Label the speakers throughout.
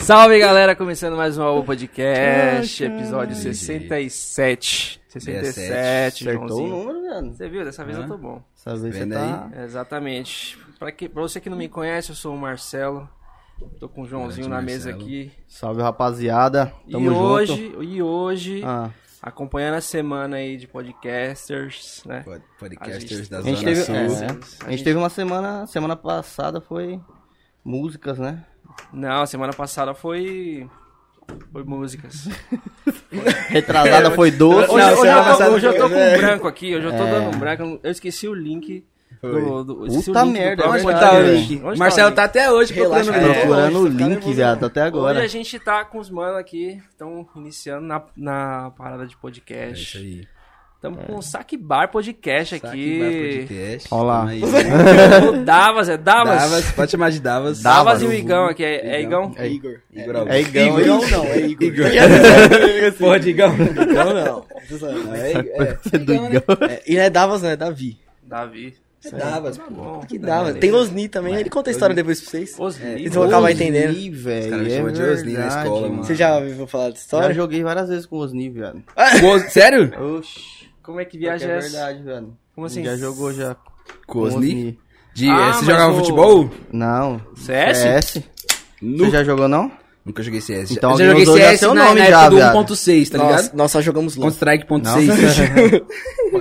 Speaker 1: Salve galera, começando mais um Alô Podcast, episódio 67. 67,
Speaker 2: Acertou o
Speaker 1: Joãozinho.
Speaker 2: número, mano.
Speaker 1: Você viu? Dessa vez
Speaker 2: Hã?
Speaker 1: eu tô bom.
Speaker 2: Essa vez você
Speaker 3: Vendo
Speaker 2: tá...
Speaker 1: Exatamente. Pra, que, pra você que não me conhece, eu sou o Marcelo. Tô com o Joãozinho na
Speaker 3: Grande
Speaker 1: mesa
Speaker 3: Marcelo.
Speaker 1: aqui.
Speaker 2: Salve, rapaziada. Tamo
Speaker 1: e
Speaker 2: junto.
Speaker 1: hoje, e hoje,
Speaker 2: Ah,
Speaker 1: acompanhando a semana aí de podcasters, né?
Speaker 3: Pod-
Speaker 1: A gente-
Speaker 3: Podcasters da
Speaker 2: a
Speaker 3: Zona
Speaker 2: gente teve...
Speaker 3: Sul.
Speaker 2: é,
Speaker 1: Sul.
Speaker 2: é.
Speaker 1: A
Speaker 2: A
Speaker 1: gente-
Speaker 2: gente teve uma semana... Semana passada foi... Músicas, né?
Speaker 1: Não, semana passada foi. Foi músicas.
Speaker 2: Retrasada foi
Speaker 1: Hoje,
Speaker 2: doce.
Speaker 3: Não, é
Speaker 1: hoje
Speaker 3: semana
Speaker 1: eu tô,
Speaker 3: passada
Speaker 1: hoje eu tô
Speaker 3: foi-
Speaker 1: com um
Speaker 3: é.
Speaker 1: branco aqui, hoje eu tô dando um branco. eu não- Eu esqueci o link do. do eu esqueci
Speaker 2: Puta
Speaker 1: o link do
Speaker 2: merda, é
Speaker 1: próximo
Speaker 2: verdade,
Speaker 1: podcast.
Speaker 2: velho.
Speaker 1: Onde tá o
Speaker 3: Marcelo
Speaker 1: link?
Speaker 3: tá até hoje
Speaker 2: Relaxa,
Speaker 3: procurando o link.
Speaker 2: procurando o
Speaker 3: Hoje tá
Speaker 2: link,
Speaker 3: nervoso,
Speaker 2: viado, até
Speaker 1: Hoje a
Speaker 2: agora.
Speaker 1: gente tá com os manos aqui, estão iniciando na, na parada de
Speaker 3: É isso
Speaker 1: podcast.
Speaker 3: aí.
Speaker 1: Estamos com o Saque Bar Podcast
Speaker 3: Saque
Speaker 1: aqui.
Speaker 3: Podcast.
Speaker 2: Olha lá.
Speaker 3: Tamo aí.
Speaker 1: O Davas, é Davas?
Speaker 3: Davas, pode chamar de Davas.
Speaker 1: Davas e o Igão aqui, é, é Igão?
Speaker 3: É Igor. Igor Augusto.
Speaker 2: É Igão, Igão
Speaker 3: não, é Igor.
Speaker 4: Pode, Igão.
Speaker 3: Igão não. É,
Speaker 2: é do Igão.
Speaker 4: É, e não é Davas, não, é Davi.
Speaker 1: Davi. Tá
Speaker 3: é Davas, pô.
Speaker 1: Bom,
Speaker 4: Que Davas. Tem Losni também, ele conta a história depois pra vocês.
Speaker 1: os
Speaker 3: É.
Speaker 1: livros.
Speaker 4: Eles
Speaker 3: Então
Speaker 4: vão acabar
Speaker 2: Osni,
Speaker 4: entendendo.
Speaker 2: velho,
Speaker 3: Os caras me
Speaker 2: é
Speaker 3: chamam de Osni na
Speaker 2: verdade,
Speaker 3: escola, mano.
Speaker 4: Você já ouviu falar dessa
Speaker 2: Já
Speaker 4: história?
Speaker 2: joguei várias vezes com o Osni, viado.
Speaker 3: Cos- Sério?
Speaker 2: Oxi.
Speaker 1: Como é que
Speaker 2: É
Speaker 1: viaja essa?
Speaker 2: verdade, velho.
Speaker 1: Como assim?
Speaker 2: Já jogou já com o
Speaker 3: Cosni?
Speaker 2: Osni.
Speaker 3: De,
Speaker 1: Ah,
Speaker 3: eh, você
Speaker 1: mas
Speaker 3: jogava
Speaker 1: o-
Speaker 3: futebol?
Speaker 2: Não.
Speaker 1: CS?
Speaker 2: Você
Speaker 3: Nu.
Speaker 2: já jogou, não?
Speaker 3: Nunca joguei CS.
Speaker 2: Então
Speaker 3: eu já
Speaker 2: alguém
Speaker 3: joguei
Speaker 2: usou já
Speaker 3: CS
Speaker 2: seu
Speaker 3: na,
Speaker 2: nome
Speaker 3: na
Speaker 2: já,
Speaker 3: época do
Speaker 2: viado.
Speaker 3: 1.6, tá
Speaker 4: Nós,
Speaker 3: ligado?
Speaker 4: nós só jogamos LOL.
Speaker 3: Counter-Strike.6.
Speaker 1: Pode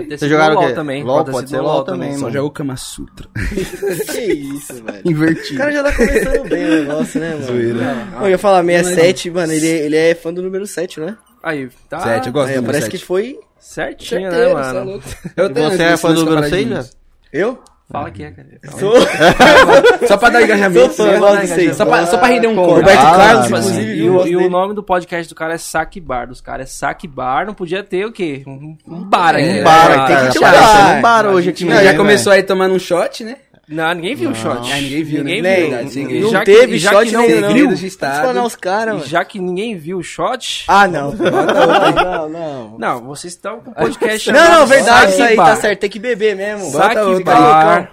Speaker 1: ter
Speaker 2: Vocês
Speaker 1: sido
Speaker 2: jogaram o
Speaker 1: LOL
Speaker 2: quê?
Speaker 1: também.
Speaker 2: LOL,
Speaker 1: ter
Speaker 2: pode
Speaker 1: sido
Speaker 2: ser LOL também,
Speaker 3: Só
Speaker 2: mano.
Speaker 3: joga o Kama Sutra.
Speaker 4: que isso, velho. O
Speaker 2: Invertido.
Speaker 4: cara já tá começando bem o negócio, né, mano? Não, é Eu ia falar 67, mano, ele, ele é fã do número 7, né?
Speaker 1: Aí, tá.
Speaker 3: Sete, eu gosto
Speaker 4: É,
Speaker 3: do número
Speaker 4: parece que
Speaker 3: 7.
Speaker 4: foi
Speaker 1: Certinho, né,
Speaker 4: certeiro, cê é
Speaker 1: mano?
Speaker 4: louco.
Speaker 3: Eu
Speaker 2: E
Speaker 3: tenho
Speaker 2: você
Speaker 3: esse-
Speaker 2: é fã
Speaker 3: esse
Speaker 2: do número
Speaker 3: camaradinho.
Speaker 2: 6, velho?
Speaker 4: Eu?
Speaker 1: Fala aqui, cara. Fala.
Speaker 4: Sou
Speaker 3: Só pra dar engajamento. né?
Speaker 4: Sou fã, eu gosto disso aí.
Speaker 3: Só pra, só pra render um
Speaker 2: Ah,
Speaker 3: corte.
Speaker 4: Roberto
Speaker 2: Ah,
Speaker 4: Carlos,
Speaker 2: tipo assim,
Speaker 4: inclusive,
Speaker 1: é. E,
Speaker 4: viu o
Speaker 1: o,
Speaker 4: rosto
Speaker 1: e o
Speaker 4: dele.
Speaker 1: nome do podcast do cara é Saque Bar. Dos caras é Saque Bar. Não podia ter o quê? Um, um bar aí. né?
Speaker 2: Um bar,
Speaker 1: Ah,
Speaker 2: cara.
Speaker 4: ter um
Speaker 2: Apareceu
Speaker 4: bar.
Speaker 2: um bar hoje aqui.
Speaker 3: Não, já começou aí tomando um shot, né?
Speaker 1: Não, ninguém viu o shot.
Speaker 3: Ah, ninguém viu, né?
Speaker 1: ninguém
Speaker 3: Nem-
Speaker 1: viu.
Speaker 3: verdade, sem
Speaker 1: E
Speaker 3: ninguém.
Speaker 1: já
Speaker 4: Não
Speaker 1: que-
Speaker 4: teve
Speaker 1: e já
Speaker 4: shot
Speaker 1: que não
Speaker 4: nem
Speaker 3: viu,
Speaker 4: não.
Speaker 3: de estado.
Speaker 4: Explanar os caras,
Speaker 1: E
Speaker 4: mano.
Speaker 1: já que ninguém viu o shot.
Speaker 4: Ah, não. Não, não, não.
Speaker 1: Não, vocês estão com o podcast.
Speaker 4: Não, não,
Speaker 1: chamado
Speaker 4: verdade,
Speaker 1: Saque
Speaker 4: isso aí
Speaker 1: Bar.
Speaker 4: tá certo, tem que beber mesmo.
Speaker 1: Saque
Speaker 3: Bota outro
Speaker 1: Bar.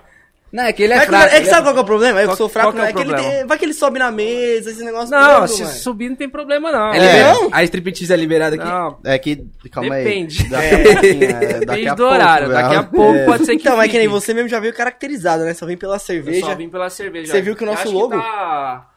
Speaker 3: Não, é que ele
Speaker 4: É,
Speaker 3: é
Speaker 4: que,
Speaker 3: fraco.
Speaker 4: é que sabe qual que é o problema? Eu
Speaker 1: né? Qual-
Speaker 4: que sou fraco,
Speaker 1: qual que é
Speaker 4: é
Speaker 1: o
Speaker 4: que ele
Speaker 1: problema?
Speaker 4: tem- vai que ele sobe na mesa, esse negócio
Speaker 1: Não,
Speaker 4: todo,
Speaker 1: se
Speaker 4: mano.
Speaker 1: subir não tem problema, não.
Speaker 3: É liberado?
Speaker 4: Não?
Speaker 3: A striptease é liberada aqui.
Speaker 1: Não,
Speaker 2: É que. Calma
Speaker 1: Depende.
Speaker 2: aí. Daqui a pouquinho, é, daqui
Speaker 1: depende
Speaker 2: a
Speaker 1: do horário.
Speaker 2: pouco,
Speaker 1: Daqui a
Speaker 2: velho.
Speaker 1: pouco pode ser que.
Speaker 4: Então, é que nem
Speaker 1: fique.
Speaker 4: você mesmo já veio caracterizado, né? Só vem pela
Speaker 1: Eu só
Speaker 4: cerveja.
Speaker 1: vim pela cerveja.
Speaker 4: Você viu que o
Speaker 1: Eu
Speaker 4: nosso
Speaker 1: acho
Speaker 4: logo-
Speaker 1: tá,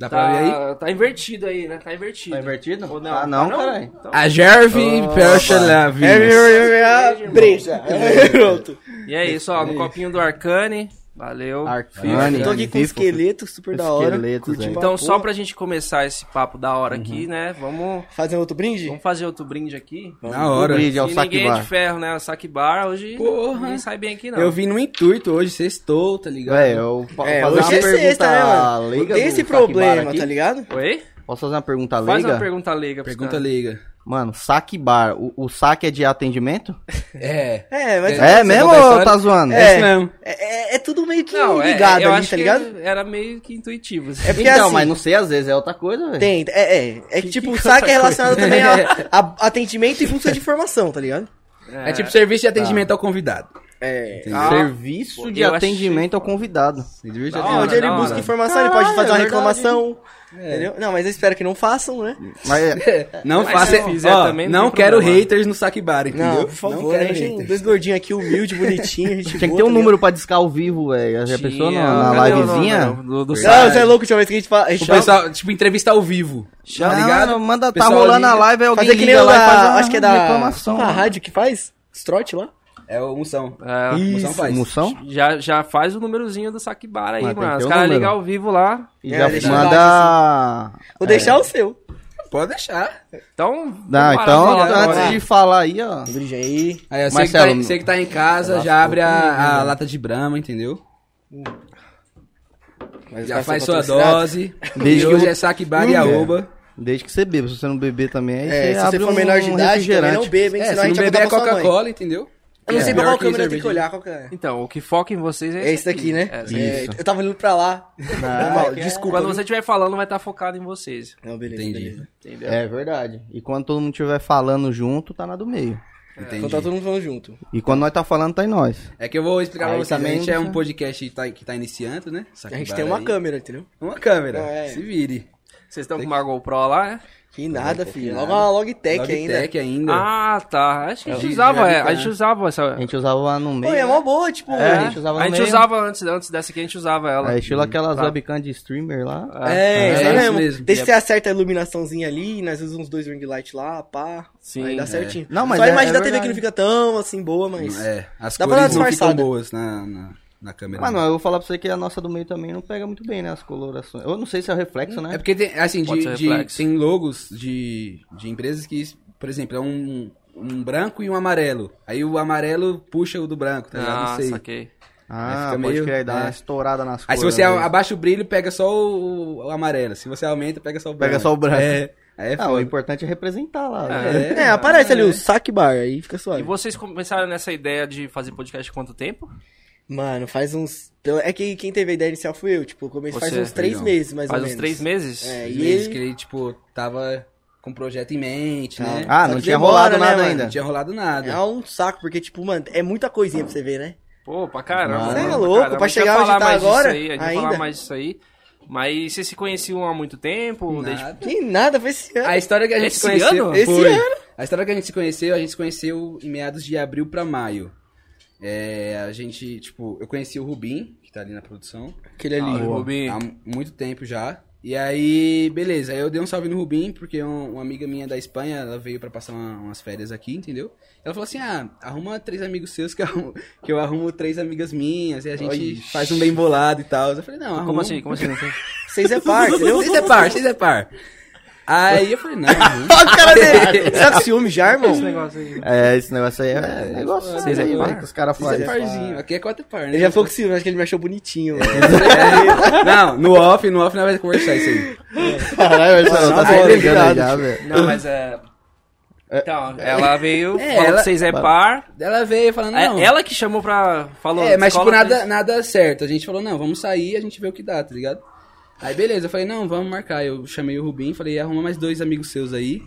Speaker 3: Dá pra ver aí?
Speaker 1: tá, tá invertido aí, né? Tá invertido.
Speaker 2: Tá invertido?
Speaker 1: Ou não?
Speaker 2: Ah, não,
Speaker 1: Tá
Speaker 2: caralho.
Speaker 1: Então-
Speaker 3: A Jerve Percha Lavinas.
Speaker 4: É breja. Pronto.
Speaker 1: E é isso, ó. No copinho do Arcane. Valeu.
Speaker 2: Arcane.
Speaker 4: Tô aqui com um
Speaker 2: Vivo.
Speaker 4: esqueleto super da hora.
Speaker 2: Esqueletos,
Speaker 4: curti
Speaker 2: velho.
Speaker 4: pra
Speaker 1: Então, só
Speaker 4: porra.
Speaker 1: pra gente começar esse papo da hora aqui, né? Vamos,
Speaker 4: Fazer outro brinde?
Speaker 1: vamos fazer outro brinde aqui.
Speaker 3: Na hora.
Speaker 2: Brinde ao
Speaker 1: E
Speaker 2: saque
Speaker 1: ninguém é
Speaker 2: bar.
Speaker 1: de ferro, né? O saque bar hoje
Speaker 3: Porra.
Speaker 1: ninguém sai bem aqui, não.
Speaker 3: Eu vim no intuito hoje, sextou, tá ligado?
Speaker 2: Véi, eu po-
Speaker 4: É,
Speaker 2: fazer
Speaker 4: hoje
Speaker 2: uma
Speaker 4: é sexta, né,
Speaker 2: pergunta
Speaker 4: mano?
Speaker 2: leiga.
Speaker 4: Tem
Speaker 2: do
Speaker 4: esse
Speaker 2: saque bar
Speaker 4: problema,
Speaker 2: aqui?
Speaker 4: tá ligado?
Speaker 1: Oi?
Speaker 2: Posso fazer uma pergunta
Speaker 1: Faz uma
Speaker 2: leiga?
Speaker 1: pergunta leiga. pros
Speaker 3: Pergunta
Speaker 1: caras.
Speaker 3: liga.
Speaker 2: Mano, saque bar. O, o saque é de atendimento?
Speaker 3: É.
Speaker 4: É, mas...
Speaker 2: É
Speaker 3: você
Speaker 2: mesmo
Speaker 3: conta a
Speaker 2: ou
Speaker 3: história?
Speaker 2: tá zoando?
Speaker 3: É isso mesmo.
Speaker 4: É, é- é tudo meio que
Speaker 1: Não, é,
Speaker 4: ligado
Speaker 1: eu
Speaker 4: ali,
Speaker 1: acho
Speaker 4: tá
Speaker 1: que
Speaker 4: ligado?
Speaker 1: era meio que intuitivo. assim.
Speaker 4: É porque
Speaker 2: Então,
Speaker 4: assim-
Speaker 2: mas não sei, às vezes é outra coisa, velho.
Speaker 4: Tem, é, é. É que,
Speaker 1: Que-
Speaker 4: tipo,
Speaker 1: que
Speaker 4: o saque
Speaker 1: outra
Speaker 4: é relacionado também a, a atendimento e busca de informação, tá ligado?
Speaker 3: É tipo serviço de
Speaker 2: Tá.
Speaker 3: atendimento ao convidado.
Speaker 4: É.
Speaker 1: Ah,
Speaker 2: Serviço de
Speaker 1: eu achei-
Speaker 2: atendimento ao convidado.
Speaker 3: Serviço de
Speaker 1: Da
Speaker 4: Não,
Speaker 1: hora,
Speaker 4: onde
Speaker 3: atendimento.
Speaker 4: ele
Speaker 1: da
Speaker 4: busca
Speaker 1: hora.
Speaker 4: informação, ele
Speaker 2: Caralho,
Speaker 4: pode fazer uma
Speaker 2: é verdade.
Speaker 4: reclamação. Entendeu? Não, mas eu espero que não façam, né?
Speaker 2: Mas
Speaker 3: Não
Speaker 1: Mas
Speaker 3: faça.
Speaker 1: se fizer
Speaker 3: ó,
Speaker 1: também, não
Speaker 3: não
Speaker 1: tem
Speaker 3: quero
Speaker 1: problema.
Speaker 3: haters no saque bar, entendeu?
Speaker 4: Não, por favor, a gente tem dois gordinhos aqui, humilde, bonitinho, a gente
Speaker 2: tinha que
Speaker 4: boa,
Speaker 2: ter um
Speaker 4: tá
Speaker 2: número pra discar ao vivo, velho. Já
Speaker 1: Tinha-
Speaker 2: pensou na, na
Speaker 1: Cadê o nome,
Speaker 2: livezinha?
Speaker 1: não? Do, do
Speaker 4: ligado? Não,
Speaker 1: site.
Speaker 4: você é louco, tinha uma vez que a gente fala... a gente
Speaker 3: O
Speaker 4: chama-
Speaker 3: pessoal, tipo, entrevista ao vivo.
Speaker 2: Não,
Speaker 3: Tá ligado?
Speaker 2: Manda, tá
Speaker 3: O pessoal
Speaker 2: rolando
Speaker 3: liga.
Speaker 2: a live, aí alguém
Speaker 4: Fazer que nem
Speaker 2: liga
Speaker 4: o
Speaker 2: lá e faz
Speaker 4: da...
Speaker 2: uma
Speaker 4: Acho que é da...
Speaker 2: reclamação.
Speaker 4: a rádio que faz? Strot lá?
Speaker 3: É o Unção.
Speaker 1: É,
Speaker 3: Unção faz.
Speaker 2: Moção?
Speaker 1: já, já faz o númerozinho do saque bar aí,
Speaker 2: Mas tem
Speaker 1: mano.
Speaker 2: que
Speaker 1: Os
Speaker 2: ter o
Speaker 1: caras
Speaker 2: número.
Speaker 1: ligam ao vivo lá.
Speaker 2: E
Speaker 4: É,
Speaker 2: já
Speaker 4: deixa
Speaker 2: manda...
Speaker 4: Vou deixar o seu.
Speaker 3: Pode deixar.
Speaker 1: Então.
Speaker 2: Não,
Speaker 1: vamos parar de
Speaker 2: então,
Speaker 1: falar
Speaker 2: antes
Speaker 1: agora.
Speaker 2: de falar aí, ó.
Speaker 4: Brinde aí.
Speaker 3: Aí, ó, você, que tá,
Speaker 2: Marcelo,
Speaker 3: em- você que tá em casa, já abre
Speaker 4: né,
Speaker 3: a, a lata de brama, entendeu?
Speaker 4: Mas
Speaker 3: Já
Speaker 4: vai ser
Speaker 3: faz sua
Speaker 4: patrocinado.
Speaker 3: dose.
Speaker 2: Desde
Speaker 3: e
Speaker 2: que
Speaker 3: hoje
Speaker 2: eu-
Speaker 3: é saque bar e
Speaker 2: Hum, é.
Speaker 3: arroba.
Speaker 2: Desde que você beba. Se você não beber também, aí
Speaker 4: É,
Speaker 2: você
Speaker 4: se você
Speaker 2: abre
Speaker 4: for
Speaker 2: um
Speaker 4: menor de idade, também não
Speaker 2: refrigerante.
Speaker 4: beba, hein?
Speaker 3: É,
Speaker 4: Senão a
Speaker 3: se não
Speaker 4: gente
Speaker 3: beber é
Speaker 4: vai contar pra sua mãe.
Speaker 3: Coca-Cola, entendeu?
Speaker 4: Eu não sei
Speaker 3: É,
Speaker 4: pra
Speaker 3: pior
Speaker 4: qual
Speaker 3: que
Speaker 4: câmera tem
Speaker 3: cerveja.
Speaker 4: que olhar, qual que é.
Speaker 1: Então, o que foca em vocês é,
Speaker 4: É esse daqui, né?
Speaker 1: É,
Speaker 4: É,
Speaker 2: Isso.
Speaker 4: eu tava olhando pra lá. Foi mal, Desculpa.
Speaker 1: Quando
Speaker 4: viu?
Speaker 1: você estiver falando, vai estar focado em vocês.
Speaker 4: Não, beleza,
Speaker 3: Entendi.
Speaker 4: beleza.
Speaker 1: Entendeu?
Speaker 2: É verdade. E quando todo mundo estiver falando junto, tá na do meio.
Speaker 3: Entendi.
Speaker 4: Então tá todo mundo falando junto.
Speaker 2: E quando nós tá falando, tá em nós.
Speaker 3: É que eu vou explicar pra
Speaker 2: Aí
Speaker 3: vocês.
Speaker 2: também
Speaker 3: a gente é
Speaker 2: não-
Speaker 3: um podcast que tá, que tá iniciando, né?
Speaker 4: A gente tem
Speaker 3: Sakibara
Speaker 4: uma
Speaker 3: aí.
Speaker 4: câmera, entendeu?
Speaker 3: Uma câmera.
Speaker 4: É.
Speaker 3: Se vire.
Speaker 1: Vocês estão com uma GoPro lá, né?
Speaker 4: Que nada, filho.
Speaker 3: nada.
Speaker 4: Logo uma logtech ainda.
Speaker 3: Logitech ainda.
Speaker 1: Ah, tá. Acho que a
Speaker 4: um
Speaker 1: gente
Speaker 3: É,
Speaker 1: usava,
Speaker 3: já
Speaker 1: é,
Speaker 3: vi,
Speaker 1: a gente
Speaker 3: tá.
Speaker 1: usava essa.
Speaker 2: A gente usava lá no meio.
Speaker 4: Pô, é mó boa, tipo.
Speaker 1: É,
Speaker 2: a gente usava
Speaker 1: a
Speaker 2: no
Speaker 1: gente
Speaker 2: meio.
Speaker 1: usava antes, antes dessa aqui a gente usava ela.
Speaker 2: É estilo aquelas
Speaker 1: Tá.
Speaker 2: webcam de streamer lá.
Speaker 1: ah,
Speaker 4: É,
Speaker 3: É,
Speaker 4: isso
Speaker 3: é
Speaker 2: né?
Speaker 3: isso
Speaker 4: mesmo.
Speaker 3: mesmo.
Speaker 4: Desde que você acerta a iluminaçãozinha ali, nós usamos uns dois ring light lá, pá.
Speaker 1: Sim,
Speaker 4: aí dá
Speaker 1: é.
Speaker 4: certinho.
Speaker 2: Não, mas
Speaker 4: Só a
Speaker 2: é-
Speaker 4: imagem
Speaker 2: é
Speaker 4: da TV que
Speaker 2: verdade.
Speaker 4: não fica tão assim boa, mas.
Speaker 3: É, as
Speaker 4: Dá pra dar
Speaker 3: cores não ficam
Speaker 4: disfarçada.
Speaker 3: boas na, na, na câmera.
Speaker 2: Mano, eu vou falar pra você que a nossa do meio também não pega muito bem, né? As colorações. Eu não sei se é o reflexo, né?
Speaker 3: É porque tem, assim,
Speaker 1: Pode
Speaker 3: de,
Speaker 1: ser
Speaker 3: de-
Speaker 1: reflexo.
Speaker 3: tem logos de, de empresas que, por exemplo, é um, um branco e um amarelo. Aí o amarelo puxa o do branco,
Speaker 4: É,
Speaker 3: tá ligado? Não
Speaker 1: Ah,
Speaker 3: sei.
Speaker 1: saquei.
Speaker 3: Aí
Speaker 2: Ah,
Speaker 3: fica
Speaker 2: pode
Speaker 3: meio-
Speaker 2: crer, dá uma
Speaker 3: é.
Speaker 2: estourada nas
Speaker 3: Aí se
Speaker 2: cores,
Speaker 3: você
Speaker 2: às vezes.
Speaker 3: abaixa o brilho, pega só o, o amarelo. Se você aumenta, pega só o branco.
Speaker 2: Pega só o branco.
Speaker 3: É, aí é
Speaker 2: Ah, o
Speaker 3: foda.
Speaker 2: importante é representar
Speaker 3: Ah,
Speaker 2: lá.
Speaker 1: É.
Speaker 2: né?
Speaker 4: É, aparece ali o saque bar, aí fica
Speaker 1: E
Speaker 4: suave.
Speaker 1: vocês começaram nessa ideia de fazer podcast há quanto tempo?
Speaker 4: Mano, faz uns. É que quem teve a ideia inicial fui eu, tipo, comecei faz
Speaker 1: Você,
Speaker 4: uns três
Speaker 3: legal.
Speaker 4: meses, mais
Speaker 1: Faz
Speaker 4: ou
Speaker 1: uns
Speaker 4: menos.
Speaker 1: três meses?
Speaker 4: É,
Speaker 3: Às
Speaker 4: e
Speaker 3: vezes
Speaker 4: ele-
Speaker 3: que ele, tipo, tava com o projeto em mente, né?
Speaker 2: Ah,
Speaker 4: Só
Speaker 2: não
Speaker 4: que
Speaker 2: tinha
Speaker 4: demora,
Speaker 2: rolado
Speaker 4: né,
Speaker 2: nada
Speaker 4: mano?
Speaker 2: ainda.
Speaker 3: Não tinha rolado nada.
Speaker 4: É um saco, porque, tipo, mano, é muita coisinha pra você ver, né?
Speaker 1: Pô, pra caramba.
Speaker 2: Mano.
Speaker 1: pra
Speaker 2: Cê é
Speaker 4: louco,
Speaker 1: caramba.
Speaker 4: pra
Speaker 1: A gente vai
Speaker 4: chegar onde
Speaker 1: falar
Speaker 4: tá
Speaker 1: mais disso
Speaker 4: agora,
Speaker 1: aí, a gente vai falar
Speaker 4: ainda.
Speaker 1: mais disso aí. Mas vocês se conheciam há muito tempo?
Speaker 3: Nada.
Speaker 1: Desde...
Speaker 4: Que nada, foi esse ano.
Speaker 3: A história que a gente
Speaker 1: Esse
Speaker 3: se conheceu.
Speaker 1: ano?
Speaker 3: Foi.
Speaker 4: Esse ano?
Speaker 3: A história que a gente se conheceu, a gente se conheceu em meados de abril pra maio. É, a gente, tipo, eu conheci o Rubim, que tá ali na produção,
Speaker 4: Aquele ali.
Speaker 1: Salve, Ah, Rubinho.
Speaker 3: há mu- muito tempo já. E aí, beleza, aí eu dei um salve no Rubim, porque um- uma amiga minha da Espanha, ela veio pra passar uma- umas férias aqui, entendeu? Ela falou assim: ah, arruma três amigos seus que eu arrumo, que eu arrumo três amigas minhas, e a gente
Speaker 4: Ixi.
Speaker 3: faz um bem bolado e tal. Eu falei: não, arruma. um
Speaker 1: Como assim? Como assim?
Speaker 4: Seis é par, entendeu?
Speaker 3: Vocês é par, vocês é par. Aí eu falei: não, não.
Speaker 4: Olha o cara dele.
Speaker 3: tá
Speaker 4: Será que ciúme já, irmão?
Speaker 1: negócio aí.
Speaker 2: É, esse negócio aí é, negócio
Speaker 3: vocês
Speaker 2: aí,
Speaker 1: é
Speaker 2: velho,
Speaker 1: par?
Speaker 2: que os caras
Speaker 3: Vocês é
Speaker 2: fazem.
Speaker 3: parzinho, aqui é quatro par, né? É.
Speaker 4: Ele já foi com o ciúme, acho que ele me achou bonitinho, mano.
Speaker 3: Não, no off, no off nós vamos conversar isso aí.
Speaker 2: Caralho, Marcelo,
Speaker 4: Nossa,
Speaker 2: tá se
Speaker 4: boa,
Speaker 2: entregando
Speaker 4: obrigado.
Speaker 2: já, velho.
Speaker 1: Não, mas é... Então, ela veio,
Speaker 3: É,
Speaker 1: falou
Speaker 3: ela-
Speaker 1: que vocês é par.
Speaker 3: Ela veio falando,
Speaker 1: É
Speaker 3: não.
Speaker 1: Ela que chamou pra... Falou,
Speaker 3: É, mas tipo,
Speaker 1: "Escola
Speaker 3: nada, nada certo. A gente falou, não, vamos sair, a gente vê o que dá, tá ligado? Aí beleza, eu falei, não, vamos marcar. Eu chamei o Rubim, falei, arruma mais dois amigos seus aí.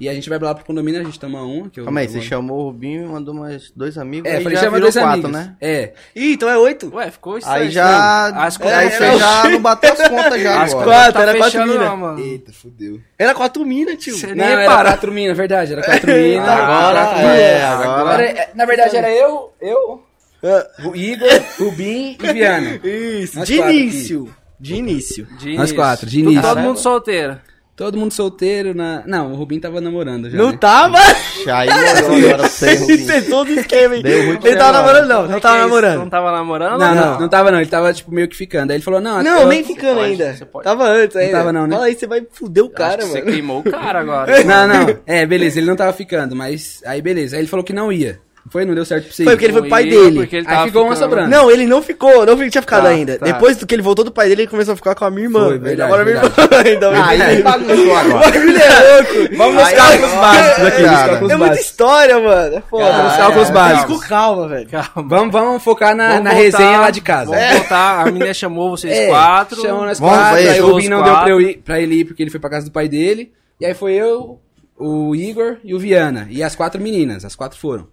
Speaker 3: E a gente vai lá pro condomínio, a gente toma um. Que eu,
Speaker 2: Calma aí,
Speaker 3: eu-
Speaker 2: você chamou o Rubinho e mandou mais dois amigos.
Speaker 3: É,
Speaker 2: aí
Speaker 3: falei,
Speaker 2: já
Speaker 3: chama
Speaker 2: virou
Speaker 3: dois
Speaker 2: quatro,
Speaker 3: amigos.
Speaker 2: né?
Speaker 3: É.
Speaker 4: Ih, então é oito?
Speaker 1: Ué, ficou estranho.
Speaker 2: Aí já.
Speaker 1: Não, As
Speaker 2: aí
Speaker 1: coisas
Speaker 2: você já não bateu as contas já,
Speaker 1: As
Speaker 2: agora.
Speaker 1: contas não
Speaker 4: Quatro, era
Speaker 1: tá
Speaker 4: quatro
Speaker 1: fechando
Speaker 4: mina.
Speaker 1: não, mano.
Speaker 3: Eita, fudeu.
Speaker 4: Era quatro mina, tio.
Speaker 1: Cê-
Speaker 3: Não,
Speaker 1: Nem
Speaker 3: era
Speaker 1: para.
Speaker 3: quatro mina, verdade, era quatro mina.
Speaker 2: Agora,
Speaker 3: quatro mina.
Speaker 2: é, agora.
Speaker 3: Era- Na verdade era eu, eu,
Speaker 4: Ah,
Speaker 3: o Igor, Rubim e Viana.
Speaker 4: Isso,
Speaker 3: Nós
Speaker 4: de
Speaker 3: quatro né?
Speaker 4: início. De início.
Speaker 1: De
Speaker 3: Nós
Speaker 1: início.
Speaker 3: quatro, de
Speaker 1: Tu-
Speaker 3: início.
Speaker 1: Todo mundo solteiro.
Speaker 3: Todo mundo solteiro na. Não, o Rubim tava namorando já.
Speaker 4: Não
Speaker 3: né?
Speaker 4: tava?
Speaker 2: Aí mandou agora sem
Speaker 3: um
Speaker 4: Ele
Speaker 2: Rubinho.
Speaker 4: tentou do esquema, hein?
Speaker 2: Deu ruim pra
Speaker 4: Ele tava
Speaker 2: você, mano.
Speaker 4: namorando, não. Não
Speaker 1: Que
Speaker 4: tava
Speaker 1: que é isso? Não
Speaker 4: namorando.
Speaker 1: tava namorando?
Speaker 3: Não, não, não tava não, ele tava tipo meio que ficando. Aí ele falou, não,
Speaker 4: Não,
Speaker 3: eu-
Speaker 4: nem ficando
Speaker 1: pode,
Speaker 4: ainda.
Speaker 1: você pode.
Speaker 4: Tava antes ainda.
Speaker 3: tava não, né?
Speaker 4: Fala aí, você vai fuder o cara,
Speaker 1: Acho que Você
Speaker 4: mano.
Speaker 1: queimou o cara agora.
Speaker 3: Não, não. É, beleza, ele não tava ficando, mas. Aí beleza. Aí ele falou que não ia. Foi? Não deu certo pra você.
Speaker 4: Foi, porque ele foi pro pai
Speaker 1: Não ia,
Speaker 4: dele.
Speaker 1: porque ele
Speaker 3: Aí
Speaker 1: tava
Speaker 3: ficou uma
Speaker 1: ficando-
Speaker 3: sobrando.
Speaker 4: Não, ele não ficou, não fi- tinha ficado
Speaker 1: Tá,
Speaker 4: ainda.
Speaker 1: tá.
Speaker 4: Depois do que ele voltou do pai dele, ele começou a ficar com a minha irmã.
Speaker 3: Foi,
Speaker 4: ele
Speaker 3: verdade,
Speaker 4: namora minha irmã ainda. né?
Speaker 1: Ah,
Speaker 4: mas-
Speaker 2: Aí ele
Speaker 1: né?
Speaker 2: bagunçou
Speaker 4: O
Speaker 2: agora.
Speaker 4: bagulho é louco.
Speaker 3: Vamos nos
Speaker 2: Aí,
Speaker 3: cálculos
Speaker 2: agora-
Speaker 3: básicos aqui, nos
Speaker 2: Cara.
Speaker 3: cálculos
Speaker 4: É muita
Speaker 3: básicos.
Speaker 4: história, mano. É foda.
Speaker 3: Cara, os
Speaker 4: Os cálculos
Speaker 3: cálculos
Speaker 4: básicos.
Speaker 3: básicos.
Speaker 4: Com calma, velho.
Speaker 1: Calma.
Speaker 3: Vamos, vamos focar na,
Speaker 1: Vamos
Speaker 3: na
Speaker 1: voltar,
Speaker 3: resenha lá de casa.
Speaker 1: Vamos voltar, a menina chamou vocês
Speaker 3: É,
Speaker 1: quatro. Ah,
Speaker 3: Chamou nós
Speaker 2: Vamos,
Speaker 3: quatro.
Speaker 2: vai,
Speaker 3: aí o
Speaker 1: os
Speaker 3: Rubinho não
Speaker 1: quatro.
Speaker 3: deu pra, eu ir, pra ele ir porque ele foi pra casa do pai dele. E aí foi eu, o Igor e o Viana. E as quatro meninas, as quatro foram.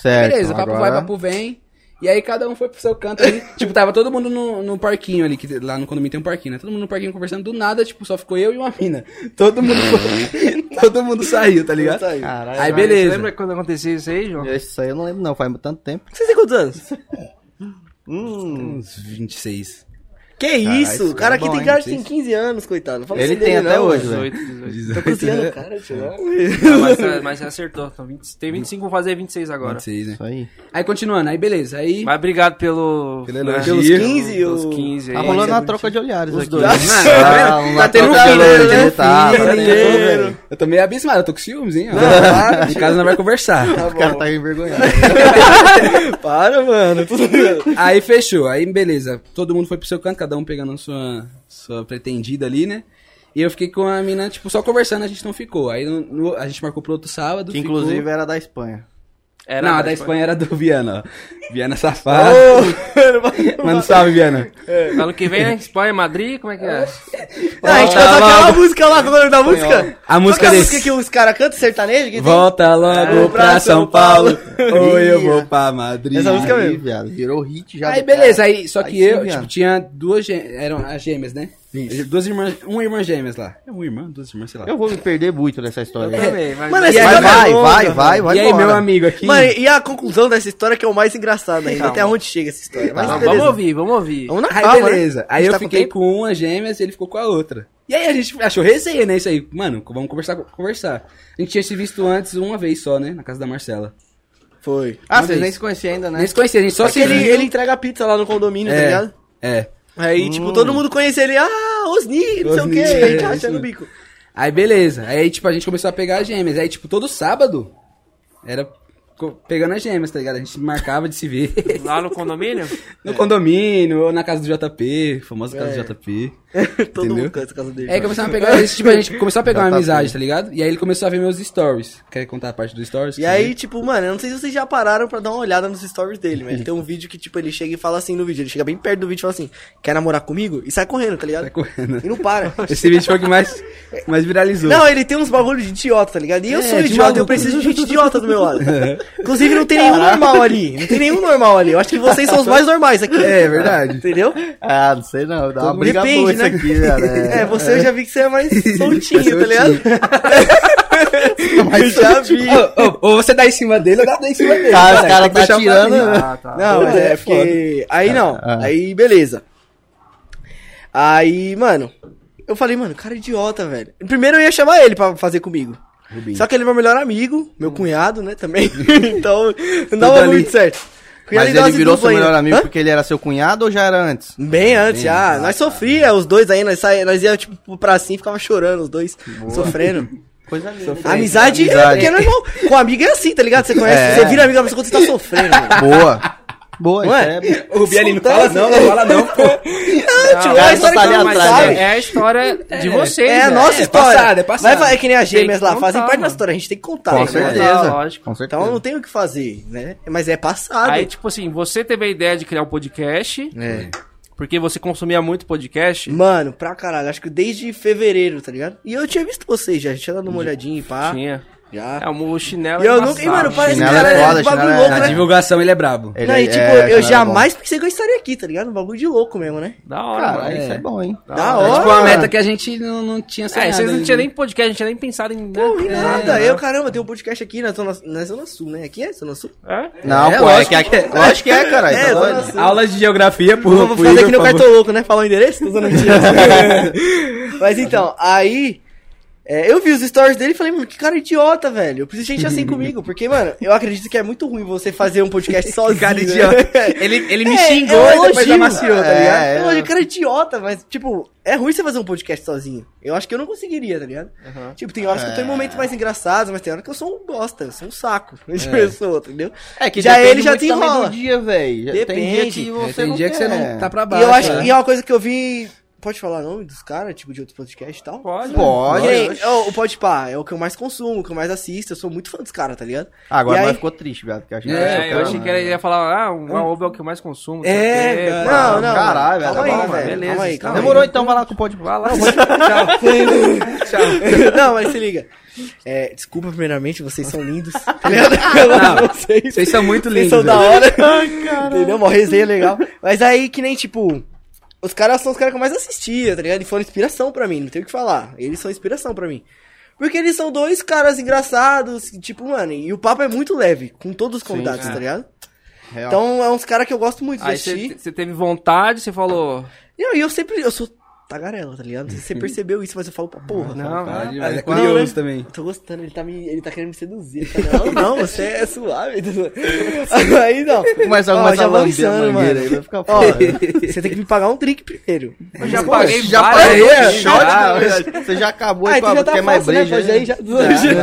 Speaker 2: Certo.
Speaker 3: Beleza, papo
Speaker 2: agora...
Speaker 3: vai, papo vem. E aí cada um foi pro seu canto ali. tipo, tava todo mundo no, no parquinho ali, que lá no condomínio tem um parquinho, né? Todo mundo no parquinho conversando, do nada, tipo, só ficou eu e uma mina. Todo mundo foi- Todo mundo saiu, tá ligado?
Speaker 4: Saiu.
Speaker 2: Caralho.
Speaker 3: Aí
Speaker 1: Mas
Speaker 3: beleza.
Speaker 1: Lembra quando aconteceu isso aí, João?
Speaker 2: Isso aí eu não lembro, não. Faz tanto tempo.
Speaker 4: Vocês têm é quantos anos?
Speaker 2: Hum.
Speaker 3: Uns 26.
Speaker 4: Que isso?
Speaker 2: isso
Speaker 4: O cara
Speaker 2: é
Speaker 4: aqui
Speaker 2: bom,
Speaker 4: tem
Speaker 2: hein?
Speaker 4: cara que
Speaker 3: Vocês-
Speaker 4: tem 15 anos, coitado. Não fala
Speaker 2: Ele
Speaker 4: assim
Speaker 2: tem
Speaker 4: dele,
Speaker 2: até
Speaker 4: não,
Speaker 2: hoje,
Speaker 4: mano.
Speaker 2: velho.
Speaker 1: 18, 18.
Speaker 3: 18,
Speaker 4: Cozinhando o
Speaker 3: né?
Speaker 4: cara, tio.
Speaker 1: Não, mas, mas você acertou. Então, 20 tem 25, vou fazer 26 agora.
Speaker 3: 26, né?
Speaker 2: Isso aí.
Speaker 3: Aí continuando, aí beleza. Aí.
Speaker 1: Mas obrigado pelo.
Speaker 3: Pelo
Speaker 1: né,
Speaker 3: elogio.
Speaker 4: Pelos 15
Speaker 1: pelos
Speaker 4: ou...
Speaker 1: 15 aí.
Speaker 2: Tá rolando uma troca de olhares
Speaker 1: Os
Speaker 2: aqui.
Speaker 1: dois.
Speaker 2: Ah, uma
Speaker 3: Tá tendo um
Speaker 2: troca de
Speaker 3: filho,
Speaker 2: olhares,
Speaker 3: né?
Speaker 2: ele tá,
Speaker 3: Filho,
Speaker 2: tá
Speaker 3: né?
Speaker 2: tendo-
Speaker 3: Eu tô- Eu tô meio abismado, eu tô com ciúmes, hein? em casa não vai conversar.
Speaker 2: O cara tá envergonhado.
Speaker 4: Para, mano. Tudo-
Speaker 3: Aí fechou, aí beleza. Todo mundo foi pro seu canto, cada um pegando a sua, sua pretendida ali, né? E eu fiquei com a mina, tipo, só conversando, a gente não ficou. Aí no- no- a gente marcou pro outro sábado.
Speaker 2: Que
Speaker 3: ficou-
Speaker 2: inclusive era da Espanha.
Speaker 1: Era
Speaker 3: não, a da Espanha era do Viana, ó. Viana safado. Mano, salve, Viana.
Speaker 1: Ano que vem, né? Espanha, Madrid, como é que é?
Speaker 4: Ah, a gente
Speaker 3: Volta
Speaker 4: cantou aquela
Speaker 3: logo.
Speaker 4: música lá, qual é o nome da música?
Speaker 3: A música
Speaker 4: Qual que é a
Speaker 3: desse.
Speaker 4: música que os caras cantam sertanejo? Que
Speaker 3: Volta
Speaker 4: Ah,
Speaker 3: logo
Speaker 4: pra
Speaker 3: pra
Speaker 4: São
Speaker 3: São Paulo, ou eu vou pra Madrid.
Speaker 4: Essa música é mesmo.
Speaker 2: Aí, viado, virou hit já.
Speaker 3: Aí
Speaker 2: do
Speaker 3: beleza,
Speaker 2: cara.
Speaker 3: é, aí só
Speaker 2: Aí
Speaker 3: que
Speaker 2: sim,
Speaker 3: eu,
Speaker 2: viado.
Speaker 3: tipo, tinha duas gê- eram as gêmeas, né?
Speaker 2: Isso.
Speaker 3: Duas irmãs, uma irmã gêmeas lá. É uma irmã, duas irmãs, sei lá.
Speaker 2: Eu vou me perder muito nessa história.
Speaker 1: Eu também, mas-
Speaker 4: Mano,
Speaker 1: E
Speaker 4: essa
Speaker 1: aí-
Speaker 2: Vai,
Speaker 4: história é
Speaker 2: vai,
Speaker 4: longa,
Speaker 2: vai,
Speaker 4: mano.
Speaker 2: vai, vai.
Speaker 3: e aí,
Speaker 2: embora.
Speaker 3: meu amigo aqui?
Speaker 4: Mano, e a conclusão dessa história que é o mais engraçado ainda.
Speaker 1: Calma.
Speaker 4: Até onde chega essa história. Mas
Speaker 1: Não,
Speaker 4: beleza.
Speaker 1: vamos ouvir, vamos ouvir.
Speaker 4: Vamos na
Speaker 3: aí
Speaker 4: calma, né?
Speaker 3: beleza.
Speaker 4: A
Speaker 3: Aí
Speaker 4: gente
Speaker 3: eu
Speaker 4: tá com
Speaker 3: fiquei
Speaker 4: tempo?
Speaker 3: com, uma gêmeas e ele ficou com a outra. E aí a gente achou resenha, né? Isso aí, mano, vamos conversar, conversar. A gente tinha se visto antes uma vez só, né? Na casa da Marcela.
Speaker 4: Foi.
Speaker 2: Ah,
Speaker 3: Uma
Speaker 2: vocês
Speaker 3: vez.
Speaker 2: nem se conheciam ainda, né?
Speaker 3: Nem se conhecia, a gente só
Speaker 4: Só que
Speaker 3: se
Speaker 4: ele,
Speaker 3: viu.
Speaker 4: ele entrega pizza lá no condomínio, tá
Speaker 3: É,
Speaker 4: ligado?
Speaker 3: é.
Speaker 4: Aí, tipo, todo mundo conhecia ele. Ah, Osni, não sei o
Speaker 3: Osni,
Speaker 4: quê.
Speaker 3: é,
Speaker 4: A gente
Speaker 3: é isso
Speaker 4: achando o
Speaker 3: mesmo.
Speaker 4: bico.
Speaker 3: Aí beleza. Aí, tipo, a gente começou a pegar as gêmeas. Aí, tipo, todo sábado era co- pegando as gêmeas, tá ligado? A gente marcava de se ver.
Speaker 1: Lá no condomínio?
Speaker 4: É.
Speaker 3: No condomínio, ou na casa do JP, famosa casa do JP.
Speaker 4: Todo mundo
Speaker 3: Entendeu?
Speaker 4: cansa a casa dele.
Speaker 3: Aí começamos a pegar esse, tipo, a gente começou a pegar uma amizade, tá ligado? E aí ele começou a ver meus stories. Quer contar a parte dos stories?
Speaker 4: E aí, tipo, mano, eu não sei se vocês já pararam pra dar uma olhada nos stories dele, mas tem um vídeo que, tipo, ele chega e fala assim no vídeo. Ele chega bem perto do vídeo e fala assim, quer namorar comigo? E sai correndo, tá ligado?
Speaker 3: Tá correndo.
Speaker 4: E não para.
Speaker 3: Esse vídeo foi o que mais, mais viralizou.
Speaker 4: Não, ele tem uns bagulho de idiota, tá ligado? E eu
Speaker 3: É,
Speaker 4: sou
Speaker 3: de
Speaker 4: idiota, eu
Speaker 3: maluco. É.
Speaker 4: preciso de gente idiota do meu lado. Inclusive, não tem nenhum normal ali. Não tem nenhum normal ali. Eu acho que vocês são os mais normais aqui.
Speaker 3: É, verdade.
Speaker 4: Entendeu?
Speaker 2: Ah, não sei não. Dá uma briga
Speaker 4: Depende,
Speaker 2: boa isso
Speaker 4: né?
Speaker 2: aqui, velho.
Speaker 4: É, você eu já vi que você é mais soltinho, tá ligado? eu
Speaker 2: Mas
Speaker 4: já vi.
Speaker 3: Ô, ô, ou você dá em cima dele, ou dá em cima dele.
Speaker 2: Cara, os
Speaker 3: Cara,
Speaker 2: caras
Speaker 3: tem que
Speaker 2: tá
Speaker 3: deixar pra
Speaker 2: tirando.
Speaker 3: mim.
Speaker 2: né?
Speaker 1: Ah, tá.
Speaker 4: Não,
Speaker 3: Pois
Speaker 4: mas
Speaker 3: é,
Speaker 4: é porque. Aí não.
Speaker 2: Ah.
Speaker 4: Aí, beleza. Aí, mano, eu falei, mano, cara idiota, velho. Primeiro eu ia chamar ele pra fazer comigo. Só que ele é meu melhor amigo,
Speaker 2: Hum.
Speaker 4: meu cunhado, né, também. então, não dava
Speaker 3: ali.
Speaker 4: muito certo.
Speaker 2: Mas
Speaker 4: dava
Speaker 2: ele
Speaker 4: esse
Speaker 2: virou
Speaker 4: duplo
Speaker 2: seu
Speaker 4: ainda.
Speaker 2: melhor amigo
Speaker 4: né? Hã?
Speaker 2: porque ele era seu cunhado ou já era antes?
Speaker 4: Bem antes, já. nós sofria, os dois aí, nós, saía, nós ia tipo pra cima e ficava chorando, os dois, sofrendo.
Speaker 2: Coisa linda.
Speaker 4: Amizade, é porque é normal. Com amigo é assim, tá ligado? Você conhece,
Speaker 2: É.
Speaker 4: você vira amigo da pessoa quando você tá sofrendo. mano.
Speaker 2: Boa. Boa,
Speaker 4: Não é?
Speaker 2: isso é...
Speaker 3: O Bielin não
Speaker 4: Soltando.
Speaker 3: fala não, não fala não, pô.
Speaker 4: Não, tipo,
Speaker 1: Não,
Speaker 4: é a
Speaker 2: cara,
Speaker 4: história
Speaker 2: tá
Speaker 4: que
Speaker 2: ali
Speaker 4: eu
Speaker 1: Ah, Mas
Speaker 4: mais
Speaker 2: atrás,
Speaker 4: sabe.
Speaker 1: é, é a história de vocês.
Speaker 4: É a
Speaker 1: velho.
Speaker 4: nossa
Speaker 3: É, é
Speaker 4: história.
Speaker 3: passado, é passado.
Speaker 4: Mas vai- é que nem
Speaker 1: Tem
Speaker 4: as
Speaker 1: que
Speaker 4: gêmeas lá,
Speaker 1: contar,
Speaker 4: fazem parte da
Speaker 1: mano.
Speaker 4: história, a gente tem que contar.
Speaker 2: Com
Speaker 4: né?
Speaker 2: certeza.
Speaker 1: lógico.
Speaker 2: Com certeza.
Speaker 4: Então não tem o que fazer, né? Mas é passado.
Speaker 1: Aí, tipo assim, você teve a ideia de criar um podcast,
Speaker 4: É.
Speaker 1: porque você consumia muito podcast.
Speaker 4: Mano, pra caralho, acho que desde fevereiro, tá ligado? E eu tinha visto vocês já, a gente tinha dado uma olhadinha e pá.
Speaker 1: Tinha.
Speaker 4: Já.
Speaker 1: É, o chinelo
Speaker 4: E eu
Speaker 1: é
Speaker 4: nunca. E,
Speaker 1: embaçado.
Speaker 4: mano, parece que
Speaker 2: Chinelo é
Speaker 4: cara, é
Speaker 2: foda,
Speaker 4: um bagulho
Speaker 2: chinelo é-
Speaker 4: louco,
Speaker 3: Na
Speaker 4: né?
Speaker 3: divulgação ele é brabo.
Speaker 2: Ele
Speaker 4: Não,
Speaker 2: é-
Speaker 4: e, tipo,
Speaker 2: é,
Speaker 4: eu
Speaker 2: cara,
Speaker 4: jamais pensei que eu estaria aqui, tá ligado? Um bagulho de louco mesmo, né?
Speaker 1: Da
Speaker 2: é bom.
Speaker 1: hora,
Speaker 2: Cara,
Speaker 1: mano.
Speaker 2: isso é bom, hein?
Speaker 4: Da
Speaker 1: hora.
Speaker 4: hora.
Speaker 3: É tipo uma meta que a gente não, não tinha
Speaker 1: É,
Speaker 3: sonhado né?
Speaker 1: vocês não
Speaker 3: ainda.
Speaker 1: tinham nem podcast, não tinha nem pensado em.
Speaker 4: Não, vi
Speaker 1: É,
Speaker 4: nada.
Speaker 1: né?
Speaker 4: Eu, caramba, tem um podcast aqui na Zona, na zona Sul, né? Aqui é Zona Sul?
Speaker 1: É?
Speaker 2: Não,
Speaker 3: É,
Speaker 2: pô, é
Speaker 3: lógico
Speaker 2: que é, lógico que é, caralho.
Speaker 4: É,
Speaker 2: tá
Speaker 4: eu tô
Speaker 2: doido?
Speaker 4: nessa-
Speaker 3: Aulas de geografia, pô.
Speaker 4: Vamos
Speaker 3: pro
Speaker 4: fazer
Speaker 3: Igor,
Speaker 4: aqui no
Speaker 3: por favor.
Speaker 4: cartoloco, né? Falar o endereço? Tô usando mentira. Mas então, aí. é, eu vi os stories dele e falei, mano, que cara idiota, velho. Eu preciso de gente assim comigo. Porque, mano, eu acredito que é muito ruim você fazer um podcast sozinho.
Speaker 3: cara
Speaker 4: né?
Speaker 3: idiota. Ele, ele me
Speaker 4: É,
Speaker 3: xingou
Speaker 4: é um
Speaker 3: e depois
Speaker 4: elogio.
Speaker 3: amaciou, tá
Speaker 2: É,
Speaker 3: ligado?
Speaker 4: É,
Speaker 2: é.
Speaker 4: eu acho que era idiota, mas, tipo, é ruim você fazer um podcast sozinho. Eu acho que eu não conseguiria, tá ligado? Tipo, tem horas que eu
Speaker 2: É.
Speaker 4: tô em momentos mais engraçados, mas tem horas que eu sou um bosta, eu sou um saco de pessoa, entendeu?
Speaker 2: É que
Speaker 4: já
Speaker 2: depende
Speaker 4: ele já
Speaker 2: muito
Speaker 4: te
Speaker 2: também
Speaker 4: enrola.
Speaker 2: do dia, velho. Tem dia
Speaker 4: Depende.
Speaker 2: que
Speaker 3: É,
Speaker 2: você
Speaker 3: tem
Speaker 2: não
Speaker 3: dia que você
Speaker 2: quer.
Speaker 3: não tá pra
Speaker 4: E
Speaker 3: baixo.
Speaker 4: eu acho
Speaker 3: né?
Speaker 4: e é uma coisa que eu vi. Pode falar nome dos caras, tipo, de outros podcasts e tal?
Speaker 1: Pode.
Speaker 2: Pode.
Speaker 4: Que nem, o, o Podpah é o que eu mais consumo, o que eu mais assisto. Eu sou muito fã dos caras, tá ligado?
Speaker 2: Agora
Speaker 4: E
Speaker 2: nós
Speaker 4: aí-
Speaker 2: ficou triste, viado. Porque eu achei
Speaker 3: É,
Speaker 1: É,
Speaker 2: que
Speaker 1: eu
Speaker 2: era-
Speaker 1: achei que ele ia falar, ah, o Aoba é o que eu mais consumo. não sei
Speaker 3: É,
Speaker 1: o quê,
Speaker 3: cara.
Speaker 1: pá.
Speaker 4: Não, não.
Speaker 2: Ah, Caralho, velho,
Speaker 4: calma
Speaker 2: tá
Speaker 4: aí,
Speaker 2: bom,
Speaker 4: velho.
Speaker 1: beleza,
Speaker 4: Calma aí, calma
Speaker 2: Demorou
Speaker 4: aí.
Speaker 2: então, vai lá com o pode.
Speaker 1: Vai lá.
Speaker 4: Não, mas se liga. É, desculpa, primeiramente, vocês são lindos. tá ligado? Eu amo
Speaker 3: Não,
Speaker 4: vocês.
Speaker 3: Vocês são muito lindos.
Speaker 4: Vocês são da
Speaker 3: velho.
Speaker 4: hora. Entendeu? Uma resenha legal. Mas aí, que nem, tipo... Os caras são os caras que eu mais assistia, tá ligado? E foram inspiração pra mim, não tem o que falar. Eles são inspiração pra mim. Porque eles são dois caras engraçados, tipo, mano, e o papo é muito leve, com todos os convidados,
Speaker 1: cara.
Speaker 4: tá ligado?
Speaker 2: Real.
Speaker 4: Então, é uns caras que eu gosto muito de
Speaker 1: é. Aí
Speaker 4: assistir.
Speaker 1: você teve vontade, você falou.
Speaker 4: E eu, e eu sempre... Eu sou tagarela, tá ligado? Você percebeu isso, mas eu falo pra porra.
Speaker 1: Não,
Speaker 3: Tá
Speaker 1: não.
Speaker 3: demais,
Speaker 4: Ah,
Speaker 3: É
Speaker 4: não, né?
Speaker 3: curioso também.
Speaker 4: Eu tô gostando, ele tá, me, ele tá querendo me seduzir. Tá, não, não, você é suave. aí não.
Speaker 2: Começa a
Speaker 4: Ó,
Speaker 2: começar
Speaker 4: já
Speaker 2: a
Speaker 4: vamos
Speaker 2: lamber a
Speaker 4: insano,
Speaker 2: mangueira
Speaker 4: mano.
Speaker 1: né?
Speaker 2: aí, vai ficar
Speaker 4: Ó,
Speaker 2: foda.
Speaker 4: você tem que me pagar um drink primeiro.
Speaker 1: Eu já
Speaker 2: Pô,
Speaker 1: paguei
Speaker 2: assim? já
Speaker 1: vários.
Speaker 2: paguei,
Speaker 1: É,
Speaker 2: shot,
Speaker 1: já.
Speaker 2: né, velho? Você já acabou
Speaker 4: Ah,
Speaker 2: e
Speaker 4: então já
Speaker 2: falou,
Speaker 4: tá
Speaker 2: quer
Speaker 4: fácil,
Speaker 2: mais
Speaker 4: né?
Speaker 2: breja? É.
Speaker 4: Pode aí, já...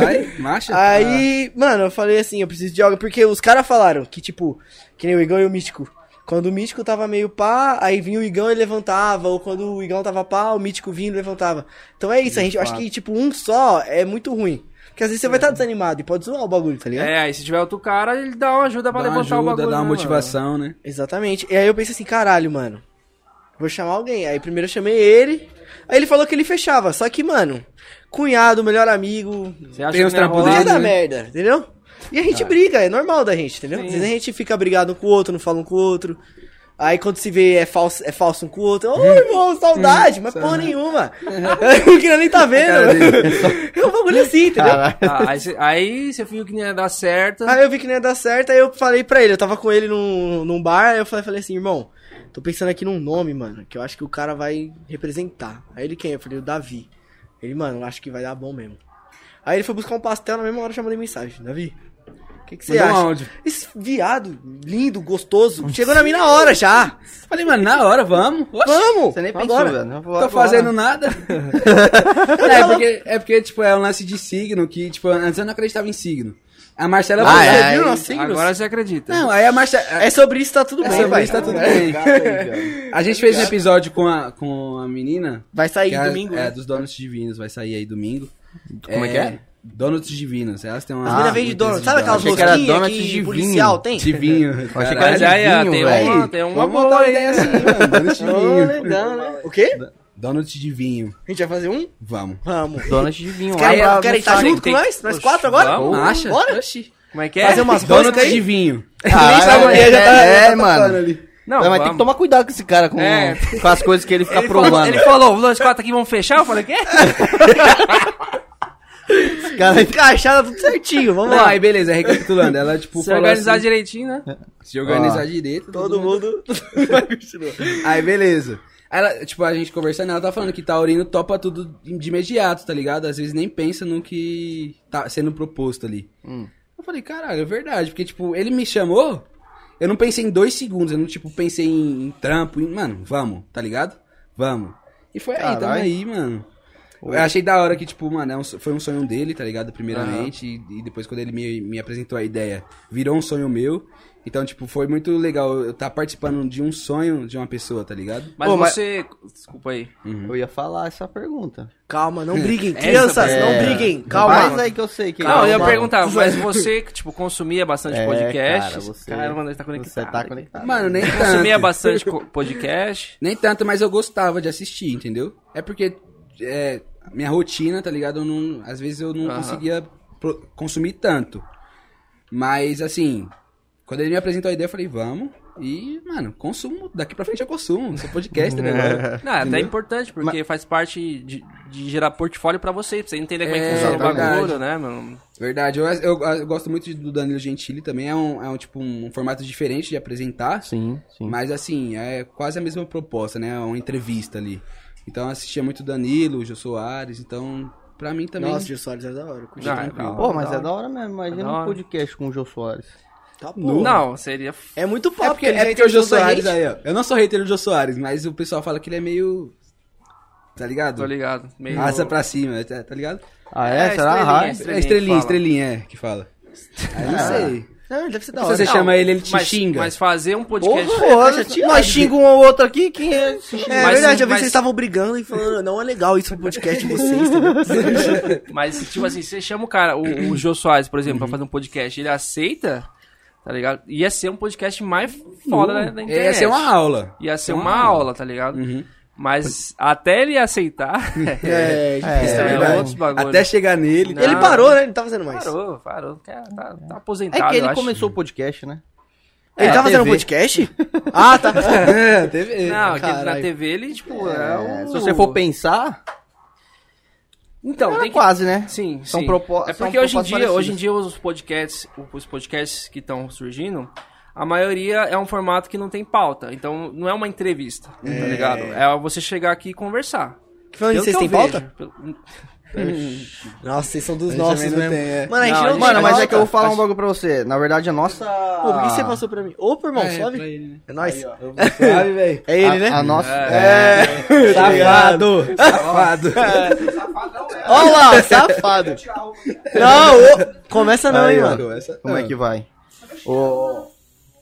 Speaker 3: Vai, É, marcha.
Speaker 4: Aí, mano, eu falei assim, eu preciso de algo. Porque os caras falaram que, tipo, que nem o Igão e o Mítico. Quando o Mítico tava meio pá, aí vinha o Igão e levantava. Ou quando o Igão tava pá, o Mítico vinha e levantava. Então é isso, a gente, eu acho que, tipo, um só é muito ruim. Porque às vezes você vai estar desanimado e pode zoar o bagulho, tá ligado?
Speaker 1: É, aí se tiver outro cara, ele dá uma ajuda pra
Speaker 3: dá uma
Speaker 1: levantar
Speaker 3: ajuda,
Speaker 1: o bagulho.
Speaker 3: dá uma
Speaker 1: né,
Speaker 3: motivação, né?
Speaker 4: Exatamente. E aí eu pensei assim, caralho, mano. Vou chamar alguém. Aí primeiro eu chamei ele. Aí ele falou que ele fechava. Só que, mano, cunhado, melhor amigo.
Speaker 1: mano? Você acha
Speaker 3: Tem
Speaker 1: que
Speaker 3: uns
Speaker 1: não ia
Speaker 3: trampos
Speaker 1: rolar?
Speaker 4: Podia
Speaker 3: dentro,
Speaker 4: dar
Speaker 3: né?
Speaker 4: merda, entendeu? E a gente briga, é normal da gente, entendeu? Às vezes a gente fica brigado um com o outro, não fala um com o outro. Aí quando se vê é falso, é falso um com o outro. Ô, irmão, saudade, mas porra nenhuma. O que nem tá vendo.
Speaker 3: Cara
Speaker 4: É um bagulho assim, entendeu?
Speaker 2: Caralho.
Speaker 1: Ah, aí, você, aí você viu que não ia dar certo.
Speaker 4: Aí eu vi que não ia dar certo, aí eu falei pra ele, eu tava com ele num, num bar, aí eu falei, falei assim, irmão, tô pensando aqui num nome, mano, que eu acho que o cara vai representar. Aí ele quem? Eu falei, o Davi. Ele, mano, eu acho que vai dar bom mesmo. Aí ele foi buscar um pastel na mesma hora chamando de mensagem, Davi. O que, que você
Speaker 3: Mandou um
Speaker 4: acha?
Speaker 3: áudio.
Speaker 4: Esse viado, lindo, gostoso, chegou na mim na hora já.
Speaker 3: Falei, mano, na hora, vamos. Oxe,
Speaker 4: Vamos!
Speaker 2: Você nem pensou,
Speaker 4: agora.
Speaker 2: velho. Não
Speaker 3: Tô fazendo nada. é, porque, é porque, tipo, é um lance de signo que, tipo, antes eu não acreditava em signo. A Marcela
Speaker 2: Ah,
Speaker 3: falou,
Speaker 2: é,
Speaker 3: "Você
Speaker 2: aí-
Speaker 3: viu nossos
Speaker 4: assim,
Speaker 3: signos?"
Speaker 1: Agora você acredita.
Speaker 3: Não, aí a Marcela.
Speaker 4: É sobre isso, tá tudo
Speaker 3: É
Speaker 4: bem,
Speaker 3: sobre
Speaker 4: vai.
Speaker 3: isso, tá
Speaker 2: né?
Speaker 3: tudo
Speaker 1: É,
Speaker 3: bem. A gente fez um episódio com a, com a menina.
Speaker 4: Vai sair
Speaker 3: que é,
Speaker 4: domingo,
Speaker 3: É,
Speaker 4: né?
Speaker 3: dos Donuts Divinos, vai sair aí domingo.
Speaker 1: Como é que é?
Speaker 3: Donuts Divinos. Elas têm uma.
Speaker 4: As meninas vêm de dono, sabe aquelas
Speaker 2: Achei que era
Speaker 4: rosquinhas
Speaker 2: donut
Speaker 4: que,
Speaker 2: de vinho.
Speaker 4: policial tem?
Speaker 3: Divinho.
Speaker 2: Achei que
Speaker 3: é
Speaker 1: Mas
Speaker 2: era
Speaker 1: aí, ó,
Speaker 2: vinho,
Speaker 1: tem
Speaker 2: velho.
Speaker 1: uma, tem uma
Speaker 3: Vamos
Speaker 1: boa
Speaker 3: montar uma
Speaker 1: aí.
Speaker 3: ideia assim, mano. Donuts de
Speaker 4: Oh,
Speaker 3: vinho.
Speaker 4: legal, né? O quê?
Speaker 3: Donuts de vinho.
Speaker 4: A gente vai fazer um?
Speaker 3: Vamos.
Speaker 4: Vamos.
Speaker 2: Donut de vinho.
Speaker 4: Quer,
Speaker 2: lá pra
Speaker 4: quer estar
Speaker 2: almoçar.
Speaker 4: junto
Speaker 1: ah, tem-
Speaker 4: com nós? Nós
Speaker 1: Oxe,
Speaker 4: quatro agora?
Speaker 1: vamos.
Speaker 3: Acha?
Speaker 4: Bora?
Speaker 3: Oxi.
Speaker 1: Como é que é?
Speaker 4: Fazer umas
Speaker 3: Donuts
Speaker 4: roscas aí?
Speaker 3: de vinho.
Speaker 2: Caralho,
Speaker 4: sabe o que é, já tá-
Speaker 2: Ah, é,
Speaker 4: já tá
Speaker 2: mano.
Speaker 1: Não,
Speaker 2: Mas tem
Speaker 1: vamos.
Speaker 2: que tomar cuidado com esse cara, com,
Speaker 1: É.
Speaker 2: com as coisas que ele fica
Speaker 1: Ele falou,
Speaker 2: provando.
Speaker 1: ele falou, nós quatro aqui vamos fechar? Eu falei, quê?
Speaker 2: Esse cara aí-
Speaker 4: Encaixada tudo certinho, vamos
Speaker 3: Não,
Speaker 4: lá.
Speaker 3: aí beleza, recapitulando. Ela, tipo,
Speaker 1: Se
Speaker 3: falou
Speaker 1: organizar
Speaker 3: assim,
Speaker 1: direitinho, né?
Speaker 3: Se organizar direito.
Speaker 4: Todo mundo.
Speaker 3: Aí, beleza. Aí ela, tipo, a gente conversando, ela tá falando que Taurino topa tudo de imediato, tá ligado? Às vezes nem pensa no que tá sendo proposto ali. Eu falei, caralho, é verdade, porque, tipo, ele me chamou, eu não pensei em dois segundos, eu não, tipo, pensei em, em trampo, em, mano, vamos, tá ligado? Vamos. E foi aí, tamo
Speaker 2: Caralho.
Speaker 3: aí, mano. Eu achei da hora que, tipo, mano, é um so- foi um sonho dele, tá ligado? Primeiramente, e, e depois quando ele me, me apresentou a ideia, virou um sonho meu. Então, tipo, foi muito legal eu estar participando de um sonho de uma pessoa, tá ligado?
Speaker 1: Ah, Mas
Speaker 2: Ô, mas-
Speaker 1: você... Desculpa aí.
Speaker 2: Eu ia falar essa pergunta.
Speaker 4: Calma, não briguem.
Speaker 1: Essa
Speaker 4: Crianças,
Speaker 1: é-
Speaker 4: não briguem.
Speaker 2: Calma. Mas
Speaker 4: Calma.
Speaker 2: aí que eu sei que
Speaker 1: Não, eu ia
Speaker 2: Calma.
Speaker 1: perguntar, mas você, que, tipo, consumia bastante
Speaker 2: É,
Speaker 1: podcast...
Speaker 2: cara, você-
Speaker 1: Caramba, nós tá conectado.
Speaker 2: Você tá
Speaker 1: aqui.
Speaker 2: conectado.
Speaker 3: Mano, nem
Speaker 1: Consumia
Speaker 3: tanto.
Speaker 1: bastante co- podcast.
Speaker 3: Nem tanto, mas eu gostava de assistir, entendeu? É porque é, minha rotina, tá ligado? Eu não, às vezes eu não
Speaker 1: Aham.
Speaker 3: conseguia pro- consumir tanto. Mas, assim, quando ele me apresentou a ideia, eu falei, vamos. E, mano, consumo. Daqui pra frente eu consumo. Sou tá podcaster agora.
Speaker 1: Não, é até
Speaker 3: Entendeu?
Speaker 1: importante, porque faz parte de, de gerar portfólio pra você, pra você entender como é,
Speaker 3: É,
Speaker 1: que funciona o
Speaker 3: verdade.
Speaker 1: bagulho, né, mano?
Speaker 3: Verdade. Eu, eu- eu gosto muito do Danilo Gentili também. É um, é um, tipo, um formato diferente de apresentar.
Speaker 2: Sim, sim.
Speaker 3: Mas assim, é quase a mesma proposta, né? Uma entrevista ali. Então eu assistia muito Danilo, Jô Soares, então pra mim também.
Speaker 4: Nossa, Gil Soares é da hora. eu curti.
Speaker 1: Não, é da hora,
Speaker 2: Pô, mas
Speaker 1: da
Speaker 2: é da hora mesmo. Imagina
Speaker 1: da hora.
Speaker 2: um podcast com o Jô Soares.
Speaker 4: Tá
Speaker 1: hora.
Speaker 4: bom.
Speaker 1: Não, seria...
Speaker 4: É muito papo.
Speaker 3: é porque, é
Speaker 4: já
Speaker 3: porque o Jô
Speaker 4: entrevistou a
Speaker 3: Soares
Speaker 4: gente.
Speaker 3: aí, ó. Eu não sou hater do Jô Soares, mas o pessoal fala que ele é meio. Tá ligado?
Speaker 1: Tô ligado. Meio...
Speaker 3: Asa pra cima, tá, tá ligado?
Speaker 2: Ah,
Speaker 1: É,
Speaker 2: é? Será?
Speaker 1: estrelinha,
Speaker 2: Ah,
Speaker 1: estrelinha.
Speaker 3: É estrelinha,
Speaker 1: que fala.
Speaker 3: estrelinha, é, que fala. Aí eu não sei.
Speaker 4: Ah, deve ser da
Speaker 3: Se
Speaker 4: hora.
Speaker 3: você chama ele, ele te
Speaker 1: mas,
Speaker 3: xinga. é.
Speaker 1: Mas fazer um
Speaker 2: Porra,
Speaker 1: podcast...
Speaker 2: olha,
Speaker 4: tá
Speaker 2: nós xingamos um ao outro aqui, quem
Speaker 1: Tá
Speaker 2: é? esse?
Speaker 4: É
Speaker 1: Mas-
Speaker 4: verdade, eu vi
Speaker 1: mas-
Speaker 4: que vocês estavam brigando e falando, não é legal isso pro podcast de vocês, entendeu?
Speaker 1: Mas, tipo assim, você chama o cara, o,
Speaker 3: Uhum.
Speaker 1: o Jô Soares, por exemplo, pra fazer um podcast, ele aceita, tá ligado? Ia ser um podcast mais foda né, da, da internet.
Speaker 3: Ia ser é uma aula.
Speaker 1: Ia ser uma aula, tá ligado?
Speaker 3: Uhum.
Speaker 1: Mas até ele aceitar.
Speaker 4: É,
Speaker 1: isso
Speaker 4: difícil,
Speaker 2: é
Speaker 4: né?
Speaker 1: é,
Speaker 2: verdade.
Speaker 1: outros bagulho.
Speaker 3: Até chegar nele.
Speaker 1: Não.
Speaker 4: Ele parou, né? Ele não tá fazendo mais.
Speaker 1: Parou, parou. Tá, tá, tá
Speaker 2: É
Speaker 1: aposentado.
Speaker 2: que
Speaker 1: eu
Speaker 2: ele
Speaker 1: acho.
Speaker 2: começou o podcast, né?
Speaker 4: Ele
Speaker 2: É,
Speaker 4: tá
Speaker 2: a
Speaker 4: fazendo
Speaker 2: TV.
Speaker 4: podcast? Ah, tá.
Speaker 3: É, teve.
Speaker 1: Não, aquele na
Speaker 4: Caralho.
Speaker 1: TV ele, tipo, é,
Speaker 2: É,
Speaker 1: o-
Speaker 2: se você for pensar,
Speaker 1: Então,
Speaker 2: era
Speaker 1: tem que.
Speaker 2: quase, né?
Speaker 1: Sim,
Speaker 2: São
Speaker 1: sim.
Speaker 2: propo-
Speaker 1: É
Speaker 2: são
Speaker 1: porque hoje em
Speaker 2: propostas
Speaker 1: dia,
Speaker 2: parecidas.
Speaker 1: hoje em dia os podcasts, os podcasts que estão surgindo, a maioria é um formato que não tem pauta. Então não é uma entrevista, tá ligado? É você chegar aqui e conversar. Pelo
Speaker 4: Falando isso,
Speaker 1: que
Speaker 4: vocês
Speaker 1: eu
Speaker 4: têm
Speaker 1: vejo,
Speaker 4: pauta?
Speaker 1: pelo-
Speaker 4: Nossa, vocês são dos
Speaker 3: gente
Speaker 4: nossos
Speaker 3: também não
Speaker 4: mesmo.
Speaker 3: tem, é.
Speaker 4: Mano, a gente
Speaker 1: Não, a
Speaker 4: não, tem
Speaker 1: gente
Speaker 2: Mano, mas
Speaker 4: pauta.
Speaker 2: é que eu vou falar um bagulho pra você. Na verdade, a nossa.
Speaker 4: Pô, por que
Speaker 2: Ah.
Speaker 4: você passou pra mim? Ô, pô, irmão,
Speaker 3: É,
Speaker 4: suave.
Speaker 3: pra ele, né?
Speaker 4: É nóis.
Speaker 3: Sabe, velho?
Speaker 4: É ele,
Speaker 2: a-
Speaker 4: né?
Speaker 2: A nossa.
Speaker 1: É.
Speaker 3: Safado! Safado!
Speaker 4: Olha lá,
Speaker 2: é
Speaker 4: safado. não, ô, começa não,
Speaker 2: Aí,
Speaker 4: hein,
Speaker 2: ó.
Speaker 4: mano.
Speaker 2: Como é que vai? é Ô,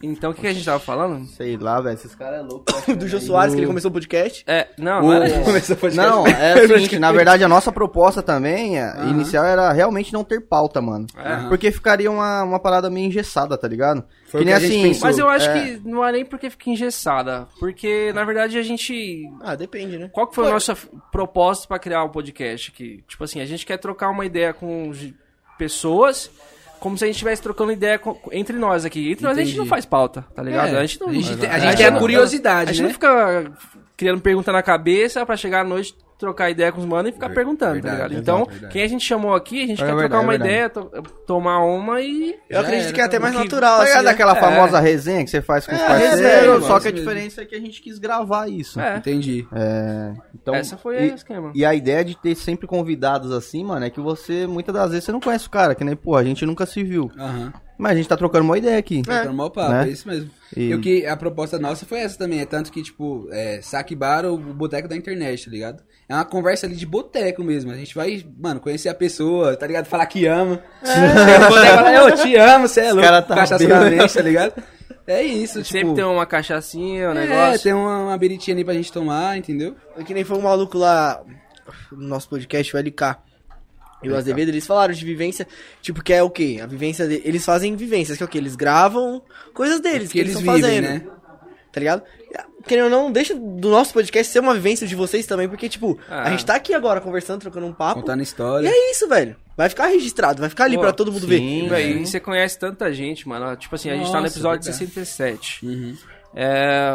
Speaker 1: Então, o que, que a gente tava falando?
Speaker 2: Sei lá, velho, esses caras é louco.
Speaker 4: Do Jô Soares, que ele começou o podcast.
Speaker 1: É, não,
Speaker 4: O-
Speaker 1: não era isso.
Speaker 3: Começou Ah, o podcast.
Speaker 2: Não, é o seguinte, na verdade a nossa proposta também, a inicial, era realmente não ter pauta, mano.
Speaker 3: Aham.
Speaker 2: Porque ficaria uma, uma parada meio engessada, tá ligado?
Speaker 3: Foi o que a gente pensou.
Speaker 1: Mas eu acho
Speaker 2: é,
Speaker 1: que não é nem porque fica engessada. Porque, na verdade, a gente.
Speaker 4: Ah, depende, né?
Speaker 1: Qual que foi a nossa f- proposta pra criar o podcast? Que, tipo assim, a gente quer trocar uma ideia com g- pessoas. Como se a gente estivesse trocando ideia com- entre nós aqui. Entre nós a gente
Speaker 3: Entendi.
Speaker 1: não faz pauta, tá ligado?
Speaker 3: É,
Speaker 1: a gente não.
Speaker 3: a gente tem- a
Speaker 1: é,
Speaker 3: gente tem a
Speaker 1: não-
Speaker 3: curiosidade,
Speaker 1: A gente
Speaker 3: né?
Speaker 1: não fica criando pergunta na cabeça pra chegar à noite, trocar ideia com os manos e ficar
Speaker 3: Ver-
Speaker 1: perguntando,
Speaker 3: verdade,
Speaker 1: tá ligado?
Speaker 3: exato,
Speaker 1: Então,
Speaker 3: verdade.
Speaker 1: quem a gente chamou aqui, a gente
Speaker 2: É
Speaker 1: quer
Speaker 2: verdade,
Speaker 1: trocar uma
Speaker 2: é verdade.
Speaker 1: ideia, to- tomar uma e.
Speaker 4: Eu
Speaker 3: Já
Speaker 4: acredito
Speaker 3: era,
Speaker 4: que é até
Speaker 3: tá bom.
Speaker 4: mais
Speaker 1: Que-
Speaker 4: natural,
Speaker 2: Tá
Speaker 4: assim,
Speaker 2: ligado
Speaker 4: né?
Speaker 2: aquela
Speaker 1: É.
Speaker 2: famosa resenha que você faz com os
Speaker 4: É,
Speaker 2: parceiros?
Speaker 4: resenha,
Speaker 2: só
Speaker 3: mano,
Speaker 2: que a
Speaker 3: isso
Speaker 2: diferença é que a gente quis gravar isso.
Speaker 1: É.
Speaker 3: Entendi.
Speaker 2: Então,
Speaker 1: Essa foi
Speaker 2: e,
Speaker 1: o esquema.
Speaker 2: e a ideia de ter sempre convidados assim, mano, é que você, muitas das vezes, você não conhece o cara, que nem, pô, a gente nunca se viu.
Speaker 3: Aham.
Speaker 2: Mas a gente tá trocando uma ideia aqui.
Speaker 3: É. Normal papo,
Speaker 2: Né?
Speaker 3: é isso mesmo.
Speaker 2: E-
Speaker 3: Eu que a proposta nossa foi essa também, é tanto que, tipo, é, saque bar ou boteco da internet, tá ligado? É uma conversa ali de boteco mesmo. A gente vai, mano, conhecer a pessoa, tá ligado? Falar que ama. É. boteco, fala, eu te amo, você é louco.
Speaker 2: cara tá
Speaker 3: cachaça
Speaker 2: bêbado.
Speaker 3: na mente, tá ligado? É isso, tipo.
Speaker 1: Sempre tem uma cachaçinha, um
Speaker 3: é,
Speaker 1: negócio.
Speaker 3: tem uma, uma biritinha ali pra gente tomar, entendeu?
Speaker 4: Que nem foi um maluco lá no nosso podcast, o LK. E o Azevedo, eles falaram de vivência, tipo, que é o quê? A vivência de... Eles fazem vivências, que é o quê? Eles gravam coisas deles, que, eles estão fazendo.
Speaker 3: né?
Speaker 4: Tá ligado? Querendo ou não, deixa do nosso podcast ser uma vivência de vocês também, porque, tipo,
Speaker 1: Ah.
Speaker 4: a gente tá aqui agora conversando, trocando um papo.
Speaker 3: Contando
Speaker 4: E
Speaker 3: história.
Speaker 4: é isso, velho. Vai ficar registrado, vai ficar ali
Speaker 1: Pô,
Speaker 4: pra todo mundo
Speaker 2: sim,
Speaker 4: ver.
Speaker 1: Véi, e você conhece tanta gente, mano. Tipo assim, a gente tá no
Speaker 3: Uhum. Nossa,
Speaker 1: episódio
Speaker 3: verdade.
Speaker 1: 67.
Speaker 3: Uhum.
Speaker 1: É,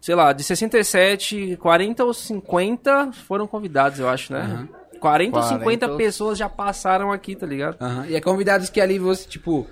Speaker 1: sei lá, de 67, 40 ou 50 foram convidados, eu acho, né? 40 ou 50
Speaker 2: 40.
Speaker 1: pessoas já passaram aqui, tá ligado?
Speaker 3: Aham, E é convidados que ali você, tipo,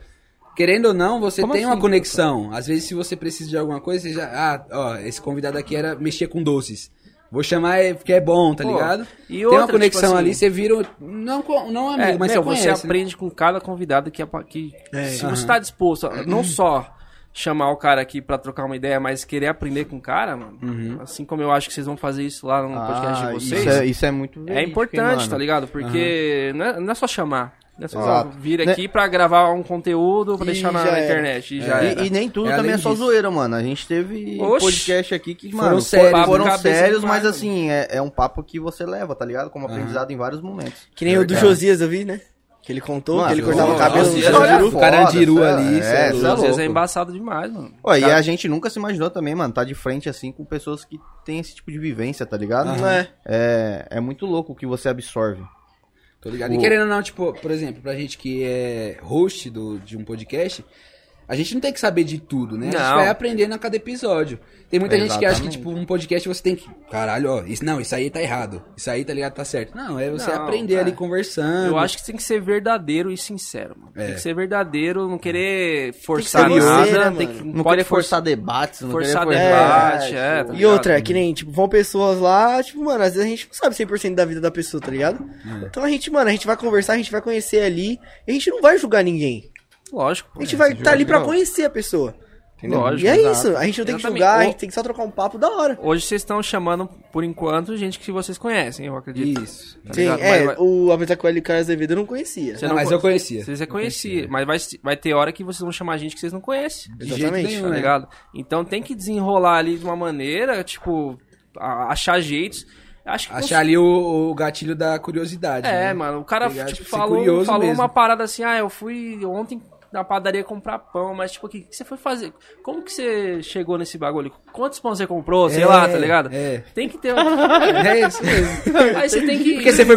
Speaker 3: querendo ou não, você
Speaker 1: Como
Speaker 3: tem
Speaker 1: assim,
Speaker 3: uma conexão. Às vezes, se você precisa de alguma coisa, você já. Ah, ó, esse convidado aqui era mexia com doces. Vou chamar é- porque é bom, tá
Speaker 1: Pô,
Speaker 3: ligado?
Speaker 1: e
Speaker 3: tem
Speaker 1: outra,
Speaker 3: uma conexão
Speaker 1: tipo assim,
Speaker 3: ali, você vira. um- Não, co- não amigo,
Speaker 1: É,
Speaker 3: mas
Speaker 1: meu,
Speaker 3: você conhece.
Speaker 1: você
Speaker 3: né?
Speaker 1: aprende com cada convidado que, é pa- que se
Speaker 3: aham.
Speaker 1: você tá disposto, a não só chamar o cara aqui pra trocar uma ideia, mas querer aprender com o cara, mano. Assim como eu acho que vocês vão fazer isso lá no podcast
Speaker 2: Ah,
Speaker 1: de vocês.
Speaker 2: Isso é, isso é muito
Speaker 1: É
Speaker 2: verídico, hein,
Speaker 1: importante,
Speaker 2: mano?
Speaker 1: tá ligado? Porque não, é, não é só chamar. Não é só
Speaker 2: Exato.
Speaker 1: vir aqui pra gravar um conteúdo pra
Speaker 4: E
Speaker 1: deixar na
Speaker 4: já era.
Speaker 1: internet. E já
Speaker 2: E-
Speaker 1: era.
Speaker 2: E, nem tudo
Speaker 3: É
Speaker 2: também é
Speaker 3: além
Speaker 2: só
Speaker 3: disso.
Speaker 2: zoeira, mano. A gente teve
Speaker 1: Oxe.
Speaker 2: podcast aqui que,
Speaker 3: Foram
Speaker 2: mano,
Speaker 3: sérios,
Speaker 2: foram,
Speaker 3: né?
Speaker 2: foram
Speaker 1: Cabeça
Speaker 2: sérios,
Speaker 1: demais,
Speaker 2: mas
Speaker 1: mano.
Speaker 2: assim, é, é um papo que você leva, tá ligado? Como aprendizado em vários momentos.
Speaker 4: Que nem o do Josias, eu vi, né? Que ele contou,
Speaker 2: Mano,
Speaker 4: que ele cortava o
Speaker 2: nossa,
Speaker 4: cabelo
Speaker 1: Josias
Speaker 4: no
Speaker 1: é
Speaker 4: Juru.
Speaker 2: Carandiru.
Speaker 3: foda, Carandiru ali,
Speaker 2: é,
Speaker 3: cê é
Speaker 2: cê
Speaker 1: Às vezes
Speaker 2: louco.
Speaker 1: é emembaçado demais, mano.
Speaker 2: Pô, e
Speaker 1: Cara-
Speaker 2: a gente nunca se imaginou também, mano, tá de frente assim com pessoas que têm esse tipo de vivência, tá ligado?
Speaker 4: Não é?
Speaker 2: É, é muito louco o que você absorve.
Speaker 3: Tô ligado. E
Speaker 2: O-
Speaker 3: querendo ou não, tipo, por exemplo, pra gente que é host do, de um podcast, a gente não tem que saber de tudo, né? A gente
Speaker 1: Não.
Speaker 3: vai aprendendo a cada episódio. Tem muita gente que acha que,
Speaker 2: Exatamente.
Speaker 3: tipo, um podcast você tem que. Caralho, ó, isso, não, isso aí tá errado. Isso aí, tá ligado, tá certo. Não, é você
Speaker 1: Não,
Speaker 3: aprender
Speaker 1: é.
Speaker 3: ali conversando.
Speaker 1: Eu acho que tem que ser verdadeiro e sincero, mano.
Speaker 3: Ah, É.
Speaker 1: Tem que ser verdadeiro, não querer forçar
Speaker 4: ser
Speaker 1: nada.
Speaker 4: você, né,
Speaker 1: tem
Speaker 4: mano?
Speaker 1: que,
Speaker 2: Não
Speaker 1: não pode
Speaker 2: querer
Speaker 1: forçar,
Speaker 2: forçar debates, não
Speaker 1: forçar
Speaker 2: querer
Speaker 1: debate, é, tá
Speaker 4: E
Speaker 1: ligado?
Speaker 4: outra, que nem, tipo, vão pessoas lá, tipo, mano, às vezes a gente não sabe 100% da vida da pessoa, tá ligado?
Speaker 1: Hum.
Speaker 4: Então a gente, mano, a gente vai conversar, a gente vai conhecer ali, e a gente não vai julgar ninguém.
Speaker 1: Lógico.
Speaker 4: A gente vai estar tá ali pra conhecer a pessoa.
Speaker 1: Lógico,
Speaker 4: e é
Speaker 1: exato.
Speaker 4: isso, a gente não tem que
Speaker 1: Exatamente.
Speaker 4: julgar, a
Speaker 1: O-
Speaker 4: gente tem que só trocar um papo da hora.
Speaker 1: Hoje vocês estão chamando, por enquanto, gente que vocês conhecem, eu acredito.
Speaker 3: Isso.
Speaker 1: Tá
Speaker 4: Sim,
Speaker 1: ligado?
Speaker 4: é,
Speaker 1: Mas-
Speaker 4: o Aventar com o LK Azevedo eu não conhecia.
Speaker 1: Você
Speaker 3: Não,
Speaker 1: não
Speaker 3: mas
Speaker 1: co-
Speaker 3: eu é. conhecia.
Speaker 1: Vocês já conheciam, mas vai, vai ter hora que vocês vão chamar gente que vocês não conhecem.
Speaker 3: De jeito
Speaker 4: Exatamente,
Speaker 3: nenhum,
Speaker 1: tá
Speaker 3: né?
Speaker 1: ligado? Então tem que desenrolar ali de uma maneira, tipo, a- achar jeitos. Acho que
Speaker 3: Achar ali o, o gatilho da curiosidade.
Speaker 1: É,
Speaker 3: né?
Speaker 1: mano, o cara
Speaker 3: Tá ligado?
Speaker 1: tipo,
Speaker 3: Ser
Speaker 1: falou,
Speaker 3: curioso
Speaker 1: falou
Speaker 3: mesmo.
Speaker 1: uma parada assim, ah, eu fui ontem na padaria comprar pão, mas tipo, o que, que você foi fazer? Como que você chegou nesse bagulho? Quantos pão você comprou? Sei
Speaker 3: É,
Speaker 1: lá, tá ligado?
Speaker 3: é.
Speaker 1: Tem que ter. um
Speaker 3: É isso mesmo.
Speaker 1: Aí você tem que.
Speaker 3: Porque você foi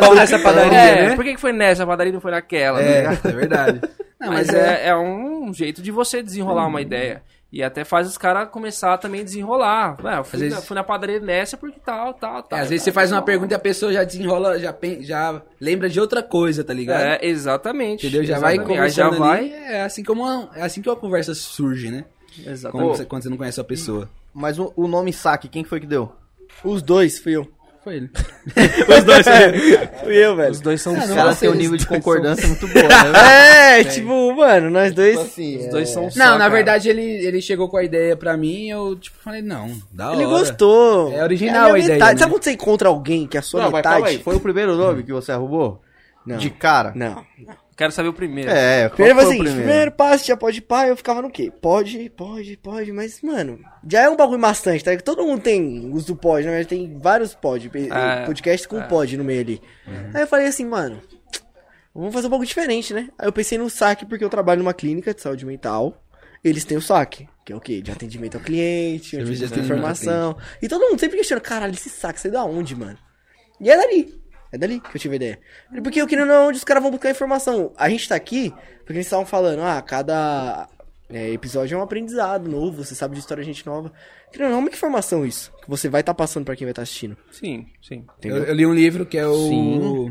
Speaker 2: Olá,
Speaker 3: pão
Speaker 2: é,
Speaker 3: nessa padaria,
Speaker 1: É,
Speaker 3: né?
Speaker 1: por que que foi nessa padaria e não foi naquela? tá
Speaker 3: É,
Speaker 1: ligado?
Speaker 3: é verdade. Não,
Speaker 1: mas é, é um jeito de você desenrolar uma ideia. E até faz os caras começar também a desenrolar. Ué, eu fui,
Speaker 3: Às vezes-
Speaker 1: na, fui na padaria nessa porque tal, tal,
Speaker 3: É,
Speaker 2: tá.
Speaker 1: tal.
Speaker 3: às vezes
Speaker 1: tal,
Speaker 3: você faz uma
Speaker 1: tal.
Speaker 3: pergunta e a pessoa já desenrola, já, pen- já lembra de outra coisa, tá ligado?
Speaker 1: É, exatamente.
Speaker 3: Entendeu? Já vai
Speaker 1: exatamente. Aí já
Speaker 3: conversando ali.
Speaker 1: vai.
Speaker 3: É assim como uma, é assim que uma conversa surge, né?
Speaker 2: Tá
Speaker 3: Quando,
Speaker 1: Exatamente.
Speaker 3: você, quando você não conhece a pessoa.
Speaker 2: Mas o, o nome saque, quem foi que deu?
Speaker 4: Os dois, fui eu.
Speaker 3: Foi ele.
Speaker 4: Os dois, fui eu. fui eu, velho.
Speaker 1: Os dois são
Speaker 2: Os
Speaker 3: Ah,
Speaker 1: sérios.
Speaker 2: caras têm um nível de concordância muito bom, né?
Speaker 4: É, tipo, mano, nós dois.
Speaker 2: assim,
Speaker 1: Os dois são só,
Speaker 3: é. Não, na
Speaker 1: cara.
Speaker 3: verdade ele, ele chegou com a ideia pra mim eu tipo falei, não, da hora.
Speaker 4: Ele gostou.
Speaker 3: É original
Speaker 4: É
Speaker 3: a
Speaker 4: minha
Speaker 3: ideia,
Speaker 4: metade.
Speaker 3: né?
Speaker 4: Sabe quando você encontra alguém que é a sua
Speaker 2: Não, mas calma aí,
Speaker 4: metade?
Speaker 2: foi o primeiro nome que você arrumou?
Speaker 4: Não.
Speaker 2: De cara?
Speaker 4: Não.
Speaker 1: Quero saber o primeiro.
Speaker 2: É, qual
Speaker 4: Primeiro
Speaker 2: foi
Speaker 4: foi
Speaker 2: o
Speaker 4: o seguinte, primeiro? passo, tinha pode pá, eu ficava no quê? Pode, pode, pode, mas, mano, já é um bagulho maçante, tá? Todo mundo tem os do pod, na verdade tem vários pod, pe-
Speaker 3: Ah,
Speaker 1: É,
Speaker 4: podcast com pod no meio ali.
Speaker 3: Uhum.
Speaker 4: Aí eu falei assim, mano, vamos fazer um bagulho diferente, né? Aí eu pensei no saque, porque eu trabalho numa clínica de saúde mental, eles têm o saque, que é o quê? De atendimento ao cliente,
Speaker 3: Serviço de
Speaker 4: de
Speaker 3: atendimento ao
Speaker 4: informação. E todo mundo sempre questionando, caralho, esse saque saiu da onde, mano? E é dali. É dali que eu tive a ideia. Porque eu queria não é onde os caras vão buscar informação. A gente tá aqui porque eles estavam falando, ah, cada é, episódio é um aprendizado novo, você sabe de história de gente nova. Querendo ou não, é uma informação isso, que você vai estar passando pra quem vai estar assistindo.
Speaker 1: Sim, sim.
Speaker 3: Eu, eu li um livro que é o.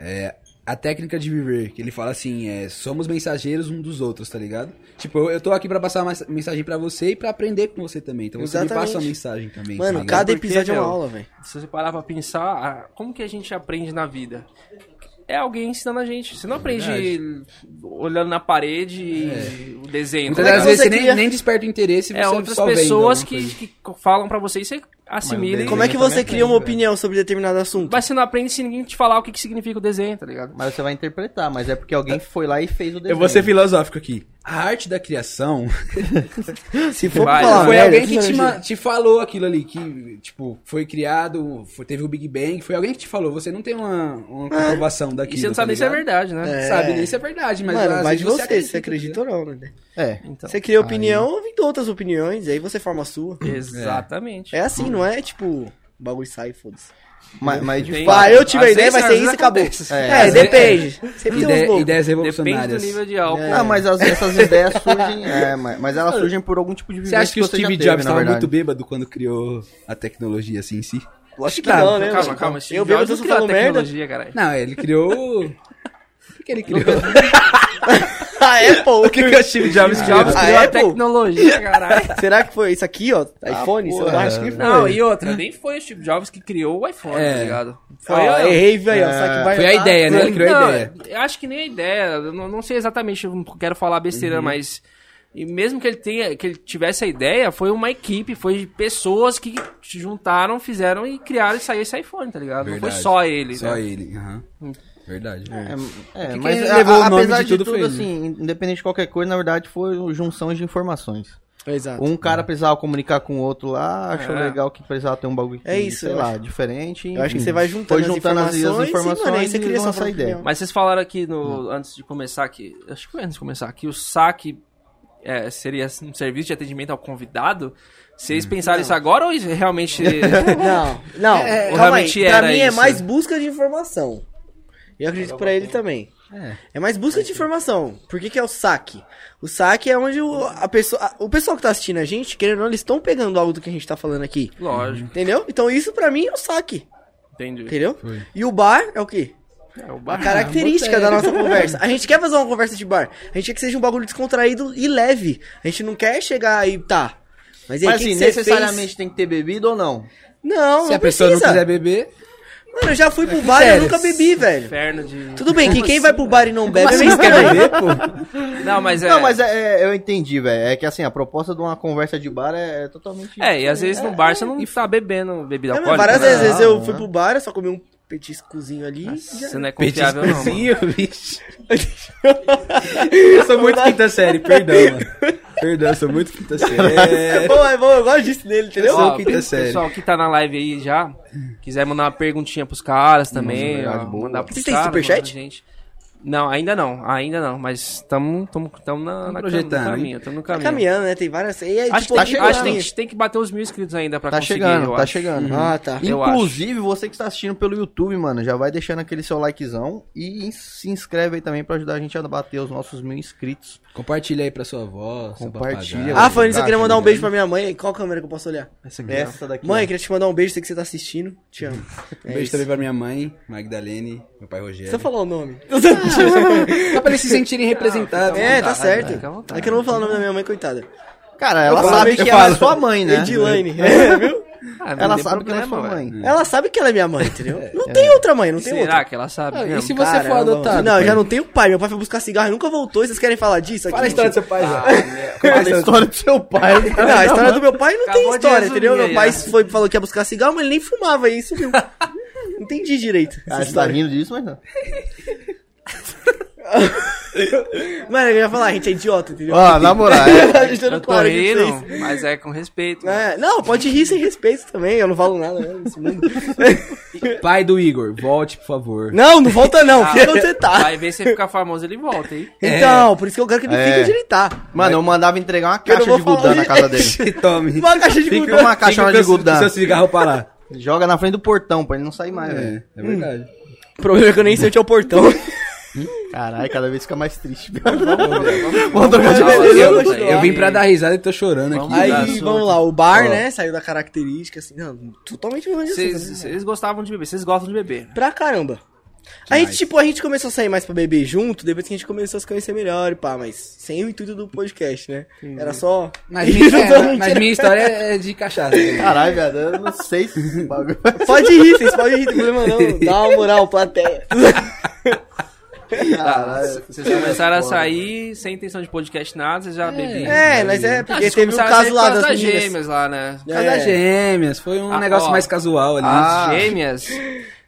Speaker 3: É, a técnica de viver, que ele fala assim, é, somos mensageiros um dos outros, tá ligado? Tipo, eu, eu tô aqui pra passar uma mensagem pra você e pra aprender com você também. Então você me
Speaker 4: Exatamente.
Speaker 3: passa uma mensagem também.
Speaker 4: Mano,
Speaker 3: tá ligado?
Speaker 4: cada
Speaker 1: Porque,
Speaker 4: episódio é uma
Speaker 1: meu,
Speaker 4: aula, velho.
Speaker 1: Se você parar pra pensar, ah, como que a gente aprende na vida? É alguém ensinando a gente. Você não
Speaker 4: É
Speaker 1: aprende olhando na parede e o desenho.
Speaker 3: Muitas
Speaker 4: Como é
Speaker 3: das
Speaker 4: que
Speaker 3: vezes
Speaker 4: você
Speaker 3: você nem,
Speaker 4: cria-
Speaker 3: nem desperta o interesse
Speaker 1: É
Speaker 3: você
Speaker 1: outras
Speaker 3: só vem
Speaker 1: pessoas
Speaker 3: alguma
Speaker 1: que,
Speaker 3: coisa.
Speaker 1: que falam pra você e você assimila. e-
Speaker 4: né? Como é que
Speaker 2: também
Speaker 4: você
Speaker 2: tem,
Speaker 4: cria uma
Speaker 2: velho.
Speaker 4: opinião sobre determinado assunto?
Speaker 1: Mas você não aprende se ninguém te falar o que, que significa o desenho, tá ligado?
Speaker 2: Mas você vai interpretar, mas é porque alguém foi lá e fez o desenho.
Speaker 3: Eu vou ser filosófico aqui. A arte da criação
Speaker 4: Se for
Speaker 1: Vai,
Speaker 4: pra falar
Speaker 3: foi
Speaker 4: merda,
Speaker 3: alguém que te,
Speaker 4: sinceramente,
Speaker 3: ma- te falou aquilo ali, que, tipo, foi criado, foi- teve o Big Bang, foi alguém que te falou, você não tem uma, uma comprovação
Speaker 1: E
Speaker 3: daquilo, tá
Speaker 1: você não sabe nem se é
Speaker 3: ligado?
Speaker 1: verdade, né?
Speaker 4: tá É.
Speaker 3: Sabe nem se é verdade, mas
Speaker 4: Mano,
Speaker 3: às
Speaker 4: mas de
Speaker 3: vezes
Speaker 4: você, se
Speaker 3: tá ligado?
Speaker 4: acredita ou não, né?
Speaker 2: É.
Speaker 1: Então,
Speaker 4: Você cria opinião, vindo outras opiniões, aí você forma a sua.
Speaker 1: exatamente.
Speaker 4: É assim, não é tipo, o bagulho sai, foda-se.
Speaker 2: Mas, mas de
Speaker 1: Tem-
Speaker 2: fato.
Speaker 4: Pá, eu tive a
Speaker 1: Às
Speaker 4: ideia,
Speaker 1: vezes-
Speaker 4: vai
Speaker 1: às
Speaker 4: ser
Speaker 1: vezes
Speaker 4: isso e acabou.
Speaker 1: acontece.
Speaker 2: É,
Speaker 4: É,
Speaker 2: às
Speaker 4: depende. Sempre tem
Speaker 3: Ide-
Speaker 4: uns loucos.
Speaker 3: ideias
Speaker 1: Depende do
Speaker 3: revolucionárias.
Speaker 1: nível de álcool.
Speaker 2: Ah, mas as- essas ideias surgem, é, mas, mas elas surgem por algum tipo de
Speaker 3: Você
Speaker 2: vivência
Speaker 3: acha que o
Speaker 2: você já
Speaker 3: Steve
Speaker 2: teve,
Speaker 3: Jobs
Speaker 2: na
Speaker 3: estava
Speaker 2: verdade.
Speaker 3: muito bêbado quando criou a tecnologia assim em si?
Speaker 4: Lógico que
Speaker 3: Tá,
Speaker 4: não, né?
Speaker 1: Calma,
Speaker 4: mano?
Speaker 1: calma.
Speaker 4: Eu vejo
Speaker 1: você
Speaker 4: você falando merda.
Speaker 1: tecnologia, caralho.
Speaker 3: Não, ele criou... o que que ele criou?
Speaker 4: Ah, é, pô.
Speaker 3: o que, que o Steve Jobs criou?
Speaker 1: Jobs
Speaker 4: Ah,
Speaker 1: criou
Speaker 4: é,
Speaker 1: a
Speaker 4: pô?
Speaker 1: tecnologia, caralho.
Speaker 4: Será que foi isso aqui, ó? iPhone? celular? Acho que foi.
Speaker 1: Não, e outra, nem foi o Steve Jobs que criou o iPhone,
Speaker 3: É.
Speaker 1: tá ligado? Foi
Speaker 4: Ó,
Speaker 1: a-
Speaker 4: errei, velho. ó, só que vai
Speaker 3: Foi a
Speaker 4: lá.
Speaker 3: ideia, né? Ele criou a
Speaker 1: Não,
Speaker 3: ideia.
Speaker 1: eu acho que nem a ideia. eu não, não sei exatamente, eu não quero falar besteira, mas. E mesmo que ele tenha, que ele tivesse a ideia, foi uma equipe, foi pessoas que se juntaram, fizeram e criaram e saiu esse iPhone, tá ligado? Não foi
Speaker 3: Verdade.
Speaker 1: só ele.
Speaker 3: Só
Speaker 1: né?
Speaker 3: ele, aham. Verdade.
Speaker 2: É, é,
Speaker 3: Porque
Speaker 2: mas
Speaker 3: quem
Speaker 2: a-
Speaker 3: levou o nome
Speaker 2: apesar
Speaker 3: de
Speaker 2: de
Speaker 3: tudo
Speaker 2: tudo,
Speaker 3: foi ele.
Speaker 2: assim, independente de qualquer coisa, na verdade foi junção de informações.
Speaker 4: Exato.
Speaker 2: Um cara precisava comunicar com o outro lá, achou
Speaker 1: É.
Speaker 2: legal que precisava ter um bagulho que,
Speaker 4: É isso,
Speaker 2: sei
Speaker 4: eu
Speaker 2: lá, diferente.
Speaker 4: Eu acho que
Speaker 2: enfim.
Speaker 4: você vai juntando
Speaker 2: Foi juntando as
Speaker 4: as informações,
Speaker 2: informações,
Speaker 4: e, mano, aí você
Speaker 2: e
Speaker 4: cria sua
Speaker 2: lança a
Speaker 4: própria
Speaker 2: ideia.
Speaker 4: opinião.
Speaker 1: Mas vocês falaram aqui no, antes de começar aqui. Acho que foi antes de começar, que o saque é, seria um serviço de atendimento ao convidado. Vocês pensaram isso agora ou isso realmente.
Speaker 4: Hum. Não, não.
Speaker 1: É,
Speaker 4: calma aí.
Speaker 1: realmente
Speaker 4: Pra
Speaker 1: era
Speaker 4: mim é
Speaker 1: isso.
Speaker 4: mais busca de informação. E eu acredito pra ele também.
Speaker 3: É.
Speaker 4: É mais busca de informação. Por que, que é o saque? O saque é onde o, a pessoa, a- o pessoal que tá assistindo a gente, querendo ou não, eles estão pegando algo do que a gente tá falando aqui.
Speaker 1: Lógico,
Speaker 4: Entendeu? Então isso pra mim é o saque.
Speaker 1: entendi.
Speaker 4: Entendeu?
Speaker 3: Foi.
Speaker 4: E o bar é o quê?
Speaker 1: É o
Speaker 4: A
Speaker 1: bacana.
Speaker 4: característica da nossa conversa. A gente quer fazer uma conversa de bar. A gente quer que seja um bagulho descontraído e leve. A gente não quer chegar e tá. Mas, e aí,
Speaker 2: Mas
Speaker 4: o que
Speaker 2: assim,
Speaker 4: que você
Speaker 2: necessariamente
Speaker 4: fez?
Speaker 2: tem que ter bebido ou não?
Speaker 4: Não,
Speaker 3: Se
Speaker 4: não
Speaker 3: a pessoa
Speaker 4: precisa.
Speaker 3: não quiser beber,
Speaker 4: Mano, eu já fui pro bar e eu
Speaker 3: sério.
Speaker 4: nunca bebi, velho.
Speaker 1: Inferno de.
Speaker 4: Tudo bem que quem vai pro bar e não bebe é
Speaker 3: você
Speaker 4: meio
Speaker 3: não quer
Speaker 4: estranho.
Speaker 3: beber, pô?
Speaker 1: Não, mas é.
Speaker 2: Não, mas é, é- eu entendi, velho. É que assim, a proposta de uma conversa de bar é, é totalmente.
Speaker 1: É, e às vezes no bar você não tá bebendo bebida
Speaker 4: É, mano,
Speaker 1: alcoólica.
Speaker 4: várias
Speaker 1: né?
Speaker 4: vezes,
Speaker 2: Não,
Speaker 4: eu
Speaker 2: né?
Speaker 4: fui pro bar, eu só comi um petiscozinho ali. e já-
Speaker 1: Você não é confiável, não. mano.
Speaker 3: bicho. eu sou muito quinta série, perdão, mano. Perdão, eu sou muito quinta série.
Speaker 4: É
Speaker 3: É,
Speaker 4: bom, é bom, eu gosto disso dele, entendeu?
Speaker 3: Sou
Speaker 1: Ó,
Speaker 3: quinta série.
Speaker 1: pessoal que tá na live aí já, quiser mandar uma perguntinha pros caras também, ó, mandar pros
Speaker 4: Vocês têm
Speaker 1: caras,
Speaker 4: superchat?
Speaker 1: mandar gente. Não, ainda não, ainda não, mas estamos na, na cam- no
Speaker 3: projetando,
Speaker 1: caminho, estamos no
Speaker 4: Tá
Speaker 1: caminho.
Speaker 4: caminhando, né? Tem várias. E aí,
Speaker 1: Acho, que, tá
Speaker 4: tipo, eu
Speaker 1: tem,
Speaker 4: digo,
Speaker 1: acho
Speaker 4: ah,
Speaker 1: que tem, que- tem que bater os mil inscritos ainda pra
Speaker 2: Tá
Speaker 1: conseguir,
Speaker 2: chegando,
Speaker 1: eu
Speaker 2: tá
Speaker 1: acho.
Speaker 2: chegando.
Speaker 4: Ah, tá.
Speaker 1: Eu
Speaker 2: Inclusive, você que está assistindo pelo YouTube, mano, já vai deixando aquele seu likezão e ins- se inscreve aí também pra ajudar a gente a bater os nossos mil inscritos.
Speaker 3: Compartilha aí pra sua avó, seu
Speaker 2: Compartilha.
Speaker 3: papagaio.
Speaker 4: Ah, Fanny, eu queria
Speaker 2: Embaixo,
Speaker 4: mandar um
Speaker 2: né?
Speaker 4: beijo pra minha mãe. Qual câmera que eu posso olhar?
Speaker 1: Essa aqui, ó.
Speaker 2: Essa daqui.
Speaker 4: Mãe, queria te mandar um beijo, sei que você tá assistindo. Te amo. É
Speaker 3: Um beijo também pra minha mãe, Magdalene, meu pai Rogério.
Speaker 4: Você falou o nome.
Speaker 3: Só pra eles se sentirem representados.
Speaker 4: É, tá
Speaker 1: fica à
Speaker 4: certo.
Speaker 1: vontade.
Speaker 4: É que eu não vou falar o nome da minha mãe, coitada.
Speaker 2: Cara, ela
Speaker 4: falo,
Speaker 2: sabe
Speaker 4: eu
Speaker 2: que ela é
Speaker 4: falo.
Speaker 2: sua mãe, né?
Speaker 4: Edilane. É, viu?
Speaker 1: Ah, não
Speaker 2: Ela
Speaker 1: tem
Speaker 2: sabe que ela é sua
Speaker 1: problema,
Speaker 2: mãe.
Speaker 1: velho.
Speaker 4: Ela sabe que ela é minha mãe, entendeu? Não tem outra mãe, não tem
Speaker 1: Será
Speaker 4: outra.
Speaker 1: que ela sabe?
Speaker 3: Ah, e
Speaker 1: mesmo?
Speaker 3: se você for
Speaker 4: Caramba,
Speaker 3: adotado?
Speaker 4: Não, eu já
Speaker 3: pai?
Speaker 4: não tenho pai. Meu pai foi buscar cigarro e nunca voltou. E vocês querem falar disso? aqui?
Speaker 3: Fala a história do seu pai já.
Speaker 2: Fala a história do seu pai.
Speaker 4: Não, a história do meu pai não
Speaker 1: Acabou
Speaker 4: tem
Speaker 1: de
Speaker 4: história,
Speaker 1: resumir
Speaker 4: entendeu?
Speaker 1: aí,
Speaker 4: Meu pai
Speaker 1: ó.
Speaker 4: foi, falou que ia buscar cigarro, mas ele nem fumava e sumiu. Não entendi direito. essa
Speaker 2: Ah, você tá
Speaker 4: história.
Speaker 2: rindo disso, mas não.
Speaker 4: Mano, eu ia falar, a gente é idiota, entendeu?
Speaker 2: Ó, na moral,
Speaker 4: a gente tá
Speaker 1: Eu
Speaker 4: no
Speaker 1: tô
Speaker 4: claro, gente
Speaker 1: rindo,
Speaker 4: fez.
Speaker 1: mas é com respeito.
Speaker 4: É, não, pode rir sem respeito também, eu não falo nada né, nesse mundo.
Speaker 3: Pai do Igor, volte, por favor.
Speaker 4: Não, não volta não,
Speaker 1: Ah,
Speaker 4: fica onde você tá.
Speaker 1: Vai ver se ficar famoso, ele volta, hein?
Speaker 4: Então, por isso que eu quero que ele
Speaker 2: É.
Speaker 4: fique onde ele tá.
Speaker 2: Mano, eu mandava entregar uma
Speaker 4: Eu não
Speaker 2: caixa
Speaker 4: vou
Speaker 2: de
Speaker 4: falar
Speaker 2: Gudan na
Speaker 4: isso.
Speaker 2: casa dele.
Speaker 3: Que tome.
Speaker 4: Uma caixa de
Speaker 2: Fica
Speaker 4: gordura.
Speaker 2: uma caixona
Speaker 3: Fica
Speaker 2: de
Speaker 3: com seu-
Speaker 2: Gudan.
Speaker 3: Seu cigarro pra lá.
Speaker 2: Joga na frente do portão pra ele não sair mais, velho.
Speaker 3: É, é verdade.
Speaker 4: O problema é que eu nem sei onde é o portão.
Speaker 2: Caralho, cada vez fica mais triste. velho.
Speaker 4: Vamos trocar de
Speaker 1: Não, eu-
Speaker 4: beleza,
Speaker 1: eu-
Speaker 4: vamos continuar.
Speaker 3: Eu vim pra dar risada e tô chorando
Speaker 1: Vamos
Speaker 3: aqui.
Speaker 4: Aí,
Speaker 1: mudar assunto.
Speaker 4: vamos lá, o bar,
Speaker 2: Ó.
Speaker 4: né, saiu da característica, assim, não, totalmente longe
Speaker 1: Vocês
Speaker 4: assim, né?
Speaker 1: vocês gostavam de beber, vocês gostam de beber.
Speaker 4: Pra caramba. A gente, tipo, a gente começou a sair mais pra beber junto, depois que a gente começou a se conhecer melhor e pá, mas sem o intuito do podcast, né? Era só...
Speaker 3: Mas, minha,
Speaker 4: Então,
Speaker 3: é, mas minha história é de cachaça.
Speaker 2: Caralho, velho, eu não sei se esse bagulho.
Speaker 4: Pode
Speaker 3: é.
Speaker 4: rir, vocês podem rir, não tem problema não. Dá uma moral, plateia.
Speaker 2: Caralho.
Speaker 1: Ah,
Speaker 2: é
Speaker 1: Vocês começaram a sair sem intenção de podcast nada, vocês já bebiam.
Speaker 4: É, mas é,
Speaker 1: Ah,
Speaker 4: porque
Speaker 1: vocês
Speaker 4: teve um
Speaker 1: começaram a
Speaker 4: caso
Speaker 1: sair
Speaker 4: lá
Speaker 1: por causa
Speaker 4: das
Speaker 1: das
Speaker 4: meninas.
Speaker 1: gêmeas lá, né?
Speaker 4: É.
Speaker 3: Casas gêmeas, foi um
Speaker 1: Ah,
Speaker 3: negócio
Speaker 1: ó.
Speaker 3: mais casual ali.
Speaker 2: Ah.
Speaker 1: As gêmeas.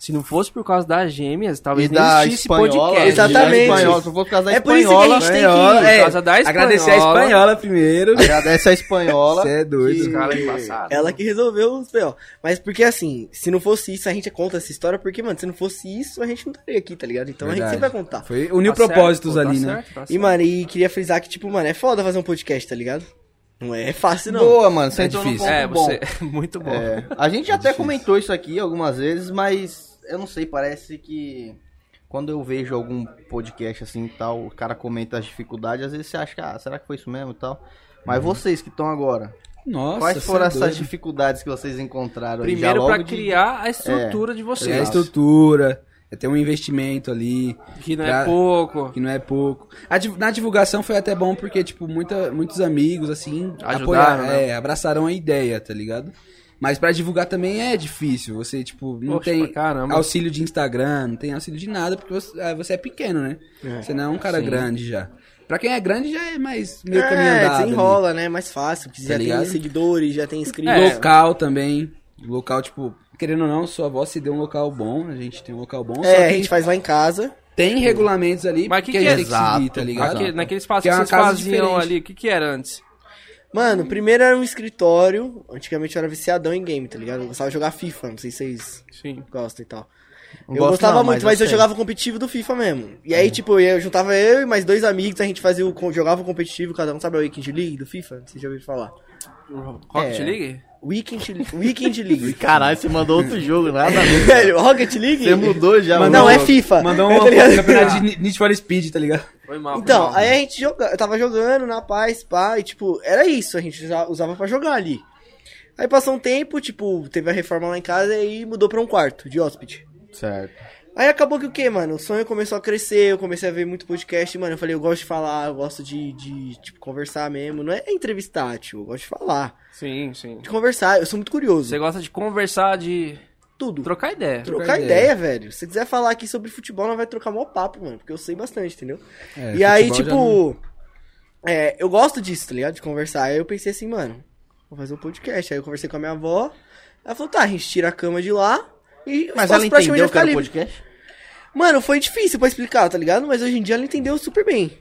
Speaker 1: Se não fosse por causa das gêmeas,
Speaker 2: E
Speaker 1: talvez nem
Speaker 2: da
Speaker 1: existisse
Speaker 2: espanhola.
Speaker 1: podcast.
Speaker 2: da
Speaker 4: Exatamente.
Speaker 2: espanhola, Se for por causa da
Speaker 4: É por isso que É. a
Speaker 2: espanhola,
Speaker 4: gente tem
Speaker 2: espanhola, é. Tá
Speaker 4: que-
Speaker 1: Por causa da espanhola.
Speaker 3: Agradecer a espanhola primeiro.
Speaker 2: Agradece a espanhola.
Speaker 3: Você é doido.
Speaker 1: Os caras Tá embaçaram.
Speaker 4: Ela que resolveu os B.O. Mas porque assim, se não fosse isso, a gente conta essa história, porque, mano, se não fosse isso, a gente não estaria aqui, tá ligado? Então a
Speaker 3: Verdade.
Speaker 4: gente sempre vai contar.
Speaker 3: Foi, uniu
Speaker 1: Tá
Speaker 3: propósitos
Speaker 1: certo, pô,
Speaker 3: ali,
Speaker 1: tá
Speaker 3: né?
Speaker 1: certo, tá
Speaker 4: E,
Speaker 1: certo.
Speaker 4: mano, e queria frisar que, tipo, mano, é foda fazer um podcast, tá ligado? Não é fácil, não.
Speaker 2: Boa, mano. Você
Speaker 3: É
Speaker 2: entrou
Speaker 3: difícil.
Speaker 2: num ponto
Speaker 1: É,
Speaker 2: bom.
Speaker 1: você. Muito bom.
Speaker 2: É, a gente até comentou isso aqui algumas vezes, mas eu não sei, parece que quando eu vejo algum podcast assim e tal, o cara comenta as dificuldades, às vezes você acha que, ah, será que foi isso mesmo e tal? Mas
Speaker 3: Uhum.
Speaker 2: vocês que estão agora,
Speaker 3: Nossa,
Speaker 2: quais
Speaker 3: cê
Speaker 2: foram
Speaker 3: é
Speaker 2: essas
Speaker 3: doido.
Speaker 2: dificuldades que vocês encontraram? aí? Já
Speaker 1: Primeiro
Speaker 2: logo
Speaker 1: pra
Speaker 2: de-
Speaker 1: criar a estrutura de
Speaker 3: É a
Speaker 1: vocês.
Speaker 3: estrutura, é ter um investimento ali,
Speaker 1: Que não
Speaker 3: Pra-
Speaker 1: é pouco.
Speaker 3: que não é pouco. A div- na divulgação foi até bom porque, tipo, muita, muitos amigos, assim,
Speaker 1: Ajudaram,
Speaker 3: apoiaram,
Speaker 1: né?
Speaker 3: é, abraçaram a ideia, tá ligado? Mas pra divulgar também é difícil. Você, tipo, não
Speaker 1: Poxa,
Speaker 3: tem
Speaker 1: pra caramba.
Speaker 3: auxílio de Instagram, não tem auxílio de nada, porque você, ah, você é pequeno, né? Você não é um cara grande já. Pra quem é grande já é mais meio caminho
Speaker 4: É,
Speaker 3: andado. ali.
Speaker 4: desenrola, né? Mais fácil, porque já
Speaker 3: ligado?
Speaker 4: tem seguidores, já tem inscritos.
Speaker 1: É.
Speaker 3: Local também. Local, tipo, querendo ou não, sua avó se deu um local bom, a gente tem um local bom,
Speaker 4: É,
Speaker 3: só
Speaker 4: a
Speaker 3: que
Speaker 4: gente faz lá em casa.
Speaker 3: tem regulamentos ali
Speaker 1: Mas que
Speaker 3: a
Speaker 1: que
Speaker 3: gente
Speaker 1: é
Speaker 3: tem que seguir,
Speaker 2: exato?
Speaker 3: tá ligado?
Speaker 1: Naquele, naquele espaço
Speaker 3: Que
Speaker 1: que,
Speaker 3: é uma
Speaker 1: vocês
Speaker 3: casa
Speaker 1: faziam
Speaker 3: diferente.
Speaker 1: ali, o que, que era antes?
Speaker 4: Mano, primeiro era um escritório. Antigamente eu era viciadão em game, tá ligado? Eu gostava de jogar FIFA, não sei se vocês
Speaker 1: Sim.
Speaker 4: gostam e tal.
Speaker 2: Não
Speaker 4: eu
Speaker 2: gosto
Speaker 4: gostava
Speaker 2: não, assim,
Speaker 4: muito, mas, eu
Speaker 2: sei.
Speaker 4: jogava o competitivo do FIFA mesmo. E aí, tipo, eu juntava eu e mais dois amigos, a gente fazia o, co- jogava o competitivo, cada um sabe a Weekend League do FIFA? Vocês já ouviram falar?
Speaker 1: Rocket
Speaker 3: É.
Speaker 1: League?
Speaker 4: Weekend, Le- Weekend League.
Speaker 2: Caralho, você mandou outro jogo, nada a ver.
Speaker 4: Velho, Rocket League?
Speaker 2: Você mudou já,
Speaker 4: É, Não,
Speaker 2: mano.
Speaker 4: é FIFA.
Speaker 3: Mandou
Speaker 4: É,
Speaker 3: um
Speaker 4: tá ligado?
Speaker 3: campeonato de Need for Speed, tá ligado?
Speaker 1: Foi mal. foi
Speaker 4: Então,
Speaker 1: mal. né?
Speaker 4: aí a gente joga, eu tava jogando na paz, pá, e tipo, era isso, a gente usa- usava pra jogar ali. Aí passou um tempo, tipo, teve a reforma lá em casa e mudou pra um quarto de hóspede.
Speaker 2: Certo.
Speaker 4: Aí acabou que o quê, mano? O sonho começou a crescer, eu comecei a ver muito podcast, mano. Eu falei, eu gosto de falar, eu gosto de, de tipo, conversar mesmo. Não é entrevistar, tipo, eu gosto de falar,
Speaker 1: Sim, sim.
Speaker 4: de conversar. Eu sou muito curioso.
Speaker 1: Você gosta de conversar, de
Speaker 4: Tudo.
Speaker 1: trocar ideia.
Speaker 4: Trocar,
Speaker 3: trocar
Speaker 4: ideia, velho. Se você quiser falar aqui sobre futebol, nós vai trocar mó papo, mano. Porque eu sei bastante, entendeu?
Speaker 2: É,
Speaker 4: e aí, tipo. é, eu gosto disso, tá ligado? De conversar. Aí eu pensei assim, mano, vou fazer um podcast. Aí eu conversei com a minha avó. Ela falou, tá, a gente tira a cama de lá. E o
Speaker 2: Mas
Speaker 4: espaço
Speaker 2: ela
Speaker 4: praticamente vai
Speaker 2: entendeu que
Speaker 4: ficar
Speaker 2: era
Speaker 4: livre.
Speaker 2: podcast?
Speaker 4: Mano, foi difícil pra explicar, tá ligado? Mas hoje em dia ela entendeu super bem.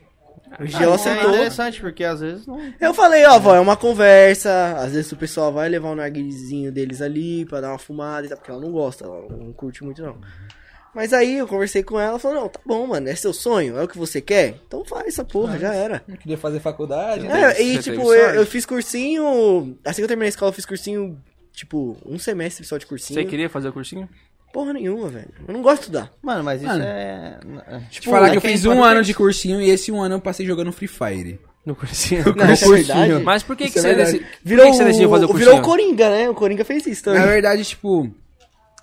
Speaker 4: Hoje em dia Ah, ela
Speaker 2: isso é
Speaker 4: sentou.
Speaker 2: interessante, porque às vezes não...
Speaker 4: Eu falei, ó, vó, é uma conversa. Às vezes o pessoal vai levar o narguilzinho deles ali pra dar uma fumada e tal, porque ela não gosta, ela não curte muito, não. Mas aí eu conversei com ela, ela falou, não, tá bom, mano, é seu sonho, é o que você quer? Então faz essa porra, já era.
Speaker 3: Não queria fazer faculdade, né?
Speaker 4: É, e
Speaker 1: você teve
Speaker 4: tipo, eu,
Speaker 1: sorte.
Speaker 4: eu fiz cursinho, assim que eu terminei a escola, eu fiz cursinho, tipo, um semestre só de cursinho.
Speaker 1: Você queria fazer o cursinho?
Speaker 4: Porra nenhuma, velho. Eu não gosto de estudar.
Speaker 2: Mano, mas isso
Speaker 3: Mano.
Speaker 2: é... é-
Speaker 4: tipo,
Speaker 3: Te falar
Speaker 2: é
Speaker 3: que eu
Speaker 2: é
Speaker 3: fiz um
Speaker 2: importante.
Speaker 3: ano de cursinho e esse um ano eu passei jogando Free Fire.
Speaker 1: No cursinho.
Speaker 4: Não, isso é verdade.
Speaker 1: Mas por que,
Speaker 3: Isso
Speaker 1: que
Speaker 3: é
Speaker 1: você,
Speaker 3: verdade.
Speaker 1: deci- por que que você decidiu fazer o cursinho?
Speaker 4: virou o Coringa, né? O Coringa fez isso também.
Speaker 3: Na verdade, tipo,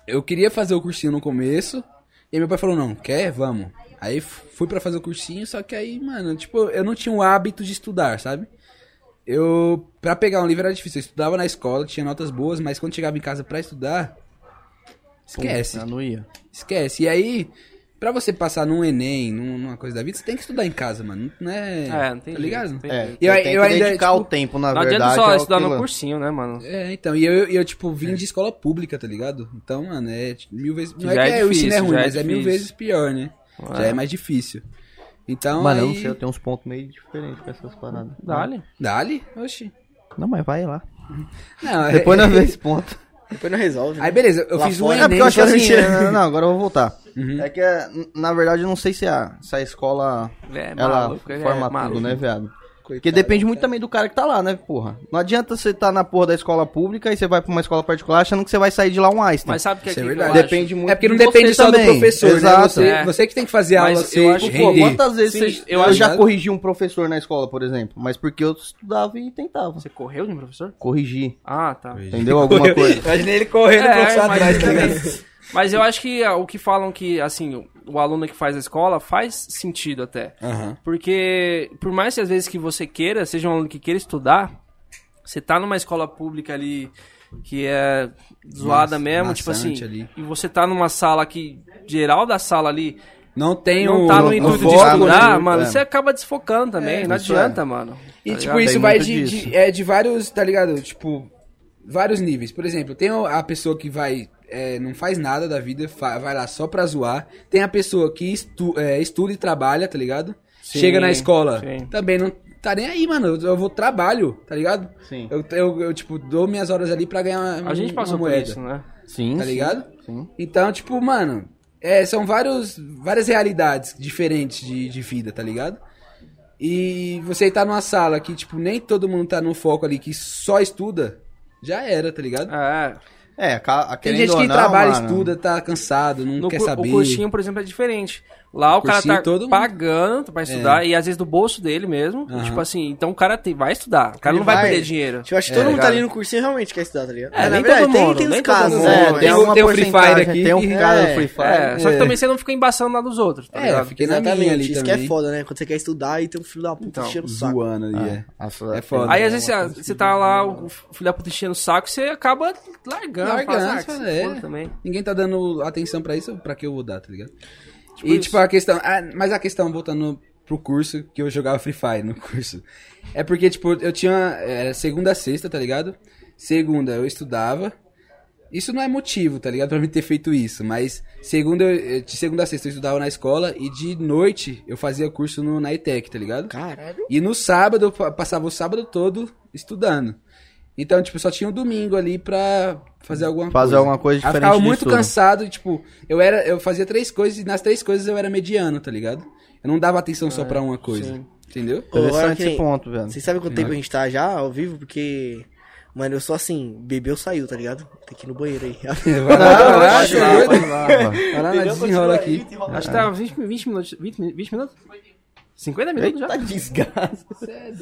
Speaker 3: eu queria fazer o cursinho no começo, e aí meu pai falou, não, quer? Vamos. Aí f- fui pra fazer o cursinho, só que aí, mano, tipo, eu não tinha o hábito de estudar, sabe? Eu, pra pegar um livro era difícil, eu estudava na escola, tinha notas boas, mas quando chegava em casa pra estudar, esquece,
Speaker 2: Puta, Não ia.
Speaker 3: esquece. E aí, pra você passar num Enem, num- numa coisa da vida, você tem que estudar em casa, mano, não é...
Speaker 1: É, não tem
Speaker 3: tá
Speaker 1: jeito,
Speaker 3: ligado?
Speaker 1: não tem
Speaker 2: É,
Speaker 1: jeito.
Speaker 3: Eu-
Speaker 2: tem que
Speaker 3: eu ainda,
Speaker 2: dedicar
Speaker 3: tipo,
Speaker 2: o tempo, na
Speaker 1: Não
Speaker 2: verdade.
Speaker 1: adianta só
Speaker 2: ao
Speaker 1: estudar no
Speaker 2: aquilo.
Speaker 1: cursinho, né, mano?
Speaker 3: É, então, e eu, eu, tipo, vim de escola pública, tá ligado? Então, mano, é tipo, mil vezes. Não é
Speaker 1: Já
Speaker 3: que
Speaker 1: é
Speaker 3: é, o ensino é
Speaker 1: difícil,
Speaker 3: ruim,
Speaker 1: já é
Speaker 3: mas é mil
Speaker 1: difícil.
Speaker 3: vezes pior, né? Já é mais difícil. Então,
Speaker 2: Mano,
Speaker 3: aí...
Speaker 2: eu não sei, eu tenho uns pontos meio diferentes com essas paradas.
Speaker 1: Dale.
Speaker 3: Dá-lhe? Oxi.
Speaker 2: Não, mas vai lá.
Speaker 3: Não,
Speaker 2: Depois
Speaker 3: é-
Speaker 2: nós vemos esse ponto.
Speaker 4: Depois não resolve. né?
Speaker 3: Aí beleza, eu
Speaker 4: Lá
Speaker 3: fiz um
Speaker 4: fora,
Speaker 2: É porque
Speaker 3: Enem.
Speaker 2: eu acho que
Speaker 4: quando a
Speaker 2: assim,
Speaker 4: gente-
Speaker 2: é, não, não, agora eu vou voltar.
Speaker 3: Uhum.
Speaker 2: É que, é, na verdade, eu não sei se a, se a escola,
Speaker 1: É,
Speaker 2: ela
Speaker 1: maluco, é,
Speaker 2: forma
Speaker 1: maluco.
Speaker 2: tudo, né, viado? Porque
Speaker 3: Coitado.
Speaker 2: depende muito também do cara que tá lá, né, porra? Não adianta você tá na porra da escola pública e você vai pra uma escola particular achando que você vai sair de lá um Einstein.
Speaker 1: Mas sabe o que é
Speaker 3: Isso é
Speaker 1: que eu
Speaker 3: verdade.
Speaker 1: acho?
Speaker 2: depende muito
Speaker 3: É porque não
Speaker 2: de
Speaker 3: depende
Speaker 2: você
Speaker 3: só
Speaker 2: também.
Speaker 3: do professor,
Speaker 2: Exato.
Speaker 3: né? Você,
Speaker 1: É.
Speaker 3: você que tem que fazer a
Speaker 1: Mas
Speaker 3: aula,
Speaker 1: eu
Speaker 3: você
Speaker 1: acho que,
Speaker 2: Pô,
Speaker 1: Entendi.
Speaker 2: quantas vezes
Speaker 1: Sim,
Speaker 2: vocês-
Speaker 1: eu
Speaker 2: eu,
Speaker 3: acho-
Speaker 2: já corrigi um professor na escola, por exemplo, mas porque eu estudava e tentava.
Speaker 1: Você correu de um professor?
Speaker 2: Corrigir,
Speaker 1: Ah, tá.
Speaker 2: entendeu? Alguma coisa.
Speaker 3: Imaginei ele correndo
Speaker 1: É,
Speaker 3: pro outro lado
Speaker 1: mas-
Speaker 3: atrás, tá ligado?
Speaker 1: Mas eu acho que ah, o que falam que, assim, o- o aluno que faz a escola faz sentido até.
Speaker 3: Aham.
Speaker 1: Porque, por mais que às vezes que você queira, seja um aluno que queira estudar, você tá numa escola pública ali que é zoada
Speaker 3: Mas-
Speaker 1: mesmo, tipo
Speaker 3: maçante
Speaker 1: assim,
Speaker 3: ali.
Speaker 1: e você tá numa sala que, geral da sala ali,
Speaker 3: Não tem um
Speaker 1: não
Speaker 3: o...
Speaker 1: tá no
Speaker 2: o
Speaker 1: intuito de
Speaker 2: foco, né?
Speaker 1: estudar, mano,
Speaker 2: É.
Speaker 1: você acaba desfocando também, não
Speaker 2: isso
Speaker 1: adianta,
Speaker 2: é.
Speaker 1: mano.
Speaker 3: E,
Speaker 1: tá
Speaker 3: tipo,
Speaker 1: ligado?
Speaker 3: isso
Speaker 2: Tem
Speaker 3: vai
Speaker 2: muito
Speaker 3: de,
Speaker 2: disso.
Speaker 3: de- é, de vários, tá ligado? Tipo, vários níveis. Por exemplo, tem o- a pessoa que vai, é, não faz nada da vida, fa- vai lá só pra zoar. Tem a pessoa que estu- é, estuda e trabalha, tá ligado?
Speaker 1: Sim,
Speaker 3: Chega na escola,
Speaker 1: sim.
Speaker 3: também não tá nem aí, mano. Eu, eu vou trabalho, tá ligado?
Speaker 2: Sim.
Speaker 3: Eu, eu, eu, tipo, dou minhas horas ali pra ganhar uma,
Speaker 1: A gente
Speaker 3: uma
Speaker 1: passou por
Speaker 3: moeda.
Speaker 1: isso, né?
Speaker 2: Sim.
Speaker 3: Tá
Speaker 2: sim,
Speaker 3: ligado?
Speaker 2: Sim.
Speaker 3: Então, tipo, mano, é, são vários, várias realidades diferentes de, de vida, tá ligado? E você tá numa sala que, tipo, nem todo mundo tá no foco ali que só estuda, já era, tá ligado?
Speaker 1: É,
Speaker 2: É, ca-
Speaker 3: Tem
Speaker 2: querendo
Speaker 3: gente que
Speaker 2: ou não,
Speaker 3: trabalha,
Speaker 2: mano,
Speaker 3: estuda, tá cansado, não
Speaker 1: No
Speaker 3: quer
Speaker 1: cur-
Speaker 3: saber.
Speaker 1: O cursinho, por exemplo, é diferente. Lá o, cara
Speaker 3: cursinho,
Speaker 1: tá
Speaker 3: todo mundo- É.
Speaker 1: pagando pra estudar, e às vezes do bolso dele mesmo.
Speaker 3: Aham.
Speaker 1: Tipo assim, então o cara tem- vai estudar. O cara
Speaker 2: Ele
Speaker 1: não vai,
Speaker 2: vai.
Speaker 1: perder dinheiro.
Speaker 4: Tipo, acho que
Speaker 3: É,
Speaker 4: todo mundo tá
Speaker 1: ligado?
Speaker 4: ali no cursinho realmente quer estudar, tá ligado?
Speaker 1: É,
Speaker 4: na
Speaker 1: nem
Speaker 4: verdade,
Speaker 1: todo
Speaker 4: tem,
Speaker 1: mundo,
Speaker 4: tem os
Speaker 1: nem todo
Speaker 3: tá
Speaker 4: casos,
Speaker 1: mundo. um
Speaker 4: né?
Speaker 2: É,
Speaker 3: Tem
Speaker 2: tem
Speaker 3: o-
Speaker 2: alguma
Speaker 3: tem o Free Fire
Speaker 2: porcentagem,
Speaker 3: aqui
Speaker 2: Tem
Speaker 3: que-
Speaker 2: um cara
Speaker 4: é.
Speaker 2: do Free Fire.
Speaker 1: É, só que
Speaker 3: É.
Speaker 1: também você não fica embaçando lá dos outros, tá
Speaker 3: É,
Speaker 1: ligado?
Speaker 3: fiquei na minha ali
Speaker 4: isso que é
Speaker 3: também.
Speaker 4: foda, né? Quando você quer estudar e tem um filho da puta
Speaker 1: Então,
Speaker 4: enchendo o saco.
Speaker 3: Zoando ali, é.
Speaker 2: Ah, nossa,
Speaker 3: É foda.
Speaker 1: Aí às vezes você, você tá lá,
Speaker 3: assim,
Speaker 1: o filho da puta enchendo o saco, você acaba largando.
Speaker 3: né? Largando,
Speaker 1: fala, ah, que se
Speaker 3: é.
Speaker 1: foda também.
Speaker 3: Ninguém tá dando atenção pra isso, pra que eu vou dar, tá ligado?
Speaker 1: Tipo
Speaker 3: e
Speaker 1: isso.
Speaker 3: tipo a questão, ah, mas a questão voltando pro curso que eu jogava Free Fire no curso. É porque tipo, eu tinha era segunda a sexta, tá ligado? Segunda eu estudava. Isso não é motivo, tá ligado? Pra mim ter feito isso, mas segunda eu- de segunda a sexta eu estudava na escola e de noite eu fazia curso no na ITEC, tá ligado?
Speaker 4: Caralho.
Speaker 3: E no sábado, eu pa- passava o sábado todo estudando. Então, tipo, só tinha o domingo ali pra fazer alguma coisa.
Speaker 2: Fazer alguma coisa
Speaker 3: Aí Eu
Speaker 2: diferente
Speaker 3: ficava
Speaker 2: de
Speaker 3: muito
Speaker 2: estudo.
Speaker 3: cansado, e, tipo, eu era, eu fazia três coisas e nas três coisas eu era mediano, tá ligado? Eu não dava atenção só pra uma coisa. Entendeu?
Speaker 4: Agora
Speaker 2: Interessante
Speaker 4: que
Speaker 2: esse
Speaker 4: nem-
Speaker 2: ponto, velho.
Speaker 4: Vocês sabem quanto
Speaker 1: É.
Speaker 4: tempo a gente tá já ao vivo? Porque, mano, eu sou assim, bebeu, saiu, tá ligado? Tem que ir no banheiro aí.
Speaker 3: Vai lá, vai lá, é
Speaker 2: Pode ir lá, pode ir lá, mano.
Speaker 3: vai lá, nós desenrola aqui.
Speaker 1: Acho que
Speaker 3: é.
Speaker 1: tá 20, 20 minutos. 20, mi- 20 minutos? 50 minutos já?
Speaker 2: Eita desgraça.
Speaker 3: é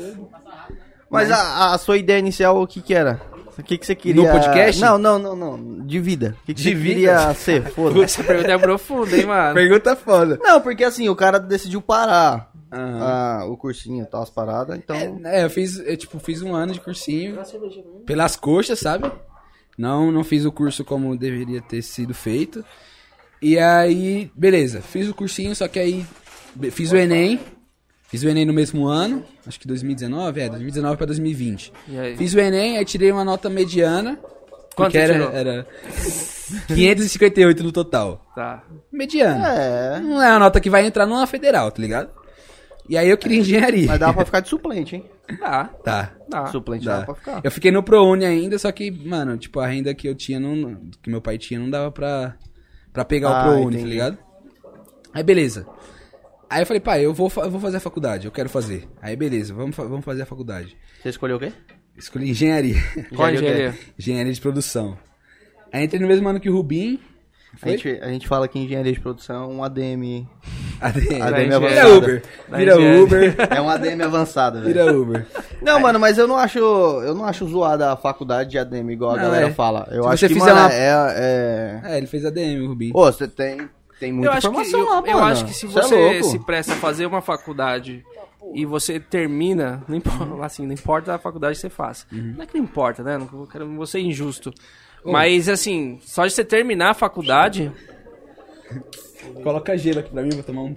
Speaker 2: Mas a, a sua ideia inicial, o que que era? O que que você queria?
Speaker 3: No podcast?
Speaker 2: Não, não, não, não. De vida. O que, que
Speaker 3: De
Speaker 2: você
Speaker 3: vida?
Speaker 2: queria ser? Foda-se.
Speaker 1: Essa pergunta é profunda, hein, mano?
Speaker 3: Pergunta foda.
Speaker 2: Não, porque assim, o cara decidiu parar
Speaker 3: Aham.
Speaker 2: ah, o cursinho e tal, as paradas, então...
Speaker 3: É, eu fiz, eu, tipo, fiz um ano de cursinho pelas coxas, sabe? Não, não fiz o curso como deveria ter sido feito. E aí, beleza, fiz o cursinho, só que aí be- fiz o ENEM. Fiz o ENEM no mesmo ano, acho que 2019, é, 2019 pra 2020.
Speaker 1: E aí?
Speaker 3: Fiz o ENEM, aí tirei uma nota mediana.
Speaker 1: É Quanto
Speaker 3: que
Speaker 1: você
Speaker 3: era,
Speaker 1: tirou?
Speaker 3: era 558 no total.
Speaker 1: Tá.
Speaker 3: Mediana.
Speaker 2: É...
Speaker 3: Não é uma nota que vai entrar numa federal, tá ligado? E aí eu queria engenharia.
Speaker 2: Mas dava pra ficar de suplente, hein?
Speaker 1: Dá,
Speaker 3: Tá.
Speaker 1: Ah, dá.
Speaker 2: suplente
Speaker 3: Dá.
Speaker 2: dava pra ficar.
Speaker 3: Eu fiquei no ProUni ainda, só que, mano, tipo, a renda que eu tinha, não, que meu pai tinha, não dava pra, pra pegar
Speaker 2: Ah,
Speaker 3: o ProUni, tá
Speaker 2: entendi.
Speaker 3: ligado? Aí, beleza. Aí eu falei, pai, eu vou, fa- eu vou fazer a faculdade, eu quero fazer. Aí, beleza, vamos, fa- vamos fazer a faculdade.
Speaker 2: Você escolheu o quê?
Speaker 3: Escolhi engenharia.
Speaker 1: Qual
Speaker 2: Engenharia
Speaker 1: engenharia?
Speaker 3: engenharia de produção. Aí entrei no mesmo ano que o Rubim.
Speaker 2: A gente, a gente fala que engenharia de produção, um ADM...
Speaker 3: ADM.
Speaker 2: ADM
Speaker 1: engenharia.
Speaker 3: Vira
Speaker 2: avançada.
Speaker 3: Uber.
Speaker 1: Da
Speaker 3: Vira
Speaker 1: engenharia.
Speaker 3: Uber.
Speaker 2: É um ADM avançado, velho.
Speaker 3: Vira Uber.
Speaker 2: Não, mano, mas eu não acho. Eu não acho zoada a faculdade de ADM, igual a
Speaker 3: Não,
Speaker 2: galera
Speaker 3: é.
Speaker 2: fala. Eu
Speaker 3: Se
Speaker 2: acho
Speaker 3: você
Speaker 2: que,
Speaker 3: fizer
Speaker 2: mano,
Speaker 3: uma-
Speaker 2: é, é.
Speaker 3: É, ele fez ADM, o Rubim.
Speaker 2: Pô, você tem. Tem muita
Speaker 1: eu acho que,
Speaker 2: informação
Speaker 1: eu,
Speaker 2: lá,
Speaker 1: eu
Speaker 2: mano.
Speaker 1: acho que se
Speaker 2: Cê é
Speaker 1: você
Speaker 2: louco.
Speaker 1: se presta a fazer uma faculdade e você termina, não importa, assim, não importa a faculdade que você faça. Não é que não importa, né? Não eu quero vou ser injusto. Mas assim, só de você terminar a faculdade,
Speaker 3: Coloca gelo aqui pra mim, vou tomar um...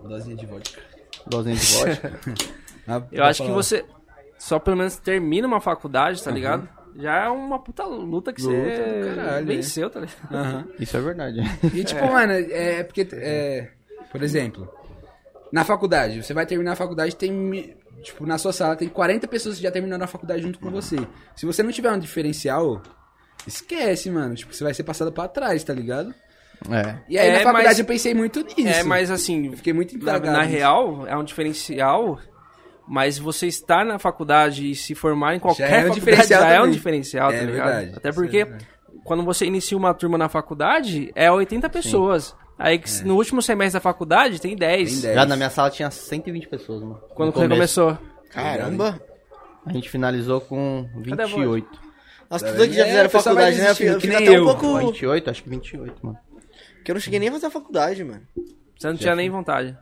Speaker 3: uma dosinha de vodka.
Speaker 2: Dozinha de vodka.
Speaker 3: Ah,
Speaker 1: eu acho que você só pelo menos termina uma faculdade, tá ligado? Já é uma puta luta que você
Speaker 3: do caralho,
Speaker 1: venceu, tá ligado?
Speaker 3: Aham.
Speaker 2: Isso é verdade.
Speaker 3: E tipo, mano, é porque. é, por exemplo, Na faculdade, você vai terminar a faculdade, tem. mi- Tipo, na sua sala tem 40 pessoas que já terminaram a faculdade junto com você. Se você não tiver um diferencial, esquece, mano. Tipo, você vai ser passado pra trás, tá ligado?
Speaker 2: É.
Speaker 3: E aí
Speaker 1: É,
Speaker 3: na faculdade
Speaker 1: mas-
Speaker 3: eu pensei muito nisso.
Speaker 1: É, mas assim,
Speaker 3: Eu fiquei muito
Speaker 1: na,
Speaker 3: empolgado.
Speaker 1: na real, é um diferencial, mas você estar na faculdade e se formar em qualquer
Speaker 3: é um
Speaker 1: faculdade
Speaker 3: diferencial
Speaker 1: já é um
Speaker 3: também.
Speaker 1: diferencial,
Speaker 3: É
Speaker 1: tá ligado?
Speaker 3: verdade.
Speaker 1: Até
Speaker 3: Isso é
Speaker 1: porque
Speaker 3: verdade.
Speaker 1: quando você inicia uma turma na faculdade, é 80 pessoas. Aí que no último semestre da faculdade tem 10.
Speaker 3: É. Tem 10.
Speaker 2: É. Já na minha sala tinha 120 pessoas, mano.
Speaker 1: Quando
Speaker 2: No
Speaker 1: você
Speaker 2: começo.
Speaker 1: começou.
Speaker 4: Caramba.
Speaker 2: A gente finalizou com
Speaker 1: Cadê a voz?
Speaker 2: 28.
Speaker 4: Nossa, tudo que já
Speaker 3: É,
Speaker 4: fizeram
Speaker 3: o pessoal
Speaker 4: faculdade,
Speaker 3: vai
Speaker 4: né? Eu
Speaker 3: desistindo,
Speaker 4: fico
Speaker 3: que
Speaker 4: fico
Speaker 3: nem
Speaker 4: até um
Speaker 3: eu.
Speaker 4: pouco...
Speaker 2: 28? Acho que 28, mano.
Speaker 4: Que eu não cheguei nem a fazer a faculdade, mano.
Speaker 1: Você não tinha nem vontade.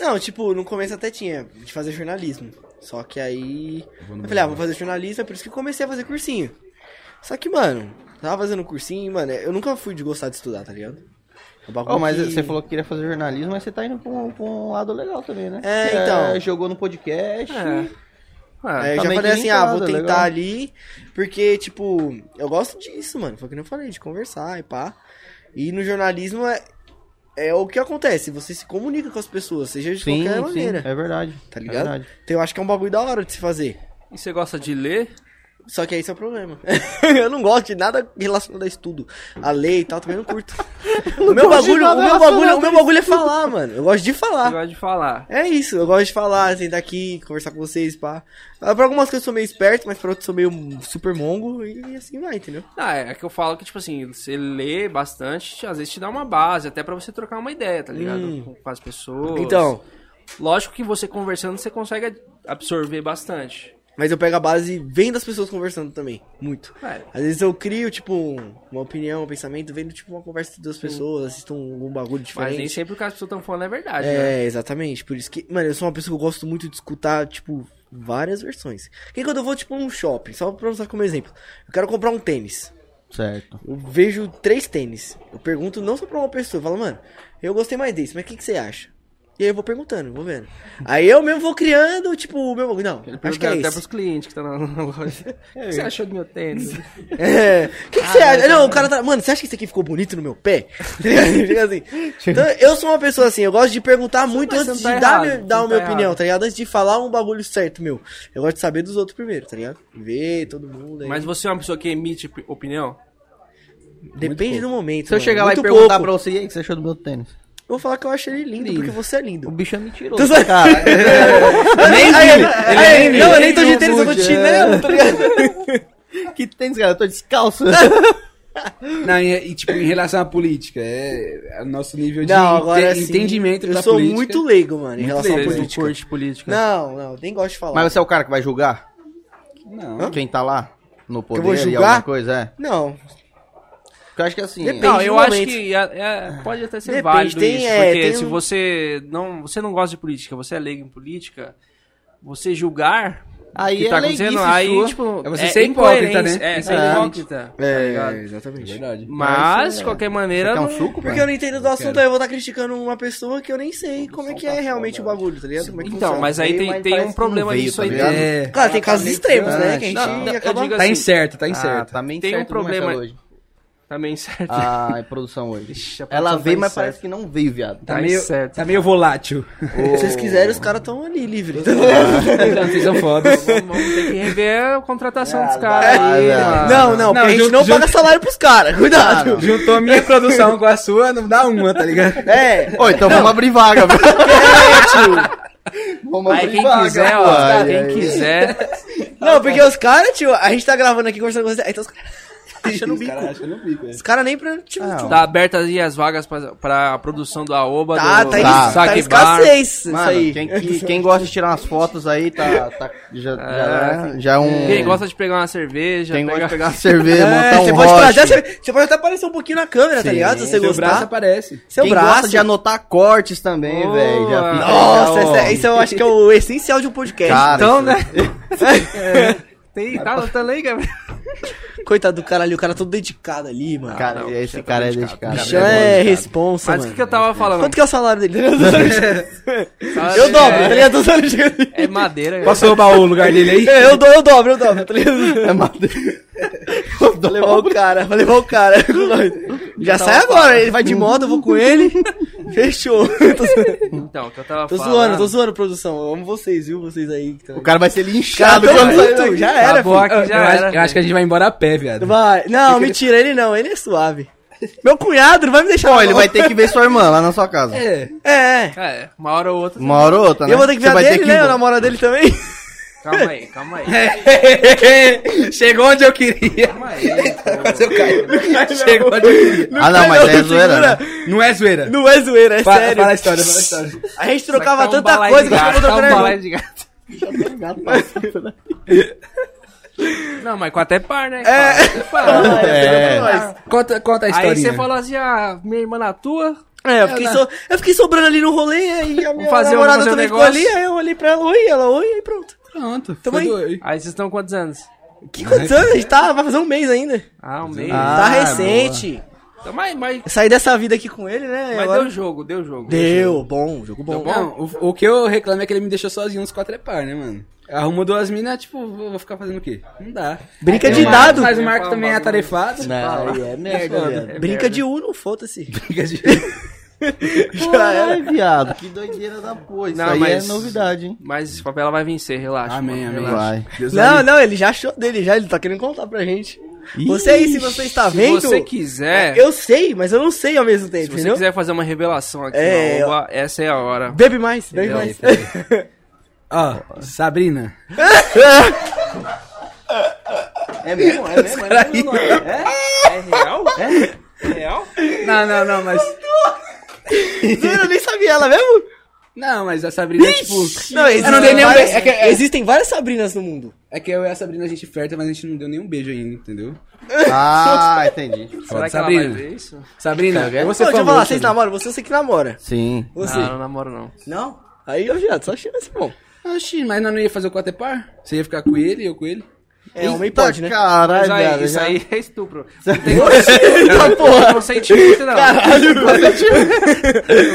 Speaker 4: Não, tipo, no começo até tinha de fazer jornalismo. Só que aí.
Speaker 3: vou no
Speaker 4: Eu falei, ah, vou fazer jornalismo, é por isso que eu comecei a fazer cursinho. Só que, mano, tava fazendo cursinho, mano, é, eu nunca fui de gostar de estudar, tá ligado? É um bagulho
Speaker 2: Ó, mas
Speaker 4: que-
Speaker 2: você falou que queria fazer jornalismo, mas você tá indo pra um, pra um lado legal também, né?
Speaker 4: É,
Speaker 2: Você,
Speaker 4: então.
Speaker 2: jogou no podcast.
Speaker 1: É. Ah,
Speaker 4: É, eu
Speaker 2: tá
Speaker 4: já
Speaker 2: meio
Speaker 4: falei
Speaker 2: que
Speaker 4: assim, ah, vou
Speaker 2: linkado,
Speaker 4: tentar
Speaker 2: legal.
Speaker 4: ali, porque, tipo, eu gosto disso, mano. Foi o que eu falei, de conversar e pá. E no jornalismo é, é o que acontece, você se comunica com as pessoas, seja de
Speaker 2: Sim,
Speaker 4: qualquer
Speaker 2: sim,
Speaker 4: maneira.
Speaker 2: é verdade.
Speaker 4: Tá
Speaker 2: é
Speaker 4: ligado?
Speaker 2: verdade.
Speaker 4: Então eu acho que é um bagulho da hora de se fazer.
Speaker 1: E você gosta de ler?
Speaker 4: Só que esse é o problema. eu não gosto de nada relacionado a estudo. A lei e tal, também não curto. o meu
Speaker 2: gosto de
Speaker 4: bagulho,
Speaker 2: nada
Speaker 4: o meu
Speaker 2: relacionado
Speaker 4: bagulho, o meu bagulho é falar, mano. Eu gosto de
Speaker 1: Você
Speaker 4: falar.
Speaker 1: gosta de falar.
Speaker 4: É isso, eu gosto de falar, assim, sentar aqui, conversar com vocês, pá. Ah, Pra algumas coisas eu sou meio esperto, mas pra outras eu sou meio super mongo e assim vai, entendeu?
Speaker 1: Ah, é que eu falo que, tipo assim, você lê bastante, às vezes te dá uma base, até pra você trocar uma ideia, tá ligado?
Speaker 4: Hum.
Speaker 1: Com, com as pessoas.
Speaker 4: Então,
Speaker 1: Lógico que você conversando, você consegue absorver bastante.
Speaker 4: mas eu pego a base vendo as pessoas conversando também, muito.
Speaker 1: É,
Speaker 4: Às vezes eu crio, tipo, um- uma opinião, um pensamento, vendo, tipo, uma conversa de duas pessoas, assisto um, um bagulho diferente.
Speaker 1: mas nem sempre o que as pessoas estão falando é verdade, né?
Speaker 4: É, exatamente. Por isso que, mano, eu sou uma pessoa que eu gosto muito de escutar, tipo, várias versões. Que quando eu vou, tipo, num shopping, só pra usar como exemplo, eu quero comprar um tênis.
Speaker 2: Certo.
Speaker 4: Eu vejo três tênis. Eu pergunto não só pra uma pessoa, eu falo, mano, eu gostei mais desse, mas o que, que você acha? E aí eu vou perguntando, vou vendo. Aí eu mesmo vou criando, tipo, o meu. Não, acho que é
Speaker 1: até
Speaker 4: esse.
Speaker 1: pros clientes que estão na na loja. O que você achou do meu tênis?
Speaker 4: É. O que, que você acha? Não, o cara tá. Mano, você acha que isso aqui ficou bonito no meu pé? Fica assim. Então, eu sou uma pessoa assim, eu gosto de perguntar muito
Speaker 1: mas
Speaker 4: antes
Speaker 1: você não
Speaker 4: de
Speaker 1: tá
Speaker 4: dar,
Speaker 1: errado,
Speaker 4: minha-
Speaker 1: você
Speaker 4: dar
Speaker 1: não
Speaker 4: a minha
Speaker 1: tá
Speaker 4: opinião,
Speaker 1: errado.
Speaker 4: tá ligado? Antes de falar um bagulho certo meu. Eu gosto de saber dos outros primeiro, tá ligado? Ver todo mundo. Aí.
Speaker 1: Mas você é uma pessoa que emite pi- opinião?
Speaker 4: Depende do momento.
Speaker 2: Se eu
Speaker 4: mano.
Speaker 2: chegar lá e
Speaker 4: Muito
Speaker 2: perguntar
Speaker 4: pouco.
Speaker 2: pra você, e aí, o que você achou do meu tênis?
Speaker 4: Eu vou falar que eu achei ele lindo, porque você é lindo.
Speaker 2: O bicho é mentiroso,
Speaker 4: Tu sabe-
Speaker 2: cara. nem
Speaker 4: Aí ele-
Speaker 2: Ele é
Speaker 4: aí
Speaker 2: nem
Speaker 4: ele-
Speaker 2: viu.
Speaker 4: Não, eu nem tô
Speaker 2: Ele
Speaker 4: de tênis, eu tô de
Speaker 2: confunde,
Speaker 4: chinelo, tá ligado?
Speaker 2: Que tênis, cara? Eu tô descalço.
Speaker 3: Não, e, e, tipo, em relação à política, é, é o nosso nível de
Speaker 4: Não, agora
Speaker 3: ente-
Speaker 4: sim.
Speaker 3: entendimento da
Speaker 4: Eu sou
Speaker 3: política.
Speaker 4: muito leigo, mano, em relação à
Speaker 1: Você não
Speaker 4: política.
Speaker 1: curte política?
Speaker 4: Não, não, nem gosto de falar.
Speaker 2: Mas você é o cara que vai julgar?
Speaker 3: Não.
Speaker 2: Quem tá lá? No poder
Speaker 4: vou
Speaker 2: e
Speaker 4: julgar?
Speaker 2: alguma coisa, é?
Speaker 4: Não,
Speaker 2: Porque eu acho que assim...
Speaker 4: Depende.
Speaker 1: Não,
Speaker 4: Depende
Speaker 1: eu
Speaker 4: do
Speaker 1: acho
Speaker 4: momento.
Speaker 1: que é- é- pode até ser
Speaker 4: Depende,
Speaker 1: válido
Speaker 4: tem-
Speaker 1: isso,
Speaker 4: é,
Speaker 1: porque
Speaker 4: tem
Speaker 1: se
Speaker 4: um-
Speaker 1: você não, você não gosta de política, você é leigo em política, você julgar o
Speaker 2: Aí
Speaker 1: que
Speaker 2: é
Speaker 1: tá acontecendo,
Speaker 2: leiguice
Speaker 1: aí,
Speaker 2: sua.
Speaker 1: tipo,
Speaker 3: É você ser hipócrita,
Speaker 1: incoerência,
Speaker 3: né?
Speaker 1: É, ser
Speaker 2: É.
Speaker 1: hipócrita, tá ligado?
Speaker 3: exatamente. é Verdade.
Speaker 1: Mas,
Speaker 2: Mas,
Speaker 1: de
Speaker 2: é,
Speaker 1: qualquer
Speaker 2: Você
Speaker 1: maneira...
Speaker 2: quer um
Speaker 1: não-
Speaker 2: suco,
Speaker 4: Porque eu não entendo do assunto, aí eu vou estar criticando uma pessoa que eu nem sei como é que é realmente o bagulho, tá ligado? Como é que
Speaker 1: Então,
Speaker 4: funciona.
Speaker 1: mas aí
Speaker 2: Veio,
Speaker 1: tem,
Speaker 2: mas
Speaker 1: tem
Speaker 2: parece
Speaker 1: um
Speaker 2: que não
Speaker 1: problema
Speaker 2: veio,
Speaker 1: nisso
Speaker 2: tá
Speaker 1: aí.
Speaker 2: ligado?
Speaker 1: dentro.
Speaker 3: É,
Speaker 4: Claro, tem casos extremos, né? Que a gente
Speaker 1: Não, não, eu
Speaker 4: acaba...
Speaker 1: digo-
Speaker 3: tá
Speaker 1: assim,
Speaker 3: incerto, tá
Speaker 2: Ah,
Speaker 3: incerto.
Speaker 2: tá meio
Speaker 1: Tem um
Speaker 2: certo, viu,
Speaker 1: problema-
Speaker 2: Marcelo, hoje.
Speaker 1: Também certo.
Speaker 4: Ah.
Speaker 2: A Ah, é produção hoje.
Speaker 1: Ixi, a
Speaker 2: Ela
Speaker 1: produção
Speaker 2: veio,
Speaker 1: tá
Speaker 2: mas
Speaker 1: incerta.
Speaker 2: parece que não veio, viado.
Speaker 1: Tá
Speaker 3: Tá, meio,
Speaker 1: incerto.
Speaker 3: tá meio volátil.
Speaker 4: Se vocês quiserem, os caras estão ali tá livres.
Speaker 3: Vocês são fodas.
Speaker 1: Vamos vamos ter que rever a contratação dos
Speaker 2: Ah,
Speaker 1: caras
Speaker 2: vai,
Speaker 1: aí,
Speaker 2: vai.
Speaker 1: mano.
Speaker 4: Não, não,
Speaker 3: Não,
Speaker 4: porque a gente
Speaker 3: junto-
Speaker 4: não
Speaker 3: junto-
Speaker 4: paga salário pros caras,
Speaker 2: Tá
Speaker 4: cuidado.
Speaker 3: Juntou a minha produção com a sua, não dá uma, tá ligado?
Speaker 4: É,
Speaker 2: Ô, então vamos abrir vaga, viu? É, Vamos
Speaker 1: Aí quem
Speaker 2: vaga, é
Speaker 1: quiser,
Speaker 2: pô.
Speaker 1: ó,
Speaker 2: Ai,
Speaker 1: quem
Speaker 2: ai.
Speaker 1: quiser,
Speaker 4: não, porque os caras, tio, a gente tá gravando aqui, conversando com vocês, aí então os caras...
Speaker 3: Os caras acham no bico, é.
Speaker 4: Os caras nem pra... Tipo,
Speaker 2: Ah,
Speaker 4: tipo,
Speaker 1: tá abertas aí as vagas pra, pra produção do Aoba,
Speaker 4: tá,
Speaker 1: do
Speaker 4: tá, em-
Speaker 2: tá.
Speaker 4: tá,
Speaker 1: Saque
Speaker 4: em
Speaker 1: Bar.
Speaker 4: escassez
Speaker 2: Mano,
Speaker 4: isso aí.
Speaker 2: Quem, que- quem gosta de tirar umas fotos aí, tá, tá- já, já, é- já é um...
Speaker 1: Quem gosta de pegar uma cerveja,
Speaker 2: Quem gosta
Speaker 1: pega-
Speaker 2: de pegar uma cerveja,
Speaker 4: É,
Speaker 2: montar
Speaker 4: você
Speaker 2: um
Speaker 4: pode
Speaker 2: rocha.
Speaker 4: trazer, você- você pode até aparecer um pouquinho na câmera, tá ligado? Se você
Speaker 3: Seu braço é
Speaker 4: gostar.
Speaker 3: aparece.
Speaker 4: Seu
Speaker 2: Quem gosta de anotar cortes também,
Speaker 1: Boa.
Speaker 2: velho. já fica-
Speaker 4: Nossa,
Speaker 2: já, ó,
Speaker 4: esse, é- esse eu acho que é o essencial de um podcast.
Speaker 2: Cara, é
Speaker 1: Então, né?
Speaker 2: isso-
Speaker 1: Tem, tá anotando aí, Gabriel?
Speaker 4: Coitado do cara ali, o cara é todo dedicado ali, mano.
Speaker 2: Cara,
Speaker 1: não,
Speaker 2: esse
Speaker 1: já tá
Speaker 2: cara é
Speaker 1: dedicado.
Speaker 2: dedicado.
Speaker 4: Bichão é responsa,
Speaker 1: Mas o
Speaker 4: mano.
Speaker 1: que, que eu tava falando?
Speaker 4: Quanto que é o salário dele? eu
Speaker 1: Sabe?
Speaker 4: dobro,
Speaker 1: É-
Speaker 4: tá ligado? Tô ligado?
Speaker 1: É madeira, cara.
Speaker 3: Posso roubar o lugar dele aí?
Speaker 4: É, Eu, do, eu dobro, eu dobro, tá ligado?
Speaker 2: É madeira.
Speaker 4: Vou levar o cara, vou levar o cara com nós. Já
Speaker 2: tá
Speaker 4: sai
Speaker 2: lá
Speaker 4: agora, ele vai de moto, eu vou com ele. Fechou. Tô zoando,
Speaker 1: Então, o que eu tava
Speaker 4: tô
Speaker 1: falando.
Speaker 4: zoando, tô zoando, produção. Eu amo vocês, viu? Vocês aí. que tão-
Speaker 2: O cara vai ser
Speaker 4: Cara,
Speaker 2: linchado
Speaker 4: tô
Speaker 2: quando sair
Speaker 4: muito,
Speaker 2: daqui.
Speaker 4: já era,
Speaker 1: Acabou
Speaker 4: filho.
Speaker 1: aqui, já
Speaker 3: Ah, eu,
Speaker 1: era.
Speaker 3: acho, eu acho que a gente vai embora a pé, viado.
Speaker 4: Vai. Não, mentira, ele não, ele é suave. Meu cunhado não vai me deixar.
Speaker 2: Pô,
Speaker 4: na
Speaker 2: ele
Speaker 4: mão.
Speaker 2: vai ter que ver sua irmã lá na sua casa.
Speaker 3: É.
Speaker 4: É, é.
Speaker 1: É, uma hora ou outra.
Speaker 2: Uma hora ou outra, né?
Speaker 4: Eu vou ter que
Speaker 2: Você
Speaker 4: ver a
Speaker 2: vai
Speaker 4: dele,
Speaker 2: que
Speaker 4: né?
Speaker 2: ir
Speaker 4: A
Speaker 2: embora.
Speaker 4: namorada dele também.
Speaker 1: Calma aí, calma aí.
Speaker 4: É.
Speaker 3: Chegou onde eu queria.
Speaker 1: Calma aí.
Speaker 3: Quase eu caí. Chegou onde eu queria.
Speaker 2: Ah, não, mas é zoeira, né?
Speaker 3: Não é zoeira.
Speaker 4: Não é zoeira, é
Speaker 3: Fa-
Speaker 4: sério.
Speaker 3: Fala a história, fala a história.
Speaker 4: A gente
Speaker 1: Só que
Speaker 4: trocava
Speaker 1: tá um
Speaker 4: tanta
Speaker 1: balaio
Speaker 4: coisa
Speaker 1: de
Speaker 4: que eu
Speaker 1: gato,
Speaker 4: tava
Speaker 1: tá um
Speaker 4: trocando.
Speaker 1: balaio de gato. Não, mas com até par, né?
Speaker 4: É.
Speaker 1: Par.
Speaker 2: É.
Speaker 3: Conta, conta a história.
Speaker 1: Aí você falou assim, ah, minha irmã na tua.
Speaker 4: É, eu fiquei, so- eu fiquei sobrando ali no rolê, aí a minha
Speaker 1: fazer um-
Speaker 4: namorada
Speaker 1: fazer um
Speaker 4: também
Speaker 1: negócio.
Speaker 4: ficou ali, aí eu olhei pra ela, oi, ela, oi, aí pronto.
Speaker 3: Pronto,
Speaker 4: Tamo
Speaker 3: foi
Speaker 4: aí.
Speaker 3: doido.
Speaker 1: Aí vocês estão quantos anos?
Speaker 4: Que quantos anos? A gente tá, vai fazer um mês ainda.
Speaker 1: Ah, um mês.
Speaker 2: Ah,
Speaker 4: tá recente.
Speaker 1: Então, mas mas,
Speaker 4: Eu saí dessa vida aqui com ele, né?
Speaker 1: mas
Speaker 4: É, agora-
Speaker 1: deu jogo, deu jogo.
Speaker 4: Deu, bom, jogo bom.
Speaker 3: Não, o, o que eu reclamo é que ele me deixou sozinho nos quatro é par, né, mano? Arrumou duas minas, tipo, vou vou ficar fazendo o quê? Não dá.
Speaker 4: Brinca
Speaker 3: Tem
Speaker 4: de
Speaker 3: o Marcos,
Speaker 4: dado.
Speaker 3: Mas o Marco também é atarefado.
Speaker 4: Não, aí é merda, viado.
Speaker 1: É
Speaker 4: Brinca
Speaker 1: merda.
Speaker 4: de Uno, foda-se.
Speaker 3: Fica de-
Speaker 4: Já era.
Speaker 2: Caralho, viado, que doideira da porra. Isso
Speaker 1: Não,
Speaker 2: aí
Speaker 1: mas-
Speaker 2: é novidade, hein?
Speaker 1: Mas Favela vai vencer, relaxa.
Speaker 3: Amém,
Speaker 1: mano,
Speaker 3: amém.
Speaker 1: relaxa.
Speaker 2: Vai.
Speaker 3: Deus
Speaker 4: Não,
Speaker 3: abençoe.
Speaker 4: não, ele já achou dele, já, ele tá querendo contar pra gente. Você aí, se você está
Speaker 1: Se
Speaker 4: Tá vendo...
Speaker 1: você quiser,
Speaker 4: Eu sei, mas eu não sei ao mesmo tempo,
Speaker 1: se você
Speaker 4: entendeu?
Speaker 1: quiser fazer uma revelação aqui
Speaker 4: É,
Speaker 1: na Oba, essa é a hora.
Speaker 4: Bebe mais, bebe
Speaker 1: Entendeu?
Speaker 4: mais.
Speaker 3: Ó, Sabrina.
Speaker 2: É mesmo, é mesmo.
Speaker 1: É real? É real?
Speaker 3: Não, não, não, mas.
Speaker 4: Zoeira, eu nem sabia ela mesmo?
Speaker 3: Não, mas a Sabrina, tipo.
Speaker 4: Não, existem,
Speaker 3: dei nenhum
Speaker 4: várias,
Speaker 3: beijo. É que- é-
Speaker 4: existem várias Sabrinas no mundo.
Speaker 3: É que eu e a Sabrina a gente flerta, mas a gente não deu nenhum beijo ainda, entendeu?
Speaker 2: Ah, entendi.
Speaker 1: Será
Speaker 3: Foda,
Speaker 1: que ela vai
Speaker 3: Sabrina.
Speaker 1: ver isso?
Speaker 3: Sabrina,
Speaker 2: Cara,
Speaker 1: é
Speaker 3: você
Speaker 4: Ô, deixa eu
Speaker 3: favor,
Speaker 4: falar, vocês
Speaker 1: né?
Speaker 3: Sabrina.
Speaker 4: namoram? Você, você que namora.
Speaker 2: Sim.
Speaker 4: Você.
Speaker 1: Não, não namoro não.
Speaker 4: Não? Aí, ô, viado, só chance, bom.
Speaker 3: Oxi, mas nós não ia fazer o quatro é par? Você ia ficar com ele e eu com ele?
Speaker 4: É, homem
Speaker 2: Eita,
Speaker 4: pode, né?
Speaker 2: Caralho,
Speaker 1: Mas aí,
Speaker 2: viado.
Speaker 1: isso
Speaker 2: já-
Speaker 1: aí é estupro. Não tem não tem consentimento, não.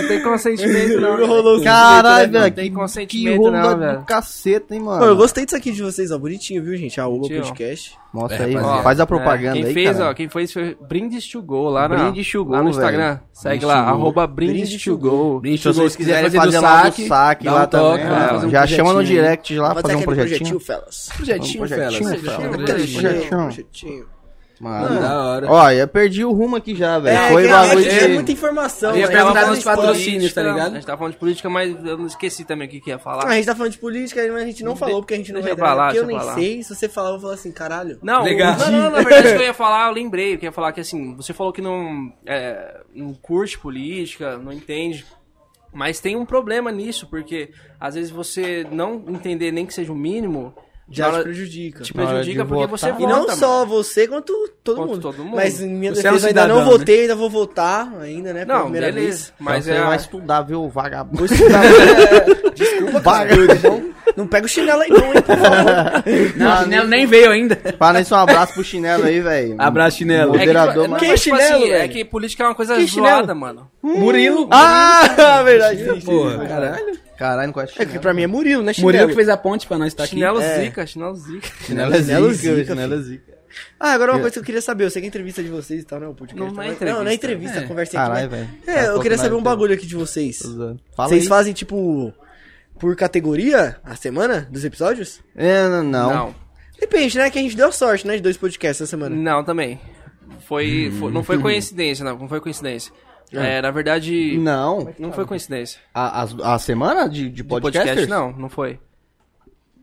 Speaker 1: Não tem consentimento, não.
Speaker 4: Rolou
Speaker 2: Caralho,
Speaker 1: Não
Speaker 2: velho.
Speaker 1: tem
Speaker 2: que-
Speaker 1: consentimento,
Speaker 2: que rolo
Speaker 1: não,
Speaker 2: da-
Speaker 1: velho.
Speaker 2: do caceta, hein,
Speaker 4: Pô, eu
Speaker 2: mano.
Speaker 4: gostei disso aqui de vocês, ó. Bonitinho, viu, gente? A Oba
Speaker 1: Bonitinho.
Speaker 4: Podcast.
Speaker 2: Mostra
Speaker 3: É,
Speaker 2: aí,
Speaker 1: Ó,
Speaker 2: mano. Faz a
Speaker 1: é,
Speaker 2: propaganda
Speaker 1: quem
Speaker 2: aí,
Speaker 1: fez,
Speaker 2: cara.
Speaker 1: ó, quem fez foi Brindes to Go lá na,
Speaker 2: Brindes to Go,
Speaker 1: lá no Instagram.
Speaker 2: velho.
Speaker 1: Segue lá, arroba Brindes,
Speaker 4: Brindes
Speaker 1: to Go.
Speaker 3: Brindes
Speaker 2: Se
Speaker 3: to Go,
Speaker 2: vocês
Speaker 3: se quiser
Speaker 2: quiserem
Speaker 3: fazer,
Speaker 2: fazer
Speaker 3: do
Speaker 2: lá
Speaker 3: saque,
Speaker 2: no saque
Speaker 3: dá
Speaker 2: lá
Speaker 3: um toque,
Speaker 2: também,
Speaker 3: vamos
Speaker 2: mano.
Speaker 3: fazer um
Speaker 2: já chama no
Speaker 3: projetinho.
Speaker 2: direct lá, fazer um
Speaker 4: aquele
Speaker 2: projetinho.
Speaker 4: é projetinho, fellas.
Speaker 3: Projetinho, Felas.
Speaker 2: projetinho,
Speaker 1: Projetinho,
Speaker 2: Felas.
Speaker 1: projetinho.
Speaker 4: Projetinho.
Speaker 2: Mano.
Speaker 3: Da hora.
Speaker 2: Ó, eu perdi o rumo aqui já, velho.
Speaker 4: É,
Speaker 2: Foi
Speaker 4: cara,
Speaker 2: bagulho
Speaker 4: é
Speaker 2: de...
Speaker 4: muita informação. né?
Speaker 3: Eu ia
Speaker 4: mas
Speaker 3: perguntar
Speaker 4: tava
Speaker 3: nos
Speaker 4: no
Speaker 3: patrocínios,
Speaker 4: spoiler.
Speaker 3: tá ligado?
Speaker 1: A gente tá falando de política, mas eu não esqueci também o que, que ia falar.
Speaker 4: A gente tá falando de política, mas a gente não falou porque a gente não
Speaker 1: Deixa
Speaker 4: vai
Speaker 1: pra lá,
Speaker 4: entrar, porque eu
Speaker 1: deixa
Speaker 4: nem
Speaker 1: pra lá.
Speaker 4: sei. Se você falar, eu vou falar assim, caralho.
Speaker 1: Não,
Speaker 3: Legal.
Speaker 1: o- não, não, na verdade o que eu ia falar, eu lembrei, eu ia falar que assim, você falou que não, é, não curte política, não entende, mas tem um problema nisso, porque às vezes você não entender nem que seja o mínimo,
Speaker 4: Já
Speaker 1: na
Speaker 4: te
Speaker 1: hora-
Speaker 4: prejudica.
Speaker 1: te
Speaker 2: Na hora
Speaker 1: prejudica
Speaker 2: de
Speaker 1: porque
Speaker 2: votar.
Speaker 1: você
Speaker 4: E
Speaker 1: vota.
Speaker 4: não
Speaker 1: tipo, mano.
Speaker 4: só você, quanto todo,
Speaker 1: Quanto
Speaker 4: mundo.
Speaker 1: todo mundo.
Speaker 4: Mas em minha
Speaker 3: Você é um
Speaker 4: defesa, ainda não
Speaker 3: cidadão, né?
Speaker 4: votei, ainda vou votar ainda, né? pela
Speaker 1: Não,
Speaker 4: primeira
Speaker 1: beleza,
Speaker 2: Mas
Speaker 1: mas
Speaker 2: você
Speaker 1: é...
Speaker 2: vai estudar, viu, vagabundo.
Speaker 4: Vez. Vou estudar, mas, é, Desculpa, cara. Não, não pega o chinelo aí não, hein, por favor.
Speaker 3: Não, o chinelo nem veio ainda.
Speaker 2: Fala nisso, um abraço pro chinelo aí, velho.
Speaker 3: Abraço, chinelo.
Speaker 1: É que,
Speaker 2: Moderador,
Speaker 1: não,
Speaker 4: Que
Speaker 1: mas, tipo
Speaker 4: chinelo,
Speaker 1: assim, é
Speaker 4: velho?
Speaker 1: que política é uma coisa
Speaker 4: Que chinelo?
Speaker 1: zoada, mano.
Speaker 3: Murilo.
Speaker 4: Ah, verdade.
Speaker 3: Porra, caralho.
Speaker 2: Caralho, não conhece
Speaker 4: É que
Speaker 2: chinelo.
Speaker 4: pra mim é Murilo, né, chinelo?
Speaker 3: Murilo que fez a ponte pra nós estar Tá aqui.
Speaker 1: Chinelo zica, chinelo zica.
Speaker 2: Chinelo é
Speaker 4: Chinelo
Speaker 2: zica,
Speaker 4: zica,
Speaker 2: velho, chinelo é zica.
Speaker 4: Ah, agora uma coisa que eu queria saber. Eu sei que é entrevista de vocês e tal, né? O podcast.
Speaker 1: Não, não
Speaker 4: tal,
Speaker 1: é
Speaker 4: mas-
Speaker 1: entrevista.
Speaker 4: Não, não é entrevista,
Speaker 3: É.
Speaker 4: conversa aqui.
Speaker 2: Caralho,
Speaker 4: mas-
Speaker 2: velho.
Speaker 4: É, eu queria
Speaker 2: então.
Speaker 4: saber um bagulho aqui de vocês. vocês
Speaker 2: fazem...
Speaker 4: fazem, tipo, por categoria a semana dos episódios?
Speaker 2: É, não, não.
Speaker 1: Não,
Speaker 4: Depende, né? Que a gente deu sorte, né? De dois podcasts essa
Speaker 2: Hum.
Speaker 4: semana.
Speaker 1: não também. Foi, foi- não foi coincidência, não, não foi coincidência. É, na verdade,
Speaker 2: Hum. Não.
Speaker 1: não foi coincidência.
Speaker 2: A, as- a semana de, de
Speaker 1: De
Speaker 2: podcasters?
Speaker 1: não, não foi.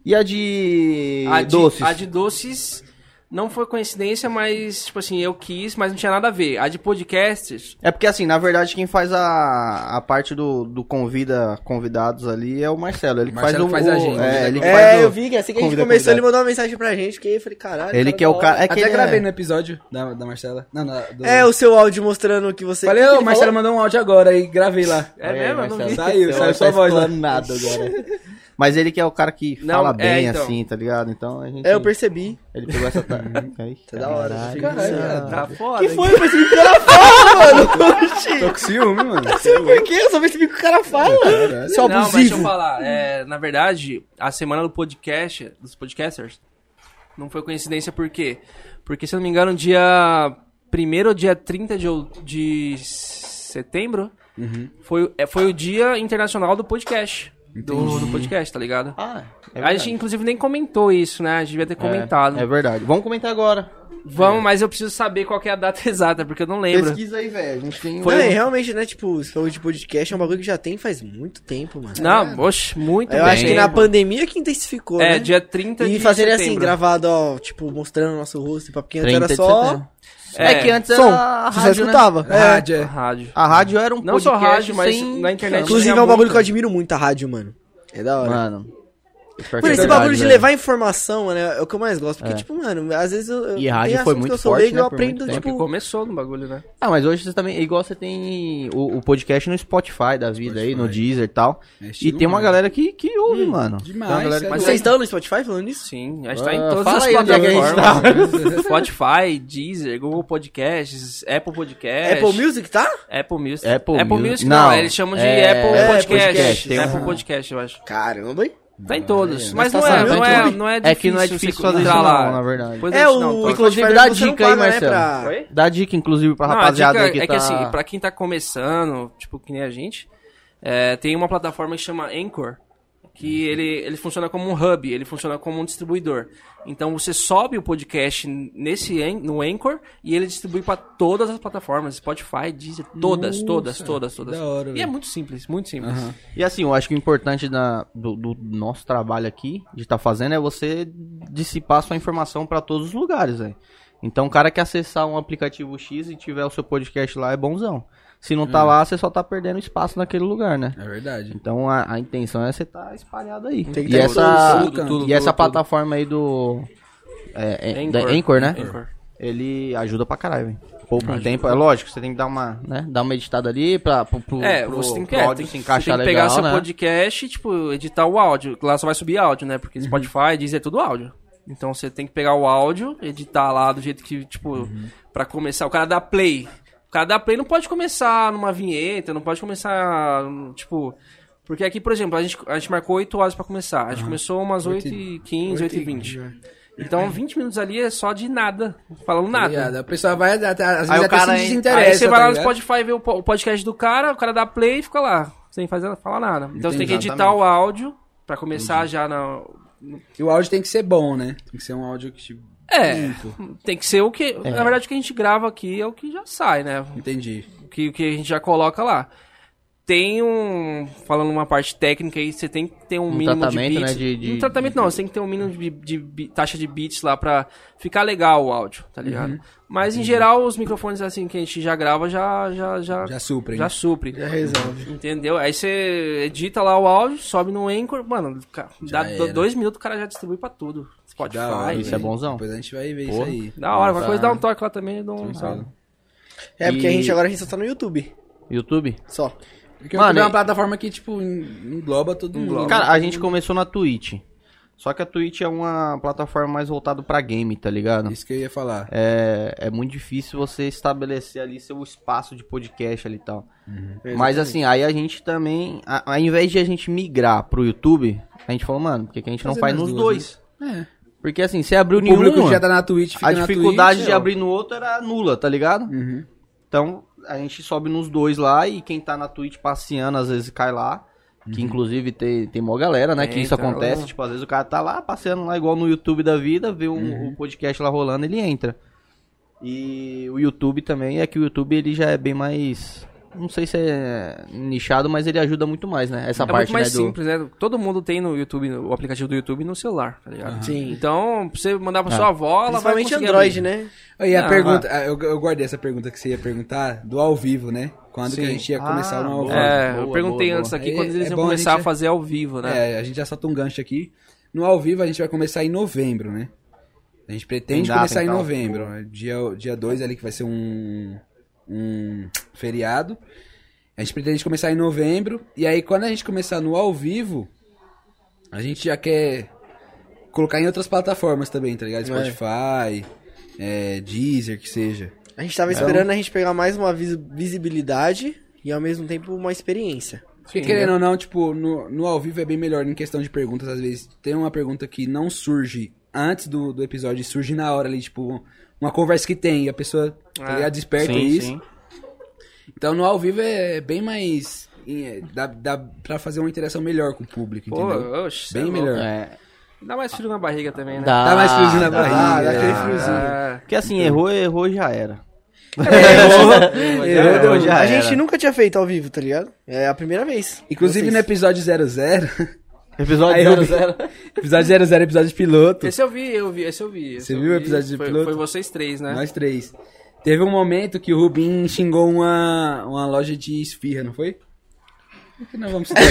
Speaker 2: E a de
Speaker 1: A de,
Speaker 2: doces?
Speaker 1: a de doces não foi coincidência, mas, tipo assim, eu quis, mas não tinha nada a ver. A de podcasts,
Speaker 2: É porque, assim, na verdade, quem faz a, a parte do, do convida convidados ali é o Marcelo. Ele que
Speaker 3: Marcelo
Speaker 2: faz,
Speaker 3: faz
Speaker 2: o,
Speaker 3: a
Speaker 2: o-
Speaker 3: gente.
Speaker 2: É, ele que faz
Speaker 4: É,
Speaker 2: o-
Speaker 4: eu vi que assim que a gente
Speaker 2: convida,
Speaker 4: começou,
Speaker 2: convida.
Speaker 4: ele mandou uma mensagem pra gente, que eu falei, caralho. tá
Speaker 2: Ele que é o
Speaker 4: da hora.
Speaker 2: cara... É que
Speaker 3: Até
Speaker 2: ele
Speaker 3: gravei
Speaker 4: né?
Speaker 2: é...
Speaker 3: no episódio da, da Marcela. Não, não, do...
Speaker 4: É, o seu áudio mostrando que você...
Speaker 3: Falei,
Speaker 4: que
Speaker 3: ô,
Speaker 4: ele
Speaker 3: Marcela
Speaker 4: falou?
Speaker 3: mandou um áudio agora e gravei lá.
Speaker 1: é mesmo? Eu não
Speaker 4: Tá
Speaker 1: vi.
Speaker 3: Saiu, saiu
Speaker 2: tá
Speaker 3: sua voz lá.
Speaker 2: nada agora. Mas ele que é o cara que
Speaker 1: Não,
Speaker 2: fala
Speaker 1: é,
Speaker 2: bem,
Speaker 1: então.
Speaker 2: assim, tá ligado? Então a gente...
Speaker 4: É, eu percebi.
Speaker 2: Ele pegou essa técnica aí. Tá
Speaker 4: da hora,
Speaker 3: Caralho,
Speaker 2: Ah,
Speaker 1: tá foda.
Speaker 4: Que
Speaker 1: hein?
Speaker 4: foi? Eu percebi que o cara fala, mano.
Speaker 3: Tô
Speaker 4: Oxi.
Speaker 3: com ciúme, mano.
Speaker 4: Não sei por quê, eu só percebi É que o cara
Speaker 2: É,
Speaker 4: fala. Seu
Speaker 1: Não, mas deixa eu
Speaker 4: é abusivo.
Speaker 1: falar. é, na verdade, a semana do podcast, dos podcasters, não foi coincidência por quê? Porque, se eu não me engano, dia primeiro dia 30 de, ou- de setembro
Speaker 4: Uhum.
Speaker 1: foi, é, foi o Dia Internacional do Podcast. Do, do podcast, tá ligado?
Speaker 2: Ah, é
Speaker 1: a gente, inclusive, nem comentou isso, né? A gente devia ter comentado.
Speaker 2: É, verdade. Vamos comentar agora.
Speaker 1: Vamos, mas eu preciso saber qual que é a data exata, porque eu não lembro.
Speaker 2: Pesquisa aí, velho. A gente tem. um-
Speaker 4: Não, é, realmente, né? Tipo, esse falou de podcast é um bagulho que já tem faz muito tempo, mano.
Speaker 1: Não, oxe, muito
Speaker 4: né? Eu
Speaker 1: bem.
Speaker 4: acho que na pandemia que intensificou,
Speaker 1: É,
Speaker 4: né?
Speaker 1: dia 30 de
Speaker 4: E fazer assim,
Speaker 1: setembro.
Speaker 4: gravado, ó, tipo, mostrando o nosso rosto, pá, porque antes
Speaker 2: 30
Speaker 4: era
Speaker 2: de
Speaker 4: só
Speaker 2: setembro.
Speaker 1: É,
Speaker 2: É que antes
Speaker 4: som,
Speaker 2: era a
Speaker 4: você só
Speaker 2: rádio, né?
Speaker 4: escutava. É.
Speaker 3: Rádio,
Speaker 1: a
Speaker 3: é.
Speaker 1: rádio.
Speaker 2: A rádio era um
Speaker 1: Não só
Speaker 2: podcast
Speaker 1: rádio, mas
Speaker 2: sem-
Speaker 1: na internet.
Speaker 4: Inclusive é
Speaker 1: tinha
Speaker 4: um bagulho
Speaker 1: muito.
Speaker 4: que eu admiro muito, a rádio, mano. É da hora.
Speaker 2: Mano. pior que
Speaker 4: Por
Speaker 2: é
Speaker 4: esse
Speaker 2: verdade,
Speaker 4: bagulho de
Speaker 2: velho.
Speaker 4: levar informação, mano, é o que eu mais gosto. Porque,
Speaker 2: É.
Speaker 4: tipo, mano, às vezes eu. eu-
Speaker 2: E a rádio
Speaker 4: tem
Speaker 2: foi
Speaker 4: assunto
Speaker 2: muito
Speaker 4: que eu sou
Speaker 2: forte,
Speaker 4: leigo,
Speaker 2: né,
Speaker 4: eu
Speaker 2: por
Speaker 4: aprendo,
Speaker 2: muito
Speaker 1: É que
Speaker 4: tipo.
Speaker 1: começou no bagulho, né?
Speaker 2: Ah, mas hoje você também. Igual você tem o, o podcast no Spotify da vida aí, no
Speaker 3: Spotify.
Speaker 2: Deezer e tal.
Speaker 3: É
Speaker 2: E
Speaker 3: estilo
Speaker 2: tem uma
Speaker 3: mesmo.
Speaker 2: galera que, que ouve, mano.
Speaker 3: demais,
Speaker 2: Tem uma galera que-
Speaker 3: é
Speaker 4: Mas
Speaker 1: Mas
Speaker 4: vocês
Speaker 1: é-
Speaker 4: estão no Spotify falando isso?
Speaker 1: Sim, a gente tá em
Speaker 2: Ah,
Speaker 1: todas
Speaker 2: fala
Speaker 1: as
Speaker 2: aí onde é que a gente
Speaker 1: plataformas. Spotify, Deezer, Google Podcasts, Apple Podcasts.
Speaker 4: Apple Music, tá?
Speaker 1: Apple Music.
Speaker 2: Apple Music.
Speaker 1: Music não,
Speaker 2: Não,
Speaker 1: eles chamam de
Speaker 2: é-
Speaker 1: Apple
Speaker 4: é,
Speaker 1: Podcast.
Speaker 2: podcast, tem
Speaker 1: Apple
Speaker 2: um-
Speaker 1: Podcast, eu acho.
Speaker 4: Caramba, hein?
Speaker 1: Tá em todos. Mas,
Speaker 2: Tá
Speaker 1: não, é,
Speaker 2: sabendo,
Speaker 1: não,
Speaker 2: tá em
Speaker 1: é,
Speaker 2: todos.
Speaker 1: não é
Speaker 2: É que não é
Speaker 1: difícil
Speaker 2: difícil
Speaker 1: você
Speaker 2: fazer isso,
Speaker 1: encontrar
Speaker 2: não,
Speaker 1: lá.
Speaker 2: na verdade.
Speaker 1: Pois
Speaker 4: É,
Speaker 1: eles não,
Speaker 4: o
Speaker 1: tá.
Speaker 4: Inclusive,
Speaker 2: Inclusive, dá
Speaker 4: você não
Speaker 2: dica aí,
Speaker 4: paga, né,
Speaker 2: Marcelo.
Speaker 4: pra-
Speaker 1: Oi?
Speaker 2: Dá dica, inclusive, pra
Speaker 1: Não, a
Speaker 2: rapaziada
Speaker 1: dica
Speaker 2: aí que
Speaker 1: é
Speaker 2: tá...
Speaker 1: que assim, pra quem tá começando, tipo, que nem a gente, é, tem uma plataforma que chama Anchor, que
Speaker 2: Uhum.
Speaker 1: ele, ele funciona como um hub, ele funciona como um distribuidor. Então você sobe o podcast nesse An- no Anchor e ele distribui pra todas as plataformas, Spotify, Deezer, todas, todas, todas, todas.
Speaker 3: da hora,
Speaker 1: e é
Speaker 3: velho.
Speaker 1: muito simples, muito simples.
Speaker 3: Aham.
Speaker 2: E assim, eu acho que o importante da- do, do nosso trabalho aqui, de estar fazendo, é você dissipar sua informação pra todos os lugares, velho. Então, o cara que acessar um aplicativo X e tiver o seu podcast lá é bonzão. Se não tá lá, você só tá perdendo espaço naquele lugar, né?
Speaker 3: É verdade.
Speaker 2: Então, a, a intenção é você tá espalhado aí.
Speaker 4: Tem que
Speaker 2: e,
Speaker 4: tá em
Speaker 2: essa,
Speaker 1: todos, tudo, tudo,
Speaker 2: e essa
Speaker 1: tudo, tudo.
Speaker 2: plataforma aí do... É, é, da Anchor, né? ele ajuda pra caralho, velho. Pouco tempo, é lógico, você tem que dar uma, né, dar uma editada ali pra, pro, pro,
Speaker 1: É,
Speaker 2: pro-
Speaker 1: você tem que,
Speaker 2: pro
Speaker 1: é,
Speaker 2: áudio
Speaker 1: tem que- você
Speaker 2: se
Speaker 1: tem
Speaker 2: encaixar
Speaker 1: que
Speaker 2: legal,
Speaker 1: pegar seu
Speaker 2: né?
Speaker 1: podcast e, tipo, editar o áudio. Lá só vai subir áudio, né?
Speaker 2: Uhum.
Speaker 1: Porque Spotify, Deezer, é tudo áudio. Então você tem que pegar o áudio, editar lá do jeito que, tipo,
Speaker 2: Uhum.
Speaker 1: pra começar. O cara dá play. O cara dá play não pode começar numa vinheta, não pode começar, tipo... Porque aqui, por exemplo, a gente, a gente marcou 8 horas pra começar. A gente começou umas 8h15, 8h20. Então 20 minutos ali é só de nada,
Speaker 2: Tá
Speaker 1: falando nada.
Speaker 3: Nada. Tá A pessoa vai até, às vezes
Speaker 2: Aí o
Speaker 3: até
Speaker 2: cara
Speaker 3: se
Speaker 2: en-
Speaker 3: desinteressa.
Speaker 1: Aí você vai
Speaker 3: tá
Speaker 1: lá no
Speaker 3: ligado?
Speaker 1: Spotify ver o po- o podcast do cara, o cara dá play e fica lá, sem fazer, falar nada. Então você tem que
Speaker 2: Entendi.
Speaker 1: editar o áudio pra começar já na.
Speaker 3: E o áudio tem que ser bom, né? Tem que ser um áudio que tipo,
Speaker 1: É,
Speaker 3: limpo.
Speaker 1: tem que ser o que. Na verdade, o que a gente grava aqui é o que já sai, né?
Speaker 3: Entendi.
Speaker 1: O que, o que a gente já coloca lá. Tem um. Falando uma parte técnica aí, você tem que ter um, mínimo de
Speaker 2: tratamento,
Speaker 1: beats.
Speaker 2: né, de- de-
Speaker 1: um tratamento não, você tem que ter um mínimo de, de bi- taxa de beats lá pra ficar legal o áudio, tá ligado?
Speaker 2: Uhum.
Speaker 1: Mas em geral, os microfones assim que a gente já grava já. Já, já,
Speaker 3: Já supra, hein?
Speaker 1: já supre.
Speaker 4: Já resolve.
Speaker 1: Entendeu? Aí você edita lá o áudio, sobe no Anchor, mano, ca- dá
Speaker 3: era.
Speaker 1: do- dois minutos o cara já distribui pra tudo. Spotify.
Speaker 3: Da hora,
Speaker 2: Isso
Speaker 1: velho.
Speaker 2: é bonzão.
Speaker 3: Depois a gente vai ver
Speaker 2: Porra.
Speaker 3: isso aí.
Speaker 1: Da hora, qualquer
Speaker 2: Tá.
Speaker 1: coisa dá um toque lá também, dá um
Speaker 3: Tranquilo.
Speaker 4: É, porque a
Speaker 2: E-
Speaker 4: gente agora a gente só tá no YouTube.
Speaker 2: YouTube?
Speaker 4: Só.
Speaker 3: Porque o
Speaker 2: Mano,
Speaker 3: YouTube é uma
Speaker 2: e-
Speaker 3: plataforma que, tipo, en- engloba todo mundo.
Speaker 2: Cara, a gente começou na Twitch. Só que a Twitch é uma plataforma mais voltada pra game, tá ligado?
Speaker 3: Isso que eu ia falar.
Speaker 2: É, é muito difícil você estabelecer ali seu espaço de podcast ali e tal.
Speaker 3: Uhum.
Speaker 2: Mas assim, aí a gente também, a, ao invés de a gente migrar pro YouTube, a gente falou, mano, por que, que a gente não
Speaker 3: Fazer
Speaker 2: faz
Speaker 3: nas
Speaker 2: nos
Speaker 3: duas,
Speaker 2: dois?
Speaker 3: É.
Speaker 2: Porque assim, você abriu
Speaker 3: O
Speaker 2: nenhum,
Speaker 3: público que
Speaker 2: mano,
Speaker 3: já tá na Twitch, é fica
Speaker 2: a
Speaker 3: na
Speaker 2: dificuldade
Speaker 3: Twitch,
Speaker 2: de
Speaker 3: ó.
Speaker 2: abrir no outro era nula, tá ligado?
Speaker 3: Uhum.
Speaker 2: Então, a gente sobe nos dois lá e quem tá na Twitch passeando, às vezes cai lá. Que inclusive tem, tem mó galera, né? que
Speaker 1: Tem,
Speaker 2: isso
Speaker 1: tá
Speaker 2: acontece.
Speaker 1: lá.
Speaker 2: Tipo, às vezes o cara tá lá passeando lá, igual no YouTube da vida, vê um, o podcast lá rolando, ele entra. E o YouTube também, é que o YouTube ele já é bem mais. Não sei se é nichado, mas ele ajuda muito mais, né? Essa
Speaker 1: É
Speaker 2: parte,
Speaker 1: muito mais
Speaker 2: né? Do...
Speaker 1: simples, né? Todo mundo tem no YouTube, o aplicativo do YouTube no celular, tá ligado?
Speaker 4: Sim.
Speaker 1: Então, pra você mandar pra
Speaker 3: Ah.
Speaker 1: sua avó, ela vai
Speaker 4: Principalmente
Speaker 1: conseguir
Speaker 4: Android,
Speaker 1: abrir.
Speaker 4: né?
Speaker 3: E a
Speaker 1: Não,
Speaker 3: pergunta, ah, eu, eu guardei essa pergunta que você ia perguntar do ao vivo, né? Quando que a
Speaker 1: Sim.
Speaker 3: gente ia
Speaker 2: Ah,
Speaker 3: começar no ao vivo.
Speaker 2: boa.
Speaker 3: É.
Speaker 1: É, eu perguntei
Speaker 2: boa,
Speaker 1: antes
Speaker 3: boa.
Speaker 1: aqui
Speaker 3: É-
Speaker 1: quando eles
Speaker 3: é
Speaker 1: iam
Speaker 3: bom a
Speaker 1: começar
Speaker 3: gente-
Speaker 1: a fazer ao vivo, né?
Speaker 3: a gente já soltou um gancho aqui. No ao vivo a gente vai começar em novembro, né? A gente pretende
Speaker 2: Tem data,
Speaker 3: começar
Speaker 2: então?
Speaker 3: em novembro. né? Dia 2 ali que vai ser um, um feriado. A gente pretende começar em novembro. E aí quando a gente começar no ao vivo, a gente já quer colocar em outras plataformas também, tá ligado? Spotify, é, Deezer, que seja.
Speaker 4: A gente tava esperando a gente pegar mais uma vis- visibilidade e ao mesmo tempo uma experiência.
Speaker 3: Porque querendo ou não, tipo, no, no ao vivo é bem melhor em questão de perguntas. Às vezes tem uma pergunta que não surge antes do, do episódio, surge na hora ali, tipo, uma conversa que tem e a pessoa tá
Speaker 1: Ah,
Speaker 3: ligado, desperta
Speaker 2: Sim,
Speaker 3: isso.
Speaker 2: sim.
Speaker 3: Então no ao vivo é bem mais. é, dá, dá pra fazer uma interação melhor com o público,
Speaker 1: Pô,
Speaker 3: entendeu?
Speaker 1: oxe,
Speaker 3: Bem
Speaker 1: cê é louco.
Speaker 3: melhor.
Speaker 2: É.
Speaker 1: Dá mais frio na barriga também, né?
Speaker 3: Dá mais friozinho na
Speaker 2: Ah,
Speaker 3: barriga.
Speaker 2: dá aquele friozinho.
Speaker 1: Ah,
Speaker 2: Porque assim, errou, errou e já era.
Speaker 1: é,
Speaker 3: Errou,
Speaker 2: errou,
Speaker 1: um
Speaker 3: deu-
Speaker 2: já
Speaker 4: a
Speaker 2: era.
Speaker 4: gente nunca tinha feito ao vivo, tá ligado? É a primeira vez.
Speaker 3: Inclusive né, no episódio 00.
Speaker 2: Episódio né?
Speaker 3: Aí eu
Speaker 2: 00.
Speaker 3: vi- episódio 00, episódio piloto.
Speaker 1: esse eu vi, eu vi, esse eu vi. esse
Speaker 3: Você
Speaker 1: eu
Speaker 3: viu o
Speaker 1: vi.
Speaker 3: episódio de
Speaker 1: foi,
Speaker 3: piloto?
Speaker 1: Foi vocês três, né?
Speaker 3: Nós três. Teve um momento que o Rubim xingou uma, uma loja de esfirra, não foi? Por que não vamos citar?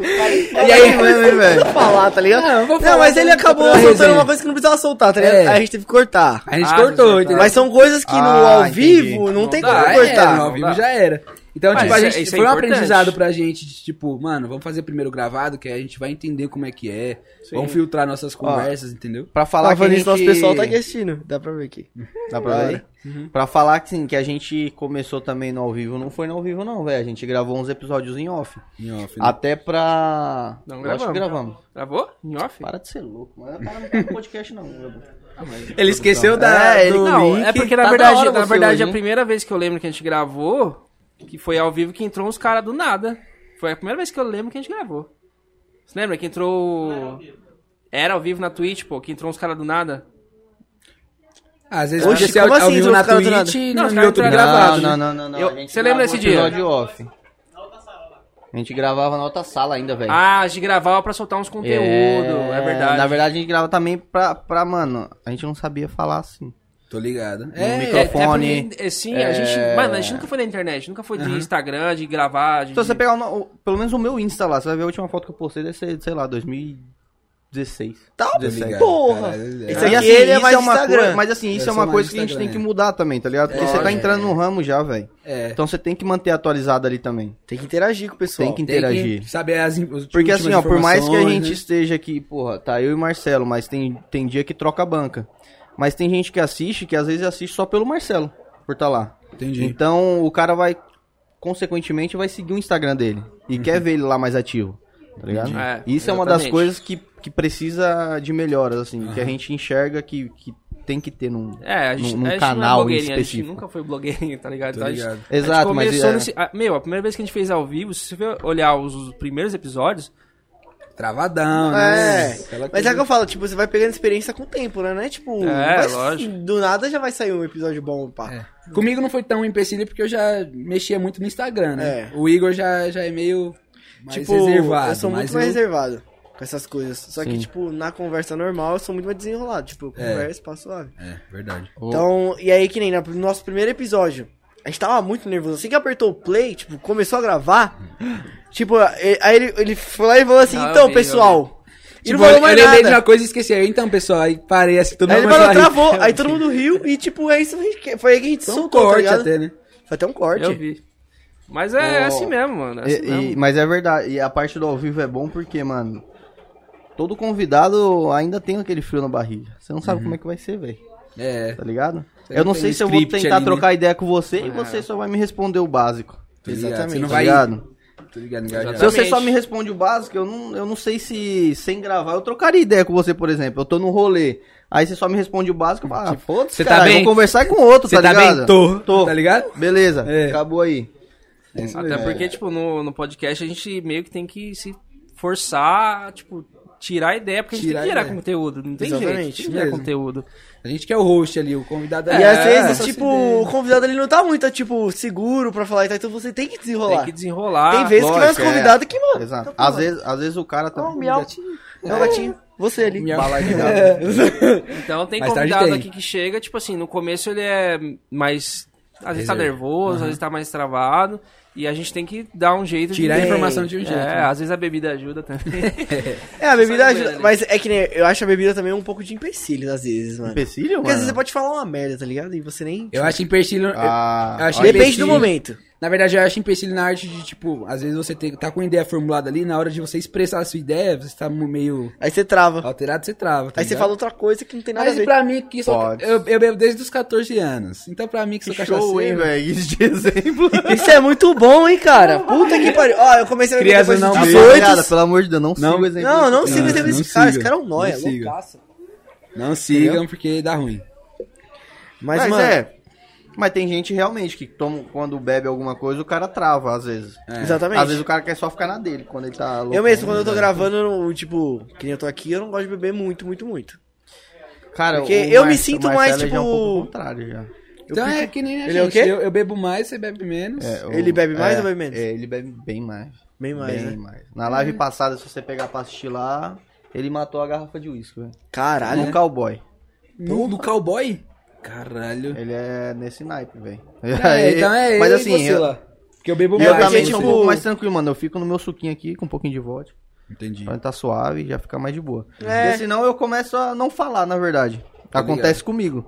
Speaker 4: E aí, velho? falar, tá ligado?
Speaker 3: Não, eu vou
Speaker 4: não,
Speaker 3: falar,
Speaker 4: mas
Speaker 3: tá
Speaker 4: ele
Speaker 3: ligado?
Speaker 4: acabou
Speaker 3: Pra
Speaker 4: soltando
Speaker 3: resenha.
Speaker 4: uma coisa que não precisava soltar, tá ligado?
Speaker 3: É.
Speaker 4: Aí a gente teve que cortar.
Speaker 3: A gente
Speaker 1: Ah,
Speaker 3: cortou,
Speaker 1: você
Speaker 3: entendeu?
Speaker 4: Mas são coisas que no
Speaker 2: Ah,
Speaker 4: ao
Speaker 2: entendi.
Speaker 4: vivo não,
Speaker 1: Não
Speaker 4: tem
Speaker 1: dá,
Speaker 4: como
Speaker 3: Ah, é,
Speaker 4: cortar.
Speaker 3: no ao
Speaker 1: não
Speaker 3: vivo
Speaker 1: dá.
Speaker 3: já era. Então,
Speaker 1: Mas
Speaker 3: tipo, a
Speaker 1: isso é-
Speaker 3: gente,
Speaker 1: isso é
Speaker 3: foi um
Speaker 1: importante.
Speaker 3: aprendizado pra gente, de, tipo, mano, vamos fazer primeiro gravado, que aí a gente vai entender como é que é, vamos filtrar nossas conversas, entendeu?
Speaker 2: Pra falar que
Speaker 4: Tá
Speaker 2: a
Speaker 4: falando
Speaker 2: gente...
Speaker 4: isso, nosso pessoal tá aqui assistindo. Dá pra ver aqui.
Speaker 2: Dá pra
Speaker 4: Vai.
Speaker 2: ver?
Speaker 1: Uhum.
Speaker 2: Pra falar que, sim, que a gente começou também no ao vivo, não foi no ao vivo não, velho. A gente gravou uns episódios em off.
Speaker 3: Em off, né?
Speaker 2: Até pra...
Speaker 1: Não,
Speaker 2: Eu Acho que gravamos.
Speaker 1: Gravou? Em off?
Speaker 2: Para de ser louco, mano. Para não tá no podcast não, meu.
Speaker 3: Ele esqueceu
Speaker 2: da- do
Speaker 1: Não,
Speaker 2: link.
Speaker 1: é porque na
Speaker 2: Tá da
Speaker 1: verdade,
Speaker 2: hora
Speaker 1: na
Speaker 2: você
Speaker 1: verdade,
Speaker 2: hoje,
Speaker 1: a
Speaker 2: hein?
Speaker 1: primeira vez que eu lembro que a gente gravou, que foi ao vivo que entrou uns caras do nada. Foi a primeira vez que eu lembro que a gente gravou. Você lembra que entrou. Era ao vivo, na Twitch, pô, que entrou uns caras do nada.
Speaker 3: Ah, às vezes
Speaker 4: Oxe,
Speaker 3: podia ser ao,
Speaker 4: como
Speaker 3: ao
Speaker 4: assim,
Speaker 3: vivo
Speaker 4: não
Speaker 3: na
Speaker 4: ficaram do
Speaker 3: Twitch
Speaker 4: nada?
Speaker 3: e
Speaker 1: Não,
Speaker 3: no
Speaker 1: os caras
Speaker 3: YouTube
Speaker 1: entraram
Speaker 3: gravado.
Speaker 2: Não, não, não, não.
Speaker 1: Tá Eu-
Speaker 2: A gente
Speaker 1: Você lembra
Speaker 2: gravou
Speaker 1: desse dia?
Speaker 2: episódio off. A gente gravava na outra sala ainda, velho.
Speaker 1: Ah, a gente gravava pra soltar uns conteúdos, é, verdade.
Speaker 2: Na verdade, a gente grava também pra, pra, mano, a gente não sabia falar assim.
Speaker 3: Tô ligado.
Speaker 2: No
Speaker 1: É, é
Speaker 2: microfone.
Speaker 1: porque, é, sim, a gente. Mano, a gente nunca foi na internet, nunca foi de Instagram, de gravar. De...
Speaker 2: Se Então você pegar o no- o- pelo menos o meu Insta lá, você vai ver a última foto que eu postei deve ser, sei lá, 2016.
Speaker 4: Tá,
Speaker 3: Tô ligado,
Speaker 4: porra.
Speaker 3: caralho, é.
Speaker 4: Isso aqui
Speaker 2: E, assim,
Speaker 4: ele
Speaker 2: é
Speaker 4: é
Speaker 2: isso
Speaker 4: mais
Speaker 2: é uma
Speaker 4: Instagram.
Speaker 2: coisa- mas assim, isso
Speaker 3: Eu
Speaker 2: é uma
Speaker 3: sou
Speaker 2: coisa
Speaker 3: mais
Speaker 2: que a gente tem
Speaker 3: Instagram,
Speaker 2: que mudar também, tá ligado? Porque você tá
Speaker 3: Lógico,
Speaker 2: entrando
Speaker 3: é.
Speaker 2: no ramo já, velho.
Speaker 3: É.
Speaker 2: Então você tem que manter atualizado ali também.
Speaker 4: Tem que interagir com o pessoal.
Speaker 2: Tem que
Speaker 3: Tem
Speaker 2: interagir.
Speaker 3: que saber as in- as
Speaker 2: Porque assim,
Speaker 3: últimas
Speaker 2: ó, por mais que a
Speaker 3: informações,
Speaker 2: gente
Speaker 3: né?
Speaker 2: esteja aqui, porra, tá eu e o Marcelo, mas tem, tem dia que troca a banca. Mas tem gente que assiste, que às vezes assiste só pelo Marcelo, por tá lá.
Speaker 3: né? Entendi.
Speaker 2: Então o cara vai, consequentemente, vai seguir o Instagram dele. E
Speaker 3: Uhum.
Speaker 2: quer ver ele lá mais ativo. Tá ligado?
Speaker 1: É,
Speaker 2: Isso é uma das
Speaker 1: exatamente.
Speaker 2: coisas que, que precisa de melhoras, assim, que a
Speaker 3: Aham.
Speaker 2: gente enxerga que, que tem que ter num.
Speaker 1: É, a gente,
Speaker 2: Num- num
Speaker 1: a gente
Speaker 2: canal em
Speaker 1: não é blogueirinho, a gente
Speaker 2: específico.
Speaker 1: nunca foi blogueirinho, tá ligado?
Speaker 3: Tô
Speaker 1: Então a gente-
Speaker 3: ligado.
Speaker 1: a gente
Speaker 2: Exato, mas.
Speaker 1: começou
Speaker 2: é,
Speaker 1: nesse- ah, Meu, a primeira vez que a gente fez ao vivo, se você for olhar os, os primeiros episódios,
Speaker 3: Travadão, né?
Speaker 4: É,
Speaker 3: Aquela
Speaker 4: mas
Speaker 3: coisa-
Speaker 4: é o que eu falo, tipo, você vai pegando experiência com o tempo, né? Não é tipo,
Speaker 1: É,
Speaker 4: vai-
Speaker 1: lógico.
Speaker 4: do nada já vai sair um episódio bom, pá.
Speaker 3: É. Comigo não foi tão empecilho porque eu já mexia muito no Instagram, né?
Speaker 4: É.
Speaker 3: O Igor já, já é meio mais
Speaker 4: tipo,
Speaker 3: reservado.
Speaker 4: eu sou muito
Speaker 3: mas eu-
Speaker 4: mais reservado com essas coisas. Só que,
Speaker 2: Sim.
Speaker 4: tipo, na conversa normal eu sou muito mais desenrolado. Tipo, eu
Speaker 3: É.
Speaker 4: converso, passo suave.
Speaker 3: É, verdade.
Speaker 4: Então, e aí que nem na- no nosso primeiro episódio, a gente tava muito nervoso. Assim que apertou o play, tipo, começou a gravar, tipo, e- aí ele, ele foi lá e falou assim,
Speaker 1: Ah, eu
Speaker 4: então,
Speaker 1: vi, eu
Speaker 4: pessoal... E
Speaker 3: Tipo,
Speaker 4: não falou
Speaker 3: eu
Speaker 4: mais
Speaker 3: lembrei
Speaker 4: nada.
Speaker 3: de uma coisa e esqueci. Eu, então, pessoal, aí parei assim, todo
Speaker 4: Aí ele
Speaker 3: começou
Speaker 4: falou,
Speaker 3: a rir.
Speaker 4: travou, aí todo mundo riu e tipo, é isso que a gente- foi aí que a gente
Speaker 3: Foi um
Speaker 4: soltou, tá
Speaker 3: corte
Speaker 4: ligado?
Speaker 3: até, né?
Speaker 4: Foi até um corte.
Speaker 1: eu vi. Mas é,
Speaker 2: Ó,
Speaker 1: assim mesmo, mano. É assim
Speaker 2: E-
Speaker 1: mesmo.
Speaker 2: e- mas é verdade, e a parte do ao vivo é bom porque, mano, todo convidado ainda tem aquele frio na barriga. Você não sabe como é que vai ser, velho,
Speaker 3: É,
Speaker 2: tá ligado?
Speaker 3: Uhum. Tem-
Speaker 2: eu não
Speaker 3: tem
Speaker 2: sei
Speaker 3: um
Speaker 2: se eu vou
Speaker 3: script
Speaker 2: tentar
Speaker 3: ali, né?
Speaker 2: trocar ideia com você e você só vai me responder o básico.
Speaker 3: Tô ligado, você não
Speaker 2: tá
Speaker 3: vai-
Speaker 2: ligado?
Speaker 3: tô ligado, engajado.
Speaker 2: Se
Speaker 1: Exatamente.
Speaker 2: você só me responde o básico, eu não, eu não sei se sem gravar eu trocaria ideia com você, por exemplo. Eu tô num rolê, aí você só me responde o básico, eu falo, ah, foda-se,
Speaker 3: você tá
Speaker 2: cara,
Speaker 3: bem?
Speaker 2: vamos conversar com outro,
Speaker 3: Você
Speaker 2: tá
Speaker 3: tá
Speaker 2: ligado?
Speaker 3: bem? Tô. Tá ligado?
Speaker 2: Beleza,
Speaker 3: É.
Speaker 2: acabou aí.
Speaker 3: É isso
Speaker 1: Até
Speaker 3: mesmo.
Speaker 1: porque, tipo, no, no podcast a gente meio que tem que se forçar, tipo, tirar a ideia, porque a gente
Speaker 3: Tirar
Speaker 1: tem que gerar
Speaker 3: ideia.
Speaker 1: conteúdo, não tem
Speaker 4: Exatamente,
Speaker 1: jeito. Tem que gerar
Speaker 3: mesmo.
Speaker 1: conteúdo.
Speaker 3: A gente que é o host ali, o convidado
Speaker 4: E
Speaker 3: é-
Speaker 4: às
Speaker 3: essa
Speaker 4: vezes, tipo,
Speaker 3: ideia.
Speaker 4: o convidado ele não tá muito, tipo, seguro pra falar, e tal, então você tem que
Speaker 1: Tem
Speaker 4: desenrolar.
Speaker 1: que desenrolar.
Speaker 4: Tem vezes que vai os
Speaker 2: lógico, é.
Speaker 4: convidados que, mano.
Speaker 2: Exato.
Speaker 4: tá
Speaker 2: Às
Speaker 4: falando.
Speaker 2: vezes, às vezes o cara tá.
Speaker 4: Ó, o miau. É o gatinho. Você ali.
Speaker 3: Miau.
Speaker 2: Bala de gato.
Speaker 1: Então tem
Speaker 3: Mais tarde
Speaker 1: convidado
Speaker 3: tem.
Speaker 1: aqui que chega, tipo assim, no começo ele é mais. Às vezes tá
Speaker 3: Reserva.
Speaker 1: nervoso, às vezes tá mais travado. E a gente tem que dar um jeito
Speaker 3: Tirar
Speaker 1: de.
Speaker 3: a informação de um
Speaker 1: É,
Speaker 3: jeito. né?
Speaker 1: às vezes a bebida ajuda também.
Speaker 4: É, a bebida
Speaker 1: Sai
Speaker 4: ajuda.
Speaker 1: com ele.
Speaker 4: Mas é que nem. Eu acho a bebida também um pouco de empecilho, às vezes, mano.
Speaker 2: Empecilho,
Speaker 4: Porque às vezes você
Speaker 2: mano?
Speaker 4: pode falar uma merda, tá ligado? E você nem.
Speaker 3: Eu acho empecilho... eu-
Speaker 2: Ah,
Speaker 3: eu acho
Speaker 2: olha,
Speaker 4: Depende do
Speaker 3: empecilho-
Speaker 4: momento.
Speaker 3: Na Na verdade, eu acho empecilho na arte de, tipo, às vezes você tem, tá com uma ideia formulada ali, na hora de você expressar a sua ideia, você tá meio
Speaker 4: Aí você trava.
Speaker 3: alterado, você trava. tá
Speaker 4: Aí você
Speaker 3: ligado?
Speaker 4: fala outra coisa que não tem nada a
Speaker 3: Mas
Speaker 4: ver.
Speaker 3: pra mim, que só,
Speaker 2: Pode.
Speaker 3: eu, eu bebo desde os 14 anos. Então pra mim, que sou
Speaker 2: Show, hein,
Speaker 3: cachaceiro...
Speaker 2: velho? Isso de exemplo.
Speaker 4: Isso é muito bom, hein, cara. Puta que pariu. Ó, eu comecei a beber
Speaker 3: Criança
Speaker 4: depois
Speaker 3: não
Speaker 4: dos
Speaker 3: bebe.
Speaker 4: 18.
Speaker 2: Rapaziada, pelo amor de Deus, não,
Speaker 3: Não.
Speaker 2: siga o exemplo.
Speaker 4: Não, não
Speaker 2: desse
Speaker 4: siga
Speaker 3: Não,
Speaker 4: esse
Speaker 3: não
Speaker 4: esse cara. Esse
Speaker 3: siga.
Speaker 4: cara é um nóia,
Speaker 3: Não siga.
Speaker 4: loucaço.
Speaker 3: Não sigam, porque dá ruim.
Speaker 4: Mas,
Speaker 2: Mas,
Speaker 4: mano,
Speaker 2: é. Mas tem gente realmente que toma, quando bebe alguma coisa, o cara trava, às vezes.
Speaker 4: É.
Speaker 2: É.
Speaker 4: exatamente.
Speaker 2: Às vezes o cara quer só ficar na dele quando ele tá louco.
Speaker 4: Eu mesmo, quando eu tô gravando, eu não- tipo, que nem eu tô aqui, eu não gosto de beber muito, muito, muito.
Speaker 2: Cara,
Speaker 4: Porque
Speaker 2: o
Speaker 4: eu me
Speaker 2: Marce-
Speaker 4: sinto
Speaker 2: Marcelo
Speaker 4: mais,
Speaker 2: é já
Speaker 4: tipo-
Speaker 2: um pouco ao contrário já.
Speaker 3: Então é que nem a
Speaker 4: Ele é o
Speaker 3: gente.
Speaker 4: quê?
Speaker 3: Eu, eu bebo mais, você bebe menos.
Speaker 2: É, o-
Speaker 4: Ele bebe mais
Speaker 2: é,
Speaker 4: ou bebe menos?
Speaker 2: é, ele bebe bem mais.
Speaker 4: Bem mais,
Speaker 2: bem
Speaker 4: né?
Speaker 2: mais. Na live passada, se você pegar pra assistir lá, ele matou a garrafa de uísque, velho.
Speaker 4: Caralho.
Speaker 2: Um cowboy.
Speaker 3: No, do cowboy? Caralho.
Speaker 2: Ele é nesse naipe, velho.
Speaker 3: É, então é
Speaker 2: Mas
Speaker 3: eu
Speaker 2: assim,
Speaker 3: e você
Speaker 2: eu,
Speaker 3: lá. Porque eu bebo
Speaker 2: eu
Speaker 3: mais.
Speaker 2: também
Speaker 3: você
Speaker 2: sou um
Speaker 4: tipo-
Speaker 2: pouco mais tranquilo, mano. Eu fico no meu suquinho aqui, com um pouquinho de vodka.
Speaker 3: Entendi.
Speaker 2: Pra tá suave e já ficar mais de boa.
Speaker 4: É.
Speaker 2: Porque senão eu começo a não falar, na verdade.
Speaker 3: Tá
Speaker 2: Acontece comigo.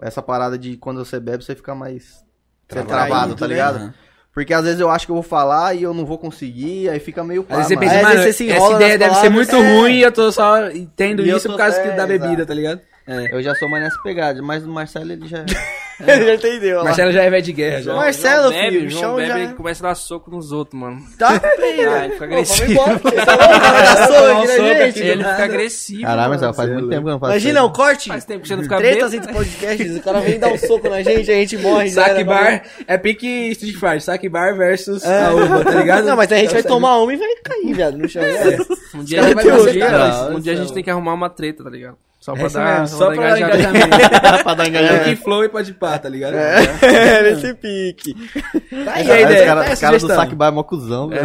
Speaker 2: Essa parada de quando você bebe, você fica mais... Você é
Speaker 4: Travado,
Speaker 2: travado, tá
Speaker 4: né?
Speaker 2: ligado?
Speaker 3: Aham.
Speaker 2: Porque às vezes eu acho que eu vou falar e eu não vou conseguir, aí fica meio
Speaker 3: Às vezes você
Speaker 2: mano.
Speaker 3: pensa,
Speaker 4: Aí, É, às
Speaker 3: mano,
Speaker 4: vezes você se
Speaker 3: essa
Speaker 4: enrola
Speaker 3: ideia
Speaker 4: nas
Speaker 3: deve ser
Speaker 4: palavras.
Speaker 3: muito
Speaker 4: É.
Speaker 3: ruim e eu tô só entendo
Speaker 2: E eu
Speaker 3: isso
Speaker 2: tô-
Speaker 3: por causa que
Speaker 2: é,
Speaker 3: da bebida,
Speaker 2: exato.
Speaker 3: tá ligado? É.
Speaker 2: Eu já sou mais nessa pegada, mas o Marcelo ele já. é
Speaker 4: Ele já entendeu, olha lá.
Speaker 3: Marcelo já é velho de guerra, já.
Speaker 4: Marcelo,
Speaker 1: João
Speaker 4: filho,
Speaker 1: bebe,
Speaker 4: o
Speaker 1: João
Speaker 4: chão
Speaker 1: bebe,
Speaker 4: já-
Speaker 1: ele começa a dar soco nos outros, mano.
Speaker 4: Tá bem,
Speaker 1: Ah,
Speaker 4: né?
Speaker 1: ele fica
Speaker 4: Pô, vamos
Speaker 1: agressivo.
Speaker 4: embora, porque senão o cara dá soco aqui na
Speaker 3: Soco aqui,
Speaker 4: né, gente.
Speaker 1: Ele fica agressivo.
Speaker 2: Caralho,
Speaker 1: mano.
Speaker 2: Marcelo, faz muito tempo que eu não faço
Speaker 4: Imagina,
Speaker 2: isso.
Speaker 4: o corte.
Speaker 1: Faz tempo que você não fica
Speaker 4: Tretas
Speaker 1: bêbado,
Speaker 4: entre podcasts, o cara vem dar um soco na gente, a gente morre. já
Speaker 3: Saque
Speaker 4: era,
Speaker 3: bar,
Speaker 4: acabou.
Speaker 3: é pique Street Fighter, saque bar versus
Speaker 4: É.
Speaker 3: a uva, tá ligado?
Speaker 4: Não, mas a gente vai
Speaker 3: Sabe?
Speaker 4: tomar uma e vai cair, viado, no chão. É.
Speaker 1: Um dia,
Speaker 4: Cara,
Speaker 1: um
Speaker 4: tem
Speaker 1: dia-
Speaker 4: hoje,
Speaker 1: um dia-
Speaker 2: cara.
Speaker 1: um dia a gente tem que arrumar uma treta, tá ligado? Só
Speaker 3: É
Speaker 1: pra
Speaker 3: isso
Speaker 1: dar,
Speaker 3: mesmo, só pra dar
Speaker 1: engajamento.
Speaker 3: engajamento.
Speaker 2: pra dar
Speaker 3: É.
Speaker 2: engajamento.
Speaker 3: Pique flow e pode pá, tá ligado?
Speaker 4: É, nesse pique. Tá aí,
Speaker 3: E a
Speaker 2: Aí
Speaker 4: aí,
Speaker 2: os
Speaker 3: ideia?
Speaker 2: cara,
Speaker 3: Qual é a
Speaker 2: os cara do
Speaker 3: sugestão?
Speaker 2: saque bar é mó cuzão, velho.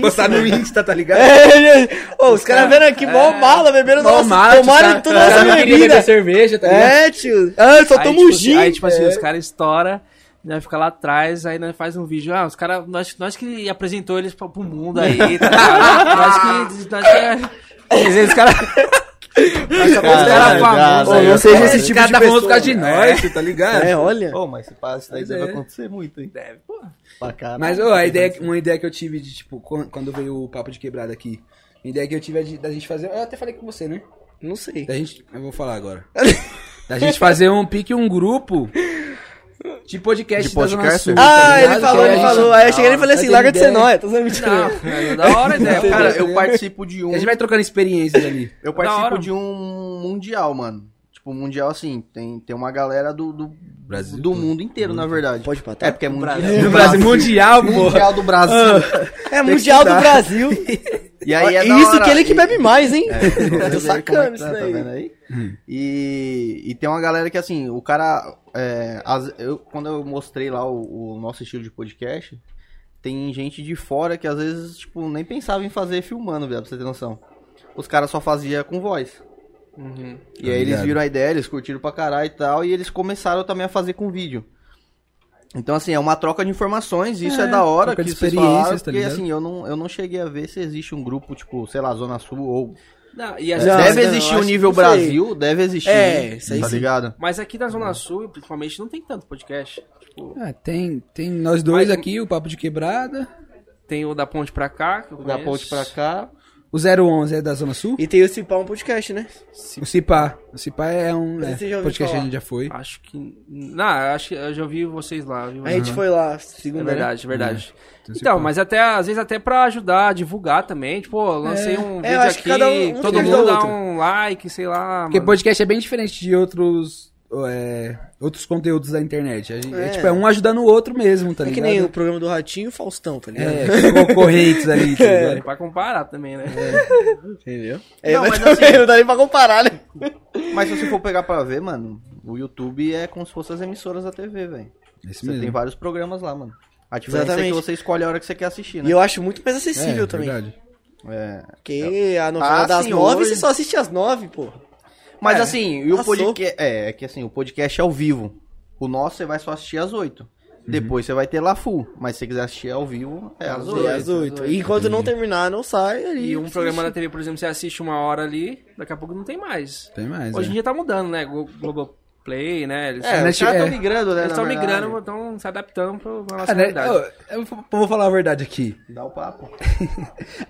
Speaker 3: Postar no Insta, tá ligado?
Speaker 4: É, Ô, os caras vendo aqui, mó mala, beberam
Speaker 3: Mó
Speaker 4: nossa,
Speaker 3: mate,
Speaker 4: tomaram
Speaker 3: tá?
Speaker 4: toda
Speaker 3: Tá,
Speaker 4: nossa
Speaker 3: não queria
Speaker 4: bebida.
Speaker 3: beber cerveja, tá ligado?
Speaker 4: É, tio. Ah, só
Speaker 1: Aí,
Speaker 4: tomo
Speaker 1: tipo,
Speaker 4: um
Speaker 1: assim-
Speaker 4: gin.
Speaker 1: Aí, tipo assim,
Speaker 4: É.
Speaker 1: os caras estouram, né, fica lá atrás, aí nós faz um vídeo. Ah, os caras, nós, nós que apresentou eles pra, pro mundo aí, tá ligado? nós que. Nós que Quer dizer, os caras. os caras
Speaker 4: um
Speaker 2: Caralho, cara,
Speaker 1: famosos.
Speaker 4: Ô, não
Speaker 2: eu-
Speaker 4: seja
Speaker 3: Esse
Speaker 4: esse tipo
Speaker 3: cara
Speaker 4: de
Speaker 3: tá falando por
Speaker 4: pessoa.
Speaker 3: causa de nós, tá ligado?
Speaker 4: É, olha.
Speaker 2: Pô, mas se passa, isso daí
Speaker 3: Pois
Speaker 2: deve
Speaker 3: é.
Speaker 2: acontecer muito, hein? Deve, pô. Pra
Speaker 4: Tá
Speaker 2: caralho.
Speaker 3: Mas ô, a ideia, é uma ideia que eu tive de, tipo, quan- quando veio o papo de quebrada aqui, uma ideia que eu tive é de, da gente fazer. Eu até falei com você, né?
Speaker 4: Não sei.
Speaker 3: Da gente. Eu vou falar agora. da gente fazer um pique, um grupo de podcast
Speaker 2: De
Speaker 3: da Zona
Speaker 2: podcast?
Speaker 3: Sul, tá
Speaker 4: Ah, ele
Speaker 3: ligado?
Speaker 4: falou,
Speaker 3: Que
Speaker 4: ele
Speaker 3: a gente-
Speaker 4: falou. Aí eu cheguei e
Speaker 3: Não,
Speaker 4: falei assim,
Speaker 3: tem
Speaker 4: larga de ser
Speaker 3: ideia.
Speaker 4: nóia. Tô sendo
Speaker 1: Não,
Speaker 4: mentira.
Speaker 1: é da hora a ideia,
Speaker 2: É, cara,
Speaker 1: cara.
Speaker 2: eu participo de um.
Speaker 3: A gente vai trocando experiências ali.
Speaker 2: Eu
Speaker 1: Da
Speaker 2: participo
Speaker 1: hora.
Speaker 2: de um mundial, mano. Tipo, mundial assim, tem, tem uma galera do, do,
Speaker 3: Brasil
Speaker 2: do
Speaker 3: todo.
Speaker 2: mundo inteiro, na verdade.
Speaker 4: Pode patar.
Speaker 2: É, porque é mundial.
Speaker 3: No Brasil Mundial, porra.
Speaker 2: Mundial do Brasil.
Speaker 4: É mundial do Brasil.
Speaker 2: E aí é da
Speaker 4: Isso
Speaker 2: hora.
Speaker 4: que ele que
Speaker 2: E-
Speaker 4: bebe mais, hein?
Speaker 2: Pra
Speaker 4: Tô
Speaker 2: você ver como é
Speaker 4: sacando
Speaker 2: que
Speaker 4: isso
Speaker 2: tá, tá vendo
Speaker 4: daí. Hum.
Speaker 2: aí? E, e tem uma galera que, assim, o cara. é, as- eu, quando eu mostrei lá o, o nosso estilo de podcast, tem gente de fora que às vezes, tipo, nem pensava em fazer filmando, velho, pra você ter noção. Os caras só fazia com voz.
Speaker 1: Uhum.
Speaker 4: Tá
Speaker 2: E aí eles
Speaker 3: Obrigado.
Speaker 2: viram a ideia, eles curtiram pra caralho e tal, e eles começaram também a fazer com vídeo. Então, assim, é uma troca de informações, e isso é,
Speaker 3: É,
Speaker 2: da hora
Speaker 3: troca
Speaker 2: que
Speaker 3: de
Speaker 2: vocês
Speaker 3: experiências,
Speaker 2: falaram,
Speaker 3: tá
Speaker 2: porque,
Speaker 3: ligado?
Speaker 2: assim, eu não, eu não cheguei a ver se existe um grupo, tipo, sei lá, Zona Sul ou
Speaker 1: Não, e a
Speaker 4: Não,
Speaker 1: gente-
Speaker 2: deve
Speaker 4: não,
Speaker 2: existir um
Speaker 4: eu
Speaker 2: o
Speaker 4: acho
Speaker 2: nível
Speaker 4: que não sei.
Speaker 2: Brasil, deve existir.
Speaker 4: É, isso aí
Speaker 2: Tá
Speaker 4: sim.
Speaker 2: ligado?
Speaker 1: Mas aqui na Zona Sul, principalmente, não tem tanto podcast. Tipo,
Speaker 3: Ah, tem, tem nós dois aqui, o Papo de Quebrada.
Speaker 1: tem o da Ponte pra cá, que eu
Speaker 2: Da
Speaker 1: conheço.
Speaker 2: ponte pra cá.
Speaker 3: O 011 é da Zona Sul?
Speaker 4: E tem o Cipá um podcast, né?
Speaker 3: O Cipá. O Cipá é um é,
Speaker 4: Você já ouviu
Speaker 3: podcast que a
Speaker 4: falar.
Speaker 3: gente já foi.
Speaker 1: Acho que. Não, acho que eu já ouvi vocês lá. viu?
Speaker 4: A gente foi né? lá, segunda.
Speaker 1: É verdade, é verdade.
Speaker 3: Então,
Speaker 1: Então,
Speaker 3: você
Speaker 1: mas até às vezes até pra ajudar a divulgar também, tipo, ó, lancei um
Speaker 4: É, eu
Speaker 1: vídeo
Speaker 4: acho que
Speaker 1: aqui,
Speaker 4: cada um- um
Speaker 1: todo
Speaker 4: ajuda
Speaker 1: mundo
Speaker 4: o
Speaker 1: dá
Speaker 4: outro.
Speaker 1: um like, sei lá.
Speaker 3: Porque
Speaker 1: mano.
Speaker 3: podcast é bem diferente de outros, é, outros conteúdos da internet. A gente, é.
Speaker 4: É.
Speaker 3: tipo, é um ajudando o outro mesmo, tá
Speaker 4: É que
Speaker 3: ligado?
Speaker 4: nem o programa do Ratinho e o Faustão, tá ligado?
Speaker 3: É, concorrentes ali, tá
Speaker 4: né?
Speaker 1: É,
Speaker 3: ligado?
Speaker 1: pra comparar também, né?
Speaker 4: É. Entendeu?
Speaker 2: Não,
Speaker 4: não,
Speaker 2: mas
Speaker 4: É, mas também
Speaker 2: assim-
Speaker 4: não dá nem pra comparar, né?
Speaker 2: Mas se você for pegar pra ver, mano, o YouTube é como se fossem as emissoras da TV, velho.
Speaker 3: Isso
Speaker 2: Você tem
Speaker 3: mesmo.
Speaker 2: vários programas lá, mano. A diferença é
Speaker 4: Exatamente.
Speaker 2: que você escolhe a hora que você quer assistir,
Speaker 4: E
Speaker 2: né?
Speaker 4: eu acho muito mais acessível
Speaker 3: é,
Speaker 4: também.
Speaker 3: verdade.
Speaker 2: É.
Speaker 4: Porque a novela
Speaker 2: Ah,
Speaker 4: das
Speaker 2: sim,
Speaker 4: nove,
Speaker 2: hoje-
Speaker 4: você só assiste às nove, pô.
Speaker 2: Mas
Speaker 4: É,
Speaker 2: assim, e o
Speaker 4: passou.
Speaker 2: podcast. É, é que assim, o podcast é ao vivo. O nosso você vai só assistir às 8. Depois você vai ter lá full. Mas se você quiser assistir ao vivo, é às
Speaker 1: Às
Speaker 4: E
Speaker 2: 8.
Speaker 1: oito.
Speaker 4: às oito. E enquanto não terminar, não sai ali.
Speaker 1: E um programa da TV, por exemplo, você assiste uma hora ali, daqui a pouco não tem mais.
Speaker 3: Tem mais,
Speaker 1: Hoje em
Speaker 3: é.
Speaker 1: dia tá mudando, né? Glo- Globo, Play, né? Eles
Speaker 2: É, os
Speaker 3: Net-
Speaker 2: caras estão
Speaker 3: é.
Speaker 2: migrando, né?
Speaker 1: eles
Speaker 2: na
Speaker 1: estão
Speaker 2: verdade.
Speaker 1: migrando, estão se adaptando pro-
Speaker 4: É, né?
Speaker 1: pra nossa
Speaker 3: Cara,
Speaker 1: realidade.
Speaker 3: Ah, né, eu, eu vou falar a verdade aqui.
Speaker 2: Dá o papo.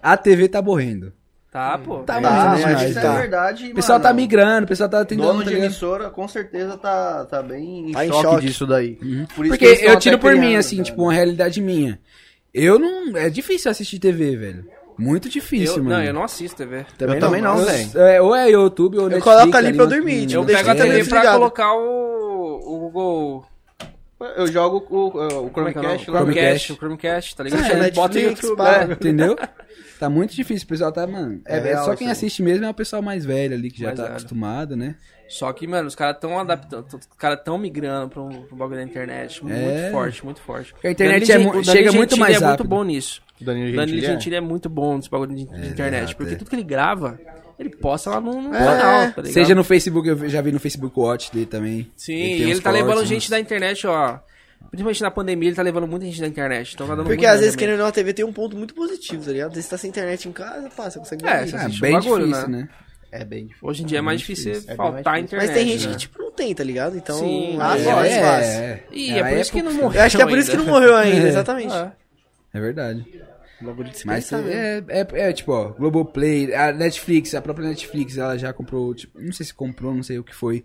Speaker 3: A TV tá morrendo.
Speaker 1: Tá, pô.
Speaker 3: Tá
Speaker 1: É.
Speaker 3: mais ou
Speaker 2: Tá,
Speaker 3: menos
Speaker 2: mas
Speaker 3: mais,
Speaker 2: isso
Speaker 4: tá.
Speaker 2: é verdade,
Speaker 3: O pessoal
Speaker 2: mano.
Speaker 3: tá migrando, o pessoal tá tentando.
Speaker 2: Dono
Speaker 3: tá
Speaker 2: de
Speaker 3: ligado?
Speaker 2: emissora, com certeza, tá, tá bem em,
Speaker 4: Tá em
Speaker 2: choque,
Speaker 4: choque.
Speaker 2: disso daí. Por isso que é
Speaker 3: Porque
Speaker 2: eles tão
Speaker 3: eu tiro
Speaker 2: até
Speaker 3: por mim,
Speaker 2: criando, tá.
Speaker 3: assim,
Speaker 2: cara.
Speaker 3: tipo, uma realidade minha. Eu não. É difícil assistir TV, velho. Muito difícil,
Speaker 1: eu,
Speaker 3: mano.
Speaker 1: não, eu não assisto é TV.
Speaker 2: Eu também não,
Speaker 3: Eu-
Speaker 2: velho.
Speaker 3: é, ou é YouTube ou
Speaker 4: Eu
Speaker 3: Netflix.
Speaker 4: coloco ali pra eu
Speaker 3: no-
Speaker 4: dormir, tipo,
Speaker 1: Eu
Speaker 3: no-
Speaker 4: deixo
Speaker 1: pego a
Speaker 4: a TV
Speaker 1: TV pra
Speaker 4: desligada.
Speaker 1: colocar o, o Google.
Speaker 2: Eu jogo o, o
Speaker 1: Como é que é o nome?
Speaker 2: Chromecast lá.
Speaker 1: Chromecast. O Chromecast, tá
Speaker 3: É,
Speaker 1: ligado?
Speaker 4: Assiste
Speaker 1: Você
Speaker 4: a
Speaker 1: bota o
Speaker 4: Netflix,
Speaker 1: YouTube,
Speaker 4: pá.
Speaker 1: né?
Speaker 3: Entendeu? Tá muito difícil, o pessoal tá, mano. É,
Speaker 2: É real
Speaker 3: só quem
Speaker 2: isso aí.
Speaker 3: assiste mesmo é o pessoal mais velho ali, que já
Speaker 1: Mais
Speaker 3: tá
Speaker 1: velho.
Speaker 3: acostumado, né?
Speaker 1: Só que, mano, os caras tão adaptando, os caras tão migrando pra um, pra um bagulho da internet. Muito
Speaker 3: É.
Speaker 1: forte, muito forte.
Speaker 3: Porque a internet
Speaker 1: Danilo
Speaker 3: é
Speaker 1: Gen-
Speaker 3: mu-
Speaker 1: o Danilo
Speaker 3: chega muito
Speaker 1: Gentili
Speaker 3: mais
Speaker 1: é muito
Speaker 3: rápido.
Speaker 1: bom nisso.
Speaker 2: Danilo
Speaker 1: O
Speaker 2: Gentili.
Speaker 1: Danilo
Speaker 2: é.
Speaker 1: Gentili é muito bom nesse bagulho de, de internet.
Speaker 3: exato,
Speaker 1: porque
Speaker 3: é.
Speaker 1: tudo que ele grava, ele posta lá no, no
Speaker 4: É.
Speaker 1: canal, tá ligado?
Speaker 3: Seja no Facebook, eu já vi no Facebook Watch dele também.
Speaker 1: Sim,
Speaker 3: tem
Speaker 1: e ele
Speaker 3: uns
Speaker 1: tá levando
Speaker 3: cortes, né?
Speaker 1: gente
Speaker 3: uns-
Speaker 1: da internet, ó. Principalmente na pandemia, ele tá levando muita gente da internet. Então tá dando
Speaker 4: Porque
Speaker 1: muito
Speaker 4: às vezes,
Speaker 1: engajamento.
Speaker 4: querendo ou não, a TV tem um ponto muito positivo, tá ligado? Às vezes você tá sem internet em casa, pá, você consegue
Speaker 1: É,
Speaker 4: ver.
Speaker 1: você
Speaker 3: Ah,
Speaker 1: assiste o
Speaker 3: bem
Speaker 1: bagulho,
Speaker 3: difícil,
Speaker 1: né?
Speaker 3: né?
Speaker 2: É bem difícil.
Speaker 1: Hoje em dia é mais difícil
Speaker 2: É bem mais
Speaker 1: faltar a
Speaker 2: difícil.
Speaker 1: internet.
Speaker 4: Mas tem gente
Speaker 1: né?
Speaker 4: que, tipo, não tem, tá ligado? Então,
Speaker 1: Sim,
Speaker 4: ah,
Speaker 2: é,
Speaker 4: é mais fácil.
Speaker 1: Ih, é,
Speaker 3: Na
Speaker 1: por isso que
Speaker 3: época-
Speaker 1: não morreu.
Speaker 4: Eu acho que é por isso que não morreu ainda, exatamente.
Speaker 1: É.
Speaker 3: É verdade.
Speaker 4: Bagulho de se
Speaker 3: Mas
Speaker 4: pensar, né?
Speaker 3: é, é, é, tipo, ó, Globoplay, a Netflix, a própria Netflix, ela já comprou, tipo, não sei se comprou, não sei o que foi.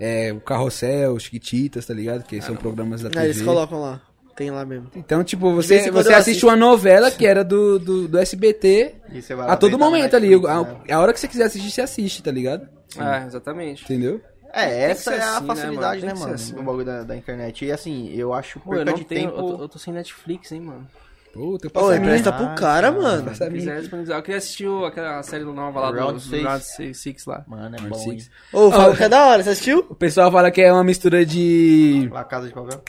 Speaker 3: É, o Carrossel, os Chiquititas, tá ligado? Que são programas
Speaker 1: É,
Speaker 3: da
Speaker 4: Ah, eles
Speaker 3: TV.
Speaker 4: colocam lá. Tem lá mesmo.
Speaker 3: Então, tipo,
Speaker 4: vez
Speaker 3: você,
Speaker 4: em quando
Speaker 3: você
Speaker 4: eu
Speaker 3: assiste
Speaker 4: assisto.
Speaker 3: uma novela que era do, do, do SBT
Speaker 2: E você vai lá
Speaker 3: a todo
Speaker 2: deitar no
Speaker 3: momento ali.
Speaker 2: Netflix,
Speaker 3: A,
Speaker 2: né?
Speaker 3: a hora que você quiser assistir, você assiste, tá ligado?
Speaker 1: É, exatamente.
Speaker 3: Entendeu?
Speaker 2: É,
Speaker 1: ser
Speaker 2: essa é a
Speaker 1: assim, né, mano?
Speaker 2: facilidade,
Speaker 1: Tem
Speaker 2: né,
Speaker 1: que ser
Speaker 2: mano?
Speaker 1: assim.
Speaker 2: do bagulho da, da internet. E assim, eu acho
Speaker 1: Pô, eu
Speaker 2: perda
Speaker 1: não
Speaker 2: de
Speaker 1: tenho.
Speaker 2: tempo.
Speaker 1: Eu tô, eu tô sem Netflix, hein, mano.
Speaker 3: Pô, teu
Speaker 4: Pô, empresta
Speaker 2: minha.
Speaker 4: pro
Speaker 1: Ah,
Speaker 4: cara, mano.
Speaker 1: Se quiser disponibilizar. Eu queria assistir o- aquela série do nova lá do
Speaker 2: Round
Speaker 1: do
Speaker 2: Six.
Speaker 1: Round Six Six lá.
Speaker 2: Mano, é
Speaker 3: Round
Speaker 2: bom.
Speaker 3: Six.
Speaker 2: hein?
Speaker 4: Ô,
Speaker 1: Ah.
Speaker 4: Fábio, que é da hora, você assistiu?
Speaker 3: O pessoal fala que é uma mistura de.
Speaker 2: Lá, Casa de Papel.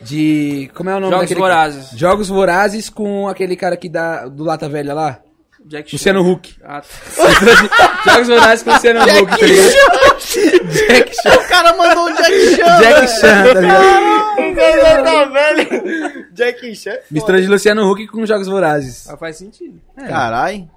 Speaker 3: de. Como é o nome
Speaker 1: Jogos
Speaker 3: daquele.
Speaker 1: Vorazes.
Speaker 3: Jogos Vorazes com aquele cara que dá. do Lata Velha lá.
Speaker 1: Jack
Speaker 3: Luciano Huck.
Speaker 1: Chan. Ah, tá.
Speaker 3: Jogos Vorazes com Luciano Huck, tá ligado? Jack Chan.
Speaker 4: O cara mandou
Speaker 1: é
Speaker 4: um Jack Chan.
Speaker 3: Jack Chan, tá ligado?
Speaker 4: velho. Jack Chan.
Speaker 3: Mistura de Luciano Huck com Jogos Vorazes.
Speaker 1: Ah, faz sentido.
Speaker 2: Carai.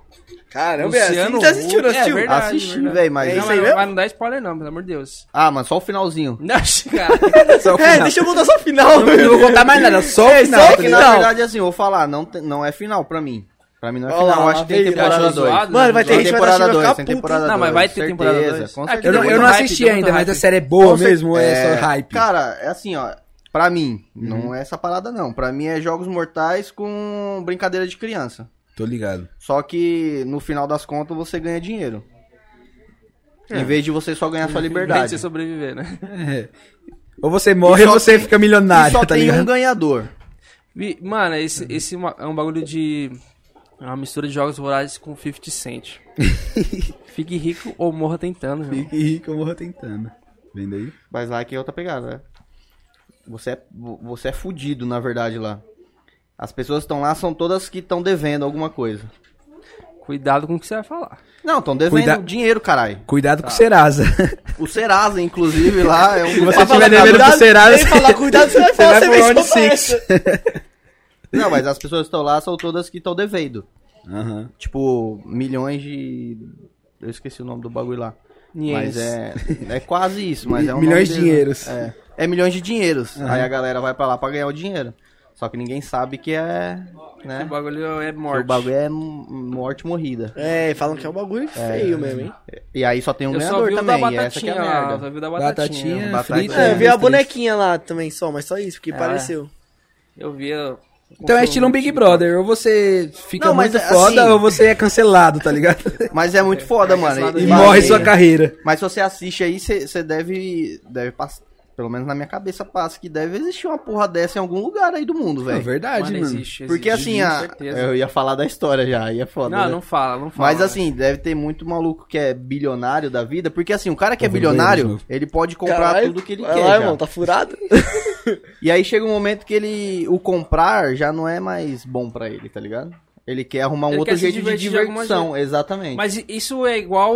Speaker 4: Caramba,
Speaker 1: Luciano
Speaker 4: assim, você assistiu, não
Speaker 1: Huck, é
Speaker 4: assistiu?
Speaker 1: verdade.
Speaker 2: Assisti,
Speaker 1: verdade.
Speaker 2: velho, mas.
Speaker 4: É
Speaker 1: Não,
Speaker 4: isso aí
Speaker 1: mas-
Speaker 4: mesmo?
Speaker 1: mas não dá spoiler, não, pelo amor de Deus.
Speaker 2: Ah, mano, só o finalzinho.
Speaker 1: Não, cara.
Speaker 3: Só o
Speaker 4: É,
Speaker 3: final.
Speaker 4: deixa eu botar só o final.
Speaker 3: Eu não vou contar mais nada, só o
Speaker 4: É,
Speaker 3: final.
Speaker 4: só o
Speaker 3: tá
Speaker 2: Porque
Speaker 3: ligado?
Speaker 2: na
Speaker 4: Não.
Speaker 2: verdade, assim, eu vou falar, não, te- não é final pra mim. Pra mim não é
Speaker 4: Olha
Speaker 2: final.
Speaker 4: lá,
Speaker 2: eu acho que tem
Speaker 4: veio,
Speaker 2: temporada
Speaker 1: achou
Speaker 2: 2.
Speaker 1: zoado,
Speaker 4: Mano, vai ter
Speaker 2: Tem
Speaker 4: gente que vai
Speaker 2: temporada
Speaker 4: assistir,
Speaker 2: 2,
Speaker 4: vai ficar
Speaker 2: tem
Speaker 4: puto.
Speaker 2: temporada 2.
Speaker 1: Não, mas vai ter temporada dois.
Speaker 2: Com
Speaker 1: Ah,
Speaker 2: certeza.
Speaker 3: Eu não,
Speaker 1: Deu
Speaker 3: eu não
Speaker 1: muito hype,
Speaker 3: assisti
Speaker 1: deu muito
Speaker 3: ainda, mas
Speaker 1: hype.
Speaker 3: a série é boa
Speaker 2: Com cer-
Speaker 3: mesmo, ou é,
Speaker 2: é,
Speaker 3: só hype.
Speaker 2: Cara, é assim, ó. Pra mim,
Speaker 1: Uhum.
Speaker 2: não é essa parada, não. Pra mim é Jogos Mortais com brincadeira de criança.
Speaker 3: Tô ligado.
Speaker 2: Só que, no final das contas, você ganha dinheiro. Em vez de você só ganhar sua
Speaker 1: Você
Speaker 2: liberdade.
Speaker 1: sobreviver, né?
Speaker 3: É. Ou você morre
Speaker 2: E só
Speaker 3: ou você
Speaker 2: tem-
Speaker 3: fica
Speaker 2: E
Speaker 3: milionário,
Speaker 2: só
Speaker 3: tá
Speaker 2: tem
Speaker 3: ligado?
Speaker 2: um ganhador.
Speaker 1: Vi- Mano, esse,
Speaker 2: Uhum.
Speaker 1: esse ma- é um bagulho de. É uma mistura de jogos vorazes com 50 Cent. Fique rico ou morra tentando, velho.
Speaker 3: Fique rico, eu morro tentando. Vendo aí?
Speaker 2: Mas lá que é outra pegada, né? Você é, vo- você é fudido, na verdade, lá. As pessoas que estão lá são todas que estão devendo alguma coisa.
Speaker 1: Cuidado com o que você vai falar.
Speaker 2: Não, estão devendo
Speaker 3: Cuida-
Speaker 2: dinheiro, caralho.
Speaker 3: Cuidado com o Serasa.
Speaker 2: O Serasa, inclusive, lá é um...
Speaker 3: Se você
Speaker 2: Pra falar
Speaker 3: tiver devendo
Speaker 2: a
Speaker 3: pro
Speaker 2: verdade-
Speaker 3: Serasa,
Speaker 4: Sem falar cuidado, você vai falar, você
Speaker 3: pro
Speaker 4: vem
Speaker 3: Round
Speaker 4: só pra
Speaker 3: Six.
Speaker 2: Não, mas as pessoas que estão lá são todas que estão devendo.
Speaker 3: Aham.
Speaker 2: Tipo, milhões de... Eu esqueci o nome do bagulho lá.
Speaker 1: Niens.
Speaker 2: Mas é, é quase isso, mas é um
Speaker 3: Milhões
Speaker 2: nome
Speaker 3: de
Speaker 2: dele, né?
Speaker 3: dinheiros.
Speaker 2: É. É milhões de dinheiros. Aí a galera vai pra lá pra ganhar o dinheiro. Só que ninguém sabe que é... Né?
Speaker 1: O bagulho é
Speaker 2: Porque
Speaker 1: morte.
Speaker 2: O bagulho é m- morte morrida.
Speaker 4: É, falam que é um bagulho feio mesmo, hein?
Speaker 2: E aí só tem um
Speaker 1: Eu só
Speaker 2: ganhador
Speaker 1: vi o da
Speaker 2: também, e essa que
Speaker 1: batatinha
Speaker 2: é a
Speaker 1: lá. Eu
Speaker 2: merda.
Speaker 1: só vi o da
Speaker 3: Batatinha,
Speaker 1: batatinha.
Speaker 2: Batata-
Speaker 3: frita.
Speaker 4: É, eu vi
Speaker 3: uns
Speaker 4: a
Speaker 3: três.
Speaker 4: bonequinha lá também só, mas só isso, porque
Speaker 1: É.
Speaker 4: pareceu.
Speaker 1: Eu vi. eu-
Speaker 3: Então é estilo um Big Brother. Ou você fica
Speaker 2: Não, mas
Speaker 3: muito
Speaker 2: assim-
Speaker 3: foda, ou você é cancelado, tá ligado?
Speaker 2: Mas é muito foda, mano.
Speaker 3: e
Speaker 1: Mas-
Speaker 3: morre sua carreira.
Speaker 2: Mas se você assiste aí, você deve. Deve passar. Pelo menos na minha cabeça passa que deve existir uma porra dessa em algum lugar aí do mundo,
Speaker 3: É
Speaker 2: velho.
Speaker 3: verdade,
Speaker 1: Mano,
Speaker 3: mano.
Speaker 1: existe, existe.
Speaker 2: Porque assim, a...
Speaker 1: Com certeza.
Speaker 2: eu ia falar da história já, ia foda.
Speaker 1: Não,
Speaker 2: né?
Speaker 1: não fala, não fala.
Speaker 2: Mas assim, deve ter muito maluco que é bilionário da vida. Porque assim, o cara que é
Speaker 3: Tô vendo ele de
Speaker 2: bilionário,
Speaker 3: novo.
Speaker 2: ele pode comprar
Speaker 4: Caralho,
Speaker 2: tudo que ele
Speaker 4: vai
Speaker 2: quer.
Speaker 4: lá,
Speaker 2: já.
Speaker 4: irmão, tá furado?
Speaker 2: E aí chega um momento que ele. O comprar já não é mais bom pra ele, tá ligado? Ele quer arrumar um
Speaker 1: Ele
Speaker 2: outro
Speaker 1: quer se
Speaker 2: jeito de
Speaker 1: divertir de alguma
Speaker 2: diversão, exatamente.
Speaker 1: Mas i- isso é igual.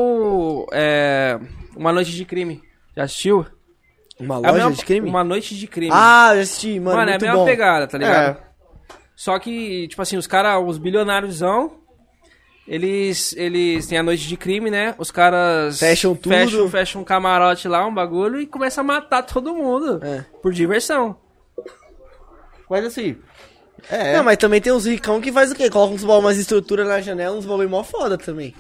Speaker 1: é, Uma noite de crime. Já assistiu?
Speaker 4: Uma
Speaker 1: É a
Speaker 4: loja
Speaker 1: mesma-
Speaker 4: de crime?
Speaker 1: Uma noite de crime.
Speaker 4: Ah, eu assisti, mano,
Speaker 1: mano, é a
Speaker 4: muito
Speaker 1: mesma
Speaker 4: bom.
Speaker 1: pegada, tá ligado?
Speaker 2: É.
Speaker 1: Só que, tipo assim, os caras, os bilionários, Eles, eles têm a noite de crime, né? Os caras.
Speaker 4: Fecham tudo.
Speaker 1: Fecham, fecham um camarote lá, um bagulho, e começa a matar todo mundo.
Speaker 4: É.
Speaker 1: Por diversão.
Speaker 2: Mas assim. É.
Speaker 4: Não, mas também tem uns ricão que faz o quê? Coloca uns baú, umas estruturas na janela, uns bagulho mó foda também.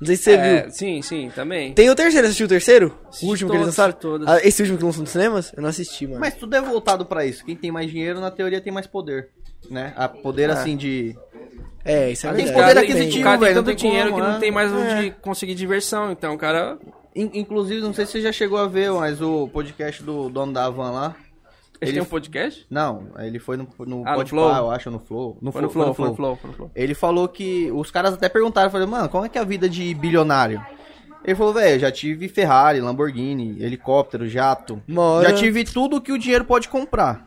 Speaker 4: Não sei se você
Speaker 1: É,
Speaker 4: viu.
Speaker 1: Sim, sim, também.
Speaker 4: Tem o terceiro, você assistiu o terceiro?
Speaker 1: Assisti
Speaker 4: O último que eles
Speaker 1: todos,
Speaker 4: lançaram?
Speaker 1: assisti todos.
Speaker 4: Ah, esse último que lançou nos cinemas? Eu não assisti, mano.
Speaker 2: Mas tudo é voltado pra isso. Quem tem mais dinheiro, na teoria, tem mais poder. Né? A poder, assim, de.
Speaker 4: É, isso é
Speaker 2: Tem
Speaker 1: O
Speaker 4: verdade.
Speaker 1: cara
Speaker 2: poder
Speaker 1: tem-
Speaker 2: aquisitivo,
Speaker 1: o cara tem
Speaker 2: velho, não
Speaker 1: tanto
Speaker 2: tem como,
Speaker 1: dinheiro que
Speaker 2: é.
Speaker 1: não tem mais onde conseguir diversão. Então, o cara.
Speaker 2: In- inclusive, não sei se você já chegou a ver, mas o podcast do dono da van lá.
Speaker 1: Ele
Speaker 2: Ele-
Speaker 1: tem um podcast?
Speaker 2: Não, ele foi no, no
Speaker 1: Ah, no
Speaker 2: Podpah,
Speaker 1: Flow?
Speaker 2: eu acho, no Flow. No,
Speaker 1: Foi
Speaker 2: Flo-
Speaker 1: no Flow, foi no Flow, foi no Flow.
Speaker 2: Ele falou que. Os caras até perguntaram, falaram, mano, como é que é a vida de bilionário? Ele falou, velho, já tive Ferrari, Lamborghini, helicóptero, jato.
Speaker 4: Uma hora-
Speaker 2: Já tive tudo que o dinheiro pode comprar.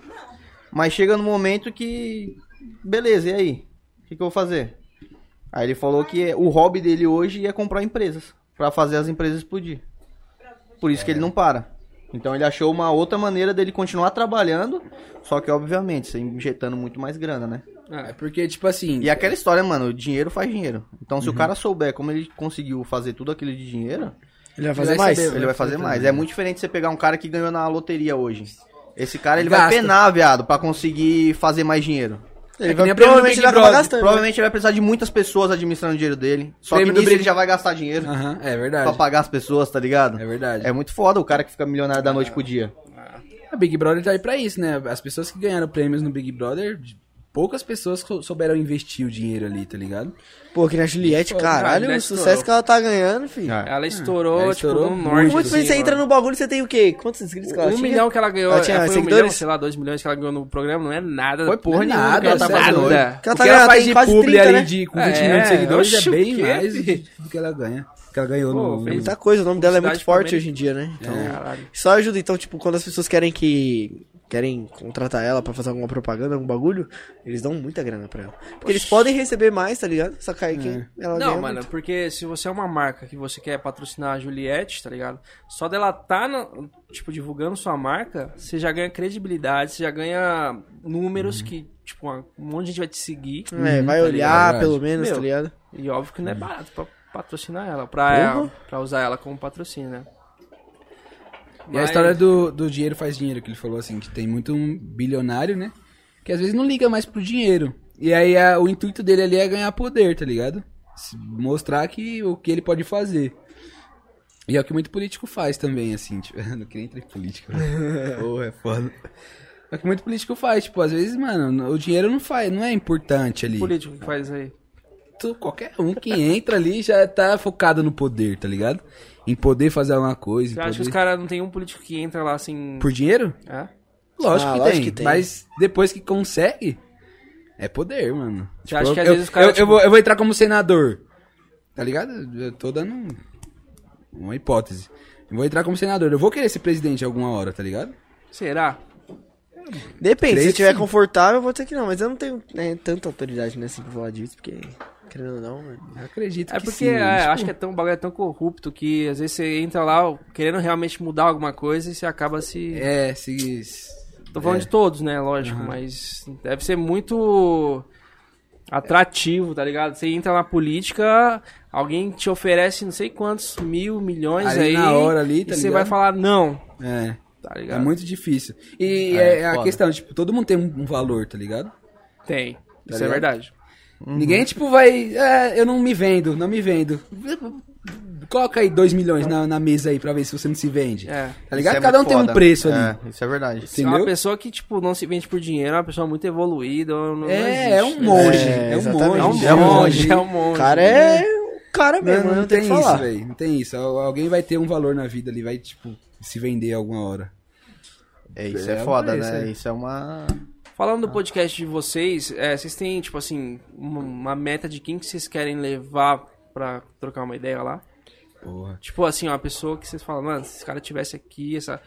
Speaker 2: Mas chega no momento que. Beleza, e aí? O que, que eu vou fazer? Aí ele falou que é, o hobby dele hoje é comprar empresas. Pra fazer as empresas explodir. Por isso que ele não para. Então ele achou uma outra maneira dele continuar trabalhando. Só que, obviamente, você injetando muito mais grana, né?
Speaker 3: É porque, tipo assim.
Speaker 2: E aquela história, mano, dinheiro faz dinheiro. Então,
Speaker 3: Uhum.
Speaker 2: se o cara souber como ele conseguiu fazer tudo aquilo de dinheiro,
Speaker 4: Ele vai
Speaker 3: Ele
Speaker 4: fazer
Speaker 3: vai
Speaker 4: mais.
Speaker 3: saber,
Speaker 2: ele vai fazer mais. É muito diferente você pegar um cara que ganhou na loteria hoje. Esse cara, ele vai
Speaker 3: Gasta.
Speaker 2: penar, viado, pra conseguir fazer mais dinheiro.
Speaker 4: Ele
Speaker 3: que
Speaker 4: vai,
Speaker 3: nem a prêmio do
Speaker 4: provavelmente
Speaker 3: Big
Speaker 4: ele vai acabar
Speaker 3: Brother.
Speaker 4: gastando. né?
Speaker 2: Provavelmente ele vai precisar de muitas pessoas administrando o dinheiro dele. Só
Speaker 3: Prêmio do
Speaker 2: que nisso
Speaker 3: Big-
Speaker 2: ele já vai gastar dinheiro
Speaker 3: Aham, é
Speaker 2: pra
Speaker 3: verdade.
Speaker 2: pagar as pessoas, tá ligado?
Speaker 3: É verdade.
Speaker 2: É muito foda o cara que fica milionário da noite pro dia.
Speaker 3: A Big Brother tá aí pra isso, né? As pessoas que ganharam prêmios no Big Brother, poucas pessoas sou- souberam investir o dinheiro ali, tá ligado?
Speaker 4: Pô, que na Juliette,
Speaker 1: Pô,
Speaker 4: caralho,
Speaker 1: Juliette
Speaker 4: o sucesso
Speaker 1: estourou.
Speaker 4: que ela tá ganhando, filho.
Speaker 2: É.
Speaker 1: Ela estourou,
Speaker 3: Ela
Speaker 1: tipo,
Speaker 3: estourou
Speaker 1: no norte.
Speaker 4: Ah. Muito
Speaker 1: assim,
Speaker 4: bem, você
Speaker 1: mano.
Speaker 4: entra no bagulho, você tem o quê? Quantos inscritos que ela
Speaker 1: Um
Speaker 4: tinha?
Speaker 1: milhão que ela ganhou,
Speaker 4: Ela tinha
Speaker 1: é, foi um
Speaker 4: seguidores?
Speaker 1: milhão, sei lá, dois milhões que ela ganhou no programa, não é nada.
Speaker 2: Foi porra
Speaker 3: Não é
Speaker 2: nenhuma,
Speaker 3: nada,
Speaker 2: cara, tá
Speaker 3: sério,
Speaker 1: nada.
Speaker 2: fazendo hoje.
Speaker 4: Que ela
Speaker 3: o
Speaker 4: tá
Speaker 3: que ela
Speaker 4: ganhando,
Speaker 3: faz
Speaker 4: tem
Speaker 3: de
Speaker 4: quase
Speaker 3: publi
Speaker 4: 30,
Speaker 3: ali
Speaker 4: né?
Speaker 3: de com
Speaker 1: É,
Speaker 3: 20 milhões de seguidores
Speaker 1: oxe,
Speaker 3: é bem
Speaker 1: o quê,
Speaker 3: mais do
Speaker 1: filho?
Speaker 3: que- do que ela ganha. do Que ela ganhou
Speaker 1: Pô,
Speaker 3: no.
Speaker 1: fez-
Speaker 3: no-
Speaker 4: Muita coisa, o nome dela é muito
Speaker 1: Publicidade
Speaker 4: forte
Speaker 1: também. É.
Speaker 4: hoje em dia, né? Então,
Speaker 1: Caralho.
Speaker 4: Isso ajuda, então, tipo, quando as pessoas querem que. Querem contratar ela pra fazer alguma propaganda, algum bagulho, eles dão muita grana pra ela. Porque eles podem receber mais, tá ligado? Só que aí quem
Speaker 3: É.
Speaker 4: ela
Speaker 1: Não,
Speaker 4: ganha
Speaker 1: mano,
Speaker 4: muito.
Speaker 1: porque se você é uma marca que você quer patrocinar a Juliette, tá ligado? Só dela tá, na- tipo, divulgando sua marca, você já ganha credibilidade, você já ganha números
Speaker 4: Uhum.
Speaker 1: que, tipo, um monte de gente vai te seguir.
Speaker 4: É, vai
Speaker 1: tá
Speaker 4: olhar,
Speaker 3: Uhum, ligado?
Speaker 4: pelo menos,
Speaker 1: Meu.
Speaker 4: tá ligado?
Speaker 1: E óbvio que não é barato pra patrocinar ela, pra,
Speaker 4: Uhum. Porra.
Speaker 1: pra usar ela como patrocínio, né?
Speaker 3: E a
Speaker 1: Mas-
Speaker 3: história do, do dinheiro faz dinheiro, que ele falou assim, que tem muito um bilionário, né? Que às vezes não liga mais pro dinheiro. E aí a- o intuito dele ali é ganhar poder, tá ligado? Se- Mostrar que o que ele pode fazer. E é o que muito político faz também, assim, tipo, eu não queria entrar em política. né? Porra, é foda. É o que muito político faz, tipo, às vezes, mano, o dinheiro não faz, não é importante ali.
Speaker 1: Político que faz isso aí.
Speaker 3: Tu- qualquer um que entra ali já tá focado no poder, tá ligado? Em poder fazer alguma coisa. em
Speaker 1: Você acha que os
Speaker 3: poder-
Speaker 1: caras não tem um político que entra lá assim.
Speaker 3: Por dinheiro?
Speaker 1: É?
Speaker 3: Lógico,
Speaker 4: Ah,
Speaker 3: que,
Speaker 4: lógico
Speaker 3: tem,
Speaker 4: que tem.
Speaker 3: Mas depois que consegue, é poder, mano.
Speaker 1: Você acha
Speaker 3: eu-
Speaker 1: que às
Speaker 3: eu,
Speaker 1: vezes os caras,
Speaker 3: eu- eu
Speaker 1: tipo-
Speaker 3: vou, eu vou entrar como senador. Tá ligado? Eu tô dando um- uma hipótese. Eu vou entrar como senador. Eu vou querer ser presidente alguma hora, tá ligado?
Speaker 1: Será?
Speaker 4: Depende, se
Speaker 3: Creio
Speaker 4: eu
Speaker 3: que
Speaker 4: tiver
Speaker 3: sim.
Speaker 4: confortável, eu vou dizer que não, mas eu não tenho né, tanta autoridade, né, assim, pra falar disso, porque, querendo ou não, né, mano.
Speaker 3: Eu acredito
Speaker 1: É
Speaker 3: que
Speaker 1: porque
Speaker 3: sim.
Speaker 1: é,
Speaker 3: mano. Tipo,
Speaker 1: acho que é tão, o bagulho é tão corrupto que às vezes você entra lá querendo realmente mudar alguma coisa e você acaba se.
Speaker 3: É, se... se-
Speaker 1: Tô falando de todos, né? Lógico, mas deve ser muito atrativo, tá ligado? Você entra na política, alguém te oferece não sei quantos mil milhões
Speaker 3: Ali
Speaker 1: aí.
Speaker 3: na hora ali,
Speaker 1: e
Speaker 3: tá
Speaker 1: você
Speaker 3: ligado?
Speaker 1: vai falar não,
Speaker 3: É,
Speaker 1: tá
Speaker 3: é
Speaker 1: ligado? Ah,
Speaker 3: muito difícil. E é,
Speaker 2: É,
Speaker 3: a
Speaker 2: foda.
Speaker 3: questão, tipo, todo mundo tem um um valor, tá ligado?
Speaker 1: Tem. Isso é
Speaker 3: tá ligado?
Speaker 1: verdade. Uhum.
Speaker 3: Ninguém, tipo, vai. "Ah, eu não me vendo, não me vendo. Coloca aí 2 milhões na, na mesa aí pra ver se você não se vende.
Speaker 1: É.
Speaker 3: Tá ligado?
Speaker 2: Isso é
Speaker 3: Cada um
Speaker 2: muito
Speaker 3: tem um
Speaker 2: foda.
Speaker 3: preço ali.
Speaker 2: É, isso é verdade.
Speaker 1: Se é uma
Speaker 3: Entendeu?
Speaker 1: pessoa que, tipo, não se vende por dinheiro, é uma pessoa muito evoluída. não- não existe,
Speaker 3: É, é um
Speaker 1: tá ligado?
Speaker 3: monge.
Speaker 4: É,
Speaker 3: É, um
Speaker 4: exatamente.
Speaker 3: monge.
Speaker 1: É um monge, é um
Speaker 4: O
Speaker 1: monge.
Speaker 4: cara é o cara
Speaker 3: Não,
Speaker 4: mesmo,
Speaker 3: não,
Speaker 4: não, tem
Speaker 3: tem
Speaker 4: o que falar.
Speaker 3: isso, velho. Não tem isso. Al- Alguém vai ter um valor na vida ali, vai, tipo, se vender alguma hora.
Speaker 2: É, isso é,
Speaker 3: É um
Speaker 2: foda,
Speaker 3: preço,
Speaker 2: né?
Speaker 3: é.
Speaker 2: Isso é uma.
Speaker 1: Falando do podcast de vocês, é, vocês têm, tipo assim, uma, uma meta de quem que vocês querem levar pra trocar uma ideia lá?
Speaker 3: Porra.
Speaker 1: Tipo assim, uma pessoa que vocês falam, mano, se esse cara tivesse aqui, essa...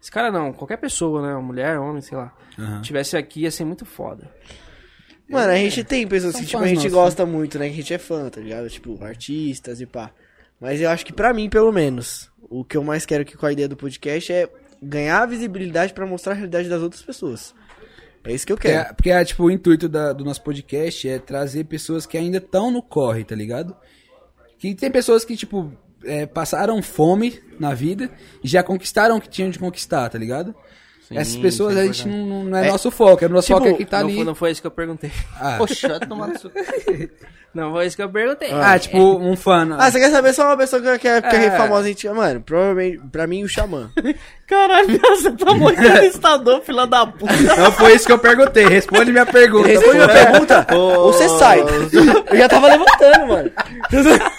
Speaker 1: Esse cara não, qualquer pessoa, né? Uma mulher, homem, sei lá.
Speaker 3: Aham.
Speaker 1: Tivesse aqui, ia ser muito foda.
Speaker 4: Mano, a gente tem pessoas
Speaker 3: São
Speaker 4: que, tipo,
Speaker 3: fãs
Speaker 4: a gente
Speaker 3: nossos,
Speaker 4: gosta muito, né? Que a gente é fã, tá ligado? Tipo, artistas e pá. Mas eu acho que pra mim, pelo menos, o que eu mais quero aqui com a ideia do podcast é ganhar visibilidade pra mostrar a realidade das outras pessoas. É isso que eu
Speaker 3: Porque,
Speaker 4: quero.
Speaker 3: é- porque é, tipo, o intuito da- do nosso podcast é trazer pessoas que ainda estão no corre, tá ligado? Que tem pessoas que, tipo, é, passaram fome na vida e já conquistaram o que tinham de conquistar, tá ligado?
Speaker 2: Sim,
Speaker 3: Essas pessoas
Speaker 2: isso é
Speaker 3: a gente não, não é,
Speaker 4: É,
Speaker 3: nosso foco, é nosso
Speaker 4: tipo,
Speaker 3: foco é que tá
Speaker 1: não,
Speaker 3: ali.
Speaker 1: foi, não foi isso que eu perguntei.
Speaker 3: Ah,
Speaker 2: Poxa, tomado isso.
Speaker 1: Não foi isso que eu perguntei.
Speaker 3: Ah, tipo, um fã.
Speaker 4: Ah, você quer saber só uma pessoa que que é, que é,
Speaker 3: É.
Speaker 4: famosa em Tia? Mano, provavelmente, pra mim, o Xamã.
Speaker 2: Caralho, você tá muito entrevistador, fila da puta.
Speaker 3: Não foi isso que eu perguntei, responde minha pergunta.
Speaker 4: Responde
Speaker 3: pô.
Speaker 4: a pergunta ou você sai. Eu já tava levantando, mano.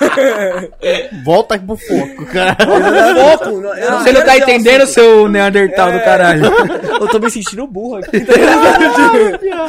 Speaker 2: Volta pro foco, cara.
Speaker 4: Eu, foco, não- eu não
Speaker 3: Você não É.
Speaker 4: quero
Speaker 3: tá
Speaker 4: dizer um
Speaker 3: entendendo,
Speaker 4: assunto.
Speaker 3: seu Neandertal do caralho.
Speaker 4: Eu tô me sentindo burro aqui.
Speaker 1: não,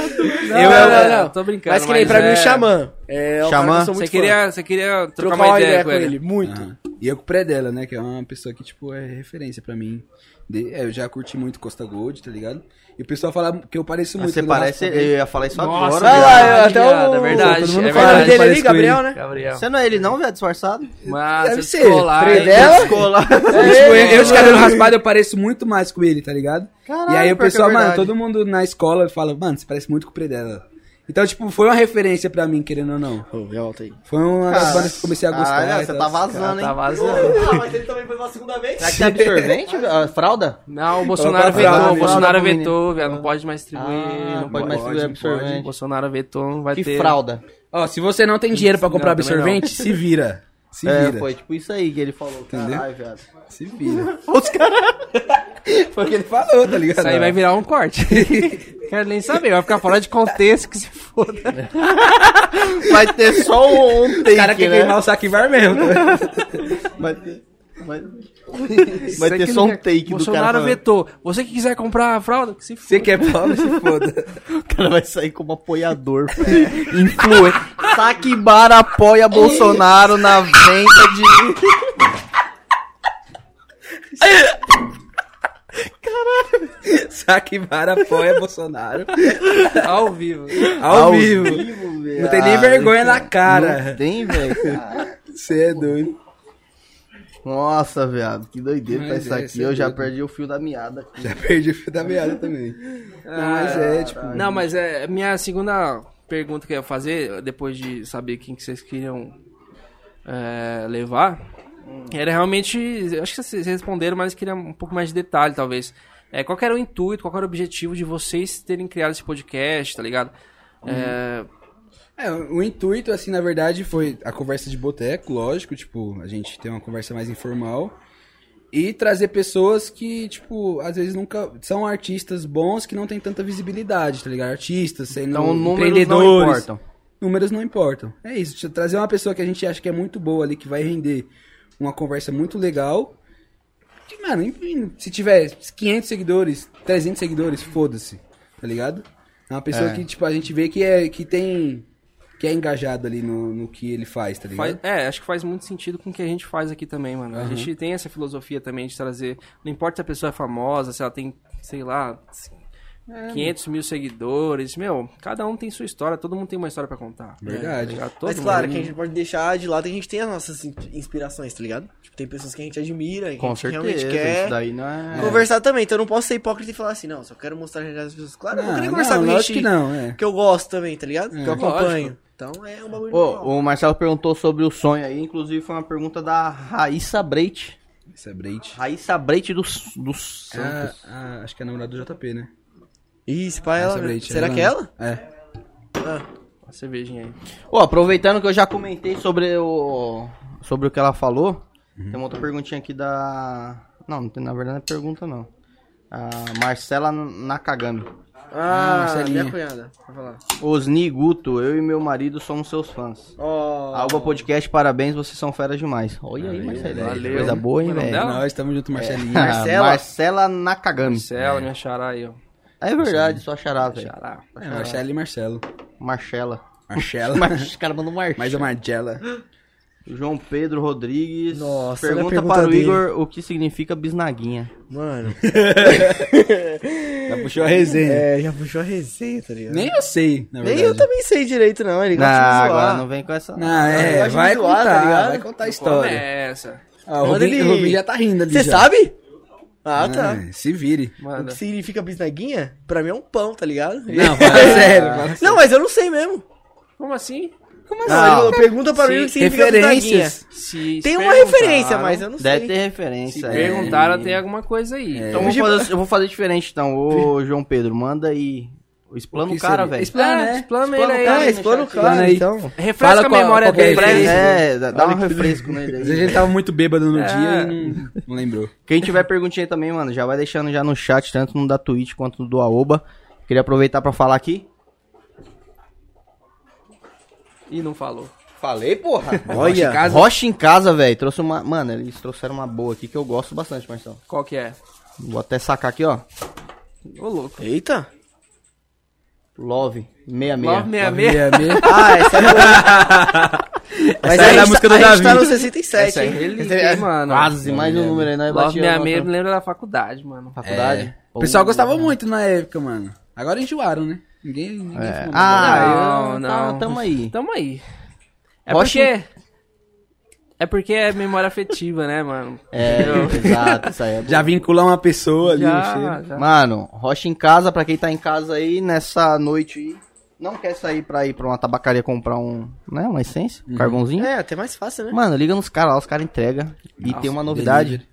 Speaker 1: não, não, não, tô brincando.
Speaker 4: Mas que nem pra mim,
Speaker 1: é-
Speaker 4: o Xamã. É, é um
Speaker 2: Xamã?
Speaker 4: cara que eu sou
Speaker 1: Você
Speaker 4: muito
Speaker 1: queria, você queria
Speaker 4: fã. trocar
Speaker 1: trocar uma ideia com ele.
Speaker 4: muito.
Speaker 3: Ah, E eu com o Predella, né? Que é uma pessoa que, tipo, é referência pra mim. De- é, eu já curti muito Costa Gold, tá ligado? E o pessoal fala que eu pareço muito.
Speaker 2: Ah, Você
Speaker 3: quando eu
Speaker 2: parece.
Speaker 3: raspo a
Speaker 2: Eu ia falar isso
Speaker 1: Nossa,
Speaker 2: agora.
Speaker 4: Vai
Speaker 1: Olha
Speaker 2: viado.
Speaker 4: lá, Ah, eu-
Speaker 1: Verdade,
Speaker 4: até o...
Speaker 1: viado, é verdade,
Speaker 4: todo mundo
Speaker 1: é
Speaker 4: fala
Speaker 1: verdade,
Speaker 4: dele ali,
Speaker 3: parece com
Speaker 4: Gabriel, né?
Speaker 1: Gabriel.
Speaker 2: Você não é ele, não, velho, disfarçado? É?
Speaker 1: Mas
Speaker 3: Deve
Speaker 1: você
Speaker 3: ser.
Speaker 1: descolar, hein?
Speaker 4: Predella? Ela?
Speaker 2: Escola.
Speaker 3: cabeça. Tipo, eu, eu de
Speaker 4: É.
Speaker 3: cabelo raspado, eu pareço muito mais com ele, tá ligado?
Speaker 2: Caralho,
Speaker 3: e aí
Speaker 2: pior
Speaker 3: o
Speaker 2: que é
Speaker 3: pessoal, mano,
Speaker 2: verdade.
Speaker 3: todo mundo na escola fala, mano, você parece muito com o Predella. Então, tipo, foi uma referência pra mim, querendo ou não.
Speaker 4: Ô, volta aí.
Speaker 3: Foi uma das
Speaker 2: Caralho.
Speaker 3: bandas que eu comecei a gostar.
Speaker 2: Caralho,
Speaker 3: e
Speaker 2: você
Speaker 3: tal.
Speaker 2: tá vazando, hein?
Speaker 1: Tá vazando.
Speaker 4: Ah, mas ele também foi uma segunda vez?
Speaker 2: Será que é absorvente? Ah, Fralda?
Speaker 1: Não, o Bolsonaro
Speaker 3: Coloca a fralda,
Speaker 1: vetou, o
Speaker 3: né?
Speaker 1: Bolsonaro
Speaker 2: Fralda pro
Speaker 1: vetou, velho. Não pode mais distribuir.
Speaker 2: Ah,
Speaker 1: não
Speaker 2: não pode mais
Speaker 3: pode,
Speaker 2: distribuir
Speaker 3: não pode.
Speaker 1: O
Speaker 2: absorvente.
Speaker 1: Bolsonaro vetou, não vai
Speaker 2: Que
Speaker 1: ter.
Speaker 2: fralda.
Speaker 3: Ó, se você não tem dinheiro pra comprar
Speaker 1: Não, também não.
Speaker 3: absorvente, se vira. Se
Speaker 2: É,
Speaker 3: vira.
Speaker 2: foi tipo isso aí que ele falou. Caralho, viado.
Speaker 3: Se vira. Os caras. Foi o que ele falou, tá ligado?
Speaker 1: Isso aí vai virar um corte. Quero nem saber, vai ficar fora de contexto que se foda.
Speaker 2: Vai ter só um, um take,
Speaker 3: O cara quer
Speaker 2: né?
Speaker 3: queimar o saque var mesmo.
Speaker 2: Vai ter, vai...
Speaker 1: Isso aí
Speaker 2: ter
Speaker 1: que
Speaker 2: só
Speaker 1: não
Speaker 2: um
Speaker 1: quer.
Speaker 2: take do cara
Speaker 1: Bolsonaro
Speaker 2: falando.
Speaker 1: vetou. Você que quiser comprar a fralda, que se foda.
Speaker 3: Você quer pobre, se foda.
Speaker 2: O cara vai sair como apoiador. Influente. Saquibar apoia Bolsonaro na venda de...
Speaker 3: Saque var apoia Bolsonaro.
Speaker 1: Ao vivo.
Speaker 3: Ao, vivo. Não tem nem vergonha na
Speaker 2: Não
Speaker 3: cara.
Speaker 2: tem, velho.
Speaker 3: Você é doido.
Speaker 2: Nossa, viado, que doideira tá
Speaker 3: Mas
Speaker 2: isso
Speaker 3: é,
Speaker 2: aqui.
Speaker 3: cê é
Speaker 2: Eu já
Speaker 3: doido.
Speaker 2: perdi o fio da meada. aqui.
Speaker 3: Já perdi o fio da meada também. Não,
Speaker 4: Ah,
Speaker 3: mas é, tipo.
Speaker 1: Não, mas é minha segunda pergunta que eu ia fazer, depois de saber quem que vocês queriam é, levar, era realmente. eu Acho que vocês responderam, mas eu queria um pouco mais de detalhe, talvez. É, qual que era o intuito, qual que era o objetivo de vocês terem criado esse podcast, tá ligado? É,
Speaker 3: É, o intuito, assim, na verdade, foi a conversa de boteco, lógico, tipo, a gente tem uma conversa mais informal. E trazer pessoas que, tipo, às vezes nunca. São artistas bons que não têm tanta visibilidade, tá ligado? Artistas, sendo
Speaker 2: Então, números não
Speaker 3: empreendedores.
Speaker 2: importam.
Speaker 3: números não importam. É isso, tra- trazer uma pessoa que a gente acha que é muito boa ali, que vai render uma conversa muito legal. Que, mano, enfim, se tiver 500 seguidores, 300 seguidores, foda-se, tá ligado? É uma pessoa que, tipo, a gente vê que, é, que tem... Que é engajado ali no, no que ele faz, tá
Speaker 1: Faz-
Speaker 3: ligado?
Speaker 1: é, acho que faz muito sentido com o que a gente faz aqui também, mano. A gente tem essa filosofia também de trazer. Não importa se a pessoa é famosa, se ela tem, sei lá,
Speaker 3: É.
Speaker 1: 500 mil seguidores. Meu, cada um tem sua história, todo mundo tem uma história pra contar.
Speaker 3: Verdade.
Speaker 1: Tá ligado? Todo
Speaker 4: Mas
Speaker 1: mundo.
Speaker 4: claro, que a gente não pode deixar de lado que a gente tem as nossas in- inspirações, tá ligado? Tipo, tem pessoas que a gente admira, que a
Speaker 2: Com
Speaker 4: gente
Speaker 2: certeza,
Speaker 4: realmente
Speaker 2: isso
Speaker 4: quer
Speaker 2: daí não é...
Speaker 4: conversar também. Então eu não posso ser hipócrita e falar assim, não, só quero mostrar a realidade das pessoas. Claro, Ah, eu vou querer conversar com
Speaker 3: lógico
Speaker 4: gente
Speaker 3: que não, é.
Speaker 4: que eu gosto também, tá ligado? Que eu
Speaker 1: Lógico.
Speaker 4: acompanho. Então é um bagulho normal.
Speaker 2: Ô, o Marcelo perguntou sobre o sonho aí, inclusive foi uma pergunta da Raíssa Breit.
Speaker 3: Isso é Breit.
Speaker 2: Raíssa Breit dos, dos Santos.
Speaker 3: Ah, ah, acho que é namorado do JP, né?
Speaker 4: Ih, se pá, ela.
Speaker 3: Essa Breit,
Speaker 4: Será
Speaker 3: né?
Speaker 4: que é ela?
Speaker 3: É.
Speaker 1: Uma cervejinha aí.
Speaker 3: Ah.
Speaker 2: Ô, aproveitando que eu já comentei sobre o sobre o que ela falou, tem uma outra perguntinha aqui da não, não tem, na verdade não é pergunta não. A Marcela Nakagami.
Speaker 4: Ah,
Speaker 3: Marcelinha.
Speaker 4: minha cunhada. Vai falar.
Speaker 2: Osni Guto, eu e meu marido somos seus fãs.
Speaker 4: Ó.
Speaker 2: Alba Podcast, parabéns, vocês são feras demais. Olha aí,
Speaker 3: Valeu,
Speaker 2: Marcela.
Speaker 1: valeu.
Speaker 2: Coisa boa, hein,
Speaker 1: Como é o nome
Speaker 2: velho?
Speaker 1: dela?
Speaker 3: Nós estamos junto, Marcelinho.
Speaker 2: Marcela?
Speaker 4: Ah, É. Marcela?
Speaker 2: Marcela Nakagami.
Speaker 1: Marcela, minha xará aí, ó.
Speaker 2: É verdade, só chará, velho.
Speaker 1: Xará.
Speaker 3: É, Marcelo e Marcelo.
Speaker 2: Marcela.
Speaker 3: Marcelo.
Speaker 2: Mar- Os caras mandam Marcela.
Speaker 3: Mais uma Marcela.
Speaker 2: João Pedro Rodrigues.
Speaker 4: Nossa, olha a
Speaker 2: pergunta,
Speaker 4: pergunta
Speaker 2: para o
Speaker 4: dele.
Speaker 2: Igor o que significa bisnaguinha.
Speaker 4: Mano,
Speaker 3: Já puxou a resenha.
Speaker 4: é, já puxou a resenha, tá ligado?
Speaker 3: É, Nem eu sei, na
Speaker 4: Nem
Speaker 3: verdade.
Speaker 4: eu também sei direito, não. Ele gosta
Speaker 2: Ah,
Speaker 4: de me zoar.
Speaker 2: agora não vem com essa.
Speaker 3: Ah,
Speaker 4: Eu gosto
Speaker 3: é,
Speaker 4: de
Speaker 3: vai
Speaker 4: zoar,
Speaker 3: contar,
Speaker 4: tá ligado?
Speaker 3: vai contar a
Speaker 1: Toma
Speaker 3: história.
Speaker 1: é essa.
Speaker 3: Ah, o Rubinho,
Speaker 4: Olha ele.
Speaker 3: o Rubinho já tá rindo ali
Speaker 4: Você
Speaker 3: já.
Speaker 4: sabe? Ah, tá.
Speaker 3: Ah, se vire.
Speaker 4: O
Speaker 1: Mano.
Speaker 4: que significa bisnaguinha, pra mim é um pão, tá ligado?
Speaker 3: Não, fala sério. Fala sério. Ah,
Speaker 4: Não, mas eu não sei mesmo.
Speaker 1: Como assim?
Speaker 4: Como
Speaker 2: assim?
Speaker 4: Ele falou, pergunta pra mim o que
Speaker 1: Sim,
Speaker 4: significa bisnaguinha.
Speaker 3: Referências.
Speaker 1: Se
Speaker 4: Tem uma
Speaker 1: perguntaram-
Speaker 4: referência, mas eu não
Speaker 2: Deve
Speaker 4: sei. tipo,
Speaker 2: ter referência.
Speaker 1: Se
Speaker 2: é.
Speaker 1: perguntaram, tem alguma coisa aí.
Speaker 3: É.
Speaker 2: Então eu vou, fazer, eu vou fazer diferente, então. Ô, João Pedro, manda aí. Explana
Speaker 3: que
Speaker 2: o cara,
Speaker 3: seria?
Speaker 2: velho.
Speaker 3: Explana,
Speaker 1: É,
Speaker 3: né?
Speaker 1: explana ele aí.
Speaker 2: Explana
Speaker 4: Ah,
Speaker 2: o cara,
Speaker 1: né?
Speaker 2: explana o
Speaker 3: cara, então.
Speaker 1: Refresca
Speaker 3: Fala
Speaker 1: a
Speaker 3: qual-
Speaker 1: memória
Speaker 3: qual que é a
Speaker 1: dele.
Speaker 3: referência?
Speaker 2: É, dá, dá um refresco nele
Speaker 3: Às vezes
Speaker 2: aí.
Speaker 3: ele tava muito bêbado no dia
Speaker 1: É.
Speaker 3: e não, não lembrou.
Speaker 2: Quem tiver perguntinha também, mano, já vai deixando já no chat, tanto no da Twitch quanto no do Aoba. Queria aproveitar pra falar aqui.
Speaker 1: Ih, não falou.
Speaker 2: Falei, porra.
Speaker 4: Olha.
Speaker 2: Rocha em casa, velho. Trouxe uma. Mano, eles trouxeram uma boa aqui que eu gosto bastante, Marcelo.
Speaker 1: Qual que é?
Speaker 2: Vou até sacar aqui, ó.
Speaker 1: Ô, louco.
Speaker 4: Eita.
Speaker 2: Love 66.
Speaker 1: 966.
Speaker 4: Ah, essa é boa. Mas
Speaker 3: Essa
Speaker 4: a
Speaker 3: é
Speaker 4: gente
Speaker 3: da música
Speaker 4: tá,
Speaker 3: do
Speaker 4: a
Speaker 3: Davi.
Speaker 4: gente tá no 67,
Speaker 1: Essa é
Speaker 4: hein?
Speaker 1: relíquia, hein, mano.
Speaker 2: Quase, mais um número aí, nós batíamos,
Speaker 1: 966 me
Speaker 2: mano.
Speaker 1: lembra da faculdade, mano.
Speaker 2: Faculdade.
Speaker 3: O pessoal gostava muito na época, mano. Agora enjoaram, né? Ninguém, ninguém
Speaker 2: É.
Speaker 3: fuma
Speaker 2: Ah,
Speaker 1: Não,
Speaker 2: eu-
Speaker 1: não.
Speaker 2: tá- tamo aí.
Speaker 1: Tamo aí. É
Speaker 2: Rocha-
Speaker 1: porque... É porque é memória afetiva, né, mano?
Speaker 2: É, exato, isso aí é bom.
Speaker 3: Já vincular uma pessoa ali, um
Speaker 1: Já,
Speaker 3: cheiro.
Speaker 1: já.
Speaker 2: Mano, Rocha em casa, pra quem tá em casa aí, nessa noite aí, não quer sair pra ir pra uma tabacaria comprar um, né, uma essência, um
Speaker 1: Uhum.
Speaker 2: carvãozinho.
Speaker 4: É, até mais fácil, né?
Speaker 2: Mano, liga nos caras lá, os caras entregam. E
Speaker 1: Nossa,
Speaker 2: tem uma novidade,
Speaker 3: delivery.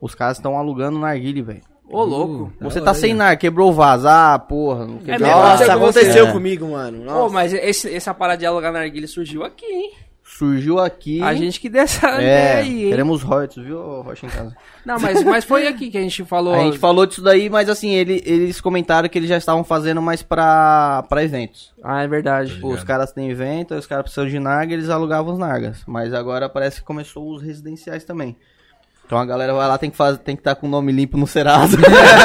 Speaker 2: os caras estão alugando narguile, velho.
Speaker 1: Ô, louco.
Speaker 3: Da
Speaker 2: Você
Speaker 3: hora,
Speaker 2: tá sem nar, quebrou o vaso, ah, porra. Não quebrou.
Speaker 1: né? É mesmo?
Speaker 2: Nossa,
Speaker 4: Nossa,
Speaker 1: aconteceu com
Speaker 4: aconteceu
Speaker 3: É.
Speaker 2: você.
Speaker 4: comigo, mano. Nossa.
Speaker 1: Ô, mas esse- essa parada de alugar na narguilha surgiu aqui, hein?
Speaker 2: surgiu aqui.
Speaker 1: A gente que deu essa ideia
Speaker 2: é,
Speaker 1: aí, hein?
Speaker 2: queremos royalties, viu, ô, Rocha em casa?
Speaker 1: Não, mas, mas foi aqui que a gente falou.
Speaker 2: A gente falou disso daí, mas assim, ele- eles comentaram que eles já estavam fazendo mais pra, pra eventos.
Speaker 1: Ah, é verdade.
Speaker 2: Os caras têm evento, aí os caras precisam de narga, eles alugavam os nargas. Mas agora parece que começou os residenciais também. Então a galera vai lá, tem que fazer, tem que estar com o nome limpo no Serasa.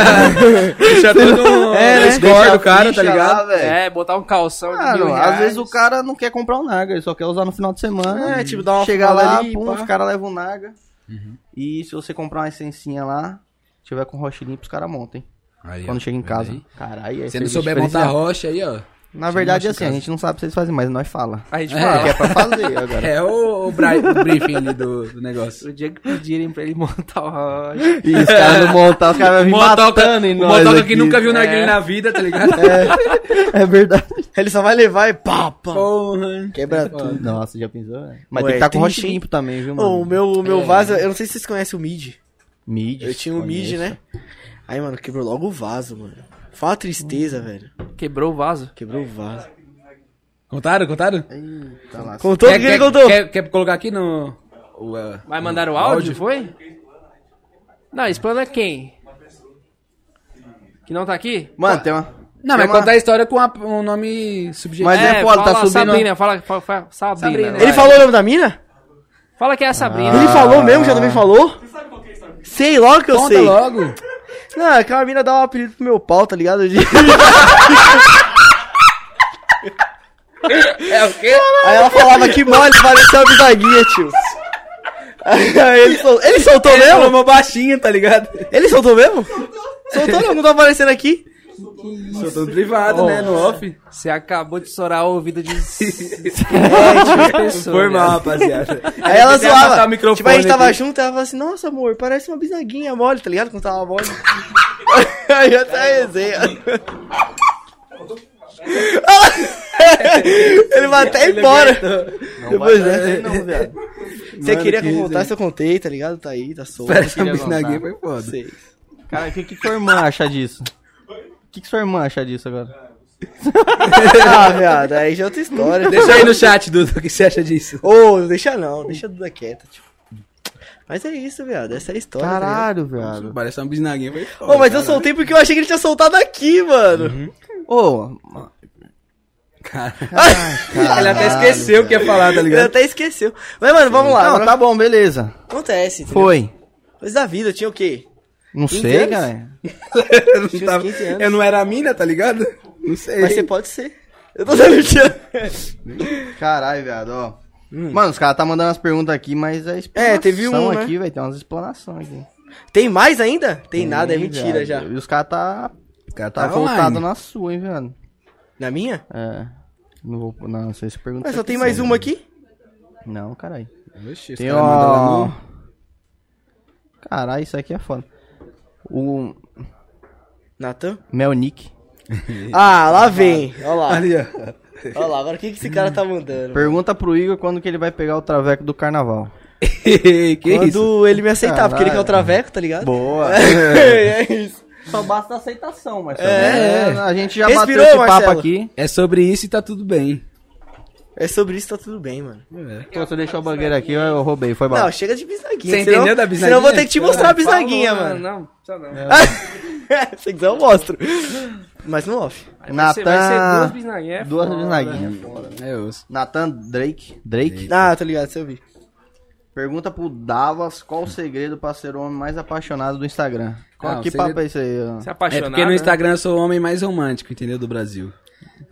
Speaker 3: Deixa todo um
Speaker 2: né?
Speaker 3: score do cara,
Speaker 2: Ficha
Speaker 3: tá ligado?
Speaker 2: lá, velho.
Speaker 1: É, botar um calção de
Speaker 2: Mano,
Speaker 1: mil
Speaker 2: às
Speaker 1: reais.
Speaker 2: vezes o cara não quer comprar um narga, ele só quer usar no final de semana.
Speaker 4: É, tipo, dá uma
Speaker 2: Chega
Speaker 4: fumada
Speaker 2: lá,
Speaker 4: ali,
Speaker 2: pum,
Speaker 4: pá.
Speaker 2: os caras levam um narga.
Speaker 3: Uhum.
Speaker 2: E se você comprar uma essencinha lá, tiver com rocha limpa, os caras montam, hein?
Speaker 3: Aí, ó,
Speaker 2: Quando chega em
Speaker 3: tá
Speaker 2: casa.
Speaker 3: vendo aí?
Speaker 2: Caralho, é
Speaker 3: Se não
Speaker 2: serviço
Speaker 3: souber montar
Speaker 2: diferenciado.
Speaker 3: rocha aí, ó.
Speaker 2: Na verdade,
Speaker 3: Chega em
Speaker 2: assim, a
Speaker 3: casa.
Speaker 2: gente não sabe se eles fazem, mas nós fala.
Speaker 1: A gente
Speaker 2: É,
Speaker 1: fala.
Speaker 2: que é pra fazer agora.
Speaker 3: É o, o bri- o briefing ali do, do negócio.
Speaker 1: O
Speaker 2: É.
Speaker 1: dia que pedirem pra ele montar o rocha.
Speaker 2: E os caras não montar, os caras vão vir matando em
Speaker 3: o
Speaker 2: nós
Speaker 3: motoca
Speaker 2: aqui.
Speaker 3: que nunca viu narguilha
Speaker 1: É.
Speaker 3: na vida, tá ligado?
Speaker 2: É verdade.
Speaker 4: Ele só vai levar e pá, pá.
Speaker 3: Porra.
Speaker 4: Quebra tudo.
Speaker 2: Nossa, já pensou, né? Mas
Speaker 4: Ué,
Speaker 2: tem que estar com
Speaker 4: tem
Speaker 2: rocha
Speaker 4: gente-
Speaker 2: limpo também, viu,
Speaker 4: Ô,
Speaker 2: mano?
Speaker 4: o meu, o meu
Speaker 3: É.
Speaker 4: vaso, eu não sei se vocês conhecem o mid.
Speaker 2: Mid.
Speaker 4: Eu tinha o mid,
Speaker 2: conheço.
Speaker 4: né? Aí, mano, quebrou logo o vaso, mano. Foi uma tristeza,
Speaker 3: Hum.
Speaker 4: velho.
Speaker 1: Quebrou o vaso.
Speaker 4: Quebrou o vaso.
Speaker 3: Contaram, contaram?
Speaker 2: Tá lá.
Speaker 4: Contou o que ele contou?
Speaker 3: quer- quer colocar aqui no... o, ah,
Speaker 1: Vai mandar o áudio, foi? Não, explana quem? Que não tá aqui?
Speaker 2: Mano, tem uma...
Speaker 3: Não,
Speaker 2: tem
Speaker 3: mas contar a história com a- um nome subjetivo.
Speaker 2: Mas é foda, tá subindo
Speaker 1: Sabrina, fala, fala, fala- Sabrina.
Speaker 3: Sabrina.
Speaker 1: vai.
Speaker 4: Ele falou o nome da mina?
Speaker 1: Fala que é a Sabrina.
Speaker 4: Ele falou
Speaker 2: Ah.
Speaker 4: mesmo, já também falou? Você sabe qual que é Sei logo que eu
Speaker 3: Conta
Speaker 4: sei.
Speaker 3: logo.
Speaker 4: Não, é que uma mina dá um apelido pro meu pau, tá ligado? De-
Speaker 3: É o quê?
Speaker 4: Aí ela falava que mole, parecia uma bisaguinha, tio. Aí ele, sol- ele soltou
Speaker 3: Ele
Speaker 4: mesmo?
Speaker 3: falou É mó baixinho, tá ligado?
Speaker 4: Ele soltou mesmo? Soltou não, não tá aparecendo aqui.
Speaker 3: Soltou no privado, né? No off.
Speaker 1: Você acabou de estourar o ouvido de...
Speaker 3: Foi mal, rapaziada.
Speaker 2: Ah,
Speaker 4: Aí ela
Speaker 3: Tentei afastar
Speaker 4: zoava.
Speaker 3: o microfone
Speaker 4: tipo, a gente tava
Speaker 3: aqui.
Speaker 4: junto, ela falava assim, nossa amor, parece uma bisaguinha mole, tá ligado? Quando tava mole. Aí até a resenha. ele vai até embora. Depois dessa.
Speaker 2: Não, viado.
Speaker 4: Você
Speaker 3: Mano,
Speaker 4: queria que
Speaker 3: que
Speaker 4: eu contasse,
Speaker 3: resenha.
Speaker 4: eu contei, tá ligado? Tá aí, tá solto.
Speaker 3: Parece que
Speaker 2: Queria
Speaker 3: a
Speaker 2: voltar.
Speaker 3: aqui foi foda.
Speaker 4: Sei.
Speaker 2: Cara, o que, que sua irmã acha disso? O que, que sua irmã acha disso agora?
Speaker 4: Ah, viado, aí já é outra história.
Speaker 3: Deixa aí no chat, Dudu, o que você acha disso?
Speaker 4: Ô, não deixa não, deixa a Duda quieta, tipo. Mas é isso, viado, essa é a história. tá ligado?
Speaker 2: Caralho, viado.
Speaker 3: Parece uma bisnaguinha, foi
Speaker 4: Ô, mas eu soltei porque eu achei que ele tinha soltado aqui, mano.
Speaker 3: Uhum.
Speaker 2: Ô,
Speaker 3: Cara. Ele até esqueceu o que ia falar, tá
Speaker 4: Ele
Speaker 3: Ah, ligado?
Speaker 4: até esqueceu. Mas, mano, vamos lá.
Speaker 2: não,
Speaker 4: agora
Speaker 2: tá bom, beleza.
Speaker 4: Acontece. entendeu?
Speaker 2: Foi.
Speaker 4: Coisa da vida, eu tinha o quê?
Speaker 2: Não
Speaker 4: Quinze
Speaker 2: sei,
Speaker 4: anos?
Speaker 2: cara.
Speaker 3: Eu não,
Speaker 4: uns 15 anos.
Speaker 3: eu não era a mina, tá ligado? Não sei.
Speaker 4: Mas você pode ser. Eu tô é. demitindo.
Speaker 2: Caralho, viado, ó. Mano, os caras tá mandando as perguntas aqui, mas é explanação
Speaker 4: Hum. É, teve um, né?
Speaker 2: aqui, velho. Tem umas explanações aqui.
Speaker 4: Tem mais ainda? Tem, nada, é
Speaker 2: Ih,
Speaker 4: mentira
Speaker 2: viado.
Speaker 4: já.
Speaker 2: E os caras tá,
Speaker 3: O cara
Speaker 2: tá
Speaker 3: tá
Speaker 2: voltado
Speaker 3: online.
Speaker 2: na sua, hein, velho.
Speaker 4: Na minha?
Speaker 2: É. Não vou. Não, não sei se pergunta.
Speaker 4: Mas só tem mais um. uma aqui?
Speaker 2: Não, caralho.
Speaker 3: Oxi, os
Speaker 2: Tem
Speaker 3: caras mandam lá
Speaker 2: ó.
Speaker 3: no-
Speaker 2: Caralho, isso aqui é foda. O
Speaker 4: Natan?
Speaker 2: Melnick.
Speaker 4: Ah, lá vem. Olha lá.
Speaker 3: Ali, ó.
Speaker 4: Olha lá, agora o que, que esse cara tá mandando?
Speaker 2: Pergunta pro Igor quando que ele vai pegar o traveco do carnaval.
Speaker 3: que
Speaker 4: Quando
Speaker 3: isso?
Speaker 4: ele me aceitar, porque ele quer o traveco, tá ligado?
Speaker 2: Boa.
Speaker 4: é isso.
Speaker 2: Só basta aceitação, Marcelo. É,
Speaker 4: É, é.
Speaker 2: a gente já
Speaker 4: Respirou,
Speaker 2: bateu esse
Speaker 4: Marcelo?
Speaker 2: papo aqui.
Speaker 3: É sobre isso e tá tudo bem.
Speaker 4: É sobre isso, tá tudo bem, mano.
Speaker 3: É.
Speaker 2: Pô, Então, você deixou a bangueira aqui, eu roubei, foi
Speaker 4: Não,
Speaker 2: mal.
Speaker 4: chega de bisnaguinha.
Speaker 3: Você
Speaker 4: senão-
Speaker 3: entendeu da bisnaguinha?
Speaker 4: Senão eu vou ter que te mostrar
Speaker 1: Falou,
Speaker 4: a bisnaguinha,
Speaker 1: né?
Speaker 4: mano.
Speaker 1: Não, precisa não.
Speaker 2: Ah,
Speaker 4: Se quiser eu mostro. Mas no off.
Speaker 1: Aí vai ser- vai ser
Speaker 2: Natan-
Speaker 1: duas bisnaguinhas. é
Speaker 2: Duas
Speaker 1: foda.
Speaker 2: bisnaguinhas.
Speaker 3: É osso.
Speaker 2: Nathan Drake. Drake.
Speaker 4: Ah, tô ligado, se eu vi.
Speaker 2: Pergunta pro Davas qual o segredo pra ser o homem mais apaixonado do Instagram. Qual,
Speaker 3: Ah,
Speaker 2: que
Speaker 3: o segredo-
Speaker 2: papo é esse aí? ó?
Speaker 1: Se
Speaker 3: É
Speaker 1: apaixonar.
Speaker 3: porque no
Speaker 1: né?
Speaker 3: Instagram eu sou o homem mais romântico, entendeu? Do Brasil.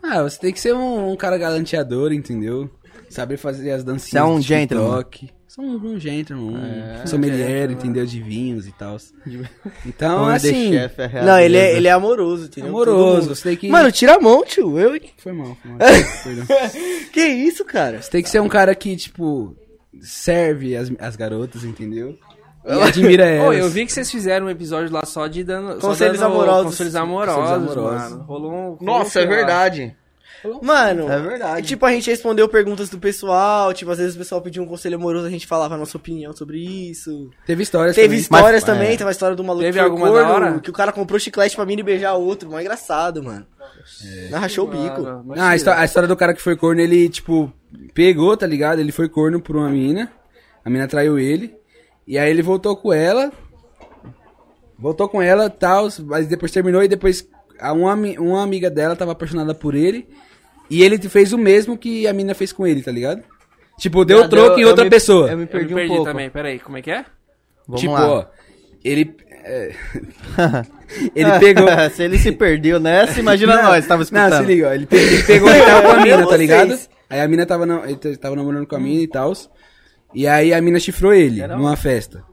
Speaker 3: Ah, você tem que ser um, um cara galanteador, entendeu? Saber fazer as dancinhas.
Speaker 2: Você é um
Speaker 3: do
Speaker 2: gentleman.
Speaker 3: TikTok. Sou um, um gentleman, um sommelier, entendeu? De vinhos e tal. Então,
Speaker 2: Homem de
Speaker 3: assim,
Speaker 2: chefe, é
Speaker 4: Não, ele é,
Speaker 2: realeza.
Speaker 4: ele é amoroso, entendeu?
Speaker 3: amoroso.
Speaker 4: Todo
Speaker 3: Você tem que...
Speaker 4: mundo. Mano, tira a mão, tio. Eu...
Speaker 3: foi mal, foi mal. Perdão.
Speaker 4: que isso, cara?
Speaker 3: Você tem que ser um cara que, tipo, serve as, as garotas, entendeu? E admira elas.
Speaker 1: Ô, eu vi que vocês fizeram um episódio lá só de dando. só
Speaker 4: Conselhos
Speaker 1: dando
Speaker 4: amorosos.
Speaker 1: Conselhos amorosos.
Speaker 3: Conselhos amorosos.
Speaker 1: Mano. Rolou um. rolou
Speaker 2: Nossa,
Speaker 1: um
Speaker 2: é
Speaker 1: sei lá.
Speaker 2: verdade.
Speaker 4: Mano,
Speaker 2: É verdade.
Speaker 4: Tipo, a gente respondeu perguntas do pessoal. Tipo, às vezes o pessoal pediu um conselho amoroso, a gente falava a nossa opinião sobre isso.
Speaker 3: Teve histórias
Speaker 4: Teve
Speaker 3: também. Mas-
Speaker 4: histórias também,
Speaker 3: é.
Speaker 4: teve a história do maluco
Speaker 1: Teve
Speaker 4: que foi
Speaker 1: alguma da hora?
Speaker 4: que o cara comprou chiclete pra mim e beijar outro. Mó engraçado, mano.
Speaker 2: É.
Speaker 4: Não rachou o bico.
Speaker 1: Mano, mas
Speaker 3: Ah, a,
Speaker 1: tira.
Speaker 3: histó- a história do cara que foi corno, ele, tipo, pegou, tá ligado? Ele foi corno por uma mina. A mina traiu ele. E aí ele voltou com ela. Voltou com ela, tal, mas depois terminou e depois a uma, ami- uma amiga dela tava apaixonada por ele. E ele fez o mesmo que a mina fez com ele, tá ligado? Tipo, deu
Speaker 2: Ah,
Speaker 3: troco em
Speaker 2: eu
Speaker 3: outra
Speaker 2: me-
Speaker 3: pessoa.
Speaker 2: Eu me
Speaker 1: Eu me
Speaker 2: perdi,
Speaker 1: perdi
Speaker 2: um pouco.
Speaker 1: também, peraí, como é que é?
Speaker 2: Vamos
Speaker 3: tipo,
Speaker 2: lá.
Speaker 3: ó, ele. é, ele pegou.
Speaker 2: se ele se perdeu nessa, imagina nós, tava escutando.
Speaker 3: Não, se liga, ó, ele, pe- ele pegou e tava com a mina, tá
Speaker 4: Vocês.
Speaker 3: ligado? Aí a mina tava, na- ele t- tava namorando com a mina e tal. E aí a mina chifrou ele numa festa.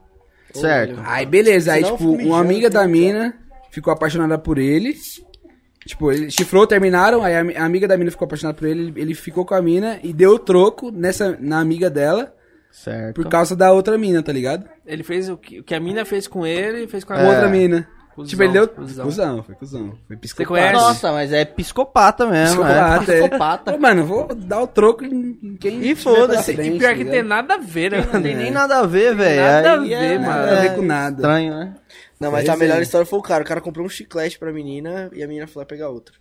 Speaker 2: Certo.
Speaker 3: Aí beleza, aí
Speaker 4: Senão eu
Speaker 3: tipo,
Speaker 4: fico
Speaker 3: uma
Speaker 4: mijando,
Speaker 3: amiga da mina ficou apaixonada por ele. Tipo, ele chifrou, terminaram, aí a ami- a amiga da mina ficou apaixonada por ele, ele ficou com a mina e deu o troco nessa, na amiga dela
Speaker 2: Certo.
Speaker 4: Então.
Speaker 3: por causa da outra mina, tá ligado?
Speaker 1: Ele fez o que, o que a mina fez com ele e fez com a
Speaker 2: É.
Speaker 3: Com
Speaker 4: É.
Speaker 3: outra mina.
Speaker 1: Cusão,
Speaker 3: tipo, ele deu.
Speaker 1: cusão.
Speaker 3: Cusão, cuzão, foi cuzão. Foi psicopata.
Speaker 1: conhece?
Speaker 2: Nossa, mas é psicopata mesmo.
Speaker 3: Psicopata,
Speaker 2: é.
Speaker 3: é.
Speaker 2: Psicopata.
Speaker 3: Ô, Mano, vou dar o troco em em quem.
Speaker 4: E
Speaker 3: tiver
Speaker 4: foda-se,
Speaker 3: pela
Speaker 1: E
Speaker 3: frente,
Speaker 1: pior que
Speaker 3: tá
Speaker 1: tem
Speaker 3: ligado?
Speaker 1: nada a ver, né?
Speaker 2: Não tem nem nada a ver, velho.
Speaker 1: nada a
Speaker 2: Aí
Speaker 1: ver,
Speaker 2: é-
Speaker 1: mano.
Speaker 3: Nada a ver com nada.
Speaker 4: Então-
Speaker 2: Estranho, né?
Speaker 4: Não, mas
Speaker 3: Pois
Speaker 4: a melhor
Speaker 3: é.
Speaker 4: história foi o cara. O cara comprou um chiclete pra menina e a menina foi lá pegar outro.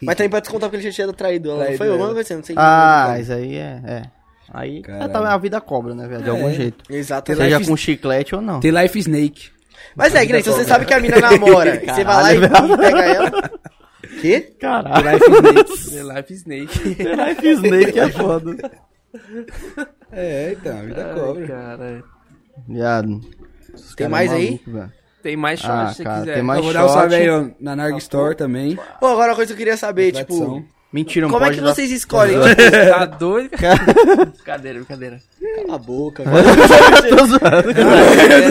Speaker 4: mas também pra descontar porque ele já tinha traído ela.
Speaker 3: Traído
Speaker 4: foi alguma
Speaker 3: ela.
Speaker 4: coisa assim, não sei.
Speaker 2: Ah, isso aí é. é. Aí é,
Speaker 3: Caralho.
Speaker 2: tá, a vida cobra, né, velho? De algum
Speaker 3: É.
Speaker 2: jeito.
Speaker 4: Exato.
Speaker 2: Seja
Speaker 3: life-
Speaker 2: com chiclete ou não.
Speaker 3: Tem Life Snake.
Speaker 4: Mas é, Grace, você sabe que a mina namora. você vai lá e e pega ela. Quê?
Speaker 2: Caralho.
Speaker 3: Life Snake.
Speaker 1: The Life Snake.
Speaker 2: Life Snake é foda.
Speaker 3: é, então, a vida
Speaker 1: Ai,
Speaker 3: cobra.
Speaker 1: cara.
Speaker 2: Viado. Esses
Speaker 4: Tem
Speaker 2: caras
Speaker 4: mais
Speaker 2: é
Speaker 4: aí?
Speaker 2: maluco, velho.
Speaker 1: Tem mais shot
Speaker 2: Ah,
Speaker 1: se você
Speaker 2: cara,
Speaker 1: quiser.
Speaker 2: tem mais-
Speaker 3: Eu vou dar um
Speaker 2: shot.
Speaker 3: salve aí, ó, na Narg Store também.
Speaker 4: Pô, agora uma coisa que eu queria saber, tipo...
Speaker 3: Tradição.
Speaker 2: Mentira, não
Speaker 4: Como é
Speaker 2: pode
Speaker 4: que
Speaker 2: dar-
Speaker 4: vocês escolhem?
Speaker 1: Tá doido? brincadeira, brincadeira.
Speaker 4: Cala a boca,
Speaker 2: Tô zoando.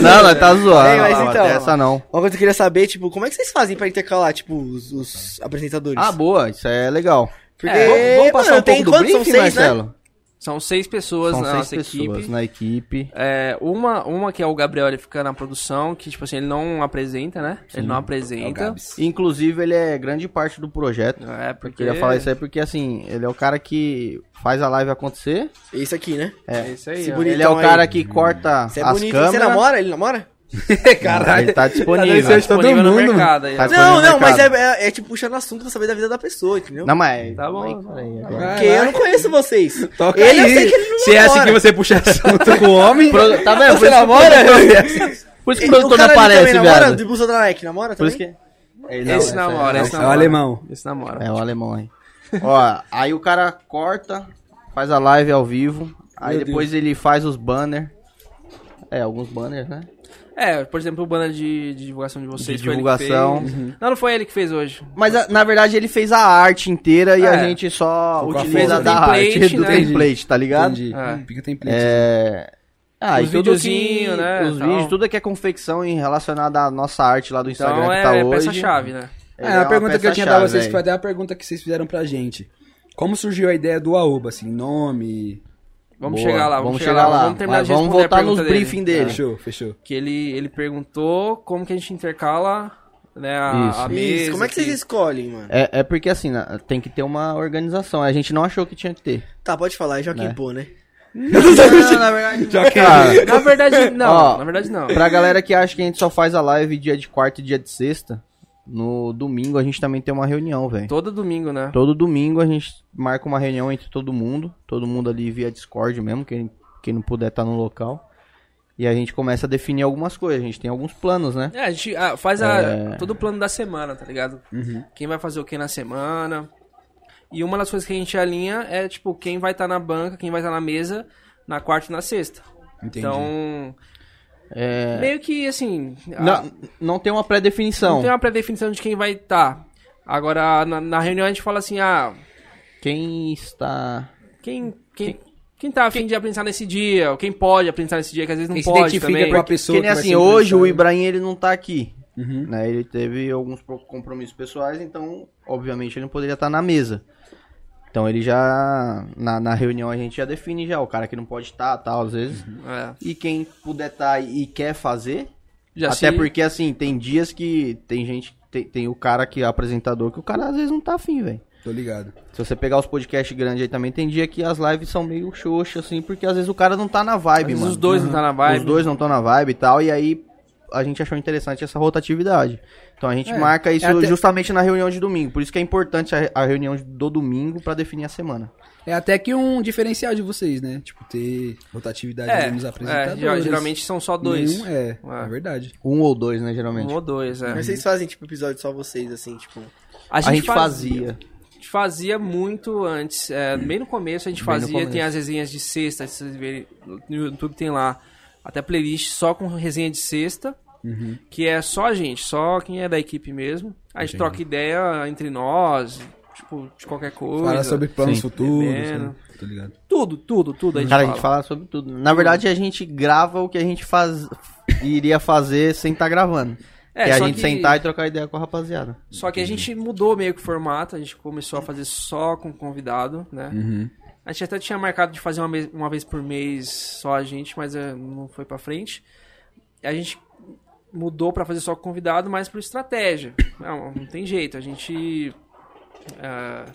Speaker 2: não, não, tá zoando.
Speaker 4: Ei, mas
Speaker 2: não,
Speaker 4: então-
Speaker 2: Essa não.
Speaker 4: Uma coisa que eu queria saber, tipo, como é que vocês fazem pra intercalar, tipo, os, os apresentadores?
Speaker 2: Ah, boa, isso é legal.
Speaker 4: Porque,
Speaker 1: É,
Speaker 2: Vamos- vamos passar
Speaker 4: mano,
Speaker 2: um pouco
Speaker 4: tem
Speaker 2: do
Speaker 4: quantos?
Speaker 2: briefing,
Speaker 4: são seis, né?
Speaker 2: Marcelo?
Speaker 1: São seis pessoas
Speaker 2: São
Speaker 1: na
Speaker 2: seis
Speaker 1: nossa
Speaker 2: pessoas né?
Speaker 1: equipe.
Speaker 2: na equipe.
Speaker 1: É, uma, uma que é o Gabriel, ele fica na produção, que, tipo assim, ele não apresenta, né? Ele não
Speaker 3: É o
Speaker 1: apresenta.
Speaker 3: Gabs.
Speaker 2: Inclusive, ele é grande parte do projeto.
Speaker 1: É,
Speaker 2: Eu
Speaker 1: porque...
Speaker 2: queria falar isso aí porque, assim, ele é o cara que faz a live acontecer.
Speaker 4: Isso aqui, né?
Speaker 1: É isso aí,
Speaker 4: Esse
Speaker 1: ó.
Speaker 4: bonito.
Speaker 2: ele é o
Speaker 4: Bonitão
Speaker 2: cara
Speaker 4: aí.
Speaker 2: que corta
Speaker 4: Você é
Speaker 2: as
Speaker 4: bonito. Você
Speaker 2: câmeras.
Speaker 4: namora? Ele namora?
Speaker 3: Caralho.
Speaker 2: Ele tá disponível.
Speaker 3: Tá dando todo
Speaker 1: Disponível no
Speaker 3: mundo, mano.
Speaker 1: mercado aí, ó.
Speaker 2: Faz Mas
Speaker 4: não,
Speaker 2: foi no
Speaker 4: não, mas é,
Speaker 2: mercado.
Speaker 4: é, é, tipo puxando assunto pra saber da vida da pessoa, entendeu?
Speaker 2: Não, mas... é
Speaker 1: Tá bom.
Speaker 2: Peraí, agora.
Speaker 4: Porque eu não
Speaker 3: Caralho.
Speaker 4: conheço vocês.
Speaker 3: Toca
Speaker 4: ele eu
Speaker 3: aí.
Speaker 4: sei que ele não
Speaker 3: Se é assim
Speaker 4: namora.
Speaker 3: que você puxa assunto com o homem.
Speaker 2: Pro- Tá vendo? Por
Speaker 3: Você
Speaker 2: isso que-
Speaker 3: namora?
Speaker 2: Por isso que o
Speaker 4: E
Speaker 2: produtor não
Speaker 4: né? ali
Speaker 2: aparece,
Speaker 4: também namora?
Speaker 2: viado.
Speaker 4: De blusa da Nike, namora
Speaker 2: Por
Speaker 4: também?
Speaker 2: isso que...
Speaker 1: Esse namora, esse
Speaker 3: é o
Speaker 1: namora.
Speaker 3: alemão.
Speaker 1: Esse namora.
Speaker 2: É o alemão aí. Ó, aí o cara corta, faz a live ao vivo, aí
Speaker 3: Meu
Speaker 2: depois ele faz os banners. É, alguns banners, né?
Speaker 1: É, por exemplo, o banner de, de divulgação de vocês.
Speaker 2: De
Speaker 1: foi ele que
Speaker 2: divulgação.
Speaker 1: fez.
Speaker 4: Uhum.
Speaker 1: Não, não foi ele que fez hoje.
Speaker 2: Mas a- na verdade ele fez a arte inteira e
Speaker 1: É.
Speaker 2: a gente só
Speaker 3: Ficou a
Speaker 2: utiliza
Speaker 3: foto,
Speaker 2: da
Speaker 1: né?
Speaker 2: arte
Speaker 1: Template,
Speaker 2: do
Speaker 1: né?
Speaker 2: template, tá ligado?
Speaker 3: Entendi.
Speaker 1: Ah.
Speaker 3: Hum, Pica tem play.
Speaker 2: É. Ah,
Speaker 1: Os
Speaker 2: e tudo
Speaker 1: videozinho,
Speaker 2: que-
Speaker 1: né,
Speaker 2: Os
Speaker 1: tal.
Speaker 2: vídeos, tudo que é confecção em relacionada à nossa arte lá do Instagram
Speaker 1: Então
Speaker 2: que
Speaker 1: é,
Speaker 2: tá
Speaker 1: é
Speaker 2: hoje.
Speaker 1: peça-chave, né?
Speaker 2: ele
Speaker 3: É, a
Speaker 2: uma
Speaker 3: pergunta que eu tinha dado a
Speaker 2: peça-chave,
Speaker 3: vocês
Speaker 2: velho.
Speaker 4: né?
Speaker 3: foi até a pergunta que vocês fizeram pra gente. Como surgiu a ideia do Aoba, assim, nome,
Speaker 1: Vamos
Speaker 2: Boa,
Speaker 1: chegar lá, vamos, chegar, lá. Vamos terminar
Speaker 2: Mas
Speaker 1: de
Speaker 2: vamos
Speaker 1: responder
Speaker 2: voltar
Speaker 1: a pergunta
Speaker 2: nos
Speaker 1: dele.
Speaker 2: briefing dele.
Speaker 3: Fechou, fechou.
Speaker 1: Que ele, ele perguntou como que a gente intercala né, a,
Speaker 2: Isso.
Speaker 1: a mesa.
Speaker 4: Isso, como é que vocês escolhem, mano?
Speaker 2: É, é porque assim, na- tem que ter uma organização. A gente não achou que tinha que ter.
Speaker 4: Tá, pode falar, é Joaquim Pô, né?
Speaker 2: na verdade.
Speaker 1: que... Na verdade, não.
Speaker 2: Ó,
Speaker 1: na verdade, não.
Speaker 2: Pra galera que acha que a gente só faz a live dia de quarta e dia de sexta, no domingo a gente também tem uma reunião, velho.
Speaker 1: Todo domingo, né?
Speaker 2: Todo domingo a gente marca uma reunião entre todo mundo, todo mundo ali via Discord mesmo, quem, quem não puder estar no local. E a gente começa a definir algumas coisas, a gente tem alguns planos, né?
Speaker 1: É, a gente ah, faz a- todo o plano da semana, tá ligado? Quem vai fazer o que na semana. E uma das coisas que a gente alinha é, tipo, quem vai estar na banca, quem vai estar na mesa na quarta e na sexta.
Speaker 3: Entendi.
Speaker 1: Então. Meio que assim. a-
Speaker 2: Não, não tem uma
Speaker 1: não
Speaker 2: pré-definição.
Speaker 1: tem uma pré-definição de quem vai estar. Agora, na, na reunião a gente fala assim, ah,
Speaker 2: Quem está.
Speaker 1: quem. quem quem tá afim de aprendizar nesse dia, ou quem pode aprendizar nesse dia, que às vezes não
Speaker 3: Quem se
Speaker 1: pode
Speaker 3: identifica
Speaker 1: também.
Speaker 3: com a pessoa
Speaker 2: Que nem
Speaker 3: que vai
Speaker 2: assim,
Speaker 3: ser
Speaker 2: hoje o
Speaker 3: entrevistada.
Speaker 2: Ibrahim ele não tá aqui.
Speaker 3: Uhum.
Speaker 2: né? Ele teve alguns pro- compromissos pessoais, então, obviamente, ele não poderia estar na mesa. Então ele já. Na, na reunião a gente já define já o cara que não pode estar, tal, às vezes.
Speaker 1: É,
Speaker 2: E quem puder estar e quer fazer.
Speaker 1: já
Speaker 2: até
Speaker 1: se-
Speaker 2: porque, assim, tem dias que tem gente. Tem, tem o cara que é apresentador que o cara às vezes não tá afim, velho.
Speaker 3: Tô ligado.
Speaker 2: Se você pegar os podcasts grandes aí também, tem dia que as lives são meio xoxa, assim, porque às vezes o cara não tá na
Speaker 1: às
Speaker 2: vibe,
Speaker 1: vezes
Speaker 2: mano.
Speaker 1: os dois não tá na vibe.
Speaker 2: Os dois não estão na vibe e tal, e aí a gente achou interessante essa rotatividade. Então a gente
Speaker 3: É,
Speaker 2: marca isso
Speaker 3: é até-
Speaker 2: justamente na reunião de domingo. Por isso que é importante a, a reunião do domingo pra definir a semana.
Speaker 3: É até que um diferencial de vocês, né? Tipo, ter rotatividade
Speaker 1: É,
Speaker 3: ali nos
Speaker 1: é,
Speaker 3: apresentadores.
Speaker 1: ge- geralmente são só dois.
Speaker 3: Nenhum, é,
Speaker 1: Ah.
Speaker 3: é verdade.
Speaker 2: Um ou dois, né,
Speaker 1: Um
Speaker 2: geralmente.
Speaker 1: ou dois, é.
Speaker 4: Mas vocês fazem, tipo, episódio só vocês, assim, tipo...
Speaker 2: A gente, fazia.
Speaker 1: A gente fazia muito antes, é, bem no começo a gente
Speaker 2: Bem no
Speaker 1: fazia,
Speaker 2: começo.
Speaker 1: tem as resenhas de sexta, se vocês verem, no YouTube tem lá até playlist só com resenha de sexta,
Speaker 2: Uhum.
Speaker 1: que é só a gente, só quem é da equipe mesmo. A gente troca ideia entre nós, tipo, de qualquer coisa.
Speaker 3: Fala sobre planos
Speaker 2: Sim.
Speaker 3: futuros.
Speaker 1: Bebendo.
Speaker 3: né? Tô ligado.
Speaker 1: Tudo, tudo, tudo. A gente
Speaker 2: Cara, a
Speaker 1: fala.
Speaker 2: gente fala sobre tudo. Na verdade, a gente grava o que a gente faz... iria fazer sem estar gravando.
Speaker 1: É,
Speaker 2: É, que a
Speaker 1: só
Speaker 2: gente
Speaker 1: que-
Speaker 2: sentar e trocar ideia com a rapaziada.
Speaker 1: Só que a gente mudou meio que o formato, a gente começou a fazer só com convidado, né?
Speaker 3: Uhum.
Speaker 1: A gente até tinha marcado de fazer uma, me- uma vez por mês só a gente, mas eh, não foi pra frente. A gente mudou pra fazer só com convidado, mas por estratégia. É, Não, não tem jeito, a gente. ah,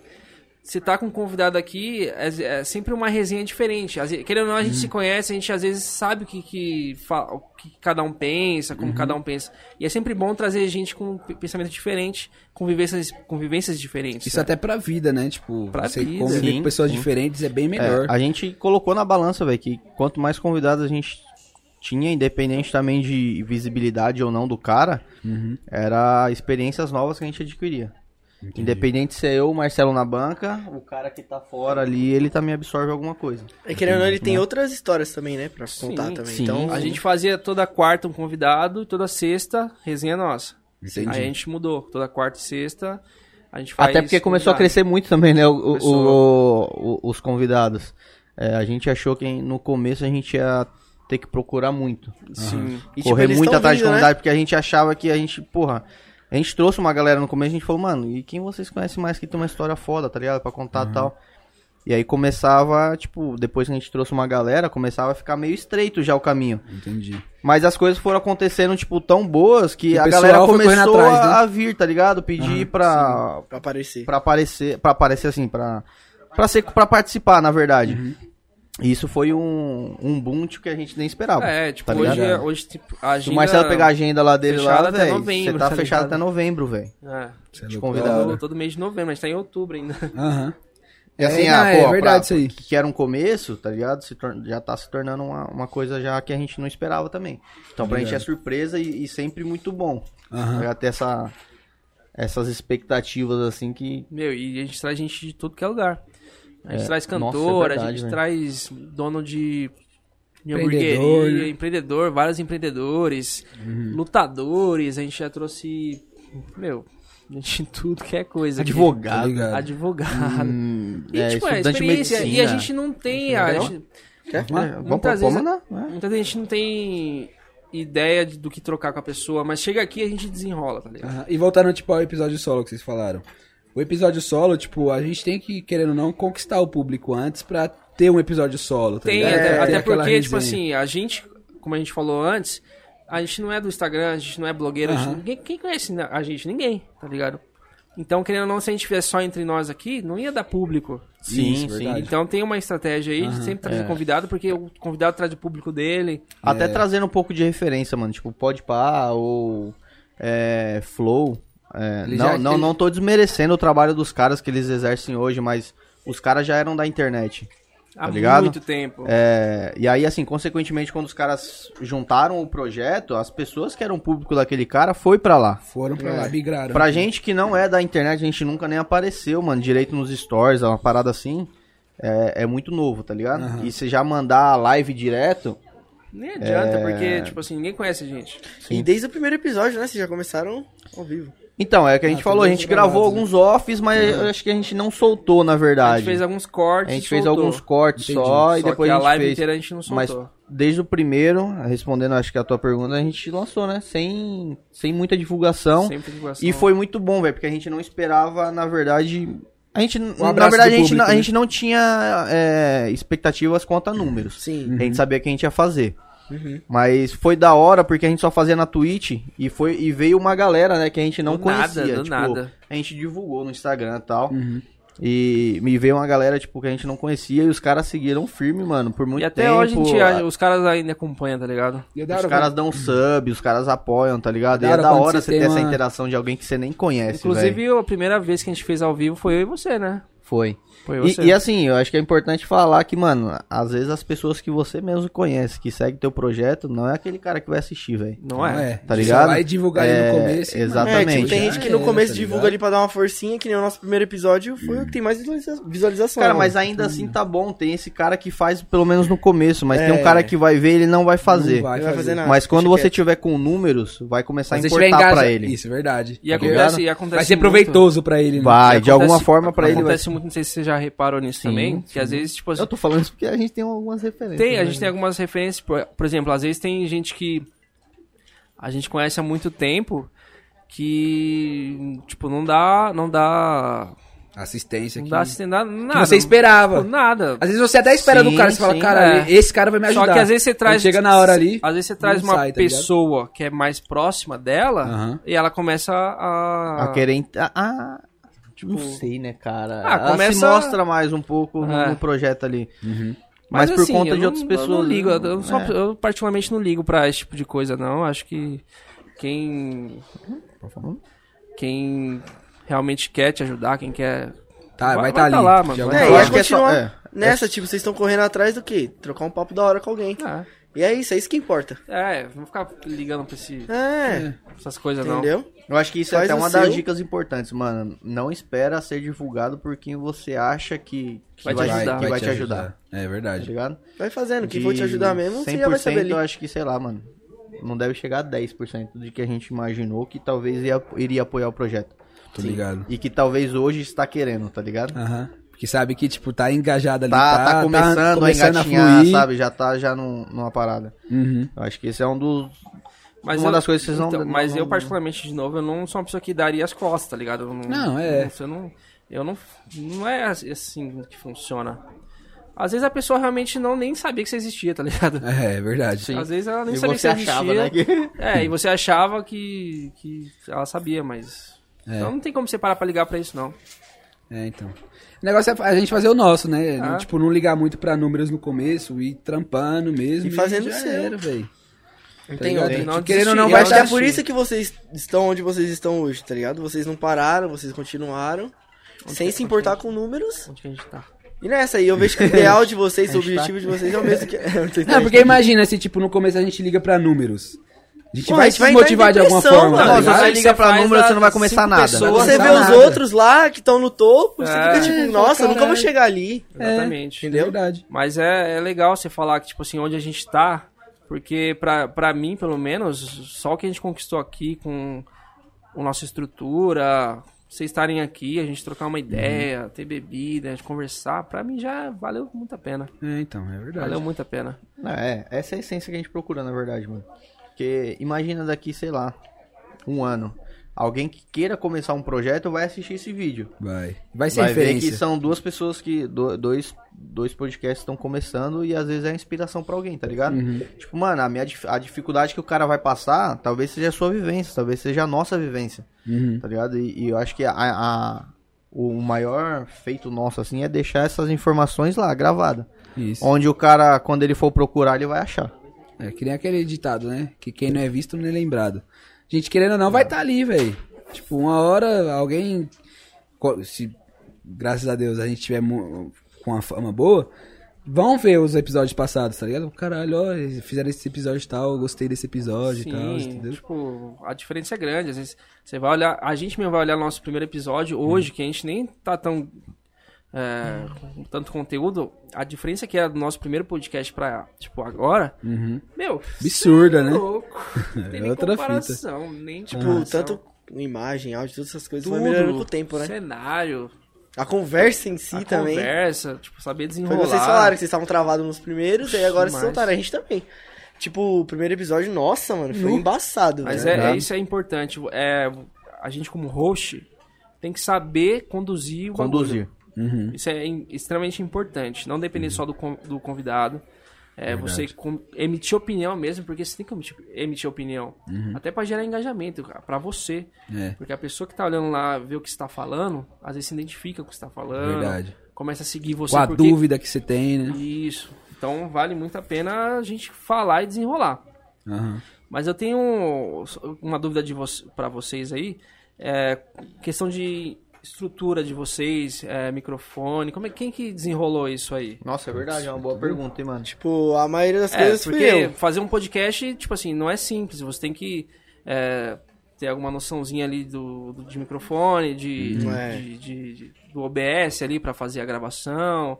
Speaker 1: se tá com um convidado aqui, é, é sempre uma resenha diferente. Às ve- Querendo ou não, a gente se conhece, a gente às vezes sabe o que, que, fa- o que cada um pensa, como cada um pensa. E é sempre bom trazer gente com p- pensamento diferente, convivências, convivências diferentes.
Speaker 3: Isso
Speaker 1: né?
Speaker 3: até pra vida, né? Tipo,
Speaker 1: Pra
Speaker 3: você
Speaker 1: vida.
Speaker 3: conviver
Speaker 2: Sim,
Speaker 3: com pessoas
Speaker 2: sim.
Speaker 3: diferentes é bem
Speaker 2: É,
Speaker 3: melhor.
Speaker 2: a gente colocou na balança, velho, que quanto mais convidados a gente tinha, independente também de visibilidade ou não do cara, era experiências novas que a gente adquiria. Independente se é eu, o Marcelo na banca, o cara que tá fora ali, ele também absorve alguma coisa.
Speaker 4: É que não, ele tem outras histórias também, né? Pra
Speaker 1: Sim,
Speaker 4: contar também.
Speaker 2: né? sim.
Speaker 4: Então,
Speaker 1: A gente fazia toda quarta um convidado e toda sexta resenha nossa.
Speaker 3: Entendi.
Speaker 1: Aí a gente mudou. Toda quarta e sexta a gente faz
Speaker 2: Até porque começou a
Speaker 1: convidado.
Speaker 2: crescer muito também, né, o- o-
Speaker 1: Começou.
Speaker 2: o- o- os convidados. É, a gente achou que no começo a gente ia ter que procurar muito.
Speaker 1: Sim.
Speaker 4: e, tipo,
Speaker 2: correr
Speaker 4: eles
Speaker 2: muito
Speaker 4: tão
Speaker 2: atrás de
Speaker 4: vindo, né?
Speaker 2: convidado, porque a gente achava que a gente, porra, a gente trouxe uma galera no começo, a gente falou, mano, e quem vocês conhecem mais que tem uma história foda, tá ligado? Pra contar
Speaker 3: Uhum.
Speaker 2: e tal. E aí começava, tipo, depois que a gente trouxe uma galera, começava a ficar meio estreito já o caminho.
Speaker 3: Entendi.
Speaker 2: Mas as coisas foram acontecendo, tipo, tão boas que
Speaker 3: E o
Speaker 2: a
Speaker 3: pessoal
Speaker 2: galera
Speaker 3: foi correndo
Speaker 2: começou
Speaker 3: atrás,
Speaker 2: a,
Speaker 3: né? Uhum,
Speaker 2: a vir, tá ligado? Pedir pra,
Speaker 4: Pra aparecer.
Speaker 2: Pra aparecer, pra aparecer assim, pra, pra, ser, pra participar, na verdade.
Speaker 1: Uhum.
Speaker 2: E isso foi um, um boom tipo, que a gente nem esperava.
Speaker 1: É, tipo,
Speaker 2: tá
Speaker 1: hoje,
Speaker 3: ligado?
Speaker 1: hoje tipo, a
Speaker 2: Se
Speaker 1: agenda...
Speaker 2: o Marcelo pegar a agenda lá dele lá,
Speaker 1: fechada até
Speaker 2: velho, você
Speaker 1: novembro,
Speaker 2: tá
Speaker 1: tá
Speaker 2: fechado
Speaker 1: ligado?
Speaker 2: até novembro, velho.
Speaker 1: É,
Speaker 3: Você é
Speaker 2: Te
Speaker 3: louco.
Speaker 2: convidar.
Speaker 1: todo, todo mês de novembro, a gente tá em outubro ainda.
Speaker 3: Aham.
Speaker 2: E assim,
Speaker 3: é,
Speaker 2: ah,
Speaker 3: não,
Speaker 2: pô,
Speaker 3: é
Speaker 2: pra-
Speaker 3: verdade isso aí.
Speaker 2: Que era um começo, tá ligado? Se tor- já tá se tornando uma, uma coisa já que a gente não esperava também. Então
Speaker 1: Tá
Speaker 2: pra gente é
Speaker 3: Obrigado.
Speaker 2: surpresa e, e sempre muito bom.
Speaker 1: Ah.
Speaker 3: Aham.
Speaker 2: Já ter essa, essas expectativas assim que...
Speaker 1: Meu, e a gente traz gente de tudo que é lugar. A gente
Speaker 2: É,
Speaker 1: traz
Speaker 2: nossa, é
Speaker 1: cantor, a
Speaker 2: verdade,
Speaker 1: gente
Speaker 2: velho.
Speaker 1: traz dono de, de
Speaker 3: Empreendedor,
Speaker 1: hamburgueria,
Speaker 3: né?
Speaker 1: empreendedor, vários empreendedores,
Speaker 2: Uhum.
Speaker 1: lutadores, a gente já trouxe, meu, a gente tudo que é coisa. aqui.
Speaker 3: Tô
Speaker 2: Advogado.
Speaker 3: ligado.
Speaker 1: Advogado.
Speaker 2: Hum,
Speaker 1: E, tipo, é
Speaker 2: estudante de
Speaker 1: experiência. E
Speaker 2: medicina.
Speaker 1: a gente não tem. A
Speaker 2: Entendeu?
Speaker 1: gente,
Speaker 2: Quer?
Speaker 3: Vamos
Speaker 2: Vamos
Speaker 1: muitas
Speaker 2: pôr- pôr,
Speaker 1: vezes-
Speaker 2: mano, né?
Speaker 1: muitas vezes a gente não tem ideia de- do que trocar com a pessoa, mas chega aqui e a gente desenrola, tá ligado?
Speaker 3: Aham. E voltando, tipo, ao episódio solo que vocês falaram. O episódio solo, tipo, a gente tem que, querendo ou não, conquistar o público antes pra ter um episódio solo, tá
Speaker 1: Tem,
Speaker 3: ligado?
Speaker 2: É,
Speaker 1: até,
Speaker 3: Pra ter
Speaker 1: até
Speaker 3: aquela
Speaker 1: porque, tipo
Speaker 3: resenha.
Speaker 1: assim, a gente, como a gente falou antes, a gente não é do Instagram, a gente não é blogueiro, a gente-
Speaker 3: Aham.
Speaker 1: ninguém, quem conhece na- a gente? Ninguém, tá ligado? Então, querendo ou não, se a gente tivesse só entre nós aqui, não ia dar público.
Speaker 2: Sim,
Speaker 3: Isso,
Speaker 2: sim.
Speaker 3: verdade.
Speaker 1: Então tem uma estratégia aí de sempre
Speaker 2: É.
Speaker 1: trazer convidado, porque o convidado traz o público dele.
Speaker 2: Até
Speaker 3: É.
Speaker 2: trazendo um pouco de referência, mano. Tipo, Podpah ou é, Flow. É,
Speaker 3: Ele
Speaker 2: não,
Speaker 3: já-
Speaker 2: não,
Speaker 3: ele-
Speaker 2: não tô desmerecendo o trabalho dos caras que eles exercem hoje, mas os caras já eram da internet.
Speaker 1: Há
Speaker 2: Tá ligado?
Speaker 1: muito tempo.
Speaker 2: É, e aí, assim, consequentemente, quando os caras juntaram o projeto, as pessoas que eram público daquele cara foi pra lá.
Speaker 1: assim,
Speaker 3: Foram pra lá, migraram.
Speaker 2: É. Pra gente que não é da internet, a gente nunca nem apareceu, mano, direito nos stories, uma parada assim, é, é muito novo, tá ligado?
Speaker 3: Aham.
Speaker 2: E você já mandar a live direto,
Speaker 1: Nem
Speaker 2: É.
Speaker 1: adianta, porque, tipo assim, ninguém conhece a gente.
Speaker 2: Sim.
Speaker 4: E desde o primeiro episódio, né? Vocês já começaram ao vivo.
Speaker 2: Então, é o que a gente
Speaker 3: Ah,
Speaker 2: falou, a
Speaker 3: tem
Speaker 2: gente
Speaker 3: dois gravados,
Speaker 2: gravou
Speaker 3: né?
Speaker 2: alguns offs, mas eu acho que a gente não soltou, na verdade.
Speaker 1: né? A gente fez alguns cortes. soltou.
Speaker 2: alguns cortes
Speaker 3: Entendi.
Speaker 2: só, e
Speaker 1: Só
Speaker 2: depois
Speaker 1: que
Speaker 2: a
Speaker 1: a
Speaker 2: gente
Speaker 1: live
Speaker 2: fez.
Speaker 1: inteira a gente não
Speaker 2: Mas
Speaker 1: soltou.
Speaker 2: desde o primeiro, respondendo acho que a tua pergunta, a gente lançou, né? Sem, sem muita divulgação.
Speaker 1: Sempre divulgação.
Speaker 2: E foi muito bom, velho, porque a gente não esperava, na verdade. A gente, na
Speaker 1: Um
Speaker 3: abraço
Speaker 2: verdade,
Speaker 3: do
Speaker 2: a, gente
Speaker 3: público,
Speaker 2: não, a
Speaker 3: né?
Speaker 2: gente não tinha é, expectativas quanto a números.
Speaker 4: Sim.
Speaker 1: Uhum.
Speaker 2: A gente sabia que a gente ia fazer. Mas foi da hora porque a gente só fazia na Twitch e foi e veio uma galera, né, que a gente não
Speaker 1: Do
Speaker 2: conhecia,
Speaker 1: nada, do
Speaker 2: tipo,
Speaker 1: nada.
Speaker 2: a gente divulgou no Instagram e tal.
Speaker 1: Uhum.
Speaker 2: E me veio uma galera tipo que a gente não conhecia e os caras seguiram firme, mano, por muito
Speaker 1: E até
Speaker 2: tempo.
Speaker 1: hoje a gente,
Speaker 2: a-
Speaker 1: os caras ainda acompanham, tá ligado?
Speaker 3: E é da
Speaker 2: os
Speaker 3: hora,
Speaker 2: caras dão sub, os caras apoiam, tá ligado?
Speaker 3: Da
Speaker 2: e é
Speaker 3: hora
Speaker 2: da
Speaker 3: quando
Speaker 2: hora
Speaker 3: você
Speaker 2: você ter
Speaker 3: tem
Speaker 2: essa
Speaker 3: uma-
Speaker 2: interação de alguém que você nem conhece,
Speaker 1: Inclusive,
Speaker 2: velho.
Speaker 1: a primeira vez que a gente fez ao vivo foi eu e você, né?
Speaker 2: Foi.
Speaker 1: Foi
Speaker 2: E-
Speaker 1: você.
Speaker 2: E, assim, eu acho que é importante falar que, mano, às vezes as pessoas que você mesmo conhece, que segue teu projeto, não é aquele cara que vai assistir, velho.
Speaker 1: Não
Speaker 3: Não
Speaker 1: é?
Speaker 3: é.
Speaker 2: Tá
Speaker 3: Só
Speaker 2: ligado?
Speaker 3: Vai divulgar ali
Speaker 2: É,
Speaker 3: no começo. e, mano,
Speaker 2: exatamente.
Speaker 4: É, tipo, tem
Speaker 3: já
Speaker 4: gente que no
Speaker 3: era,
Speaker 4: começo
Speaker 3: tá
Speaker 4: divulga
Speaker 3: ligado?
Speaker 4: ali pra dar uma forcinha, que nem o nosso primeiro episódio foi o que tem mais visualiza- visualização.
Speaker 2: Cara, mas ainda
Speaker 1: tipo,
Speaker 2: assim tá bom. Tem esse cara que faz pelo menos no começo, mas tem um
Speaker 4: É.
Speaker 2: cara que vai ver, ele não vai fazer.
Speaker 3: Não vai
Speaker 4: Não vai fazer nada.
Speaker 2: Mas quando
Speaker 4: Deixa
Speaker 2: você tiver com números, vai começar
Speaker 3: Mas
Speaker 2: a
Speaker 3: se tiver
Speaker 2: importar pra
Speaker 3: engaja-
Speaker 2: ele.
Speaker 3: Isso, é verdade.
Speaker 1: E
Speaker 3: Tá
Speaker 1: acontece,
Speaker 3: ligado?
Speaker 1: e acontece
Speaker 3: Vai ser
Speaker 1: muito.
Speaker 3: proveitoso pra ele, né?
Speaker 2: Vai, Ah, de
Speaker 1: Acontece-
Speaker 2: alguma forma pra ele. Vai...
Speaker 1: Acontece muito, não sei se você já reparou nisso
Speaker 2: Sim,
Speaker 1: também,
Speaker 2: sim.
Speaker 1: que às vezes, tipo assim,
Speaker 2: Eu tô falando isso porque a gente tem algumas referências.
Speaker 1: tem, a
Speaker 2: né?
Speaker 1: gente tem algumas referências, por, por exemplo, às vezes tem gente que a gente conhece há muito tempo que, tipo, não dá, não dá,
Speaker 3: Assistência
Speaker 1: não
Speaker 3: aqui.
Speaker 1: dá assistência, nada,
Speaker 3: que
Speaker 1: nada.
Speaker 3: você esperava.
Speaker 1: Tipo, Nada.
Speaker 3: Às vezes você até espera
Speaker 2: Sim,
Speaker 3: do cara, você fala,
Speaker 2: sim,
Speaker 3: cara,
Speaker 1: é.
Speaker 3: esse cara vai me ajudar.
Speaker 1: Só que às vezes você
Speaker 3: Quando
Speaker 1: traz.
Speaker 3: chega na hora ali.
Speaker 1: Às vezes você traz
Speaker 3: não
Speaker 1: uma
Speaker 3: sai, tá ligado?
Speaker 1: pessoa que é mais próxima dela
Speaker 3: Aham.
Speaker 1: e ela começa a.
Speaker 2: A querer. ent- Ah, ah,
Speaker 4: Tipo,
Speaker 2: não sei, né, cara?
Speaker 1: Ah,
Speaker 2: Ela se
Speaker 1: começa-
Speaker 2: mostra mais um pouco no-
Speaker 1: É.
Speaker 2: no projeto ali. Mas, por
Speaker 1: assim,
Speaker 2: conta
Speaker 1: eu
Speaker 2: de
Speaker 1: não-
Speaker 2: outras pessoas.
Speaker 1: Eu não ligo, eu,
Speaker 2: né?
Speaker 1: eu só-
Speaker 2: É.
Speaker 1: eu particularmente não ligo pra esse tipo de coisa, não. Acho que quem. Quem realmente quer te ajudar, quem quer.
Speaker 3: Tá, vai
Speaker 1: Vai-
Speaker 3: estar
Speaker 1: vai
Speaker 3: ali.
Speaker 1: tá lá, mano.
Speaker 3: de
Speaker 1: Vai
Speaker 3: alguma
Speaker 4: É,
Speaker 2: Eu
Speaker 4: e
Speaker 3: forma.
Speaker 4: aí
Speaker 2: acho que é só-
Speaker 4: continua
Speaker 2: é.
Speaker 4: nessa, tipo, vocês estão correndo atrás do quê? Trocar um papo da hora com alguém.
Speaker 1: Ah,
Speaker 4: E é isso, é isso que importa.
Speaker 1: é, não ficar ligando pra esse-
Speaker 4: É,
Speaker 1: essas coisas, não.
Speaker 4: entendeu?
Speaker 2: Eu acho que isso
Speaker 4: Faz
Speaker 2: é até
Speaker 4: o
Speaker 2: uma das
Speaker 4: seu.
Speaker 2: dicas importantes, mano. Não espera ser divulgado por quem você acha que, que
Speaker 1: Vai te
Speaker 2: vai,
Speaker 1: ajudar.
Speaker 2: que vai te ajudar.
Speaker 3: É
Speaker 2: Tá
Speaker 3: verdade.
Speaker 2: ligado?
Speaker 4: Vai fazendo, quem for te ajudar mesmo, você já vai saber
Speaker 2: 100%
Speaker 4: ali.
Speaker 2: eu acho que, sei lá, mano. Não deve chegar a 10% do que a gente imaginou que talvez ia- iria apoiar o projeto.
Speaker 3: Tô ligado.
Speaker 2: E que talvez hoje está querendo, tá ligado?
Speaker 3: Aham. Porque sabe que, tipo, tá engajado ali.
Speaker 2: tá, tá, começando, a engatinhar,
Speaker 3: fluir.
Speaker 2: sabe? Já tá já num- numa parada.
Speaker 3: Uhum.
Speaker 2: Eu acho que esse é um dos.
Speaker 1: Mas
Speaker 2: uma
Speaker 1: eu-
Speaker 2: das coisas que vocês não-
Speaker 1: então,
Speaker 2: não-
Speaker 1: Mas
Speaker 2: não-
Speaker 1: eu, particularmente, de novo, eu não sou uma pessoa que daria as costas, tá ligado? Eu não,
Speaker 3: Não, é.
Speaker 1: não- eu não. Eu não. Não é assim que funciona. Às vezes a pessoa realmente não nem sabia que você existia, tá ligado?
Speaker 3: É, é verdade.
Speaker 1: Às vezes ela nem
Speaker 2: E
Speaker 1: sabia
Speaker 2: você
Speaker 1: que você
Speaker 2: achava, né?
Speaker 1: existia.
Speaker 2: Que...
Speaker 1: É, e você achava que, que ela sabia, mas.
Speaker 2: É.
Speaker 1: Então não tem como você parar pra ligar pra isso, não.
Speaker 3: É, então. O negócio é a gente fazer o nosso, né?
Speaker 1: Ah.
Speaker 3: Não, tipo, não ligar muito pra números no começo, ir trampando mesmo.
Speaker 4: E fazendo
Speaker 3: já
Speaker 4: o seu.
Speaker 3: era, velho.
Speaker 4: Não
Speaker 3: ligado?
Speaker 4: outra.
Speaker 1: Não
Speaker 3: Tipo, querendo ou
Speaker 1: desistir,
Speaker 3: não,
Speaker 4: E
Speaker 3: vai
Speaker 4: acho que
Speaker 3: dar
Speaker 4: é por isso que vocês estão onde vocês estão hoje, tá ligado? Vocês não pararam, vocês continuaram, sem se importar com números.
Speaker 1: Onde que a gente tá?
Speaker 4: E nessa aí, eu vejo que o ideal de vocês, o objetivo de vocês é o mesmo que...
Speaker 3: Não, porque imagina se, tipo, no começo a gente liga pra números. A gente
Speaker 4: Pô,
Speaker 3: vai
Speaker 4: a gente
Speaker 3: se
Speaker 4: vai entrar em
Speaker 3: motivar de alguma
Speaker 4: depressão,
Speaker 3: forma.
Speaker 4: mano.
Speaker 3: tá
Speaker 2: Não, se
Speaker 3: ligado?
Speaker 2: você
Speaker 1: Aí
Speaker 2: liga
Speaker 1: você
Speaker 2: pra
Speaker 1: faz
Speaker 2: número, você não vai
Speaker 1: cinco
Speaker 2: começar nada.
Speaker 1: pessoas. né?
Speaker 4: Você
Speaker 3: Não
Speaker 4: vê
Speaker 3: dá
Speaker 4: os
Speaker 3: nada.
Speaker 4: outros lá que estão no topo, você
Speaker 1: É,
Speaker 4: fica tipo,
Speaker 3: fala,
Speaker 4: nossa, eu nunca vou
Speaker 3: "Caralho."
Speaker 4: chegar ali.
Speaker 1: Exatamente.
Speaker 3: É verdade.
Speaker 1: Mas é, é legal você falar que, tipo assim, onde a gente tá, porque pra, pra mim, pelo menos, só o que a gente conquistou aqui com a nossa estrutura, vocês estarem aqui, a gente trocar
Speaker 2: Uhum.
Speaker 1: uma ideia, ter bebida, a gente conversar, pra mim já valeu muito a pena.
Speaker 3: É, então, é verdade.
Speaker 1: Valeu muito a pena.
Speaker 2: Não, é, essa é a essência que a gente procura, na verdade, mano. Porque imagina daqui, sei lá, um ano. Alguém que queira começar um projeto vai assistir esse vídeo.
Speaker 3: Vai. Vai ser
Speaker 2: Vai ver
Speaker 3: referência.
Speaker 2: que são duas pessoas que. do- Dois, dois podcasts estão começando e às vezes é inspiração pra alguém, tá
Speaker 3: Uhum.
Speaker 2: ligado? Tipo, mano, a, minha, dif- a dificuldade que o cara vai passar, talvez seja a sua vivência, talvez seja a nossa vivência,
Speaker 3: Uhum.
Speaker 2: tá ligado? E, e eu acho que a, a- o maior feito nosso, assim, é deixar essas informações lá, gravadas.
Speaker 3: Isso.
Speaker 2: Onde o cara, quando ele for procurar, ele vai achar.
Speaker 3: É, que nem aquele ditado, né? Que quem não é visto não é lembrado. Gente, querendo ou não, vai estar ali, velho. Tipo, uma hora alguém. co- Se, graças a Deus, a gente tiver mu- com uma fama boa, vão ver os episódios passados, tá ligado? Caralho, ó, eles fizeram esse episódio e tal, eu gostei desse episódio e tal,
Speaker 1: Sim,
Speaker 3: entendeu?
Speaker 1: tipo, a diferença é grande. Às vezes você vai olhar, a gente mesmo vai olhar nosso primeiro episódio
Speaker 3: Hum.
Speaker 1: hoje, que a gente nem tá tão. é, com tanto conteúdo, a diferença é que era do nosso primeiro podcast pra, tipo, agora,
Speaker 3: Uhum.
Speaker 1: meu,
Speaker 3: Absurda,
Speaker 1: cê é
Speaker 3: né?
Speaker 1: louco. Não tem
Speaker 3: É
Speaker 1: nem
Speaker 3: outra fita. Ah,
Speaker 1: comparação, nem
Speaker 4: Tipo,
Speaker 1: comparação.
Speaker 4: tanto imagem, áudio, todas essas coisas
Speaker 1: tudo,
Speaker 4: foi melhorando com o tempo, né?
Speaker 1: cenário,
Speaker 4: A conversa em si
Speaker 1: a
Speaker 4: também.
Speaker 1: conversa, tipo, saber
Speaker 4: Foi o
Speaker 1: desenrolar.
Speaker 4: que vocês falaram, que vocês estavam travados nos primeiros, e agora vocês
Speaker 1: Demais.
Speaker 4: soltaram. A gente também. Tipo, o primeiro episódio, nossa, mano, foi embaçado.
Speaker 1: Uh. Mas
Speaker 4: velho.
Speaker 1: é, é isso é importante. É, a gente como host tem que saber conduzir o bagulho.
Speaker 2: Conduzir.
Speaker 3: Uhum.
Speaker 1: Isso é im- extremamente importante. Não depender só do, con- do convidado. É, você com- emitir opinião mesmo, porque você tem que emitir, emitir opinião.
Speaker 3: Uhum.
Speaker 1: Até pra gerar engajamento, cara, pra você.
Speaker 3: É,
Speaker 1: Porque a pessoa que tá olhando lá, vê o que você tá falando, às vezes se identifica com o que você tá
Speaker 2: Ah,
Speaker 1: falando.
Speaker 3: verdade.
Speaker 1: Começa a seguir você.
Speaker 3: Com a
Speaker 1: porque-
Speaker 3: dúvida que você tem, né?
Speaker 1: Isso. Então vale muito a pena a gente falar e desenrolar.
Speaker 3: Aham.
Speaker 1: Mas eu tenho uma dúvida de vo- pra vocês aí. É, questão de estrutura de vocês, é, microfone, como é quem que desenrolou isso aí?
Speaker 2: Nossa, é verdade, é uma boa pergunta, hein, mano.
Speaker 4: Tipo, a maioria das
Speaker 1: É,
Speaker 4: coisas
Speaker 1: porque
Speaker 4: fui eu.
Speaker 1: fazer um podcast, tipo assim, não é simples. Você tem que é, ter alguma noçãozinha ali do, do- de microfone, de,
Speaker 4: Uhum. É.
Speaker 1: de- de- de- do OBS ali pra fazer a gravação.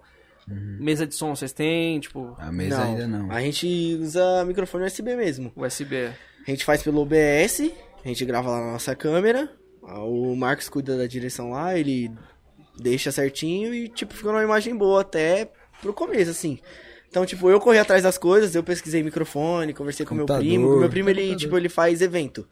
Speaker 2: Uhum.
Speaker 1: Mesa de som vocês têm, tipo
Speaker 3: A mesa ainda não.
Speaker 4: A gente usa microfone USB mesmo.
Speaker 1: USB.
Speaker 4: A gente faz pelo OBS, a gente grava lá na nossa câmera. O Marcos cuida da direção lá, ele deixa certinho e, tipo, fica uma imagem boa até pro começo, assim. Então, tipo, eu corri atrás das coisas, eu pesquisei microfone, conversei com meu
Speaker 3: Computador.
Speaker 4: primo. com Meu primo, ele, tipo, ele faz evento.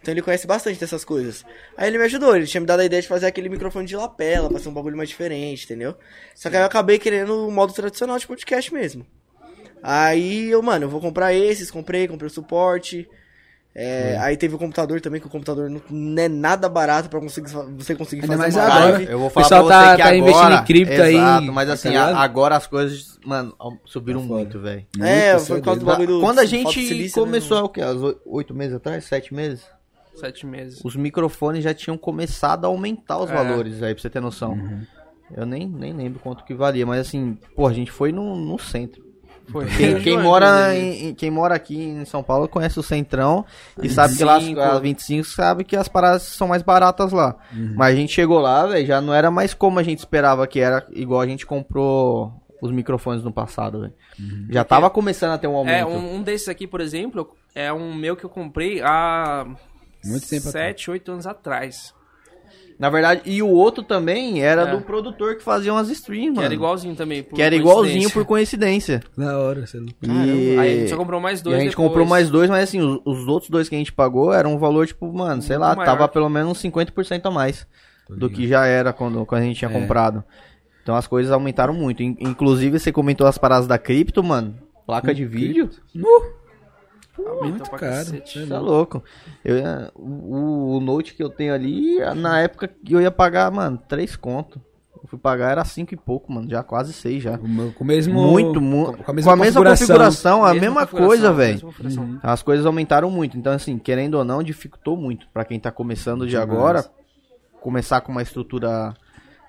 Speaker 4: Então ele conhece bastante dessas coisas. Aí ele me ajudou, ele tinha me dado a ideia de fazer aquele microfone de lapela, pra ser um bagulho mais diferente, entendeu? Só que aí eu acabei querendo o modo tradicional de podcast mesmo. Aí eu, mano, eu vou comprar esses, comprei, comprei o suporte. É, Aí teve o computador também, que o computador não, não é nada barato pra conseguir, fa- você conseguir
Speaker 3: Ainda mais
Speaker 4: fazer uma
Speaker 3: agora.
Speaker 4: live.
Speaker 2: Eu vou
Speaker 3: O
Speaker 2: falar
Speaker 3: pessoal
Speaker 2: pra você
Speaker 3: tá-
Speaker 2: que
Speaker 3: tá
Speaker 2: agora,
Speaker 3: investindo em cripto aí,
Speaker 2: Exato, mas assim,
Speaker 3: tá ligado? Tá
Speaker 2: a- agora as coisas, mano, subiram muito, velho.
Speaker 4: É,
Speaker 3: Muito,
Speaker 4: foi por causa
Speaker 3: cê
Speaker 4: do
Speaker 3: é doido.
Speaker 4: bagulho do.
Speaker 2: Quando a
Speaker 4: do foto de
Speaker 2: gente
Speaker 4: silício, né,
Speaker 2: começou, é o quê? Uns oi- oito meses atrás? Sete meses?
Speaker 1: Sete meses.
Speaker 2: Os microfones já tinham começado a aumentar os
Speaker 1: É. Uhum.
Speaker 2: valores aí, pra você ter noção. Eu nem, nem lembro quanto que valia, mas assim, pô, a gente foi no, no centro.
Speaker 1: Foi.
Speaker 2: Então, Quem, quem
Speaker 4: né?
Speaker 2: mora
Speaker 1: né?
Speaker 2: em, em- quem mora aqui em São Paulo conhece o Centrão e sabe que lá as,
Speaker 1: 25.
Speaker 2: as 25 sabe que as paradas são mais baratas lá.
Speaker 1: Uhum.
Speaker 2: Mas a gente chegou lá, velho, já não era mais como a gente esperava que era, igual a gente comprou os microfones no passado, velho. Já tava começando a ter um aumento.
Speaker 1: Uhum. É, um, um desses aqui, por exemplo, é um meu que eu comprei há
Speaker 3: Muito tempo atrás.
Speaker 1: 7, 8 anos atrás.
Speaker 2: Na verdade, e o outro também era
Speaker 1: É.
Speaker 2: do produtor que fazia umas streams,
Speaker 1: Que
Speaker 2: mano.
Speaker 1: era igualzinho também. por
Speaker 2: que era igualzinho
Speaker 1: coincidência.
Speaker 2: por coincidência.
Speaker 3: Da hora, você é não.
Speaker 1: Aí
Speaker 2: E...
Speaker 1: a gente só comprou mais dois.
Speaker 2: e a gente
Speaker 1: depois.
Speaker 2: comprou mais dois, mas assim, os, os outros dois que a gente pagou eram um valor, tipo, mano, sei
Speaker 1: Muito
Speaker 2: lá,
Speaker 1: maior.
Speaker 2: tava pelo menos uns 50% a mais do que já era quando, quando a gente tinha
Speaker 3: É.
Speaker 2: comprado. Então as coisas aumentaram muito. In- Inclusive, você comentou as paradas da cripto, mano. Placa de vídeo?
Speaker 1: Aumentou
Speaker 3: Muito
Speaker 1: pra
Speaker 3: caro.
Speaker 1: cacete.
Speaker 3: cê é
Speaker 2: Tá
Speaker 3: louco.
Speaker 2: louco. Eu, ia- o, o note que eu tenho ali, na época que eu ia pagar, mano, 3 conto. Eu fui pagar, era 5 e pouco, mano. Já quase 6 já.
Speaker 3: O meu- Com o mesmo.
Speaker 2: muito, muito.
Speaker 3: Com a mesma configuração.
Speaker 2: a
Speaker 1: Mesma
Speaker 2: mesma
Speaker 1: configuração,
Speaker 2: coisa,
Speaker 1: mesma
Speaker 2: velho. Uhum.
Speaker 1: configuração.
Speaker 3: Uhum.
Speaker 2: As coisas aumentaram muito. Então, assim, querendo ou não, dificultou muito pra quem tá começando de
Speaker 3: Demais.
Speaker 2: agora. Começar com uma estrutura,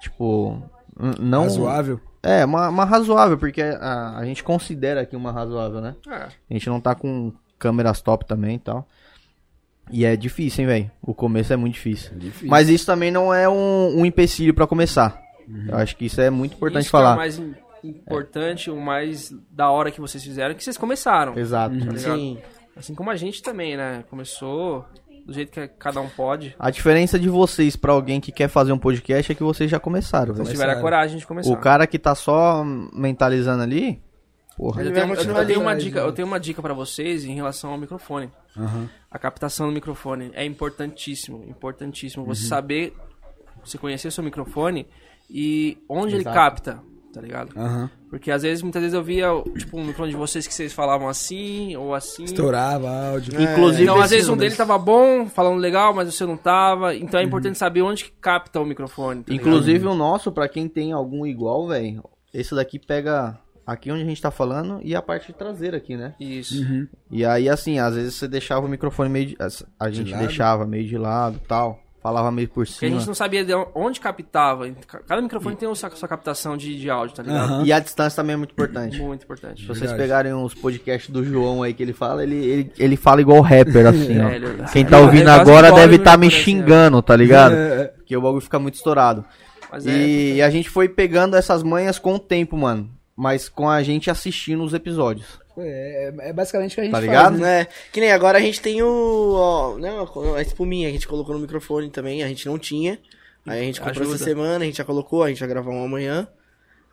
Speaker 2: tipo. n- Não.
Speaker 3: Razoável.
Speaker 2: É, uma, uma razoável, porque a, a gente considera aqui uma razoável, né?
Speaker 1: Ah,
Speaker 2: A gente não tá com câmeras top também e tal. E é difícil, hein, velho? O começo é muito difícil.
Speaker 3: Difícil.
Speaker 2: Mas isso também não é um, um empecilho pra começar. Eu acho que isso é muito importante
Speaker 1: isso que É o
Speaker 2: falar.
Speaker 1: mais im- importante, o mais da hora que vocês fizeram, que vocês começaram.
Speaker 2: Exato.
Speaker 1: tá ligado?
Speaker 4: Sim.
Speaker 1: Assim como a gente também, né? Começou do jeito que cada um pode.
Speaker 2: A diferença de vocês pra alguém que quer fazer um podcast é que vocês já começaram, né?
Speaker 1: Se
Speaker 2: velho.
Speaker 1: tiver a coragem de começar.
Speaker 2: O cara que tá só mentalizando ali, Porra.
Speaker 1: Mas eu
Speaker 4: vai
Speaker 1: tenho, eu-
Speaker 4: continuar
Speaker 1: eu tenho
Speaker 4: ali, né?
Speaker 1: uma
Speaker 4: mas-
Speaker 1: dica, eu tenho uma dica para vocês em relação ao microfone. A captação do microfone é importantíssimo, importantíssimo. Você saber, você conhecer seu microfone e onde ele
Speaker 3: Exato.
Speaker 1: capta, tá ligado?
Speaker 3: Aham.
Speaker 1: Porque às vezes, muitas vezes eu via, tipo, um microfone de vocês que vocês falavam assim ou assim.
Speaker 3: Estourava áudio.
Speaker 2: Inclusive,
Speaker 1: Então, às
Speaker 2: esses
Speaker 1: vezes um dele
Speaker 2: números.
Speaker 1: tava bom, falando legal, mas o seu não tava. Então é importante saber onde que capta o microfone. tá ligado?
Speaker 2: Inclusive o nosso, pra quem tem algum igual, velho, esse daqui pega aqui onde a gente tá falando e a parte traseira aqui, né?
Speaker 3: Uhum.
Speaker 1: Isso.
Speaker 2: E aí, assim, às vezes você deixava o microfone meio de... A gente
Speaker 3: lado?
Speaker 2: deixava meio de lado e tal. Falava meio por
Speaker 1: Porque a
Speaker 2: cima.
Speaker 1: gente não sabia de onde captava. Cada microfone tem a sua, sua captação de, de áudio, tá ligado?
Speaker 3: Aham.
Speaker 2: E a distância também é muito importante.
Speaker 1: Muito importante.
Speaker 2: Se vocês
Speaker 3: Uhum. Verdade.
Speaker 2: pegarem os podcasts do João aí que ele fala, ele, ele, ele fala igual rapper, assim, ó.
Speaker 1: É, ele-
Speaker 2: Quem
Speaker 1: ele-
Speaker 2: tá
Speaker 1: ele
Speaker 2: ouvindo
Speaker 1: quase
Speaker 2: agora
Speaker 1: engole
Speaker 2: deve
Speaker 1: no
Speaker 2: estar me
Speaker 1: microfone, assim,
Speaker 2: xingando, tá ligado?
Speaker 3: É,
Speaker 2: Porque o bagulho fica muito estourado.
Speaker 1: ó. Mas é,
Speaker 2: E a gente foi pegando essas manhas com o tempo, mano. Mas com a gente assistindo os episódios.
Speaker 3: é, é basicamente o que a gente
Speaker 2: Tá
Speaker 3: faz,
Speaker 2: ligado?
Speaker 3: né?
Speaker 4: É, que nem agora a gente tem o. Ó, não, a espuminha que a gente colocou no microfone também, a gente não tinha. Aí a gente comprou
Speaker 1: Ajuda.
Speaker 4: essa semana, a gente já colocou, a gente vai gravar uma amanhã.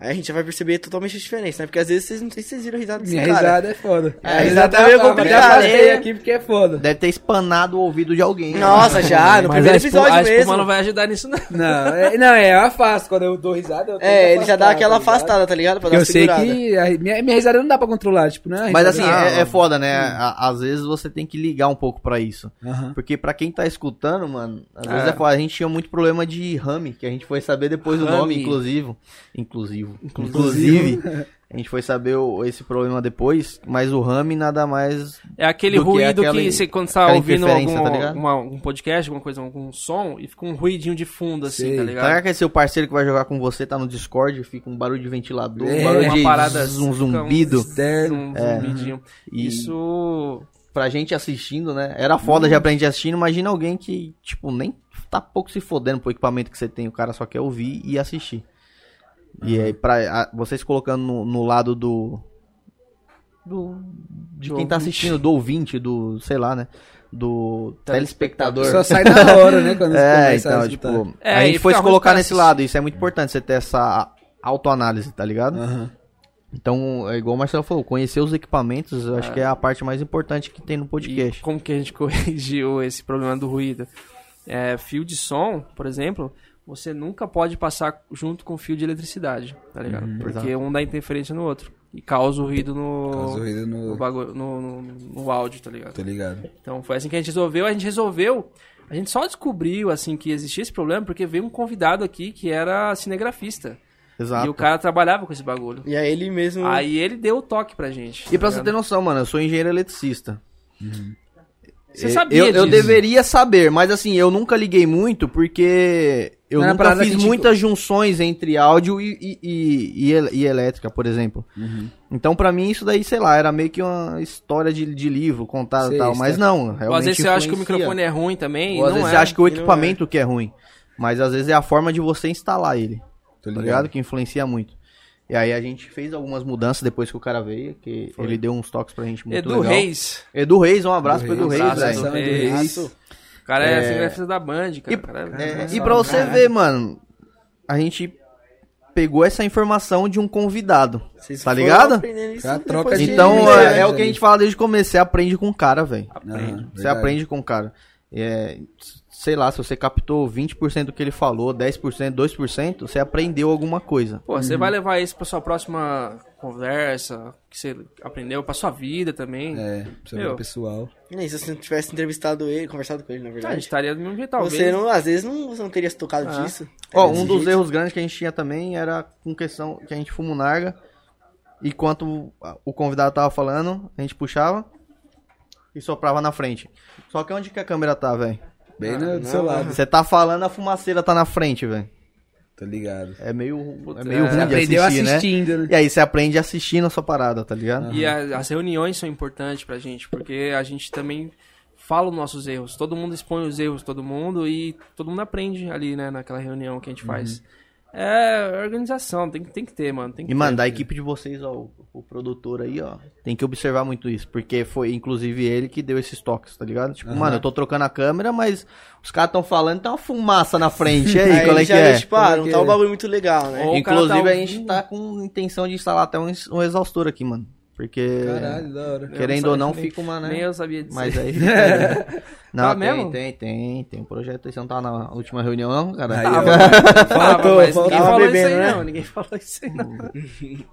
Speaker 4: Aí a gente já vai perceber totalmente a diferença, né? Porque às vezes vocês não sei se vocês viram a risada desse
Speaker 3: Minha
Speaker 4: cara.
Speaker 3: risada é foda.
Speaker 4: É, a risada é meio
Speaker 3: Eu
Speaker 4: complicada,
Speaker 3: já passei
Speaker 4: né?
Speaker 3: aqui porque é foda.
Speaker 2: Deve ter espanado o ouvido de alguém. né?
Speaker 4: Nossa, já, no
Speaker 1: mas
Speaker 4: primeiro
Speaker 1: a espuma-
Speaker 4: episódio
Speaker 1: a espuma
Speaker 4: mesmo.
Speaker 1: não vai ajudar nisso, não.
Speaker 3: Não, é, não, é, eu afasto. Quando eu dou risada, eu tento
Speaker 4: É, ele já dá
Speaker 3: afastar,
Speaker 4: aquela
Speaker 3: tá ligado?
Speaker 4: afastada, tá ligado? Pra
Speaker 3: Porque
Speaker 4: dar uma
Speaker 3: eu sei
Speaker 4: segurada.
Speaker 3: que a, minha, minha risada não dá pra controlar, tipo, né?
Speaker 2: Mas assim,
Speaker 3: Ah,
Speaker 2: é, é foda, né? A- Às vezes você tem que ligar um pouco pra isso.
Speaker 3: Aham.
Speaker 2: Porque pra quem tá escutando, mano, às
Speaker 1: É.
Speaker 2: vezes é foda. A gente tinha muito problema de rame, que a gente foi saber depois o
Speaker 1: Rame.
Speaker 2: nome, inclusive. Inclusivo. Inclusive. A gente foi saber o- esse problema depois, mas o rame nada mais.
Speaker 1: É aquele
Speaker 2: Do que
Speaker 1: ruído
Speaker 2: aquela-
Speaker 1: que você, quando você tá
Speaker 2: aquela
Speaker 1: ouvindo
Speaker 2: interferência,
Speaker 1: algum,
Speaker 2: tá ligado?
Speaker 1: alguma- algum podcast, alguma coisa, algum som, e fica um ruidinho de fundo, assim,
Speaker 3: Sei.
Speaker 1: tá
Speaker 2: Tá
Speaker 1: ligado?
Speaker 2: ligado que seu parceiro que vai jogar com você tá no Discord, fica um barulho de ventilador,
Speaker 3: É,
Speaker 2: um barulho
Speaker 1: uma
Speaker 2: de
Speaker 1: parada,
Speaker 2: zum-
Speaker 1: fica um-
Speaker 2: zumbido.
Speaker 3: Externo.
Speaker 1: Um zumbidinho.
Speaker 2: É. E-
Speaker 1: Isso.
Speaker 2: pra gente assistindo, né? Era foda
Speaker 1: Uhum.
Speaker 2: já pra gente assistindo. Imagina alguém que, tipo, nem tá pouco se fodendo pro equipamento que você tem. O cara só quer ouvir e assistir.
Speaker 1: Uhum.
Speaker 2: E aí, pra, a- vocês colocando no, no lado do. Do. De
Speaker 1: Do
Speaker 2: quem tá
Speaker 1: ouvinte.
Speaker 2: assistindo, do ouvinte, do. sei lá, né? Do telespectador.
Speaker 3: Só sai na hora, né? Quando você
Speaker 2: É,
Speaker 3: começa a
Speaker 2: então,
Speaker 3: escutar.
Speaker 2: tipo.
Speaker 1: É,
Speaker 2: a
Speaker 1: e
Speaker 2: gente foi
Speaker 1: fica
Speaker 2: se
Speaker 1: ruim
Speaker 2: colocar
Speaker 1: pra
Speaker 2: nesse
Speaker 1: assistir.
Speaker 2: lado. Isso é muito importante, você ter essa autoanálise, tá ligado?
Speaker 3: Aham.
Speaker 2: Então, é igual o Marcelo falou, conhecer os equipamentos, eu acho que é a parte mais importante que tem no podcast.
Speaker 1: E como que a gente corrigiu esse problema do ruído? É, fio de som, por exemplo, você nunca pode passar junto com fio de eletricidade, tá ligado?
Speaker 2: Uhum,
Speaker 1: Porque um dá interferência no outro. E causa o ruído no.
Speaker 3: Causa ruído Tá no-
Speaker 1: no bagulho- no- no- no áudio, tá ligado?
Speaker 3: Tô ligado.
Speaker 1: Então foi assim que a gente resolveu. A gente resolveu. A gente só descobriu assim que existia esse problema porque veio um convidado aqui que era cinegrafista.
Speaker 2: Exato.
Speaker 1: E o cara trabalhava com esse bagulho.
Speaker 4: E aí ele mesmo.
Speaker 1: Aí ele deu o toque pra gente. tá
Speaker 2: E pra você
Speaker 1: ligado?
Speaker 2: ter noção, mano, eu sou engenheiro eletricista.
Speaker 1: Você
Speaker 2: E-
Speaker 1: sabia
Speaker 2: eu, eu
Speaker 1: disso?
Speaker 2: deveria saber, mas assim, eu nunca liguei muito porque eu
Speaker 3: Não era
Speaker 2: nunca
Speaker 3: parada
Speaker 2: fiz
Speaker 3: que te-
Speaker 2: muitas junções entre áudio e, e, e- e el- e elétrica, por exemplo.
Speaker 1: Uhum.
Speaker 2: Então, pra mim, isso daí, sei lá, era meio que uma história de, de livro contada e
Speaker 3: Sei,
Speaker 2: tal.
Speaker 3: isso
Speaker 2: Mas
Speaker 3: é-
Speaker 2: não, realmente
Speaker 1: Ou às vezes você acha que o
Speaker 2: influencia.
Speaker 1: microfone é ruim também.
Speaker 2: Ou às
Speaker 1: não
Speaker 2: vezes
Speaker 1: é.
Speaker 2: você acha que o
Speaker 4: não é.
Speaker 2: equipamento que é ruim. Mas às vezes é a forma de você instalar ele
Speaker 3: Tô
Speaker 2: tá ligado? Que influencia muito. E aí a gente fez algumas mudanças depois que o cara veio, que ele deu uns toques pra gente muito
Speaker 1: Edu
Speaker 2: legal.
Speaker 1: é. Reis.
Speaker 2: Edu Reis, um abraço pro Edu
Speaker 1: Reis,
Speaker 2: Reis,
Speaker 1: abraço,
Speaker 2: velho.
Speaker 1: Edu.
Speaker 3: Abração,
Speaker 1: velho.
Speaker 3: Edu Reis.
Speaker 1: O cara é, cinegrafista da Band, cara.
Speaker 2: E,
Speaker 1: O cara é-
Speaker 2: é,
Speaker 3: Caralho.
Speaker 2: e pra você ver, mano, a gente pegou essa informação de um convidado,
Speaker 4: Vocês
Speaker 2: tá
Speaker 4: foram
Speaker 2: ligado?
Speaker 4: aprendendo isso
Speaker 3: É a troca
Speaker 4: depois né?
Speaker 3: de-
Speaker 2: Então
Speaker 3: Sim,
Speaker 2: é, é
Speaker 3: sim.
Speaker 2: o que a gente fala desde o começo, você aprende com o cara, velho.
Speaker 1: aprende.
Speaker 3: Aham,
Speaker 2: Você
Speaker 3: verdade.
Speaker 2: aprende com o cara. É, sei lá, se você captou 20% do que ele falou, 10%, 2%, você aprendeu alguma coisa.
Speaker 1: Pô, você vai levar isso pra sua próxima conversa, que você aprendeu, pra sua vida também.
Speaker 3: É, pra você ver
Speaker 1: Meu.
Speaker 3: o pessoal.
Speaker 4: Que nem Se você não tivesse entrevistado ele, conversado com ele,
Speaker 1: Ah,
Speaker 4: na
Speaker 1: a gente
Speaker 4: verdade.
Speaker 1: estaria no mesmo jeito, talvez.
Speaker 4: você não, às vezes não, você não teria se tocado
Speaker 1: Ah.
Speaker 4: disso.
Speaker 2: Ó,
Speaker 4: Desse
Speaker 2: um dos
Speaker 4: jeito.
Speaker 2: erros grandes que a gente tinha também era com questão que a gente fuma um narga. E quanto o convidado tava falando, a gente puxava e soprava na frente. Só que onde que a câmera tá, velho?
Speaker 3: Bem
Speaker 4: Ah,
Speaker 3: no, do
Speaker 4: não,
Speaker 3: seu lado.
Speaker 2: Você tá falando, a fumaceira tá na frente, velho.
Speaker 3: Tô ligado.
Speaker 2: É meio,
Speaker 1: Puta,
Speaker 2: é meio
Speaker 1: é,
Speaker 2: ruim de
Speaker 3: aprendeu
Speaker 2: assistir, né?
Speaker 3: assistindo, né?
Speaker 2: E aí você aprende assistindo a sua parada, tá ligado?
Speaker 1: E a- as reuniões são importantes pra gente, porque a gente também fala os nossos erros.
Speaker 2: Uhum.
Speaker 1: Todo mundo expõe os erros, todo mundo, e todo mundo aprende ali, né, naquela reunião que a gente faz. É organização, tem, que- tem que ter, mano. Tem que
Speaker 2: E, mano,
Speaker 1: ter.
Speaker 2: da equipe de vocês, ó, o, o produtor aí, ó, tem que observar muito isso, porque foi, inclusive, ele que deu esses toques, tá ligado? Tipo,
Speaker 3: Aham.
Speaker 2: mano, eu tô trocando a câmera, mas os caras tão falando, tá uma fumaça na frente, e aí,
Speaker 4: Aí
Speaker 2: qual é que
Speaker 4: já
Speaker 2: é?
Speaker 4: Tipo, ah,
Speaker 3: Como é
Speaker 4: não
Speaker 3: que
Speaker 4: tá um
Speaker 3: é?
Speaker 4: bagulho muito legal, né?
Speaker 1: Ou o cara
Speaker 2: Inclusive,
Speaker 1: tá
Speaker 2: a gente
Speaker 1: ouvindo.
Speaker 2: tá com intenção de instalar até um, ex- um exaustor aqui, mano, porque,
Speaker 3: Caralho, da hora.
Speaker 1: Eu
Speaker 2: querendo
Speaker 1: não
Speaker 2: ou não,
Speaker 1: sabia-
Speaker 2: fica uma, né?
Speaker 1: Nem eu sabia disso.
Speaker 2: Mas aí. não,
Speaker 1: Tá
Speaker 2: tem,
Speaker 1: mesmo?
Speaker 2: tem, tem. Tem um projeto aí. Você não tá na última reunião, não, cara?
Speaker 3: Aí,
Speaker 2: Tá,
Speaker 3: ó.
Speaker 1: Tava, mas ninguém
Speaker 2: um
Speaker 4: tava
Speaker 1: falou
Speaker 4: bebendo,
Speaker 1: isso aí,
Speaker 4: né?
Speaker 1: não. Ninguém falou isso aí, não.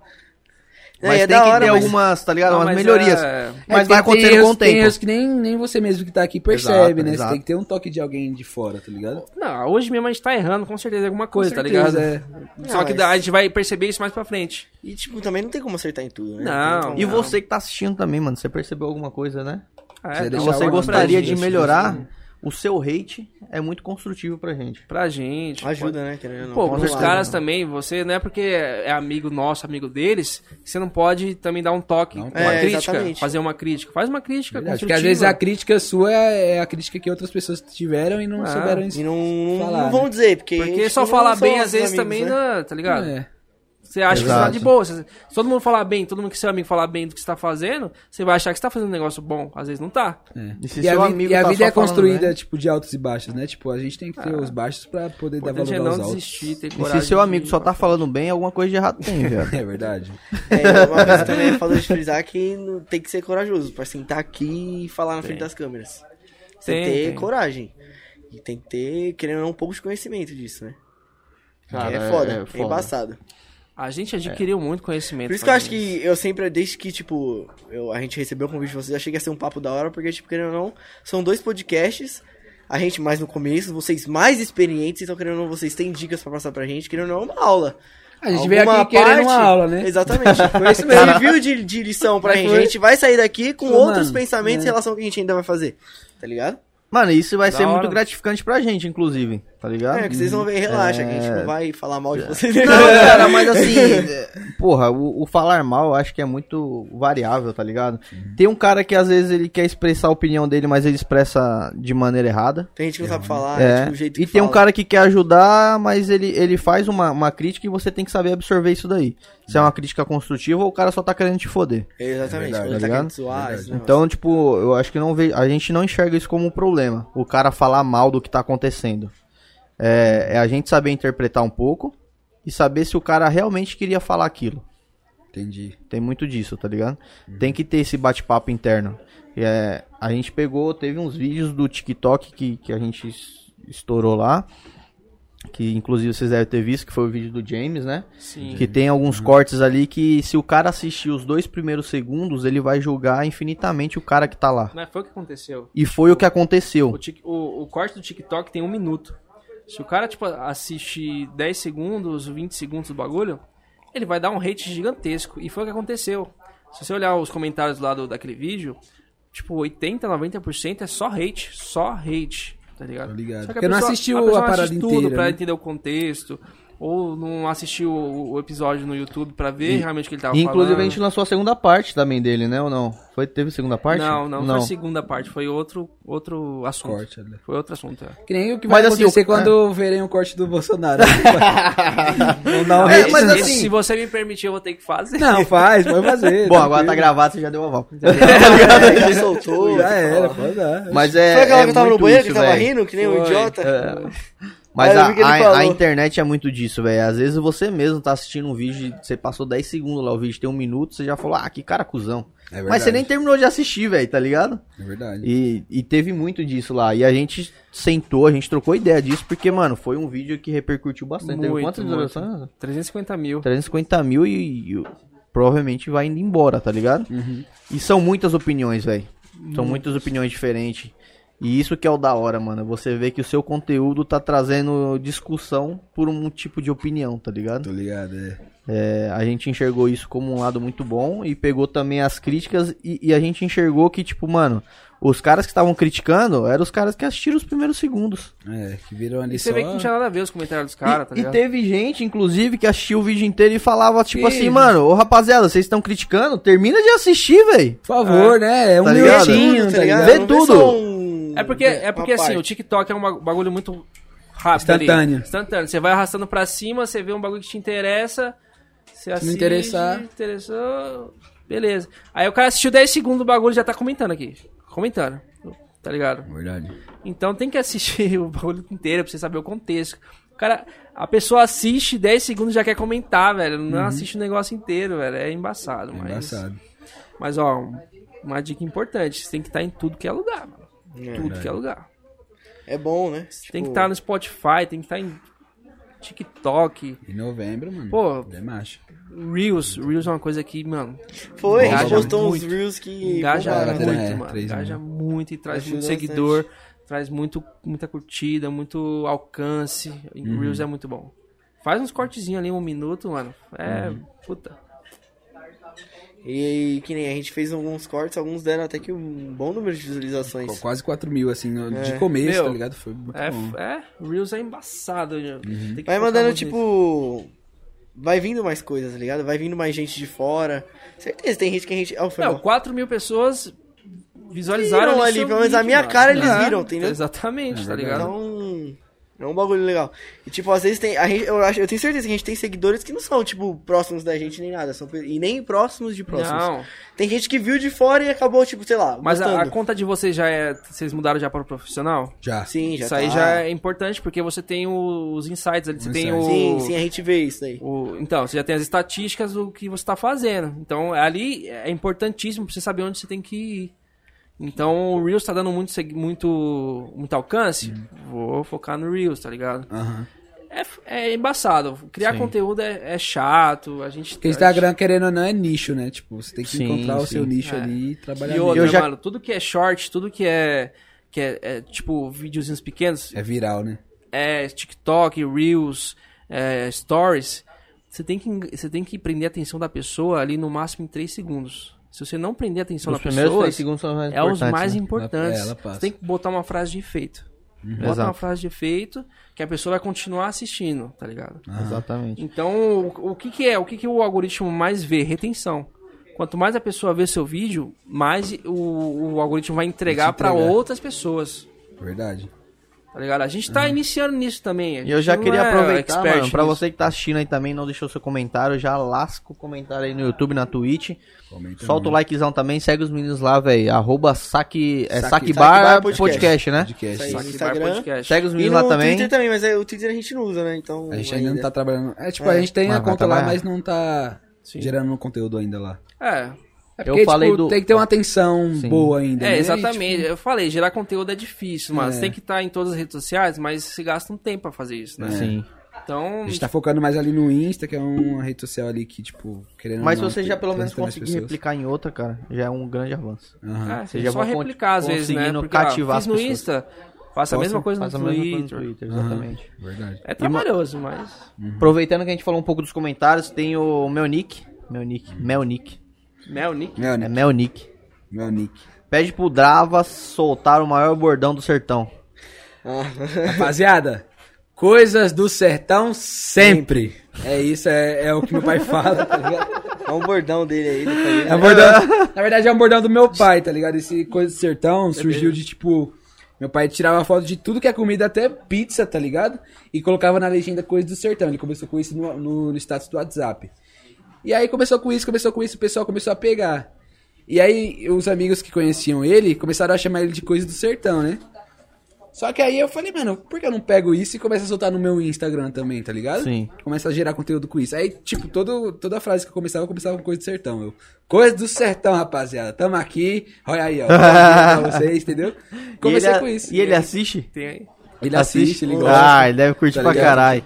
Speaker 4: É,
Speaker 2: Mas
Speaker 4: é
Speaker 2: tem
Speaker 4: da
Speaker 2: que
Speaker 4: hora,
Speaker 2: ter
Speaker 4: mas-
Speaker 2: algumas, tá ligado?
Speaker 1: Não,
Speaker 2: Umas
Speaker 1: mas
Speaker 2: melhorias.
Speaker 1: é-
Speaker 2: Mas
Speaker 3: É,
Speaker 2: vai
Speaker 3: tem- tem
Speaker 2: acontecer com o
Speaker 3: erros- Tem
Speaker 2: tempo.
Speaker 3: erros que nem, nem você mesmo que tá aqui percebe,
Speaker 2: Exato,
Speaker 3: né?
Speaker 2: exato.
Speaker 3: Você tem que ter um toque de alguém de fora, tá ligado?
Speaker 1: Não, hoje mesmo a gente tá errando com certeza alguma
Speaker 3: Com
Speaker 1: coisa, tá ligado?
Speaker 3: certeza, é.
Speaker 1: Só
Speaker 4: Não,
Speaker 2: Ah,
Speaker 1: que
Speaker 4: mas-
Speaker 1: da- a gente vai perceber isso mais pra frente.
Speaker 4: E, tipo, também não tem como acertar em tudo, né?
Speaker 1: Não.
Speaker 4: Tem como-
Speaker 2: E você que tá assistindo também, mano. Você percebeu alguma coisa, né?
Speaker 1: Ah,
Speaker 3: Você
Speaker 1: é,
Speaker 3: deixa
Speaker 1: dá
Speaker 2: você
Speaker 1: uma
Speaker 2: gostaria de
Speaker 3: gente,
Speaker 2: melhorar, o seu hate é muito construtivo pra gente.
Speaker 1: pra gente. Pra gente.
Speaker 4: Ajuda, né? querendo ou não.
Speaker 1: Pô,
Speaker 2: com
Speaker 1: os
Speaker 2: certeza,
Speaker 1: caras
Speaker 2: mano.
Speaker 1: também, você não é porque é amigo nosso, amigo deles, que você não pode também dar um toque,
Speaker 3: Não
Speaker 1: uma
Speaker 4: pode. É,
Speaker 1: crítica,
Speaker 4: exatamente.
Speaker 1: fazer uma crítica. Faz uma crítica
Speaker 3: Verdade,
Speaker 1: construtiva.
Speaker 3: porque às vezes a crítica sua é a crítica que outras pessoas tiveram e não
Speaker 1: Ah,
Speaker 3: souberam
Speaker 4: E
Speaker 3: isso.
Speaker 4: não, não,
Speaker 3: Falar,
Speaker 4: não vão dizer, porque...
Speaker 1: Porque
Speaker 4: tipo,
Speaker 1: só
Speaker 4: não
Speaker 1: falar
Speaker 4: são
Speaker 1: bem às
Speaker 4: nossos
Speaker 1: vezes
Speaker 4: amigos,
Speaker 1: também,
Speaker 4: né?
Speaker 1: não- tá ligado?
Speaker 3: É.
Speaker 1: Você acha que você tá
Speaker 2: Exato.
Speaker 1: de boa. você- Se todo mundo falar bem, todo mundo que seu amigo falar bem do que você tá fazendo, você vai achar que você tá fazendo um negócio bom. Às vezes não tá.
Speaker 3: É.
Speaker 2: E se
Speaker 3: E, a
Speaker 2: seu
Speaker 3: vi-
Speaker 2: amigo
Speaker 3: e a
Speaker 2: tá
Speaker 3: vida
Speaker 2: só
Speaker 3: é
Speaker 2: falando,
Speaker 3: construída,
Speaker 2: né?
Speaker 3: tipo, de altos e baixos, né? Tipo, a gente tem que ter os baixos pra poder
Speaker 1: O
Speaker 3: dar
Speaker 1: importante
Speaker 3: valor
Speaker 1: é
Speaker 3: aos
Speaker 1: não
Speaker 3: altos.
Speaker 1: desistir, ter
Speaker 2: E
Speaker 1: coragem.
Speaker 2: se seu
Speaker 1: de-
Speaker 2: amigo só tá falando bem, alguma coisa de errado tem, velho.
Speaker 3: É verdade.
Speaker 4: É, e uma vez também falou de frisar que não- tem que ser corajoso pra sentar aqui e falar na frente das câmeras. Você tem
Speaker 1: Tem,
Speaker 4: que ter
Speaker 1: tem.
Speaker 4: coragem. E tem que ter, querendo ou não, um pouco de conhecimento disso, né?
Speaker 2: Cara,
Speaker 4: é, foda,
Speaker 2: é
Speaker 4: é,
Speaker 2: foda.
Speaker 4: embaçado.
Speaker 1: A gente
Speaker 3: É.
Speaker 1: adquiriu muito conhecimento.
Speaker 4: Por isso que eu acho
Speaker 1: fazendo
Speaker 4: que eu sempre, desde que, tipo, eu- a gente recebeu o convite de vocês, eu achei que ia ser um papo da hora, porque, tipo, querendo ou não, são dois podcasts, a gente mais no começo, vocês mais experientes, então, querendo ou não, vocês têm dicas pra passar pra gente, querendo ou não, é uma aula.
Speaker 3: A gente veio
Speaker 4: Alguma
Speaker 3: aqui querendo uma
Speaker 4: parte-
Speaker 3: aula, né?
Speaker 4: Exatamente. Foi isso mesmo. Serviu de, de lição
Speaker 2: é
Speaker 4: pra gente. A gente vai sair daqui com
Speaker 3: Mano,
Speaker 4: outros
Speaker 2: né?
Speaker 4: pensamentos em
Speaker 3: é.
Speaker 4: relação ao que a gente ainda vai fazer. Tá ligado?
Speaker 2: Mano, isso vai
Speaker 1: Da
Speaker 2: ser muito
Speaker 1: hora.
Speaker 2: gratificante pra gente, inclusive. Tá ligado?
Speaker 4: É, que vocês vão ver, relaxa, que a gente
Speaker 2: É.
Speaker 4: não vai falar mal de vocês.
Speaker 1: É,
Speaker 2: Não, cara, mas assim, é, porra, o, o falar mal eu acho que é muito variável, tá ligado? Tem um cara que às vezes ele quer expressar a opinião dele, mas ele expressa de maneira errada.
Speaker 4: Tem gente que não sabe falar,
Speaker 2: é.
Speaker 4: tipo, o jeito
Speaker 2: e
Speaker 4: que
Speaker 2: tem um
Speaker 4: fala.
Speaker 2: cara que quer ajudar, mas ele, ele faz uma, uma crítica e você tem que saber absorver isso daí. Se é uma crítica construtiva ou o cara só tá querendo te foder.
Speaker 4: Exatamente,
Speaker 2: tá
Speaker 3: É verdade,
Speaker 4: quando ele tá
Speaker 2: ligado?
Speaker 4: querendo zoar, esse negócio.
Speaker 2: Então, tipo, eu acho que não ve... a gente não enxerga isso como um problema. O cara falar mal do que tá acontecendo. É, é a gente saber interpretar um pouco e saber se o cara realmente queria falar aquilo.
Speaker 3: Entendi.
Speaker 2: Tem muito disso, tá ligado?
Speaker 4: Uhum.
Speaker 2: Tem que ter esse bate-papo interno. E, É, a gente pegou, teve uns vídeos do TikTok que, que a gente es- estourou lá. Que inclusive vocês devem ter visto, que foi o vídeo do James, né?
Speaker 1: Sim.
Speaker 2: Que tem alguns
Speaker 4: Uhum.
Speaker 2: cortes ali que se o cara assistir os dois primeiros segundos, ele vai julgar infinitamente o cara que tá lá.
Speaker 1: Não foi o que aconteceu.
Speaker 2: E foi o que
Speaker 1: O,
Speaker 2: aconteceu.
Speaker 1: tic- o- o corte do TikTok tem um minuto. Se o cara, tipo, assistir 10 segundos, 20 segundos do bagulho, ele vai dar um hate gigantesco. E foi o que aconteceu. Se você olhar os comentários lá do, daquele vídeo, tipo, 80, 90% é só hate. Só hate, tá ligado?
Speaker 3: Tô ligado.
Speaker 1: Só que
Speaker 3: Porque
Speaker 1: a
Speaker 3: não
Speaker 1: pessoa-
Speaker 3: assistiu
Speaker 1: a
Speaker 3: a
Speaker 1: pessoa não
Speaker 3: parada
Speaker 1: assiste tudo
Speaker 3: inteira,
Speaker 1: pra
Speaker 3: né?
Speaker 1: entender o contexto. Ou não assistiu o, o episódio no YouTube pra ver realmente o
Speaker 4: tá
Speaker 1: que ele tava
Speaker 2: E, inclusive a
Speaker 1: falando.
Speaker 2: gente lançou a segunda parte também dele, né? Ou não? Foi, teve segunda parte?
Speaker 1: Não, não, foi a segunda parte. Foi outro, outro assunto.
Speaker 3: Corte, olha.
Speaker 1: Foi outro assunto, é.
Speaker 3: Que nem né? o que vai
Speaker 2: Mas assim,
Speaker 3: acontecer
Speaker 2: o-
Speaker 3: quando verem o corte do Bolsonaro. Vão dar um
Speaker 2: É,
Speaker 3: hate
Speaker 2: mas
Speaker 3: no-
Speaker 1: Esse-
Speaker 2: assim-
Speaker 1: Se você me permitir, eu vou ter que fazer.
Speaker 3: Não, faz, pode fazer.
Speaker 2: Bom, agora
Speaker 3: tranquilo.
Speaker 2: tá gravado, você já deu uma volta.
Speaker 4: É, já soltou.
Speaker 3: Já era, pode dar.
Speaker 2: Mas é.
Speaker 4: Foi aquela
Speaker 2: é
Speaker 4: que tava no
Speaker 2: muito
Speaker 4: banheiro,
Speaker 2: isso, É.
Speaker 4: que tava
Speaker 2: véi.
Speaker 4: rindo, que nem um
Speaker 1: Foi.
Speaker 4: idiota.
Speaker 2: Mas
Speaker 4: Aí eu
Speaker 2: a,
Speaker 4: vi que ele
Speaker 2: a- a
Speaker 4: falou.
Speaker 2: internet é muito disso, velho. Às vezes você mesmo tá assistindo um vídeo, e você passou 10 segundos lá, o vídeo tem um minuto, você já falou, ah, que cara cuzão.
Speaker 3: É verdade.
Speaker 2: Mas você nem terminou de assistir, velho, tá ligado?
Speaker 3: É verdade.
Speaker 2: E, e teve muito disso lá. E a gente sentou, a gente trocou ideia disso, porque, mano, foi um vídeo que repercutiu bastante. teve
Speaker 1: Muito,
Speaker 2: quantas
Speaker 1: muito.
Speaker 2: visualizações?
Speaker 1: 350 mil.
Speaker 2: 350 mil e, e provavelmente vai indo embora, tá ligado? E são muitas opiniões, velho. São muitas opiniões diferentes. E isso que é o da hora, mano. Você vê que o seu conteúdo tá trazendo discussão por um tipo de opinião, tá ligado?
Speaker 3: Tô ligado, é.
Speaker 2: É, a gente enxergou isso como um lado muito bom e pegou também as críticas e, e a gente enxergou que, tipo, mano, os caras que estavam criticando eram os caras que assistiram os primeiros segundos.
Speaker 3: É, que viram ali
Speaker 1: E
Speaker 3: só...
Speaker 1: você vê que não tinha nada a ver os comentários dos caras,
Speaker 2: E-
Speaker 1: tá
Speaker 2: e,
Speaker 1: ligado?
Speaker 2: teve gente, inclusive, que assistiu o vídeo inteiro e falava, tipo
Speaker 3: Que
Speaker 2: assim,
Speaker 3: isso?
Speaker 2: mano, ô rapaziada, vocês estão criticando? Termina de assistir, velho.
Speaker 3: Por favor, né? É um
Speaker 2: Tá ligado?
Speaker 3: minutinho, tá ligado?
Speaker 2: Vê
Speaker 4: Não
Speaker 2: tudo.
Speaker 4: só um-
Speaker 1: É porque, é
Speaker 4: uma
Speaker 1: porque assim,
Speaker 4: parte.
Speaker 1: o TikTok é um ba- bagulho muito rápido ali.
Speaker 3: Instantâneo.
Speaker 1: Instantâneo. Você vai arrastando pra cima, você vê um bagulho que te interessa. Você assiste,
Speaker 3: interessar.
Speaker 1: Interessou. Beleza. Aí o cara assistiu 10 segundos do bagulho e já tá comentando aqui. Comentando. Tá ligado?
Speaker 3: Verdade.
Speaker 1: Então tem que assistir o bagulho inteiro pra você saber o contexto. O cara, a pessoa assiste 10 segundos e já quer comentar, velho. Não assiste o negócio inteiro, velho. Uhum. É embaçado, mas.
Speaker 3: Engraçado.
Speaker 1: Mas, ó, uma dica importante: você tem que estar em tudo que é lugar, mano. tudo que é lugar.
Speaker 4: É bom, né?
Speaker 1: Você tem que tá- estar no Spotify, tem que estar em TikTok,
Speaker 3: Em novembro, mano.
Speaker 1: Pô.
Speaker 3: É macho.
Speaker 1: Reels. Reels é uma coisa que, mano,
Speaker 4: Foi, a gente
Speaker 1: Engaja
Speaker 4: postou uns
Speaker 1: muito.
Speaker 4: reels que.
Speaker 1: engaja
Speaker 4: bombaram,
Speaker 3: galera,
Speaker 1: muito,
Speaker 4: né?
Speaker 3: é,
Speaker 1: mano.
Speaker 3: três
Speaker 1: Engaja muito e traz
Speaker 4: Ajuda
Speaker 1: muito
Speaker 4: bastante.
Speaker 1: seguidor, traz muito, muita curtida, muito alcance.
Speaker 3: Uhum.
Speaker 1: Reels é muito bom. Faz uns cortezinhos ali, um minuto, mano. É,
Speaker 3: Uhum.
Speaker 1: puta.
Speaker 4: E que nem a gente fez alguns cortes, alguns deram até que um bom número de visualizações.
Speaker 3: Qu- Quase 4 mil, assim, no- de começo,
Speaker 1: Meu.
Speaker 3: tá ligado? Foi muito
Speaker 1: É,
Speaker 3: bom. Uhum.
Speaker 1: é, Reels é embaçado. né? Tem que
Speaker 4: Vai
Speaker 1: focar
Speaker 4: mandando,
Speaker 1: muito nisso.
Speaker 4: tipo. Vai vindo mais coisas, tá ligado? Vai vindo mais gente de fora. Certeza, tem gente que a gente. Ah, foi
Speaker 1: Não,
Speaker 4: mal.
Speaker 1: 4 mil pessoas visualizaram
Speaker 4: Viram
Speaker 1: seu
Speaker 4: ali, pelo menos a
Speaker 1: vídeo,
Speaker 4: minha
Speaker 1: mano.
Speaker 4: cara eles
Speaker 1: É,
Speaker 4: viram, entendeu?
Speaker 1: Exatamente,
Speaker 3: É
Speaker 1: tá
Speaker 3: verdade.
Speaker 1: ligado?
Speaker 4: Então. É um bagulho legal. E tipo, às vezes tem. A gente, eu, acho, eu tenho certeza que a gente tem seguidores que não são, tipo, próximos da gente nem nada. São, pe- e nem próximos de próximos.
Speaker 1: Não,
Speaker 4: Tem gente que viu de fora e acabou, tipo, sei lá,
Speaker 1: mas a, a
Speaker 4: gostando.
Speaker 1: conta de vocês já é. Vocês mudaram já para o profissional?
Speaker 3: Já.
Speaker 4: Sim, já
Speaker 1: isso aí
Speaker 4: tá.
Speaker 1: já é importante porque você tem o- os insights ali, você tem o,
Speaker 3: Insights.
Speaker 4: Sim, é sim, a gente vê isso daí.
Speaker 1: o- Então, você já tem as estatísticas do que você tá fazendo. Então, ali é importantíssimo pra você saber onde você tem que ir. Então, o Reels tá dando muito, segui- muito, muito alcance. Vou focar no Reels, tá ligado?
Speaker 3: Aham.
Speaker 1: É, f- é embaçado. Criar conteúdo é, é chato. A gente
Speaker 3: Porque Instagram, querendo ou não, é nicho, né? Tipo, você tem que
Speaker 2: Sim,
Speaker 3: encontrar o
Speaker 2: sim.
Speaker 3: seu nicho
Speaker 1: É.
Speaker 3: ali e trabalhar
Speaker 1: E outra,
Speaker 3: nele.
Speaker 2: Eu já-
Speaker 1: mano, tudo que é short, tudo que é, que é, é, tipo videozinhos pequenos,
Speaker 3: É viral, né?
Speaker 1: é TikTok, Reels, é, Stories, você tem, que, eng- você tem que prender a atenção da pessoa ali no máximo em 3 segundos. Se você não prender a atenção
Speaker 2: Os
Speaker 1: da
Speaker 2: primeiros
Speaker 1: pessoa,
Speaker 2: 3 segundos são os mais
Speaker 1: é os
Speaker 2: importantes.
Speaker 1: mais
Speaker 2: né?
Speaker 1: importantes.
Speaker 3: É, ela passa. Uhum.
Speaker 1: Você tem que botar uma frase de efeito. Bota uma
Speaker 2: Exato.
Speaker 1: frase de efeito que a pessoa vai continuar assistindo, tá ligado?
Speaker 3: Ah,
Speaker 2: Exatamente.
Speaker 1: Então, o, o que, que é? O que, que o algoritmo mais vê? Retenção. Quanto mais a pessoa vê seu vídeo, mais o, o algoritmo vai entregar
Speaker 3: Vai te
Speaker 1: pra
Speaker 3: entregar.
Speaker 1: outras pessoas.
Speaker 3: É Verdade.
Speaker 1: Tá ligado? A gente tá iniciando nisso também. a
Speaker 2: Uhum. E eu já
Speaker 1: gente não
Speaker 2: queria
Speaker 1: é
Speaker 2: aproveitar,
Speaker 1: expert
Speaker 2: mano, pra
Speaker 1: nisso.
Speaker 2: você que tá assistindo aí também, não deixou seu comentário, já lasca o comentário aí no YouTube, na Twitch.
Speaker 3: Comenta
Speaker 2: Solta o
Speaker 3: muito.
Speaker 2: likezão também, segue os meninos lá, velho. Arroba saque, é,
Speaker 3: Saque-
Speaker 2: saque
Speaker 3: Saque
Speaker 2: bar,
Speaker 4: Bar
Speaker 2: podcast.
Speaker 4: Podcast.
Speaker 2: né?
Speaker 3: Podcast.
Speaker 4: Isso aí.
Speaker 1: Só que
Speaker 4: Instagram.
Speaker 1: vai podcast.
Speaker 2: Segue os
Speaker 4: E
Speaker 2: meninos
Speaker 4: no
Speaker 2: lá também.
Speaker 4: Twitter também, mas é, o Twitter a gente não usa, né? Então.
Speaker 3: A gente ainda não tá trabalhando. É, tipo,
Speaker 4: É.
Speaker 3: a gente tem
Speaker 2: Mas
Speaker 3: a
Speaker 2: vai
Speaker 3: conta lá,
Speaker 2: trabalhar.
Speaker 3: mas não tá
Speaker 1: Sim.
Speaker 3: gerando um conteúdo ainda lá.
Speaker 1: É,
Speaker 3: É
Speaker 2: Eu falei do-
Speaker 3: tem que ter uma atenção
Speaker 2: Sim.
Speaker 3: boa ainda,
Speaker 1: é,
Speaker 3: né?
Speaker 1: exatamente.
Speaker 2: tipo-
Speaker 1: Eu falei, gerar conteúdo é difícil, mas
Speaker 3: É.
Speaker 1: tem que estar em todas as redes sociais, mas se gasta um tempo pra fazer isso, né?
Speaker 2: Sim.
Speaker 1: Então,
Speaker 3: A gente tá focando mais ali no Insta, que é uma rede social ali que, tipo, querendo
Speaker 2: Mas se
Speaker 3: ou não,
Speaker 2: você já pelo
Speaker 3: transita
Speaker 2: menos
Speaker 3: mais
Speaker 2: conseguir
Speaker 3: pessoas.
Speaker 2: replicar em outra, cara, já é um grande avanço.
Speaker 3: Aham.
Speaker 1: é,
Speaker 2: Vocês já
Speaker 1: só
Speaker 2: vão con-
Speaker 1: replicar às vezes, né?
Speaker 2: conseguindo
Speaker 1: ah,
Speaker 2: cativar
Speaker 1: fiz
Speaker 2: as
Speaker 1: no
Speaker 2: pessoas.
Speaker 1: Insta, faça a mesma coisa no
Speaker 2: Faz a
Speaker 1: Twitter.
Speaker 2: mesma coisa no Twitter, exatamente.
Speaker 3: Verdade.
Speaker 1: É trabalhoso, mas...
Speaker 2: Aproveitando que a gente falou um pouco dos comentários, tem o meu nick. Meu nick. Meu nick.
Speaker 1: Mel, né, Nick.
Speaker 3: Meu,
Speaker 2: É
Speaker 3: nick.
Speaker 2: meu nick.
Speaker 3: meu nick.
Speaker 2: Pede pro Drava soltar o maior bordão do sertão.
Speaker 4: Ah,
Speaker 3: Rapaziada, coisas do sertão sempre. É isso, é, é o que meu pai fala, tá ligado?
Speaker 4: é um bordão dele aí. ele tá aí.
Speaker 3: É um bordão- na verdade, é um bordão do meu pai, tá ligado? Esse coisa do sertão surgiu de tipo. Meu pai tirava foto de tudo que é comida, até pizza, tá ligado? E colocava na legenda coisa do sertão. Ele começou com isso no, no, no status do WhatsApp. E aí começou com isso, começou com isso, o pessoal começou a pegar. E aí os amigos que conheciam ele começaram a chamar ele de coisa do sertão, né? Só que aí eu falei, mano, por que eu não pego isso e começo a soltar no meu Instagram também, tá ligado?
Speaker 2: Sim.
Speaker 3: Começa a gerar conteúdo com isso. Aí, tipo, todo, toda frase que eu começava, eu começava com coisa do sertão. Eu, coisa do sertão, rapaziada. Tamo aqui. Olha aí, ó. Bom dia pra vocês, entendeu? Comecei
Speaker 2: E ele-
Speaker 3: com isso.
Speaker 2: E ele assiste?
Speaker 1: Tem aí.
Speaker 3: Ele assiste, ele gosta.
Speaker 2: Ah, ele deve curtir
Speaker 3: Tá
Speaker 2: pra
Speaker 3: ligado?
Speaker 2: caralho.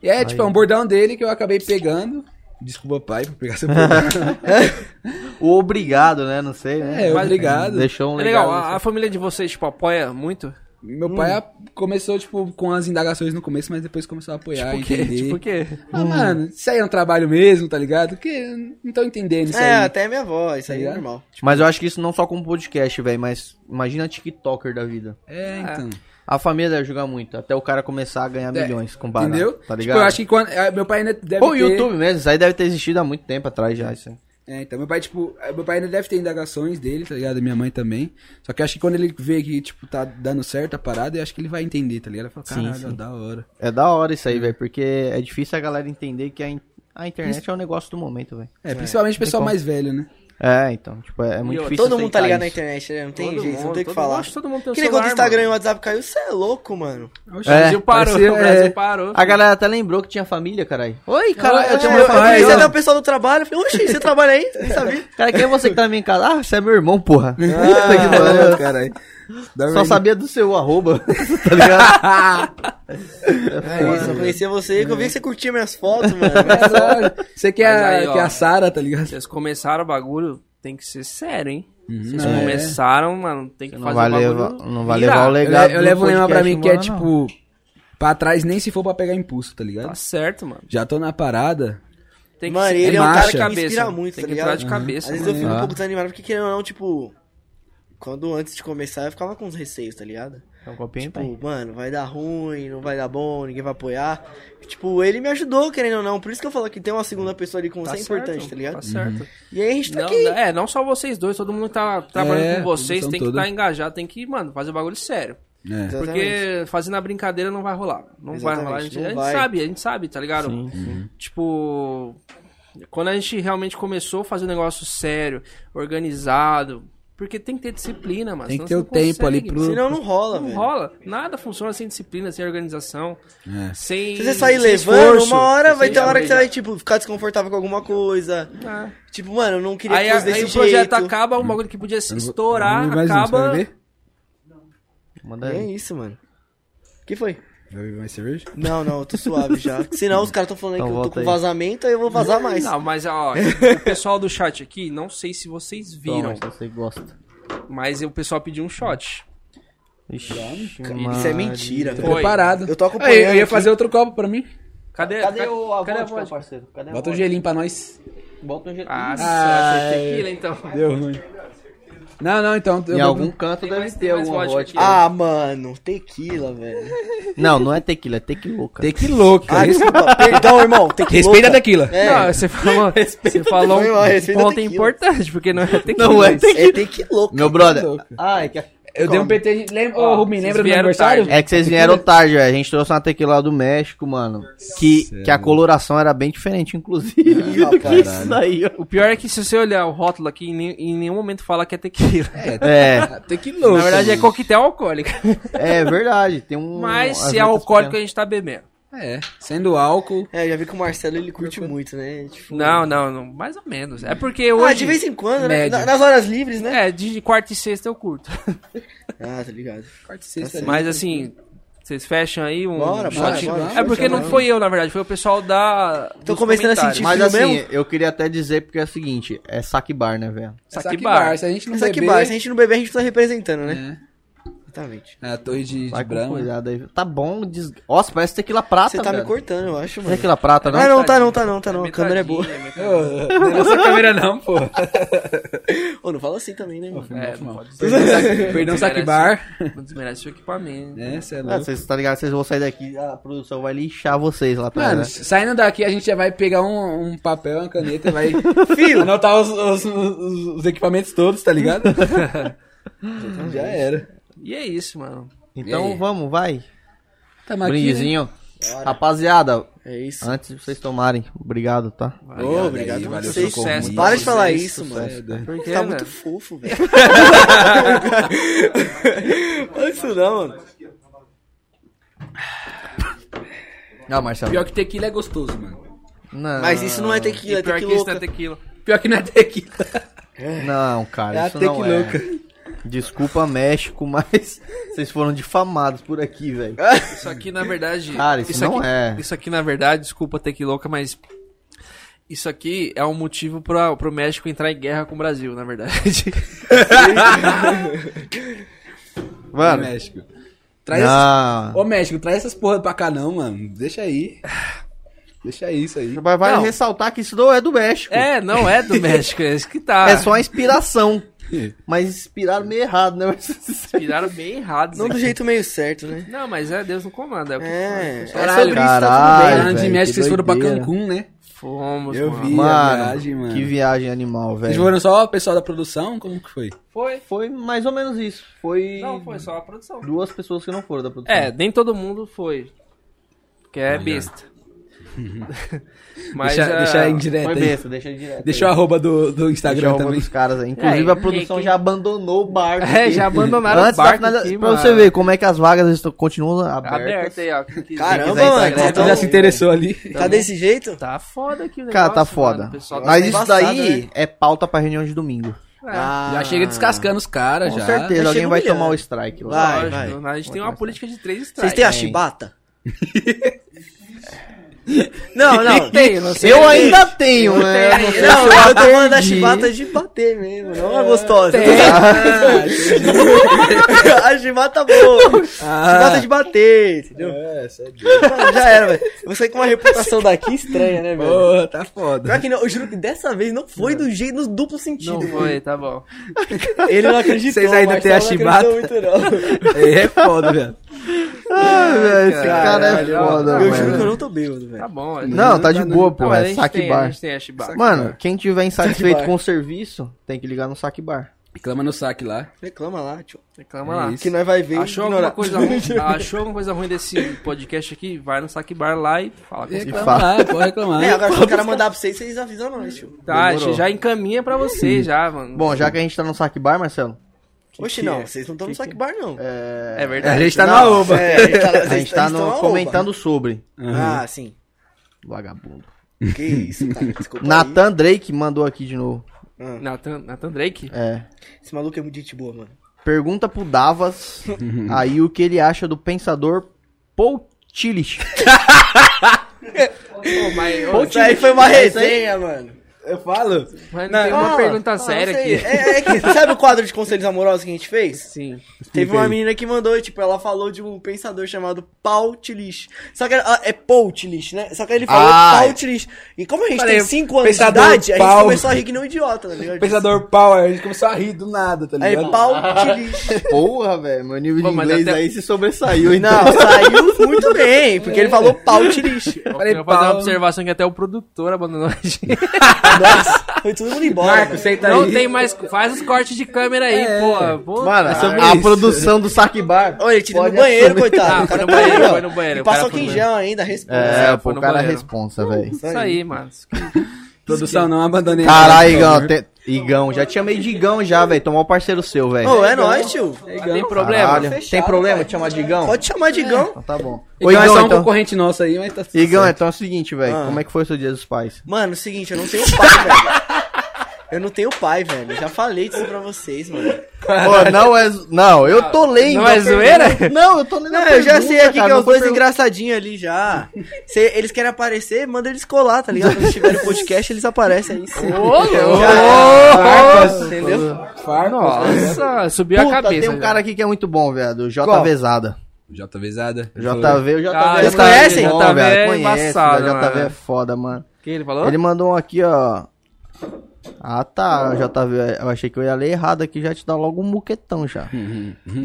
Speaker 3: E é, tipo, é um bordão dele que eu acabei pegando. Desculpa, pai, por pegar seu bordão.
Speaker 2: O obrigado, né? Não sei, né?
Speaker 3: É, obrigado. ah.
Speaker 2: Deixou um
Speaker 1: É legal,
Speaker 2: legal.
Speaker 1: a, a família de vocês, tipo, apoia muito?
Speaker 3: Meu pai a- começou, tipo, com as indagações no começo, mas depois começou a apoiar,
Speaker 1: Tipo o quê?
Speaker 3: entender.
Speaker 1: Tipo o quê?
Speaker 3: Ah, mano, isso aí é um trabalho mesmo, tá ligado? Que não tô entendendo isso
Speaker 4: é,
Speaker 3: aí.
Speaker 4: até minha avó, isso aí é
Speaker 3: Tá ligado?
Speaker 4: normal.
Speaker 2: Mas eu acho que isso não só com podcast, velho, mas imagina TikToker da vida.
Speaker 3: É, então.
Speaker 2: A família deve jogar muito, até o cara começar a ganhar
Speaker 3: É,
Speaker 2: milhões com barato,
Speaker 3: entendeu?
Speaker 2: tá
Speaker 3: Tipo,
Speaker 2: ligado?
Speaker 3: eu acho que quando. ah, Meu pai ainda deve
Speaker 2: Ou o
Speaker 3: ter-
Speaker 2: YouTube mesmo, isso aí deve ter existido há muito tempo atrás já, isso aí.
Speaker 3: É, então, meu pai, tipo, meu pai ainda deve ter indagações dele, tá ligado? Minha mãe também. Só que eu acho que quando ele vê que, tipo, tá dando certo a parada, eu acho que ele vai entender, tá ligado? Ele fala,
Speaker 5: Sim,
Speaker 3: caralho,
Speaker 5: sim.
Speaker 3: da hora.
Speaker 2: É da hora isso aí, velho, porque é difícil a galera entender que a, in- a internet é o negócio do momento, velho.
Speaker 3: É, principalmente o pessoal
Speaker 5: como.
Speaker 3: mais velho, né?
Speaker 2: É, então, tipo, é, é muito
Speaker 1: E outra,
Speaker 2: difícil
Speaker 4: Todo mundo tá ligado
Speaker 2: aceitar
Speaker 4: na
Speaker 2: isso.
Speaker 4: internet, né? Não tem
Speaker 1: Todo
Speaker 4: jeito, não
Speaker 1: mundo,
Speaker 4: tem o que
Speaker 1: todo
Speaker 4: falar.
Speaker 1: mundo, todo mundo tem o
Speaker 4: Que nem quando o
Speaker 1: celular,
Speaker 4: Instagram e o
Speaker 1: mano.
Speaker 4: WhatsApp caiu, você é louco, mano.
Speaker 3: Oxe,
Speaker 1: O Brasil parou,
Speaker 3: parecia-
Speaker 1: o Brasil
Speaker 3: é,
Speaker 1: parou.
Speaker 2: A galera até lembrou que tinha família, é, caralho. Oi,
Speaker 4: Caralho,
Speaker 2: caralho,
Speaker 1: É,
Speaker 2: eu tinha
Speaker 4: eu,
Speaker 2: uma
Speaker 4: eu,
Speaker 2: família.
Speaker 4: conheci até o pessoal do trabalho, eu falei, oxi, você trabalha aí? Nem sabia.
Speaker 2: Cara, quem é você que tá na minha casa? Ah, você é meu irmão, porra.
Speaker 3: Ah,
Speaker 2: Puta que pariu.
Speaker 4: é
Speaker 3: caralho. é
Speaker 2: Só sabia do seu arroba, tá ligado?
Speaker 4: É isso, eu conhecia você, que eu vi que você curtia minhas fotos, mano.
Speaker 3: Caralho. Você que é,
Speaker 1: Mas aí,
Speaker 3: a-
Speaker 1: ó.
Speaker 3: que é a Sara, tá ligado?
Speaker 1: Vocês começaram o bagulho, tem que ser sério, hein? Vocês
Speaker 3: Não, é.
Speaker 1: começaram, mano, tem que
Speaker 2: Uhum. Não
Speaker 1: fazer o
Speaker 2: vai,
Speaker 1: um bagulho.
Speaker 2: levar, não vai
Speaker 1: virar.
Speaker 2: levar o
Speaker 3: Eu,
Speaker 2: legado
Speaker 3: eu
Speaker 2: do
Speaker 3: levo um lema pra
Speaker 2: podcast
Speaker 3: mim que é,
Speaker 2: embora, não.
Speaker 3: tipo, pra trás nem se for pra pegar impulso, tá ligado?
Speaker 1: Tá certo, mano.
Speaker 3: Já tô na parada.
Speaker 1: Tem
Speaker 4: Mano,
Speaker 1: ser-
Speaker 4: ele
Speaker 3: é um
Speaker 1: entrar
Speaker 3: cara
Speaker 1: de
Speaker 3: que
Speaker 1: cabeça.
Speaker 4: inspira muito,
Speaker 1: Tem
Speaker 4: tá
Speaker 1: que
Speaker 4: ligado?
Speaker 1: entrar de
Speaker 4: Às
Speaker 1: cabeça,
Speaker 4: vezes eu
Speaker 1: mano.
Speaker 4: fico um
Speaker 2: Ah.
Speaker 4: pouco desanimado, porque querendo ou não, tipo... Quando antes de começar, eu ficava com uns receios, tá ligado?
Speaker 2: É um copinho, pai.
Speaker 4: Tipo, mano, vai dar ruim, não vai dar bom, ninguém vai apoiar. Tipo, ele me ajudou, querendo ou não. Por isso que eu falo que tem uma segunda pessoa ali com
Speaker 1: Tá
Speaker 4: você é
Speaker 1: certo,
Speaker 4: importante, tá ligado?
Speaker 1: Tá certo.
Speaker 4: E aí a gente tá
Speaker 1: Não,
Speaker 4: aqui.
Speaker 1: é, não só vocês dois, todo mundo que tá trabalhando
Speaker 3: É,
Speaker 1: com vocês
Speaker 3: produção
Speaker 1: tem que
Speaker 3: toda.
Speaker 1: estar engajado, tem que, mano, fazer o bagulho sério.
Speaker 3: É.
Speaker 1: Porque fazendo a brincadeira não vai rolar. Não vai
Speaker 4: Exatamente,
Speaker 1: rolar, a gente,
Speaker 4: não
Speaker 1: a gente
Speaker 4: vai. Uhum.
Speaker 1: sabe, a gente sabe, tá ligado? Tipo, quando a gente realmente começou a fazer um negócio sério, organizado, porque tem que ter disciplina, mano.
Speaker 3: Tem que
Speaker 1: senão
Speaker 3: ter
Speaker 1: você
Speaker 3: o
Speaker 1: não
Speaker 3: tempo ali
Speaker 1: consegue.
Speaker 3: pro-
Speaker 4: Senão não rola,
Speaker 1: Não
Speaker 4: velho.
Speaker 1: rola. Nada funciona sem disciplina, sem organização,
Speaker 3: É,
Speaker 1: sem.
Speaker 4: Se você sair
Speaker 1: sem
Speaker 4: levando,
Speaker 1: esforço,
Speaker 4: uma hora vai
Speaker 1: sem
Speaker 4: ter uma hora que você vai,
Speaker 1: saber.
Speaker 4: tipo, ficar desconfortável com alguma coisa.
Speaker 1: Ah.
Speaker 4: Tipo, mano, eu não queria
Speaker 1: Aí,
Speaker 4: que fosse
Speaker 1: aí
Speaker 4: desse
Speaker 1: o projeto
Speaker 4: jeito.
Speaker 1: acaba, um bagulho que podia se estourar,
Speaker 3: Vamos ver mais um, você
Speaker 1: acaba.
Speaker 3: vai ver?
Speaker 2: Manda
Speaker 4: É
Speaker 2: aí.
Speaker 4: isso, mano. O que foi?
Speaker 3: Vai beber mais cerveja?
Speaker 4: Não, não, eu tô suave já. Senão os caras tão falando aí
Speaker 2: Então
Speaker 4: que eu tô
Speaker 2: volta
Speaker 4: com
Speaker 2: aí.
Speaker 4: vazamento, aí eu vou vazar mais.
Speaker 1: Não, mas ó, o pessoal do chat aqui, não sei se vocês viram,
Speaker 2: Toma, se você gosta.
Speaker 1: mas o pessoal pediu um shot.
Speaker 2: Ixi,
Speaker 4: Isso é mentira,
Speaker 1: Foi.
Speaker 4: velho.
Speaker 3: Preparado.
Speaker 4: Eu tô acompanhando.
Speaker 3: Aí, eu ia
Speaker 4: aqui.
Speaker 3: fazer outro copo pra mim.
Speaker 1: Cadê,
Speaker 2: Cadê
Speaker 1: ca-
Speaker 2: o
Speaker 1: cadê a
Speaker 2: avô,
Speaker 1: voz?
Speaker 2: parceiro? Cadê a
Speaker 3: Bota um
Speaker 2: vodka?
Speaker 3: gelinho pra nós.
Speaker 2: Bota um jeito.
Speaker 1: Ah,
Speaker 3: Ah,
Speaker 1: é tequila então.
Speaker 3: Deu ruim. Não, não, então. eu
Speaker 2: Em
Speaker 3: vou-
Speaker 2: algum canto deve
Speaker 1: mais-
Speaker 2: ter
Speaker 1: tem mais
Speaker 2: alguma
Speaker 1: vodka
Speaker 2: vodka.
Speaker 1: aqui.
Speaker 4: Ah, mano, tequila, velho.
Speaker 2: Não, não é tequila, é tequiloca.
Speaker 3: Tem que louca.
Speaker 4: Ah, desculpa, perdão, irmão. Tequila.
Speaker 3: Respeita a tequila.
Speaker 4: É.
Speaker 1: Não, você falou, você falou
Speaker 4: Foi mal,
Speaker 1: um
Speaker 4: respeita
Speaker 1: ponto
Speaker 4: tequila.
Speaker 1: importante, porque não é tequila.
Speaker 2: Não é
Speaker 1: mas-
Speaker 4: É tequila.
Speaker 2: Meu brother.
Speaker 3: Louca.
Speaker 2: Ah, é que,
Speaker 3: Eu dei um PT. de- Lembra, ô, Rubinho,
Speaker 1: vocês
Speaker 3: lembra do meu
Speaker 1: vieram
Speaker 3: aniversário?
Speaker 1: tarde.
Speaker 2: é que vocês vieram tarde, velho. A gente trouxe uma tequila lá do México, mano. Que, que a coloração era bem diferente, inclusive.
Speaker 4: Ih,
Speaker 2: do que
Speaker 4: rapaz.
Speaker 2: isso aí, ó.
Speaker 1: O pior é que se você olhar o rótulo aqui, em, nem- em nenhum momento fala que é tequila.
Speaker 2: É,
Speaker 3: Tem que louca.
Speaker 1: Na verdade é coquetel alcoólico.
Speaker 2: é verdade. Tem um.
Speaker 1: Mas
Speaker 2: as
Speaker 1: se é
Speaker 2: letras
Speaker 1: alcoólico, a
Speaker 2: pequenas.
Speaker 1: gente tá bebendo.
Speaker 3: É, sendo álcool.
Speaker 4: É, eu já vi que o Marcelo ele curte muito, né? Tipo...
Speaker 1: Não, não, não, mais ou menos. É porque
Speaker 4: Ah,
Speaker 1: hoje.
Speaker 4: de vez em quando, né?
Speaker 3: médio.
Speaker 4: Na- nas horas livres, né?
Speaker 1: É, de quarta e sexta eu curto.
Speaker 4: Ah, tá ligado.
Speaker 3: Quarta e sexta.
Speaker 1: Mas assim, vocês fecham aí um
Speaker 4: Bora, bora,
Speaker 1: shotinho?
Speaker 4: bora,
Speaker 1: é porque
Speaker 4: fecha,
Speaker 1: não
Speaker 4: bora.
Speaker 1: foi eu, na verdade, foi o pessoal da.
Speaker 4: Tô
Speaker 1: dos
Speaker 4: começando a
Speaker 1: comentários.
Speaker 4: sentir
Speaker 2: Mas
Speaker 4: Tipo,
Speaker 2: assim,
Speaker 4: mesmo?
Speaker 2: eu queria até dizer, porque é o seguinte: é saque bar, né, velho?
Speaker 1: Saque
Speaker 3: Saque
Speaker 1: bar.
Speaker 3: bar. Se a gente não
Speaker 4: Mas aqui,
Speaker 3: beber...
Speaker 4: bar, se a gente não beber, a gente tá representando, né?
Speaker 3: É.
Speaker 4: Exatamente.
Speaker 3: É, a torre de, de
Speaker 2: Vai com
Speaker 3: Brahma.
Speaker 2: cuidado aí. Tá bom. Des... Nossa, parece tequila
Speaker 1: Ah,
Speaker 2: prata,
Speaker 4: Você tá me
Speaker 2: velho.
Speaker 4: cortando, eu acho,
Speaker 2: Não é
Speaker 4: mano.
Speaker 2: tequila prata, não?
Speaker 4: Ah, não, tá não, tá não, tá não. A
Speaker 1: Metadinha,
Speaker 4: câmera é boa.
Speaker 1: metadinha.
Speaker 3: Ô, Não é nossa câmera não, pô.
Speaker 4: Ô, não fala assim também, né, mano?
Speaker 1: É, não
Speaker 3: Foi mal, foi mal.
Speaker 1: pode
Speaker 3: Perdão, saque- Perdão,
Speaker 1: Não
Speaker 3: um saque
Speaker 1: merece.
Speaker 3: bar.
Speaker 1: Não desmerece o equipamento.
Speaker 3: É, cê é
Speaker 2: Ah,
Speaker 3: louco.
Speaker 2: vocês tá ligado? Vocês vão sair daqui, a produção vai lixar vocês lá atrás.
Speaker 3: Mano,
Speaker 2: né?
Speaker 3: saindo daqui a gente já vai pegar um, um papel, uma caneta e vai anotar os, os- os- os equipamentos todos, tá ligado? Então já era.
Speaker 1: E é isso, mano.
Speaker 3: E
Speaker 2: Então
Speaker 3: aí?
Speaker 2: vamos, vai.
Speaker 3: Tá
Speaker 2: Brindezinho. Rapaziada,
Speaker 4: É isso.
Speaker 1: Ah,
Speaker 2: antes de vocês tomarem, obrigado, tá?
Speaker 4: Ô, obrigado a
Speaker 3: valeu,
Speaker 4: vocês.
Speaker 3: socorro,
Speaker 1: Sucesso
Speaker 3: muito.
Speaker 4: Para de falar
Speaker 1: Sucesso,
Speaker 4: isso,
Speaker 3: É,
Speaker 4: mano.
Speaker 3: doido.
Speaker 1: Por
Speaker 4: Você
Speaker 1: quê,
Speaker 4: tá
Speaker 1: né?
Speaker 4: muito fofo, velho. Olha isso não, mano.
Speaker 2: Não, Marcelo.
Speaker 3: Pior que tequila é gostoso, mano.
Speaker 2: Não,
Speaker 4: Mas isso não é
Speaker 1: E
Speaker 4: tequila, é
Speaker 1: pior que isso
Speaker 4: tequila.
Speaker 1: não é tequila.
Speaker 3: Pior que não é tequila.
Speaker 2: não, cara,
Speaker 3: É
Speaker 2: isso
Speaker 3: até
Speaker 2: não
Speaker 3: que
Speaker 2: é.
Speaker 3: louca.
Speaker 2: Desculpa, México, mas vocês foram difamados por aqui, velho.
Speaker 1: Isso aqui, na verdade.
Speaker 2: Cara, isso não
Speaker 1: aqui,
Speaker 2: é.
Speaker 1: Isso aqui, na verdade, desculpa ter que louca, mas. Isso aqui é um motivo pra, pro México entrar em guerra com o Brasil, na verdade.
Speaker 2: Mano,
Speaker 3: México. Traz essas...
Speaker 2: não.
Speaker 3: Ô, México, traz essas porra pra cá não, mano. Deixa aí. Deixa isso aí.
Speaker 2: Mas vale
Speaker 1: Não.
Speaker 2: ressaltar que isso não é do México. É,
Speaker 1: É, não é do México, é isso que tá.
Speaker 2: só a inspiração. Mas inspiraram meio errado, né? Mas-
Speaker 1: Viraram bem errados.
Speaker 4: Não
Speaker 1: aqui.
Speaker 4: É do jeito meio certo, né?
Speaker 1: Não, mas é Deus no comando. É, o que
Speaker 4: É, é
Speaker 1: fala,
Speaker 4: sobre isso, tá tudo bem.
Speaker 2: Caralho,
Speaker 3: Falando de
Speaker 2: velho,
Speaker 3: México,
Speaker 2: que
Speaker 3: vocês foram pra
Speaker 2: doideira.
Speaker 3: Cancún, né?
Speaker 1: Fomos,
Speaker 3: Eu
Speaker 1: mano.
Speaker 3: vi.
Speaker 2: Mano,
Speaker 3: viagem, mano.
Speaker 2: que viagem animal,
Speaker 3: Vocês
Speaker 2: velho.
Speaker 3: foram só o pessoal da produção? Como que foi?
Speaker 1: Foi?
Speaker 2: Foi mais ou menos isso. Foi,
Speaker 1: Não, foi só a produção.
Speaker 2: duas pessoas que não foram da produção.
Speaker 1: É, nem todo mundo foi. Que é besta. Mas
Speaker 3: deixa,
Speaker 1: ah,
Speaker 3: deixa em direto
Speaker 2: foi
Speaker 3: aí.
Speaker 2: besta, deixa direto.
Speaker 3: Deixa o arroba do, do Instagram também.
Speaker 2: Dos caras aí. Inclusive,
Speaker 1: É,
Speaker 2: a produção
Speaker 1: quem-
Speaker 2: já abandonou o barco.
Speaker 1: É,
Speaker 2: aqui.
Speaker 1: já abandonaram
Speaker 2: Antes
Speaker 1: o
Speaker 2: da
Speaker 1: barco
Speaker 2: finaliza-
Speaker 1: aqui,
Speaker 2: Pra
Speaker 1: mano.
Speaker 2: você ver como é que as vagas estão, continuam abertas.
Speaker 1: Aberto aí, ó. quem quiser.
Speaker 4: Caramba,
Speaker 1: Quem quiser
Speaker 4: mano, então
Speaker 1: entrar,
Speaker 4: vocês
Speaker 1: entra.
Speaker 4: tão-
Speaker 3: já se interessou ali.
Speaker 4: Tá desse jeito?
Speaker 1: Tá foda aqui o negócio,
Speaker 2: Cara, tá
Speaker 1: mano.
Speaker 2: foda.
Speaker 1: O pessoal tá
Speaker 2: Mas
Speaker 1: sem
Speaker 2: isso
Speaker 4: embaçado,
Speaker 2: daí
Speaker 4: né?
Speaker 2: é pauta pra reunião de domingo.
Speaker 4: Ah,
Speaker 3: já chega descascando os caras,
Speaker 2: Com
Speaker 3: já.
Speaker 2: certeza,
Speaker 4: Mas
Speaker 2: alguém
Speaker 4: chega
Speaker 2: vai
Speaker 4: humilhando.
Speaker 2: tomar o strike lá.
Speaker 4: Vai,
Speaker 1: lógico,
Speaker 4: vai.
Speaker 1: né? A gente tem uma política de três
Speaker 4: Vocês
Speaker 1: strikes.
Speaker 4: têm a
Speaker 2: Tem.
Speaker 4: chibata? não, não.
Speaker 1: Tem, não sei.
Speaker 2: Eu ainda tenho, né?
Speaker 1: tenho.
Speaker 2: sei
Speaker 4: Não,
Speaker 2: se
Speaker 4: eu tô falando da
Speaker 2: aprendi.
Speaker 4: chibata de bater mesmo, não é gostosa. a chibata boa.
Speaker 3: Ah.
Speaker 4: Chibata de bater, entendeu?
Speaker 3: É, sério.
Speaker 4: Já era, velho. Você com uma reputação daqui estranha, né, velho?
Speaker 3: Porra, tá foda.
Speaker 4: Pior que não, eu juro que dessa vez não foi do jeito, no duplo sentido.
Speaker 1: Não foi, tá bom.
Speaker 4: Ele não acreditou.
Speaker 3: Vocês ainda
Speaker 4: mas
Speaker 3: têm a
Speaker 4: não acreditou Muito, não.
Speaker 3: É, é foda, velho.
Speaker 2: Ah, velho, Esse cara é
Speaker 1: Caralho,
Speaker 2: foda,
Speaker 4: eu juro que eu
Speaker 2: mano.
Speaker 4: não tô bêbado, velho.
Speaker 1: Tá bom.
Speaker 2: Não, tá de boa, pô.
Speaker 1: mas a
Speaker 2: É
Speaker 1: gente
Speaker 2: saque
Speaker 1: tem, A
Speaker 2: bar.
Speaker 1: gente tem a Shibata.
Speaker 2: Mano, quem tiver insatisfeito
Speaker 4: bar.
Speaker 2: com o serviço, tem que ligar no saque bar.
Speaker 3: Reclama no saque lá.
Speaker 4: Reclama lá, tio.
Speaker 1: Reclama lá.
Speaker 3: É isso.
Speaker 4: Que nós vai ver.
Speaker 1: Achou
Speaker 4: ignorar.
Speaker 1: alguma, coisa ruim, achou alguma coisa ruim desse podcast aqui? Vai no saque bar lá e é fala com você.
Speaker 2: Reclama
Speaker 3: Reclama lá, pode reclamar.
Speaker 4: É, agora se o cara mandar pra vocês, vocês avisam nós, tio.
Speaker 1: Tá,
Speaker 2: Demorou.
Speaker 1: já encaminha pra você, já, mano.
Speaker 2: Bom, já que a gente tá no saque bar, Marcelo,
Speaker 4: Oxe,
Speaker 1: que
Speaker 4: não,
Speaker 1: é?
Speaker 4: vocês não estão no saque bar, não. É,
Speaker 1: é
Speaker 3: a
Speaker 1: verdade.
Speaker 3: gente tá na oba.
Speaker 4: É, a gente tá,
Speaker 2: a gente tá no, comentando sobre.
Speaker 4: Ah, sim.
Speaker 2: Vagabundo.
Speaker 4: Que isso, cara. Desculpa. aí.
Speaker 2: Nathan Drake mandou aqui de novo.
Speaker 1: Nathan, Nathan Drake?
Speaker 2: É.
Speaker 4: Esse maluco é muito gente boa, mano.
Speaker 2: Pergunta pro Davas aí o que ele acha do pensador Paul Tillich.
Speaker 1: Pô, mas, ô,
Speaker 4: Isso aí foi uma
Speaker 2: É
Speaker 4: resenha, mano.
Speaker 3: Eu falo.
Speaker 1: mas não tem uma
Speaker 4: Ah,
Speaker 1: pergunta
Speaker 4: ah,
Speaker 1: séria
Speaker 4: não sei.
Speaker 1: aqui.
Speaker 4: É, é que, sabe o quadro de conselhos amorosos que a gente fez?
Speaker 1: Sim.
Speaker 4: Teve uma
Speaker 3: aí.
Speaker 4: menina que mandou, tipo, ela falou de um pensador chamado Paul Tillich. Só que ela- é Paul Tillich, né? Só que ele falou
Speaker 2: Ah.
Speaker 4: Paul Tillich. E como a gente
Speaker 3: Falei,
Speaker 4: tem 5 anos de
Speaker 3: pensador
Speaker 4: idade, a gente
Speaker 3: Paul.
Speaker 4: começou a rir que não idiota, tá ligado?
Speaker 3: Pensador Power, a gente começou a rir do nada, tá
Speaker 4: Aí,
Speaker 3: ligado?
Speaker 4: Paul Tillich.
Speaker 2: Porra, velho, meu nível
Speaker 1: Pô, mas até-
Speaker 2: se sobressaiu. Então.
Speaker 4: Não, saiu muito bem, porque ele falou Paul Tillich.
Speaker 1: Falei,
Speaker 3: Falei,
Speaker 1: eu vou fazer uma
Speaker 3: Paulo.
Speaker 1: observação que até o produtor abandonou a gente.
Speaker 4: Nossa, foi todo mundo embora.
Speaker 3: Marco,
Speaker 4: velho.
Speaker 3: senta Tá aí.
Speaker 1: Não tem mais. Faz os cortes de câmera aí,
Speaker 3: É.
Speaker 1: pô. Pô,
Speaker 2: Mano,
Speaker 3: sobre
Speaker 2: a
Speaker 3: isso.
Speaker 2: produção do saque bar.
Speaker 4: Olha, ele tirou no
Speaker 2: Pode
Speaker 4: banheiro,
Speaker 2: assumir.
Speaker 4: coitado.
Speaker 1: Ah,
Speaker 4: O
Speaker 1: foi
Speaker 4: cara
Speaker 1: no
Speaker 4: tá aí,
Speaker 1: banheiro,
Speaker 4: ó.
Speaker 1: foi no banheiro,
Speaker 4: E
Speaker 1: o cara
Speaker 4: passou
Speaker 1: foi no
Speaker 4: quinjão ainda, responde.
Speaker 2: É,
Speaker 1: foi
Speaker 2: pô,
Speaker 1: no
Speaker 2: o cara é
Speaker 1: banheiro.
Speaker 2: responsa, velho.
Speaker 1: Isso aí, mano.
Speaker 3: Produção, não abandonei.
Speaker 2: Caralho, Igão, te- Igão, já te chamei de Igão já, velho. Tomou o parceiro seu, velho.
Speaker 4: Ô, é nóis, tio.
Speaker 1: Tem problema?
Speaker 2: Caralho. Tem
Speaker 4: Fechado,
Speaker 2: problema
Speaker 4: pai.
Speaker 2: te chamar de Igão?
Speaker 4: Pode chamar de Gão.
Speaker 2: Então tá bom.
Speaker 3: Então
Speaker 2: Ô,
Speaker 3: é só
Speaker 2: Igão,
Speaker 3: um
Speaker 2: então...
Speaker 3: concorrente nosso aí, mas tá tudo
Speaker 2: Igão,
Speaker 3: certo.
Speaker 2: então é o seguinte, velho.
Speaker 4: Ah.
Speaker 2: Como é que foi o seu dia dos pais?
Speaker 4: Mano, é o seguinte, eu não tenho pai, velho. Eu não tenho pai, velho. Já falei disso pra vocês, mano.
Speaker 2: Ô, não é. zo- Não, eu tô lendo.
Speaker 1: Não
Speaker 2: a
Speaker 1: é zoeira?
Speaker 2: pergunta. Não, eu tô lendo. a
Speaker 4: Não, eu já
Speaker 2: pergunta,
Speaker 4: sei aqui
Speaker 2: cara,
Speaker 4: que é
Speaker 2: não
Speaker 4: uma
Speaker 2: tô
Speaker 4: coisa
Speaker 2: perguntando.
Speaker 4: engraçadinha ali já. Se eles querem aparecer, manda eles colar, tá ligado? Quando tiver no podcast, eles aparecem aí. sim.
Speaker 3: Farpas,
Speaker 4: entendeu?
Speaker 3: é Farpas.
Speaker 1: Nossa, subiu a
Speaker 2: Puta,
Speaker 1: cabeça.
Speaker 2: tem um
Speaker 1: já.
Speaker 2: cara aqui que é muito bom, velho. O J
Speaker 4: Qual?
Speaker 2: Vezada.
Speaker 3: J Vezada.
Speaker 2: JV, o JV.
Speaker 1: Ah,
Speaker 2: é
Speaker 4: vocês
Speaker 2: muito
Speaker 4: conhecem?
Speaker 2: bom,
Speaker 1: JV é
Speaker 2: velho. Conhece,
Speaker 1: embaçado,
Speaker 2: velho, JV é
Speaker 1: mano.
Speaker 2: foda, mano.
Speaker 1: Quem ele falou?
Speaker 2: Ele mandou um aqui, ó. Ah tá, JV, eu achei que eu ia ler errado aqui, já te dá logo um muquetão já.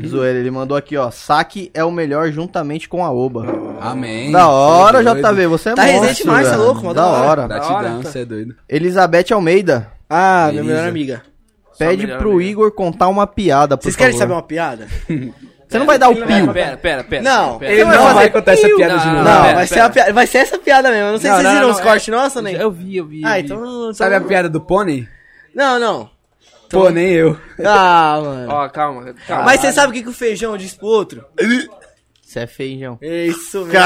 Speaker 2: Zoeira, ele mandou aqui, ó. Saque é o melhor juntamente com a Oba.
Speaker 3: Amém.
Speaker 2: Da hora,
Speaker 3: Você é doido?
Speaker 2: JV, você é
Speaker 4: Tá
Speaker 2: monstro,
Speaker 4: Resident demais,
Speaker 2: velho.
Speaker 4: cê é louco, mó
Speaker 2: Da
Speaker 4: da hora.
Speaker 2: hora.
Speaker 1: Da
Speaker 3: Gratidão,
Speaker 1: hora.
Speaker 3: você é doido.
Speaker 2: Elizabeth Almeida,
Speaker 4: Ah, minha
Speaker 3: Beleza.
Speaker 4: melhor amiga.
Speaker 2: pede
Speaker 1: melhor
Speaker 2: pro
Speaker 1: amiga.
Speaker 2: Igor contar uma piada, por
Speaker 4: Vocês querem
Speaker 2: favor.
Speaker 4: saber uma piada?
Speaker 2: Você não vai dar o pio.
Speaker 1: Pera, pera, pera, pera.
Speaker 4: Não,
Speaker 1: pera.
Speaker 4: ele
Speaker 3: Ele
Speaker 4: Você vai
Speaker 3: não
Speaker 4: fazer
Speaker 3: vai contar essa
Speaker 1: piu?
Speaker 3: piada de
Speaker 1: Não,
Speaker 3: novo.
Speaker 4: não,
Speaker 1: pera,
Speaker 4: vai,
Speaker 1: pera.
Speaker 4: ser uma piada, vai ser essa piada mesmo. Eu não sei
Speaker 1: Não,
Speaker 4: se vocês
Speaker 1: não,
Speaker 4: viram
Speaker 1: não,
Speaker 4: os
Speaker 1: é-
Speaker 4: cortes nossos, né?
Speaker 1: Eu vi, eu vi. eu
Speaker 4: Ah,
Speaker 1: vi.
Speaker 4: então. então-
Speaker 3: Sabe a piada do pônei?
Speaker 4: Não, não.
Speaker 3: Pô, nem eu.
Speaker 4: Ah, mano.
Speaker 1: Ó, calma, calma.
Speaker 4: Mas você sabe o que, que o feijão disse pro outro?
Speaker 2: Você é feijão.
Speaker 4: É isso mesmo.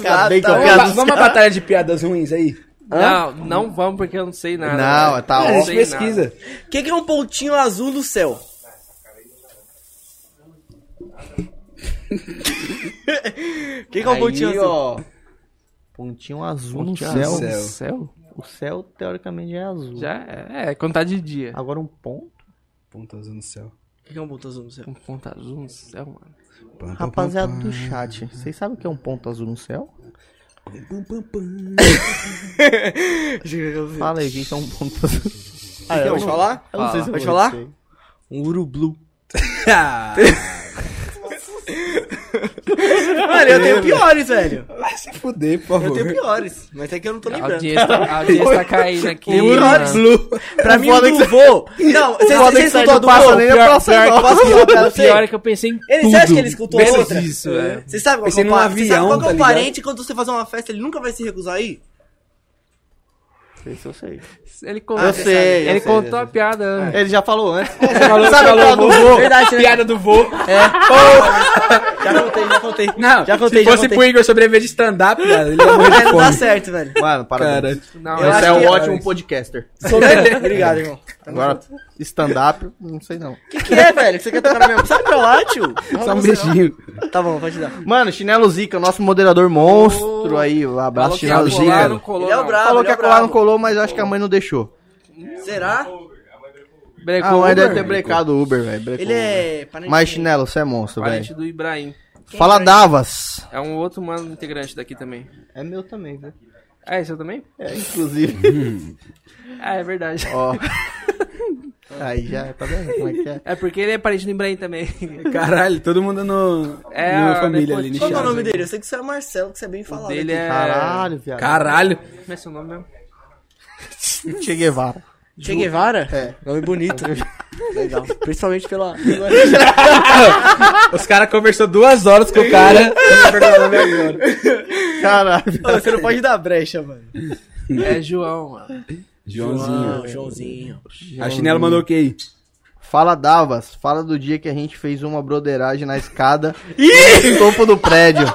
Speaker 2: Acabei
Speaker 3: Então,
Speaker 2: com a piada
Speaker 3: tá, Vamos, vamos a batalha de piadas ruins aí?
Speaker 1: Não, não vamos porque eu não sei nada.
Speaker 2: Não,
Speaker 1: velho.
Speaker 2: tá
Speaker 1: Eu
Speaker 2: ótimo.
Speaker 3: a
Speaker 1: não
Speaker 3: gente
Speaker 1: sei
Speaker 3: pesquisa.
Speaker 1: nada.
Speaker 4: O que, que é um pontinho azul no céu? O que, que é um pontinho azul?
Speaker 2: ó. Pontinho azul no
Speaker 1: Céu,
Speaker 2: céu.
Speaker 3: Céu.
Speaker 1: céu.
Speaker 2: O céu, teoricamente, é azul.
Speaker 1: Já é, é quando tá de dia.
Speaker 2: Agora um ponto.
Speaker 3: Ponto azul no céu.
Speaker 4: O que, que é um ponto azul no céu?
Speaker 1: Um ponto azul no céu, mano.
Speaker 2: Rapaziada do chat, vocês sabem o que é um ponto azul no céu? Fala aí, o que é um ponto azul?
Speaker 4: Ah, eu vou te falar?
Speaker 2: Eu não sei se eu Um
Speaker 4: Pode falar?
Speaker 2: sei.
Speaker 4: Um urublu.
Speaker 3: Ah,
Speaker 4: Mano, eu tenho piores, velho.
Speaker 3: Vai se fuder, por
Speaker 4: Eu
Speaker 3: favor.
Speaker 4: tenho piores, mas é que eu não tô
Speaker 1: A
Speaker 4: lembrando.
Speaker 1: audiência, tá- a audiência tá caindo aqui.
Speaker 2: um
Speaker 4: Piores.
Speaker 1: mano.
Speaker 4: Pra mim, o do voo. Não, vocês
Speaker 2: foda é que
Speaker 4: vocês
Speaker 2: sai
Speaker 4: escutou a
Speaker 2: do
Speaker 4: do
Speaker 2: passa
Speaker 4: voo?
Speaker 2: nem a
Speaker 4: Pior-
Speaker 2: praça
Speaker 4: pior-
Speaker 2: nova.
Speaker 4: posso perguntar pra
Speaker 1: O pior é
Speaker 4: você?
Speaker 1: que eu pensei em
Speaker 4: Ele-
Speaker 1: tudo.
Speaker 4: você acha que ele escutou
Speaker 1: Menos
Speaker 4: outra?
Speaker 1: Isso, é.
Speaker 4: Você sabe qual que
Speaker 3: Pensei
Speaker 4: é o
Speaker 3: num
Speaker 4: pa- você sabe
Speaker 3: avião,
Speaker 4: qual que é
Speaker 3: tá
Speaker 4: o
Speaker 3: ligado?
Speaker 4: parente quando você fazer uma festa, ele nunca vai se recusar aí?
Speaker 2: Isso eu sei.
Speaker 1: Ele contou,
Speaker 2: Eu sei, eu
Speaker 1: ele
Speaker 2: sei, eu
Speaker 1: contou
Speaker 2: sei.
Speaker 1: a piada. antes.
Speaker 2: Ele já falou antes.
Speaker 4: Sabe qual do voo? Verdade, né?
Speaker 3: Piada do voo.
Speaker 4: Já contei, já contei.
Speaker 3: É. Não,
Speaker 4: Já contei,
Speaker 3: se
Speaker 4: já
Speaker 3: fosse
Speaker 4: contei.
Speaker 3: pro Igor sobreviver de stand-up, cara, ele ia morrer
Speaker 4: Mas
Speaker 3: de
Speaker 4: não dá
Speaker 3: fome.
Speaker 4: certo, velho.
Speaker 2: Mano,
Speaker 3: Cara,
Speaker 2: parabéns.
Speaker 1: Não,
Speaker 4: Eu
Speaker 1: eu
Speaker 2: Você
Speaker 4: acho
Speaker 2: é
Speaker 4: que-
Speaker 2: um ótimo podcaster.
Speaker 4: Sobre- Obrigado, irmão.
Speaker 2: Agora, stand-up, não sei não.
Speaker 4: O que, que é, velho? Que você quer tocar na minha. Sai pra lá, tio.
Speaker 3: só um beijinho.
Speaker 4: Tá bom, pode dar.
Speaker 2: Mano, Chinelo Zica, nosso moderador monstro aí. Um abraço,
Speaker 1: falou que ia
Speaker 2: Chinelo
Speaker 1: colar, não
Speaker 2: Zica.
Speaker 1: colou,
Speaker 4: Ele é o
Speaker 1: não.
Speaker 4: brabo.
Speaker 2: Falou
Speaker 4: ele
Speaker 2: que
Speaker 4: é
Speaker 2: ia colar, não
Speaker 4: brabo.
Speaker 2: colou, mas eu acho que a mãe não deixou.
Speaker 4: Será?
Speaker 1: Brecou
Speaker 2: Ah, a mãe deve
Speaker 1: Uber.
Speaker 2: ter brecado o Uber, velho. brecou
Speaker 4: É, Ele
Speaker 2: o Uber.
Speaker 4: é. parente
Speaker 2: Mas,
Speaker 4: de-
Speaker 2: Chinelo, você é monstro,
Speaker 1: Parente
Speaker 2: velho.
Speaker 1: do Ibrahim.
Speaker 2: Fala Davas.
Speaker 1: É um outro mano integrante daqui também.
Speaker 2: É meu também, viu?
Speaker 1: Ah, é seu também?
Speaker 2: É, inclusive.
Speaker 1: Ah, é verdade.
Speaker 2: Ó. Aí já, tá vendo como é que é?
Speaker 1: É porque ele é parente do Ibrahim também.
Speaker 3: Caralho, todo mundo no.
Speaker 1: É,
Speaker 3: numa
Speaker 1: a-
Speaker 3: família
Speaker 1: depois-
Speaker 3: ali,
Speaker 4: Qual que
Speaker 1: Chaves,
Speaker 4: é o
Speaker 3: nichada.
Speaker 4: nome dele? Eu sei que você é Marcelo, que você é bem falado.
Speaker 1: dele
Speaker 4: aqui.
Speaker 1: é-
Speaker 2: Caralho, viado.
Speaker 3: Caralho.
Speaker 1: Como é seu nome mesmo?
Speaker 2: Che Guevara.
Speaker 4: Che Guevara?
Speaker 2: É.
Speaker 4: Nome bonito. Legal.
Speaker 3: é-
Speaker 4: Principalmente pela.
Speaker 3: Os caras conversou duas horas com o cara.
Speaker 2: Caralho.
Speaker 4: Ô, você não pode dar brecha, mano.
Speaker 1: É João, mano.
Speaker 3: Joãozinho.
Speaker 4: Ah, Joãozinho.
Speaker 3: A chinela mandou o quê aí?
Speaker 2: Fala Davas. Fala do dia que a gente fez uma broderagem na escada no topo do prédio.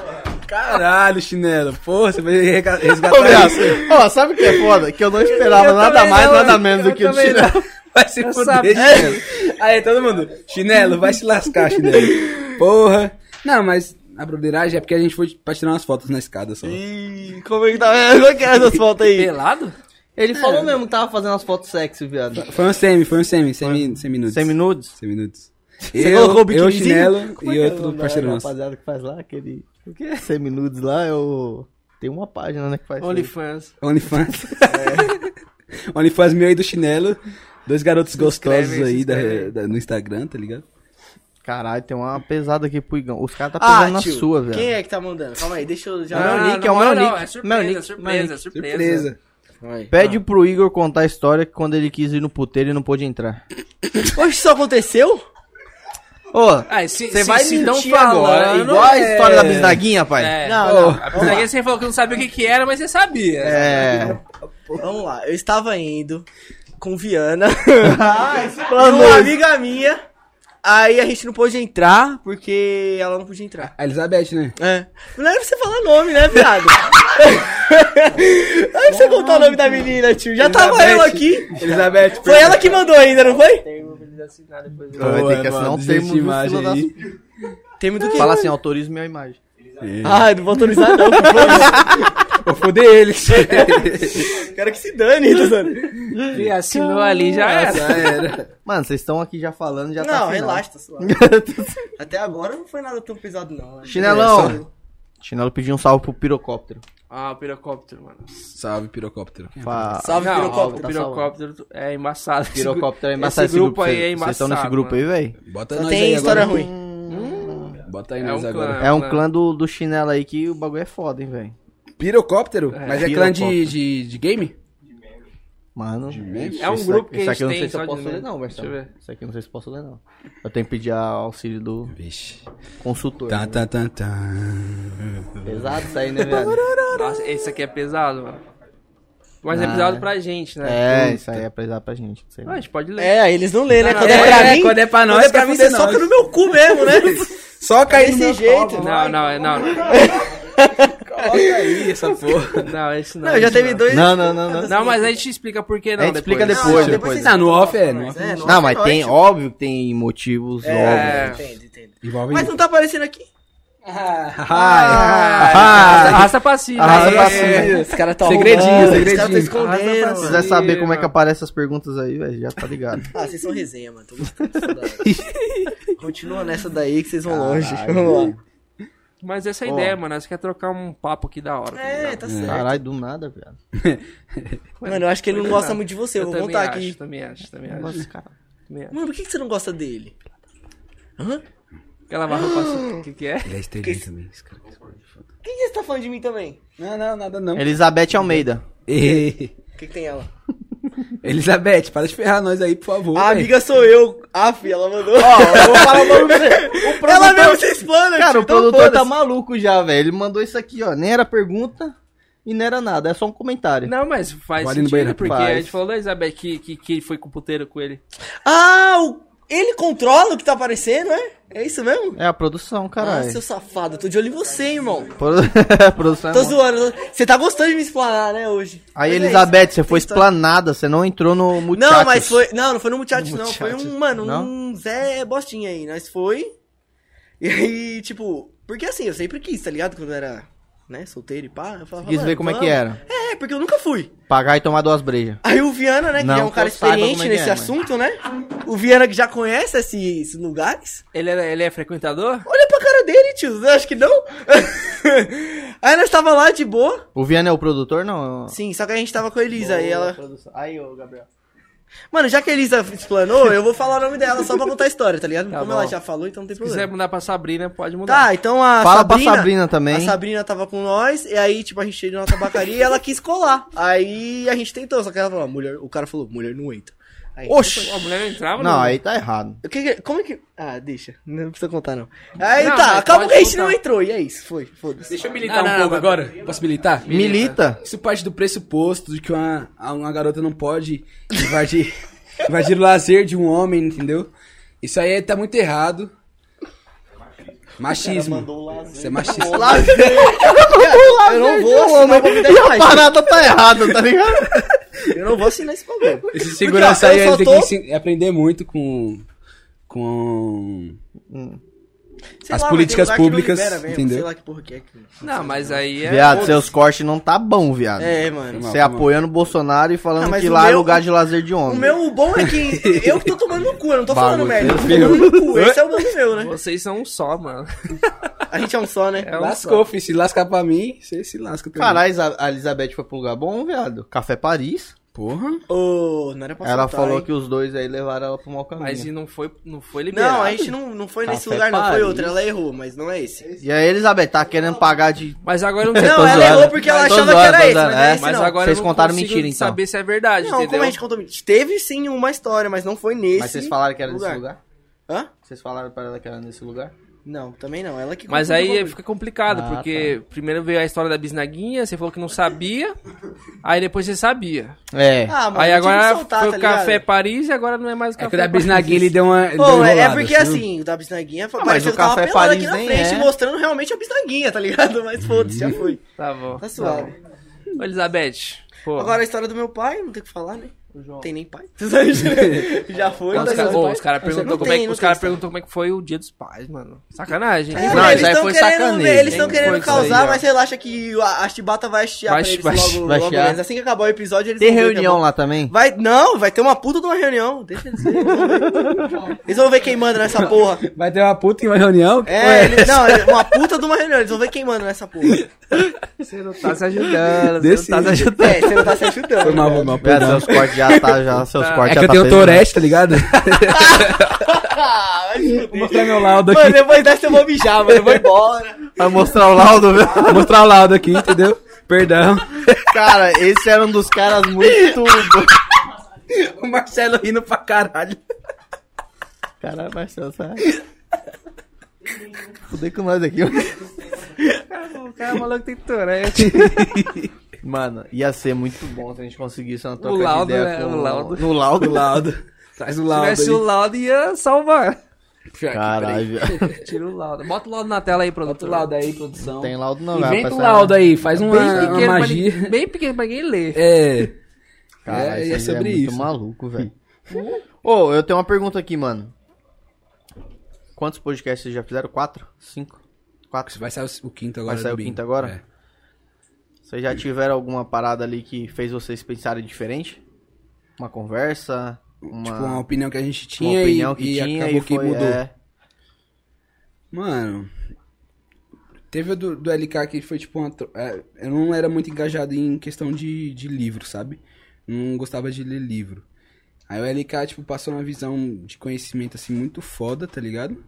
Speaker 3: Caralho, chinelo. Porra, você vai rega-
Speaker 2: Ô,
Speaker 4: é
Speaker 3: resgatar isso.
Speaker 2: viado, Ó,
Speaker 4: assim?
Speaker 2: sabe o que é foda? Que eu não esperava
Speaker 1: Eu
Speaker 2: nada
Speaker 1: também
Speaker 2: mais,
Speaker 1: não,
Speaker 2: nada menos do
Speaker 1: eu
Speaker 2: que o do
Speaker 1: também
Speaker 2: Chinelo.
Speaker 3: Vai se
Speaker 1: sabia.
Speaker 3: fuder, chinelo. Aí, todo mundo. Chinelo, vai se lascar, chinelo. Porra. Não, mas a broderagem é porque a gente foi pra tirar umas fotos na escada só.
Speaker 4: Ih, como é que tá? Como que é essas fotos aí?
Speaker 1: Pelado?
Speaker 3: É.
Speaker 2: Ele falou mesmo que tava fazendo as fotos sexy, viado.
Speaker 3: Foi um semi, foi um semi, semi, semi nudes.
Speaker 2: Sem minutos.
Speaker 3: Semi nudes.
Speaker 4: Você
Speaker 3: eu,
Speaker 4: colocou o
Speaker 3: eu,
Speaker 4: biquinizinho?
Speaker 3: chinelo
Speaker 4: Como é
Speaker 3: e
Speaker 4: que é o
Speaker 3: outro
Speaker 4: nome
Speaker 3: parceiro
Speaker 2: Aquela
Speaker 3: nosso.
Speaker 2: rapaziada que faz lá aquele. O que é? Seminudes lá, eu. Tem uma página, né, que faz. isso aí.
Speaker 1: OnlyFans.
Speaker 3: OnlyFans. É. OnlyFans meu aí do chinelo. Dois garotos gostosos
Speaker 1: inscreve aí,
Speaker 3: aí
Speaker 1: se
Speaker 3: da-
Speaker 1: inscreve aí.
Speaker 3: da- no Instagram, tá ligado?
Speaker 2: Caralho, tem uma pesada aqui pro Igão. Os caras tá
Speaker 4: Ah,
Speaker 2: pesando
Speaker 4: tio,
Speaker 2: na sua, velho.
Speaker 4: Quem é que tá mandando? Calma aí, deixa eu já.
Speaker 3: Ah.
Speaker 2: Não,
Speaker 4: Não,
Speaker 2: não. Nick, é o meu
Speaker 1: não,
Speaker 2: Nick.
Speaker 1: É
Speaker 2: Meu
Speaker 1: surpresa,
Speaker 2: Nick, meu
Speaker 1: surpresa, surpresa.
Speaker 3: Surpresa.
Speaker 4: Vai.
Speaker 2: Pede pro Igor contar a história que quando ele quis ir no puteiro ele não pôde entrar.
Speaker 4: Hoje isso aconteceu?
Speaker 2: Ô,
Speaker 1: Ah, se,
Speaker 2: você
Speaker 1: se,
Speaker 2: vai
Speaker 1: se tão
Speaker 2: mentir agora,
Speaker 1: falando,
Speaker 2: igual a
Speaker 1: é-
Speaker 2: história da bisnaguinha, pai.
Speaker 1: É.
Speaker 4: Não,
Speaker 1: Pô,
Speaker 4: não.
Speaker 1: A bisnaguinha você falou que não sabia o que que era, mas você sabia.
Speaker 2: É.
Speaker 4: Vamos lá, eu estava indo com Viana e uma amiga minha. Aí a gente não pôde entrar porque ela não podia entrar.
Speaker 3: A Elizabeth, né?
Speaker 4: É. Não era pra você falar nome, né, viado? não era pra você contar o nome da menina, tio. Já tava
Speaker 3: Elizabeth.
Speaker 4: eu aqui.
Speaker 3: Elizabeth.
Speaker 4: Foi ela que mandou ainda, não foi?
Speaker 2: Vai ter que assinar um termo no
Speaker 3: imagem
Speaker 2: fila
Speaker 3: aí.
Speaker 4: Termo do quê?
Speaker 2: Fala assim, autorizo minha imagem.
Speaker 4: Ah, não vou autorizar não. foda-se.
Speaker 3: Vou foder eles.
Speaker 4: Quero que se dane, tá dando.
Speaker 1: E assinou ali, já era.
Speaker 3: Já era.
Speaker 2: Mano, vocês estão aqui já falando, já tá
Speaker 4: Não,
Speaker 2: assinado.
Speaker 4: relaxa, tá suave. Até agora não foi nada tão pesado, não. né?
Speaker 2: Chinelão. Chinelo pediu um salve pro pirocóptero.
Speaker 1: Ah, o pirocóptero, mano.
Speaker 3: Salve, pirocóptero.
Speaker 2: Fa-
Speaker 4: Salve,
Speaker 1: Não,
Speaker 4: pirocóptero.
Speaker 1: O pirocóptero é embaçado.
Speaker 2: Pirocóptero é
Speaker 1: Esse
Speaker 2: embaçado esse
Speaker 1: grupo
Speaker 2: grupo.
Speaker 1: aí é
Speaker 2: Vocês
Speaker 1: embaçado,
Speaker 2: estão nesse grupo aí, velho?
Speaker 3: Bota
Speaker 4: Só
Speaker 3: nós
Speaker 4: tem
Speaker 3: aí
Speaker 4: história
Speaker 3: agora.
Speaker 4: ruim.
Speaker 3: Bota aí
Speaker 1: É
Speaker 3: nós
Speaker 1: um
Speaker 3: agora.
Speaker 1: clã.
Speaker 2: É um
Speaker 1: clã.
Speaker 2: clã do, do chinelo aí que o bagulho é foda, hein, velho.
Speaker 3: Pirocóptero? Mas é clã de,
Speaker 2: Pirocóptero.
Speaker 3: de, de game?
Speaker 2: Mano,
Speaker 1: É um
Speaker 2: isso
Speaker 1: grupo
Speaker 2: aqui-
Speaker 1: que
Speaker 2: isso
Speaker 1: a
Speaker 2: aqui eu não
Speaker 1: gente
Speaker 2: sei se
Speaker 1: tem só
Speaker 2: eu posso
Speaker 1: de
Speaker 2: ler,
Speaker 1: nome.
Speaker 2: não, Marcelo.
Speaker 1: Deixa eu ver.
Speaker 2: Isso aqui eu não sei se eu posso ler, não. Eu tenho que pedir a- auxílio do
Speaker 3: Vixe.
Speaker 2: consultor. né?
Speaker 3: Tá, tá, tá, tá.
Speaker 2: Pesado isso aí, né, velho?
Speaker 1: Nossa, esse aqui é pesado, mano. Mas é
Speaker 2: Ah,
Speaker 1: pesado
Speaker 2: é.
Speaker 1: pra gente, né?
Speaker 2: É, isso aí é pesado pra gente. Não sei
Speaker 1: Ah, a
Speaker 2: não.
Speaker 1: gente pode ler.
Speaker 4: É, eles não lê, né?
Speaker 1: Não,
Speaker 4: Quando
Speaker 1: não,
Speaker 4: é pra
Speaker 3: é,
Speaker 4: mim,
Speaker 3: quando é pra nós,
Speaker 4: quando é pra
Speaker 3: quer
Speaker 4: mim, você
Speaker 3: fuder
Speaker 4: soca
Speaker 3: nós.
Speaker 4: no meu cu mesmo, né?
Speaker 3: Só cair
Speaker 4: Desse jeito. né?
Speaker 1: Não, não, é- não, não.
Speaker 3: Coloca aí essa porra.
Speaker 1: Não, esse não.
Speaker 4: Não, já
Speaker 1: esse
Speaker 4: teve dois.
Speaker 2: Não, não, não, não.
Speaker 1: Não, mas a gente explica por que não.
Speaker 2: A gente explica
Speaker 4: Não,
Speaker 2: depois,
Speaker 4: depois
Speaker 2: depois.
Speaker 4: vocês
Speaker 3: Não, no
Speaker 4: falam
Speaker 3: off é,
Speaker 4: pra
Speaker 3: no
Speaker 4: nós.
Speaker 3: off é.
Speaker 4: no
Speaker 2: Não,
Speaker 4: off
Speaker 2: mas
Speaker 4: é
Speaker 2: tem,
Speaker 4: nós,
Speaker 2: óbvio que tem motivos óbvios.
Speaker 1: É.
Speaker 4: tio. Entendo, entendo.
Speaker 3: Envolve
Speaker 4: Mas não tá aparecendo aqui.
Speaker 3: Ah,
Speaker 1: Arrasta-
Speaker 2: Ah,
Speaker 1: Arrasta pra cima.
Speaker 2: Arrasta
Speaker 1: É,
Speaker 2: pra
Speaker 1: é,
Speaker 2: cima.
Speaker 1: é.
Speaker 4: Esse cara tá
Speaker 3: Segredinho,
Speaker 4: arrumando,
Speaker 3: segredinho.
Speaker 4: Esse cara
Speaker 1: Arrasa
Speaker 4: tá
Speaker 1: pra
Speaker 4: escondendo,
Speaker 2: se
Speaker 4: mano.
Speaker 1: cima.
Speaker 2: quiser saber como é que
Speaker 1: mano.
Speaker 2: aparecem essas perguntas aí, velho, já tá ligado.
Speaker 4: Ah, vocês são resenha, mano. Tô gostando disso daí. Continua nessa daí que vocês vão longe.
Speaker 3: Caralho.
Speaker 4: Vamos lá.
Speaker 1: Mas essa é a
Speaker 2: Ó.
Speaker 1: ideia, mano. Nós quer trocar um papo aqui da hora. tá
Speaker 4: É,
Speaker 1: ligado?
Speaker 4: tá certo.
Speaker 2: Caralho, do nada, velho.
Speaker 4: Mano, eu acho que ele não
Speaker 1: Coisa
Speaker 4: gosta
Speaker 1: nada.
Speaker 4: muito de você. Eu vou
Speaker 1: também
Speaker 4: contar
Speaker 1: acho,
Speaker 4: aqui.
Speaker 1: Também acho, também acho.
Speaker 2: Nossa, cara.
Speaker 1: Também acho.
Speaker 4: Mano, por que que você não gosta dele? Hã?
Speaker 1: Aquela barra passou. O que, que é?
Speaker 3: Ele é estrelinha também, esse cara.
Speaker 4: Quem que você tá falando de mim também?
Speaker 3: Não, não, nada não.
Speaker 2: Elizabeth Almeida.
Speaker 3: Ei,
Speaker 4: O que, que tem ela?
Speaker 3: Elizabeth, para de ferrar nós aí, por favor.
Speaker 4: A
Speaker 3: véi.
Speaker 4: amiga sou eu. Aff, ela mandou.
Speaker 2: Ó, eu vou falar o nome pra você. O
Speaker 4: ela mesmo
Speaker 2: produtor,
Speaker 4: se explana,
Speaker 2: cara, o
Speaker 4: então
Speaker 2: produtor tá
Speaker 4: foda-se.
Speaker 2: maluco já, velho. Ele mandou isso aqui, ó. Nem era pergunta e nem era nada. É só um comentário.
Speaker 1: Não, mas faz
Speaker 3: Vale no
Speaker 1: sentido,
Speaker 3: banheiro.
Speaker 1: porque
Speaker 2: Faz.
Speaker 1: a gente falou da Isabel que, que, que foi com o puteiro com ele.
Speaker 4: Ah, o... ele controla o que tá aparecendo, é? É isso mesmo?
Speaker 2: É a produção,
Speaker 4: Ah,
Speaker 2: caralho.
Speaker 4: seu safado, eu tô de olho em você, irmão.
Speaker 2: Produ- produção é
Speaker 4: Tô
Speaker 2: mó-
Speaker 4: zoando. Você tá gostando de me explanar, né, hoje?
Speaker 2: Aí,
Speaker 4: Mas é
Speaker 2: Elizabeth,
Speaker 4: isso.
Speaker 2: você foi
Speaker 4: Tem história.
Speaker 2: esplanada, você não entrou no Muchachos.
Speaker 4: Não, mas foi. Não, não foi no Muchachos,
Speaker 2: No
Speaker 4: não. Foi
Speaker 2: Muchachos.
Speaker 4: um, mano,
Speaker 2: Não?
Speaker 4: um Zé Bostinha aí. Nós foi. E aí, tipo. Porque assim, eu sempre quis, tá ligado? Quando eu era, né, solteiro e pá. Eu falava,
Speaker 2: Quis
Speaker 4: mano,
Speaker 2: ver como é
Speaker 4: vamos.
Speaker 2: que era.
Speaker 4: É, porque eu nunca fui.
Speaker 2: Pagar e tomar duas brejas.
Speaker 4: Aí o Viana, né, que
Speaker 2: Não
Speaker 4: é um
Speaker 2: que
Speaker 4: cara
Speaker 2: eu saiba como
Speaker 4: experiente
Speaker 2: é que é,
Speaker 4: nesse
Speaker 2: mas-
Speaker 4: assunto, né? O Viana que já conhece esses, esses lugares.
Speaker 1: Ele, era, ele é frequentador?
Speaker 4: Olha pra cara dele, tio. Eu acho que não. aí nós tava lá de boa.
Speaker 2: O Viana é o produtor, não?
Speaker 4: Sim, só que a gente tava com a Elisa. aí ela.
Speaker 2: Aí, ô, Gabriel.
Speaker 4: Mano, já que a Elisa explanou, eu vou falar o nome dela só pra contar a história, tá ligado?
Speaker 1: Tá
Speaker 4: Como
Speaker 1: bom.
Speaker 4: ela já falou, então não tem
Speaker 1: Se quiser
Speaker 4: problema.
Speaker 1: mudar pra Sabrina, pode mudar.
Speaker 4: Tá, então a
Speaker 2: Fala
Speaker 4: Sabrina...
Speaker 2: pra Sabrina também.
Speaker 4: A Sabrina tava com nós, e aí, tipo, a gente chegou na tabacaria e ela quis colar. Aí a gente tentou, só que ela falou, "Ah, mulher... O cara falou, mulher, não entra. Aí,
Speaker 2: Oxi!
Speaker 1: A mulher entrava
Speaker 2: Não,
Speaker 1: no-
Speaker 2: aí tá errado.
Speaker 4: o que que- Como é que... Ah, deixa. Não precisa contar, não. Aí
Speaker 1: Não,
Speaker 4: tá,
Speaker 1: mas
Speaker 4: acabou
Speaker 1: pode
Speaker 4: que a gente
Speaker 1: contar.
Speaker 4: não entrou, e é isso. Foi, foda-se.
Speaker 3: Deixa eu
Speaker 1: Não,
Speaker 3: militar um
Speaker 1: não,
Speaker 3: pouco
Speaker 1: não,
Speaker 3: agora. Posso militar?
Speaker 2: Milita.
Speaker 3: Isso parte do pressuposto de que uma, uma garota não pode invadir, invadir o lazer de um homem, entendeu? Isso aí tá muito errado. Machismo. Isso é machismo.
Speaker 4: Eu não vou assinar o convidado
Speaker 2: E a
Speaker 4: mais.
Speaker 2: parada tá errada, tá ligado?
Speaker 4: Eu não vou assinar esse problema.
Speaker 3: Esse segurança aí
Speaker 4: Porque, ó, eu
Speaker 3: ele tem
Speaker 4: só
Speaker 3: que
Speaker 4: tô-
Speaker 3: ensin- aprender muito com. com.
Speaker 4: Sei
Speaker 3: As
Speaker 4: lá, mas tem
Speaker 3: políticas
Speaker 4: lugar que não
Speaker 3: públicas,
Speaker 4: libera mesmo,
Speaker 3: entendeu?
Speaker 4: Sei lá que porra que é que...
Speaker 1: Não, mas aí é.
Speaker 2: Viado, seus cortes não tá bom, viado.
Speaker 4: É, mano.
Speaker 2: Você apoiando o Bolsonaro e falando
Speaker 4: Não, mas
Speaker 2: que
Speaker 4: o
Speaker 2: lá é
Speaker 4: meu-
Speaker 2: lugar de lazer de homem.
Speaker 4: O meu bom é que eu que tô tomando no cu, eu não tô falando
Speaker 2: Bagulho,
Speaker 4: merda, eu tô
Speaker 2: filho.
Speaker 4: tomando no cu. Esse é o bom do meu, né?
Speaker 1: Vocês são um só, mano.
Speaker 4: A gente é um só, né?
Speaker 1: É um
Speaker 3: Lascou, filho. Se lascar pra mim, você se lasca também.
Speaker 2: Caralho, Isa- a Elizabeth foi pro lugar bom, viado. Café Paris.
Speaker 3: Porra.
Speaker 4: Ô, não era pra
Speaker 2: ela
Speaker 4: soltar,
Speaker 2: falou
Speaker 4: hein?
Speaker 2: que os dois aí levaram ela pro mau caminho.
Speaker 1: Mas e não foi, não foi liberado.
Speaker 4: Não, a gente não, não foi nesse
Speaker 2: Café
Speaker 4: lugar, não. Foi
Speaker 2: Paris.
Speaker 4: outro, ela errou, mas não é esse.
Speaker 2: E aí, Elizabeth, tá querendo pagar de.
Speaker 1: Mas agora eu não
Speaker 4: Não,
Speaker 2: Tô
Speaker 4: ela
Speaker 2: zoando.
Speaker 4: errou porque ela
Speaker 2: Tô
Speaker 4: achava
Speaker 2: zoando,
Speaker 4: que
Speaker 2: tô
Speaker 4: era esse,
Speaker 2: zoando.
Speaker 4: mas não é
Speaker 2: É,
Speaker 4: esse
Speaker 1: Mas
Speaker 4: não.
Speaker 1: agora
Speaker 2: Vocês
Speaker 1: eu não
Speaker 2: contaram
Speaker 1: consigo
Speaker 2: mentira, então.
Speaker 1: saber se é verdade,
Speaker 4: Não,
Speaker 1: entendeu?
Speaker 4: como a gente contou... Teve sim uma história, mas não foi nesse
Speaker 2: Mas vocês falaram que era nesse lugar?
Speaker 4: Hã?
Speaker 2: Vocês falaram pra ela que era nesse lugar?
Speaker 4: Não, também não. Ela que
Speaker 1: Mas
Speaker 4: contou o
Speaker 1: aí
Speaker 4: bagulho.
Speaker 1: fica complicado,
Speaker 2: Ah,
Speaker 1: porque
Speaker 3: tá.
Speaker 1: primeiro veio a história da bisnaguinha, você falou que não sabia, aí depois você sabia.
Speaker 2: É.
Speaker 4: Ah, mano,
Speaker 1: aí
Speaker 4: eu tinha que
Speaker 1: agora
Speaker 4: soltar,
Speaker 1: foi
Speaker 4: tá
Speaker 1: o
Speaker 4: ligado?
Speaker 1: Café Paris e agora não é mais o
Speaker 3: É
Speaker 1: Café
Speaker 3: que o da
Speaker 1: Paris.
Speaker 3: Bisnaguinha ele deu uma. ele deu
Speaker 4: Pô,
Speaker 3: uma
Speaker 4: é, é
Speaker 3: enrolada,
Speaker 4: porque
Speaker 3: viu?
Speaker 4: assim, o da bisnaguinha foi
Speaker 2: Ah,
Speaker 4: parecia
Speaker 2: mas o
Speaker 4: que eu tava
Speaker 2: Café
Speaker 4: pelado aqui
Speaker 2: Paris
Speaker 4: na
Speaker 2: nem
Speaker 4: frente,
Speaker 2: é.
Speaker 4: mostrando realmente a bisnaguinha, tá ligado? Mas foda-se, já foi.
Speaker 1: Tá bom.
Speaker 4: Tá suave.
Speaker 1: Ô, Elizabeth, pô,
Speaker 4: Agora a história do meu pai, não tem o que falar, né? Tem nem pai. né? Já foi.
Speaker 1: os
Speaker 4: mas-
Speaker 1: caras os cara
Speaker 4: Não
Speaker 1: perguntou, como,
Speaker 4: tem,
Speaker 1: é, que-
Speaker 4: não
Speaker 1: os
Speaker 4: tem
Speaker 1: cara
Speaker 4: história.
Speaker 1: perguntou como é que foi o dia dos pais, mano. Sacanagem.
Speaker 4: É,
Speaker 2: Não,
Speaker 4: mano,
Speaker 2: isso
Speaker 4: eles
Speaker 2: aí
Speaker 4: tão
Speaker 2: foi
Speaker 4: querendo-
Speaker 2: sacanagem.
Speaker 4: Eles estão
Speaker 1: Tem
Speaker 4: querendo
Speaker 1: coisa
Speaker 4: causar,
Speaker 1: aí, ó.
Speaker 4: mas sei lá, acha que a, a chibata vai chiar
Speaker 1: Vai-
Speaker 4: pra eles
Speaker 1: vai-
Speaker 4: logo,
Speaker 2: vai
Speaker 4: logo
Speaker 2: chiar.
Speaker 4: menos. Assim que acabar o episódio, eles
Speaker 2: Tem
Speaker 4: vão ver que é
Speaker 2: reunião
Speaker 4: bom.
Speaker 2: lá também?
Speaker 4: Vai, não, vai ter uma puta de uma reunião. Deixa eles verem. eles vão ver. Eles vão ver quem manda nessa porra.
Speaker 3: Vai ter uma puta em uma reunião?
Speaker 4: É, eles, não, é uma puta de uma reunião. Eles vão ver quem manda nessa porra.
Speaker 1: Você não tá se ajudando,
Speaker 3: Desse
Speaker 1: você não tá se
Speaker 3: jeito.
Speaker 1: ajudando.
Speaker 4: É, você não tá se ajudando.
Speaker 3: Foi mal, foi
Speaker 4: velho.
Speaker 3: mal.
Speaker 2: Viado,
Speaker 3: perdão.
Speaker 2: seus cortes já tá, já, seus
Speaker 1: Tá.
Speaker 2: cortes
Speaker 3: É
Speaker 2: já
Speaker 3: que eu
Speaker 2: tá
Speaker 3: tenho
Speaker 2: pesado.
Speaker 3: Tourette, tá ligado?
Speaker 4: Ah, vai se fuder.
Speaker 3: Vou mostrar meu laudo
Speaker 4: Mano,
Speaker 3: aqui.
Speaker 4: depois dessa eu vou mijar, mano. Eu vou embora.
Speaker 2: Vai mostrar o laudo, viu?
Speaker 3: Vou mostrar o laudo aqui, entendeu? Perdão.
Speaker 2: Cara, esse era um dos caras muito.
Speaker 3: O Marcelo rindo pra caralho.
Speaker 2: Caralho, Marcelo, sabe? Fudei com nós aqui.
Speaker 1: O cara falou que tem Tourette.
Speaker 2: Mano, ia ser muito bom se a gente conseguisse uma troca
Speaker 1: laudo,
Speaker 2: de ideia
Speaker 1: né?
Speaker 2: com...
Speaker 1: O laudo.
Speaker 2: No laudo.
Speaker 3: laudo. Traz o
Speaker 1: Se
Speaker 3: laudo.
Speaker 1: tivesse o laudo, ia salvar.
Speaker 2: Caralho, viado.
Speaker 1: Tira o laudo. Bota o laudo na tela aí, produtor.
Speaker 3: Bota o laudo aí, produção.
Speaker 2: Tem laudo não, velho.
Speaker 3: Inventa o laudo aí, faz uma,
Speaker 1: Bem
Speaker 3: uma
Speaker 1: pequeno, pra
Speaker 3: magia.
Speaker 1: ninguém, bem pequeno pra ninguém ler.
Speaker 3: É.
Speaker 2: Cara,
Speaker 3: é,
Speaker 2: isso
Speaker 3: e é
Speaker 2: aí
Speaker 3: sobre
Speaker 2: muito
Speaker 3: isso.
Speaker 2: maluco, velho. Ô, eu tenho uma pergunta aqui, mano. Quantos podcasts vocês já fizeram? Quatro? Cinco? Quatro?
Speaker 3: Vai sair o quinto agora.
Speaker 2: Vai sair o
Speaker 3: domingo.
Speaker 2: quinto agora?
Speaker 3: É.
Speaker 2: Vocês já tiveram alguma parada ali que fez vocês pensarem diferente? Uma conversa? Uma,
Speaker 3: Tipo, uma opinião que a gente
Speaker 2: uma
Speaker 3: tinha
Speaker 2: opinião
Speaker 3: e,
Speaker 2: que
Speaker 3: e
Speaker 2: tinha
Speaker 3: acabou
Speaker 2: e foi,
Speaker 3: que mudou.
Speaker 2: é.
Speaker 3: Mano. Teve o do, do LK que foi tipo uma. tro- é, eu não era muito engajado em questão de, de livro, sabe? Não gostava de ler livro. Aí o LK, tipo, passou uma visão de conhecimento, assim, muito foda, tá ligado?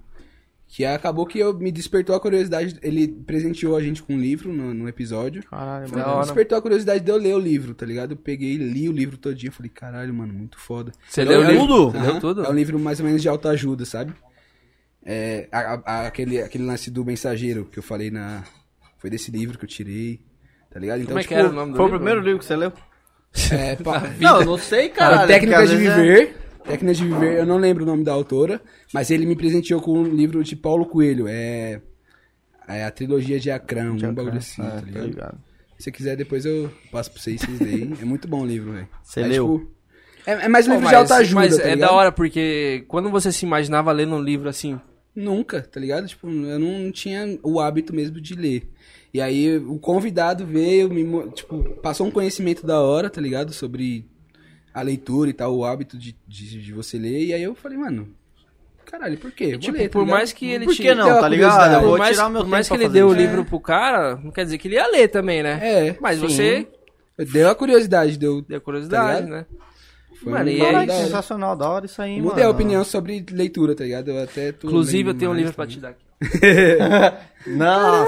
Speaker 3: Que acabou que eu me despertou a curiosidade. Ele presenteou a gente com um livro no, no episódio.
Speaker 2: Caralho,
Speaker 1: Da
Speaker 3: Falei,
Speaker 1: hora.
Speaker 3: despertou a curiosidade de eu ler o livro, tá ligado? Eu peguei, li o livro todinho, falei, caralho, mano, muito foda.
Speaker 1: Você
Speaker 3: Eu-
Speaker 1: leu
Speaker 3: é um-
Speaker 1: tudo?
Speaker 3: Aham,
Speaker 1: Leu tudo?
Speaker 3: É um livro mais ou menos de autoajuda, sabe? É, a- a- a- aquele, aquele lance do mensageiro que eu falei na... Foi desse livro que eu tirei, tá ligado? Então,
Speaker 1: Como é que
Speaker 3: tipo,
Speaker 1: era o nome do
Speaker 2: Foi o
Speaker 1: livro?
Speaker 2: primeiro livro que você leu?
Speaker 3: é, pa-
Speaker 2: Não, eu não sei, cara. né?
Speaker 3: Cara, Técnicas de
Speaker 1: é-
Speaker 3: Viver. Técnicas de Viver, eu não lembro o nome da autora, mas ele me presenteou com um livro de Paulo Coelho. É, é a trilogia de Acrã, um bagulho
Speaker 2: É,
Speaker 3: assim,
Speaker 2: ah,
Speaker 3: tá ligado? Se quiser, depois eu passo pra vocês, vocês leem. É muito bom o livro, velho.
Speaker 2: Você
Speaker 3: é,
Speaker 2: leu?
Speaker 3: tipo, é, é mais um
Speaker 1: Pô,
Speaker 3: livro de autoajuda,
Speaker 1: mas
Speaker 3: tá
Speaker 1: é
Speaker 3: ligado?
Speaker 1: da hora, porque quando você se imaginava lendo um livro assim,
Speaker 3: Nunca, tá ligado? Tipo, eu não tinha o hábito mesmo de ler. E aí o convidado veio, me, mo- tipo, passou um conhecimento da hora, tá ligado? Sobre a leitura e tal, o hábito de, de, de você ler. E aí eu falei, mano, caralho, por quê? Eu vou
Speaker 1: tipo,
Speaker 3: ler, tá
Speaker 1: por
Speaker 3: ligado?
Speaker 1: mais que ele
Speaker 2: Por
Speaker 1: te-
Speaker 2: que
Speaker 3: deu
Speaker 2: não,
Speaker 3: a
Speaker 2: tá ligado?
Speaker 3: curiosidade.
Speaker 2: Eu vou
Speaker 1: por mais,
Speaker 2: tirar o meu
Speaker 1: por mais que
Speaker 2: tempo
Speaker 1: ele
Speaker 2: pra
Speaker 1: deu o
Speaker 2: fazer isso.
Speaker 1: livro pro cara, não quer dizer que ele ia ler também, né?
Speaker 3: É,
Speaker 1: Mas
Speaker 2: sim.
Speaker 1: você
Speaker 3: deu a curiosidade, deu...
Speaker 1: deu curiosidade,
Speaker 3: Tá
Speaker 1: né?
Speaker 3: Foi
Speaker 1: Mano,
Speaker 3: um-
Speaker 1: e é assim,
Speaker 3: Caralho,
Speaker 1: aí,
Speaker 2: Caralho,
Speaker 3: da hora.
Speaker 2: sensacional, da hora isso aí, mano.
Speaker 3: Mudei a opinião sobre leitura, tá ligado? Eu até tô
Speaker 1: Inclusive, eu
Speaker 3: lendo
Speaker 1: tenho um
Speaker 3: mais tá
Speaker 1: livro pra
Speaker 3: também.
Speaker 1: te dar aqui.
Speaker 2: Não,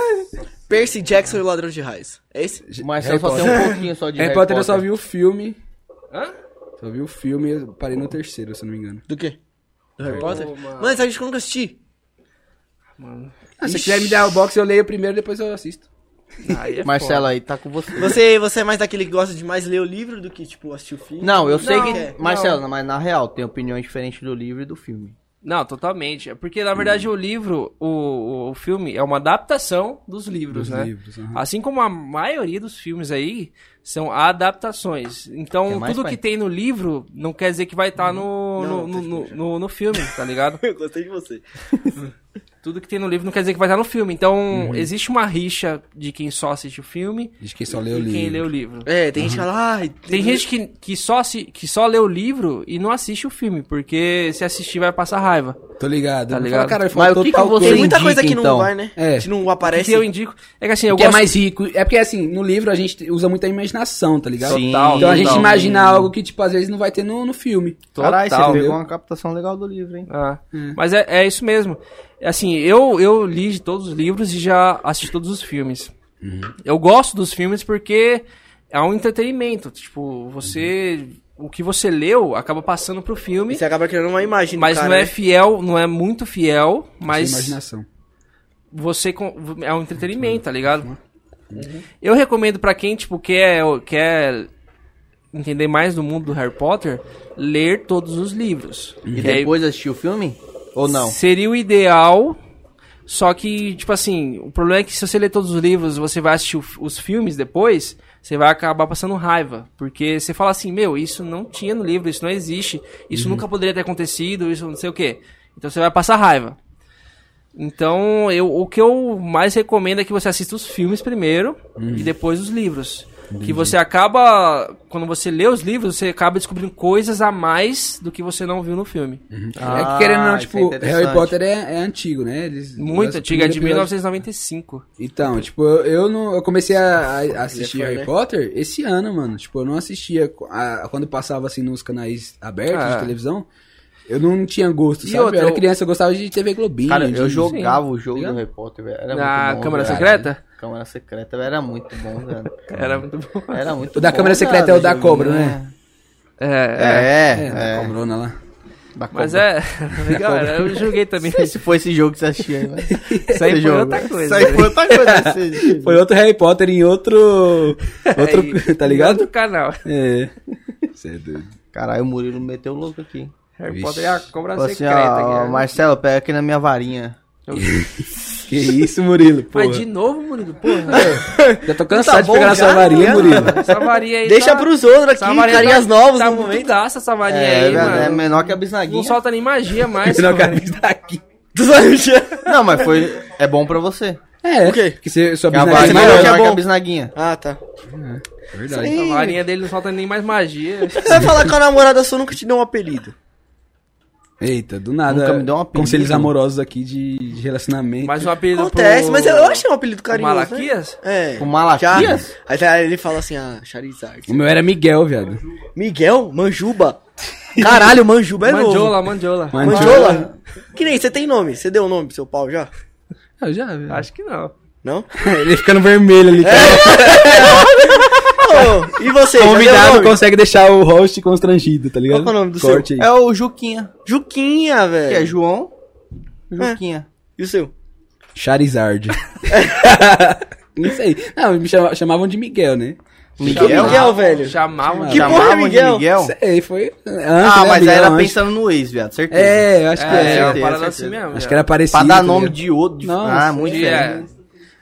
Speaker 4: Percy Jackson e o Ladrão de Raios. É esse?
Speaker 2: mas
Speaker 3: Harry
Speaker 2: eu só tenho um pouquinho só de
Speaker 3: Harry Potter eu só vi o filme,
Speaker 1: Hã?
Speaker 3: só vi o filme, eu parei no terceiro, se eu não me engano.
Speaker 4: Do quê? Oh. Do Harry Potter?
Speaker 1: mano.
Speaker 4: Mano, sabe que eu nunca assisti?
Speaker 1: Mano.
Speaker 3: Ah, se você quiser me dar o box, eu leio primeiro, depois eu assisto.
Speaker 1: Aí é
Speaker 2: Marcelo aí, tá com você.
Speaker 4: Você, você é mais daquele que gosta de mais ler o livro do que, tipo, assistir o filme?
Speaker 2: Não, eu sei
Speaker 1: Não,
Speaker 2: que...
Speaker 4: é,
Speaker 2: Marcelo, mas na real, tem opiniões diferentes do livro e do filme.
Speaker 1: Não, totalmente. É Porque, na verdade, o livro, o, o, o filme, é uma adaptação dos livros,
Speaker 3: Dos
Speaker 1: né?
Speaker 3: livros, aham.
Speaker 1: Assim como a maioria dos filmes aí, são adaptações.
Speaker 2: Quer
Speaker 1: Então,
Speaker 2: mais,
Speaker 1: tudo
Speaker 2: pai?
Speaker 1: que tem no livro não quer dizer que vai estar no, no,
Speaker 4: Não,
Speaker 1: no,
Speaker 4: tá
Speaker 1: no, no- no filme, tá ligado?
Speaker 4: Eu gostei de você.
Speaker 1: tudo que tem no livro não quer dizer que vai estar no filme. Então, existe uma rixa de quem só assiste o filme
Speaker 3: Diz que só lê o
Speaker 1: e
Speaker 3: livro.
Speaker 1: quem lê o livro.
Speaker 4: É, tem gente que fala, ai,
Speaker 1: Tem gente que, que, só, assi- que só lê o livro e não assiste o filme, porque se assistir vai passar raiva.
Speaker 3: Tô ligado.
Speaker 1: Tá
Speaker 3: Fala,
Speaker 1: ligado?
Speaker 3: Cara,
Speaker 2: Mas o que que você
Speaker 4: Tem muita coisa
Speaker 2: indica,
Speaker 4: que não
Speaker 2: então?
Speaker 4: vai, né?
Speaker 3: É.
Speaker 4: Que não
Speaker 1: O
Speaker 4: aparece.
Speaker 1: que eu indico é que assim, eu
Speaker 3: que é
Speaker 1: gosto
Speaker 3: mais rico. É porque, assim, no livro a gente usa muita imaginação, tá ligado?
Speaker 2: Sim,
Speaker 3: então a gente
Speaker 2: total.
Speaker 3: imagina algo que, tipo, às vezes não vai ter no, no filme.
Speaker 2: Caralho,
Speaker 1: Total,
Speaker 2: você pegou
Speaker 1: viu?
Speaker 2: uma captação legal do livro, hein?
Speaker 1: Ah, Mas é, é isso mesmo. Assim, eu, eu li de todos os livros e já assisti todos os filmes.
Speaker 4: Uhum.
Speaker 1: Eu gosto dos filmes porque é um entretenimento. Tipo, você. O que você leu acaba passando pro filme.
Speaker 4: Uhum. Você acaba criando uma imagem do
Speaker 1: Mas
Speaker 4: cara,
Speaker 1: não é
Speaker 4: né?
Speaker 1: fiel, não é muito fiel, mas
Speaker 3: Sem imaginação.
Speaker 1: você con- é um entretenimento, tá ligado?
Speaker 4: Uhum.
Speaker 1: Eu recomendo pra quem tipo quer quer entender mais do mundo do Harry Potter, ler todos os livros.
Speaker 4: Uhum.
Speaker 2: E
Speaker 1: Que aí
Speaker 2: depois assistiu o filme? Ou não?
Speaker 1: Seria o ideal, só que tipo assim, o problema é que se você ler todos os livros, você vai assistir o f- os filmes depois, você vai acabar passando raiva, porque você fala assim, meu, isso não tinha no livro, isso não existe, isso
Speaker 2: Uhum.
Speaker 1: nunca poderia ter acontecido, isso não sei o quê. Então você vai passar raiva. Então, eu, o que eu mais recomendo é que você assista os filmes primeiro
Speaker 2: Uhum.
Speaker 1: e depois os livros. Que você acaba, quando você lê os livros, você acaba descobrindo coisas a mais do que você não viu no filme.
Speaker 2: Ah,
Speaker 3: é que, querendo ou não,
Speaker 2: isso é
Speaker 3: tipo,
Speaker 2: interessante.
Speaker 3: Harry Potter é, é antigo, né? Eles,
Speaker 1: Muito
Speaker 3: as
Speaker 1: antiga, é de
Speaker 3: primeiras-
Speaker 1: 1995.
Speaker 3: Então, tipo, eu, eu não, eu comecei a, a assistir
Speaker 4: Ele é fã,
Speaker 3: Harry
Speaker 4: né?
Speaker 3: Potter esse ano, mano. Tipo, eu não assistia a- quando passava assim nos canais abertos
Speaker 1: Ah.
Speaker 3: de televisão. Eu não tinha gosto,
Speaker 1: E
Speaker 3: sabe?
Speaker 1: outra,
Speaker 3: eu era
Speaker 1: eu-
Speaker 3: criança, eu gostava de TV Globinho.
Speaker 2: Cara,
Speaker 3: de-
Speaker 2: eu jogava o jogo
Speaker 3: Ligado?
Speaker 2: do Harry Potter, velho. Era
Speaker 1: Na
Speaker 2: muito bom,
Speaker 1: Câmara
Speaker 2: velho.
Speaker 1: Secreta?
Speaker 2: Câmara Secreta, velho. Era muito bom, velho.
Speaker 1: Era muito bom.
Speaker 2: Era muito
Speaker 3: O da
Speaker 2: bom,
Speaker 3: Câmara Secreta é o
Speaker 2: velho,
Speaker 3: da
Speaker 2: joguinho,
Speaker 3: cobra, né?
Speaker 1: É,
Speaker 2: É,
Speaker 3: É,
Speaker 2: é.
Speaker 3: da cobrona lá.
Speaker 2: Da cobra.
Speaker 1: mas é legal, era- eu joguei também.
Speaker 2: Né,
Speaker 4: Tá
Speaker 2: Se foi esse jogo que você assistiu, aí, velho.
Speaker 1: Isso aí
Speaker 2: Esse
Speaker 1: foi
Speaker 2: jogo.
Speaker 1: outra coisa. né?
Speaker 2: Isso aí foi outra coisa. né, esse-
Speaker 3: Foi outro Harry Potter em outro.
Speaker 1: Aí,
Speaker 3: Outro. tá
Speaker 1: Outro
Speaker 3: ligado?
Speaker 1: canal.
Speaker 3: É. Você é doido.
Speaker 2: Caralho, o Murilo meteu louco aqui.
Speaker 1: Harry
Speaker 3: Vixe.
Speaker 1: Potter é a cobra
Speaker 2: Falou assim,
Speaker 1: secreta.
Speaker 2: ó,
Speaker 1: aqui, né?
Speaker 2: Marcelo, pega aqui na minha varinha.
Speaker 3: Que isso, Murilo? Pô.
Speaker 1: Mas de novo, Murilo, porra.
Speaker 4: É.
Speaker 3: Já tô cansado
Speaker 4: Tá
Speaker 3: de
Speaker 4: bom
Speaker 3: pegar na
Speaker 4: já,
Speaker 3: sua varinha,
Speaker 4: já.
Speaker 3: Murilo.
Speaker 1: Essa varinha aí
Speaker 4: Deixa
Speaker 1: tá-
Speaker 4: pros outros aqui,
Speaker 1: essa varinha
Speaker 4: carinhas
Speaker 1: tá-
Speaker 4: novas
Speaker 1: Tá
Speaker 4: no
Speaker 1: muito
Speaker 4: momento.
Speaker 1: gasta essa varinha
Speaker 2: É,
Speaker 1: aí,
Speaker 2: velho,
Speaker 1: mano.
Speaker 2: é menor que a
Speaker 1: Não
Speaker 2: bisnaguinha.
Speaker 1: solta nem magia mais.
Speaker 3: Senão o
Speaker 1: cara.
Speaker 3: cara tá aqui.
Speaker 2: Não, mas foi... É bom pra você.
Speaker 3: É,
Speaker 4: O quê?
Speaker 3: porque você, sua
Speaker 2: Que a
Speaker 3: bisnaguinha
Speaker 2: varinha é
Speaker 3: é
Speaker 4: maior
Speaker 2: menor
Speaker 4: que
Speaker 2: que
Speaker 4: é
Speaker 2: a
Speaker 4: bom.
Speaker 2: bisnaguinha.
Speaker 4: Ah, tá.
Speaker 3: Verdade.
Speaker 1: A varinha dele não solta nem mais magia.
Speaker 4: Você vai falar que a namorada sua nunca te deu um apelido.
Speaker 3: Eita, do nada.
Speaker 2: Nunca me deu um apelido.
Speaker 3: Conselhos amorosos aqui de, de relacionamento.
Speaker 1: Mais um apelido
Speaker 4: Acontece,
Speaker 1: pro-
Speaker 4: mas eu achei um apelido
Speaker 1: pro
Speaker 4: carinhoso. Né?
Speaker 1: Malaquias?
Speaker 4: É.
Speaker 2: O Malaquias? Hum?
Speaker 4: Já. Aí tá, ele fala assim, ah, Charizard.
Speaker 3: O meu era Miguel, viado.
Speaker 4: Miguel? Manjuba? Caralho, Manjuba é novo.
Speaker 1: Mandiola, mandiola.
Speaker 3: tipo,
Speaker 4: Mandiola? Que nem, você tem nome. Você deu o nome pro seu pau já?
Speaker 3: Eu já, velho.
Speaker 1: Acho que não.
Speaker 4: Não?
Speaker 3: Ele ficando vermelho ali, tá cara.
Speaker 4: Ô, e você? já deu
Speaker 3: Convidado
Speaker 4: nome?
Speaker 3: consegue deixar o host constrangido, tá ligado?
Speaker 4: Qual que é o nome do
Speaker 3: Corte
Speaker 2: É
Speaker 3: aí.
Speaker 2: o Juquinha.
Speaker 4: Juquinha, velho.
Speaker 2: Que é João. Juquinha.
Speaker 4: E o seu?
Speaker 3: Charizard. Não sei. Não, me chama- chamavam de Miguel, né?
Speaker 4: Miguel,
Speaker 1: Chamavam-
Speaker 4: velho.
Speaker 1: Chamavam.
Speaker 4: Que
Speaker 1: chamavam
Speaker 4: porra é
Speaker 1: de
Speaker 4: Miguel?
Speaker 3: Não sei, foi... antes,
Speaker 2: Ah,
Speaker 3: né,
Speaker 2: mas
Speaker 3: Miguel,
Speaker 2: aí era
Speaker 3: antes.
Speaker 2: pensando no ex, viado, certeza.
Speaker 3: É, eu acho
Speaker 1: É,
Speaker 3: que é.
Speaker 1: é uma
Speaker 2: certeza,
Speaker 1: parada
Speaker 2: certeza.
Speaker 1: assim mesmo.
Speaker 3: Acho
Speaker 1: já.
Speaker 3: que era parecido.
Speaker 2: Pra dar
Speaker 3: tá
Speaker 2: nome
Speaker 3: ligado?
Speaker 2: de outro. de-
Speaker 3: Nossa,
Speaker 2: ah, muito
Speaker 1: De- é.
Speaker 2: diferente.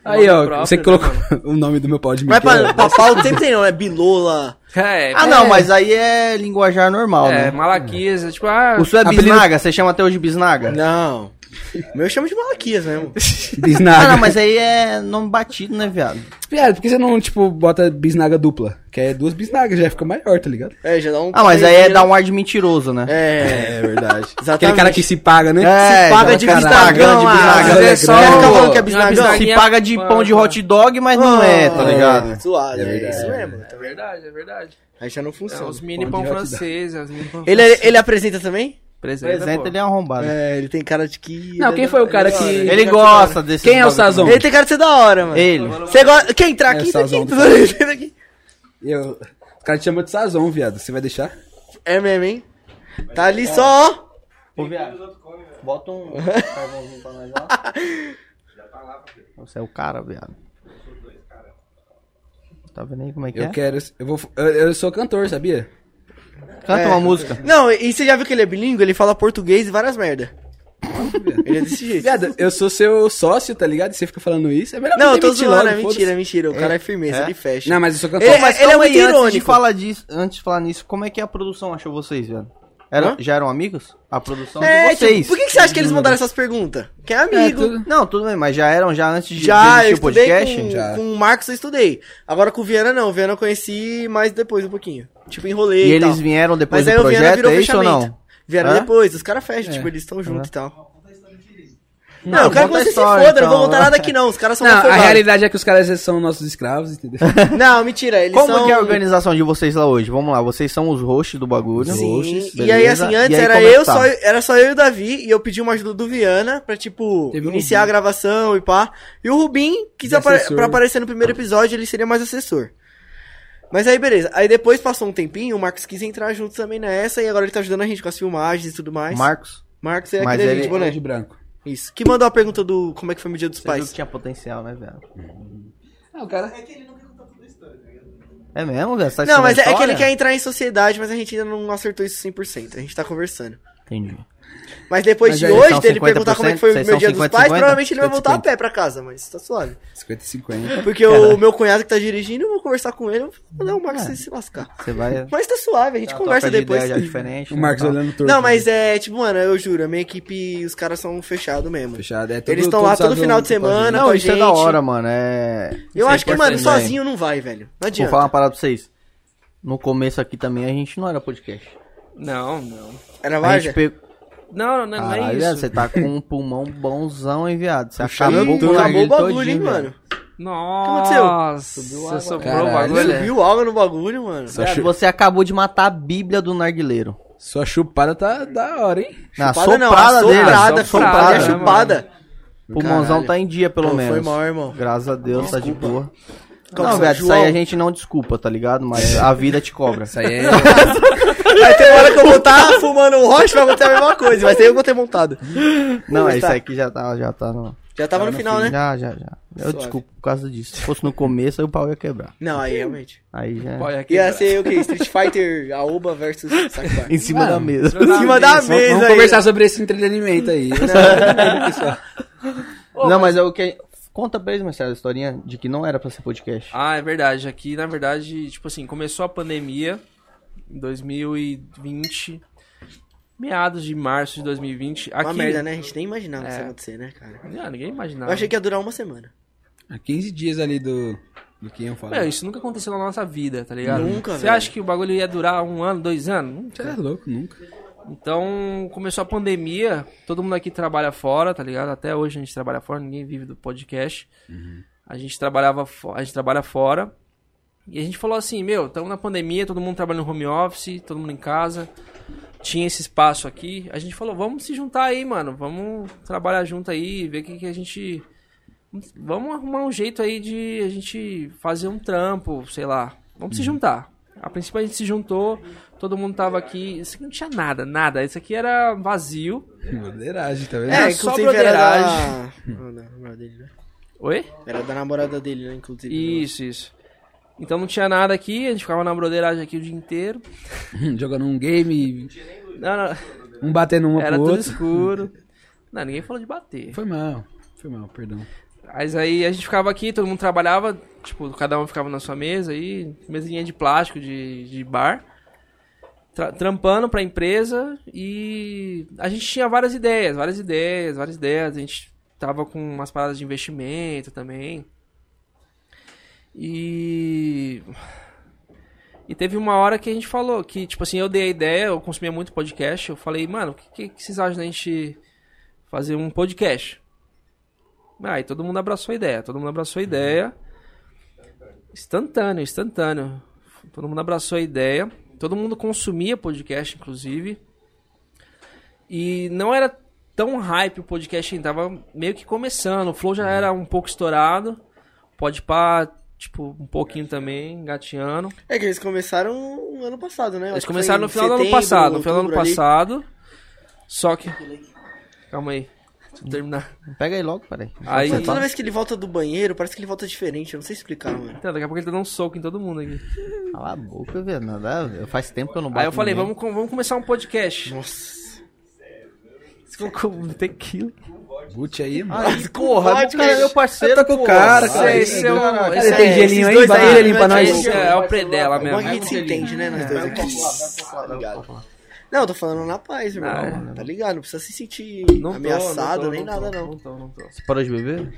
Speaker 3: Aí, ó,
Speaker 1: nome próprio,
Speaker 3: você
Speaker 1: né,
Speaker 3: colocou
Speaker 1: mano?
Speaker 3: o nome do meu pau de Miguel.
Speaker 2: é
Speaker 4: Mas pra, pra pau sempre tem nome, é Bilola.
Speaker 1: É,
Speaker 2: Ah, não, mas aí é linguajar normal,
Speaker 1: é,
Speaker 2: né?
Speaker 1: Malaquias, é tipo, ah,
Speaker 2: O seu é
Speaker 3: Apelido-
Speaker 2: bisnaga? Você chama até hoje bisnaga?
Speaker 4: Não. O meu chama de Malaquias mesmo.
Speaker 3: Bisnaga.
Speaker 2: Ah, não, mas aí é nome batido, né, viado?
Speaker 3: Viado, por que você não, tipo, bota bisnaga dupla? Que é duas bisnagas, já fica maior, tá ligado?
Speaker 4: É, já dá um.
Speaker 2: Ah, mas aí é dar um ar de mentiroso, né?
Speaker 4: É,
Speaker 3: verdade.
Speaker 4: exatamente.
Speaker 3: Aquele cara que se paga, né?
Speaker 2: É,
Speaker 3: se paga
Speaker 2: cara,
Speaker 3: de
Speaker 2: caralho.
Speaker 3: bisnaga.
Speaker 2: de
Speaker 4: ah,
Speaker 2: bisnaga,
Speaker 4: mas
Speaker 1: né,
Speaker 4: é só.
Speaker 1: que
Speaker 4: Quer
Speaker 1: não
Speaker 4: ficar falando que é
Speaker 1: é
Speaker 4: bisnaga?
Speaker 1: bisnaga.
Speaker 2: Se paga de pão de hot dog, mas não é, tá ligado?
Speaker 4: É, suave,
Speaker 3: É
Speaker 4: é,
Speaker 3: verdade.
Speaker 4: isso mesmo.
Speaker 1: É verdade, é verdade.
Speaker 4: Aí já não
Speaker 1: É,
Speaker 4: funciona.
Speaker 1: os mini
Speaker 3: pão
Speaker 1: pão
Speaker 3: de hot dog.
Speaker 1: francês, as mini pão
Speaker 4: Ele, é-
Speaker 1: francês.
Speaker 4: ele apresenta também?
Speaker 1: Presenta,
Speaker 2: Presente,
Speaker 1: pô.
Speaker 2: ele é arrombado.
Speaker 4: É, ele tem cara de que.
Speaker 3: Não, quem foi o cara que-
Speaker 2: Ele, é
Speaker 4: Ele,
Speaker 2: gosta desse.
Speaker 3: Quem é o Sazon?
Speaker 4: ele tem cara de ser da hora, mano.
Speaker 2: Ele.
Speaker 4: Você gosta. Quem entrar
Speaker 3: É,
Speaker 4: aqui, tá
Speaker 3: Sazão
Speaker 4: aqui.
Speaker 3: do
Speaker 4: Tá aqui.
Speaker 3: Eu... Os caras te chamam de Sazon, viado. Você vai deixar?
Speaker 4: É mesmo, hein? Tá ali só, ó.
Speaker 2: Ô, viado. Bota um carvãozinho pra nós lá. Você é o cara, viado. Tá vendo aí como é que é?
Speaker 3: Eu quero... Eu, vou... eu, eu sou cantor, sabia?
Speaker 2: Canta
Speaker 4: É.
Speaker 2: uma música.
Speaker 4: Não, e e você já viu que ele é bilíngue? Ele fala português e várias merda. ele é desse jeito.
Speaker 3: Viado, eu sou seu sócio, tá ligado? E você fica falando isso, é melhor
Speaker 4: Não, eu
Speaker 3: você
Speaker 4: tô
Speaker 3: mentir
Speaker 4: zoando,
Speaker 3: logo,
Speaker 4: é
Speaker 3: foda-se.
Speaker 4: mentira, é mentira. O cara é firmeza,
Speaker 2: É?
Speaker 4: ele fecha.
Speaker 3: Não, mas eu sou cantor.
Speaker 4: Ele-
Speaker 2: Pô, mas
Speaker 4: ele é
Speaker 2: calma
Speaker 4: muito
Speaker 2: aí, antes de
Speaker 4: irônico.
Speaker 2: falar disso, antes de falar nisso, como é que a produção achou vocês, velho? Era,
Speaker 4: Hã?
Speaker 2: já eram amigos? A produção
Speaker 4: É,
Speaker 2: de vocês.
Speaker 4: tipo, por que, que você acha que eles mandaram essas perguntas? Que é amigo.
Speaker 3: É, tudo-
Speaker 2: Não, tudo bem, mas já eram já antes de,
Speaker 4: Já,
Speaker 2: de
Speaker 4: eu
Speaker 2: existir o
Speaker 4: estudei
Speaker 2: podcast?
Speaker 4: com,
Speaker 3: Já.
Speaker 4: com o Marcos, eu estudei. Agora com o Viana, não. O Viana eu conheci mais depois um pouquinho. Tipo, enrolei
Speaker 2: E
Speaker 4: e,
Speaker 2: eles
Speaker 4: tal.
Speaker 2: vieram depois
Speaker 4: Mas aí
Speaker 2: do
Speaker 4: o Viana
Speaker 2: projeto,
Speaker 4: virou
Speaker 2: é isso ou
Speaker 4: fechamento.
Speaker 2: não?
Speaker 4: Vieram
Speaker 2: Hã?
Speaker 4: depois, os caras fecham,
Speaker 3: É.
Speaker 4: tipo, eles estão juntos e tal. Não,
Speaker 2: Não,
Speaker 4: eu quero que
Speaker 2: conta a
Speaker 4: você se
Speaker 2: história,
Speaker 4: foda, eu não
Speaker 2: então.
Speaker 4: vou voltar nada aqui não, os caras são
Speaker 3: Não, a
Speaker 4: conformados.
Speaker 3: realidade é que os caras são nossos escravos, entendeu?
Speaker 4: Não, mentira, eles
Speaker 2: Como
Speaker 4: são...
Speaker 2: que é a organização de vocês lá hoje? Vamos lá, vocês são os hosts do bagulho.
Speaker 4: Sim,
Speaker 3: Roxos,
Speaker 4: e aí
Speaker 2: beleza.
Speaker 4: assim, antes
Speaker 2: E aí,
Speaker 4: era,
Speaker 2: como é que
Speaker 4: eu
Speaker 2: tá?
Speaker 4: só, era só eu e o Davi, e eu pedi uma ajuda do Viana pra, tipo,
Speaker 3: Teve o
Speaker 4: iniciar a
Speaker 3: Rubinho.
Speaker 4: gravação e pá. E o Rubim quis
Speaker 3: De
Speaker 4: apare
Speaker 3: assessor.
Speaker 4: pra aparecer no primeiro episódio, ele seria mais assessor. Mas aí, beleza. Aí depois passou um tempinho, o Marcos quis entrar junto também nessa, e agora ele tá ajudando a gente com as filmagens e tudo mais.
Speaker 2: Marcos,
Speaker 4: Marcos é
Speaker 2: Mas
Speaker 4: aquele
Speaker 2: ele-
Speaker 4: gente,
Speaker 3: Boné
Speaker 4: Bonete.
Speaker 3: de branco.
Speaker 4: Isso. Que mandou a pergunta do como é que foi o dia dos
Speaker 2: você viu
Speaker 4: pais.
Speaker 2: que tinha potencial, né, velho?
Speaker 3: Ah, o cara...
Speaker 2: É mesmo, velho? Você tá
Speaker 4: Não, mas é, é que
Speaker 2: estudando
Speaker 4: ele quer
Speaker 2: história?
Speaker 4: entrar em sociedade, mas a gente ainda não acertou isso 100%. A gente tá conversando.
Speaker 2: Entendi.
Speaker 4: Mas depois
Speaker 3: Mas
Speaker 4: de
Speaker 3: aí,
Speaker 2: vocês
Speaker 4: hoje
Speaker 2: são
Speaker 4: dele perguntar como é que foi o
Speaker 2: 50%?
Speaker 4: meu dia
Speaker 2: Vocês são
Speaker 4: dos pais,
Speaker 2: 50-50?
Speaker 4: provavelmente ele vai voltar a
Speaker 3: 50-50.
Speaker 4: pé pra casa, mas tá suave.
Speaker 3: 50 e 50.
Speaker 4: Porque o meu cunhado que tá dirigindo, eu vou conversar com ele, eu vou não, Marcos,
Speaker 2: É.
Speaker 4: você se lascar.
Speaker 2: Você vai... A
Speaker 4: Mas tá suave, a gente conversa depois.
Speaker 2: Já é diferente,
Speaker 3: O
Speaker 2: né,
Speaker 3: Marcos
Speaker 2: tal.
Speaker 3: olhando torto.
Speaker 4: Não, mas é, tipo, mano, eu juro, a minha equipe, os caras são fechados mesmo.
Speaker 3: Fechado, é tudo-
Speaker 4: Eles estão
Speaker 3: tudo
Speaker 4: lá todo
Speaker 3: Sazon
Speaker 4: final de
Speaker 3: que pode vir.
Speaker 4: semana,
Speaker 2: Não,
Speaker 4: com a
Speaker 2: isso
Speaker 4: gente.
Speaker 2: é da hora, mano. É...
Speaker 4: Eu
Speaker 2: Isso é
Speaker 4: acho que, mano,
Speaker 2: importante, velho.
Speaker 4: sozinho não vai, velho. Não
Speaker 2: Vou
Speaker 4: adianta.
Speaker 2: falar uma parada pra vocês. No começo aqui também a gente não era podcast.
Speaker 1: Não, não.
Speaker 4: Era
Speaker 2: A
Speaker 4: Varja?
Speaker 2: gente pegou.
Speaker 1: Não, não, não é
Speaker 2: Caralho,
Speaker 1: isso.
Speaker 2: viado, você tá com um pulmão bonzão, hein, viado? Você
Speaker 4: Ih,
Speaker 2: acabou com
Speaker 4: acabou o bagulho, hein,
Speaker 2: todinho, velho.
Speaker 4: mano. é
Speaker 1: Nossa, você soprou o
Speaker 3: Caralho.
Speaker 1: bagulho. né?
Speaker 4: Subiu água no bagulho, mano.
Speaker 3: Só,
Speaker 2: Viado,
Speaker 3: chu-
Speaker 2: Você acabou de matar a Bíblia do narguileiro.
Speaker 3: só chupada tá da hora, hein?
Speaker 2: Na
Speaker 4: Chupada
Speaker 2: soprada,
Speaker 4: não,
Speaker 2: dele.
Speaker 1: soprada,
Speaker 4: assoprada, chupada,
Speaker 1: né,
Speaker 4: chupada.
Speaker 2: O pulmãozão
Speaker 4: Caralho.
Speaker 2: tá em dia, pelo
Speaker 4: Pô,
Speaker 2: menos.
Speaker 4: Foi mal, irmão.
Speaker 2: Graças a Deus, tá de boa.
Speaker 4: Calma,
Speaker 2: não, velho, isso
Speaker 4: João.
Speaker 2: aí a gente não desculpa, tá ligado? Mas a vida te cobra.
Speaker 3: Isso aí é.
Speaker 4: Vai ter hora que eu vou estar fumando um rocha, vai acontecer a mesma coisa. Vai ser eu que vou ter montado.
Speaker 2: Não,
Speaker 4: Mas
Speaker 2: isso
Speaker 4: tá.
Speaker 2: aqui já tá, já tá no...
Speaker 4: Já tava no final, né?
Speaker 2: Já, já, já. Eu
Speaker 4: Suave.
Speaker 2: desculpo por causa disso. Se fosse no começo, aí o pau ia quebrar.
Speaker 4: Não, aí realmente.
Speaker 2: Aí já... é.
Speaker 1: Olha aqui, tá.
Speaker 4: Ia
Speaker 1: cara.
Speaker 4: ser o quê? Street Fighter, Aoba versus Sakubar.
Speaker 2: Em cima
Speaker 3: Ah,
Speaker 2: da mesa.
Speaker 4: Em cima da
Speaker 3: Vamos-
Speaker 4: mesa
Speaker 3: Vamos
Speaker 4: aí. né?
Speaker 3: conversar sobre esse entretenimento aí. né?
Speaker 2: não, mas é o que. Conta pra eles, Marcelo, a historinha de que não era pra ser podcast.
Speaker 1: Ah, é verdade. Aqui, na verdade, tipo assim, começou a pandemia em 2020, meados de março de 2020. Aqui,
Speaker 4: Uma merda, né? A gente nem imaginava isso
Speaker 1: É.
Speaker 4: acontecer, né, cara?
Speaker 1: Ah, ninguém imaginava.
Speaker 4: Eu achei que ia durar uma semana.
Speaker 3: Há 15 dias ali do. Do que eu falo.
Speaker 1: Meu, isso nunca aconteceu na nossa vida, tá ligado?
Speaker 4: Nunca, né?
Speaker 1: Você
Speaker 4: velho.
Speaker 1: acha que o bagulho ia durar um ano, dois anos? Não
Speaker 3: Você é louco, nunca.
Speaker 1: Então, começou a pandemia, todo mundo aqui trabalha fora, tá ligado? Até hoje a gente trabalha fora, ninguém vive do podcast. A gente trabalhava, fo- a gente trabalha fora. E a gente falou assim, meu, estamos na pandemia, todo mundo trabalha no home office, todo mundo em casa. tinha esse espaço aqui, a gente falou, vamos se juntar aí, mano, vamos trabalhar junto aí, ver o que, que a gente... Vamos arrumar um jeito aí de a gente fazer um trampo, sei lá, vamos se
Speaker 3: Uhum.
Speaker 1: juntar. A princípio a gente se juntou, todo mundo tava aqui, isso aqui não tinha nada, nada, isso aqui era vazio.
Speaker 3: Bandeiragem, tá vendo?
Speaker 4: É,
Speaker 1: só
Speaker 4: inclusive era da...
Speaker 1: broderagem.
Speaker 4: Não, da namorada dele, né?
Speaker 1: Oi?
Speaker 4: Era da namorada dele, né, inclusive.
Speaker 1: Isso, isso. Então não tinha nada aqui, a gente ficava na broderagem aqui o dia inteiro.
Speaker 3: Jogando um game,
Speaker 1: Não, não,
Speaker 3: um batendo uma
Speaker 1: era
Speaker 3: pro
Speaker 1: tudo
Speaker 3: outro.
Speaker 1: escuro. Não, ninguém falou de bater.
Speaker 3: Foi mal, foi mal, perdão.
Speaker 1: Mas aí a gente ficava aqui, todo mundo trabalhava, tipo, cada um ficava na sua mesa aí, mesinha de plástico de, de bar, tra- trampando pra empresa e a gente tinha várias ideias, várias ideias, várias ideias, a gente tava com umas paradas de investimento também. E e teve uma hora que a gente falou que, tipo assim, eu dei a ideia, eu consumia muito podcast, eu falei, mano, o que, que, que vocês acham da gente fazer um podcast? Ah, e todo mundo abraçou a ideia, todo mundo abraçou a ideia. Instantâneo, instantâneo. Todo mundo abraçou a ideia. Todo mundo consumia podcast, inclusive. E não era tão hype o podcast ainda, tava meio que começando. O Flow já era um pouco estourado. Pode pá, tipo, um pouquinho também, gateando.
Speaker 4: É que eles começaram no ano passado, né? Eu
Speaker 1: Eles
Speaker 4: acho que
Speaker 1: começaram
Speaker 4: foi
Speaker 1: no
Speaker 4: em
Speaker 1: final do ano
Speaker 4: setembro,
Speaker 1: passado. No final do ano
Speaker 4: outubro ali.
Speaker 1: passado. Só que. Calma aí. Deixa eu terminar.
Speaker 2: Pega aí logo, peraí.
Speaker 1: Aí.
Speaker 4: Mano, toda vez que ele volta do banheiro, parece que ele volta diferente, eu não sei explicar, mano.
Speaker 1: Então, daqui a pouco ele tá dando um soco em todo mundo aqui.
Speaker 2: Cala a boca, velho. Nada, faz tempo que eu não bato
Speaker 1: Aí eu falei,
Speaker 2: ninguém.
Speaker 1: vamos, com- vamos começar um podcast.
Speaker 4: Nossa.
Speaker 1: Você colocou um tequila.
Speaker 3: Gucci aí, mano.
Speaker 4: Ah,
Speaker 2: Aí, porra,
Speaker 4: Pode,
Speaker 2: o cara é
Speaker 4: Tá cara.
Speaker 2: meu parceiro.
Speaker 1: Tá
Speaker 3: Eu tô com o
Speaker 2: porra.
Speaker 3: cara,
Speaker 2: Aí,
Speaker 3: cara.
Speaker 1: Esse é o-
Speaker 2: caraca.
Speaker 1: esse
Speaker 5: Cadê?
Speaker 1: é-
Speaker 5: Tem gelinho aí?
Speaker 4: esses dois
Speaker 5: Bota
Speaker 4: aí,
Speaker 5: um gelinho
Speaker 4: vai
Speaker 5: pra nós.
Speaker 4: ter-
Speaker 1: Esse é, o predela
Speaker 4: Bom
Speaker 1: mesmo.
Speaker 4: que a gente se entende, né,
Speaker 2: É,
Speaker 4: nós dois aqui. Não, eu tô falando na paz, irmão.
Speaker 1: Ah,
Speaker 4: tá ligado? Não precisa se sentir
Speaker 1: Não tô,
Speaker 4: ameaçado,
Speaker 1: não tô,
Speaker 4: nem
Speaker 1: não tô,
Speaker 4: nada, não.
Speaker 1: Não tô, não tô.
Speaker 2: Você parou de beber?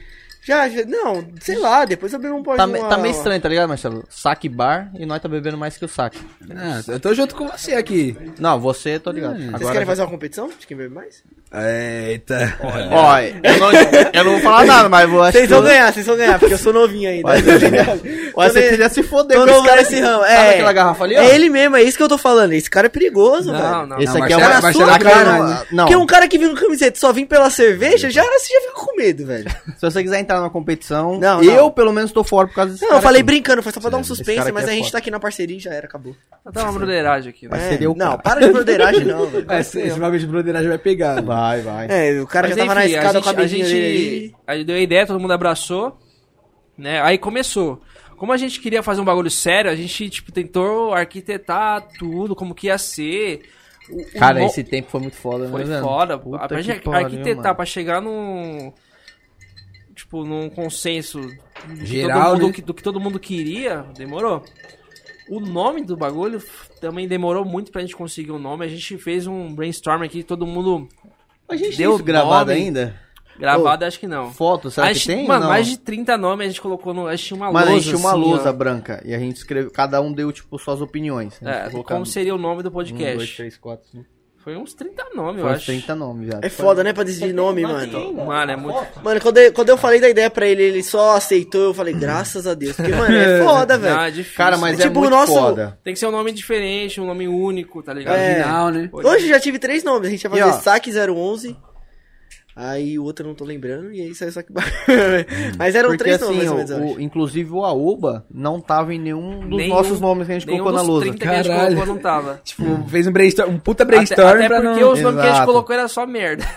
Speaker 4: Já, já, não, sei lá, depois eu bebo um pós
Speaker 2: Tá, me- tá meio estranho, tá ligado, Marcelo? Saque bar e nós tá bebendo mais que o saque.
Speaker 3: Ah, eu tô junto com você aqui.
Speaker 2: Não, você, tô ligado.
Speaker 3: Vocês
Speaker 4: Vocês
Speaker 2: Agora,
Speaker 4: querem fazer uma competição de quem bebe mais?
Speaker 3: Eita.
Speaker 2: Ó, eu não, eu não vou falar nada, mas vou... acho
Speaker 4: Vocês
Speaker 2: que
Speaker 4: vão
Speaker 2: eu-
Speaker 4: ganhar, vocês vão ganhar, porque eu sou novinho ainda.
Speaker 2: Vai,
Speaker 4: tá ligado?
Speaker 2: Olha,
Speaker 4: Tô
Speaker 2: você
Speaker 4: ne-
Speaker 2: queria se foder
Speaker 4: Tô
Speaker 2: com esse
Speaker 4: novo
Speaker 2: cara.
Speaker 4: nesse ramo,
Speaker 2: Sabe
Speaker 4: é.
Speaker 2: aquela garrafa ali, ó?
Speaker 4: É ele mesmo, é isso que eu tô falando. Esse cara é perigoso,
Speaker 1: Não,
Speaker 4: velho.
Speaker 1: não.
Speaker 2: Esse
Speaker 3: Não,
Speaker 2: aqui é o mais-
Speaker 3: Marcelo- Marcelo
Speaker 2: Marcelo-
Speaker 3: Carvalho.
Speaker 2: Carvalho.
Speaker 4: Porque um cara que vem com camiseta e só vem pela cerveja, já, você já fica com medo, velho.
Speaker 2: Se você quiser entrar numa competição,
Speaker 4: Não, não.
Speaker 2: eu pelo menos tô fora por causa disso.
Speaker 4: Não, eu falei brincando, foi só pra dar um
Speaker 2: cara
Speaker 4: suspense,
Speaker 2: aqui
Speaker 4: mas
Speaker 2: é
Speaker 4: a gente
Speaker 2: foda.
Speaker 4: tá aqui na parceria e já era, acabou.
Speaker 1: Vou dar Tá uma broderagem aqui. Né?
Speaker 2: Mas seria o
Speaker 4: não,
Speaker 2: cara.
Speaker 4: para de broderagem não, velho.
Speaker 3: Esse, esse bagulho de broderagem vai pegar. mano.
Speaker 2: Vai, vai.
Speaker 4: É, o cara
Speaker 1: Mas
Speaker 4: já tava na
Speaker 1: enfim,
Speaker 4: escada com a
Speaker 1: a gente, a
Speaker 4: cabecinha
Speaker 1: gente
Speaker 4: dele.
Speaker 1: aí deu a ideia, todo mundo abraçou, né? Aí começou. Como a gente queria fazer um bagulho sério, a gente tipo tentou arquitetar tudo, como que ia ser. O- o
Speaker 2: Cara,
Speaker 1: mo-
Speaker 2: esse tempo foi muito foda, né,
Speaker 1: foi
Speaker 2: velho?
Speaker 1: foda.
Speaker 2: Puta
Speaker 1: pra
Speaker 2: que
Speaker 1: gente
Speaker 2: pariu,
Speaker 1: arquitetar,
Speaker 2: mano.
Speaker 1: pra chegar num tipo num consenso do que
Speaker 3: Geral,
Speaker 1: todo mundo-
Speaker 3: né?
Speaker 1: que- do que todo mundo queria, demorou. O nome do bagulho f- também demorou muito pra gente conseguir o nome. A gente fez um brainstorm aqui, todo mundo
Speaker 2: A gente
Speaker 1: Deu
Speaker 2: deu gravado
Speaker 1: nome.
Speaker 2: ainda?
Speaker 1: gravado, acho que não.
Speaker 2: Foto, será
Speaker 1: Acho-
Speaker 2: que tem?
Speaker 1: Mano,
Speaker 2: Não.
Speaker 1: mais de 30 nomes a gente colocou no. A gente tinha uma
Speaker 2: Mano, a
Speaker 1: lousa.
Speaker 2: gente tinha uma
Speaker 1: assim, ó.
Speaker 2: lousa branca e a gente escreveu, cada um deu, tipo, suas opiniões. A gente
Speaker 1: É,
Speaker 2: colocou
Speaker 1: como seria o nome do podcast?
Speaker 2: Um, dois, três, quatro, cinco.
Speaker 1: Foi uns 30 nomes, eu
Speaker 2: Foi uns
Speaker 1: acho.
Speaker 2: 30 nomes, já.
Speaker 4: É foda, né, pra decidir nome, mano.
Speaker 1: Mano, é muito.
Speaker 4: Mano, quando eu, quando eu falei da ideia pra ele, ele só aceitou, eu falei, graças a Deus. Porque, mano, é foda, velho.
Speaker 1: Ah, é difícil.
Speaker 2: Cara, mas
Speaker 4: É
Speaker 2: é,
Speaker 4: tipo o
Speaker 2: muito
Speaker 4: nosso-
Speaker 2: foda.
Speaker 1: Tem que ser um nome diferente, um nome único, tá ligado?
Speaker 4: É.
Speaker 3: Original, né?
Speaker 4: Hoje eu já tive três nomes. A gente ia
Speaker 2: E, ó.
Speaker 4: fazer Saque 011. Aí o outro eu não tô lembrando. E aí saiu Saque Bar. Mas eram
Speaker 2: Porque
Speaker 4: três nomes,
Speaker 2: assim,
Speaker 4: mais ou menos. eu
Speaker 2: o-
Speaker 4: acho.
Speaker 2: o- inclusive o Aoba não tava em nenhum um dos
Speaker 1: Nenhum-
Speaker 2: nossos nomes que a gente
Speaker 1: nenhum
Speaker 2: colocou na
Speaker 1: dos
Speaker 2: lousa.
Speaker 1: 30 que a gente
Speaker 3: Caralho.
Speaker 1: colocou não
Speaker 4: É.
Speaker 1: tava.
Speaker 3: Tipo, fez um brainstorm, um puta
Speaker 1: Até,
Speaker 3: brainstorm
Speaker 1: até
Speaker 3: pra
Speaker 1: porque
Speaker 3: não...
Speaker 1: os nomes que a gente
Speaker 2: Exato.
Speaker 1: colocou era só merda.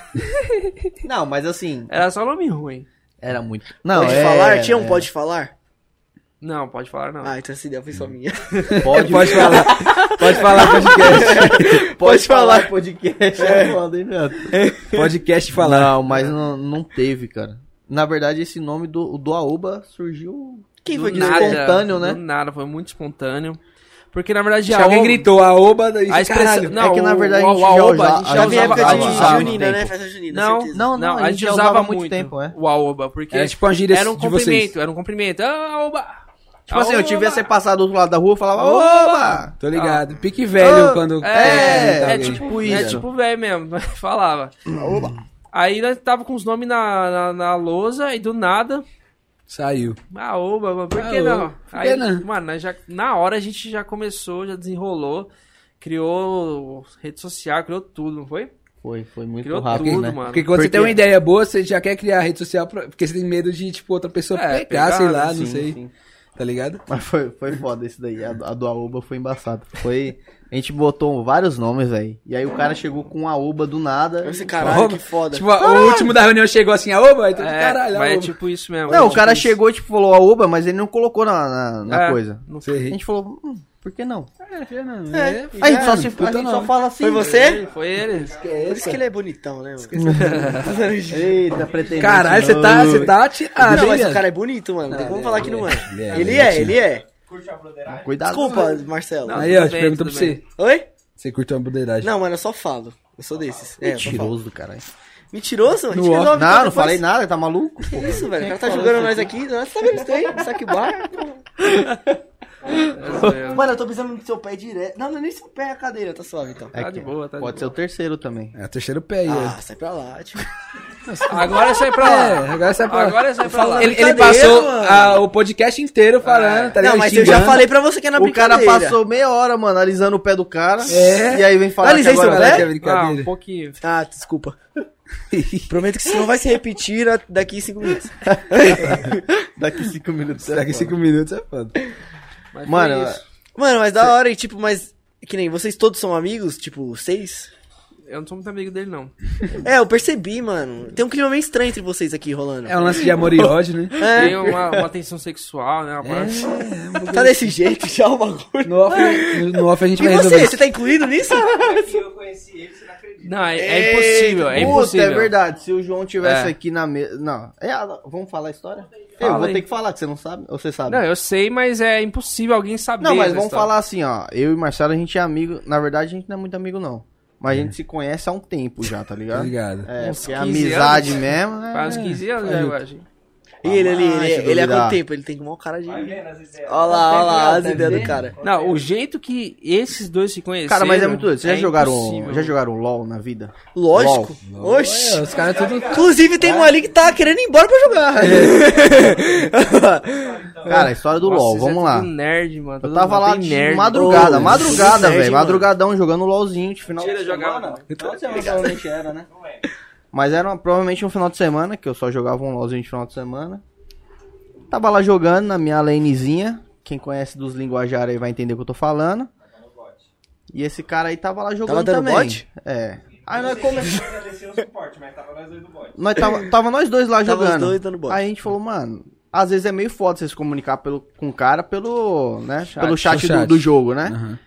Speaker 2: Não, mas assim,
Speaker 1: Era só nome ruim.
Speaker 2: era muito. Não,
Speaker 4: Pode
Speaker 2: é-
Speaker 4: falar? Tinha um
Speaker 2: é.
Speaker 4: pode falar?
Speaker 1: Não, pode falar não.
Speaker 4: Ah, então essa ideia foi
Speaker 2: Hum.
Speaker 4: só minha.
Speaker 2: Pode,
Speaker 3: É, Pode falar. Pode falar podcast.
Speaker 2: pode falar podcast. É foda, hein, Neto?
Speaker 3: Podcast falar.
Speaker 2: Não, mas não, não teve, cara. Na verdade, esse nome do, o do Aoba surgiu.
Speaker 4: Quem
Speaker 1: Do
Speaker 4: foi que
Speaker 1: nada,
Speaker 4: escolheu?
Speaker 2: espontâneo, né?
Speaker 1: do nada, foi muito espontâneo. Porque na verdade
Speaker 3: Se
Speaker 1: a
Speaker 3: alguém
Speaker 1: o-
Speaker 3: gritou a oba, daí
Speaker 1: um- A expressão,
Speaker 3: caralho.
Speaker 1: não,
Speaker 2: é que, na
Speaker 1: o-
Speaker 2: verdade,
Speaker 1: o,
Speaker 2: a gente
Speaker 1: o
Speaker 2: já
Speaker 1: Aoba,
Speaker 2: usava-
Speaker 1: a gente
Speaker 2: já
Speaker 1: já
Speaker 4: Já vem a
Speaker 1: usava,
Speaker 4: época
Speaker 2: a
Speaker 4: de
Speaker 2: gente usava
Speaker 4: Junina,
Speaker 2: muito
Speaker 4: né?
Speaker 2: tempo.
Speaker 4: Festa Junina,
Speaker 1: Não,
Speaker 4: certeza.
Speaker 1: não, não, a gente já usava, muito tempo,
Speaker 2: é.
Speaker 1: o Aoba, porque
Speaker 3: Era tipo uma gíria
Speaker 1: era um
Speaker 3: de vocês.
Speaker 1: cumprimento, era um cumprimento. Ah, Aoba!
Speaker 2: Tipo assim, eu tive
Speaker 1: Aoba!
Speaker 2: você passar do outro lado da rua e falava, oba!
Speaker 3: Tô ligado. Pique velho
Speaker 2: Ah,
Speaker 3: quando...
Speaker 1: É, é,
Speaker 2: É,
Speaker 1: tipo
Speaker 2: tipo
Speaker 1: isso. É
Speaker 2: isso.
Speaker 1: tipo velho mesmo, mas falava. Aí nós tava com os nomes na, na, na lousa e do nada,
Speaker 3: Saiu.
Speaker 1: Aoba, mas por que
Speaker 3: Aoba,
Speaker 1: não?
Speaker 3: por que
Speaker 1: Aí,
Speaker 3: não?
Speaker 1: mano, nós já, na hora a gente já começou, já desenrolou. criou rede social, criou tudo, não foi?
Speaker 2: Foi, foi muito
Speaker 1: Criou
Speaker 2: rápido,
Speaker 1: tudo,
Speaker 2: né?
Speaker 1: mano.
Speaker 3: Porque quando você
Speaker 2: Porque-
Speaker 3: tem uma ideia boa, você já quer criar rede social, pra- porque você tem medo de, tipo, outra pessoa
Speaker 1: É,
Speaker 3: pegar,
Speaker 1: pegar,
Speaker 3: sei lá, não
Speaker 1: sim,
Speaker 3: sei. Tá ligado?
Speaker 2: Mas foi, foi foda esse daí. A, do- a do Aoba foi embaçado. Foi. A gente botou vários nomes, velho. E aí o cara chegou com a Aoba do nada.
Speaker 4: Esse caralho, que foda.
Speaker 3: Tipo, o último da reunião chegou assim, a oba, então,
Speaker 1: É,
Speaker 3: caralho,
Speaker 1: mas é
Speaker 3: aoba.
Speaker 1: tipo isso mesmo.
Speaker 2: Não,
Speaker 1: é
Speaker 2: o
Speaker 1: tipo
Speaker 2: cara
Speaker 1: isso.
Speaker 2: chegou e tipo, falou Aoba, mas ele não colocou na, na, na
Speaker 1: É,
Speaker 2: coisa.
Speaker 1: não-
Speaker 2: A gente falou, hum, por que não?
Speaker 3: É, não,
Speaker 4: É.
Speaker 2: A gente só, se,
Speaker 3: puta
Speaker 2: a gente só
Speaker 3: nome.
Speaker 2: fala assim.
Speaker 4: Foi você?
Speaker 1: Foi eles.
Speaker 4: Por isso que ele é bonitão, né, mano?
Speaker 2: Eita, pretendente.
Speaker 3: Caralho, você tá, você tá atirado,
Speaker 4: não,
Speaker 3: hein,
Speaker 4: mas o
Speaker 3: viado?
Speaker 4: cara é bonito, mano. Não tem como falar que não é.
Speaker 3: Ele é,
Speaker 4: Ele
Speaker 3: ele é.
Speaker 4: é, ele é.
Speaker 2: Cuidado.
Speaker 4: Desculpa, Marcelo.
Speaker 1: Não,
Speaker 3: Aí, ó,
Speaker 1: Tudo
Speaker 3: te
Speaker 1: bem,
Speaker 3: pergunta pra
Speaker 1: tudo
Speaker 3: você.
Speaker 4: Oi?
Speaker 3: Você curtiu uma broderagem?
Speaker 4: Não, mano, eu só falo. Eu sou desses. É, eu só falo.
Speaker 2: Mentiroso do caralho.
Speaker 4: Mentiroso? A gente
Speaker 3: No ó-
Speaker 4: resolve
Speaker 2: Não,
Speaker 4: tudo
Speaker 2: não
Speaker 4: depois.
Speaker 2: falei nada, tá maluco?
Speaker 4: Que isso, velho? O cara tá julgando nós aqui. Nós tá vendo isso aí? Saque bar.
Speaker 1: É zoeira.
Speaker 4: Mano, eu tô pisando no seu pé direto. Não, não é nem seu pé, é a cadeira. Tá suave, então.
Speaker 1: Tá de boa, tá de
Speaker 2: É Pode ser
Speaker 1: boa.
Speaker 2: o terceiro também.
Speaker 3: É o terceiro pé aí, ó.
Speaker 4: Ah, sai pra lá, tio.
Speaker 1: Agora sai pra
Speaker 3: É,
Speaker 1: lá. Ah,
Speaker 3: agora você vai
Speaker 1: Agora sai pra lá.
Speaker 3: Ele, ele
Speaker 4: Brincadeira,
Speaker 3: passou
Speaker 4: mano.
Speaker 3: a- o podcast inteiro falando, tá ligado?
Speaker 4: Não, mas eu já
Speaker 3: Xingando.
Speaker 4: falei pra você que é na
Speaker 2: O cara
Speaker 4: brincadeira.
Speaker 2: passou meia hora, mano, analisando o pé do cara.
Speaker 3: É.
Speaker 2: E aí vem falar
Speaker 4: Analisei
Speaker 2: que agora-
Speaker 4: seu pé?
Speaker 3: Caralho, que é
Speaker 1: Ah, um
Speaker 3: brincadeira.
Speaker 1: pouquinho.
Speaker 4: Ah, desculpa. Prometo que isso não vai se repetir a- daqui cinco minutos.
Speaker 2: Daqui cinco minutos.
Speaker 3: Daqui cinco minutos é foda.
Speaker 1: Mas foi
Speaker 2: Mano,
Speaker 1: É isso.
Speaker 4: Mano, mas da hora, e tipo, mas. Que nem vocês todos são amigos, tipo, seis?
Speaker 1: eu não sou muito amigo dele, não.
Speaker 4: É, eu percebi, mano. Tem um clima meio estranho entre vocês aqui rolando.
Speaker 3: É um lance de amor e ódio, né?
Speaker 4: É.
Speaker 1: Tem uma, uma tensão sexual, né? Uma parada-
Speaker 4: Tá desse jeito já o bagulho.
Speaker 3: No off, no- no off a gente
Speaker 4: E
Speaker 3: vai
Speaker 4: você?
Speaker 3: resolver.
Speaker 4: Você tá incluído nisso?
Speaker 1: Não, é, é impossível, é
Speaker 2: Puta,
Speaker 1: impossível.
Speaker 2: é verdade. Se o João tivesse
Speaker 1: É.
Speaker 2: aqui na mesa. Não. É, ah, vamos falar a história? eu
Speaker 1: Fala
Speaker 2: vou
Speaker 1: aí.
Speaker 2: ter que falar, que você não sabe. Ou você sabe?
Speaker 1: Não, eu sei, mas é impossível alguém saber.
Speaker 2: Não, mas
Speaker 1: essa
Speaker 2: vamos
Speaker 1: história.
Speaker 2: falar assim, ó. Eu e Marcelo, a gente é amigo. Na verdade, a gente não é muito amigo, não. Mas a gente se conhece há um tempo já, tá
Speaker 3: Tá
Speaker 2: ligado?
Speaker 3: É. ligado?
Speaker 2: É,
Speaker 1: Uns
Speaker 2: porque é
Speaker 1: 15
Speaker 2: amizade
Speaker 1: anos.
Speaker 2: mesmo, né?
Speaker 1: Faz uns 15 anos, né, eu acho.
Speaker 4: E ele ali,
Speaker 2: Ah, se
Speaker 4: ele, ele é há
Speaker 2: duvidar.
Speaker 4: quanto tempo? Ele tem com o cara de. Olha lá, olha lá, as ideias do cara.
Speaker 1: Não, o jeito que esses dois se conheceram...
Speaker 2: Cara, mas é muito doido. Vocês já, jogaram,
Speaker 1: impossível.
Speaker 2: já jogaram um LOL na vida?
Speaker 4: Lógico. Oxi.
Speaker 3: Olha, É, os caras tudo.
Speaker 4: Inclusive
Speaker 2: É.
Speaker 4: tem um ali que tá querendo ir embora pra jogar. Tá
Speaker 2: Cara, a história do
Speaker 1: Nossa,
Speaker 2: LOL,
Speaker 1: vocês é
Speaker 2: vamos lá.
Speaker 1: tudo nerd, mano.
Speaker 2: Eu
Speaker 1: Todo
Speaker 2: tava
Speaker 1: mundo
Speaker 2: lá
Speaker 1: tem
Speaker 2: de
Speaker 1: nerd.
Speaker 2: madrugada,
Speaker 4: Ô,
Speaker 2: madrugada,
Speaker 4: nerd,
Speaker 2: velho.
Speaker 4: mano.
Speaker 2: Madrugadão jogando LOLzinho de final
Speaker 1: Mentira,
Speaker 2: de
Speaker 1: jogava
Speaker 2: semana.
Speaker 3: né?
Speaker 1: não.
Speaker 2: Final de semana provavelmente era, né? Mas era uma- provavelmente um final de semana, que eu só jogava um LOLzinho de final de semana. Tava lá jogando na minha lanezinha. Quem conhece dos linguajares aí vai entender o que eu tô falando. E esse cara aí tava lá jogando
Speaker 4: dando
Speaker 2: também.
Speaker 4: bot?
Speaker 2: É. Aí nós começamos. nós tava, tava nós dois lá
Speaker 4: Tava os
Speaker 2: jogando.
Speaker 4: dois dando bot.
Speaker 2: Aí a gente falou, mano, às vezes é meio foda você se comunicar pelo, com o cara pelo, né, pelo chat,
Speaker 3: pelo chat.
Speaker 2: Do, do jogo, né?
Speaker 3: Aham.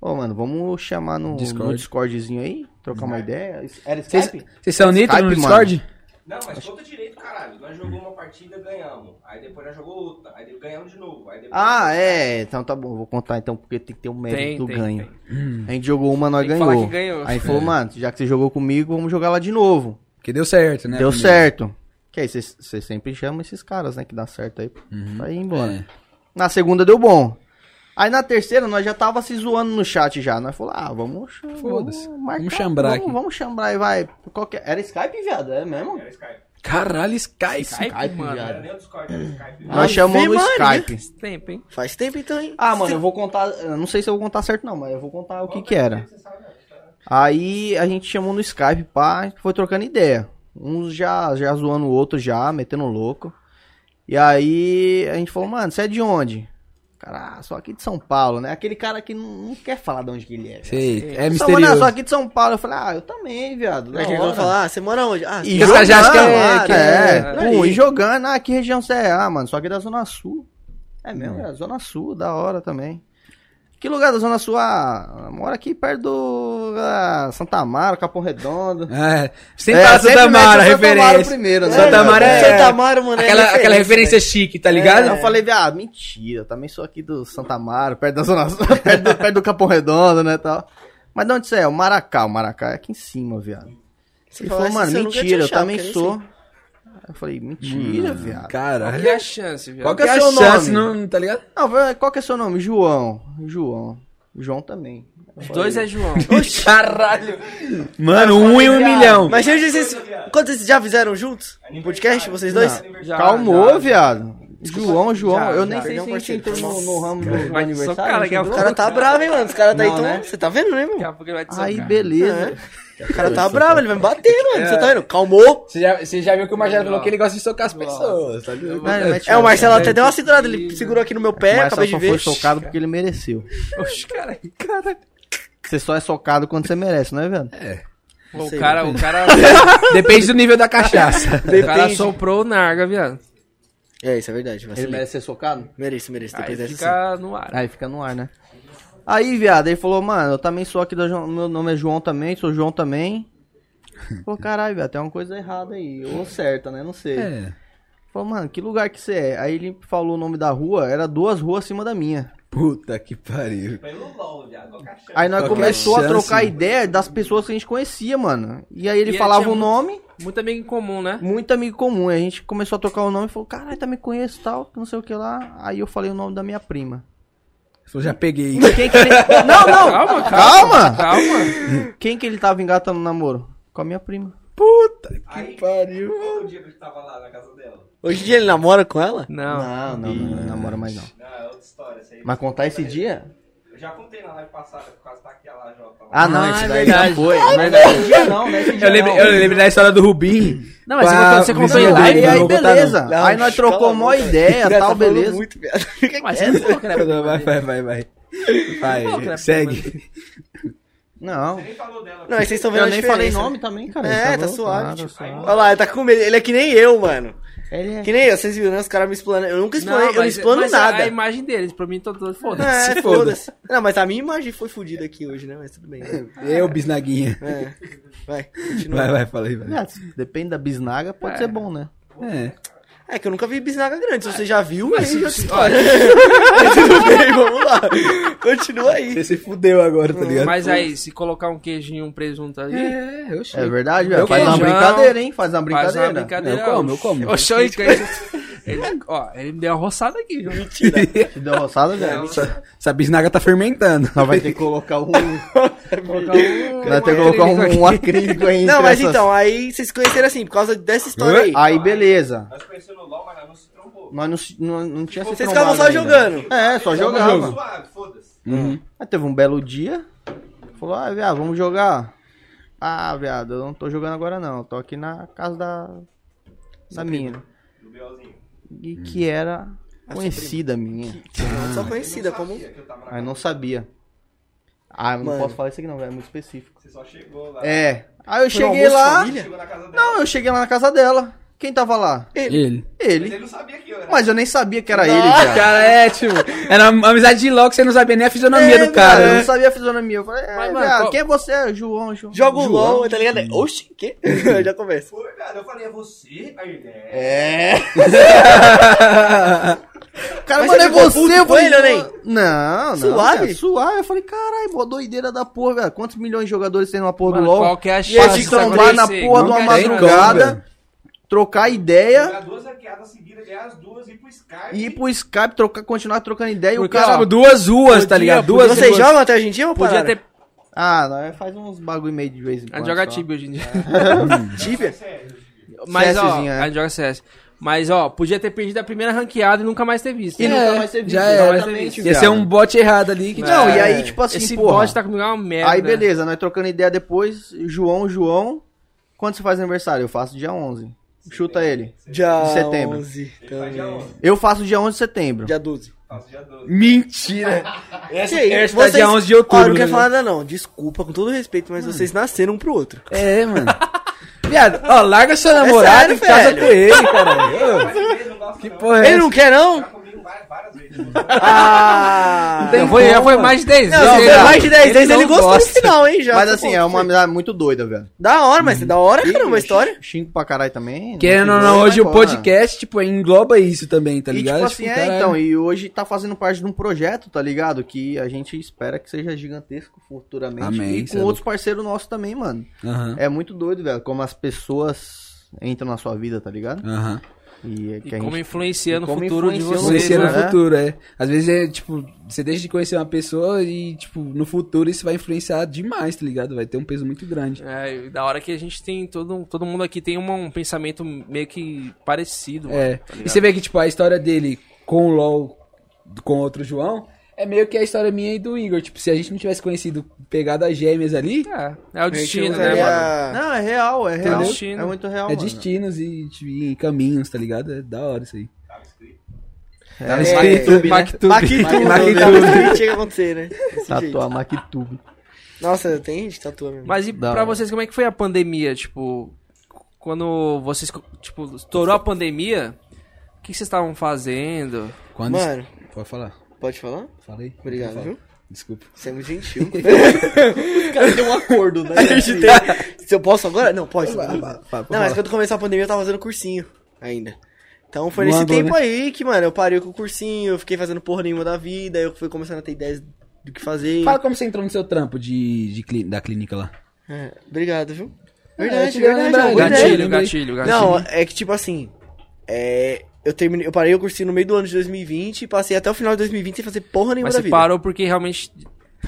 Speaker 2: Ô, mano, vamos chamar no,
Speaker 3: Discord.
Speaker 2: no Discordzinho aí, trocar
Speaker 1: Né.
Speaker 2: uma ideia. Era
Speaker 3: Vocês
Speaker 2: Skype?
Speaker 3: vocês são unidos no
Speaker 2: Skype,
Speaker 3: Discord?
Speaker 5: Não, mas conta direito, caralho. Nós jogamos uma partida, ganhamos. Aí depois nós jogou outra. Aí de- ganhamos de novo. Aí depois...
Speaker 2: Ah, é, então tá bom, vou contar então, porque tem que ter um mérito
Speaker 1: Tem,
Speaker 2: do
Speaker 1: tem,
Speaker 2: ganho.
Speaker 1: tem.
Speaker 3: Hum.
Speaker 2: A gente jogou uma, nós
Speaker 1: Tem que
Speaker 2: ganhou.
Speaker 1: falar que ganhou.
Speaker 2: Aí
Speaker 3: É.
Speaker 2: falou, mano, já que você jogou comigo, vamos jogar lá de novo.
Speaker 3: Que deu certo, né?
Speaker 2: Deu
Speaker 3: primeiro.
Speaker 2: certo. Que aí vocês vocês sempre chamam esses caras, né, que dá certo aí pra ir embora.
Speaker 3: É.
Speaker 2: Na segunda deu bom. Aí na terceira nós já tava se zoando no chat já. Nós falou, ah, vamos. ch-
Speaker 3: Foda-se.
Speaker 2: vamos marcar,
Speaker 3: Vamos chambrar
Speaker 2: vamos,
Speaker 3: aqui.
Speaker 2: Vamos chambrar e vai. Qualquer... Era Skype, viado? É mesmo?
Speaker 3: Caralho, Skype.
Speaker 1: Skype, mano.
Speaker 2: viado.
Speaker 5: Nem o Discord, nem o Skype.
Speaker 2: Nós
Speaker 4: Ave
Speaker 2: chamamos o
Speaker 4: Maria.
Speaker 2: Skype.
Speaker 1: Esse tempo, hein?
Speaker 4: Faz tempo então, hein?
Speaker 2: Ah, mano, eu vou contar. eu não sei se eu vou contar certo, não, mas eu vou contar o que que né? era. Aí a gente chamou no Skype, pá, a gente foi trocando ideia. Uns já, já zoando o outro, já, metendo louco. E aí a gente falou, mano, você é de onde? Cara, ah, sou aqui de São Paulo, né? Aquele cara que não, não quer falar de onde que ele é. velho. Só, mano,
Speaker 3: Sei, é
Speaker 2: ah, sou
Speaker 3: misterioso.
Speaker 2: aqui de São Paulo. Eu falei, ah, eu também, viado. da
Speaker 4: Aí eles
Speaker 2: hora.
Speaker 4: vão falar, ah, você mora onde? Ah,
Speaker 2: E
Speaker 3: Os
Speaker 2: jogando,
Speaker 3: caras já acham que é-
Speaker 2: é,
Speaker 3: que
Speaker 1: é-
Speaker 2: é. Pum, e jogando, ah, que região você é? Ah, mano, só aqui da Zona Sul. É
Speaker 3: Hum.
Speaker 2: mesmo, é Zona Sul, da hora também. Que lugar da Zona Sul? Ah, mora aqui perto do ah, Santa Mara, Capão Redondo.
Speaker 3: É, sempre fala Santa
Speaker 2: mete o Santa Amaro
Speaker 3: Mara, referência.
Speaker 2: primeiro, né?
Speaker 3: Santa Amaro é-
Speaker 4: tá- Santa Amaro, mano. é
Speaker 3: Aquela, aquela referência
Speaker 4: né?
Speaker 3: chique, tá
Speaker 2: Cara,
Speaker 3: ligado?
Speaker 2: eu falei, ah, mentira, eu também sou aqui do Santa Amaro, perto da Zona Sul, perto, do, perto do Capão Redondo, né, tal. Mas de onde você é? O Maracá, o Maracá é aqui em cima, viado.
Speaker 4: Você
Speaker 2: Ele
Speaker 4: fala,
Speaker 2: falou, mano,
Speaker 4: "Essa eu nunca
Speaker 2: mentira,
Speaker 4: tinha
Speaker 2: eu
Speaker 4: achado,
Speaker 2: também
Speaker 4: cara, nem
Speaker 2: sou. Eu falei,
Speaker 1: Hum.
Speaker 2: mentira, viado.
Speaker 1: Qual
Speaker 3: Caralho.
Speaker 1: que é a chance, viado?
Speaker 3: Qual que é a
Speaker 2: Qual que é o
Speaker 3: chance,
Speaker 2: nome?
Speaker 3: não, tá ligado?
Speaker 2: Não, vai- qual que é seu nome? João. João. João também.
Speaker 1: Os dois é João.
Speaker 3: Caralho. Mano, um e um milhão.
Speaker 4: Mas gente, vocês, quantos vocês já fizeram juntos? Um podcast, vocês dois?
Speaker 1: Já,
Speaker 2: Calmou,
Speaker 1: já.
Speaker 2: viado. João, João,
Speaker 4: Já,
Speaker 2: eu
Speaker 4: já,
Speaker 2: nem sei
Speaker 4: perdeu
Speaker 2: se
Speaker 4: um
Speaker 2: a gente
Speaker 4: parceiro.
Speaker 2: entrou no,
Speaker 4: Nossa,
Speaker 2: no ramo do, do
Speaker 1: Mas
Speaker 2: aniversário.
Speaker 1: só o cara
Speaker 2: a gente
Speaker 1: que é o
Speaker 4: O
Speaker 2: entrou?
Speaker 4: cara tá bravo, hein, mano? Os caras tá aí
Speaker 2: Não,
Speaker 4: tão...
Speaker 2: né?
Speaker 4: Você tá vendo, né,
Speaker 1: Daqui
Speaker 4: mano?
Speaker 1: a pouco ele vai te
Speaker 2: Aí,
Speaker 1: socar.
Speaker 2: beleza.
Speaker 4: O cara tá bravo, ele vai me bater, mano. Você tá vendo? Calmou.
Speaker 3: Você já, você já viu que o Marcelo falou que ele gosta de socar as pessoas, tá ligado?
Speaker 2: Mano, mete
Speaker 4: É, o
Speaker 2: uma-
Speaker 4: Marcelo até deu uma segurada, ele segurou aqui no meu pé,
Speaker 2: Mas só
Speaker 4: É, acabei de
Speaker 2: só
Speaker 4: ver.
Speaker 2: foi socado porque ele mereceu.
Speaker 1: Oxe, cara, cara.
Speaker 2: Você só é socado quando você merece, não é, velho?
Speaker 1: Pô, o
Speaker 4: Sei.
Speaker 1: cara, o cara,
Speaker 3: Depende do nível da cachaça.
Speaker 1: o cara um-
Speaker 4: Depende.
Speaker 1: soprou o narga, viado.
Speaker 4: É, isso é verdade. Vai
Speaker 2: Ele
Speaker 4: merece.
Speaker 2: merece ser socado?
Speaker 4: Mereço, mereço.
Speaker 1: Aí
Speaker 4: Depois dessa sim.
Speaker 1: fica no ar.
Speaker 2: Aí fica no ar, né? Aí, viado, ele falou, mano, eu também sou aqui da João, meu nome é João também, sou João também. Pô, caralho, viado, tem uma coisa errada aí, ou certa, né? Não
Speaker 1: É.
Speaker 2: sei. Falou, mano, que lugar que você é? Aí ele falou o nome da rua, era duas ruas acima da minha.
Speaker 3: Puta que pariu.
Speaker 5: Pelo LOL, viado. Qual que é a chance?
Speaker 2: Aí nós
Speaker 3: Qual que é a
Speaker 2: começou a
Speaker 3: chance?
Speaker 2: trocar ideia das pessoas que a gente conhecia, mano. E aí
Speaker 1: E
Speaker 2: ele
Speaker 1: ele
Speaker 2: falava
Speaker 1: tinha
Speaker 2: o
Speaker 1: muito-
Speaker 2: nome,
Speaker 1: Muito amigo em comum, né?
Speaker 2: muito amigo comum. Aí a gente começou a trocar o nome e falou, caralho, também conheço tal, que não sei o que lá. Aí eu falei o nome da minha prima.
Speaker 3: Eu já peguei.
Speaker 2: Quem que ele... Não, não!
Speaker 1: Calma,
Speaker 2: Calma!
Speaker 1: Calma.
Speaker 2: Quem que ele tava engatando o namoro? Com a minha prima.
Speaker 5: Aí,
Speaker 3: pariu.
Speaker 5: qual foi o dia que eu tava lá na casa dela?
Speaker 4: Hoje em dia ele namora com ela?
Speaker 1: Não.
Speaker 2: Ah, não, não, não namora mais não.
Speaker 5: Não, é outra história. Isso aí.
Speaker 2: Mas contar esse dia?
Speaker 5: Eu já contei na live passada, por causa daquela lá, Jota. lá.
Speaker 2: Ah, não,
Speaker 1: Ah,
Speaker 2: esse
Speaker 1: é
Speaker 2: daí
Speaker 1: verdade.
Speaker 2: já
Speaker 3: tá
Speaker 2: foi. Mas esse dia não, né? Esse dia
Speaker 3: Eu lembrei,
Speaker 2: não.
Speaker 3: eu lembrei da história do Rubim.
Speaker 1: Não, mas você
Speaker 3: Com a
Speaker 1: contou- você contou
Speaker 3: vizinha
Speaker 1: em
Speaker 3: dele,
Speaker 1: live,
Speaker 2: aí,
Speaker 3: mas eu não vou contar,
Speaker 2: beleza.
Speaker 3: não.
Speaker 4: Não,
Speaker 2: aí nós
Speaker 4: cala a
Speaker 2: trocou
Speaker 4: boca,
Speaker 2: mó
Speaker 4: velho.
Speaker 2: ideia,
Speaker 4: Cara, tá
Speaker 2: tal,
Speaker 4: falando
Speaker 2: beleza.
Speaker 4: muito, viado. Fica
Speaker 1: Mas
Speaker 4: quieto.
Speaker 1: você não falou que era prima
Speaker 3: Vai,
Speaker 1: dele.
Speaker 3: vai, vai, vai. Vai, segue.
Speaker 2: Não.
Speaker 5: Nem falou dela.
Speaker 4: Não, vocês estão vendo
Speaker 2: Eu
Speaker 4: a
Speaker 2: nem
Speaker 4: diferença.
Speaker 2: falei nome também, cara.
Speaker 4: É,
Speaker 2: bom,
Speaker 4: tá suave.
Speaker 2: tá
Speaker 4: tipo.
Speaker 2: suave.
Speaker 4: Olha lá, ele tá com medo. Ele é que nem eu, mano.
Speaker 2: Ele é...
Speaker 4: Que nem eu, vocês viram, né? Os caras me explanam. Eu nunca explanei, eu não
Speaker 1: mas- é-
Speaker 4: explano
Speaker 1: mas
Speaker 4: nada.
Speaker 1: A imagem deles, pra mim, todo foda-se.
Speaker 4: É,
Speaker 3: se
Speaker 4: foda-se. Não, mas a minha imagem foi fodida aqui hoje, né? Mas tudo bem. né?
Speaker 3: Eu, bisnaguinha.
Speaker 4: É. Vai, continua.
Speaker 3: Vai, vai, fala aí, vai.
Speaker 2: Ah, se Depende da bisnaga, pode
Speaker 1: É.
Speaker 2: ser bom, né?
Speaker 3: É.
Speaker 4: É que eu nunca vi bisnaga grande. Se você já viu,
Speaker 1: Mas
Speaker 4: aí já
Speaker 1: se-
Speaker 4: se olha. Mas tudo bem, vamos lá. Continua aí.
Speaker 3: Você se fudeu agora, tá ligado?
Speaker 1: Mas aí, se colocar um queijinho, um presunto ali,
Speaker 3: É, eu
Speaker 2: É
Speaker 3: chego.
Speaker 2: verdade,
Speaker 1: Eu
Speaker 2: velho. Faz uma
Speaker 1: queijão.
Speaker 2: brincadeira, hein? Faz uma
Speaker 1: faz uma
Speaker 2: brincadeira.
Speaker 1: brincadeira.
Speaker 3: Eu como, eu como.
Speaker 1: Ô, show, hein, cara? Ele- Ó, ele me deu uma roçada aqui, viu?
Speaker 2: Te deu roçada, velho.
Speaker 3: Essa, essa bisnaga tá fermentando.
Speaker 2: Nós vai ter que colocar um...
Speaker 1: Colocar um-
Speaker 2: Nós ter que colocar um, um acrílico aí.
Speaker 4: Não,
Speaker 2: entre
Speaker 4: mas
Speaker 2: essas- Ah,
Speaker 4: então, aí vocês conheceram assim, por causa dessa história aí.
Speaker 2: Aí, beleza.
Speaker 5: Nós conhecemos no LOL, mas nós não se trombou.
Speaker 2: Nós não, se- não, não tinha se
Speaker 4: Vocês ficavam só
Speaker 2: trombado ainda.
Speaker 4: jogando. Uhum.
Speaker 2: É, só
Speaker 5: Tava
Speaker 2: jogava.
Speaker 5: Suave, foda-se.
Speaker 2: Aí teve um belo dia. Falou, ah, viado, vamos jogar. Ah, viado, eu não tô jogando agora não. Tô aqui na casa da. Da minha.
Speaker 5: No BOzinho.
Speaker 2: E
Speaker 4: Hum.
Speaker 2: que era conhecida minha.
Speaker 4: Não, Só conhecida como.
Speaker 5: Sabia que eu tava na
Speaker 2: Aí não sabia. Ah, eu não
Speaker 4: Mano.
Speaker 2: posso falar isso aqui não, velho. É muito específico.
Speaker 5: Você só chegou lá.
Speaker 2: É. Aí eu
Speaker 4: Foi um
Speaker 2: cheguei
Speaker 4: almoço
Speaker 2: lá.
Speaker 4: família?
Speaker 5: Chegou na casa dela.
Speaker 2: Não, eu cheguei lá na casa dela. Quem tava lá?
Speaker 3: Ele.
Speaker 5: Mas
Speaker 2: Ele.
Speaker 5: ele não sabia que eu era.
Speaker 2: Mas eu nem sabia que era ele,
Speaker 3: Ah,
Speaker 2: viado.
Speaker 3: cara, é, tipo. Era uma amizade de LOL que você não sabia nem a fisionomia
Speaker 2: É,
Speaker 3: do cara.
Speaker 2: Eu
Speaker 3: né?
Speaker 2: não sabia a fisionomia. Eu falei, é,
Speaker 1: Mas, mano,
Speaker 2: viado,
Speaker 1: qual-
Speaker 2: quem é você? João, João.
Speaker 4: Joga o
Speaker 2: João.
Speaker 4: LOL, tá ligado?
Speaker 2: Hum.
Speaker 4: Oxi, que? já começa.
Speaker 5: Foi, viado. Eu falei, é você? Aí ele é.
Speaker 4: É.
Speaker 1: né?
Speaker 2: Cara,
Speaker 4: Mas
Speaker 2: mano,
Speaker 4: você
Speaker 2: é
Speaker 4: ficou puto
Speaker 2: você,
Speaker 4: com
Speaker 2: foi
Speaker 4: ele, ou nem?
Speaker 2: Não, não.
Speaker 4: Suave?
Speaker 2: cara, suave. Eu falei, caralho, mó doideira da porra, velho. Quantos milhões de jogadores tem numa porra
Speaker 1: Mano,
Speaker 2: do LoL?
Speaker 1: qual que é a
Speaker 2: E
Speaker 1: chance
Speaker 2: eles
Speaker 1: disso
Speaker 2: estão lá na
Speaker 1: acontecer?
Speaker 2: porra de
Speaker 1: Não
Speaker 2: uma
Speaker 1: tem como,
Speaker 2: madrugada, trocar ideia,
Speaker 5: Jogar duas hackeadas seguidas, ganhar as duas, ir pro Skype.
Speaker 2: ir pro Skype, trocar, continuar trocando ideia e o
Speaker 3: Porque,
Speaker 2: cara...
Speaker 3: tipo, duas ruas, tá
Speaker 1: Podia-
Speaker 3: ligado?
Speaker 1: podia-
Speaker 3: Duas
Speaker 4: Vocês
Speaker 3: ruas.
Speaker 4: jogam até hoje em dia ou
Speaker 1: Podia
Speaker 4: pararam?
Speaker 1: ter.
Speaker 2: Ah, nós faz uns bagulho meio de vez em
Speaker 1: A
Speaker 2: quando.
Speaker 1: gente joga
Speaker 2: só.
Speaker 1: Tibia hoje em dia.
Speaker 4: Tibia?
Speaker 5: Sério.
Speaker 1: Mas, ó,
Speaker 2: CSzinho, é.
Speaker 1: a gente joga CS. Mas, ó, podia ter perdido a primeira ranqueada e nunca mais ter visto.
Speaker 2: E
Speaker 1: É.
Speaker 2: nunca mais ser visto,
Speaker 3: já era.
Speaker 2: exatamente,
Speaker 3: Ia ser
Speaker 2: viado.
Speaker 3: um bot errado ali. Que,
Speaker 2: Não, e aí,
Speaker 3: tipo,
Speaker 2: tipo assim,
Speaker 1: É, Esse
Speaker 2: porra...
Speaker 1: bot tá comigo é uma merda.
Speaker 2: Aí, beleza, nós trocando ideia depois, João, João... Quando você faz aniversário? Eu faço dia 11. Chuta ele.
Speaker 4: Dia
Speaker 2: De setembro.
Speaker 4: 11
Speaker 5: Faz dia
Speaker 4: também.
Speaker 5: 11,
Speaker 2: Eu faço dia 11 de setembro.
Speaker 4: Dia 12.
Speaker 5: faço dia 12.
Speaker 3: Mentira. Essa,
Speaker 4: Que
Speaker 3: essa
Speaker 4: isso?
Speaker 3: tá dia 11 de outubro.
Speaker 4: Ó, eu não quero
Speaker 3: né?
Speaker 4: falar nada não, desculpa, com todo respeito, mas vocês nasceram um pro outro.
Speaker 3: É, mano. Viado, ó, larga
Speaker 2: É
Speaker 3: seu namorado
Speaker 4: sério,
Speaker 3: e casa
Speaker 4: velho.
Speaker 3: com ele, cara.
Speaker 5: Mas ele não gosta
Speaker 3: Que
Speaker 5: não.
Speaker 3: porra é
Speaker 4: Ele não
Speaker 3: essa?
Speaker 4: quer não?
Speaker 5: Já comigo várias, várias vezes.
Speaker 4: Ah!
Speaker 1: Já foi, já foi mais de 10
Speaker 4: Não,
Speaker 1: vezes. né?
Speaker 4: foi mais de 10
Speaker 3: Ele
Speaker 4: vezes, ele,
Speaker 3: não
Speaker 4: gostou
Speaker 3: gosta.
Speaker 4: no final, hein, já.
Speaker 2: Mas
Speaker 4: Pô,
Speaker 2: assim, é uma amizade muito doida, velho.
Speaker 4: Da hora, mas é da hora, cara, uma história.
Speaker 2: Xingo pra caralho também.
Speaker 3: Querendo ou
Speaker 2: Não,
Speaker 3: não,
Speaker 2: vai
Speaker 3: hoje o
Speaker 2: fora.
Speaker 3: podcast, tipo, engloba isso também, tá
Speaker 2: e
Speaker 3: ligado?
Speaker 2: tipo assim, é,
Speaker 3: caralho.
Speaker 2: então, e hoje tá fazendo parte de um projeto, tá ligado? Que a gente espera que seja gigantesco futuramente.
Speaker 3: Amém,
Speaker 2: e
Speaker 3: cê
Speaker 2: com
Speaker 3: é
Speaker 2: outros parceiros nossos também, mano.
Speaker 3: Aham,
Speaker 2: É muito doido, velho, como as pessoas entram na sua vida, tá ligado?
Speaker 3: aham.
Speaker 2: E, é
Speaker 1: E
Speaker 2: que a
Speaker 1: como
Speaker 2: gente-
Speaker 1: influencia
Speaker 2: e
Speaker 1: no
Speaker 2: como
Speaker 1: futuro de
Speaker 2: influencia no
Speaker 1: vocês,
Speaker 3: Influencia
Speaker 2: futuro,
Speaker 1: né?
Speaker 3: no
Speaker 2: né?
Speaker 3: futuro, é. Às vezes é, tipo, você deixa de conhecer uma pessoa e, tipo, no futuro isso vai influenciar demais, tá ligado? Vai ter um peso muito grande.
Speaker 1: É, e da hora que a gente tem, todo, um, todo mundo aqui tem uma- um pensamento meio que parecido. mano,
Speaker 3: É.
Speaker 1: tá
Speaker 3: e
Speaker 1: ligado?
Speaker 3: você vê que, tipo, a história dele com o LOL, com outro João, é meio que a história minha e do Igor. Tipo, se a gente não tivesse conhecido pegadas gêmeas ali,
Speaker 1: É, é o
Speaker 4: A gente
Speaker 1: destino, né,
Speaker 4: usaria-
Speaker 1: mano?
Speaker 2: Não, é real, é real.
Speaker 1: destino.
Speaker 2: É muito real,
Speaker 3: é
Speaker 2: mano.
Speaker 3: destinos e, tipo, e caminhos, tá ligado? É da hora isso aí.
Speaker 2: É,
Speaker 3: Tá no
Speaker 2: é,
Speaker 3: Mactube, né?
Speaker 4: Maquitube. Maquitube. Chega a acontecer, né? Desse jeito.
Speaker 2: Tatuar Mactube.
Speaker 4: Nossa, tem gente que tatua mesmo.
Speaker 1: Mas e
Speaker 2: Da
Speaker 1: pra
Speaker 2: hora.
Speaker 1: vocês, como é que foi a pandemia? Tipo, quando vocês, tipo, estourou a pandemia, o que que vocês estavam fazendo?
Speaker 3: Quando...
Speaker 4: Mano,
Speaker 3: Pode falar.
Speaker 4: pode falar?
Speaker 3: Falei.
Speaker 4: Obrigado, viu?
Speaker 3: Desculpa.
Speaker 4: Você é muito gentil. Os caras têm um acordo, né? Se eu posso agora? Não, pode. Não, mas quando começou a pandemia eu tava fazendo cursinho ainda. Então foi
Speaker 3: Não
Speaker 4: nesse
Speaker 3: andou,
Speaker 4: tempo
Speaker 3: né?
Speaker 4: aí que, mano, eu parei com o cursinho, eu fiquei fazendo porra nenhuma da vida, eu fui começando a ter ideias do que fazer.
Speaker 3: Fala como você entrou no seu trampo de, de clín- da clínica lá.
Speaker 4: É, obrigado, viu?
Speaker 3: É, eu
Speaker 4: Verdade,
Speaker 3: te dei uma
Speaker 4: verdade.
Speaker 3: lembrada.
Speaker 4: não, boa ideia.
Speaker 1: Gatilho,
Speaker 3: lembrei.
Speaker 1: gatilho, gatilho.
Speaker 4: né? Não, é que tipo assim, é, eu terminei, eu parei o cursinho no meio do ano de 2020 e passei até o final de 2020 sem fazer porra nenhuma
Speaker 1: Mas
Speaker 4: da
Speaker 1: você
Speaker 4: vida.
Speaker 1: parou porque realmente...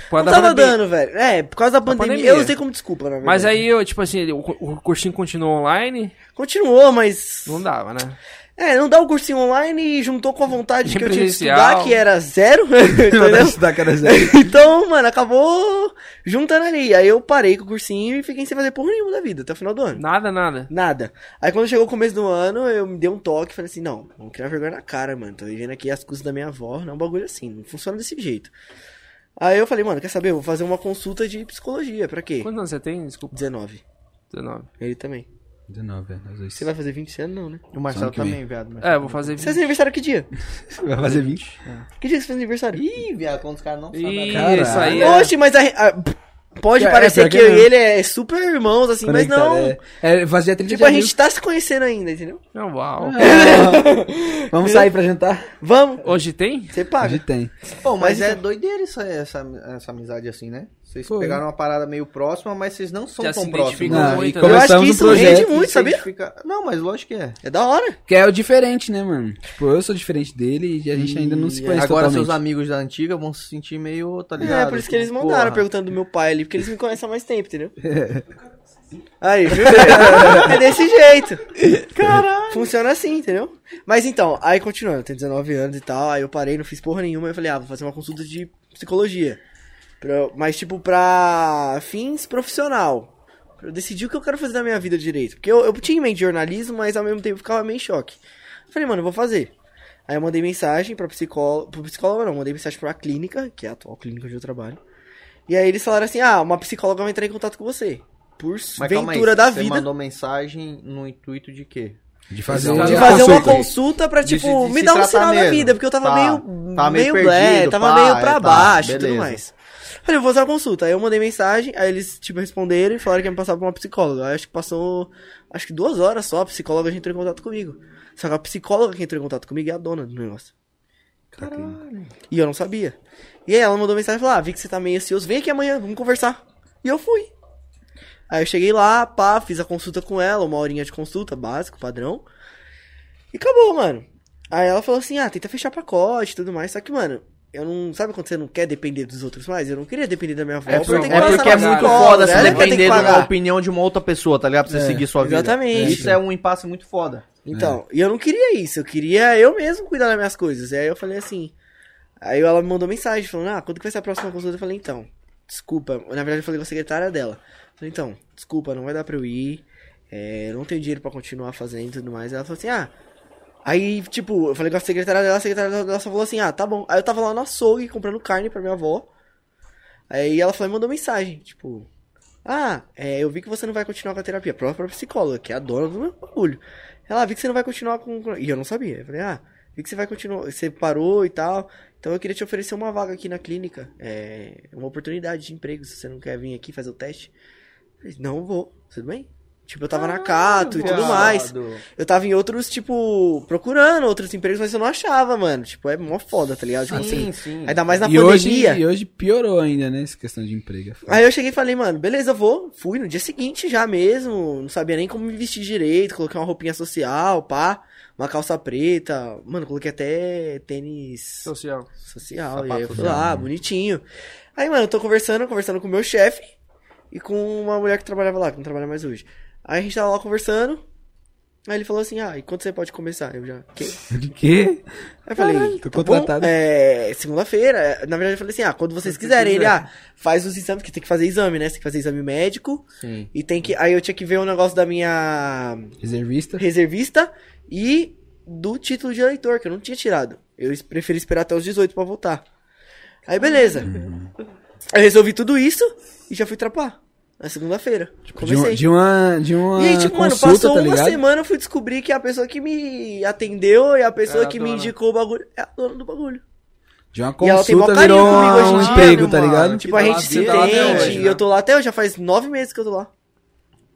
Speaker 1: Quando
Speaker 4: Não
Speaker 1: a
Speaker 4: tava
Speaker 1: pandemia-
Speaker 4: dando, velho. É, por causa da pandemia,
Speaker 1: pandemia.
Speaker 4: eu não sei como desculpa, na verdade.
Speaker 1: Mas aí, eu, tipo assim, o, o cursinho continuou online,
Speaker 4: Continuou, mas...
Speaker 1: não dava, né?
Speaker 4: É, não dá o cursinho online e juntou com a vontade
Speaker 1: De
Speaker 4: que eu tinha de
Speaker 1: presencial.
Speaker 4: estudar, que era zero, entendeu?
Speaker 3: Da cara zero.
Speaker 4: então, mano, acabou juntando ali. Aí eu parei com o cursinho e fiquei sem fazer porra nenhuma da vida, até o final do ano.
Speaker 1: Nada, nada.
Speaker 4: Nada. Aí quando chegou o começo do ano, eu me dei um toque e falei assim, não, vamos criar vergonha na cara, mano. Tô vivendo aqui as custas da minha avó, não é um bagulho assim, não funciona desse jeito. Aí eu falei, mano, quer saber? Eu vou fazer uma consulta de psicologia, pra quê?
Speaker 1: Quantos anos você tem? Desculpa,
Speaker 4: 19.
Speaker 1: 19.
Speaker 4: Ele também.
Speaker 3: 19, velho. é, nós dois.
Speaker 4: Você vai fazer 20 anos, não, né?
Speaker 2: O Marcelo
Speaker 3: Só que vem.
Speaker 2: também, viado. mas-
Speaker 1: É, eu vou fazer...
Speaker 4: Você faz aniversário que dia?
Speaker 3: Vai fazer 20.
Speaker 4: Que dia que você faz aniversário? Ah,
Speaker 2: Ih, viado, quando os caras não
Speaker 1: Ih,
Speaker 3: Caralho.
Speaker 1: isso aí é...
Speaker 4: Oxe, mas a, a- pode
Speaker 3: É,
Speaker 4: parecer
Speaker 3: pior
Speaker 4: que
Speaker 3: que
Speaker 4: eu e
Speaker 3: não.
Speaker 4: ele é super irmãos, assim, mas
Speaker 3: Conectado,
Speaker 4: não.
Speaker 3: É, é fazia 30
Speaker 4: Tipo, a
Speaker 3: de abril.
Speaker 4: gente tá se conhecendo ainda, entendeu?
Speaker 1: Não, uau.
Speaker 4: É.
Speaker 3: Vamos sair pra jantar?
Speaker 4: Vamos,
Speaker 1: Hoje tem?
Speaker 4: você
Speaker 3: A
Speaker 4: paga.
Speaker 3: gente tem.
Speaker 2: Pô, mas
Speaker 4: Mas
Speaker 2: é
Speaker 4: então-
Speaker 2: doideira essa, essa, essa amizade assim, né? Vocês
Speaker 3: Foi.
Speaker 2: pegaram uma parada meio próxima, mas vocês não são
Speaker 1: Já
Speaker 2: tão
Speaker 1: se
Speaker 2: próximos.
Speaker 1: identificam
Speaker 3: Não,
Speaker 1: muito,
Speaker 3: e
Speaker 1: né?
Speaker 4: Eu
Speaker 3: Começamos
Speaker 4: acho que
Speaker 3: um
Speaker 4: isso
Speaker 3: projeto
Speaker 4: rende muito,
Speaker 2: Vocês
Speaker 4: sabia?
Speaker 2: fica- Não, mas lógico que é.
Speaker 4: É da hora.
Speaker 3: Que é o diferente, né, mano? Tipo, eu sou diferente dele e a gente ainda não se conhece
Speaker 2: Agora
Speaker 3: totalmente.
Speaker 2: seus amigos da antiga vão se sentir meio, tá ligado?
Speaker 4: É, por isso que eles mandaram
Speaker 2: Porra.
Speaker 4: perguntando do meu pai ali, porque eles me conhecem há mais tempo, entendeu? Aí, viu? é desse jeito. Caralho. Funciona assim, entendeu? Mas então, aí continuando, eu tenho 19 anos e tal, aí eu parei, não fiz porra nenhuma, eu falei, ah, vou fazer uma consulta de psicologia. Pra- mas tipo, pra fins profissional. Pra Eu decidi o que eu quero fazer da minha vida direito. Porque eu, eu tinha em mente jornalismo, mas ao mesmo tempo ficava meio em choque. Eu falei, mano, eu vou fazer. Aí eu mandei mensagem pra psicólogo. Pro psicólogo não, mandei mensagem pra clínica, que é a atual clínica onde eu trabalho. E aí eles falaram assim: ah, uma psicóloga vai entrar em contato com você. Por
Speaker 2: Mas calma aí,
Speaker 4: ventura da
Speaker 2: você
Speaker 4: vida.
Speaker 2: mandou mensagem no intuito de quê?
Speaker 3: De
Speaker 1: De
Speaker 4: De
Speaker 1: uma
Speaker 4: fazer uma
Speaker 3: consulta.
Speaker 4: consulta pra,
Speaker 2: De-
Speaker 4: tipo,
Speaker 2: de- de
Speaker 4: me
Speaker 2: se
Speaker 4: dar um
Speaker 2: tratar
Speaker 4: sinal na
Speaker 2: mesmo.
Speaker 4: vida, porque eu tava
Speaker 2: Tá.
Speaker 4: meio.
Speaker 2: Tá meio
Speaker 4: meio blé,
Speaker 2: perdido,
Speaker 4: tava
Speaker 2: pá,
Speaker 4: meio
Speaker 2: é,
Speaker 4: pra
Speaker 2: tá,
Speaker 4: baixo e tudo
Speaker 2: beleza.
Speaker 4: mais. Falei, eu vou fazer uma consulta. Aí eu mandei mensagem, aí eles, tipo, responderam e falaram que ia me passar pra uma psicóloga. Aí acho que passou, acho que duas horas só, a psicóloga já entrou em contato comigo. Só que a psicóloga que entrou em contato comigo é a dona do negócio. E eu não sabia. E aí ela mandou mensagem e falou: ah, vi que você tá meio ansioso, vem aqui amanhã, vamos conversar. E eu fui. Aí eu cheguei lá, pá, fiz a consulta com ela, uma horinha de consulta, básico, padrão. E acabou, mano. Aí ela falou assim: ah, tenta fechar pacote e tudo mais. Só que, mano, eu não. Sabe quando você não quer depender dos outros mais? Eu não queria depender da minha avó.
Speaker 2: É,
Speaker 4: porque eu tenho que
Speaker 1: é
Speaker 4: passar
Speaker 2: porque
Speaker 4: na
Speaker 2: é
Speaker 1: casa,
Speaker 2: muito
Speaker 1: né?
Speaker 4: psicóloga,
Speaker 2: foda você
Speaker 4: ela que vai ter que
Speaker 2: depender da
Speaker 4: pagar.
Speaker 2: opinião de uma outra pessoa, tá ligado? Pra você
Speaker 3: É,
Speaker 2: seguir sua vida.
Speaker 4: exatamente.
Speaker 2: Isso é um impasse muito foda.
Speaker 4: Então, e eu não queria isso, eu queria eu mesmo cuidar das minhas coisas. E aí eu falei assim. Aí ela me mandou mensagem falando: Ah, quando que vai ser a próxima consulta? Eu falei: Então, desculpa. Na verdade, eu falei com a secretária dela. Eu falei: Então, desculpa, não vai dar pra eu ir. É, eu não tenho dinheiro pra continuar fazendo e tudo mais. Ela falou assim: Ah. Aí, tipo, eu falei com a secretária dela, a secretária dela só falou assim: Ah, tá bom. Aí eu tava lá no açougue comprando carne pra minha avó. Aí ela falou, mandou mensagem, tipo. Ah, é, eu vi que você não vai continuar com a terapia. Prova pra psicóloga, que é a dona do meu bagulho. Ela "Ah, vi que você não vai continuar com. com-" E eu não sabia. Eu falei, ah, vi que você vai continuar. Você parou e tal. Então eu queria te oferecer uma vaga aqui na clínica. É uma oportunidade de emprego. Se você não quer vir aqui fazer o teste. Eu falei, não vou. Tudo bem? Tipo, eu tava na Cato e tudo mais. Eu tava em outros, tipo, procurando outros empregos, mas eu não achava, mano. Tipo, é mó foda, tá ligado? Tipo assim.
Speaker 2: Sim, sim.
Speaker 4: Ainda mais na
Speaker 3: Ah, e, hoje,
Speaker 4: pandemia.
Speaker 3: e hoje piorou ainda, né? Essa questão de emprego. é foda.
Speaker 4: Aí eu cheguei e falei, mano, beleza, eu vou. Fui no dia seguinte já mesmo. Não sabia nem como me vestir direito. Coloquei uma roupinha social, pá. Uma calça preta. Mano, coloquei até tênis
Speaker 1: Social.
Speaker 4: social.
Speaker 2: Sapato
Speaker 4: e aí eu fui
Speaker 2: social,
Speaker 4: lá,
Speaker 2: né?
Speaker 4: bonitinho. Aí, mano, eu tô conversando, conversando com o meu chefe e com uma mulher que trabalhava lá, que não trabalha mais hoje. Aí a gente tava lá conversando. Aí ele falou assim, ah, e quando você pode começar? Eu já, "Quê?"
Speaker 3: De quê?
Speaker 4: Aí eu falei,
Speaker 3: Caralho, tô
Speaker 4: tá bom,
Speaker 3: contratado.
Speaker 4: é, segunda-feira. Na verdade, eu falei assim, ah, quando vocês quiserem. Ele, ah, faz os exames, que tem que fazer exame, né? Você tem que fazer exame médico.
Speaker 2: Sim.
Speaker 4: E tem que. Aí eu tinha que ver o negócio da minha
Speaker 3: Reservista.
Speaker 4: reservista e do título de eleitor, que eu não tinha tirado. Eu es- preferi esperar até os 18 pra votar. Aí beleza.
Speaker 3: Uhum.
Speaker 4: Eu resolvi tudo isso e já fui trapar. Na segunda-feira.
Speaker 3: De, um-
Speaker 4: comecei.
Speaker 3: de uma, de uma
Speaker 4: E aí, tipo, mano,
Speaker 3: consulta,
Speaker 4: passou
Speaker 3: tá
Speaker 4: uma
Speaker 3: ligado?
Speaker 4: semana, eu fui descobrir que a pessoa que me atendeu e a pessoa
Speaker 1: Era a
Speaker 4: que me
Speaker 1: dona.
Speaker 4: indicou o bagulho é a dona do bagulho.
Speaker 3: De uma
Speaker 4: E ela tem mó
Speaker 3: consulta
Speaker 4: carinho
Speaker 3: virou
Speaker 4: comigo hoje em
Speaker 3: um
Speaker 4: dia,
Speaker 3: emprego,
Speaker 2: meu
Speaker 3: tá
Speaker 2: mano.
Speaker 3: ligado?
Speaker 4: Tipo, a
Speaker 2: dá
Speaker 4: gente
Speaker 2: lá
Speaker 4: se
Speaker 2: dentro,
Speaker 1: até
Speaker 4: entende
Speaker 1: hoje,
Speaker 4: e
Speaker 1: né?
Speaker 4: eu tô lá até hoje, já faz nove meses que eu tô lá.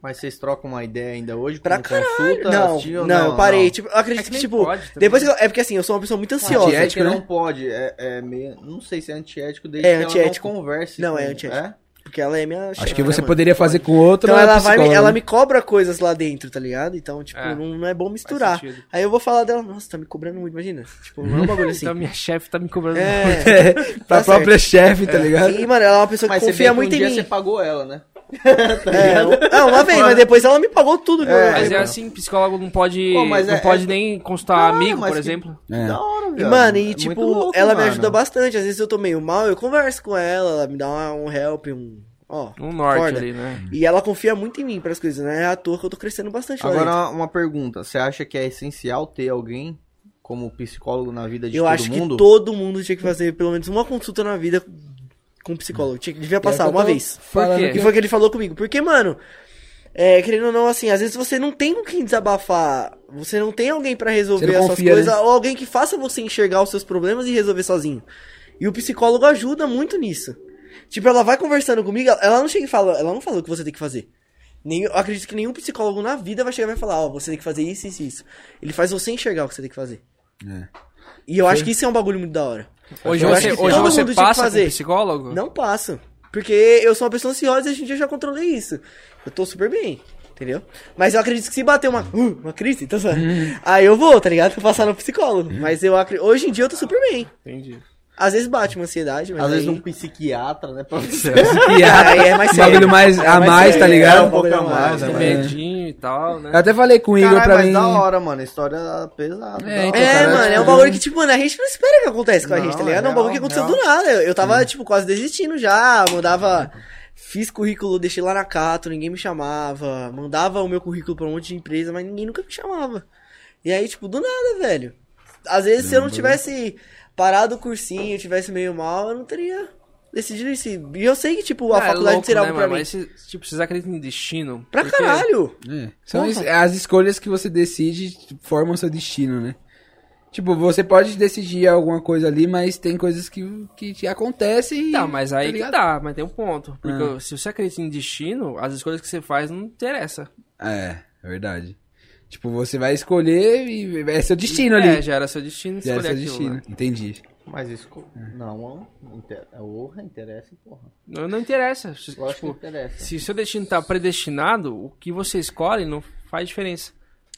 Speaker 2: Mas vocês trocam uma ideia ainda hoje?
Speaker 4: Pra
Speaker 2: como consulta,
Speaker 4: Não,
Speaker 2: assistiu
Speaker 4: não,
Speaker 2: ou
Speaker 4: eu parei. Tipo, eu acredito
Speaker 1: É que
Speaker 4: que,
Speaker 1: nem
Speaker 4: tipo,
Speaker 1: pode também.
Speaker 4: depois que eu- É porque assim, eu sou uma pessoa muito ansiosa.
Speaker 2: Antiético,
Speaker 3: Antiético, né?
Speaker 2: não pode. É, é meio, não sei se é antiético desde
Speaker 4: É
Speaker 2: que
Speaker 4: antiético.
Speaker 2: ela não converse.
Speaker 4: Não,
Speaker 2: com- né?
Speaker 4: é antiético. Porque ela é minha chefe,
Speaker 3: Acho que
Speaker 4: né,
Speaker 3: você
Speaker 4: mano?
Speaker 3: poderia fazer com né? outra
Speaker 4: Então ela, vai,
Speaker 3: psicóloga.
Speaker 4: me- ela me cobra coisas lá dentro, tá ligado? Então, tipo,
Speaker 1: É.
Speaker 4: não, não é bom misturar. Aí eu vou falar dela, nossa, tá me cobrando muito, imagina. Tipo, não é um bagulho assim.
Speaker 1: Então minha chefe tá me cobrando.
Speaker 4: é.
Speaker 3: É, pra
Speaker 4: Tá
Speaker 3: própria chefe, tá ligado?
Speaker 4: E, mano, ela é uma pessoa que
Speaker 2: Mas você
Speaker 4: confia
Speaker 2: vê que
Speaker 4: muito
Speaker 2: um
Speaker 4: em
Speaker 2: dia
Speaker 4: mim.
Speaker 2: você pagou ela, né?
Speaker 4: É, um- ah, uma vez, mas depois ela me pagou tudo. que eu-
Speaker 2: É.
Speaker 1: Mas é assim, psicólogo não pode,
Speaker 2: Pô, mas
Speaker 1: não
Speaker 2: é-
Speaker 1: pode
Speaker 2: é-
Speaker 1: nem consultar
Speaker 2: Não,
Speaker 1: amigo,
Speaker 2: mas
Speaker 1: por
Speaker 2: que-
Speaker 1: exemplo.
Speaker 3: É.
Speaker 2: Da hora,
Speaker 4: E,
Speaker 2: velho.
Speaker 4: mano,
Speaker 2: É
Speaker 4: e
Speaker 2: muito
Speaker 4: tipo,
Speaker 2: louco,
Speaker 4: ela me
Speaker 2: mano.
Speaker 4: ajuda bastante. Às vezes eu tô meio mal, eu converso com ela, ela me dá uma- um help, um. Ó.
Speaker 1: Um norte
Speaker 4: corda.
Speaker 1: ali, né?
Speaker 4: E ela confia muito em mim pras coisas, né? É à toa que eu tô crescendo bastante lá
Speaker 2: Agora, é
Speaker 4: dentro.
Speaker 2: uma- uma pergunta. Você acha que é essencial ter alguém como psicólogo na vida de
Speaker 4: Eu
Speaker 2: todo
Speaker 4: acho
Speaker 2: mundo?
Speaker 4: que todo mundo tinha que fazer pelo menos uma consulta na vida com um psicólogo. Tinha, que- devia passar
Speaker 3: É o que eu
Speaker 4: uma
Speaker 3: tô
Speaker 4: vez.
Speaker 3: falando
Speaker 1: Por quê?
Speaker 4: E
Speaker 3: que-
Speaker 4: foi o que ele falou comigo. Porque, mano, é, querendo ou não, assim, às vezes você não tem com quem desabafar. Você não tem alguém pra resolver
Speaker 3: Você não
Speaker 4: as suas
Speaker 3: confia,
Speaker 4: coisas.
Speaker 3: né?
Speaker 4: Ou alguém que faça você enxergar os seus problemas e resolver sozinho. E o psicólogo ajuda muito nisso. Tipo, ela vai conversando comigo, ela- ela não chega e fala, ela não falou o que você tem que fazer. Nem, eu acredito que nenhum psicólogo na vida vai chegar e vai falar, ó, você tem que fazer isso, isso, isso. Ele faz você enxergar o que você tem que fazer.
Speaker 3: É.
Speaker 4: E eu acho que isso é um bagulho muito da hora.
Speaker 1: Hoje
Speaker 4: Eu acho
Speaker 1: você,
Speaker 4: que
Speaker 1: hoje
Speaker 4: todo
Speaker 1: você
Speaker 4: mundo tinha que
Speaker 1: passa
Speaker 4: fazer.
Speaker 1: com psicólogo?
Speaker 4: Não passo. Porque eu sou uma pessoa ansiosa e hoje em dia eu já controlei isso. Eu tô super bem, entendeu? Mas eu acredito que se bater uma, uh, uma crise, então sabe? Aí eu vou, tá ligado? Vou passar no psicólogo. Mas eu acredito. Hoje em dia eu tô super bem.
Speaker 1: Entendi.
Speaker 4: Às vezes bate uma ansiedade, mas.
Speaker 2: Às
Speaker 4: aí...
Speaker 2: vezes um psiquiatra, né? Pra você.
Speaker 3: E a-
Speaker 4: Aí é mais
Speaker 3: um
Speaker 4: sério.
Speaker 3: bagulho mais a
Speaker 4: mais
Speaker 3: mais, tá
Speaker 4: sério,
Speaker 3: ligado?
Speaker 4: é um pouco a mais,
Speaker 3: É.
Speaker 1: Um medinho e tal, né?
Speaker 3: Eu até falei com o um Igor
Speaker 2: Caralho,
Speaker 3: pra
Speaker 2: mas
Speaker 3: mim.
Speaker 2: da hora, mano. História pesada.
Speaker 3: É,
Speaker 2: da hora.
Speaker 3: então,
Speaker 4: É,
Speaker 3: cara,
Speaker 4: mano, é um
Speaker 3: tipo-
Speaker 4: bagulho que, tipo, mano, a gente não espera que aconteça com a
Speaker 2: Não,
Speaker 4: gente, tá ligado? É um
Speaker 2: é
Speaker 4: bagulho que
Speaker 2: real,
Speaker 4: aconteceu
Speaker 2: real.
Speaker 4: do nada. Eu, eu tava, tipo, quase desistindo já, mandava. Fiz currículo, deixei lá na Cato, ninguém me chamava. Mandava o meu currículo pra um monte de empresa, mas ninguém nunca me chamava. E aí, tipo, do nada, velho. Às vezes, se eu não tivesse parado o cursinho, tivesse meio mal, eu não teria decidido isso. E eu sei que, tipo, a
Speaker 1: Ah, é
Speaker 4: faculdade
Speaker 1: louco,
Speaker 4: será
Speaker 1: né,
Speaker 4: algo pra
Speaker 1: mano?
Speaker 4: mim.
Speaker 1: Mas, se- tipo, vocês acreditam em destino?
Speaker 4: Pra
Speaker 1: Porque-
Speaker 4: caralho!
Speaker 3: É. São
Speaker 4: Porra.
Speaker 3: es- as escolhas que você decide tipo, formam seu destino, né? Tipo, você pode decidir alguma coisa ali, mas tem coisas que, que te acontecem e.
Speaker 1: Tá, mas aí que
Speaker 3: ligado?
Speaker 1: tá, mas tem um ponto. Porque
Speaker 3: Ah.
Speaker 1: se você acredita em destino, as escolhas que você faz não interessa.
Speaker 3: É, é verdade. Tipo, você vai escolher e é seu destino
Speaker 1: É,
Speaker 3: ali.
Speaker 1: já era seu destino
Speaker 3: Já é
Speaker 1: escolher
Speaker 3: seu
Speaker 1: aquilo,
Speaker 3: destino.
Speaker 1: né?
Speaker 3: Entendi.
Speaker 2: Mas isso. co- Não, não inter... é, Porra, interessa, porra.
Speaker 1: Não, não interessa. Se-
Speaker 2: Lógico
Speaker 1: Tipo,
Speaker 2: que interessa.
Speaker 1: se seu destino tá predestinado, o que você escolhe não faz diferença.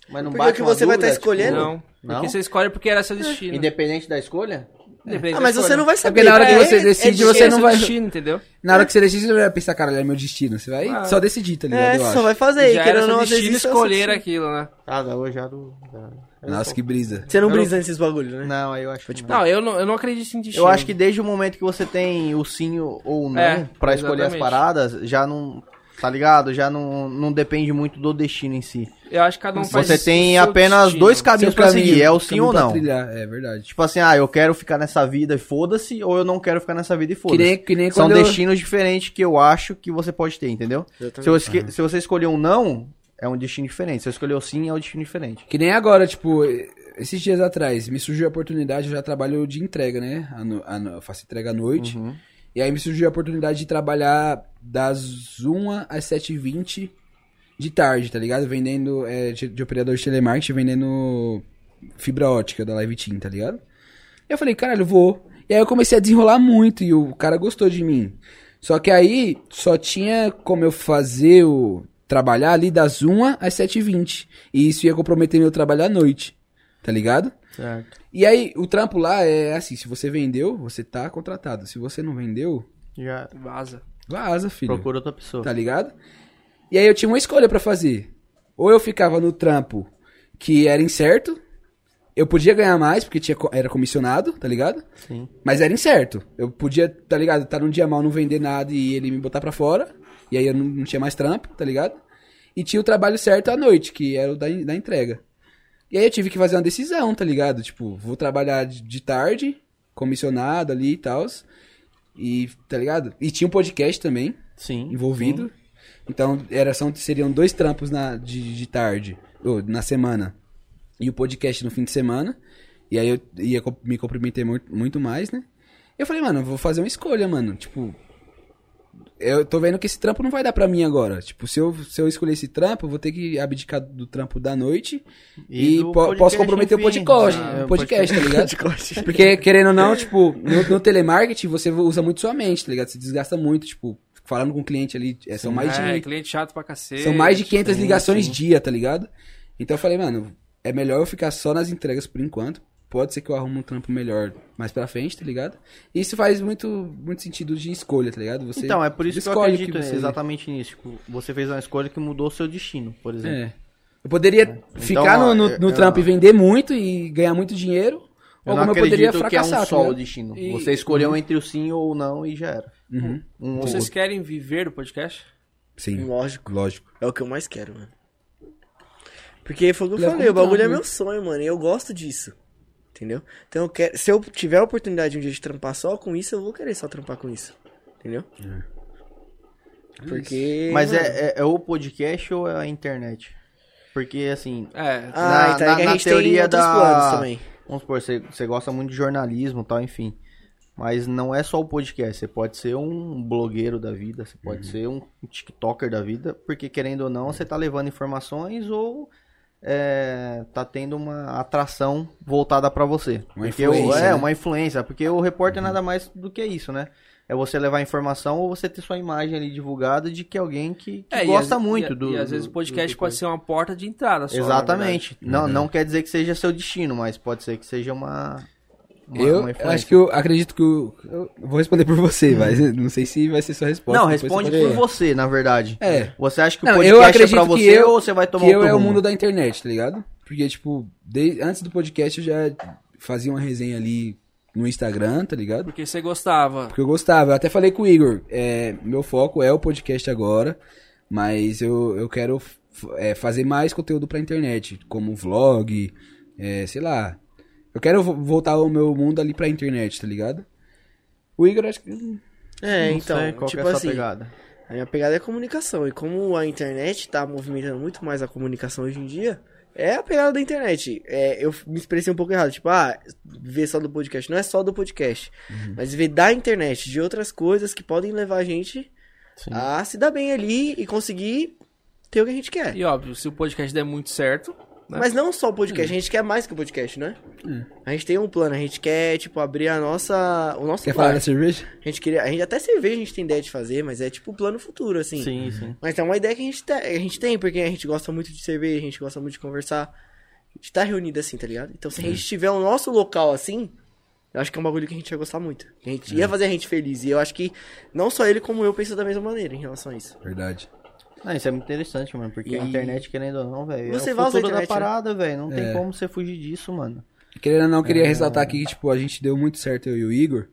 Speaker 2: Mas não
Speaker 4: Porque
Speaker 2: bate
Speaker 4: o que
Speaker 2: uma
Speaker 4: você vai
Speaker 2: dúvida,
Speaker 4: tá escolhendo-
Speaker 2: tipo,
Speaker 1: Não.
Speaker 2: Não?
Speaker 1: Porque você escolhe é porque era seu destino.
Speaker 2: Independente da escolha?
Speaker 1: Independente
Speaker 4: Ah,
Speaker 1: da
Speaker 4: mas você
Speaker 1: escolha.
Speaker 4: não vai
Speaker 3: porque
Speaker 4: saber.
Speaker 3: na hora que
Speaker 4: É-
Speaker 3: você
Speaker 4: é
Speaker 3: decide,
Speaker 1: Porque
Speaker 3: você
Speaker 1: é
Speaker 3: não
Speaker 1: seu
Speaker 3: vai-
Speaker 1: destino, entendeu?
Speaker 3: Na hora que você decide, você não vai pensar, caralho, é meu destino. Você vai
Speaker 1: Ah.
Speaker 3: só decidir, tá ligado?
Speaker 4: É,
Speaker 3: Eu
Speaker 4: você
Speaker 3: acho.
Speaker 4: só vai fazer.
Speaker 1: já
Speaker 4: e querendo
Speaker 1: era
Speaker 4: ou não,
Speaker 1: seu
Speaker 4: às vezes
Speaker 1: destino
Speaker 4: isso é
Speaker 1: escolher
Speaker 4: sucesso.
Speaker 1: aquilo, né?
Speaker 2: Ah, da hoje já do. da-
Speaker 3: Nossa, que brisa.
Speaker 4: Você não brisa nesses bagulhos, né?
Speaker 2: Não, aí eu acho que. Não.
Speaker 1: Não, eu não, eu não acredito em destino.
Speaker 2: Eu acho que desde o momento que você tem o sim ou não
Speaker 1: É,
Speaker 2: pra escolher as
Speaker 1: exatamente.
Speaker 2: paradas, já não. Tá ligado? Já não, não depende muito do destino em si.
Speaker 1: Eu acho que cada um faz
Speaker 2: Você tem
Speaker 1: seu
Speaker 2: apenas
Speaker 1: destino.
Speaker 2: dois caminhos pra seguir, é o sim
Speaker 3: caminho
Speaker 2: ou
Speaker 3: pra
Speaker 1: tá
Speaker 2: não.
Speaker 3: trilhar, É verdade.
Speaker 2: Tipo assim, ah, eu quero ficar nessa vida e foda-se, ou eu não quero ficar nessa vida e
Speaker 3: Que
Speaker 2: foda-se. um
Speaker 3: nem, que nem
Speaker 2: São
Speaker 3: quando eu-
Speaker 2: destinos diferentes que eu acho que você pode ter, entendeu? Se você,
Speaker 3: Uhum.
Speaker 2: esque- se você escolher um não, é um destino diferente. Se você escolher o sim, é um destino diferente.
Speaker 3: Que nem agora, tipo, esses dias atrás, me surgiu a oportunidade, eu já trabalho de entrega, né? À no- à no- eu faço entrega à noite. E aí me surgiu a oportunidade de trabalhar das 1 às 7h20 de tarde, tá ligado? Vendendo, é, de, de operador de telemarketing, vendendo fibra ótica da Live Team, tá ligado? E eu falei, caralho, eu vou. E aí eu comecei a desenrolar muito e o cara gostou de mim. Só que aí só tinha como eu fazer o. trabalhar ali das 1 às 7h20. E isso ia comprometer meu trabalho à noite, tá ligado?
Speaker 2: Certo.
Speaker 3: E aí, o trampo lá é assim, se você vendeu, você tá contratado. Se você não vendeu,
Speaker 2: Já
Speaker 1: Vaza.
Speaker 3: vaza, filho.
Speaker 2: procura outra pessoa.
Speaker 3: Tá ligado? E aí eu tinha uma escolha pra fazer. Ou eu ficava no trampo que era incerto, eu podia ganhar mais porque tinha, co- era comissionado, tá ligado?
Speaker 2: Sim.
Speaker 3: Mas era incerto. Eu podia, tá ligado? Tá num dia mal, não vender nada e ele me botar pra fora. E aí eu não, não tinha mais trampo, tá ligado? E tinha o trabalho certo à noite, que era o da, en- da entrega. E aí eu tive que fazer uma decisão, tá ligado? Tipo, vou trabalhar de, de tarde, comissionado ali e tal. E, tá ligado? E tinha um podcast também
Speaker 2: Sim. Uhum.
Speaker 3: envolvido. Então, era, são, seriam dois trampos na, de, de tarde, ou na semana. E o podcast no fim de semana. E aí eu ia, co- me comprometer muito, muito mais, né? Eu falei, mano, eu vou fazer uma escolha, mano. Tipo, eu tô vendo que esse trampo não vai dar pra mim agora. Tipo, se eu, se eu escolher esse trampo, eu vou ter que abdicar do trampo da noite. E,
Speaker 2: do
Speaker 3: po- posso
Speaker 2: podcast,
Speaker 3: comprometer o
Speaker 2: enfim.
Speaker 3: podcast,
Speaker 2: Ah,
Speaker 3: o podcast, tá ligado? Porque, querendo ou não, tipo, no, no telemarketing você usa muito sua mente, tá ligado? Você desgasta muito, tipo, falando com o cliente ali. é, são, mais
Speaker 1: é,
Speaker 3: de,
Speaker 1: cliente chato pra cacete.
Speaker 3: são mais de 500
Speaker 2: Ah, tipo, sim,
Speaker 3: ligações
Speaker 2: sim.
Speaker 3: dia, tá ligado? Então eu falei, mano, é melhor eu ficar só nas entregas por enquanto. Pode ser que eu arrume um trampo melhor mais pra frente, tá ligado? E isso faz muito, muito sentido de escolha, tá ligado? Você
Speaker 2: Então, é por isso que eu
Speaker 3: escolhe o
Speaker 2: acredito
Speaker 3: você-
Speaker 2: exatamente nisso. Tipo, Você fez uma escolha que mudou o seu destino, por exemplo.
Speaker 3: É. Eu poderia ficar
Speaker 2: Então, ó,
Speaker 3: no, no,
Speaker 2: eu-
Speaker 3: no
Speaker 2: eu
Speaker 3: trampo
Speaker 2: não-
Speaker 3: e vender muito e ganhar muito dinheiro.
Speaker 2: Eu
Speaker 3: ou
Speaker 2: não
Speaker 3: como eu
Speaker 2: acredito
Speaker 3: poderia
Speaker 2: que é
Speaker 3: fracassar.
Speaker 2: um
Speaker 3: tá
Speaker 2: só o
Speaker 3: ligado?
Speaker 2: destino.
Speaker 1: E-
Speaker 2: Você escolheu entre o sim ou o não e já era.
Speaker 3: Uhum.
Speaker 2: Um ou
Speaker 1: Vocês
Speaker 2: outro.
Speaker 1: querem viver do podcast?
Speaker 2: Um
Speaker 3: Sim,
Speaker 4: Lógico.
Speaker 3: lógico.
Speaker 4: É o que eu mais quero, mano. Porque foi o que eu
Speaker 3: Ele é
Speaker 4: falei, o
Speaker 3: contra,
Speaker 4: bagulho é
Speaker 3: né?
Speaker 4: meu sonho, mano. E eu gosto disso. Entendeu? Então eu quero. Se eu tiver a oportunidade um dia de trampar só com isso, eu vou querer só trampar com isso. Entendeu? Porque.
Speaker 2: Mas
Speaker 4: mano,
Speaker 2: é, é- é o podcast ou é a internet? Porque, assim,
Speaker 1: É.
Speaker 4: Ah,
Speaker 2: na-
Speaker 4: então é
Speaker 2: na-
Speaker 4: que a
Speaker 2: na
Speaker 4: gente tem
Speaker 2: teoria
Speaker 4: outros
Speaker 2: da-
Speaker 4: planos também.
Speaker 2: vamos supor, você, você gosta muito de jornalismo e tal, enfim. Mas não é só o podcast. Você pode ser um blogueiro da vida, você pode
Speaker 1: Uhum.
Speaker 2: ser um TikToker da vida, porque querendo ou não, você tá levando informações ou é, tá tendo uma atração voltada pra você.
Speaker 3: Uma
Speaker 2: Porque o-
Speaker 3: influência,
Speaker 2: é,
Speaker 3: né?
Speaker 2: uma influência. Porque o
Speaker 1: Uhum.
Speaker 2: repórter nada mais do que isso, né? É você levar informação ou você ter sua imagem ali divulgada de que alguém que, que
Speaker 1: É, e
Speaker 2: gosta
Speaker 1: às-
Speaker 2: muito
Speaker 1: e,
Speaker 2: do.
Speaker 1: E às
Speaker 2: do-
Speaker 1: vezes o podcast
Speaker 2: do-
Speaker 1: pode ser uma porta de entrada só. na
Speaker 2: Exatamente. Não,
Speaker 3: Uhum.
Speaker 2: não quer dizer que seja seu destino, mas pode ser que seja uma. uma-
Speaker 3: eu
Speaker 2: uma influência. Hum.
Speaker 3: acho que eu acredito que eu, eu vou responder por você, mas eu não sei se vai ser sua resposta.
Speaker 2: Não,
Speaker 3: depois
Speaker 2: responde
Speaker 3: você pode-
Speaker 2: por você, na verdade.
Speaker 3: É.
Speaker 2: Você acha que
Speaker 3: Não,
Speaker 2: o
Speaker 3: eu
Speaker 2: podcast é
Speaker 3: acredito
Speaker 2: pra
Speaker 3: que
Speaker 2: você
Speaker 3: eu-
Speaker 2: ou você vai tomar
Speaker 3: Que eu
Speaker 2: outro
Speaker 3: é o
Speaker 2: rumo?
Speaker 3: mundo da internet, tá ligado? Porque, tipo, de- antes do podcast eu já fazia uma resenha ali no Instagram, tá ligado?
Speaker 1: Porque você gostava.
Speaker 3: Porque eu gostava. Eu até falei com o Igor, é, meu foco é o podcast agora, mas eu, eu quero f- é, fazer mais conteúdo pra internet, como vlog, é, sei lá. Eu quero vo- voltar o meu mundo ali pra internet, tá ligado? O Igor, acho que
Speaker 4: É,
Speaker 2: Não
Speaker 4: então.
Speaker 2: sei qual que
Speaker 4: tipo
Speaker 2: é a sua
Speaker 4: assim.
Speaker 2: pegada.
Speaker 4: A minha pegada é a comunicação. E como a internet tá movimentando muito mais a comunicação hoje em dia, é a pegada da internet. É, eu me expressei um pouco errado. Tipo, ah, ver só do podcast. Não é só do podcast. Mas ver da internet, de outras coisas que podem levar a gente
Speaker 2: Sim.
Speaker 4: a se dar bem ali e conseguir ter o que a gente quer.
Speaker 1: E óbvio, se o podcast der muito certo, né?
Speaker 4: Mas não só o podcast, a gente quer mais que o podcast, né?
Speaker 3: Hum.
Speaker 4: A gente tem um plano, a gente quer, tipo, abrir a nossa. O nosso
Speaker 3: quer
Speaker 4: bar.
Speaker 3: falar da cerveja?
Speaker 4: A gente queria. A gente até cerveja a gente tem ideia de fazer, mas é tipo o plano futuro, assim.
Speaker 2: Sim, sim.
Speaker 4: Mas é uma ideia que a gente, te- a gente tem, porque a gente gosta muito de cerveja, a gente gosta muito de conversar. A gente tá reunido assim, tá ligado? Então se a
Speaker 3: Uhum.
Speaker 4: gente tiver o nosso local assim, eu acho que é um bagulho que a gente ia gostar muito. A gente
Speaker 3: É.
Speaker 4: ia fazer a gente feliz. E eu acho que não só ele como eu pensa da mesma maneira em relação a isso.
Speaker 3: Verdade.
Speaker 2: Ah, isso é muito interessante, mano, porque a
Speaker 4: E-
Speaker 2: internet, querendo ou não, velho, é o
Speaker 4: Você vai
Speaker 2: futuro
Speaker 4: usar a
Speaker 2: da
Speaker 4: internet, né?
Speaker 2: parada, velho. Não tem
Speaker 3: É.
Speaker 2: como você fugir disso, mano.
Speaker 3: Querendo ou não, eu queria ressaltar aqui que, tipo, a gente deu muito certo, eu e o Igor.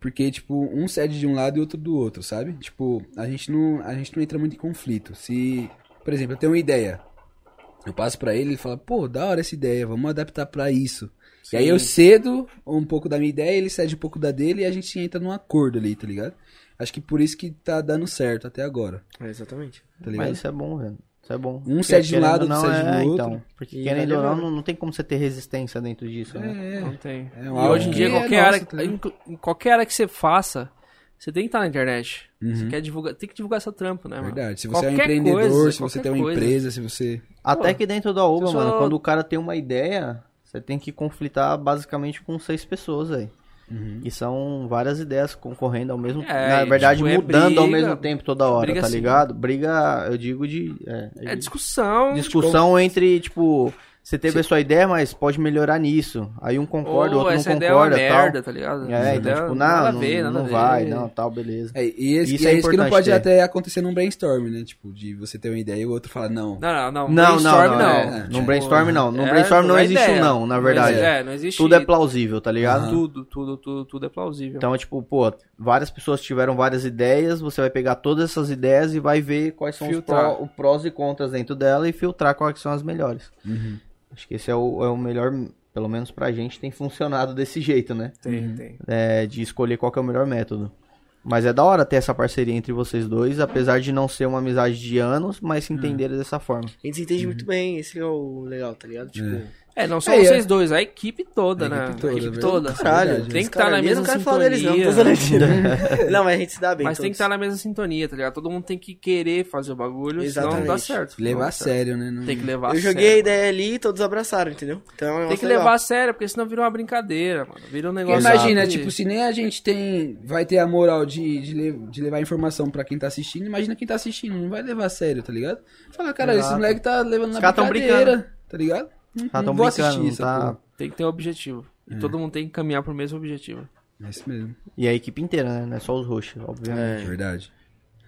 Speaker 3: Porque, tipo, um cede de um lado e outro do outro, sabe? Tipo, a gente não, a gente não entra muito em conflito. Se, por exemplo, eu tenho uma ideia. Eu passo pra ele, ele fala, pô, da hora essa ideia, vamos adaptar pra isso. E aí eu cedo um pouco da minha ideia, ele cede um pouco da dele e a gente entra num acordo ali, tá ligado? Acho que por isso que tá dando certo até agora,
Speaker 4: exatamente.
Speaker 3: tá ligado?
Speaker 2: Mas isso é bom, velho. Isso é bom.
Speaker 3: Um
Speaker 2: Porque,
Speaker 3: cede de um
Speaker 2: querendo
Speaker 3: lado,
Speaker 2: ou não,
Speaker 3: outro cede
Speaker 2: é,
Speaker 3: do outro.
Speaker 2: Então, porque
Speaker 4: E
Speaker 2: querendo
Speaker 4: vai
Speaker 2: ou não,
Speaker 4: levando.
Speaker 2: não, não tem como você ter resistência dentro disso, né?
Speaker 3: É,
Speaker 1: não tem.
Speaker 3: É
Speaker 1: e
Speaker 3: uma
Speaker 2: um
Speaker 1: hoje em dia,
Speaker 3: área que é
Speaker 1: qualquer, área,
Speaker 3: nossa, tá ligado?
Speaker 1: em- em qualquer área que você faça, Você tem que estar na internet. Você
Speaker 2: Uhum.
Speaker 3: Uhum.
Speaker 1: quer divulgar, tem que divulgar seu trampo, né, mano?
Speaker 3: Verdade. Se você é um
Speaker 1: Qualquer
Speaker 3: empreendedor,
Speaker 1: coisa,
Speaker 3: se você
Speaker 1: qualquer
Speaker 3: tem uma
Speaker 1: coisa.
Speaker 3: empresa, se você.
Speaker 2: Até
Speaker 1: Pô,
Speaker 2: que dentro da UBA,
Speaker 1: eu sou-
Speaker 2: mano, quando o cara tem uma ideia, você tem que conflitar basicamente com seis pessoas aí.
Speaker 3: Uhum.
Speaker 2: E são várias ideias concorrendo ao mesmo tempo.
Speaker 1: É,
Speaker 2: Na
Speaker 1: e,
Speaker 2: verdade,
Speaker 1: tipo, é
Speaker 2: mudando ao
Speaker 1: briga-
Speaker 2: mesmo tempo toda hora,
Speaker 1: briga
Speaker 2: tá
Speaker 1: assim.
Speaker 2: ligado? Briga, eu digo, de. É,
Speaker 1: É discussão.
Speaker 2: discussão entre, tipo, você teve a sua ideia, mas pode melhorar nisso. Aí um concorda, o
Speaker 1: ou
Speaker 2: outro não
Speaker 1: essa ideia é uma
Speaker 2: concorda, tal.
Speaker 1: merda, tá ligado? Essa
Speaker 2: É, então,
Speaker 1: ideia
Speaker 2: tipo, não,
Speaker 1: nada a
Speaker 2: não,
Speaker 1: ver, nada a
Speaker 2: não
Speaker 1: ver.
Speaker 2: vai, não, tal, beleza.
Speaker 3: É, e esse,
Speaker 2: Isso
Speaker 3: e
Speaker 2: é
Speaker 3: é isso que não
Speaker 2: importante
Speaker 3: pode
Speaker 2: ter.
Speaker 3: até acontecer num brainstorm, né? Tipo, de você ter uma ideia e o outro falar,
Speaker 1: Não,
Speaker 3: não.
Speaker 1: não, não.
Speaker 2: Não, não,
Speaker 1: um brainstorm,
Speaker 2: não,
Speaker 1: não.
Speaker 2: é.
Speaker 1: Tipo,
Speaker 2: Num brainstorm, não. Num
Speaker 1: é,
Speaker 2: brainstorm não
Speaker 1: é
Speaker 2: existe
Speaker 1: ideia.
Speaker 2: um não, na verdade.
Speaker 1: existe- É, não existe.
Speaker 2: Tudo é plausível, tá ligado?
Speaker 1: Tudo, tudo, tudo, tudo é plausível.
Speaker 2: Então, é tipo, pô, várias pessoas tiveram várias ideias, você vai pegar todas essas ideias e vai ver quais são os
Speaker 1: Filtrar.
Speaker 2: pró- o prós e contras dentro dela e filtrar quais são as melhores.
Speaker 3: Uhum.
Speaker 2: Acho que esse é o, é o melhor, pelo menos pra gente, tem funcionado desse jeito, né?
Speaker 1: tem,
Speaker 3: Uhum.
Speaker 1: tem.
Speaker 2: É, de escolher qual que é o melhor método. Mas é da hora ter essa parceria entre vocês dois, apesar de não ser uma amizade de anos, mas se entenderem dessa forma.
Speaker 4: A gente se entende muito bem, esse que é o legal, tá ligado? Tipo,
Speaker 1: É, não só
Speaker 3: Uhum. É,
Speaker 1: vocês dois, a equipe toda,
Speaker 3: A
Speaker 1: né?
Speaker 3: equipe toda,
Speaker 1: a equipe
Speaker 3: verdade.
Speaker 1: toda.
Speaker 4: caralho.
Speaker 3: verdade, né?
Speaker 1: Tem
Speaker 4: esse
Speaker 1: que estar
Speaker 4: cara
Speaker 1: na
Speaker 4: ali, eu
Speaker 1: mesma
Speaker 4: não quero falar deles, não,
Speaker 1: sintonia.
Speaker 4: tô zoando aqui. Não, mas a gente se dá bem.
Speaker 1: tá Mas tem que estar na
Speaker 4: todos.
Speaker 1: mesma sintonia, tá ligado? Todo mundo tem que querer fazer o bagulho, senão não dá
Speaker 4: Exatamente.
Speaker 1: certo.
Speaker 3: Levar
Speaker 1: Não
Speaker 3: a
Speaker 1: dá certo.
Speaker 3: sério, né? Não-
Speaker 1: Tem que levar a
Speaker 4: Eu
Speaker 1: sério.
Speaker 4: joguei a ideia ali e todos abraçaram, entendeu? Então é um
Speaker 1: Tem que
Speaker 4: negócio
Speaker 1: levar
Speaker 4: legal.
Speaker 1: a sério, porque senão vira uma brincadeira, mano. Vira um negócio.
Speaker 3: Imagina,
Speaker 1: de-
Speaker 3: tipo, se nem a gente tem, vai ter a moral de, de, le- de levar informação pra quem tá assistindo, imagina quem tá assistindo, não vai levar a sério, tá ligado? Fala, cara, esse
Speaker 2: Exato.
Speaker 3: moleque tá levando na
Speaker 2: caras tão
Speaker 3: brincadeira, tá ligado? Não,
Speaker 2: Ah,
Speaker 3: não
Speaker 2: tão
Speaker 3: vou
Speaker 2: brincando,
Speaker 3: assistir
Speaker 2: não
Speaker 3: essa
Speaker 2: tá...
Speaker 3: porra.
Speaker 1: Tem que ter um objetivo. E todo mundo tem que caminhar pro mesmo objetivo.
Speaker 3: É isso mesmo,
Speaker 2: E a equipe inteira, né? Não é só os roxos, obviamente.
Speaker 3: é verdade.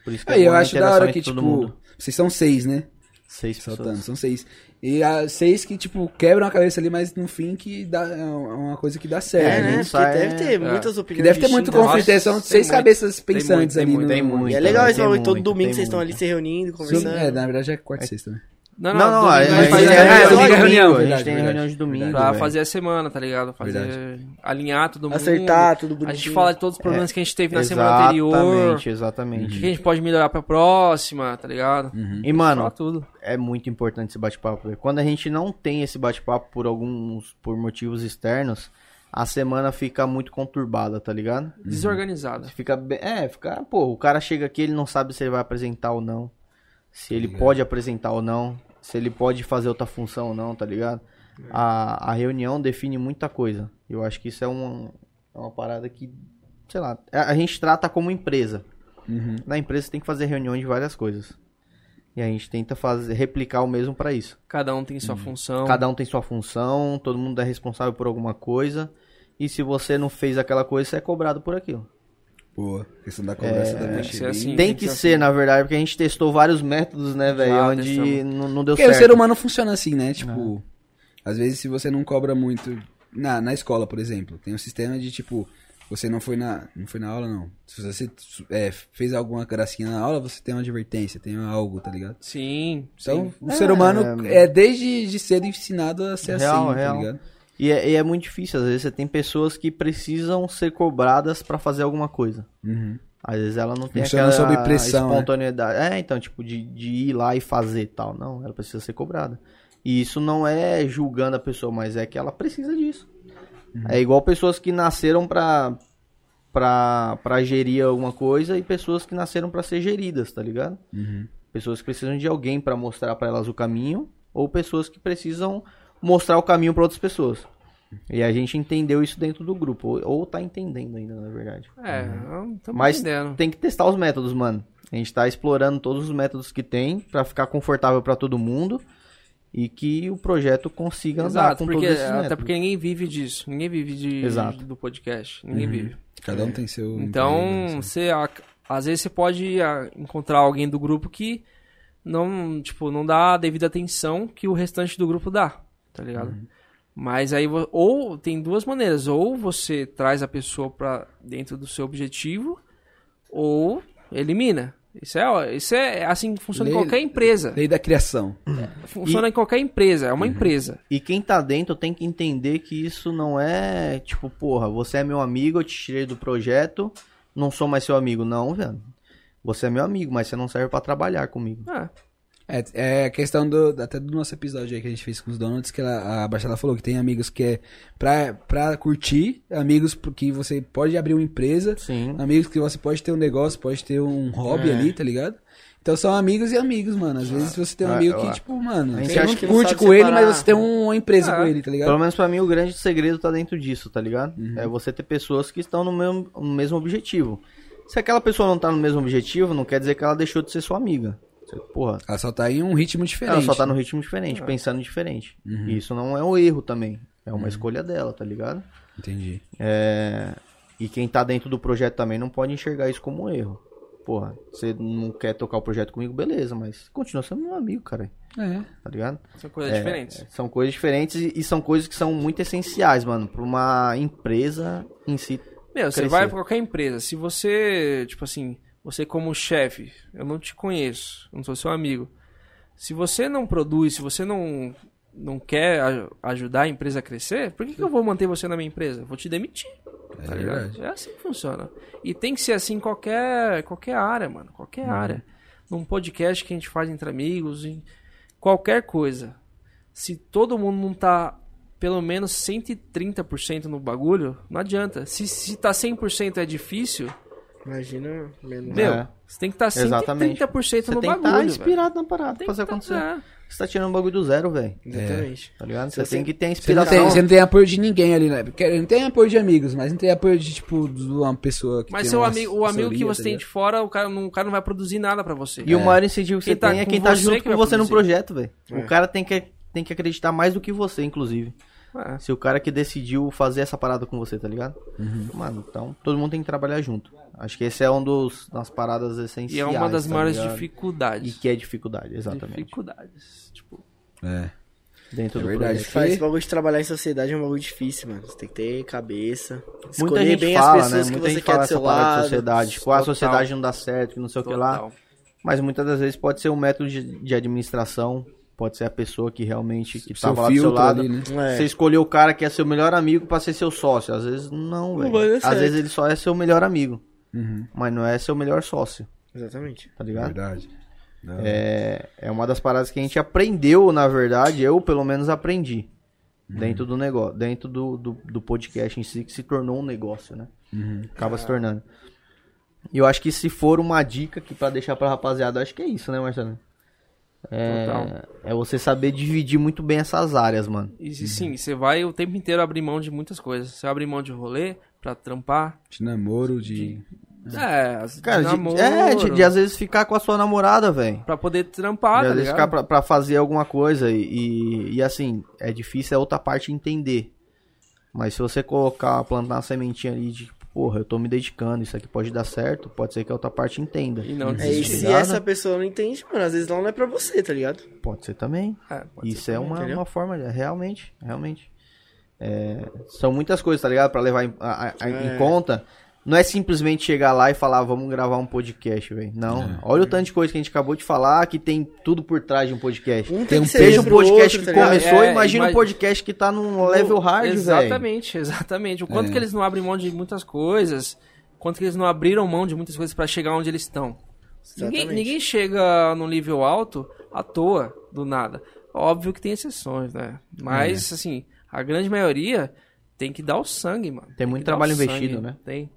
Speaker 2: Por isso que
Speaker 3: Aí,
Speaker 2: é
Speaker 3: eu
Speaker 2: bom a
Speaker 3: acho da
Speaker 2: interação
Speaker 3: hora que,
Speaker 2: entre
Speaker 3: tipo,
Speaker 2: todo mundo.
Speaker 3: vocês são seis, né?
Speaker 2: Seis
Speaker 3: Saltando,
Speaker 2: pessoas.
Speaker 3: são seis. E ah, seis que, tipo, quebram a cabeça ali, mas no fim que dá, é uma coisa que dá certo,
Speaker 4: É,
Speaker 3: né?
Speaker 4: né? Porque
Speaker 2: Sai-
Speaker 4: deve ter
Speaker 1: é.
Speaker 4: muitas opiniões.
Speaker 3: Que deve ter muito
Speaker 4: distintas.
Speaker 3: conflito, é,
Speaker 1: Nossa,
Speaker 3: são
Speaker 1: tem
Speaker 3: seis
Speaker 1: muito,
Speaker 3: cabeças
Speaker 1: tem muito,
Speaker 3: pensantes
Speaker 1: tem
Speaker 3: ali.
Speaker 1: muito,
Speaker 3: no-
Speaker 2: tem muito.
Speaker 4: E é legal
Speaker 2: Tem
Speaker 4: esse bagulho, todo
Speaker 2: muito,
Speaker 4: domingo
Speaker 2: tem
Speaker 4: vocês estão ali
Speaker 2: muito.
Speaker 4: se
Speaker 3: Sim,
Speaker 4: reunindo,
Speaker 3: é,
Speaker 4: conversando.
Speaker 3: na verdade é quarta e sexta, né?
Speaker 1: Não,
Speaker 2: Não, é, não, a
Speaker 1: domingo
Speaker 2: gente
Speaker 1: faz
Speaker 2: tem
Speaker 1: a-
Speaker 3: é,
Speaker 2: reunião
Speaker 3: domingo
Speaker 2: de
Speaker 3: é reunião,
Speaker 2: domingo. A
Speaker 3: verdade,
Speaker 2: gente tem
Speaker 3: verdade.
Speaker 2: reunião de domingo.
Speaker 1: Pra
Speaker 2: velho.
Speaker 1: fazer a semana, tá ligado? Fazer. Alinhar todo mundo.
Speaker 3: tá
Speaker 4: Acertar, tudo
Speaker 1: A
Speaker 4: bonitinho.
Speaker 1: gente fala de todos os
Speaker 3: É.
Speaker 1: problemas que a gente teve na semana
Speaker 2: exatamente,
Speaker 1: anterior. O que
Speaker 2: Exatamente,
Speaker 1: a gente pode melhorar pra próxima, tá ligado?
Speaker 3: Uhum,
Speaker 2: E, mano,
Speaker 1: Fala tudo.
Speaker 2: é muito importante esse bate-papo. velho. Quando a gente não tem esse bate-papo por alguns, por motivos externos, a semana fica muito conturbada, tá ligado?
Speaker 1: Desorganizada.
Speaker 2: Fica bem, é, fica, pô, o cara chega aqui, ele não sabe se ele vai apresentar ou não, se ele pode apresentar ou não, se ele pode fazer outra função ou não, tá ligado? A, a reunião define muita coisa. Eu acho que isso é uma, é uma parada que, sei lá, a, a gente trata como empresa.
Speaker 3: Uhum.
Speaker 2: Na empresa você tem que fazer reunião de várias coisas. E a gente tenta fazer, replicar o mesmo pra isso.
Speaker 1: Cada um tem sua função.
Speaker 2: Cada um tem sua função, todo mundo é responsável por alguma coisa. E se você não fez aquela coisa, você é cobrado por aquilo.
Speaker 3: Boa, questão da conversa também.
Speaker 1: tem que ser assim.
Speaker 2: Tem que ser, na verdade, porque a gente testou vários métodos, né, velho?
Speaker 1: Já
Speaker 2: Onde
Speaker 1: testamos.
Speaker 2: não, não deu
Speaker 3: Porque o
Speaker 2: certo.
Speaker 3: ser humano funciona assim, né? Tipo, às vezes se você não cobra muito. Na, na escola, por exemplo, tem um sistema de tipo, você não foi na. Não foi na aula, não. Se você é, fez alguma gracinha na aula, você tem uma advertência, tem algo, tá ligado?
Speaker 1: Sim.
Speaker 3: Então,
Speaker 1: sim.
Speaker 3: o ser humano é, desde de cedo ensinado a ser
Speaker 2: Real,
Speaker 3: assim,
Speaker 2: real.
Speaker 3: tá ligado?
Speaker 2: E, é, e é muito difícil, às vezes você tem pessoas que precisam ser cobradas pra fazer alguma coisa.
Speaker 3: Uhum.
Speaker 2: Às vezes ela não tem
Speaker 3: Funciona
Speaker 2: aquela
Speaker 3: sob pressão, né?
Speaker 2: espontaneidade. É, então, tipo, de, de ir lá e fazer tal. Não, ela precisa ser cobrada. E isso não é julgando a pessoa, mas é que ela precisa disso.
Speaker 3: Uhum.
Speaker 2: É igual pessoas que nasceram pra, pra, pra gerir alguma coisa e pessoas que nasceram pra ser geridas, tá ligado?
Speaker 3: Uhum.
Speaker 2: Pessoas que precisam de alguém pra mostrar pra elas o caminho ou pessoas que precisam mostrar o caminho pra outras pessoas. E a gente entendeu isso dentro do grupo, ou, ou tá entendendo ainda, na verdade.
Speaker 1: É, não tô
Speaker 2: Uhum. Mas-
Speaker 1: entendendo.
Speaker 2: Tem que testar os métodos, mano. A gente tá explorando todos os métodos que tem pra ficar confortável pra todo mundo e que o projeto consiga andar
Speaker 1: Exato,
Speaker 2: com
Speaker 1: porque,
Speaker 2: todos esses
Speaker 1: até
Speaker 2: métodos.
Speaker 1: porque ninguém vive disso. Ninguém vive de,
Speaker 2: Exato. Uhum.
Speaker 1: do podcast. Ninguém vive.
Speaker 3: Cada um tem seu. emprego,
Speaker 1: Então,
Speaker 3: né?
Speaker 1: você, a- às vezes você pode a, encontrar alguém do grupo que não, tipo, não dá a devida atenção que o restante do grupo dá, tá ligado? Mas aí, vo- ou tem duas maneiras, ou você traz a pessoa pra dentro do seu objetivo, ou elimina. Isso é, ó, isso é assim que funciona
Speaker 3: Lei-
Speaker 1: em qualquer empresa.
Speaker 3: Lei da criação.
Speaker 1: Funciona em qualquer empresa, é uma empresa.
Speaker 2: E quem tá dentro tem que entender que isso não é tipo, porra, você é meu amigo, eu te tirei do projeto, não sou mais seu amigo. Não, velho. Você é meu amigo, mas você não serve pra trabalhar comigo.
Speaker 1: É.
Speaker 3: É, é a questão do, até do nosso episódio aí que a gente fez com os donuts, que ela, a Baixada falou que tem amigos que é pra, pra curtir, amigos que você pode abrir uma empresa,
Speaker 2: Sim.
Speaker 3: amigos que você pode ter um negócio, pode ter um hobby
Speaker 2: É.
Speaker 3: ali, tá ligado? Então são amigos e amigos, mano. Às vezes você tem um
Speaker 2: Ah,
Speaker 3: amigo
Speaker 2: eu
Speaker 3: que,
Speaker 2: acho.
Speaker 3: tipo,
Speaker 2: A
Speaker 3: mano,
Speaker 2: gente
Speaker 3: você
Speaker 2: acha
Speaker 3: não
Speaker 2: que não
Speaker 3: curte
Speaker 4: sabe
Speaker 3: com ele, mas
Speaker 4: separar.
Speaker 3: você tem uma empresa
Speaker 2: É.
Speaker 3: com ele, tá ligado?
Speaker 2: Pelo menos pra mim o grande segredo tá dentro disso, tá ligado? É você ter pessoas que estão no mesmo, no mesmo objetivo. Se aquela pessoa não tá no mesmo objetivo, não quer dizer que ela deixou de ser sua amiga. Você, porra,
Speaker 3: Ela só tá em um ritmo diferente.
Speaker 2: ela só tá num ritmo diferente, pensando diferente. E isso não é um erro também. É uma escolha dela, tá ligado?
Speaker 3: Entendi.
Speaker 2: E quem tá dentro do projeto também não pode enxergar isso como um erro. Porra, você não quer tocar o projeto comigo, beleza, mas continua sendo meu amigo, cara.
Speaker 3: É.
Speaker 2: Tá ligado?
Speaker 1: São coisas diferentes.
Speaker 2: São coisas diferentes e e são coisas que são muito essenciais, mano, pra uma empresa em si.
Speaker 1: Meu, você
Speaker 2: Crescer.
Speaker 1: vai pra qualquer empresa. Se você, tipo assim, você como chefe, eu não te conheço, eu não sou seu amigo. Se você não produz, se você não, não quer a- ajudar a empresa a crescer, por que, que eu vou manter você na minha empresa? Vou te demitir.
Speaker 3: É
Speaker 1: Tá ligado?
Speaker 3: verdade.
Speaker 1: É assim que funciona. E tem que ser assim em qualquer, qualquer área, mano. Qualquer
Speaker 2: Uhum.
Speaker 1: área. Num podcast que a gente faz entre amigos, em qualquer coisa. Se todo mundo não tá pelo menos 130% no bagulho, não adianta. Se, se tá 100% é difícil,
Speaker 4: Imagina menos.
Speaker 1: meu,
Speaker 2: É.
Speaker 1: você tem que tá estar
Speaker 2: Exatamente.
Speaker 1: 130%
Speaker 2: Você
Speaker 1: no
Speaker 2: tem que
Speaker 1: bagulho.
Speaker 2: estar
Speaker 1: velho.
Speaker 2: inspirado na parada
Speaker 1: Tem
Speaker 2: pra fazer
Speaker 1: que tá-
Speaker 2: acontecer.
Speaker 1: é.
Speaker 2: Você tá tirando o bagulho do zero, velho.
Speaker 4: Exatamente.
Speaker 2: Tá ligado? Você
Speaker 4: Você
Speaker 2: tem
Speaker 4: tem-
Speaker 2: que ter a
Speaker 3: Você não,
Speaker 2: inspiração.
Speaker 3: tem, você não tem apoio de ninguém ali, né? Porque não tem apoio de amigos, mas não tem apoio de, tipo, de uma pessoa que
Speaker 1: Mas
Speaker 3: tem
Speaker 1: seu
Speaker 3: uma
Speaker 1: amigo, o amigo que
Speaker 3: assessoria,
Speaker 1: você
Speaker 3: tá
Speaker 1: tem de
Speaker 3: ligado?
Speaker 1: fora, o cara não, o cara não vai produzir nada pra você.
Speaker 2: E o maior incentivo que
Speaker 1: Quem
Speaker 2: você
Speaker 1: tá
Speaker 2: tem é
Speaker 1: com
Speaker 2: quem tá
Speaker 1: você
Speaker 2: junto
Speaker 1: que
Speaker 2: com
Speaker 1: vai
Speaker 2: você no
Speaker 1: produzir.
Speaker 2: projeto, velho. O cara tem que, tem que acreditar mais do que você, inclusive.
Speaker 1: É.
Speaker 2: Se o cara que decidiu fazer essa parada com você, tá ligado?
Speaker 1: Uhum.
Speaker 2: Mano, então todo mundo tem que trabalhar junto. Acho que esse é um dos das paradas essenciais.
Speaker 1: E é uma das
Speaker 2: tá
Speaker 1: maiores
Speaker 2: ligado? E
Speaker 1: dificuldades.
Speaker 2: que é dificuldade, exatamente.
Speaker 1: Dificuldades. Tipo,
Speaker 3: É.
Speaker 2: Dentro
Speaker 3: É
Speaker 2: do
Speaker 3: verdade.
Speaker 2: projeto.
Speaker 3: Porque-
Speaker 4: Faz, esse bagulho de trabalhar em sociedade é um bagulho difícil, mano. Você tem que ter cabeça. Escolher
Speaker 2: Muita gente
Speaker 4: bem
Speaker 2: fala,
Speaker 4: as pessoas
Speaker 2: né?
Speaker 4: que
Speaker 2: Muita
Speaker 4: você
Speaker 2: gente
Speaker 4: quer
Speaker 2: fala
Speaker 4: do
Speaker 2: essa
Speaker 4: seu
Speaker 2: parada
Speaker 4: lado.
Speaker 2: de sociedade. Tipo, ah, a
Speaker 1: Total.
Speaker 2: sociedade não dá certo, que não sei o que lá.
Speaker 1: total.
Speaker 2: Mas muitas das vezes pode ser um método de, de administração. Pode ser a pessoa que realmente que
Speaker 3: Seu
Speaker 2: tava lá do seu
Speaker 3: filtro
Speaker 2: lado.
Speaker 3: ali, né?
Speaker 4: É.
Speaker 2: Você escolheu o cara que é seu melhor amigo pra ser seu sócio. Às vezes não, velho.
Speaker 4: vai dar
Speaker 2: Às
Speaker 4: certo.
Speaker 2: vezes ele só é seu melhor amigo,
Speaker 3: Uhum.
Speaker 2: mas não é seu melhor sócio,
Speaker 4: Exatamente.
Speaker 2: tá ligado?
Speaker 3: Verdade. Não.
Speaker 2: É uma das paradas que a gente aprendeu, na verdade, eu pelo menos aprendi.
Speaker 3: Uhum.
Speaker 2: Dentro do negócio, dentro do, do, do podcast em si, que se tornou um negócio, né?
Speaker 3: Uhum.
Speaker 2: Acaba se tornando. E eu acho que se for uma dica que pra deixar pra rapaziada, eu acho que é isso, né, Marcelo?
Speaker 1: Total.
Speaker 2: É você saber dividir muito bem essas áreas, mano.
Speaker 1: E se- sim, você vai o tempo inteiro abrir mão de muitas coisas. Você abre mão de rolê pra trampar.
Speaker 3: De namoro, de.
Speaker 1: É, as-
Speaker 2: Cara,
Speaker 1: de
Speaker 2: de-
Speaker 1: namoro,
Speaker 2: é, de, de às vezes ficar com a sua namorada, velho.
Speaker 1: Pra poder
Speaker 2: Ah,
Speaker 1: trampar, tá ligado?
Speaker 2: ficar pra, pra fazer alguma coisa e, e, e, assim, é difícil a outra parte entender. Mas se você colocar, plantar uma sementinha ali de, porra, eu tô me dedicando, isso aqui pode dar certo, pode ser que a outra parte entenda.
Speaker 1: E não
Speaker 2: Uhum.
Speaker 4: É, e
Speaker 1: desistir.
Speaker 4: se
Speaker 2: Obrigado.
Speaker 4: essa pessoa não entende, mano, às vezes não é pra você, tá ligado?
Speaker 2: Pode ser também.
Speaker 1: É, pode ser
Speaker 2: Isso é
Speaker 1: também.
Speaker 2: uma,
Speaker 4: entendeu?
Speaker 2: uma forma, de- realmente, realmente. É, são muitas coisas, tá ligado? Pra levar em, a- a- a- em
Speaker 4: É.
Speaker 2: conta. Não é simplesmente chegar lá e falar, vamos gravar um podcast, velho. Não. Olha o tanto de coisa que a gente acabou de falar, que tem tudo por trás de um podcast.
Speaker 4: Um tem,
Speaker 3: Tem um
Speaker 4: que ser
Speaker 2: Seja um
Speaker 4: pro
Speaker 2: podcast
Speaker 4: outro,
Speaker 2: que
Speaker 4: tá ligado?
Speaker 2: começou,
Speaker 1: É,
Speaker 2: imagina um
Speaker 1: imag-
Speaker 2: podcast que tá num level hard, velho.
Speaker 1: Exatamente, exatamente. O quanto
Speaker 3: É.
Speaker 1: que eles não abrem mão de muitas coisas, quanto que eles não abriram mão de muitas coisas pra chegar onde eles estão. Ninguém,
Speaker 4: Exatamente.
Speaker 1: ninguém chega num nível alto à toa, do nada. Óbvio que tem exceções, né?
Speaker 2: É.
Speaker 1: Mas, assim, a grande maioria tem que dar o sangue, mano. que
Speaker 2: muito
Speaker 1: dar o
Speaker 2: trabalho investido, né?
Speaker 1: Tem.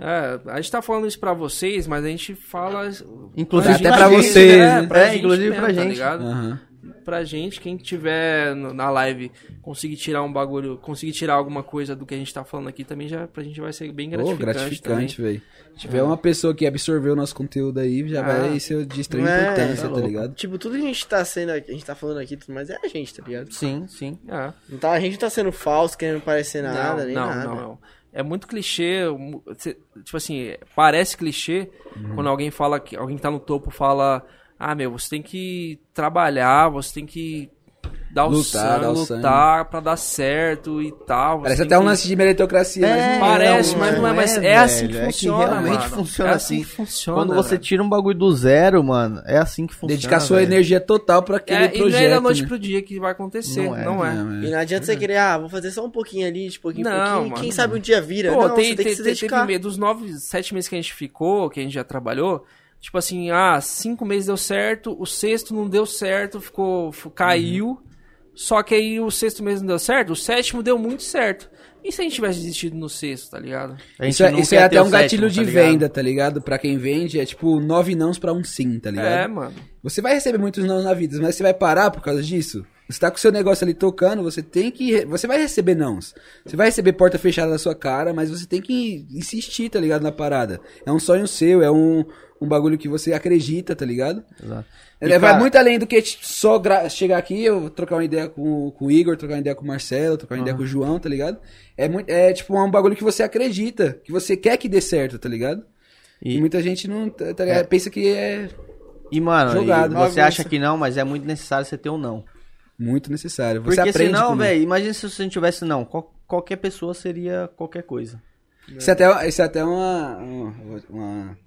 Speaker 1: É, a gente tá falando isso pra vocês, mas a gente fala.
Speaker 2: Inclusive
Speaker 3: Até
Speaker 1: gente
Speaker 3: pra
Speaker 1: mesmo,
Speaker 3: vocês,
Speaker 1: né?
Speaker 3: né?
Speaker 1: Pra
Speaker 2: É,
Speaker 1: gente
Speaker 2: inclusive
Speaker 1: mesmo,
Speaker 2: pra
Speaker 1: tá
Speaker 2: gente. É.
Speaker 1: ligado?
Speaker 3: Aham.
Speaker 1: pra gente, quem tiver no- na live conseguir tirar um bagulho, conseguir tirar alguma coisa do que a gente tá falando aqui também já pra gente vai ser bem
Speaker 3: Pô,
Speaker 1: gratificante. É.
Speaker 3: gratificante, velho. Se tiver uma pessoa que absorveu o nosso conteúdo aí, já
Speaker 1: Ah.
Speaker 3: vai ser de
Speaker 2: um
Speaker 4: Não
Speaker 3: extrema
Speaker 4: é,
Speaker 3: importância, tá
Speaker 4: louco.
Speaker 3: ligado?
Speaker 4: Tipo, tudo que a gente tá sendo, aqui- a gente tá falando aqui, e tudo mais é a gente, tá ligado?
Speaker 2: Sim, sim.
Speaker 1: também. É.
Speaker 4: Não tá, a gente não tá sendo falso, querendo parecer nada,
Speaker 1: não,
Speaker 4: nem
Speaker 1: não,
Speaker 4: nada.
Speaker 1: não, não. É muito clichê, mu- cê- tipo assim, parece clichê quando alguém fala que alguém que tá no topo fala: "Ah, meu, você tem que trabalhar, você tem que dar o
Speaker 3: Lutar,
Speaker 1: sangue,
Speaker 3: dar o
Speaker 1: lutar pra dar certo e tal". você
Speaker 3: Parece
Speaker 1: tem
Speaker 3: até um
Speaker 1: que-
Speaker 3: lance de meritocracia, mas não é,
Speaker 1: Parece,
Speaker 3: não,
Speaker 1: mas
Speaker 3: mano.
Speaker 1: não é, mas é,
Speaker 2: velho,
Speaker 1: assim que
Speaker 2: é que
Speaker 1: funciona,
Speaker 2: realmente
Speaker 1: mano.
Speaker 2: funciona
Speaker 1: é assim,
Speaker 2: assim.
Speaker 1: que funciona.
Speaker 2: Quando você
Speaker 1: velho.
Speaker 2: tira um bagulho do zero, mano, é assim que funciona.
Speaker 3: Dedicar sua
Speaker 2: velho.
Speaker 3: energia total pra aquele
Speaker 1: É, e não
Speaker 3: projeto.
Speaker 1: é da noite
Speaker 3: né?
Speaker 1: pro dia que vai acontecer,
Speaker 2: Não
Speaker 1: não
Speaker 2: é,
Speaker 1: é.
Speaker 3: É,
Speaker 4: E
Speaker 3: é.
Speaker 4: não adianta você querer, ah, vou fazer só um pouquinho ali, de pouquinho em
Speaker 1: Hum. Não,
Speaker 4: pouquinho,
Speaker 1: mano,
Speaker 4: quem
Speaker 1: não.
Speaker 4: sabe um dia vira.
Speaker 1: Pô,
Speaker 4: não,
Speaker 1: tem,
Speaker 4: você tem que
Speaker 1: tem,
Speaker 4: se
Speaker 1: tem- teve
Speaker 4: dedicar.
Speaker 1: medo. Dos nove, sete meses que a gente ficou, que a gente já trabalhou, Tipo assim, ah, cinco meses deu certo, o sexto não deu certo, ficou. f- caiu.
Speaker 4: Uhum.
Speaker 1: Só que aí o sexto mês não deu certo, o sétimo deu muito certo. E se a gente tivesse desistido no sexto, tá ligado?
Speaker 2: A gente
Speaker 3: Isso, é-
Speaker 2: não
Speaker 3: isso
Speaker 2: quer
Speaker 3: é
Speaker 2: ter
Speaker 3: até
Speaker 2: o
Speaker 3: um gatilho
Speaker 2: sétimo,
Speaker 3: de
Speaker 2: tá ligado?
Speaker 3: venda, tá ligado? Pra quem vende, é tipo nove nãos pra um sim, tá ligado?
Speaker 1: É, mano.
Speaker 3: Você vai receber muitos não na vida, mas você vai parar por causa disso? Você tá com o seu negócio ali tocando, você tem que. re- Você vai receber nãos. Você vai receber porta fechada na sua cara, mas você tem que insistir, tá ligado? Na parada. É um sonho seu, é um, um bagulho que você acredita, tá ligado?
Speaker 2: Exato.
Speaker 3: É,
Speaker 2: E,
Speaker 3: vai
Speaker 2: cara,
Speaker 3: muito além do que tipo, só gra- chegar aqui, eu trocar uma ideia com, com o Igor, trocar uma ideia com o Marcelo, trocar uma ideia com o João, tá ligado? É, muito, é tipo um bagulho que você acredita, que você quer que dê certo, tá ligado? E,
Speaker 2: E-
Speaker 3: muita gente não tá- tá ligado? pensa que é
Speaker 2: E, mano, e
Speaker 3: Jogado.
Speaker 2: você
Speaker 3: Bagunça.
Speaker 2: acha que não, mas é muito necessário você ter um não.
Speaker 3: muito necessário. Você
Speaker 2: Porque
Speaker 3: aprende com
Speaker 2: senão,
Speaker 3: isso.
Speaker 2: velho, imagina se você não tivesse não. Qual- qualquer pessoa seria qualquer coisa.
Speaker 3: Isso é até, isso é até uma, uma- uma-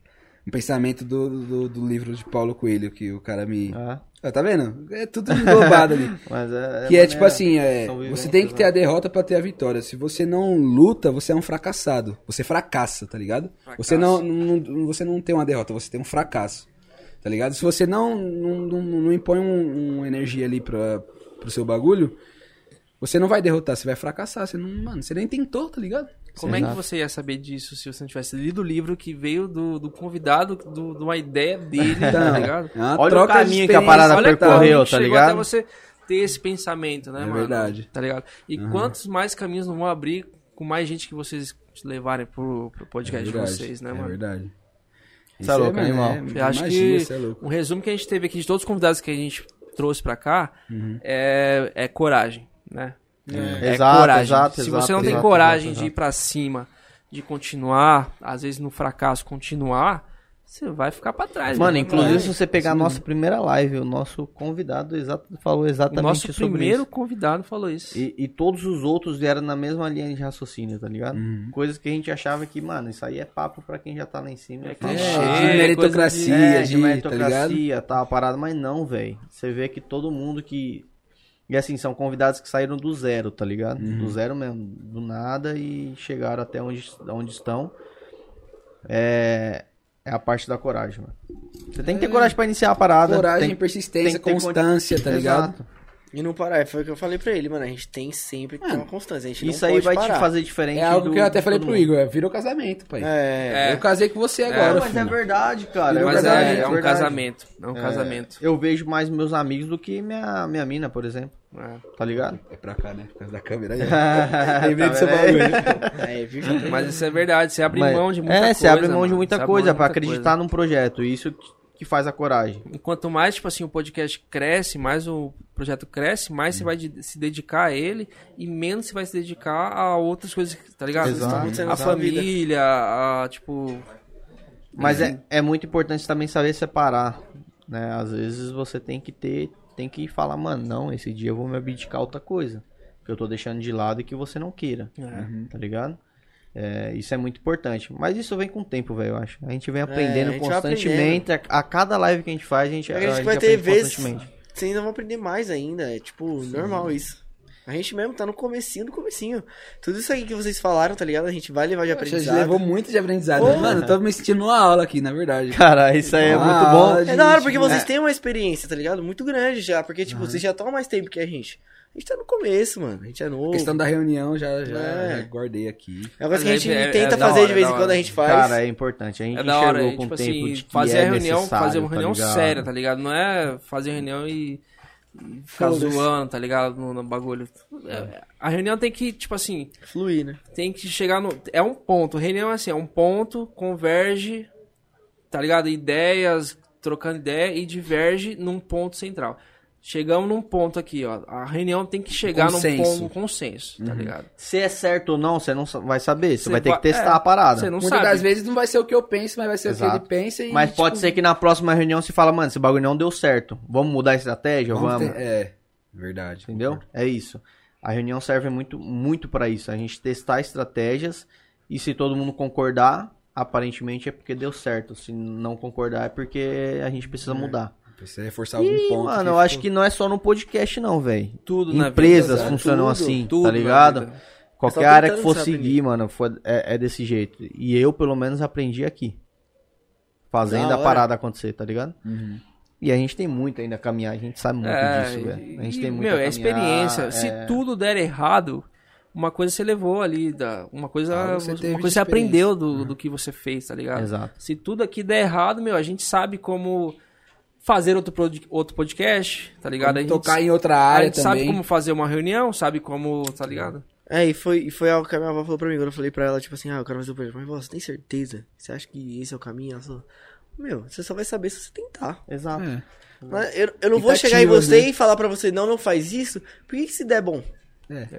Speaker 3: um pensamento do, do, do livro de Paulo Coelho que o cara me. Ah, tá vendo? É tudo englobado ali.
Speaker 2: Mas é,
Speaker 3: que é tipo
Speaker 2: maneiro.
Speaker 3: assim, é,
Speaker 2: São
Speaker 3: você
Speaker 2: vivências,
Speaker 3: tem que ter
Speaker 2: né?
Speaker 3: a derrota pra ter a vitória. Se você não luta, você é um fracassado. Você fracassa, tá ligado? Você não, não- não- você não tem uma derrota, você tem um fracasso. Tá ligado? Se você não não, não, não impõe um, uma energia ali pra, pro seu bagulho, você não vai derrotar, você vai fracassar. Você não, mano, você nem tentou, tá ligado?
Speaker 1: Como é que você ia saber disso se você não tivesse lido o livro que veio do, do convidado, do- de uma ideia dele, tá ligado?
Speaker 3: É uma
Speaker 2: Olha o
Speaker 3: troca de
Speaker 2: caminho que a
Speaker 3: experiência.
Speaker 2: parada
Speaker 3: Olha,
Speaker 2: percorreu.
Speaker 1: Chegou
Speaker 3: cara,
Speaker 2: tá ligado?
Speaker 1: até você ter esse pensamento, né,
Speaker 3: É
Speaker 1: mano?
Speaker 3: verdade. Uhum.
Speaker 1: Tá ligado? E quantos mais caminhos não vão abrir com mais gente que vocês levarem pro, pro podcast de
Speaker 3: verdade,
Speaker 1: vocês, né,
Speaker 3: é
Speaker 1: mano?
Speaker 3: verdade.
Speaker 2: Isso é louco,
Speaker 3: mano,
Speaker 2: animal.
Speaker 1: Eu acho
Speaker 3: magia,
Speaker 1: que
Speaker 3: isso é louco.
Speaker 1: um resumo que a gente teve aqui de todos os convidados que a gente trouxe pra cá
Speaker 3: Uhum.
Speaker 1: é, é coragem, né? É
Speaker 2: Exato,
Speaker 1: coragem.
Speaker 2: exato,
Speaker 1: Se
Speaker 2: exato,
Speaker 1: você não tem
Speaker 2: exato,
Speaker 1: coragem
Speaker 2: exato,
Speaker 1: de ir
Speaker 2: exato.
Speaker 1: pra cima, de continuar, às vezes no fracasso continuar, você vai ficar pra trás. né,
Speaker 2: Mano, inclusive
Speaker 1: Vai.
Speaker 2: se você pegar a nossa primeira live, o nosso convidado exato, falou
Speaker 1: assim. o
Speaker 2: exatamente
Speaker 1: nosso
Speaker 2: sobre
Speaker 1: primeiro
Speaker 2: isso.
Speaker 1: convidado falou isso.
Speaker 2: E, e todos os outros vieram na mesma linha de raciocínio, tá ligado?
Speaker 3: Hum.
Speaker 2: Coisas que a gente achava que, mano, isso aí é papo pra quem já tá lá em cima.
Speaker 1: É
Speaker 2: fala,
Speaker 1: clichê,
Speaker 2: "Ah,
Speaker 3: É, de meritocracia,
Speaker 2: É,
Speaker 3: de,
Speaker 2: de
Speaker 3: tá ligado?
Speaker 2: meritocracia, tal, a parada, mas não, velho. Você vê que todo mundo que. E assim, são convidados que saíram do zero, tá ligado?
Speaker 3: Uhum.
Speaker 2: Do zero mesmo, do nada e chegaram até onde, onde estão. É. É a parte da coragem, mano. Você tem que ter coragem pra iniciar a parada.
Speaker 3: É. Coragem,
Speaker 2: tem...
Speaker 3: persistência,
Speaker 2: tem que ter
Speaker 3: constância, tá ligado?
Speaker 2: Exato.
Speaker 4: E não parar, foi o que eu falei pra ele, mano. A gente tem sempre que ter uma constância. A gente
Speaker 2: Isso
Speaker 4: não
Speaker 2: aí
Speaker 4: pode
Speaker 2: vai
Speaker 4: parar.
Speaker 2: te fazer diferente.
Speaker 3: É algo
Speaker 2: do-
Speaker 3: que eu até
Speaker 2: de
Speaker 3: falei
Speaker 2: todo
Speaker 3: pro
Speaker 2: mundo.
Speaker 3: Igor, é, virou casamento, pai.
Speaker 4: É.
Speaker 1: É.
Speaker 3: Eu casei com você agora,
Speaker 2: mas é
Speaker 3: filho.
Speaker 2: verdade, cara.
Speaker 3: É
Speaker 1: Mas
Speaker 3: verdade,
Speaker 1: é, é
Speaker 3: é
Speaker 1: um
Speaker 2: verdade.
Speaker 1: casamento. É um casamento.
Speaker 2: Eu vejo mais meus amigos do que minha, minha mina, por exemplo.
Speaker 1: É.
Speaker 2: Tá ligado?
Speaker 3: É pra cá, né? Por causa da câmera.
Speaker 2: Lembrei
Speaker 3: do seu bagulho.
Speaker 4: É, viu?
Speaker 1: Mas isso é verdade, você abre
Speaker 2: Mas-
Speaker 1: mão de muita
Speaker 2: é,
Speaker 1: coisa.
Speaker 2: você abre mão de
Speaker 1: mano,
Speaker 2: muita
Speaker 1: você abre mão
Speaker 2: coisa
Speaker 1: de
Speaker 2: pra
Speaker 1: muita coisa.
Speaker 2: acreditar num projeto. Isso que faz a coragem.
Speaker 1: E quanto mais, tipo assim, o podcast cresce, mais o projeto cresce, mais você vai de- se dedicar a ele e menos você vai se dedicar a outras coisas, tá ligado?
Speaker 2: Exato,
Speaker 1: A
Speaker 4: exato.
Speaker 1: família, a, tipo...
Speaker 2: Mas
Speaker 1: Uhum.
Speaker 2: é, é muito importante também saber separar. Né? Às vezes você tem que ter, tem que falar, mano, não, esse dia eu vou me abdicar a outra coisa. Que eu tô deixando de lado e que você não queira.
Speaker 1: É.
Speaker 2: Tá ligado? É, isso é muito importante. Mas isso vem com o tempo, velho, eu acho. A gente
Speaker 1: É,
Speaker 2: vem
Speaker 4: a
Speaker 2: aprendendo
Speaker 4: gente vai
Speaker 2: constantemente. A, a cada live que a gente faz, a gente,
Speaker 4: A
Speaker 2: a
Speaker 4: gente
Speaker 2: gente
Speaker 4: vai ter
Speaker 2: aprende
Speaker 4: vezes-
Speaker 2: constantemente.
Speaker 4: Você ainda vai aprender mais ainda. É tipo, normal isso. A gente mesmo tá no comecinho do comecinho. Tudo isso aqui que vocês falaram, tá ligado? A gente vai levar de
Speaker 3: Poxa,
Speaker 4: aprendizado.
Speaker 3: levou muito de aprendizado. né? Mano, eu tô me sentindo uma aula aqui, na verdade.
Speaker 2: Cara, isso aí é
Speaker 3: Uma
Speaker 2: muito bom.
Speaker 3: aula de-
Speaker 4: É da hora, porque
Speaker 3: de-
Speaker 1: né?
Speaker 4: vocês têm uma experiência, tá ligado? Muito grande já. Porque, tipo, vocês já estão há mais tempo que a gente. A gente tá no começo, mano. A gente é novo.
Speaker 3: A questão da reunião já, já,
Speaker 4: É.
Speaker 3: já guardei aqui.
Speaker 4: É uma coisa que a
Speaker 1: Mas
Speaker 4: gente
Speaker 1: é- é-
Speaker 4: tenta
Speaker 1: é da
Speaker 4: fazer
Speaker 1: hora,
Speaker 4: de vez
Speaker 1: é
Speaker 4: em
Speaker 1: da
Speaker 4: quando, a
Speaker 1: hora.
Speaker 4: gente faz.
Speaker 2: Cara, é importante. A gente
Speaker 1: É da hora,
Speaker 2: enxergou
Speaker 1: e,
Speaker 2: com
Speaker 1: tipo
Speaker 2: o tempo
Speaker 1: assim,
Speaker 2: de que
Speaker 1: fazer
Speaker 2: é
Speaker 1: a reunião,
Speaker 2: necessário,
Speaker 1: fazer uma
Speaker 2: tá
Speaker 1: reunião
Speaker 2: ligado?
Speaker 1: séria, tá ligado? Não é fazer reunião e, e ficar
Speaker 4: Foda-se.
Speaker 1: zoando, tá ligado? No, no bagulho. É, A reunião tem que, tipo assim,
Speaker 4: Fluir, né?
Speaker 1: tem que chegar no. É um ponto. Reunião é assim, é um ponto, converge, tá ligado? Ideias, trocando ideia e diverge num ponto central. Chegamos num ponto aqui, ó. A reunião tem que chegar num
Speaker 3: Consenso.
Speaker 1: ponto, num consenso, tá ligado?
Speaker 2: Se é certo ou não, você não sa- vai saber. Você
Speaker 1: Você
Speaker 2: vai ter
Speaker 1: vai-
Speaker 2: que testar
Speaker 1: é,
Speaker 2: a parada.
Speaker 1: Você não
Speaker 3: Muitas
Speaker 1: sabe.
Speaker 3: das vezes não vai ser o que eu penso, mas vai ser o que
Speaker 2: Exato.
Speaker 3: ele pensa. E,
Speaker 2: Mas pode
Speaker 3: tipo,
Speaker 2: ser que na próxima reunião se fala, mano, esse bagulho não deu certo. Vamos mudar a estratégia? Vamos.
Speaker 3: ter- É, verdade.
Speaker 2: Entendeu? É isso. A reunião serve muito, muito para isso. A gente testar estratégias e se todo mundo concordar, aparentemente é porque deu certo. Se não concordar é porque a gente precisa mudar.
Speaker 3: Precisa reforçar algum
Speaker 2: E,
Speaker 3: É. ponto.
Speaker 2: mano, eu acho que não é só no podcast não, velho.
Speaker 1: Tudo na
Speaker 2: Empresas
Speaker 1: vida,
Speaker 2: funcionam
Speaker 1: Tudo,
Speaker 2: assim,
Speaker 1: tudo
Speaker 2: tá
Speaker 1: na
Speaker 2: ligado?
Speaker 1: vida.
Speaker 2: Qualquer
Speaker 4: É só
Speaker 2: área que
Speaker 4: tentando
Speaker 2: for
Speaker 4: você
Speaker 2: seguir, mano, for- é, é desse jeito. E eu, pelo menos, aprendi aqui. fazendo
Speaker 4: Da
Speaker 2: a
Speaker 4: hora.
Speaker 2: parada acontecer, tá ligado?
Speaker 3: Uhum.
Speaker 2: E a gente tem muito ainda a caminhar, a gente sabe muito disso, velho. A gente
Speaker 1: É, e,
Speaker 2: tem muito
Speaker 1: Meu,
Speaker 2: a
Speaker 1: é
Speaker 2: caminhar,
Speaker 1: experiência. Se
Speaker 2: é-
Speaker 1: tudo der errado, uma coisa você levou ali, da, uma coisa
Speaker 3: Algo você
Speaker 1: você,
Speaker 3: teve
Speaker 1: uma
Speaker 3: de
Speaker 1: coisa você
Speaker 3: experiência.
Speaker 1: aprendeu do,
Speaker 2: Uhum.
Speaker 1: do que você fez, tá ligado?
Speaker 2: Exato.
Speaker 1: Se tudo aqui der errado, meu, a gente sabe como fazer outro, prod- outro podcast, tá ligado? a gente,
Speaker 3: Tocar em outra
Speaker 1: a
Speaker 3: área
Speaker 1: gente
Speaker 3: também.
Speaker 1: sabe como fazer uma reunião, sabe como, tá ligado?
Speaker 4: É, e foi, e foi algo que a minha avó falou pra mim. Quando eu falei pra ela, tipo assim, ah, eu quero fazer o projeto. Mas, vó, você tem certeza? Você acha que esse é o caminho? Ela falou, meu, você só vai saber se você tentar.
Speaker 2: Exato.
Speaker 3: É.
Speaker 4: Mas eu, eu não vou
Speaker 3: Tentativa,
Speaker 4: chegar em você
Speaker 3: né?
Speaker 4: e falar pra você, não, não faz isso. Por que, que se der bom?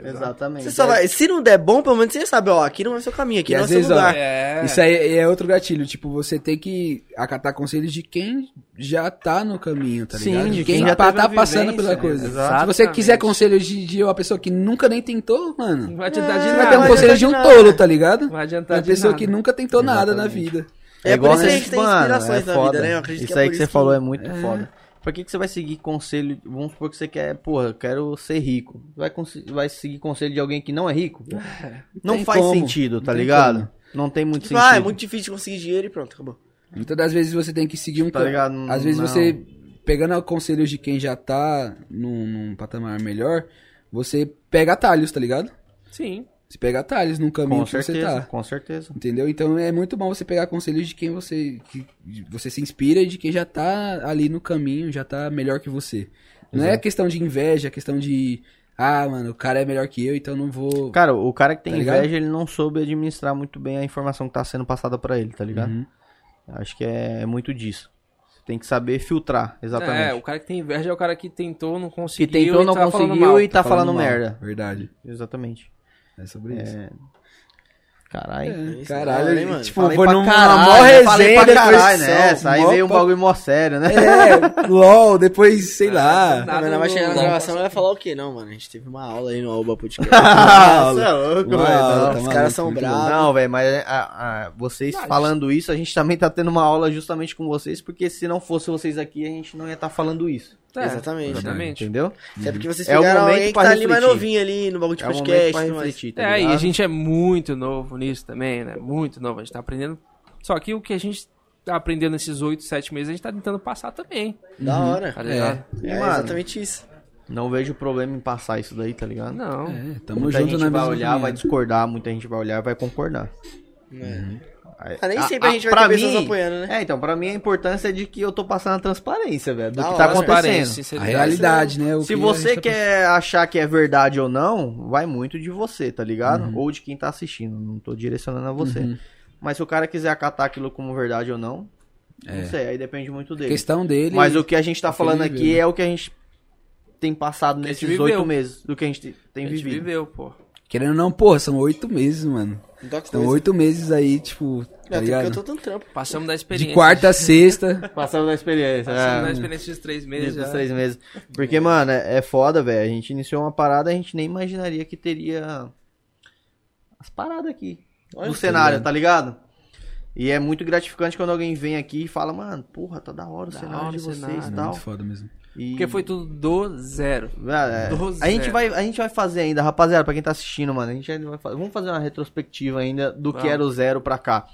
Speaker 2: Exatamente. É,
Speaker 4: Você só vai, se não der bom, pelo menos você sabe, ó, aqui não é o seu caminho, aqui
Speaker 3: E
Speaker 4: não é o
Speaker 3: às
Speaker 4: seu
Speaker 3: vezes, ó,
Speaker 4: lugar.
Speaker 1: É.
Speaker 3: Isso aí é outro gatilho, tipo, você tem que acatar conselhos de quem já tá no caminho, tá
Speaker 2: Sim,
Speaker 3: ligado?
Speaker 2: de
Speaker 3: quem
Speaker 2: quem assim, já
Speaker 3: pa-
Speaker 2: teve
Speaker 3: tá
Speaker 2: a
Speaker 3: passando
Speaker 2: vivência, né?
Speaker 3: pela coisa. Se
Speaker 1: exatamente.
Speaker 3: você quiser conselhos de, de uma pessoa que nunca nem tentou,
Speaker 1: Não
Speaker 3: mano,
Speaker 1: vai adiantar de
Speaker 3: você
Speaker 4: É,
Speaker 3: vai
Speaker 1: nada.
Speaker 2: Ah,
Speaker 3: ter um
Speaker 4: vai
Speaker 3: conselho
Speaker 4: adiantar
Speaker 3: de um
Speaker 4: de nada.
Speaker 3: tolo, tá ligado?
Speaker 1: Não vai adiantar
Speaker 3: Uma
Speaker 1: de
Speaker 3: pessoa
Speaker 1: nada.
Speaker 3: que nunca tentou nada na
Speaker 2: Exatamente.
Speaker 3: vida.
Speaker 4: É, por
Speaker 2: igual
Speaker 4: isso que a gente tem
Speaker 2: mano,
Speaker 4: inspirações
Speaker 2: é
Speaker 4: na
Speaker 2: foda.
Speaker 4: vida, né? Eu acredito
Speaker 2: isso
Speaker 4: que é
Speaker 2: aí
Speaker 4: por
Speaker 2: que
Speaker 4: isso
Speaker 2: você
Speaker 4: que-
Speaker 2: falou é muito foda. Pra que, que você vai seguir conselho? Vamos supor que você quer, porra, eu quero ser rico. Vai, conse- vai seguir conselho de alguém que não é rico? Não
Speaker 3: tem
Speaker 2: faz
Speaker 3: como.
Speaker 2: sentido, tá
Speaker 3: Não tem
Speaker 2: ligado?
Speaker 3: como.
Speaker 2: Não tem muito
Speaker 4: Tipo,
Speaker 2: sentido.
Speaker 4: ah, é muito difícil conseguir dinheiro e pronto, acabou.
Speaker 3: Muitas das vezes você tem que seguir um
Speaker 2: Tá
Speaker 3: ca-
Speaker 2: ligado?
Speaker 3: Às vezes
Speaker 2: Não.
Speaker 3: você, pegando conselhos de quem já tá num, num patamar melhor, você pega atalhos, tá ligado?
Speaker 1: Sim.
Speaker 3: Você pega atalhos no caminho
Speaker 2: com
Speaker 3: que
Speaker 2: certeza,
Speaker 3: você tá.
Speaker 2: com certeza.
Speaker 3: Entendeu? Então é muito bom você pegar conselhos de quem você que você se inspira e de quem já tá ali no caminho, já tá melhor que você. Não é
Speaker 2: Exato.
Speaker 3: questão de inveja, é questão de ah, mano, o cara é melhor que eu, então não vou.
Speaker 2: Cara, o cara que tem
Speaker 3: Tá ligado?
Speaker 2: inveja, ele não soube administrar muito bem a informação que tá sendo passada pra ele, tá ligado?
Speaker 3: Uhum.
Speaker 2: Acho que é muito disso. Você tem que saber filtrar, exatamente.
Speaker 1: É, o cara que tem inveja é o cara que tentou, não
Speaker 2: que
Speaker 1: conseguiu.
Speaker 2: tentou,
Speaker 1: e
Speaker 2: não
Speaker 1: tá falando
Speaker 2: conseguiu
Speaker 1: mal.
Speaker 2: e tá falando,
Speaker 3: mal.
Speaker 2: merda.
Speaker 3: Verdade.
Speaker 2: Exatamente.
Speaker 3: É sobre isso.
Speaker 2: Caralho.
Speaker 3: É,
Speaker 4: da hora,
Speaker 3: caralho,
Speaker 4: hein, mano?
Speaker 3: tipo,
Speaker 2: Falei
Speaker 3: foi
Speaker 2: pra
Speaker 3: numa
Speaker 2: caralho,
Speaker 3: mó
Speaker 2: né?
Speaker 3: resenha
Speaker 2: Falei pra
Speaker 3: depois
Speaker 2: caralho,
Speaker 3: só,
Speaker 2: né? Essa aí
Speaker 3: mó
Speaker 2: veio um
Speaker 3: pa-
Speaker 2: bagulho mó sério, né?
Speaker 3: É, LOL, depois, sei lá.
Speaker 2: Tá
Speaker 1: Nada
Speaker 4: mas não vai chegar na
Speaker 1: não-
Speaker 4: gravação e vai falar o quê? Não, mano, a gente teve uma aula aí no Alba Podcast.
Speaker 2: Você é louco,
Speaker 3: Uma
Speaker 2: velho.
Speaker 3: aula,
Speaker 2: Não,
Speaker 3: tá
Speaker 4: os
Speaker 3: maluco,
Speaker 4: caras são
Speaker 3: muito
Speaker 4: bravos.
Speaker 3: bom.
Speaker 2: Não, velho, mas ah, ah, vocês falando isso, a gente também tá tendo uma aula justamente com vocês, porque se não fosse vocês aqui, a gente não ia estar falando isso.
Speaker 1: É,
Speaker 4: Exatamente.
Speaker 1: Exatamente.
Speaker 2: Entendeu?
Speaker 4: Até porque vocês
Speaker 2: É o
Speaker 4: pegaram
Speaker 2: momento
Speaker 4: alguém que
Speaker 2: pra
Speaker 4: tá ali mais
Speaker 2: refletir.
Speaker 4: novinho ali no bagulho de
Speaker 2: É um momento
Speaker 4: podcast.
Speaker 2: pra
Speaker 4: e tudo mais.
Speaker 2: refletir, tá
Speaker 1: É, e
Speaker 2: ligado?
Speaker 1: a gente é muito novo nisso também, né? Muito novo, a gente tá aprendendo. Só que o que a gente tá aprendendo nesses oito, sete meses, a gente tá tentando passar também,
Speaker 4: Da
Speaker 2: Uhum.
Speaker 4: hora.
Speaker 1: tá ligado?
Speaker 2: E,
Speaker 4: É,
Speaker 2: mano,
Speaker 4: exatamente isso.
Speaker 2: Não vejo problema em passar isso daí, tá ligado?
Speaker 1: Não.
Speaker 3: É, tamo
Speaker 2: Muita gente
Speaker 3: junto na
Speaker 2: vai
Speaker 3: mesma
Speaker 2: olhar, vai
Speaker 3: linha.
Speaker 2: discordar, muita gente vai olhar, vai concordar. Uhum. Tá,
Speaker 4: Ah, nem sempre a gente vai
Speaker 2: pra
Speaker 4: ter pessoas apoiando, né?
Speaker 2: É, então, pra mim a importância é de que eu tô passando a transparência, velho, do
Speaker 4: Da
Speaker 2: que
Speaker 4: hora,
Speaker 2: tá
Speaker 1: Transparência,
Speaker 2: acontecendo.
Speaker 3: A
Speaker 1: sinceridade.
Speaker 3: realidade, né? O
Speaker 2: Se
Speaker 3: que a
Speaker 2: você
Speaker 3: gente tá
Speaker 2: quer achar que é verdade ou não, vai muito de você, tá ligado? Ou de quem tá assistindo, não tô direcionando a você.
Speaker 3: Uhum.
Speaker 2: Mas se o cara quiser acatar aquilo como verdade ou não, não sei, aí depende muito dele.
Speaker 3: questão dele.
Speaker 2: Mas o que a gente tá
Speaker 3: É. ele
Speaker 2: falando
Speaker 3: viveu,
Speaker 2: aqui
Speaker 3: né?
Speaker 2: é o que a gente tem
Speaker 1: a
Speaker 2: passado
Speaker 1: gente
Speaker 2: nesses
Speaker 1: viveu.
Speaker 2: oito meses, do que a gente tem
Speaker 1: A gente
Speaker 2: vivido.
Speaker 1: viveu, pô.
Speaker 3: Querendo ou não, porra, são oito meses, mano.
Speaker 4: Da
Speaker 3: São
Speaker 2: tá
Speaker 4: coisa.
Speaker 3: oito meses aí,
Speaker 1: É,
Speaker 3: tipo, tá
Speaker 4: Não, até porque eu
Speaker 3: ligado?
Speaker 4: tô dando trampo.
Speaker 1: Passamos da experiência.
Speaker 3: De quarta a sexta.
Speaker 2: Passando da experiência.
Speaker 1: Passamos da
Speaker 2: é.
Speaker 1: experiência dos três meses. é.
Speaker 2: Desde os
Speaker 1: já.
Speaker 2: três meses. Porque, mano, é, é foda, velho. A gente iniciou uma parada, a gente nem imaginaria que teria as paradas aqui.
Speaker 4: Olha
Speaker 2: no
Speaker 4: que
Speaker 2: cenário,
Speaker 3: legal.
Speaker 2: tá ligado? E é muito gratificante quando alguém vem aqui e fala, mano, porra, tá da hora o cenário
Speaker 1: hora
Speaker 2: de
Speaker 1: o
Speaker 2: vocês
Speaker 1: cenário.
Speaker 2: e
Speaker 1: É
Speaker 2: tal.
Speaker 3: Muito foda mesmo.
Speaker 2: E-
Speaker 1: Porque foi tudo do zero.
Speaker 2: Velho, é,
Speaker 1: do
Speaker 2: a, gente
Speaker 1: zero.
Speaker 2: vai, a gente vai fazer ainda, rapaziada, pra quem tá assistindo, mano, a gente ainda vai fazer, vamos fazer uma retrospectiva ainda do que
Speaker 1: Vamos.
Speaker 2: era o zero pra cá.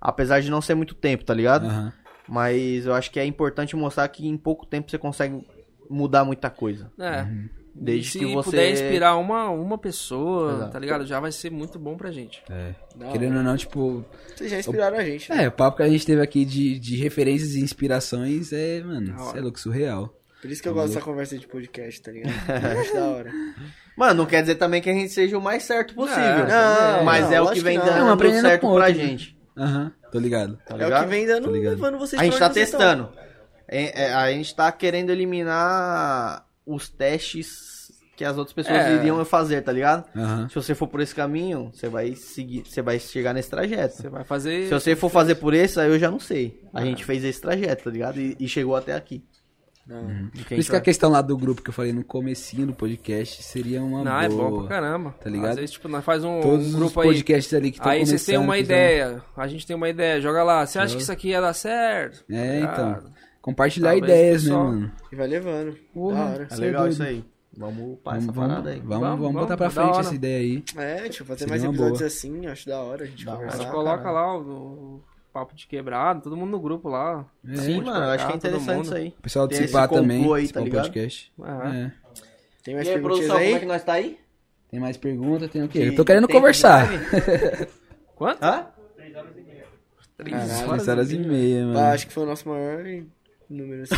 Speaker 2: Apesar de não ser muito tempo, tá ligado?
Speaker 1: É.
Speaker 3: Aham.
Speaker 2: Mas eu acho que é importante mostrar que em pouco tempo você consegue mudar muita coisa.
Speaker 1: É.
Speaker 2: Desde
Speaker 1: Se
Speaker 2: que você
Speaker 1: puder inspirar uma, uma pessoa,
Speaker 2: Exato.
Speaker 1: tá ligado? Já vai ser muito bom pra gente.
Speaker 3: É.
Speaker 4: Da
Speaker 3: Querendo ou não, tipo.
Speaker 4: Vocês já inspiraram a gente. né?
Speaker 3: É, o papo que a gente teve aqui de, de referências e inspirações é, mano,
Speaker 1: Da
Speaker 3: isso
Speaker 1: hora.
Speaker 3: é louco, surreal.
Speaker 4: Por isso que eu
Speaker 2: Uhum.
Speaker 4: gosto dessa conversa de podcast, tá ligado? Eu acho da
Speaker 2: Tá
Speaker 4: hora. É
Speaker 2: Mano, não quer dizer também que a gente seja o mais certo possível.
Speaker 4: Não,
Speaker 2: mas
Speaker 4: não,
Speaker 2: é o
Speaker 4: lógico
Speaker 2: que vem
Speaker 4: que não.
Speaker 2: dando
Speaker 3: Não, aprendendo
Speaker 2: certo
Speaker 3: com
Speaker 2: pra
Speaker 3: outro, né?
Speaker 2: gente.
Speaker 3: Aham, tô ligado.
Speaker 2: Tá
Speaker 4: é o que
Speaker 2: ligado?
Speaker 4: vem dando,
Speaker 3: Tá ligado.
Speaker 4: levando vocês
Speaker 2: a gente
Speaker 4: pra
Speaker 2: tá
Speaker 4: onde vocês
Speaker 2: testando. É, é, a gente tá querendo eliminar os testes que as outras pessoas
Speaker 1: É.
Speaker 2: iriam fazer, tá ligado?
Speaker 3: Aham.
Speaker 2: Se você for por esse caminho, você vai seguir, você vai chegar nesse
Speaker 1: Você
Speaker 2: trajeto.
Speaker 1: vai fazer.
Speaker 2: Se você for fazer por esse, aí eu já não sei. A gente fez esse trajeto, tá ligado? E, e chegou até aqui.
Speaker 4: Não.
Speaker 2: E
Speaker 3: Por
Speaker 2: quem
Speaker 3: isso que a
Speaker 2: tá-
Speaker 3: questão lá do grupo que eu falei no comecinho do podcast seria uma
Speaker 1: Não,
Speaker 3: boa.
Speaker 1: é bom pra caramba.
Speaker 3: Tá ligado?
Speaker 1: Às vezes, tipo, nós faz um,
Speaker 3: Todos
Speaker 1: um
Speaker 3: os
Speaker 1: grupo aí.
Speaker 3: podcasts ali que estão
Speaker 1: Aí vocês têm uma
Speaker 3: que tão-
Speaker 1: ideia, a gente tem uma ideia, joga lá. Você acha que isso aqui ia dar certo?
Speaker 3: É,
Speaker 1: Cara,
Speaker 3: então. Compartilhar
Speaker 1: Tá. Talvez
Speaker 3: ideias, né,
Speaker 1: pessoal-
Speaker 3: mano?
Speaker 4: E vai levando.
Speaker 3: Porra.
Speaker 4: Da hora.
Speaker 2: É
Speaker 3: Cê é
Speaker 2: legal
Speaker 3: doido.
Speaker 2: isso aí. Vamos pá, essa
Speaker 3: Vamos, vamos,
Speaker 2: parada aí.
Speaker 3: vamos,
Speaker 1: Vamos,
Speaker 3: vamos
Speaker 1: vamos,
Speaker 3: botar pra
Speaker 1: da
Speaker 3: frente
Speaker 1: hora.
Speaker 3: essa ideia aí.
Speaker 4: É, tipo, fazer
Speaker 3: Seria
Speaker 4: mais
Speaker 3: uma
Speaker 4: episódios
Speaker 3: boa.
Speaker 4: assim, acho da hora a gente
Speaker 2: Da hora.
Speaker 1: A
Speaker 4: conversar.
Speaker 1: gente
Speaker 2: Ah,
Speaker 1: coloca
Speaker 2: caralho.
Speaker 1: lá o, o papo de quebrado, todo mundo no grupo lá.
Speaker 2: Sim,
Speaker 1: de
Speaker 2: mano, eu
Speaker 1: pra
Speaker 2: acho que é
Speaker 1: cá, todo
Speaker 2: interessante
Speaker 1: mundo.
Speaker 2: isso aí.
Speaker 3: O pessoal
Speaker 2: Tem esse
Speaker 3: participar também,
Speaker 2: complô aí,
Speaker 3: participar
Speaker 2: tá
Speaker 3: do
Speaker 2: ligado? Tá.
Speaker 3: podcast.
Speaker 1: Ah.
Speaker 3: É.
Speaker 4: Tem mais
Speaker 2: E aí,
Speaker 4: perguntas
Speaker 2: produção, como é que
Speaker 4: aí?
Speaker 2: nós tá aí?
Speaker 3: Tem mais perguntas? Tem o quê?
Speaker 2: Que
Speaker 3: Eu tô querendo
Speaker 2: tem
Speaker 3: conversar.
Speaker 1: Quanto?
Speaker 2: Hã?
Speaker 1: Três
Speaker 3: Três horas e meia, mano.
Speaker 4: Ah, acho que foi o nosso maior número assim.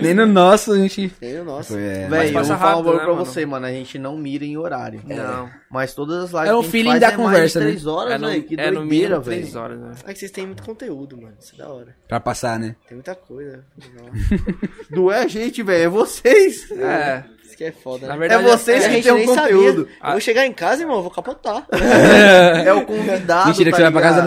Speaker 3: Nem no nosso a gente.
Speaker 4: Tem o nosso.
Speaker 3: Foi, é.
Speaker 2: Véi, eu
Speaker 1: passa
Speaker 2: vou falar um
Speaker 1: rápido,
Speaker 2: bagulho
Speaker 1: né,
Speaker 2: pra
Speaker 1: mano?
Speaker 2: você, mano. A gente não mira em horário.
Speaker 4: É.
Speaker 2: É.
Speaker 1: Não.
Speaker 2: Mas todas as lives
Speaker 3: É
Speaker 2: que
Speaker 3: o
Speaker 2: a gente
Speaker 3: feeling
Speaker 2: faz
Speaker 3: da
Speaker 2: é mais
Speaker 3: conversa,
Speaker 2: de
Speaker 3: né?
Speaker 2: três horas,
Speaker 1: no-
Speaker 2: velho. Que
Speaker 1: é no
Speaker 2: doideira,
Speaker 1: mínimo
Speaker 2: velho.
Speaker 1: três horas, né?
Speaker 4: É que vocês têm muito conteúdo, mano. Isso é da hora.
Speaker 3: Pra passar, né?
Speaker 4: Tem muita coisa. legal.
Speaker 2: Não é a gente, velho. É vocês.
Speaker 1: É.
Speaker 4: Isso que é foda,
Speaker 1: Na
Speaker 4: né?
Speaker 1: verdade,
Speaker 2: É você- Vocês
Speaker 4: A
Speaker 2: que
Speaker 4: gente
Speaker 2: têm um
Speaker 4: nem
Speaker 2: conteúdo.
Speaker 4: sabia. Eu vou chegar em casa, irmão, eu vou capotar.
Speaker 2: É o convidado.
Speaker 3: Mentira,
Speaker 2: tá
Speaker 3: que você vai pra casa da
Speaker 2: ligado?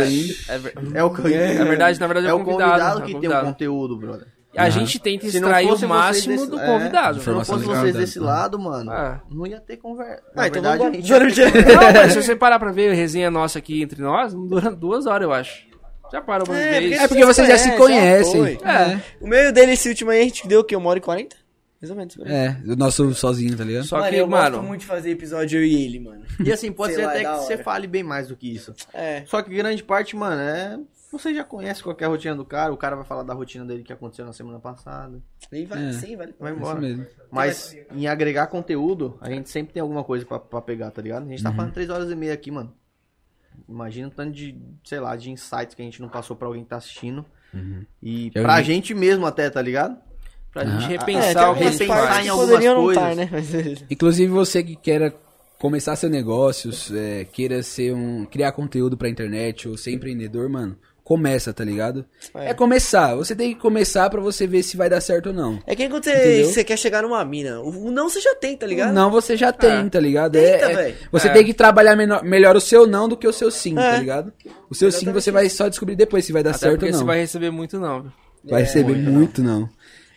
Speaker 1: Mas é-
Speaker 3: ainda.
Speaker 1: é ver-
Speaker 2: É o convidado.
Speaker 1: Na verdade, na verdade, é
Speaker 2: É
Speaker 1: o
Speaker 2: o
Speaker 1: convidado,
Speaker 2: convidado
Speaker 1: é o
Speaker 2: que tem o
Speaker 1: convidado.
Speaker 2: conteúdo, brother.
Speaker 1: A gente tenta
Speaker 2: Se não
Speaker 1: extrair
Speaker 2: fosse
Speaker 1: o máximo
Speaker 2: vocês
Speaker 1: do
Speaker 2: desse- É.
Speaker 1: convidado.
Speaker 2: Se não
Speaker 3: Informação
Speaker 2: fosse
Speaker 3: de
Speaker 2: vocês
Speaker 3: cada-
Speaker 2: desse lado, mano,
Speaker 1: Ah.
Speaker 2: não ia ter conversa.
Speaker 4: Ah,
Speaker 2: Na
Speaker 4: então
Speaker 2: verdade,
Speaker 4: vamos
Speaker 2: a gente-
Speaker 4: embora.
Speaker 1: Não, mas se você parar pra ver a resenha nossa aqui entre nós, não dura duas horas, eu acho. Já parou pra ver isso.
Speaker 3: É porque vocês já se conhecem.
Speaker 1: É,
Speaker 4: O meio dele, esse último aí, a gente deu o quê? Uma hora e quarenta? Mais ou menos. por aí.
Speaker 3: É, o nosso sozinho, tá ligado?
Speaker 1: só
Speaker 4: mano,
Speaker 1: que,
Speaker 4: eu
Speaker 1: mano...
Speaker 4: gosto muito de fazer episódio eu e ele, mano.
Speaker 2: E assim, pode
Speaker 4: Sei
Speaker 2: ser
Speaker 4: lá,
Speaker 2: até
Speaker 4: é da
Speaker 2: que você
Speaker 4: hora.
Speaker 2: fale bem mais do que isso.
Speaker 4: É.
Speaker 2: Só que grande parte, mano, é. Você já conhece qualquer rotina do cara, o cara vai falar da rotina dele que aconteceu na semana passada.
Speaker 4: Nem vai,
Speaker 3: É.
Speaker 4: sim, vale.
Speaker 2: Vai
Speaker 3: É
Speaker 2: embora.
Speaker 3: Isso mesmo.
Speaker 2: Mas em agregar conteúdo, a gente sempre tem alguma coisa pra, pra pegar, tá ligado? A
Speaker 4: Uhum.
Speaker 2: gente tá falando três horas e meia aqui, mano. Imagina o tanto de, sei lá, de insights que a gente não passou pra alguém que tá assistindo.
Speaker 4: Uhum.
Speaker 2: E
Speaker 3: Eu
Speaker 2: pra
Speaker 3: vi.
Speaker 2: gente mesmo até, tá ligado?
Speaker 1: Pra gente
Speaker 3: Ah.
Speaker 1: repensar
Speaker 2: É, tem
Speaker 1: o que a gente
Speaker 2: algumas partes
Speaker 1: faz.
Speaker 2: que
Speaker 4: em
Speaker 2: algumas
Speaker 4: poderiam não
Speaker 2: coisas.
Speaker 4: estar, né? Mas beleza.
Speaker 3: Inclusive você que queira começar seu negócios, é, queira ser um, criar conteúdo pra internet ou ser empreendedor, mano, começa, tá ligado? É,
Speaker 4: É.
Speaker 3: começar. Você tem que começar pra você ver se vai dar certo ou não.
Speaker 4: É que quando
Speaker 3: Entendeu?
Speaker 4: você, você quer chegar numa mina, o o não você já tem, tá ligado? Ah,
Speaker 3: Não, você já tem, tá ligado?
Speaker 4: Tenta,
Speaker 3: é, é,
Speaker 4: véi.
Speaker 3: você
Speaker 1: É.
Speaker 3: tem que trabalhar menor- melhor o seu não do que o seu sim, tá
Speaker 4: É.
Speaker 3: ligado? O seu sim você vai só descobrir depois se vai dar
Speaker 1: Até
Speaker 3: certo ou
Speaker 1: porque
Speaker 3: não.
Speaker 1: você vai
Speaker 3: Vai,
Speaker 1: receber muito não. viu?
Speaker 4: É,
Speaker 3: receber muito não.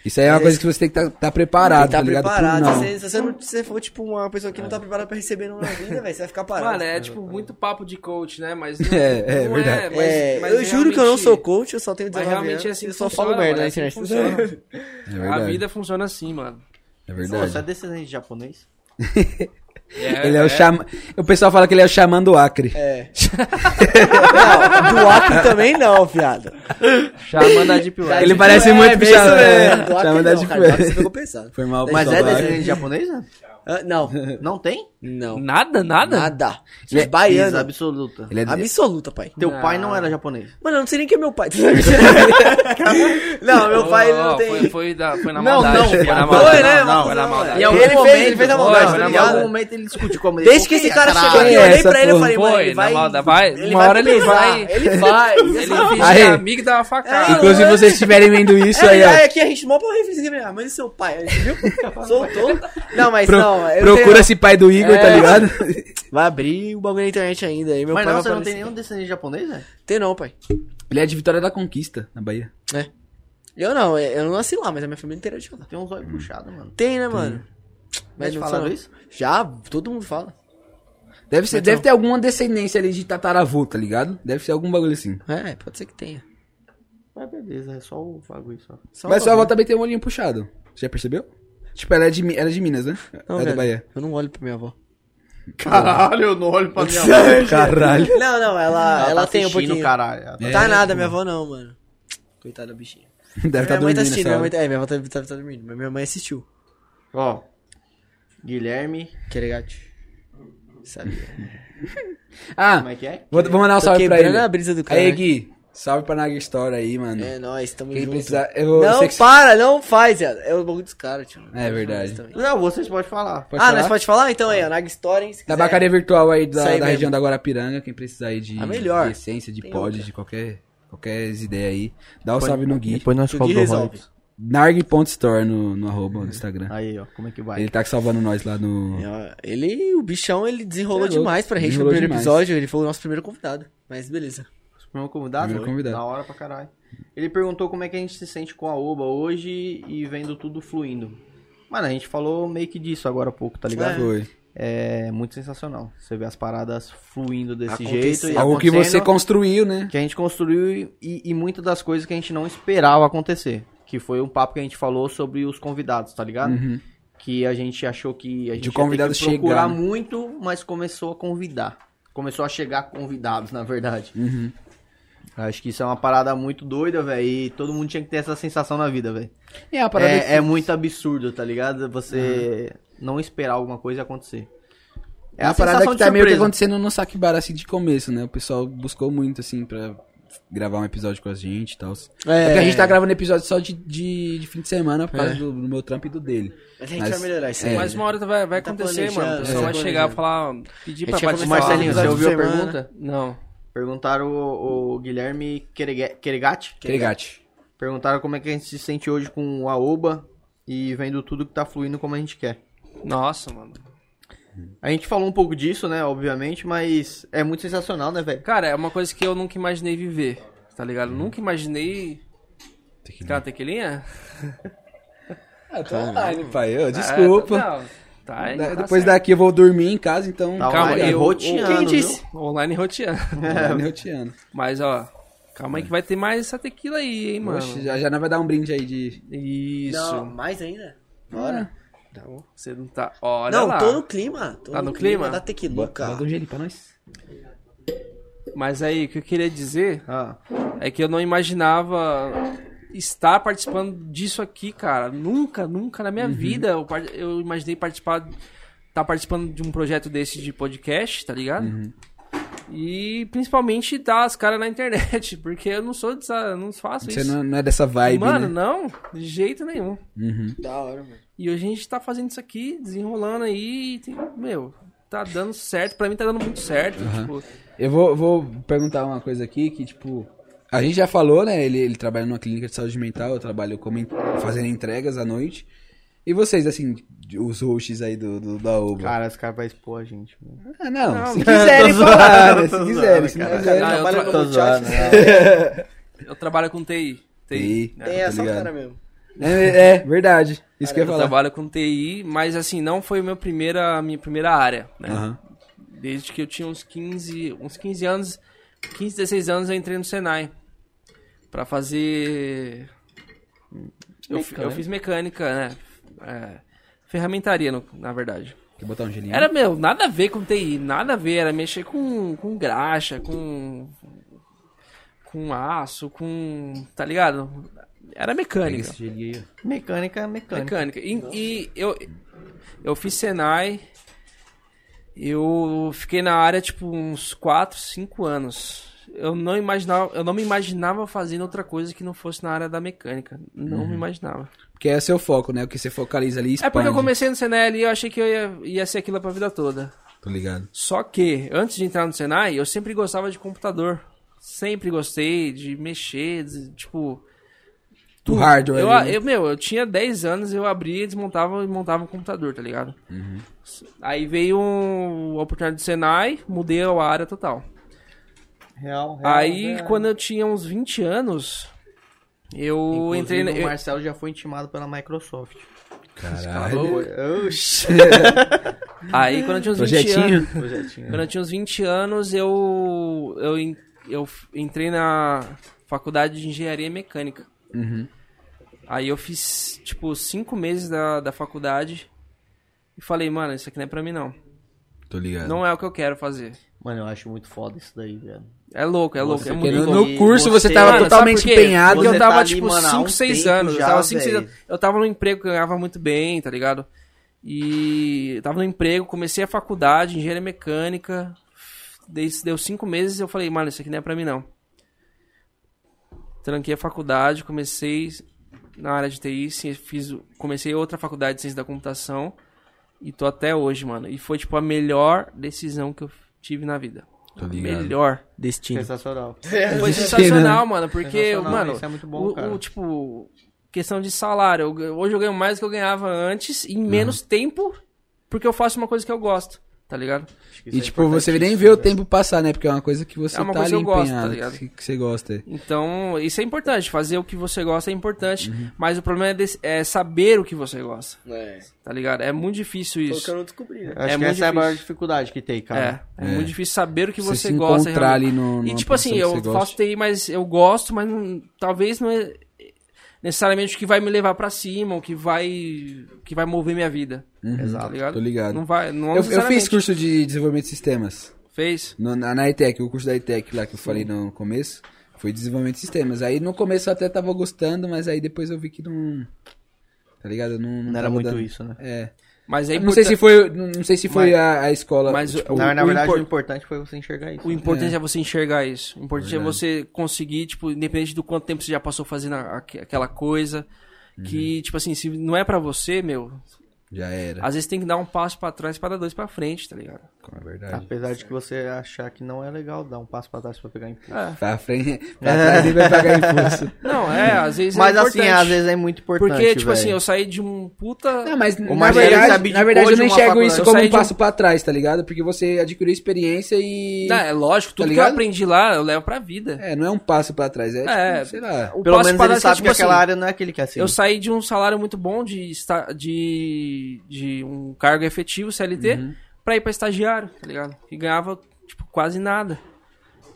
Speaker 3: Isso aí é uma coisa que você tem que estar preparado,
Speaker 4: tá
Speaker 3: tá ligado? Pro
Speaker 4: preparado.
Speaker 3: não.
Speaker 4: Se, se você não se você for, tipo, uma pessoa que não tá preparada pra receber não na vida, velho, você vai ficar parado.
Speaker 1: Mano, é tipo muito papo de coach, né? Mas não
Speaker 3: É, é
Speaker 1: não
Speaker 3: verdade.
Speaker 1: mas-
Speaker 4: É,
Speaker 1: mas
Speaker 4: eu juro que eu não
Speaker 1: realmente-
Speaker 4: sou coach, eu só tenho
Speaker 1: Mas
Speaker 4: 19
Speaker 1: realmente é
Speaker 4: anos
Speaker 1: assim
Speaker 4: e
Speaker 1: que
Speaker 4: só
Speaker 1: funciona,
Speaker 4: falo
Speaker 1: mano,
Speaker 4: merda né, na
Speaker 1: é assim que
Speaker 4: internet.
Speaker 1: funciona.
Speaker 3: É verdade.
Speaker 1: A vida funciona assim, mano.
Speaker 3: É
Speaker 2: Pô, você é
Speaker 3: verdade.
Speaker 2: descendente de japonês?
Speaker 3: Ele é, o chama... O pessoal fala que ele é o xamã do Acre.
Speaker 4: É. não, do Acre também não, viado.
Speaker 2: Xamã da Deep
Speaker 1: Tá
Speaker 2: Web.
Speaker 3: Ele parece muito
Speaker 4: é,
Speaker 3: pro
Speaker 4: bem isso
Speaker 3: Xamã,
Speaker 4: mesmo.
Speaker 3: né?
Speaker 4: Do Acre
Speaker 3: Xamã da
Speaker 4: não,
Speaker 3: Deep
Speaker 4: cara, do
Speaker 3: Web.
Speaker 4: Acre você pegou pesado.
Speaker 3: Foi mal,
Speaker 2: Mas
Speaker 3: pessoal
Speaker 2: é
Speaker 3: do Acre.
Speaker 2: descendente de japonês? né?
Speaker 4: Ah, não,
Speaker 2: Não tem?
Speaker 4: não.
Speaker 1: Nada, nada?
Speaker 4: Nada. Ele é baiano.
Speaker 2: Isso, absoluta.
Speaker 3: Ele é
Speaker 4: Absoluta, pai.
Speaker 2: Teu pai não era japonês.
Speaker 4: Mano, eu não sei nem quem é meu pai. não, meu pai não
Speaker 1: Oh,
Speaker 4: tem.
Speaker 1: Foi, foi, da, foi na
Speaker 2: Não,
Speaker 1: maldade.
Speaker 2: não,
Speaker 1: foi na
Speaker 2: não,
Speaker 1: maldade.
Speaker 4: né,
Speaker 1: Não,
Speaker 4: mano?
Speaker 1: foi na
Speaker 4: Não,
Speaker 1: maldade.
Speaker 4: é.
Speaker 1: Eu-
Speaker 4: Ele fez, ele fez a maldade,
Speaker 1: tá
Speaker 2: Em
Speaker 1: ligado?
Speaker 2: algum momento ele discutiu como ele
Speaker 4: Desde que esse cara chegou,
Speaker 3: caralho,
Speaker 4: eu olhei
Speaker 3: essa
Speaker 4: pra ele e
Speaker 3: porra.
Speaker 4: falei, mano,
Speaker 1: Foi,
Speaker 4: ele
Speaker 1: na
Speaker 4: vai.
Speaker 1: maldade, vai-
Speaker 4: ele
Speaker 1: uma hora ele
Speaker 4: pesar,
Speaker 1: vai-
Speaker 4: Ele vai.
Speaker 1: Ele
Speaker 4: ele
Speaker 1: finge
Speaker 3: Aí.
Speaker 1: que é amigo e dá uma facada.
Speaker 3: Inclusive, vocês estiverem vendo isso aí, é
Speaker 4: Aí, É, aí
Speaker 3: ó.
Speaker 4: aqui a gente mó pra refletir, ah, mas e seu pai? Aí, viu? Soltou. Não, mas
Speaker 3: Pro-
Speaker 4: não. eu
Speaker 3: procura
Speaker 4: tenho-
Speaker 3: esse pai do Igor, tá
Speaker 4: É.
Speaker 3: ligado?
Speaker 4: Vai abrir o bagulho na internet ainda. Aí meu
Speaker 2: Mas
Speaker 4: pai
Speaker 2: não,
Speaker 4: vai
Speaker 2: você não tem
Speaker 4: aparecer.
Speaker 2: nenhum descendente japonês, né?
Speaker 4: Tem não, pai.
Speaker 3: Ele é de Vitória da Conquista, na Bahia.
Speaker 4: Eu não, é, eu eu não nasci lá, mas a minha família inteira é de lá.
Speaker 2: Tem uns olhos puxados, mano.
Speaker 4: Tem, né, mano?
Speaker 2: Mas
Speaker 4: não
Speaker 2: falaram
Speaker 4: sou-
Speaker 2: isso?
Speaker 4: Já, todo mundo fala.
Speaker 3: Deve, ser,
Speaker 4: Então.
Speaker 3: deve ter alguma descendência ali de tataravô, tá ligado? Deve ser algum bagulho assim.
Speaker 4: É, pode ser que tenha.
Speaker 2: Mas beleza, é só o bagulho só.
Speaker 4: Só
Speaker 3: Mas
Speaker 4: um
Speaker 3: sua avó
Speaker 4: bagulho.
Speaker 3: também tem um olhinho puxado. Você já percebeu? Tipo, ela é de, Mi- ela é de Minas, né? ela
Speaker 4: Não,
Speaker 3: é da
Speaker 4: velho,
Speaker 3: Bahia.
Speaker 4: Eu não olho pra minha avó.
Speaker 2: Caralho, eu não olho pra minha
Speaker 4: é
Speaker 2: mãe.
Speaker 3: Caralho. É,
Speaker 4: Não, não, ela, ela,
Speaker 2: tá
Speaker 4: tem um
Speaker 2: assistindo,
Speaker 4: pouquinho.
Speaker 2: caralho. Ela tá-
Speaker 4: Não tá nada, minha avó não, mano. Coitada da bichinha.
Speaker 3: Deve estar
Speaker 4: minha mãe
Speaker 3: dormindo
Speaker 4: tá assistindo,
Speaker 3: nessa
Speaker 4: minha
Speaker 3: hora.
Speaker 4: mãe tá, é, minha avó tá, tá, tá dormindo, mas minha mãe assistiu.
Speaker 2: Ó. Guilherme,
Speaker 4: Que é legal. Sabia. tá
Speaker 2: como
Speaker 3: Ah,
Speaker 2: é que é?
Speaker 3: vou, vou mandar um
Speaker 4: Tô
Speaker 3: salve pra
Speaker 4: quebrando
Speaker 3: ele.
Speaker 4: a brisa do cara.
Speaker 3: Aí, Gui. Salve pra Naga Store aí, mano.
Speaker 4: É nóis, tamo
Speaker 3: Quem
Speaker 4: junto.
Speaker 3: precisar, eu vou...
Speaker 4: Não,
Speaker 3: sei que-
Speaker 4: para, não faz, viado. É o bagulho dos caras, tio.
Speaker 3: É verdade.
Speaker 4: Também.
Speaker 2: Não, vocês podem falar.
Speaker 3: Pode
Speaker 4: ah,
Speaker 3: falar?
Speaker 4: nós pode falar? Então aí, ó, Nag Story, se quiser.
Speaker 3: Tabacaria virtual aí da,
Speaker 4: Isso aí
Speaker 3: da
Speaker 4: mesmo.
Speaker 3: região da Guarapiranga, quem precisar aí de,
Speaker 4: A melhor.
Speaker 3: de essência, de
Speaker 4: Tem
Speaker 3: pod,
Speaker 4: outra.
Speaker 3: de qualquer, qualquer ideia aí, dá um salve no Gui.
Speaker 2: Depois nós
Speaker 4: O Gui
Speaker 2: cobramos.
Speaker 4: resolve.
Speaker 3: Narg.store no, no arroba no Instagram.
Speaker 2: Aí, ó, como é que vai?
Speaker 3: Ele tá salvando nós lá no.
Speaker 4: Ó, Ele, o bichão, ele desenrolou
Speaker 3: Você é louco.
Speaker 4: demais pra gente no
Speaker 3: Desenrolou
Speaker 4: primeiro
Speaker 3: demais.
Speaker 4: episódio. Ele foi o nosso primeiro convidado. Mas beleza.
Speaker 2: Primeiro convidado?
Speaker 3: Primeiro convidado.
Speaker 2: Da hora pra caralho. Ele perguntou como é que a gente se sente com a Oba hoje e vendo tudo fluindo. Mano, a gente falou meio que disso agora há pouco, tá ligado?
Speaker 3: Foi.
Speaker 2: É, muito sensacional. Você vê as paradas fluindo desse
Speaker 4: Acontecendo.
Speaker 2: jeito. E
Speaker 3: Algo que você
Speaker 2: acontecendo,
Speaker 3: construiu, né?
Speaker 2: que a gente construiu e, e muitas das coisas que a gente não esperava acontecer. Que foi um papo que a gente falou sobre os convidados, tá ligado?
Speaker 3: Uhum.
Speaker 2: Que a gente achou que a gente ia ter que
Speaker 3: convidado
Speaker 2: procurar
Speaker 3: chegar, né?
Speaker 2: muito, mas começou a convidar. Começou a chegar convidados, na verdade.
Speaker 3: Uhum.
Speaker 2: Acho que isso é uma parada muito doida, velho. E todo mundo tinha que ter essa sensação na vida, velho.
Speaker 3: É, a parada que-
Speaker 2: É, é muito absurdo, tá ligado? Você não esperar alguma coisa acontecer.
Speaker 3: É a parada que tá meio que acontecendo no Sakibara, assim, de começo, né? O pessoal buscou muito, assim, pra gravar um episódio com a gente e tal. É. que a gente tá gravando episódio só de, de, de fim de semana por causa do, do meu trampo e do dele.
Speaker 4: Mas a gente
Speaker 3: Mas-
Speaker 4: vai melhorar isso aí.
Speaker 3: É.
Speaker 1: Mas uma hora vai, vai
Speaker 4: Tá
Speaker 1: acontecer,
Speaker 4: planejando,
Speaker 1: mano. O pessoal
Speaker 4: tá
Speaker 1: vai
Speaker 4: planejando.
Speaker 1: chegar e falar. Pedir pra
Speaker 2: com o
Speaker 1: participar.
Speaker 2: Marcelinho, você
Speaker 4: episódio
Speaker 2: ouviu a
Speaker 4: de semana.
Speaker 2: pergunta?
Speaker 1: Não.
Speaker 2: Perguntaram o, o Guilherme Queregue- Queregatti.
Speaker 3: Kregate.
Speaker 2: Perguntaram como é que a gente se sente hoje com a Oba e vendo tudo que tá fluindo como a gente quer.
Speaker 1: Nossa, mano.
Speaker 2: A gente falou um pouco disso, né, obviamente, mas é muito sensacional, né, velho?
Speaker 1: Cara, é uma coisa que eu nunca imaginei viver, tá ligado? Nunca imaginei. Tá, tequilinha?
Speaker 3: Ah, tá online, pai. Eu, desculpa.
Speaker 1: Ah, não, tá, aí, tá
Speaker 3: Depois
Speaker 1: certo.
Speaker 3: daqui eu vou dormir em casa, então...
Speaker 2: Tá
Speaker 1: Calma,
Speaker 2: online
Speaker 1: eu-
Speaker 2: roteando,
Speaker 4: quem
Speaker 2: viu?
Speaker 4: disse?
Speaker 1: Online roteando.
Speaker 3: Online, eu te amo.
Speaker 1: Mas, ó, calma aí que vai ter mais essa tequila aí, hein, mano.
Speaker 3: É. Oxe, já, já não vai dar um brinde aí de...
Speaker 1: Isso.
Speaker 4: Não, mais ainda? Bora. Tá bom.
Speaker 1: Você não tá. Olha
Speaker 4: Não,
Speaker 1: lá.
Speaker 4: tô no clima. Tô
Speaker 1: Tá no clima?
Speaker 4: Da tequiluca.
Speaker 3: Bota um gelinho pra nós.
Speaker 1: Mas aí, o que eu queria dizer
Speaker 2: Ah,
Speaker 1: é que eu não imaginava estar participando disso aqui, cara. Nunca, nunca na
Speaker 3: Uhum.
Speaker 1: minha vida eu, par- eu imaginei participar. Tá participando de um projeto desse de podcast, tá ligado?
Speaker 3: Uhum.
Speaker 1: E principalmente dar as caras na internet, porque eu não sou dessa. eu Não faço
Speaker 3: Você
Speaker 1: isso.
Speaker 3: não, não é dessa vibe,
Speaker 1: Mano,
Speaker 3: né?
Speaker 1: não, de jeito nenhum.
Speaker 3: Uhum.
Speaker 4: Da hora, mano.
Speaker 1: E hoje a gente tá fazendo isso aqui, desenrolando aí, e tem- meu, tá dando certo, pra mim tá dando muito certo, tipo,
Speaker 3: Eu vou, vou perguntar uma coisa aqui que, tipo. A gente já falou, né? Ele, ele trabalha numa clínica de saúde mental, eu trabalho como en- fazendo entregas à noite. E vocês, assim, de- os hosts aí do, do- da Oba?
Speaker 2: cara, esse cara vai expor a gente. mano.
Speaker 3: ah, não,
Speaker 1: Não,
Speaker 3: se quiserem
Speaker 2: tô
Speaker 3: falar,
Speaker 2: zoando,
Speaker 3: né? Se
Speaker 2: tô
Speaker 3: quiserem,
Speaker 2: zoando,
Speaker 3: se não
Speaker 2: cara.
Speaker 3: quiserem.
Speaker 1: Ah, eu
Speaker 4: Trabalha
Speaker 1: tra-
Speaker 4: no
Speaker 2: tô
Speaker 4: chat.
Speaker 2: zoando, né?
Speaker 1: eu trabalho com TI. TI.
Speaker 3: Ih,
Speaker 4: É,
Speaker 3: tá
Speaker 4: só o
Speaker 3: ligado?
Speaker 4: cara mesmo.
Speaker 3: É, é, verdade. Isso que eu ia
Speaker 1: Eu
Speaker 3: falar.
Speaker 1: trabalho com TI, mas assim, não foi a minha primeira, minha primeira área, né?
Speaker 3: Aham.
Speaker 1: Desde que eu tinha uns 15, uns 15 anos, 15, 16 anos eu entrei no Senai pra fazer eu, fi- eu fiz mecânica, né? É, ferramentaria, no- na verdade.
Speaker 3: Quer botar um gelinho?
Speaker 1: Era, meu, nada a ver com TI, nada a ver. Era mexer com, com graxa, com. com aço, com. tá ligado? Era
Speaker 3: Pega
Speaker 1: mecânica.
Speaker 3: esse gelinho aí, ó.
Speaker 2: Mecânica é mecânica.
Speaker 1: Mecânica. E, e eu, eu fiz Senai. Eu fiquei na área, tipo, uns 4, 5 anos. Eu não imaginava, eu não me imaginava fazendo outra coisa que não fosse na área da mecânica. Não me imaginava.
Speaker 3: Porque é o seu foco, né? O que você focaliza ali e expande.
Speaker 1: É porque eu comecei no Senai ali, eu achei que eu ia, ia ser aquilo pra vida toda.
Speaker 3: Tô ligado.
Speaker 1: Só que, antes de entrar no Senai, eu sempre gostava de computador. Sempre gostei de mexer, de, tipo.
Speaker 3: Do hardware.
Speaker 1: Eu,
Speaker 3: ali, né?
Speaker 1: eu, meu, eu tinha 10 anos, eu abria, desmontava e montava o computador, tá ligado?
Speaker 3: Uhum.
Speaker 1: Aí veio um, a oportunidade do Senai, mudei a área total.
Speaker 2: Real, real.
Speaker 1: Aí,
Speaker 2: real.
Speaker 1: quando eu tinha uns 20 anos, eu
Speaker 2: Inclusive,
Speaker 1: entrei. na-
Speaker 2: O
Speaker 1: eu-
Speaker 2: Marcelo já foi intimado pela Microsoft.
Speaker 3: Caralho.
Speaker 2: Oxi.
Speaker 1: Aí, quando eu tinha uns 20
Speaker 3: Projetinho.
Speaker 1: anos. É. Quando eu tinha uns 20 anos, eu, eu, en- eu f- entrei na faculdade de engenharia mecânica.
Speaker 3: Uhum.
Speaker 1: Aí eu fiz, tipo, cinco meses da, da faculdade e falei, mano, isso aqui não é pra mim, não.
Speaker 3: Tô ligado.
Speaker 1: Não é o que eu quero fazer.
Speaker 2: Mano, eu acho muito foda isso daí, velho.
Speaker 1: É louco, é louco, é
Speaker 3: Porque
Speaker 1: muito
Speaker 3: no,
Speaker 1: louco.
Speaker 3: no
Speaker 2: E
Speaker 3: curso você,
Speaker 2: você-
Speaker 3: tava
Speaker 1: Mano, sabe
Speaker 3: totalmente
Speaker 1: por quê?
Speaker 3: empenhado.
Speaker 1: Porque eu
Speaker 2: Você
Speaker 1: tava,
Speaker 2: tá ali,
Speaker 1: tipo,
Speaker 2: mano, há
Speaker 1: 5,
Speaker 2: um
Speaker 1: 6
Speaker 2: tempo
Speaker 1: anos. eu
Speaker 2: já,
Speaker 1: tava 5, 6
Speaker 2: véi.
Speaker 1: anos. Eu tava num emprego que eu ganhava muito bem, tá ligado? E eu tava no emprego, comecei a faculdade, engenharia mecânica. Dei- Deu 5 meses eu falei, mano, isso aqui não é pra mim, não. Tranquei a faculdade, comecei na área de TI, ci- fiz, o- comecei outra faculdade de ciência da computação e tô até hoje, mano. E foi, tipo, a melhor decisão que eu tive na vida.
Speaker 3: Tô ligado.
Speaker 1: é Melhor.
Speaker 4: Destino.
Speaker 2: Sensacional.
Speaker 1: Foi sensacional, mano, porque,
Speaker 2: É, Sensacional,
Speaker 1: mano,
Speaker 2: isso é muito bom,
Speaker 1: o-
Speaker 2: cara.
Speaker 1: o, tipo, questão de salário. eu ganho- hoje eu ganho mais do que eu ganhava antes
Speaker 3: Uhum.
Speaker 1: em menos tempo, porque eu faço uma coisa que eu gosto, tá ligado?
Speaker 2: é
Speaker 3: E tipo, você nem vê o tempo passar, né? Porque é uma coisa que você
Speaker 1: É uma
Speaker 3: tá
Speaker 1: coisa
Speaker 3: ali
Speaker 1: que eu gosto, tá
Speaker 3: empenhado.
Speaker 1: ligado?
Speaker 3: que, que você gosta.
Speaker 1: Então, isso é importante. Fazer o que você gosta é importante,
Speaker 3: Uhum.
Speaker 1: mas o problema é, dec- é saber o que você gosta,
Speaker 4: É.
Speaker 1: tá ligado? É muito difícil
Speaker 4: Foi o que eu
Speaker 1: isso.
Speaker 4: não descobri, né?
Speaker 2: Acho
Speaker 1: É
Speaker 2: que
Speaker 1: muito
Speaker 2: essa é a
Speaker 1: difícil.
Speaker 2: maior dificuldade que tem,
Speaker 1: É,
Speaker 2: cara.
Speaker 1: é muito difícil saber o que
Speaker 3: Você
Speaker 1: você,
Speaker 3: se
Speaker 1: gosta.
Speaker 3: encontrar
Speaker 1: realmente.
Speaker 3: ali no-
Speaker 1: E
Speaker 3: numa
Speaker 1: tipo assim,
Speaker 3: profissão que
Speaker 1: eu
Speaker 3: você
Speaker 1: faço TI, mas eu gosto, mas não- talvez não é necessariamente o que vai me levar pra cima, o que vai que vai mover minha vida. Tá
Speaker 2: Exato.
Speaker 1: ligado?
Speaker 3: Tô ligado.
Speaker 1: Não vai, não
Speaker 3: É. Eu, eu fiz
Speaker 1: necessariamente.
Speaker 3: curso de desenvolvimento de sistemas.
Speaker 1: Fez?
Speaker 3: no- na, na ETEC, o curso da ETEC lá que eu falei no começo. Foi desenvolvimento de sistemas. Aí no começo eu até tava gostando, mas aí depois eu vi que não. Tá ligado? Não, não
Speaker 2: Não
Speaker 3: tava
Speaker 2: era muito
Speaker 3: dando.
Speaker 2: isso, né?
Speaker 3: É.
Speaker 1: Mas aí
Speaker 3: não sei se foi, não não sei se foi
Speaker 2: Mas-
Speaker 3: a, a escola.
Speaker 1: mas
Speaker 3: tipo,
Speaker 1: o-
Speaker 2: na, na
Speaker 1: o
Speaker 2: verdade,
Speaker 1: impor-
Speaker 2: o importante foi você enxergar isso. né?
Speaker 1: O importante é. você enxergar isso. O importante é você conseguir, tipo, independente do quanto tempo você já passou fazendo a- aque- aquela coisa.
Speaker 2: Uhum.
Speaker 1: Que, tipo assim, se não é pra você, meu,
Speaker 3: já era.
Speaker 1: às vezes tem que dar um passo pra trás pra dar dois pra frente, tá ligado?
Speaker 3: É verdade.
Speaker 2: Apesar de que você achar que não é legal dar um passo pra trás pra pegar impulso.
Speaker 3: Pra frente, pra trás ele vai pagar impulso.
Speaker 1: É. Não, é, às vezes
Speaker 2: Mas
Speaker 1: é
Speaker 2: assim,
Speaker 1: importante.
Speaker 2: às vezes é muito importante.
Speaker 1: Porque, tipo assim, eu saí de um puta.
Speaker 3: Não, mas na
Speaker 2: Marcelo
Speaker 3: verdade,
Speaker 2: sabe de
Speaker 3: na verdade eu
Speaker 2: hoje
Speaker 3: não
Speaker 2: uma
Speaker 3: enxergo
Speaker 2: faculdade.
Speaker 3: isso
Speaker 1: Eu
Speaker 3: como
Speaker 1: saí
Speaker 3: um
Speaker 1: de um-
Speaker 3: passo pra trás, tá ligado? Porque você adquiriu experiência e.
Speaker 1: Não, é
Speaker 2: tá
Speaker 1: lógico, tudo que eu
Speaker 3: ligado?
Speaker 1: aprendi lá eu levo pra vida.
Speaker 3: É, não é um passo pra trás, é,
Speaker 1: É,
Speaker 3: tipo, sei lá.
Speaker 1: O
Speaker 2: Pelo
Speaker 1: passo
Speaker 2: menos
Speaker 1: pra
Speaker 2: ele
Speaker 1: trás
Speaker 2: sabe
Speaker 1: é, tipo
Speaker 2: que aquela
Speaker 1: assim,
Speaker 2: área não é aquele que é assim.
Speaker 1: Eu saí de um salário muito bom de, esta- de, de um cargo efetivo, CLT,
Speaker 2: Uhum.
Speaker 1: pra ir pra estagiário, tá ligado? E ganhava, tipo, quase nada.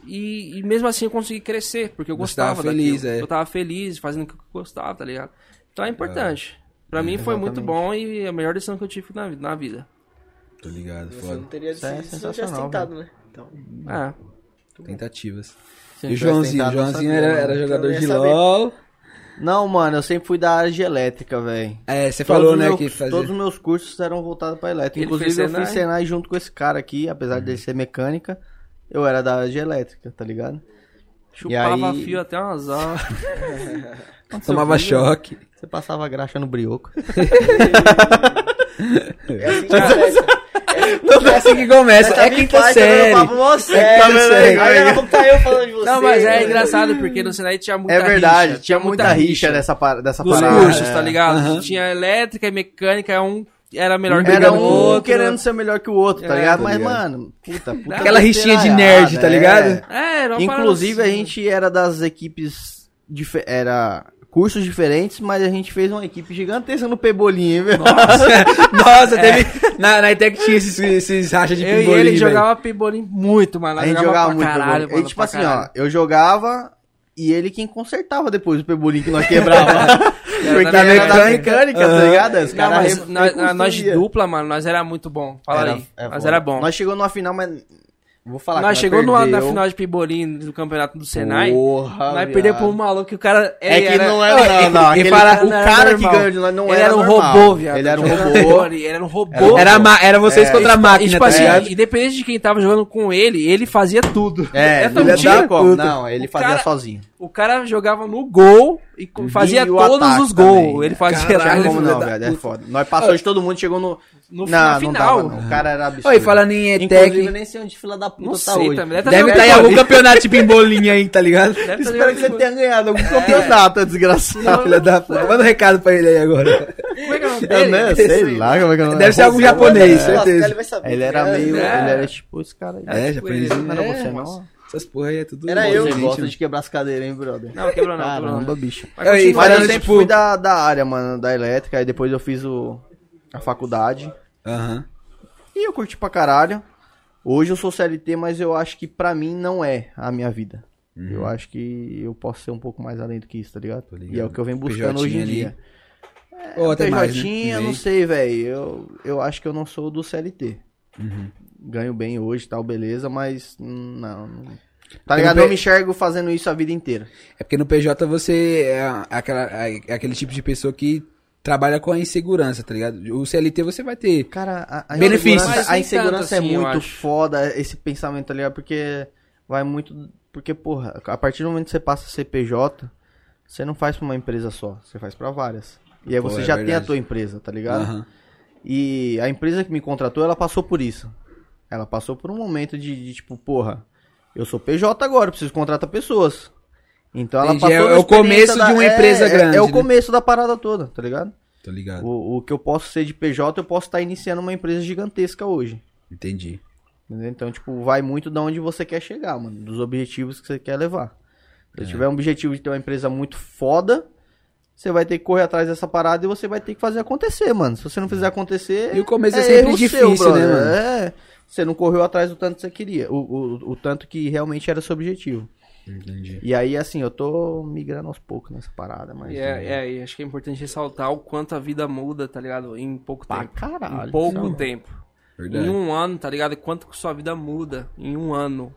Speaker 1: E, e mesmo assim eu consegui crescer, porque eu
Speaker 3: Você
Speaker 1: gostava
Speaker 3: tava feliz,
Speaker 1: daquilo.
Speaker 3: é.
Speaker 1: Eu tava feliz, fazendo o que eu gostava, tá ligado? Então é importante. Pra
Speaker 2: É,
Speaker 1: mim foi muito bom e a melhor decisão que eu tive na, vi- na vida.
Speaker 3: Tô ligado,
Speaker 4: Você não
Speaker 3: foda.
Speaker 4: teria
Speaker 2: Isso é
Speaker 4: decidido se não tivesse
Speaker 2: sensacional,
Speaker 4: tentado, né? Então,
Speaker 1: Ah,
Speaker 3: Tentativas.
Speaker 2: Se
Speaker 3: E o
Speaker 2: tivesse
Speaker 3: Joãozinho, o
Speaker 2: tentado, eu
Speaker 3: Joãozinho
Speaker 2: sabia,
Speaker 3: era,
Speaker 2: mano.
Speaker 3: era
Speaker 4: Eu
Speaker 3: jogador
Speaker 4: ia
Speaker 3: de
Speaker 4: saber.
Speaker 3: LOL.
Speaker 2: Não, mano, eu sempre fui da área de elétrica, velho.
Speaker 3: É, você
Speaker 2: Todos
Speaker 3: falou,
Speaker 2: os
Speaker 3: né,
Speaker 2: meus-
Speaker 3: que fazia.
Speaker 2: Todos os meus cursos eram voltados pra elétrica.
Speaker 1: Ele
Speaker 2: Inclusive,
Speaker 1: fez
Speaker 2: eu fiz
Speaker 1: Senai? Uhum.
Speaker 2: Senai junto com esse cara aqui, apesar dele ser mecânica, eu era da área de elétrica, tá ligado?
Speaker 1: chupava
Speaker 2: aí-
Speaker 1: fio até umas aulas.
Speaker 3: Tomava choque.
Speaker 2: Você passava graxa no brioco.
Speaker 4: é assim que começa.
Speaker 3: É assim que começa, é quinta série.
Speaker 2: você,
Speaker 3: É
Speaker 2: tá
Speaker 3: quinta
Speaker 2: vendo
Speaker 3: série.
Speaker 4: Aí daqui a
Speaker 2: aí?
Speaker 4: pouco tá eu falando de você.
Speaker 1: Não, mas é
Speaker 4: né?
Speaker 1: engraçado porque no Senai tinha muita
Speaker 2: É verdade,
Speaker 1: rixa,
Speaker 2: tinha muita rixa né? nessa, par- dessa
Speaker 1: dos
Speaker 2: parada.
Speaker 1: cursos,
Speaker 2: é.
Speaker 1: tá ligado?
Speaker 3: Aham.
Speaker 1: Tinha elétrica e mecânica, um era melhor que
Speaker 2: Era
Speaker 1: o
Speaker 2: um
Speaker 1: outro.
Speaker 2: querendo ser melhor que o outro, tá
Speaker 1: É,
Speaker 2: ligado?
Speaker 3: tá
Speaker 2: Mas,
Speaker 3: ligado.
Speaker 2: mano, puta, puta.
Speaker 3: Aquela rixinha de nerd, tá
Speaker 2: besteiraiada,
Speaker 3: ligado?
Speaker 2: é.
Speaker 1: É, era uma
Speaker 2: Inclusive, a
Speaker 1: parada assim.
Speaker 2: gente era das equipes. dife- Era cursos diferentes, mas a gente fez uma equipe gigantesca no Pebolinha, velho.
Speaker 3: Nossa, teve. Na, na ETEC tinha esses, esses rachas de
Speaker 1: Eu e
Speaker 3: pimbolim,
Speaker 1: ele
Speaker 3: velho.
Speaker 1: jogava pebolim muito, mano.
Speaker 2: A gente jogava muito Pebolim. E, tipo assim, ó, eu jogava e ele quem consertava depois o Pebolim que nós quebrava. Porque
Speaker 1: da
Speaker 2: era
Speaker 1: mecânica.
Speaker 2: da mecânica, tá
Speaker 3: Aham.
Speaker 2: ligado? Os
Speaker 1: Não,
Speaker 2: caras
Speaker 1: mas
Speaker 2: re-
Speaker 1: nós- nós, de
Speaker 2: reconstruía.
Speaker 1: dupla, mano, nós era muito bom. Fala
Speaker 2: Era-
Speaker 1: aí.
Speaker 2: é
Speaker 1: nós
Speaker 2: foda.
Speaker 1: era bom. Nós,
Speaker 2: Nós chegou numa final, mas. Vou falar que
Speaker 1: chegou numa- na
Speaker 2: perdeu.
Speaker 1: final de pebolim do campeonato do Senai.
Speaker 2: Porra,
Speaker 1: nós perdeu
Speaker 2: viado.
Speaker 1: pra um maluco que o cara...
Speaker 2: É
Speaker 1: ele
Speaker 2: que
Speaker 1: era-
Speaker 2: não era. Não, não,
Speaker 3: e
Speaker 2: aquele-
Speaker 3: fala-
Speaker 2: o
Speaker 1: não era
Speaker 2: cara que
Speaker 1: normal.
Speaker 2: ganhou de nós não
Speaker 1: ele
Speaker 2: era.
Speaker 1: era um
Speaker 2: normal.
Speaker 1: robô, viado.
Speaker 2: Ele era um
Speaker 1: Jogando
Speaker 2: robô.
Speaker 1: pebolim, Ele era um robô.
Speaker 3: Era, a ma- era vocês
Speaker 2: É,
Speaker 3: contra a
Speaker 1: E,
Speaker 3: máquina,
Speaker 1: tipo
Speaker 3: tá
Speaker 1: assim,
Speaker 3: ligado?
Speaker 1: independente de quem tava jogando com ele, ele fazia tudo.
Speaker 2: É,
Speaker 1: Essa
Speaker 2: ele
Speaker 1: mentira,
Speaker 2: era como?
Speaker 3: puta.
Speaker 2: Não, ele
Speaker 1: O
Speaker 2: fazia
Speaker 1: cara-
Speaker 2: sozinho.
Speaker 1: O cara jogava no gol e co- fazia
Speaker 2: o
Speaker 1: todos
Speaker 2: ataque
Speaker 1: os gols.
Speaker 2: também.
Speaker 1: Ele fazia
Speaker 3: Caralho,
Speaker 1: lá,
Speaker 2: Não,
Speaker 1: ele
Speaker 2: como
Speaker 1: fazia-
Speaker 2: não, velho, é foda. Nós passou de todo mundo, chegou no...
Speaker 1: No-
Speaker 2: Não,
Speaker 1: na
Speaker 2: não
Speaker 1: final.
Speaker 2: dava, não. O cara era absurdo.
Speaker 3: Oi, falando em
Speaker 2: Inclusive, eu
Speaker 3: ETEC,
Speaker 2: nem sei onde fila da puta
Speaker 1: é Não
Speaker 2: tá
Speaker 1: sei
Speaker 2: hoje.
Speaker 1: também. Deve
Speaker 3: deve
Speaker 1: estar
Speaker 3: estar em
Speaker 1: jogando
Speaker 3: algum campeonato de pimbolinha aí, tá ligado?
Speaker 1: Deve tá
Speaker 2: Espero que você
Speaker 1: jogando-
Speaker 2: tenha ganhado
Speaker 1: É.
Speaker 2: algum campeonato, desgraçado.
Speaker 3: Filha da puta. Manda um recado pra ele aí agora.
Speaker 1: Como é que é o nome
Speaker 2: Eu
Speaker 1: dele?
Speaker 2: né, sei lá como é que eu não
Speaker 3: Deve ser algum
Speaker 2: é.
Speaker 3: japonês, certeza.
Speaker 4: Ele vai saber.
Speaker 2: Ele era meio... Ele
Speaker 1: É.
Speaker 2: era tipo esse cara aí.
Speaker 3: É,
Speaker 1: japonês.
Speaker 3: japonês.
Speaker 2: Não era você, não?
Speaker 3: Essas porra aí é tudo.
Speaker 4: Era
Speaker 3: bom,
Speaker 4: eu,
Speaker 3: gente.
Speaker 2: gosta de quebrar as cadeiras, hein, brother?
Speaker 1: Não, quebrou não, quebrou
Speaker 2: Caramba,
Speaker 1: não.
Speaker 2: bicho.
Speaker 1: Mas continua,
Speaker 3: Aí,
Speaker 2: Mas eu
Speaker 3: Falando,
Speaker 2: sempre
Speaker 3: tipo-
Speaker 2: fui da, da área, mano, da elétrica. Aí depois eu fiz o... A faculdade.
Speaker 3: Aham.
Speaker 2: E eu curti pra caralho. Hoje eu sou CLT, mas eu acho que pra mim não é a minha vida. Eu acho que eu posso ser um pouco mais além do que isso, tá ligado?
Speaker 3: Tô ligado.
Speaker 2: E é o que eu venho buscando
Speaker 3: PJ
Speaker 2: hoje em
Speaker 3: ali.
Speaker 2: dia.
Speaker 3: Ou até mais. né?
Speaker 2: PJ, É, não sei, velho. Eu, eu acho que eu não sou do CLT.
Speaker 3: Uhum.
Speaker 2: Ganho bem hoje e tal, beleza, mas hum, não. não- Tá
Speaker 3: Eu
Speaker 2: ligado?
Speaker 3: não
Speaker 2: Eu
Speaker 3: pe-
Speaker 2: me enxergo fazendo isso a vida inteira.
Speaker 3: É porque no PJ você é, aquela, é aquele tipo de pessoa que trabalha com a insegurança, tá ligado? O CLT você vai ter.
Speaker 2: Cara, a, a
Speaker 3: Benefícios.
Speaker 2: insegurança,
Speaker 1: Mas
Speaker 2: a
Speaker 1: nem
Speaker 2: insegurança
Speaker 1: tanto assim,
Speaker 2: é
Speaker 1: eu
Speaker 2: muito
Speaker 1: acho.
Speaker 2: foda esse pensamento, tá ligado? Porque vai muito. Porque, porra, a partir do momento que você passa a CPJ, você não faz pra uma empresa só, você faz pra várias. E aí
Speaker 3: Pô,
Speaker 2: você
Speaker 3: é
Speaker 2: já tem a
Speaker 3: verdade.
Speaker 2: tua empresa, tá ligado?
Speaker 3: Aham.
Speaker 2: E a empresa que me contratou, ela passou por isso. Ela passou por um momento de, de, tipo, porra, eu sou PJ agora, eu preciso contratar pessoas. Então ela
Speaker 3: Entendi,
Speaker 2: passou
Speaker 3: é-
Speaker 2: na
Speaker 3: é o
Speaker 2: experiência
Speaker 3: começo de uma empresa
Speaker 2: é-
Speaker 3: grande,
Speaker 2: É, o
Speaker 3: né? É.
Speaker 2: começo da parada toda, tá ligado?
Speaker 3: Tô ligado.
Speaker 2: O, o que eu posso ser de PJ, eu posso estar iniciando uma empresa gigantesca hoje.
Speaker 3: Entendi.
Speaker 2: Entendeu? Então, tipo, vai muito de onde você quer chegar, mano. Dos objetivos que você quer levar.
Speaker 3: É.
Speaker 2: Se você tiver um objetivo de ter uma empresa muito foda, você vai ter que correr atrás dessa parada e você vai ter que fazer acontecer, mano. Se você não fizer acontecer.
Speaker 3: É. E o começo é sempre
Speaker 2: erro
Speaker 3: difícil, né,
Speaker 2: brother?
Speaker 3: mano?
Speaker 2: É. Você não correu atrás do tanto que você queria. O, o, o tanto que realmente era seu objetivo.
Speaker 3: Entendi.
Speaker 2: E aí, assim, eu tô migrando aos poucos nessa parada, mas.
Speaker 1: E é, é, e acho que é importante ressaltar o quanto a vida muda, tá ligado? Em pouco
Speaker 2: Pra
Speaker 1: tempo.
Speaker 2: caralho.
Speaker 3: Um
Speaker 2: é um
Speaker 1: Em pouco
Speaker 2: sabe?
Speaker 1: tempo.
Speaker 3: Verdade.
Speaker 1: Em um ano, tá ligado? Quanto que sua vida muda em um ano,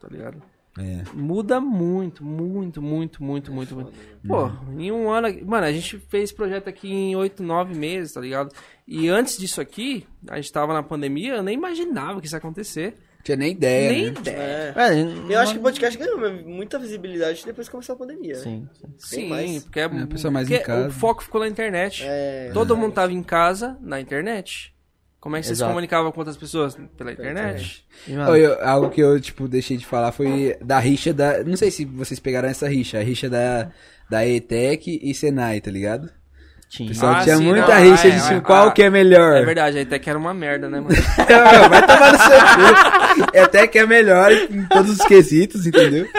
Speaker 1: tá ligado?
Speaker 6: É.
Speaker 1: Muda muito, muito, muito, muito, muito, muito.
Speaker 4: É
Speaker 1: Pô,
Speaker 3: né?
Speaker 1: em um ano. Mano, a gente fez projeto aqui em oito, nove meses, tá ligado? E antes disso aqui, a gente tava na pandemia, eu nem imaginava que isso ia acontecer.
Speaker 3: Tinha nem ideia,
Speaker 1: nem
Speaker 3: né?
Speaker 1: ideia.
Speaker 4: É,
Speaker 2: É,
Speaker 4: Eu acho que o podcast ganhou muita visibilidade depois que começou a pandemia. né?
Speaker 2: Sim.
Speaker 1: Sim,
Speaker 4: mais.
Speaker 1: porque, é
Speaker 3: É, a pessoa mais
Speaker 1: porque
Speaker 3: em casa.
Speaker 1: o foco ficou na internet.
Speaker 4: É.
Speaker 1: Todo mundo tava em casa na internet. Como é que vocês se
Speaker 2: Exato.
Speaker 1: comunicavam com outras pessoas? Pela internet.
Speaker 2: E,
Speaker 3: Ó,
Speaker 2: mano,
Speaker 3: eu- algo que eu, tipo, deixei de falar foi da rixa da. Não sei se vocês pegaram essa rixa, a rixa da, da ETEC e Senai, tá ligado? O
Speaker 2: tinha.
Speaker 3: pessoal
Speaker 1: Ah,
Speaker 3: tinha
Speaker 1: sim,
Speaker 3: muita
Speaker 1: não,
Speaker 3: rixa
Speaker 1: é,
Speaker 3: de tipo,
Speaker 1: é,
Speaker 3: qual
Speaker 1: ah,
Speaker 3: que é melhor.
Speaker 1: É verdade, aí até que era uma merda, né, mano?
Speaker 3: Vai tomar no seu cu. Até que é melhor em todos os quesitos, entendeu?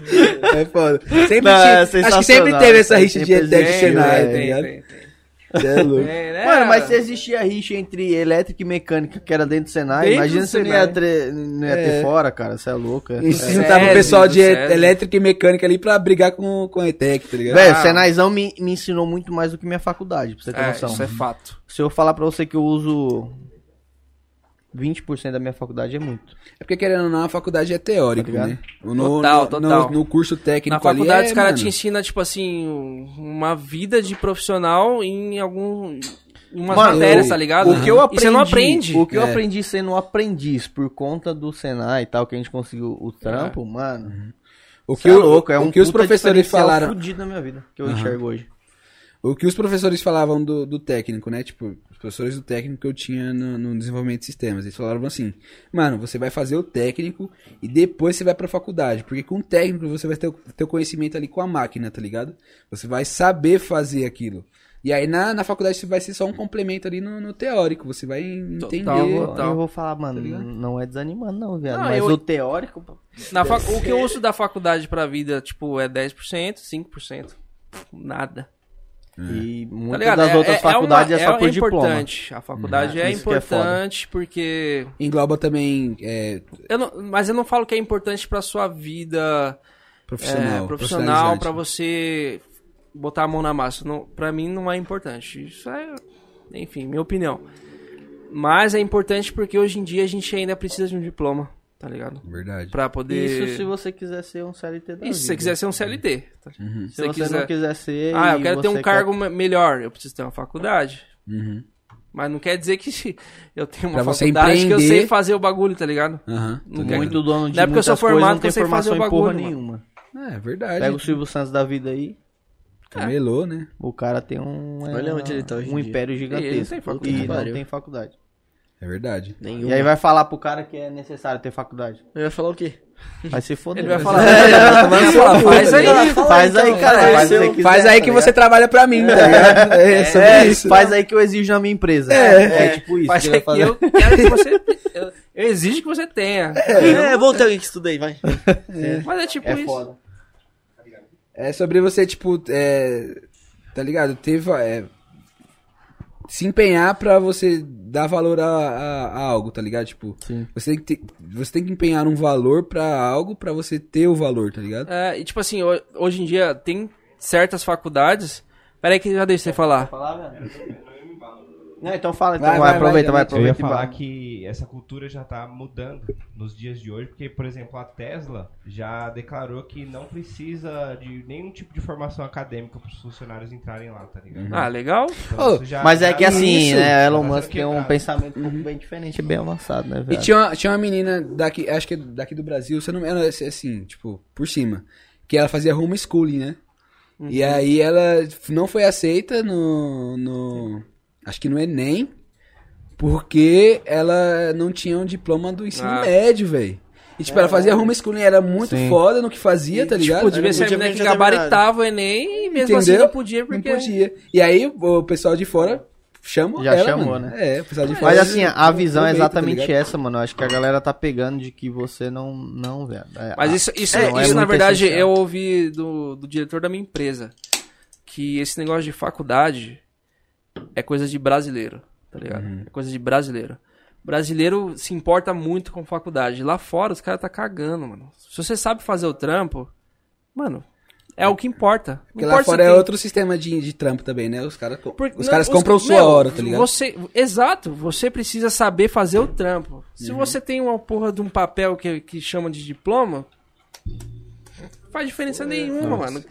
Speaker 3: É foda. Sempre
Speaker 2: Não, é
Speaker 3: tinha- acho que sempre
Speaker 2: sensacional.
Speaker 3: teve essa rixa de
Speaker 2: Sempre
Speaker 3: ETEC e
Speaker 2: existe,
Speaker 3: Senai, tá
Speaker 2: velho.
Speaker 3: ligado?
Speaker 1: né? tem, tem.
Speaker 3: Cê é louco.
Speaker 1: Tem, né?
Speaker 2: Mano, mas se existia rixa entre elétrica e mecânica, que era dentro do Senai,
Speaker 1: Dentro
Speaker 2: imagina
Speaker 1: do
Speaker 2: se não ia,
Speaker 1: Senai.
Speaker 2: ter, não ia ter
Speaker 3: É.
Speaker 2: fora, cara. Você é louco. É.
Speaker 3: E se
Speaker 1: Sério,
Speaker 3: juntava o pessoal de
Speaker 1: sério.
Speaker 3: elétrica e mecânica ali pra brigar com, com a ETEC, tá ligado?
Speaker 2: Velho, É. o Senaizão me, me ensinou muito mais do que minha faculdade, pra você ter
Speaker 1: É,
Speaker 2: noção.
Speaker 1: isso é fato.
Speaker 2: Se eu falar pra você que eu uso 20% da minha faculdade, é muito.
Speaker 3: É porque querendo ou não, a faculdade é teórico,
Speaker 2: Tá ligado?
Speaker 3: né? No,
Speaker 1: Total,
Speaker 3: no,
Speaker 1: total.
Speaker 3: No, no curso técnico
Speaker 1: Na faculdade,
Speaker 3: ali é,
Speaker 1: os caras
Speaker 3: mano,
Speaker 1: te ensinam, tipo assim, um- uma vida de profissional em algum. Em umas
Speaker 2: Mano,
Speaker 1: matérias,
Speaker 3: eu-
Speaker 1: tá ligado?
Speaker 2: O que eu aprendi,
Speaker 1: E você não aprende.
Speaker 2: O que eu
Speaker 3: É.
Speaker 2: aprendi sendo um aprendiz por conta do Senai e tal, que a gente conseguiu o
Speaker 1: É.
Speaker 2: trampo, mano.
Speaker 3: Uhum. O
Speaker 2: cê é
Speaker 3: que, o-
Speaker 2: louco,
Speaker 1: um
Speaker 2: um
Speaker 3: o que os
Speaker 2: puta
Speaker 3: professores
Speaker 2: diferencial
Speaker 3: falaram,
Speaker 2: é
Speaker 3: Uhum.
Speaker 2: fudido na minha vida, que eu
Speaker 3: Aham.
Speaker 2: enxergo hoje.
Speaker 3: O que os professores falavam do, do técnico, né? Tipo, os professores do técnico que eu tinha no, no desenvolvimento de sistemas. Eles falavam assim: mano, você vai fazer o técnico e depois você vai pra faculdade. Porque com o técnico você vai ter o teu conhecimento ali com a máquina, tá ligado? Você vai saber fazer aquilo. E aí na, na faculdade você vai ser só um complemento ali no, no teórico. Você vai entender.
Speaker 1: Total,
Speaker 2: eu, vou,
Speaker 1: total.
Speaker 2: eu vou falar, mano,
Speaker 3: ligado?
Speaker 2: não é desanimando não, viado.
Speaker 1: Tá Não,
Speaker 2: mas
Speaker 1: eu-
Speaker 2: o teórico...
Speaker 1: Na fa- O que eu uso da faculdade pra vida, tipo, é 10%, 5%. Nada.
Speaker 3: É.
Speaker 2: E muitas
Speaker 1: Tá ligado?
Speaker 2: das
Speaker 1: é,
Speaker 2: outras
Speaker 1: é- é
Speaker 2: faculdades é,
Speaker 1: uma-
Speaker 2: só por diploma.
Speaker 1: importante. A faculdade
Speaker 2: Uhum.
Speaker 1: é
Speaker 2: Isso que é foda.
Speaker 1: importante porque
Speaker 3: Engloba também é,
Speaker 1: Eu não- mas eu não falo que é importante pra sua vida
Speaker 3: profissional.
Speaker 1: é, profissional,
Speaker 3: profissionalidade.
Speaker 1: pra você botar a mão na massa. Não, para mim não é importante. Isso é, enfim, minha opinião. Mas é importante porque hoje em dia a gente ainda precisa de um diploma, tá ligado?
Speaker 3: Verdade.
Speaker 1: Pra poder
Speaker 2: Isso se você quiser ser um CLT da
Speaker 1: Isso, se você
Speaker 2: vida.
Speaker 1: quiser ser um CLT. tá? Se
Speaker 3: Uhum.
Speaker 2: Se você não quiser ser...
Speaker 1: Ah, eu
Speaker 2: e
Speaker 1: quero ter
Speaker 2: você
Speaker 1: um
Speaker 2: quer-
Speaker 1: cargo me- melhor, eu preciso ter uma faculdade.
Speaker 3: Uhum.
Speaker 1: Mas não quer dizer que eu tenho uma
Speaker 3: Pra você
Speaker 1: faculdade que eu
Speaker 3: empreender-
Speaker 1: sei fazer o bagulho, tá ligado?
Speaker 3: Aham.
Speaker 1: Não
Speaker 3: Tá
Speaker 1: quer-
Speaker 3: ligado?
Speaker 2: Muito dono de
Speaker 1: Não é porque eu sou
Speaker 2: muitas coisas,
Speaker 1: formado
Speaker 2: não
Speaker 1: que eu
Speaker 2: tem
Speaker 1: sei fazer
Speaker 2: formação
Speaker 1: o
Speaker 2: em porra
Speaker 1: bagulho, mano.
Speaker 2: nenhuma.
Speaker 3: É verdade.
Speaker 2: Pega o Silvio Santos da vida aí,
Speaker 3: Camelô, né?
Speaker 2: O cara tem um. é,
Speaker 4: Olha onde ele tá hoje em
Speaker 2: Um
Speaker 4: dia.
Speaker 2: império gigantesco.
Speaker 1: E ele não tem faculdade.
Speaker 2: E não
Speaker 4: Pariu.
Speaker 2: tem faculdade.
Speaker 3: É verdade.
Speaker 4: Nenhum.
Speaker 2: E aí vai falar pro cara que é necessário ter faculdade.
Speaker 4: Eu ia falar o quê?
Speaker 2: Vai se foder. né?
Speaker 1: Ele vai falar,
Speaker 2: Tá
Speaker 1: "É, vai falar, faz
Speaker 3: tá
Speaker 1: aí,
Speaker 2: Faz aí, cara. Faz,
Speaker 4: seu-
Speaker 2: o que
Speaker 3: Então, Faz
Speaker 2: quiser,
Speaker 3: aí
Speaker 2: tá
Speaker 3: que
Speaker 2: ligado?
Speaker 3: você trabalha pra mim, tá ligado? É, sobre
Speaker 2: É,
Speaker 3: isso.
Speaker 2: faz aí que eu exijo na minha empresa.
Speaker 3: É.
Speaker 2: tipo isso.
Speaker 1: Mas
Speaker 2: que ele vai
Speaker 1: é que eu quero que você. Eu, eu exijo que você tenha.
Speaker 4: É, vou ter alguém que estudei, vai.
Speaker 1: Mas é tipo
Speaker 2: É
Speaker 1: isso.
Speaker 2: foda.
Speaker 3: É sobre você, tipo, é, tá ligado? Teve, é, se empenhar pra você dar valor a, a- a algo, tá ligado? Tipo, você tem, que ter- você tem que empenhar um valor pra algo pra você ter o valor, tá ligado?
Speaker 1: É, e tipo assim, ho- hoje em dia tem certas faculdades. Peraí que já deixa você falar.
Speaker 2: Não, então fala, então
Speaker 3: Vai,
Speaker 2: vai,
Speaker 3: vai, vai,
Speaker 2: aproveita, vai,
Speaker 3: vai.
Speaker 5: Eu ia
Speaker 2: aproveita. e
Speaker 5: falar
Speaker 2: bala.
Speaker 5: que essa cultura já tá mudando nos dias de hoje, porque, por exemplo, a Tesla já declarou que não precisa de nenhum tipo de formação acadêmica para os funcionários entrarem lá, tá ligado?
Speaker 1: Ah, legal?
Speaker 5: Então,
Speaker 3: Ô,
Speaker 5: isso já-
Speaker 2: Mas é que
Speaker 5: já-
Speaker 2: assim,
Speaker 3: Isso.
Speaker 2: né? Elon
Speaker 5: Tá sendo
Speaker 2: Musk tem um
Speaker 5: quebrado.
Speaker 2: pensamento um pouco bem diferente, bem avançado, né,
Speaker 1: É. tipo,
Speaker 3: E
Speaker 2: velho?
Speaker 3: tinha uma, tinha uma menina daqui, acho que é daqui do Brasil, se eu não me engano, é assim, tipo, por cima. Que ela fazia homeschooling, né? E
Speaker 1: Uhum.
Speaker 3: aí ela não foi aceita no, no. Acho que no Enem, porque ela não tinha um diploma do ensino
Speaker 1: Ah. É.
Speaker 3: médio, velho. E tipo, ela fazia homeschooling, era muito
Speaker 2: Sim.
Speaker 3: foda no que fazia, tá ligado?
Speaker 1: Tipo, devia ser a
Speaker 4: podia
Speaker 1: menina que
Speaker 4: ter terminado.
Speaker 1: gabaritava o Enem e mesmo assim
Speaker 3: Entendeu?
Speaker 1: não podia,
Speaker 3: Não
Speaker 1: porque.
Speaker 3: podia. E aí o pessoal de fora chamou
Speaker 2: Já
Speaker 3: ela,
Speaker 2: chamou,
Speaker 3: mano.
Speaker 2: né?
Speaker 3: É, o pessoal de fora.
Speaker 2: Mas assim, a visão é
Speaker 3: aproveita, tá
Speaker 2: exatamente
Speaker 3: ligado?
Speaker 2: essa, mano. Eu acho que a galera tá pegando de que você não, não, velho. É,
Speaker 1: Mas
Speaker 2: a-
Speaker 1: isso, isso,
Speaker 2: É,
Speaker 1: Ah, isso
Speaker 2: é
Speaker 1: na
Speaker 2: muito
Speaker 1: verdade,
Speaker 2: essencial.
Speaker 1: eu ouvi do, do diretor da minha empresa. Que esse negócio de faculdade é coisa de brasileiro, tá ligado? É coisa de brasileiro. Brasileiro se importa muito com faculdade. Lá fora, os caras tá cagando, mano. Se você sabe fazer o trampo, mano, É o que importa. Não
Speaker 3: Porque lá
Speaker 1: importa se
Speaker 3: fora é
Speaker 1: tem-
Speaker 3: outro sistema de, de trampo também, né? Os caras co-
Speaker 1: Porque-
Speaker 3: os
Speaker 1: não,
Speaker 3: caras compram sua
Speaker 1: meu,
Speaker 3: hora, tá ligado?
Speaker 1: Você, exato, você precisa saber fazer o trampo. Se você tem uma porra de um papel que, que chama de diploma, faz diferença nenhuma, mano.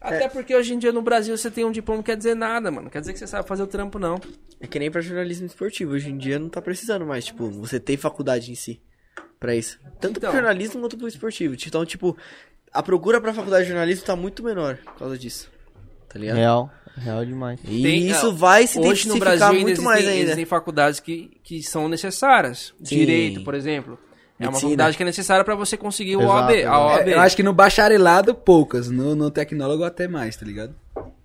Speaker 1: Até porque hoje em dia no Brasil você tem um diploma não quer dizer nada, mano. Quer dizer que você sabe fazer o trampo, não.
Speaker 4: É que nem pra jornalismo esportivo. Hoje em dia não tá precisando mais, tipo, você tem faculdade em si pra isso. Tanto
Speaker 1: Então.
Speaker 4: pro jornalismo quanto pro esportivo. Então, tipo, a procura pra faculdade de jornalismo tá muito menor por causa disso. Tá ligado?
Speaker 2: é Real. Real demais.
Speaker 4: E
Speaker 1: Tem-
Speaker 4: isso
Speaker 1: não,
Speaker 4: vai se
Speaker 1: hoje no
Speaker 4: intensificar
Speaker 1: Brasil ainda
Speaker 4: muito
Speaker 1: existem,
Speaker 4: mais ainda.
Speaker 1: existem faculdades que, que são necessárias.
Speaker 4: Sim.
Speaker 1: Direito, por exemplo. É uma
Speaker 4: Medicina.
Speaker 1: faculdade que é necessária pra você conseguir o
Speaker 2: Exato,
Speaker 1: OAB. A
Speaker 2: exato.
Speaker 1: OAB.
Speaker 3: É, eu acho que no bacharelado, poucas. No, no tecnólogo, até mais, tá ligado?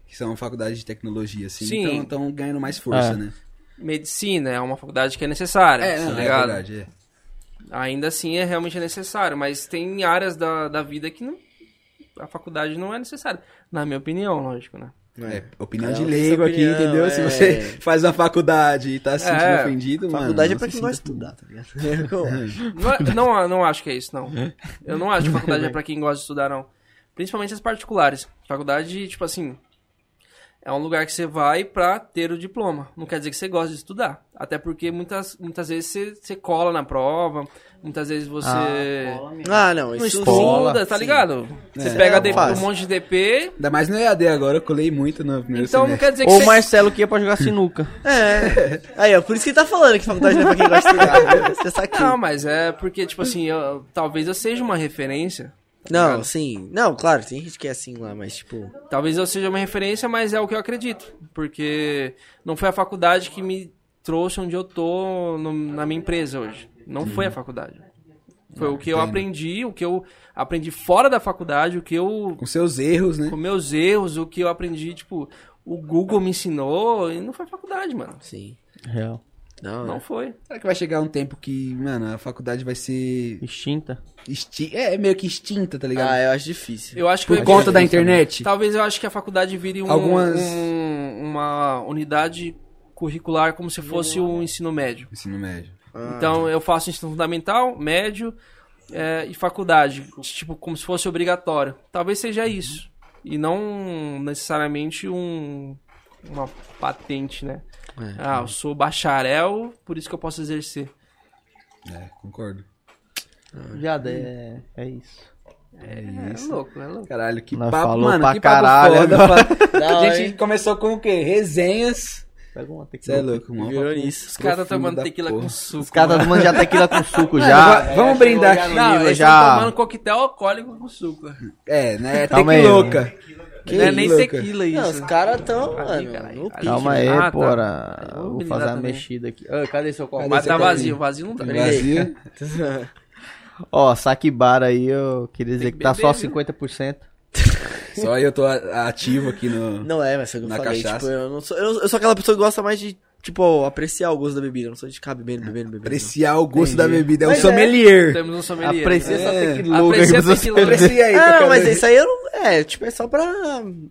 Speaker 3: Que são faculdades de tecnologia, assim.
Speaker 1: Sim.
Speaker 3: Então estão ganhando mais força,
Speaker 2: É.
Speaker 3: né?
Speaker 1: Medicina é uma faculdade que é necessária. tá
Speaker 3: não,
Speaker 1: ligado?
Speaker 3: verdade, é.
Speaker 1: Ainda assim é realmente necessário, mas tem áreas da, da vida que não, a faculdade não é necessária. Na minha opinião, lógico, né?
Speaker 3: É, opinião
Speaker 4: É,
Speaker 3: de
Speaker 4: essa
Speaker 3: leigo aqui,
Speaker 4: opinião,
Speaker 3: entendeu? Se
Speaker 4: é.
Speaker 3: você faz uma faculdade e tá se sentindo
Speaker 1: É,
Speaker 3: ofendido, mano.
Speaker 4: Faculdade é pra
Speaker 3: se
Speaker 4: quem gosta de
Speaker 3: sinta-
Speaker 4: estudar, tá ligado? É,
Speaker 1: Não,
Speaker 4: como-
Speaker 1: é- não, a- não acho que é isso, não. Eu não acho que faculdade é pra quem gosta de estudar, não. Principalmente as particulares. Faculdade, tipo assim, é um lugar que você vai pra ter o diploma. Não quer dizer que você gosta de estudar. Até porque muitas, muitas vezes você, você cola na prova, muitas vezes você
Speaker 4: ah, não,
Speaker 1: não
Speaker 4: isso
Speaker 2: escola.
Speaker 1: estuda, tá ligado? Você
Speaker 3: É.
Speaker 1: pega
Speaker 4: É,
Speaker 1: DP, um
Speaker 4: fácil.
Speaker 1: monte de DP,
Speaker 3: Ainda mais no EAD agora, eu colei muito no primeiro
Speaker 1: então não
Speaker 3: semestre.
Speaker 1: quer dizer que
Speaker 2: Ou
Speaker 1: você...
Speaker 2: o Marcelo que ia pra jogar sinuca.
Speaker 4: É. Aí, ó, por isso que ele tá falando que faculdade não é pra quem gosta de estudar. Você saquei.
Speaker 1: Não, mas é porque, tipo assim, eu- talvez eu seja uma referência.
Speaker 4: Não, sim. Não, claro, tem gente que é assim lá, mas tipo.
Speaker 1: Talvez eu seja uma referência, mas é o que eu acredito. Porque não foi a faculdade que me trouxe onde eu tô no- na minha empresa hoje. Não foi a faculdade. Foi o que eu aprendi, o que eu aprendi fora da faculdade, o que eu.
Speaker 3: Com seus erros, né?
Speaker 1: com meus erros, o que eu aprendi, tipo, o Google me ensinou, e não foi a faculdade, mano.
Speaker 4: Sim.
Speaker 1: É.
Speaker 2: Real.
Speaker 4: Não,
Speaker 1: Não né? foi.
Speaker 3: Será que vai chegar um tempo que, mano, a faculdade vai ser.
Speaker 2: Extinta.
Speaker 3: Exti... É, meio que extinta, tá ligado?
Speaker 4: Ah, eu acho difícil.
Speaker 1: Eu acho que
Speaker 3: Por
Speaker 1: eu-
Speaker 3: conta da internet?
Speaker 1: Talvez eu acho que a faculdade vire um-
Speaker 3: Algumas-
Speaker 1: um- uma unidade curricular como se fosse o ensino médio.
Speaker 3: Ensino médio.
Speaker 1: Então eu faço ensino fundamental, médio é, e faculdade, tipo como se fosse obrigatório. Talvez seja
Speaker 3: Uhum.
Speaker 1: isso e não necessariamente um uma patente, né?
Speaker 4: É.
Speaker 1: Ah, eu sou bacharel, por isso que eu posso exercer.
Speaker 3: É, concordo.
Speaker 2: Viado, é, é isso.
Speaker 1: É, louco, é louco.
Speaker 3: Caralho, que
Speaker 2: Nós
Speaker 3: papo,
Speaker 2: falou
Speaker 3: mano,
Speaker 2: pra
Speaker 3: que papo
Speaker 2: caralho né?
Speaker 3: foda.
Speaker 2: agora.
Speaker 3: A
Speaker 4: Da hora,
Speaker 3: gente
Speaker 4: hein?
Speaker 3: começou com o quê? Resenhas.
Speaker 2: Pega uma tequila.
Speaker 3: Você é louco, mano.
Speaker 4: Virou nisso.
Speaker 1: Os caras
Speaker 3: Profundo
Speaker 1: tomando
Speaker 3: da
Speaker 1: tequila
Speaker 3: porra.
Speaker 1: com suco.
Speaker 2: Os caras tá tomando já tequila com
Speaker 1: É,
Speaker 2: suco
Speaker 3: Já,
Speaker 2: já.
Speaker 3: vamos brindar aqui. né?
Speaker 1: Não,
Speaker 2: nível
Speaker 1: eles
Speaker 2: já-
Speaker 1: estão tomando coquetel alcoólico com suco.
Speaker 3: É, né? É
Speaker 2: Calma aí,
Speaker 3: tequiloca.
Speaker 1: não é nem
Speaker 3: louca.
Speaker 1: tequila isso.
Speaker 4: Não, os caras tão,
Speaker 1: Ali,
Speaker 4: mano,
Speaker 1: caralho.
Speaker 4: no
Speaker 1: Ali.
Speaker 4: pique.
Speaker 2: Calma aí,
Speaker 1: Ah, tá.
Speaker 2: é, porra.
Speaker 1: Eu vou
Speaker 2: Vou
Speaker 1: brindar
Speaker 2: fazer uma
Speaker 1: também.
Speaker 2: mexida aqui. Ah, cadê seu copo?
Speaker 3: Cadê
Speaker 1: Mas
Speaker 3: Você
Speaker 1: tá
Speaker 3: tá
Speaker 1: vazio,
Speaker 3: aí.
Speaker 1: vazio não dá.
Speaker 3: Brasil.
Speaker 2: Ó, saque bar aí, eu queria dizer que,
Speaker 1: que
Speaker 2: tá só
Speaker 1: beber, né? viu?
Speaker 2: 50%.
Speaker 3: Só eu tô a- ativo aqui no.
Speaker 4: Não é, mas foi o que eu
Speaker 3: Na
Speaker 4: falei,
Speaker 3: cachaça.
Speaker 4: tipo, eu não sou. Eu, eu sou aquela pessoa que gosta mais de, tipo, apreciar o gosto da bebida. Eu não sou de ficar bebendo, bebendo, bebendo.
Speaker 3: Apreciar o gosto da bebida. É um
Speaker 2: Mas é.
Speaker 3: sommelier.
Speaker 1: Temos um sommelier.
Speaker 2: Aprecia
Speaker 1: né?
Speaker 2: essa
Speaker 3: É.
Speaker 2: tequila tá louca aí
Speaker 1: Aprecia
Speaker 2: pra
Speaker 1: essa
Speaker 2: você
Speaker 1: tequila.
Speaker 2: beber.
Speaker 3: Aprecia aí,
Speaker 4: não,
Speaker 3: tá
Speaker 4: Ah, mas
Speaker 3: vendo?
Speaker 4: isso aí eu não. É, tipo, é só pra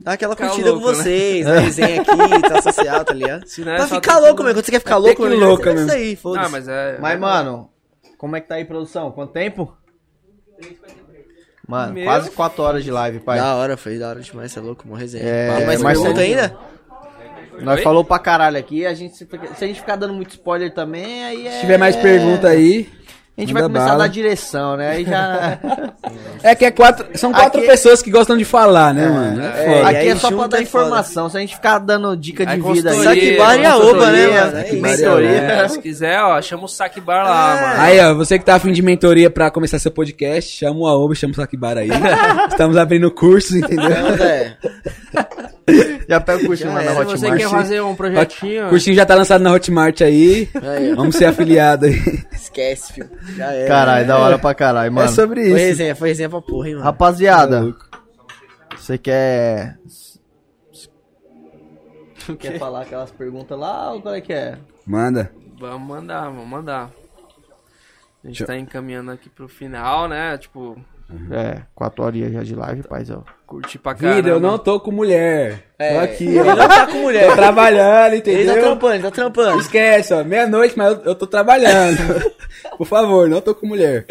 Speaker 4: dar aquela
Speaker 1: Ficar
Speaker 4: curtida
Speaker 1: louco,
Speaker 4: com vocês, né? resenha aqui, tá social, tá ligado?
Speaker 1: Se não é
Speaker 4: pra
Speaker 1: só
Speaker 4: ficar
Speaker 1: tequila.
Speaker 4: louco mesmo, quando você quer ficar louco,
Speaker 3: tequila
Speaker 4: mesmo,
Speaker 3: louca
Speaker 4: você
Speaker 3: mesmo.
Speaker 4: É isso aí, foda-se.
Speaker 1: Ah, mas é.
Speaker 2: Mas, mano, como é que tá aí, produção? Quanto tempo? Mano,
Speaker 1: Meu
Speaker 2: quase 4 horas de live, pai.
Speaker 4: Da hora, foi da hora demais, você é louco, morre resenha.
Speaker 2: É,
Speaker 4: Fala mais
Speaker 2: mas-
Speaker 4: pergunta ainda?
Speaker 2: Nós
Speaker 1: Oi?
Speaker 2: falou pra caralho aqui, a gente se, fica- se a gente ficar dando muito spoiler também, aí é...
Speaker 3: Se tiver mais pergunta aí.
Speaker 2: A gente vai
Speaker 3: manda
Speaker 2: começar
Speaker 3: bala.
Speaker 2: a dar direção, né? Aí já...
Speaker 3: É que é quatro, são quatro
Speaker 2: Aqui-
Speaker 3: pessoas que gostam de falar, né, mano? É
Speaker 4: É,
Speaker 3: foda.
Speaker 4: e
Speaker 2: aqui
Speaker 4: aí
Speaker 2: é só pra
Speaker 4: junta
Speaker 2: dar
Speaker 4: é foda.
Speaker 2: informação, se a gente ficar dando dica
Speaker 1: Aí
Speaker 2: de vida
Speaker 1: consultoria,
Speaker 2: aí...
Speaker 4: Saque bar e a oba, né,
Speaker 1: consultoria,
Speaker 4: mano? É
Speaker 2: saque
Speaker 4: isso.
Speaker 2: bar e
Speaker 1: Então,
Speaker 2: teoria.
Speaker 1: é, se quiser, ó, chama o saque bar
Speaker 4: É.
Speaker 1: lá, mano.
Speaker 3: Aí, ó, você que tá afim de mentoria pra começar seu podcast, chama o Aoba, chama o Sakibar aí. Estamos abrindo cursos, entendeu?
Speaker 4: Mas é.
Speaker 2: Já pega o cursinho lá na
Speaker 1: Se você
Speaker 2: Hotmart.
Speaker 1: quer fazer um
Speaker 4: É.
Speaker 1: projetinho,
Speaker 3: Cursinho já tá lançado na Hotmart aí.
Speaker 4: Aí, ó.
Speaker 3: Vamos ser afiliado aí.
Speaker 4: Esquece, filho. Já era.
Speaker 2: Caralho, da hora pra caralho, mano.
Speaker 3: É Tá sobre
Speaker 4: Foi
Speaker 3: isso.
Speaker 4: resenha, foi resenha pra porra, hein, mano.
Speaker 2: Rapaziada, você quer... Quer falar aquelas perguntas lá ou qual é que é?
Speaker 3: Manda.
Speaker 1: vamos mandar, vamos mandar. A gente
Speaker 3: Deixa eu-
Speaker 1: tá encaminhando aqui pro final, né? Tipo,
Speaker 2: É, 4 horinhas já de live, paizão.
Speaker 1: curtir pra caramba.
Speaker 3: Vida, eu não tô com mulher. Tô
Speaker 4: É.
Speaker 3: aqui,
Speaker 4: Ele não
Speaker 3: ó.
Speaker 4: tá com mulher.
Speaker 3: Tô trabalhando,
Speaker 4: Ele tá
Speaker 3: entendeu?
Speaker 4: trampando, ele tá trampando.
Speaker 3: Esquece, ó. Meia-noite, mas eu, eu tô trabalhando. Por favor, não tô com mulher.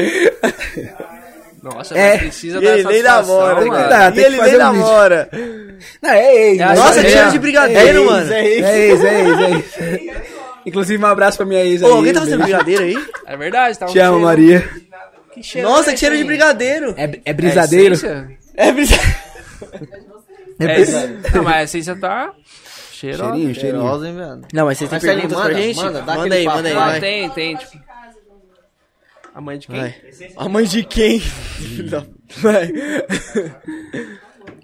Speaker 1: Nossa,
Speaker 4: É,
Speaker 1: mas precisa
Speaker 4: e
Speaker 1: dar
Speaker 4: ele nem
Speaker 1: satisfação,
Speaker 4: namora, tem que
Speaker 1: mano.
Speaker 4: dar,
Speaker 3: E
Speaker 4: tem que
Speaker 3: ele
Speaker 4: fazer
Speaker 3: nem
Speaker 4: um vídeo.
Speaker 3: Não, é ex.
Speaker 1: É,
Speaker 3: mano.
Speaker 4: Nossa,
Speaker 1: é,
Speaker 4: tiro
Speaker 1: é,
Speaker 4: de brigadeiro, mano.
Speaker 3: É ex, é ex, é ex. é ex. Inclusive, um abraço pra minha ex
Speaker 4: Ô,
Speaker 3: aí,
Speaker 4: alguém tá
Speaker 3: um
Speaker 4: fazendo
Speaker 3: beijo.
Speaker 4: brigadeiro aí?
Speaker 1: É verdade, tá um
Speaker 3: Te amo,
Speaker 1: cheiro-
Speaker 3: Maria.
Speaker 1: Que cheiro
Speaker 4: Nossa,
Speaker 1: é
Speaker 4: que cheiro de
Speaker 1: esse, hein?
Speaker 4: brigadeiro.
Speaker 3: É, é
Speaker 1: É
Speaker 3: brisadeiro?
Speaker 1: essência?
Speaker 4: É brigadeiro.
Speaker 1: É isso. Não, mas a essência tá cheirosa.
Speaker 3: Cheirinho, cheirinho.
Speaker 2: Cheirosa, hein, velho?
Speaker 4: Não, mas vocês têm
Speaker 2: Marcelinho,
Speaker 4: perguntas pra
Speaker 2: manda,
Speaker 4: gente?
Speaker 2: manda, dá
Speaker 4: Manda
Speaker 2: aquele
Speaker 4: aí,
Speaker 2: papo
Speaker 4: manda aí,
Speaker 2: lá.
Speaker 1: Ah,
Speaker 4: vai.
Speaker 1: tem, tem, tipo... A mãe de quem?
Speaker 4: Vai. A mãe de quem? Vai.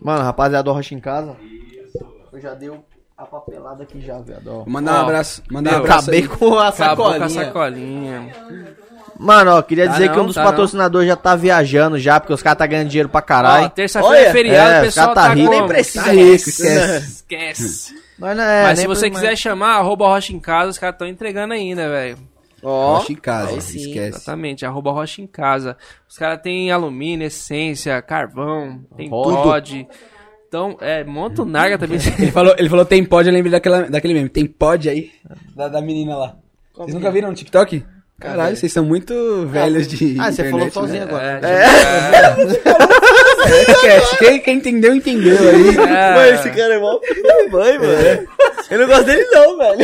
Speaker 2: Mano, rapaziada, do Rocha em casa. Eu já dei a papelada aqui já, viado. ó.
Speaker 3: Vou Mandar um
Speaker 1: Ó,
Speaker 3: abraço. Mandar um
Speaker 2: Eu
Speaker 3: abraço.
Speaker 2: acabei com a
Speaker 1: Acabou com
Speaker 2: sacolinha.
Speaker 1: a sacolinha.
Speaker 2: Mano, ó, queria
Speaker 1: Tá
Speaker 2: dizer que
Speaker 1: não,
Speaker 2: um dos
Speaker 1: tá
Speaker 2: patrocinadores já tá viajando já, porque os caras tá ganhando dinheiro pra
Speaker 1: Ó,
Speaker 2: caralho.
Speaker 1: terça-feira
Speaker 4: Olha,
Speaker 1: é feriado,
Speaker 2: é,
Speaker 1: o pessoal
Speaker 2: os cara
Speaker 1: tá,
Speaker 2: tá rindo,
Speaker 1: como?
Speaker 2: nem
Speaker 4: precisa.
Speaker 1: Tá
Speaker 3: Aí,
Speaker 1: rico,
Speaker 3: esquece.
Speaker 1: Esquece.
Speaker 2: Mas não é,
Speaker 1: Mas se
Speaker 2: nem
Speaker 1: você
Speaker 2: por-
Speaker 1: quiser chamar, arroba rocha em casa, os caras estão entregando ainda, velho.
Speaker 4: Ó.
Speaker 3: Rocha em casa,
Speaker 4: Aí sim,
Speaker 3: esquece.
Speaker 1: Exatamente, arroba rocha em casa. Os caras têm alumínio, essência, carvão, tem
Speaker 2: Tudo.
Speaker 1: pod. Então, é, monta o narga também.
Speaker 3: tá. Ele falou, ele falou tem pod, eu lembrei daquela, daquele meme. Tem pod aí? Da, da menina lá. Vocês nunca viram no TikTok? Caralho, vocês são muito velhos de.
Speaker 2: é? Ah, você falou
Speaker 3: internet,
Speaker 2: sozinho
Speaker 3: né?
Speaker 2: agora.
Speaker 1: é,
Speaker 3: Esquece. É, Quem, quem entendeu, entendeu aí.
Speaker 1: é.
Speaker 4: Mano, esse cara é mó filho da mãe, mano. Eu não gosto dele não, velho.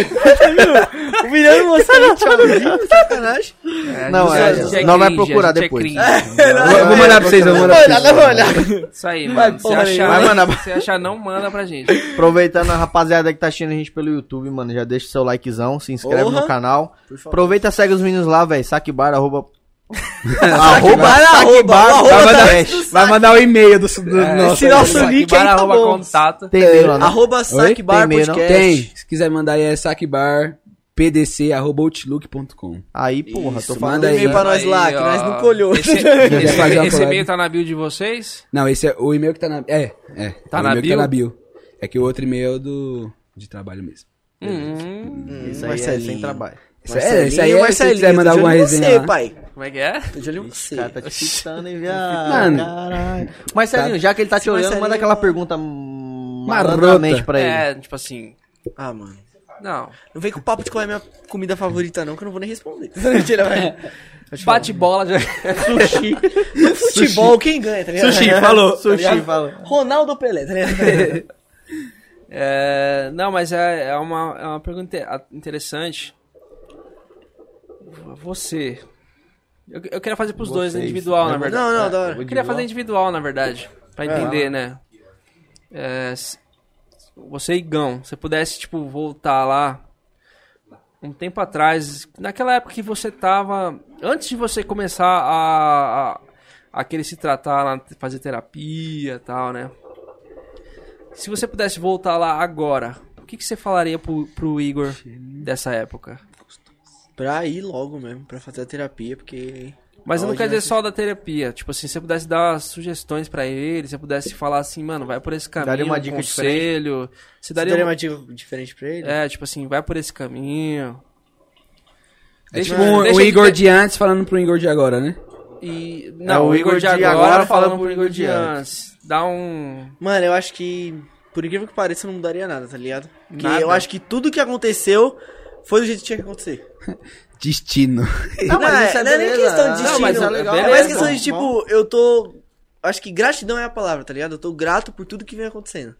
Speaker 4: Humilhando você, tchauzinho, sacanagem.
Speaker 2: Não,
Speaker 1: a gente
Speaker 2: é,
Speaker 1: cringe,
Speaker 2: não vai
Speaker 1: a gente
Speaker 2: procurar
Speaker 1: é
Speaker 2: depois.
Speaker 1: cringe.
Speaker 3: Eu vou mandar pra vocês, eu vou mandar pra vocês.
Speaker 4: Nada, olha.
Speaker 1: Isso aí, mano. Se
Speaker 4: porra
Speaker 1: achar,
Speaker 2: nenhuma. Vai, mano.
Speaker 1: se achar, não manda pra gente.
Speaker 2: Aproveitando a rapaziada que tá assistindo a gente pelo YouTube, mano, já deixa o seu likezão, se inscreve
Speaker 4: Porra.
Speaker 2: no canal.
Speaker 4: Por favor.
Speaker 2: Aproveita e segue os meninos lá, velho. Saquebar, arroba.
Speaker 4: Arroba, arroba, arroba,
Speaker 3: Vai
Speaker 4: arroba,
Speaker 3: mandar,
Speaker 4: tá-
Speaker 3: vai mandar o e-mail do, do É, nosso.
Speaker 4: Esse nosso
Speaker 1: Saque
Speaker 4: link aí
Speaker 1: barra,
Speaker 4: tá
Speaker 1: arroba
Speaker 4: bom.
Speaker 1: contato.
Speaker 2: Tem meio lá, né?
Speaker 4: Arroba Sackbar
Speaker 2: Tem meio, não?
Speaker 4: Podcast.
Speaker 3: Tem. Se quiser mandar aí é saquebarpdc.outlook.com.
Speaker 2: Aí, porra, tô
Speaker 3: Isso,
Speaker 2: falando
Speaker 3: manda aí.
Speaker 2: aí. né?
Speaker 4: Pra nós
Speaker 1: Aí,
Speaker 4: lá, que
Speaker 1: ó.
Speaker 4: nós não colhou.
Speaker 1: Esse,
Speaker 3: Esse-
Speaker 1: esse, esse
Speaker 3: collab.
Speaker 1: e-mail tá na build de vocês?
Speaker 3: Não, esse é o e-mail que tá na. É, é.
Speaker 1: Tá
Speaker 3: é o
Speaker 1: na
Speaker 3: e-mail que
Speaker 1: bio?
Speaker 3: Tá na bio. É que o outro e-mail é do. de trabalho mesmo.
Speaker 1: Hum,
Speaker 2: Isso aí é
Speaker 4: Marcelinho.
Speaker 2: sem trabalho.
Speaker 3: Isso é, isso aí é, se você
Speaker 4: Marcelinho,
Speaker 3: quiser mandar
Speaker 4: tô de
Speaker 3: alguma
Speaker 4: olho em
Speaker 3: resenha
Speaker 4: Você,
Speaker 3: lá.
Speaker 4: pai.
Speaker 1: como é que é?
Speaker 4: Tô de olho em você.
Speaker 2: O cara tá te fitando, hein, viado?
Speaker 3: Mano.
Speaker 2: Caralho. Marcelinho, já que ele tá te olhando,
Speaker 4: Marcelinho-
Speaker 2: manda aquela pergunta marotalmente pra ele.
Speaker 1: É, tipo assim.
Speaker 4: Ah, mano.
Speaker 1: Não.
Speaker 4: Não vem com o papo de qual é a minha comida favorita, não, que eu não vou nem responder. Mentira, vai.
Speaker 1: Bate bola de.
Speaker 4: No futebol, quem ganha, tá ligado?
Speaker 3: Sushi, falou.
Speaker 2: É. Sushi, fala.
Speaker 4: Ronaldo ou Pelé, tá ligado?
Speaker 1: É, não, mas é, é uma, é uma pergunta inte- interessante. Você. Eu, eu queria fazer pros dois, né, individual, na verdade.
Speaker 4: Não, não, da hora.
Speaker 1: Eu queria fazer individual, na verdade. Pra entender, né? É, s- você e Gão, se pudesse, tipo, voltar lá um tempo atrás, naquela época que você tava. Antes de você começar a, a, a querer se tratar, lá, fazer terapia e tal, né? Se você pudesse voltar lá agora, o que, que você falaria pro, pro Igor dessa época?
Speaker 4: pra ir logo mesmo, pra fazer a terapia, porque.
Speaker 1: Mas eu não
Speaker 4: Hoje
Speaker 1: quero
Speaker 4: nós-
Speaker 1: dizer só da terapia. Tipo assim, se você pudesse dar sugestões pra ele, se você pudesse falar assim, mano, vai por esse caminho,
Speaker 2: Daria uma
Speaker 1: um
Speaker 2: dica
Speaker 1: conselho. Você daria,
Speaker 4: Você daria
Speaker 1: um-
Speaker 4: uma dica diferente pra ele?
Speaker 1: É, tipo assim, vai por esse caminho.
Speaker 3: É
Speaker 1: Deixa-
Speaker 3: tipo um-
Speaker 1: deixa
Speaker 3: o
Speaker 1: de
Speaker 3: Igor
Speaker 1: ter-
Speaker 3: de antes falando pro Igor de agora, né?
Speaker 1: E... Não, o Igor de agora, falando pro Igor de antes. Dá um...
Speaker 4: Mano, eu acho que, por incrível que pareça, eu não mudaria nada, tá ligado? Porque
Speaker 1: Nada?
Speaker 4: eu acho que tudo que aconteceu foi do jeito que tinha que acontecer.
Speaker 3: Destino.
Speaker 4: Não,
Speaker 2: mas isso
Speaker 4: é,
Speaker 2: é
Speaker 4: não é nem
Speaker 2: beleza.
Speaker 4: questão de
Speaker 2: Não,
Speaker 4: destino.
Speaker 1: mas é
Speaker 4: é,
Speaker 1: legal.
Speaker 4: mais
Speaker 1: Beleza.
Speaker 4: questão de, tipo, eu tô... Acho que gratidão é a palavra, tá ligado? Eu tô grato por tudo que vem acontecendo.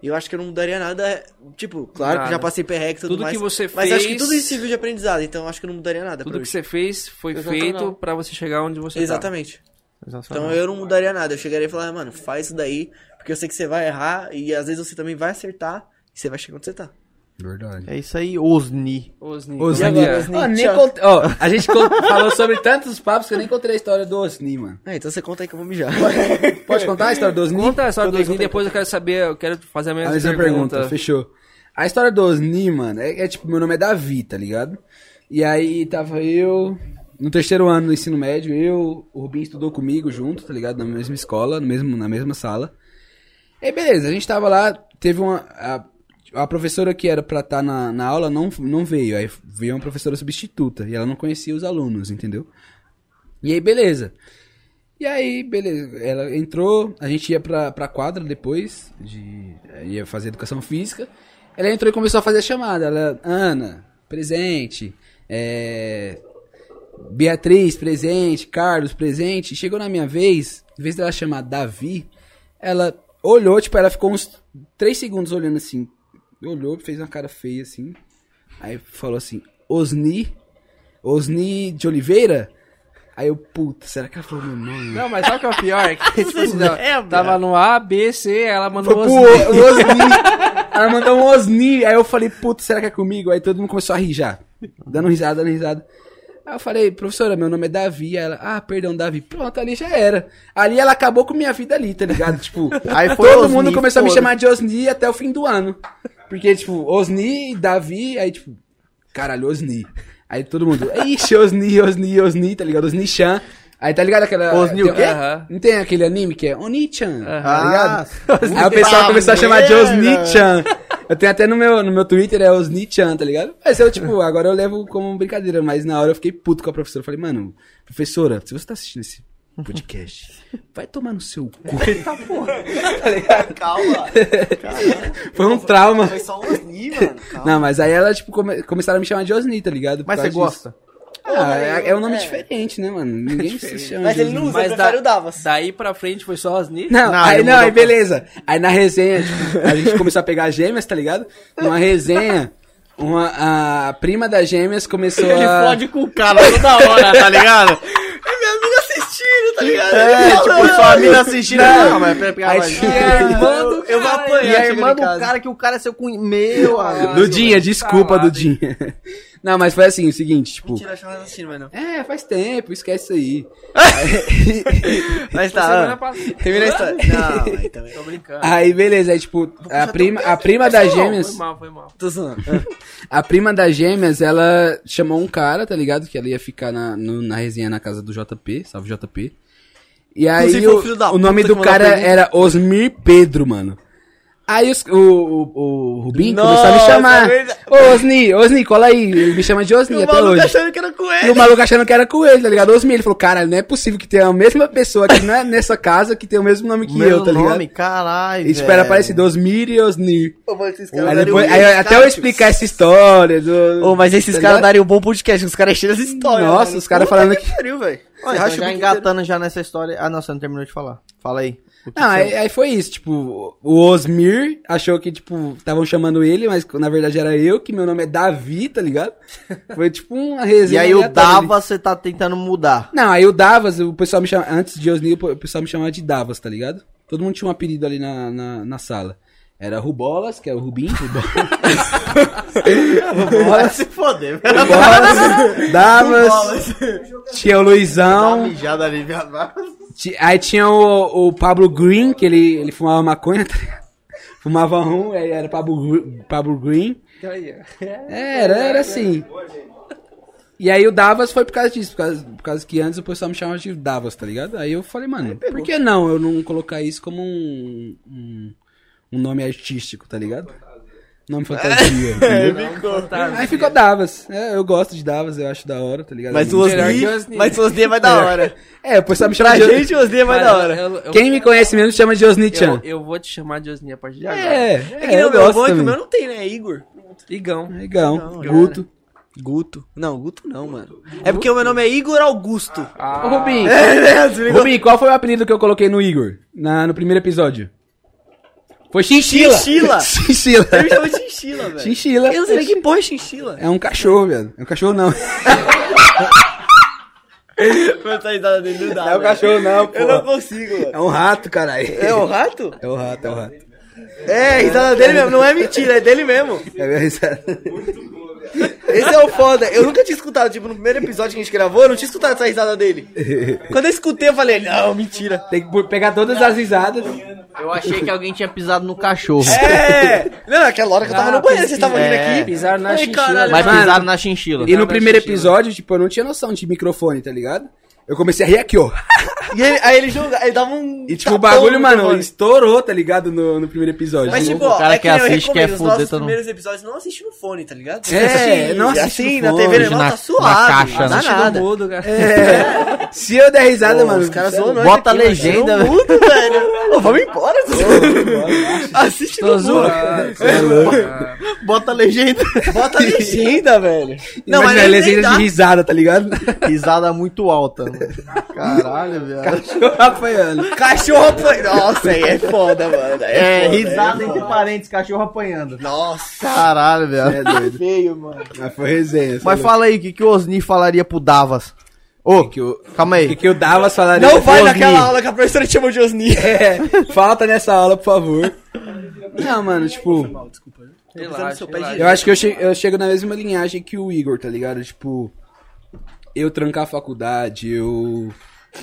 Speaker 4: E eu acho que eu não mudaria nada, tipo, claro que
Speaker 1: Nada.
Speaker 4: eu já passei perreque e tudo,
Speaker 1: Tudo
Speaker 4: mais.
Speaker 1: que você
Speaker 4: Mas acho que
Speaker 1: fez-
Speaker 4: tudo isso serviu de aprendizado, então eu acho que eu não mudaria nada pra
Speaker 1: Tudo que
Speaker 4: hoje.
Speaker 1: você fez foi
Speaker 2: Exatamente.
Speaker 1: feito pra você chegar onde você tá.
Speaker 4: Exatamente. Então eu não mudaria nada. Eu chegaria e falaria, mano, faz isso daí, porque eu sei que você vai errar e às vezes você também vai acertar e você vai chegar onde você tá.
Speaker 3: Verdade.
Speaker 2: É isso aí, Osni.
Speaker 1: Osni,
Speaker 3: Os
Speaker 1: como é que é?
Speaker 4: Osni?
Speaker 3: Ó, nem
Speaker 4: Tchau.
Speaker 3: cont- ó, a gente con- falou sobre tantos papos que eu nem contei a história do Osni, mano.
Speaker 4: Ah, então você conta aí que eu vou mijar.
Speaker 3: Pode contar a história do Osni?
Speaker 1: Conta a história do Osni, depois eu quero saber, eu quero fazer a
Speaker 3: A
Speaker 1: mesma,
Speaker 3: mesma pergunta.
Speaker 1: pergunta.
Speaker 3: fechou. A história do Osni, mano, é, é tipo, meu nome é Davi, tá ligado? E aí tava eu, no terceiro ano do ensino médio, eu, o Rubinho estudou comigo junto, tá ligado? Na mesma escola, no mesmo, na mesma sala. E aí, beleza, a gente tava lá, teve uma. A, a professora que era pra estar na, na aula não, não veio, aí veio uma professora substituta, e ela não conhecia os alunos, entendeu? E aí, beleza. E aí, beleza, ela entrou, a gente ia pra, pra quadra depois, de, eh, ia fazer educação física. Ela entrou e começou a fazer a chamada. Ela, Ana, presente, é, Beatriz, presente, Carlos, presente. Chegou na minha vez, em vez dela chamar Davi, ela olhou, tipo, ela ficou uns 3 segundos olhando assim. Olhou, fez uma cara feia assim. Aí falou assim: Osni, Osni de Oliveira? Aí eu, puta, será que ela falou meu nome?
Speaker 1: Não, mas sabe o que é o pior? Que, tipo,
Speaker 4: Vocês
Speaker 1: assim, ela
Speaker 4: lembram?
Speaker 1: tava no A, B, C, ela
Speaker 3: Foi
Speaker 1: mandou
Speaker 3: pro
Speaker 1: Osni.
Speaker 3: O- o Osni. Ela mandou um Osni. Aí eu falei, puta, será que é comigo? Aí todo mundo começou a rir já. Dando risada, dando risada. Aí eu falei, professora, meu nome é Davi. Aí ela, ah, perdão, Davi. Pronto, ali já era. Ali ela acabou com minha vida ali, tá ligado? Tipo,
Speaker 2: Aí foi
Speaker 3: todo
Speaker 2: Osni,
Speaker 3: mundo começou a me
Speaker 2: foda-se.
Speaker 3: chamar de Osni até o fim do ano. Porque, tipo, Osni, Davi, aí tipo, caralho, Osni. Aí todo mundo, ixi, Osni, Osni, Osni, tá ligado? Osni-chan. Aí tá ligado aquela...
Speaker 2: Osni o
Speaker 3: tem-
Speaker 2: quê?
Speaker 1: Aham.
Speaker 3: Não tem aquele anime que é Oni-chan? Tá ligado? né?
Speaker 2: Ah,
Speaker 3: Aí o pessoal começou a chamar de Osnichan. Eu tenho até no meu, no meu Twitter, é Osnichan, tá ligado? Mas eu, tipo, agora eu levo como brincadeira, mas na hora eu fiquei puto com a professora. Eu falei, mano, professora, se você tá assistindo esse podcast, vai tomar no seu cu. tá porra. tá ligado?
Speaker 4: Calma.
Speaker 3: Foi um trauma.
Speaker 4: Foi só um Osni, mano. Calma.
Speaker 3: Não, mas aí ela, tipo, come- começaram a me chamar de Osni, tá ligado? Por
Speaker 2: Mas
Speaker 3: causa
Speaker 2: você
Speaker 3: disso.
Speaker 2: gosta? É
Speaker 3: Ah, é, é um nome
Speaker 4: É.
Speaker 3: diferente, né, mano? Ninguém se chama
Speaker 4: Mas
Speaker 3: de
Speaker 4: ele
Speaker 3: Osni.
Speaker 4: não usa,
Speaker 1: Mas
Speaker 4: ele prefere
Speaker 1: da-
Speaker 4: o Davas.
Speaker 1: Daí pra frente foi só Osni?
Speaker 3: Não,
Speaker 2: Não,
Speaker 3: aí
Speaker 2: ele
Speaker 3: não, aí
Speaker 2: mudou.
Speaker 3: beleza. Aí na resenha, tipo, a gente começou a pegar gêmeas, tá ligado? Numa resenha, uma, a prima das gêmeas começou
Speaker 4: Ele
Speaker 3: a.
Speaker 4: fode com o cara toda hora, tá ligado? É minha amiga assistindo, tá ligado?
Speaker 2: É,
Speaker 4: Ele
Speaker 2: tipo,
Speaker 4: falando.
Speaker 2: sua mina assistindo.
Speaker 3: Não.
Speaker 2: Não, mas pera, pera,
Speaker 3: Aí
Speaker 2: vai.
Speaker 3: tinha-
Speaker 2: E
Speaker 4: É, mano,
Speaker 1: do
Speaker 4: eu vou
Speaker 1: cara,
Speaker 4: apanhar.
Speaker 2: a
Speaker 4: chegando
Speaker 2: irmã
Speaker 4: em
Speaker 2: do
Speaker 4: casa.
Speaker 2: cara que o cara é seu cunho. Meu amigo.
Speaker 3: Ah,
Speaker 4: Tá
Speaker 3: Dudinha, desculpa,
Speaker 1: Salado, hein?
Speaker 3: Dudinha. Não, mas foi assim, o seguinte, tipo.
Speaker 4: Mentira, acho que ela não tá assistindo, mas não.
Speaker 3: É, faz tempo, esquece isso aí.
Speaker 4: Mas
Speaker 1: Foi semana
Speaker 4: tá.
Speaker 1: passada.
Speaker 4: Termina a história. Não, aí também.
Speaker 1: Tô brincando.
Speaker 3: Aí, beleza, aí, tipo, a prima, a
Speaker 4: tipo,
Speaker 3: prima das
Speaker 4: Ah,
Speaker 3: gêmeas.
Speaker 1: Foi mal, foi mal.
Speaker 4: Tô zoando.
Speaker 3: A prima das gêmeas, ela chamou um cara, tá ligado? Que ela ia ficar na, no- na resenha na casa do JP, salve JP. E aí
Speaker 4: Inclusive,
Speaker 3: o,
Speaker 4: o filho da
Speaker 3: o nome
Speaker 4: puta
Speaker 3: do
Speaker 4: que mandou
Speaker 3: cara
Speaker 4: a pergunta.
Speaker 3: era Osmir Pedro, mano. Aí os- o, o, o Rubim começou a me
Speaker 4: Nossa,
Speaker 3: chamar.
Speaker 4: é verdade.
Speaker 3: Ô, Osni, Osni, cola aí. Ele me chama de Osni
Speaker 4: O
Speaker 3: até
Speaker 4: maluco
Speaker 3: hoje.
Speaker 4: achando que era com
Speaker 3: E o
Speaker 4: ele.
Speaker 3: maluco achando que era com ele, tá ligado? Osmi, ele falou, caralho, não é possível que tenha a mesma pessoa aqui na- nessa casa que tem o mesmo nome que
Speaker 2: Meu
Speaker 3: eu, tá ligado?
Speaker 2: nome, caralho.
Speaker 3: E tipo, era
Speaker 2: velho.
Speaker 3: parecido, Osmir e Osnir.
Speaker 4: Ô, mano, esses
Speaker 3: Aí
Speaker 4: darem
Speaker 3: depois-
Speaker 4: um
Speaker 3: aí
Speaker 4: beijo,
Speaker 3: até eu
Speaker 4: cara,
Speaker 3: explicar essa história do.
Speaker 4: Ô, mas esses
Speaker 3: tá
Speaker 4: caras
Speaker 3: ligado?
Speaker 4: darem um bom podcast, os caras cheios das histórias.
Speaker 3: Nossa,
Speaker 4: mano.
Speaker 3: os caras
Speaker 4: Puta
Speaker 3: falando
Speaker 4: que. Pariu, velho.
Speaker 2: Olha, então
Speaker 4: Racha o
Speaker 2: já
Speaker 4: bico inteiro.
Speaker 2: engatando já nessa história. Ah, não, você não terminou de falar. Fala aí. O que
Speaker 3: Não,
Speaker 2: que
Speaker 3: aí, aí foi isso, tipo, o Osmir achou que, tipo, estavam chamando ele, mas na verdade era eu, que meu nome é Davi, tá ligado? Foi tipo uma
Speaker 2: você- E
Speaker 3: resenha.
Speaker 2: aí o
Speaker 3: aleatória ali.
Speaker 2: Dava você tá tentando mudar.
Speaker 3: Não, aí o Davas, o pessoal me chama. Antes de Osnir, o pessoal me chamava de Davas, tá ligado? Todo mundo tinha um apelido ali na, na, na sala. Era Rubolas, que é o Rubim, Rubolas,
Speaker 4: Bora se foder, velho.
Speaker 3: Davas, tinha o
Speaker 2: Dá
Speaker 3: Luizão.
Speaker 2: uma mijada ali, viado.
Speaker 3: Ti- Aí tinha o, o Pablo Green, que ele, ele fumava maconha, tá ligado? Fumava um, aí era Pablo, Gr- Pablo Green. É, Era, era assim. E aí o Davas foi por causa disso, por causa, por causa que antes o pessoal me chamava de Davas, tá ligado? Aí eu falei, mano, por que não eu não colocar isso como um, um, um nome artístico, tá ligado? Nome
Speaker 4: É,
Speaker 3: fantasia. entendeu? aí ficou Davas. É, eu gosto de Davas, eu acho da hora, tá ligado?
Speaker 4: Mas o
Speaker 1: Melhor que o
Speaker 4: Osni.
Speaker 1: Osni.
Speaker 4: Mas o Osni é mais da hora.
Speaker 3: É, o pessoal me chama
Speaker 4: Pra
Speaker 3: de...
Speaker 4: gente, o Osni é mais
Speaker 1: Cara,
Speaker 4: da hora.
Speaker 1: eu- eu-
Speaker 3: Quem me conhece mesmo chama de Osni-chan.
Speaker 1: eu, eu vou te chamar de Osni a partir de agora.
Speaker 3: É,
Speaker 4: É que nem o
Speaker 3: eu
Speaker 4: meu avô,
Speaker 3: gosto
Speaker 4: que o
Speaker 3: também.
Speaker 4: meu não tem, né? Igor.
Speaker 1: Igão.
Speaker 3: Legal,
Speaker 4: Não, já
Speaker 3: Guto.
Speaker 4: Guto. Não, Guto não, mano. Ah. É porque o meu nome é Igor Augusto.
Speaker 1: Ah.
Speaker 3: Ô, Rubim,
Speaker 4: É, se ligou?
Speaker 3: Rubim, qual foi o apelido que eu coloquei no Igor? Na, no primeiro episódio? Foi Chinchila.
Speaker 4: Chinchila.
Speaker 3: Chinchila.
Speaker 4: Ele me chama de chinchila, velho.
Speaker 3: Chinchila.
Speaker 4: Eu não sei nem que porra é chinchila.
Speaker 3: É um cachorro, velho. É um cachorro não.
Speaker 4: Quanta risada dele não dá,
Speaker 3: É um
Speaker 4: velho.
Speaker 3: cachorro não,
Speaker 4: Eu não
Speaker 3: pô.
Speaker 4: consigo, mano.
Speaker 3: É um rato, caralho.
Speaker 4: É o rato?
Speaker 3: É o rato, é o rato.
Speaker 4: É, risada dele mesmo. Não é mentira, é dele mesmo.
Speaker 3: É a minha risada.
Speaker 4: Esse é o foda. Eu nunca tinha escutado, tipo, no primeiro episódio que a gente gravou, eu não tinha escutado essa risada dele. Quando eu escutei, eu falei, não, mentira.
Speaker 3: Tem que bu- pegar todas as risadas.
Speaker 2: Eu achei que alguém tinha pisado no cachorro.
Speaker 4: É! Não, aquela hora que eu tava
Speaker 3: Ah,
Speaker 4: no banheiro, vocês estavam rindo
Speaker 2: é.
Speaker 4: aqui.
Speaker 1: Pisaram na
Speaker 4: Ai,
Speaker 1: chinchila.
Speaker 4: caralho.
Speaker 2: Mas
Speaker 3: Mano,
Speaker 2: pisaram na chinchila.
Speaker 3: E no
Speaker 1: da
Speaker 3: primeiro
Speaker 1: Chinchila.
Speaker 3: episódio, tipo, eu não tinha noção de microfone, tá ligado? Eu comecei a rir aqui, ó.
Speaker 4: E ele- aí ele julga, ele dava um.
Speaker 3: E tipo, o
Speaker 4: tapão
Speaker 3: bagulho,
Speaker 4: no
Speaker 3: mano,
Speaker 4: microfone.
Speaker 3: estourou, tá ligado? No, no primeiro episódio.
Speaker 4: Mas
Speaker 3: Não-
Speaker 4: tipo, ó,
Speaker 2: O cara
Speaker 4: é
Speaker 2: que
Speaker 4: que nem eu
Speaker 2: assiste,
Speaker 4: recomendo,
Speaker 2: quer
Speaker 4: os nossos
Speaker 2: fuder, tá no-
Speaker 4: primeiros episódios não assiste no fone, tá ligado?
Speaker 3: É, não assiste
Speaker 4: assim,
Speaker 3: no
Speaker 4: na TV
Speaker 3: fone,
Speaker 4: normal
Speaker 2: na-
Speaker 4: tá suave.
Speaker 2: na caixa,
Speaker 4: não dá
Speaker 2: né?
Speaker 4: nada.
Speaker 1: Mudo, cara.
Speaker 3: É. Se eu der risada,
Speaker 4: Pô,
Speaker 3: mano. é
Speaker 4: os caras
Speaker 3: sério.
Speaker 4: zoam nós
Speaker 2: Bota
Speaker 4: aqui,
Speaker 2: a
Speaker 4: mas tirou
Speaker 2: legenda,
Speaker 4: muito, velho. Ô, vamos embora, Assiste
Speaker 1: Tô
Speaker 4: no
Speaker 1: zoando.
Speaker 4: mudo.
Speaker 2: Bota a legenda.
Speaker 4: Bota a legenda, velho.
Speaker 3: Não, mas
Speaker 4: nem-
Speaker 3: ele
Speaker 4: nem dá.
Speaker 3: de risada, tá ligado?
Speaker 2: Risada muito alta. Caralho, viado.
Speaker 3: Apanhando.
Speaker 4: Cachorro apanhando. Nossa, aí é foda, mano. Aí É,
Speaker 2: É,
Speaker 4: foda,
Speaker 2: risada
Speaker 4: é
Speaker 2: entre
Speaker 4: foda.
Speaker 2: parentes, cachorro apanhando.
Speaker 4: Nossa,
Speaker 2: Caralho, viado.
Speaker 3: É doido.
Speaker 4: feio, mano.
Speaker 3: Mas foi
Speaker 4: é
Speaker 3: resenha. é
Speaker 2: Mas fala aí, o que, que o Osni falaria pro Davas? Ô,
Speaker 3: que eu-
Speaker 2: calma
Speaker 3: O que,
Speaker 2: aí.
Speaker 3: que eu dava falaria?
Speaker 4: Não vai
Speaker 3: Pô,
Speaker 4: naquela
Speaker 3: Gui.
Speaker 4: aula que a professora te chamou de Osni.
Speaker 3: É, falta nessa aula, por favor. Não, mano, tipo,
Speaker 4: Mal, desculpa. Tô
Speaker 1: Relaxa,
Speaker 4: pensando no seu pé
Speaker 1: relaxa.
Speaker 4: direito.
Speaker 3: eu acho que eu, che- eu chego na mesma linhagem que o Igor, tá ligado? Tipo, eu trancar a faculdade, eu.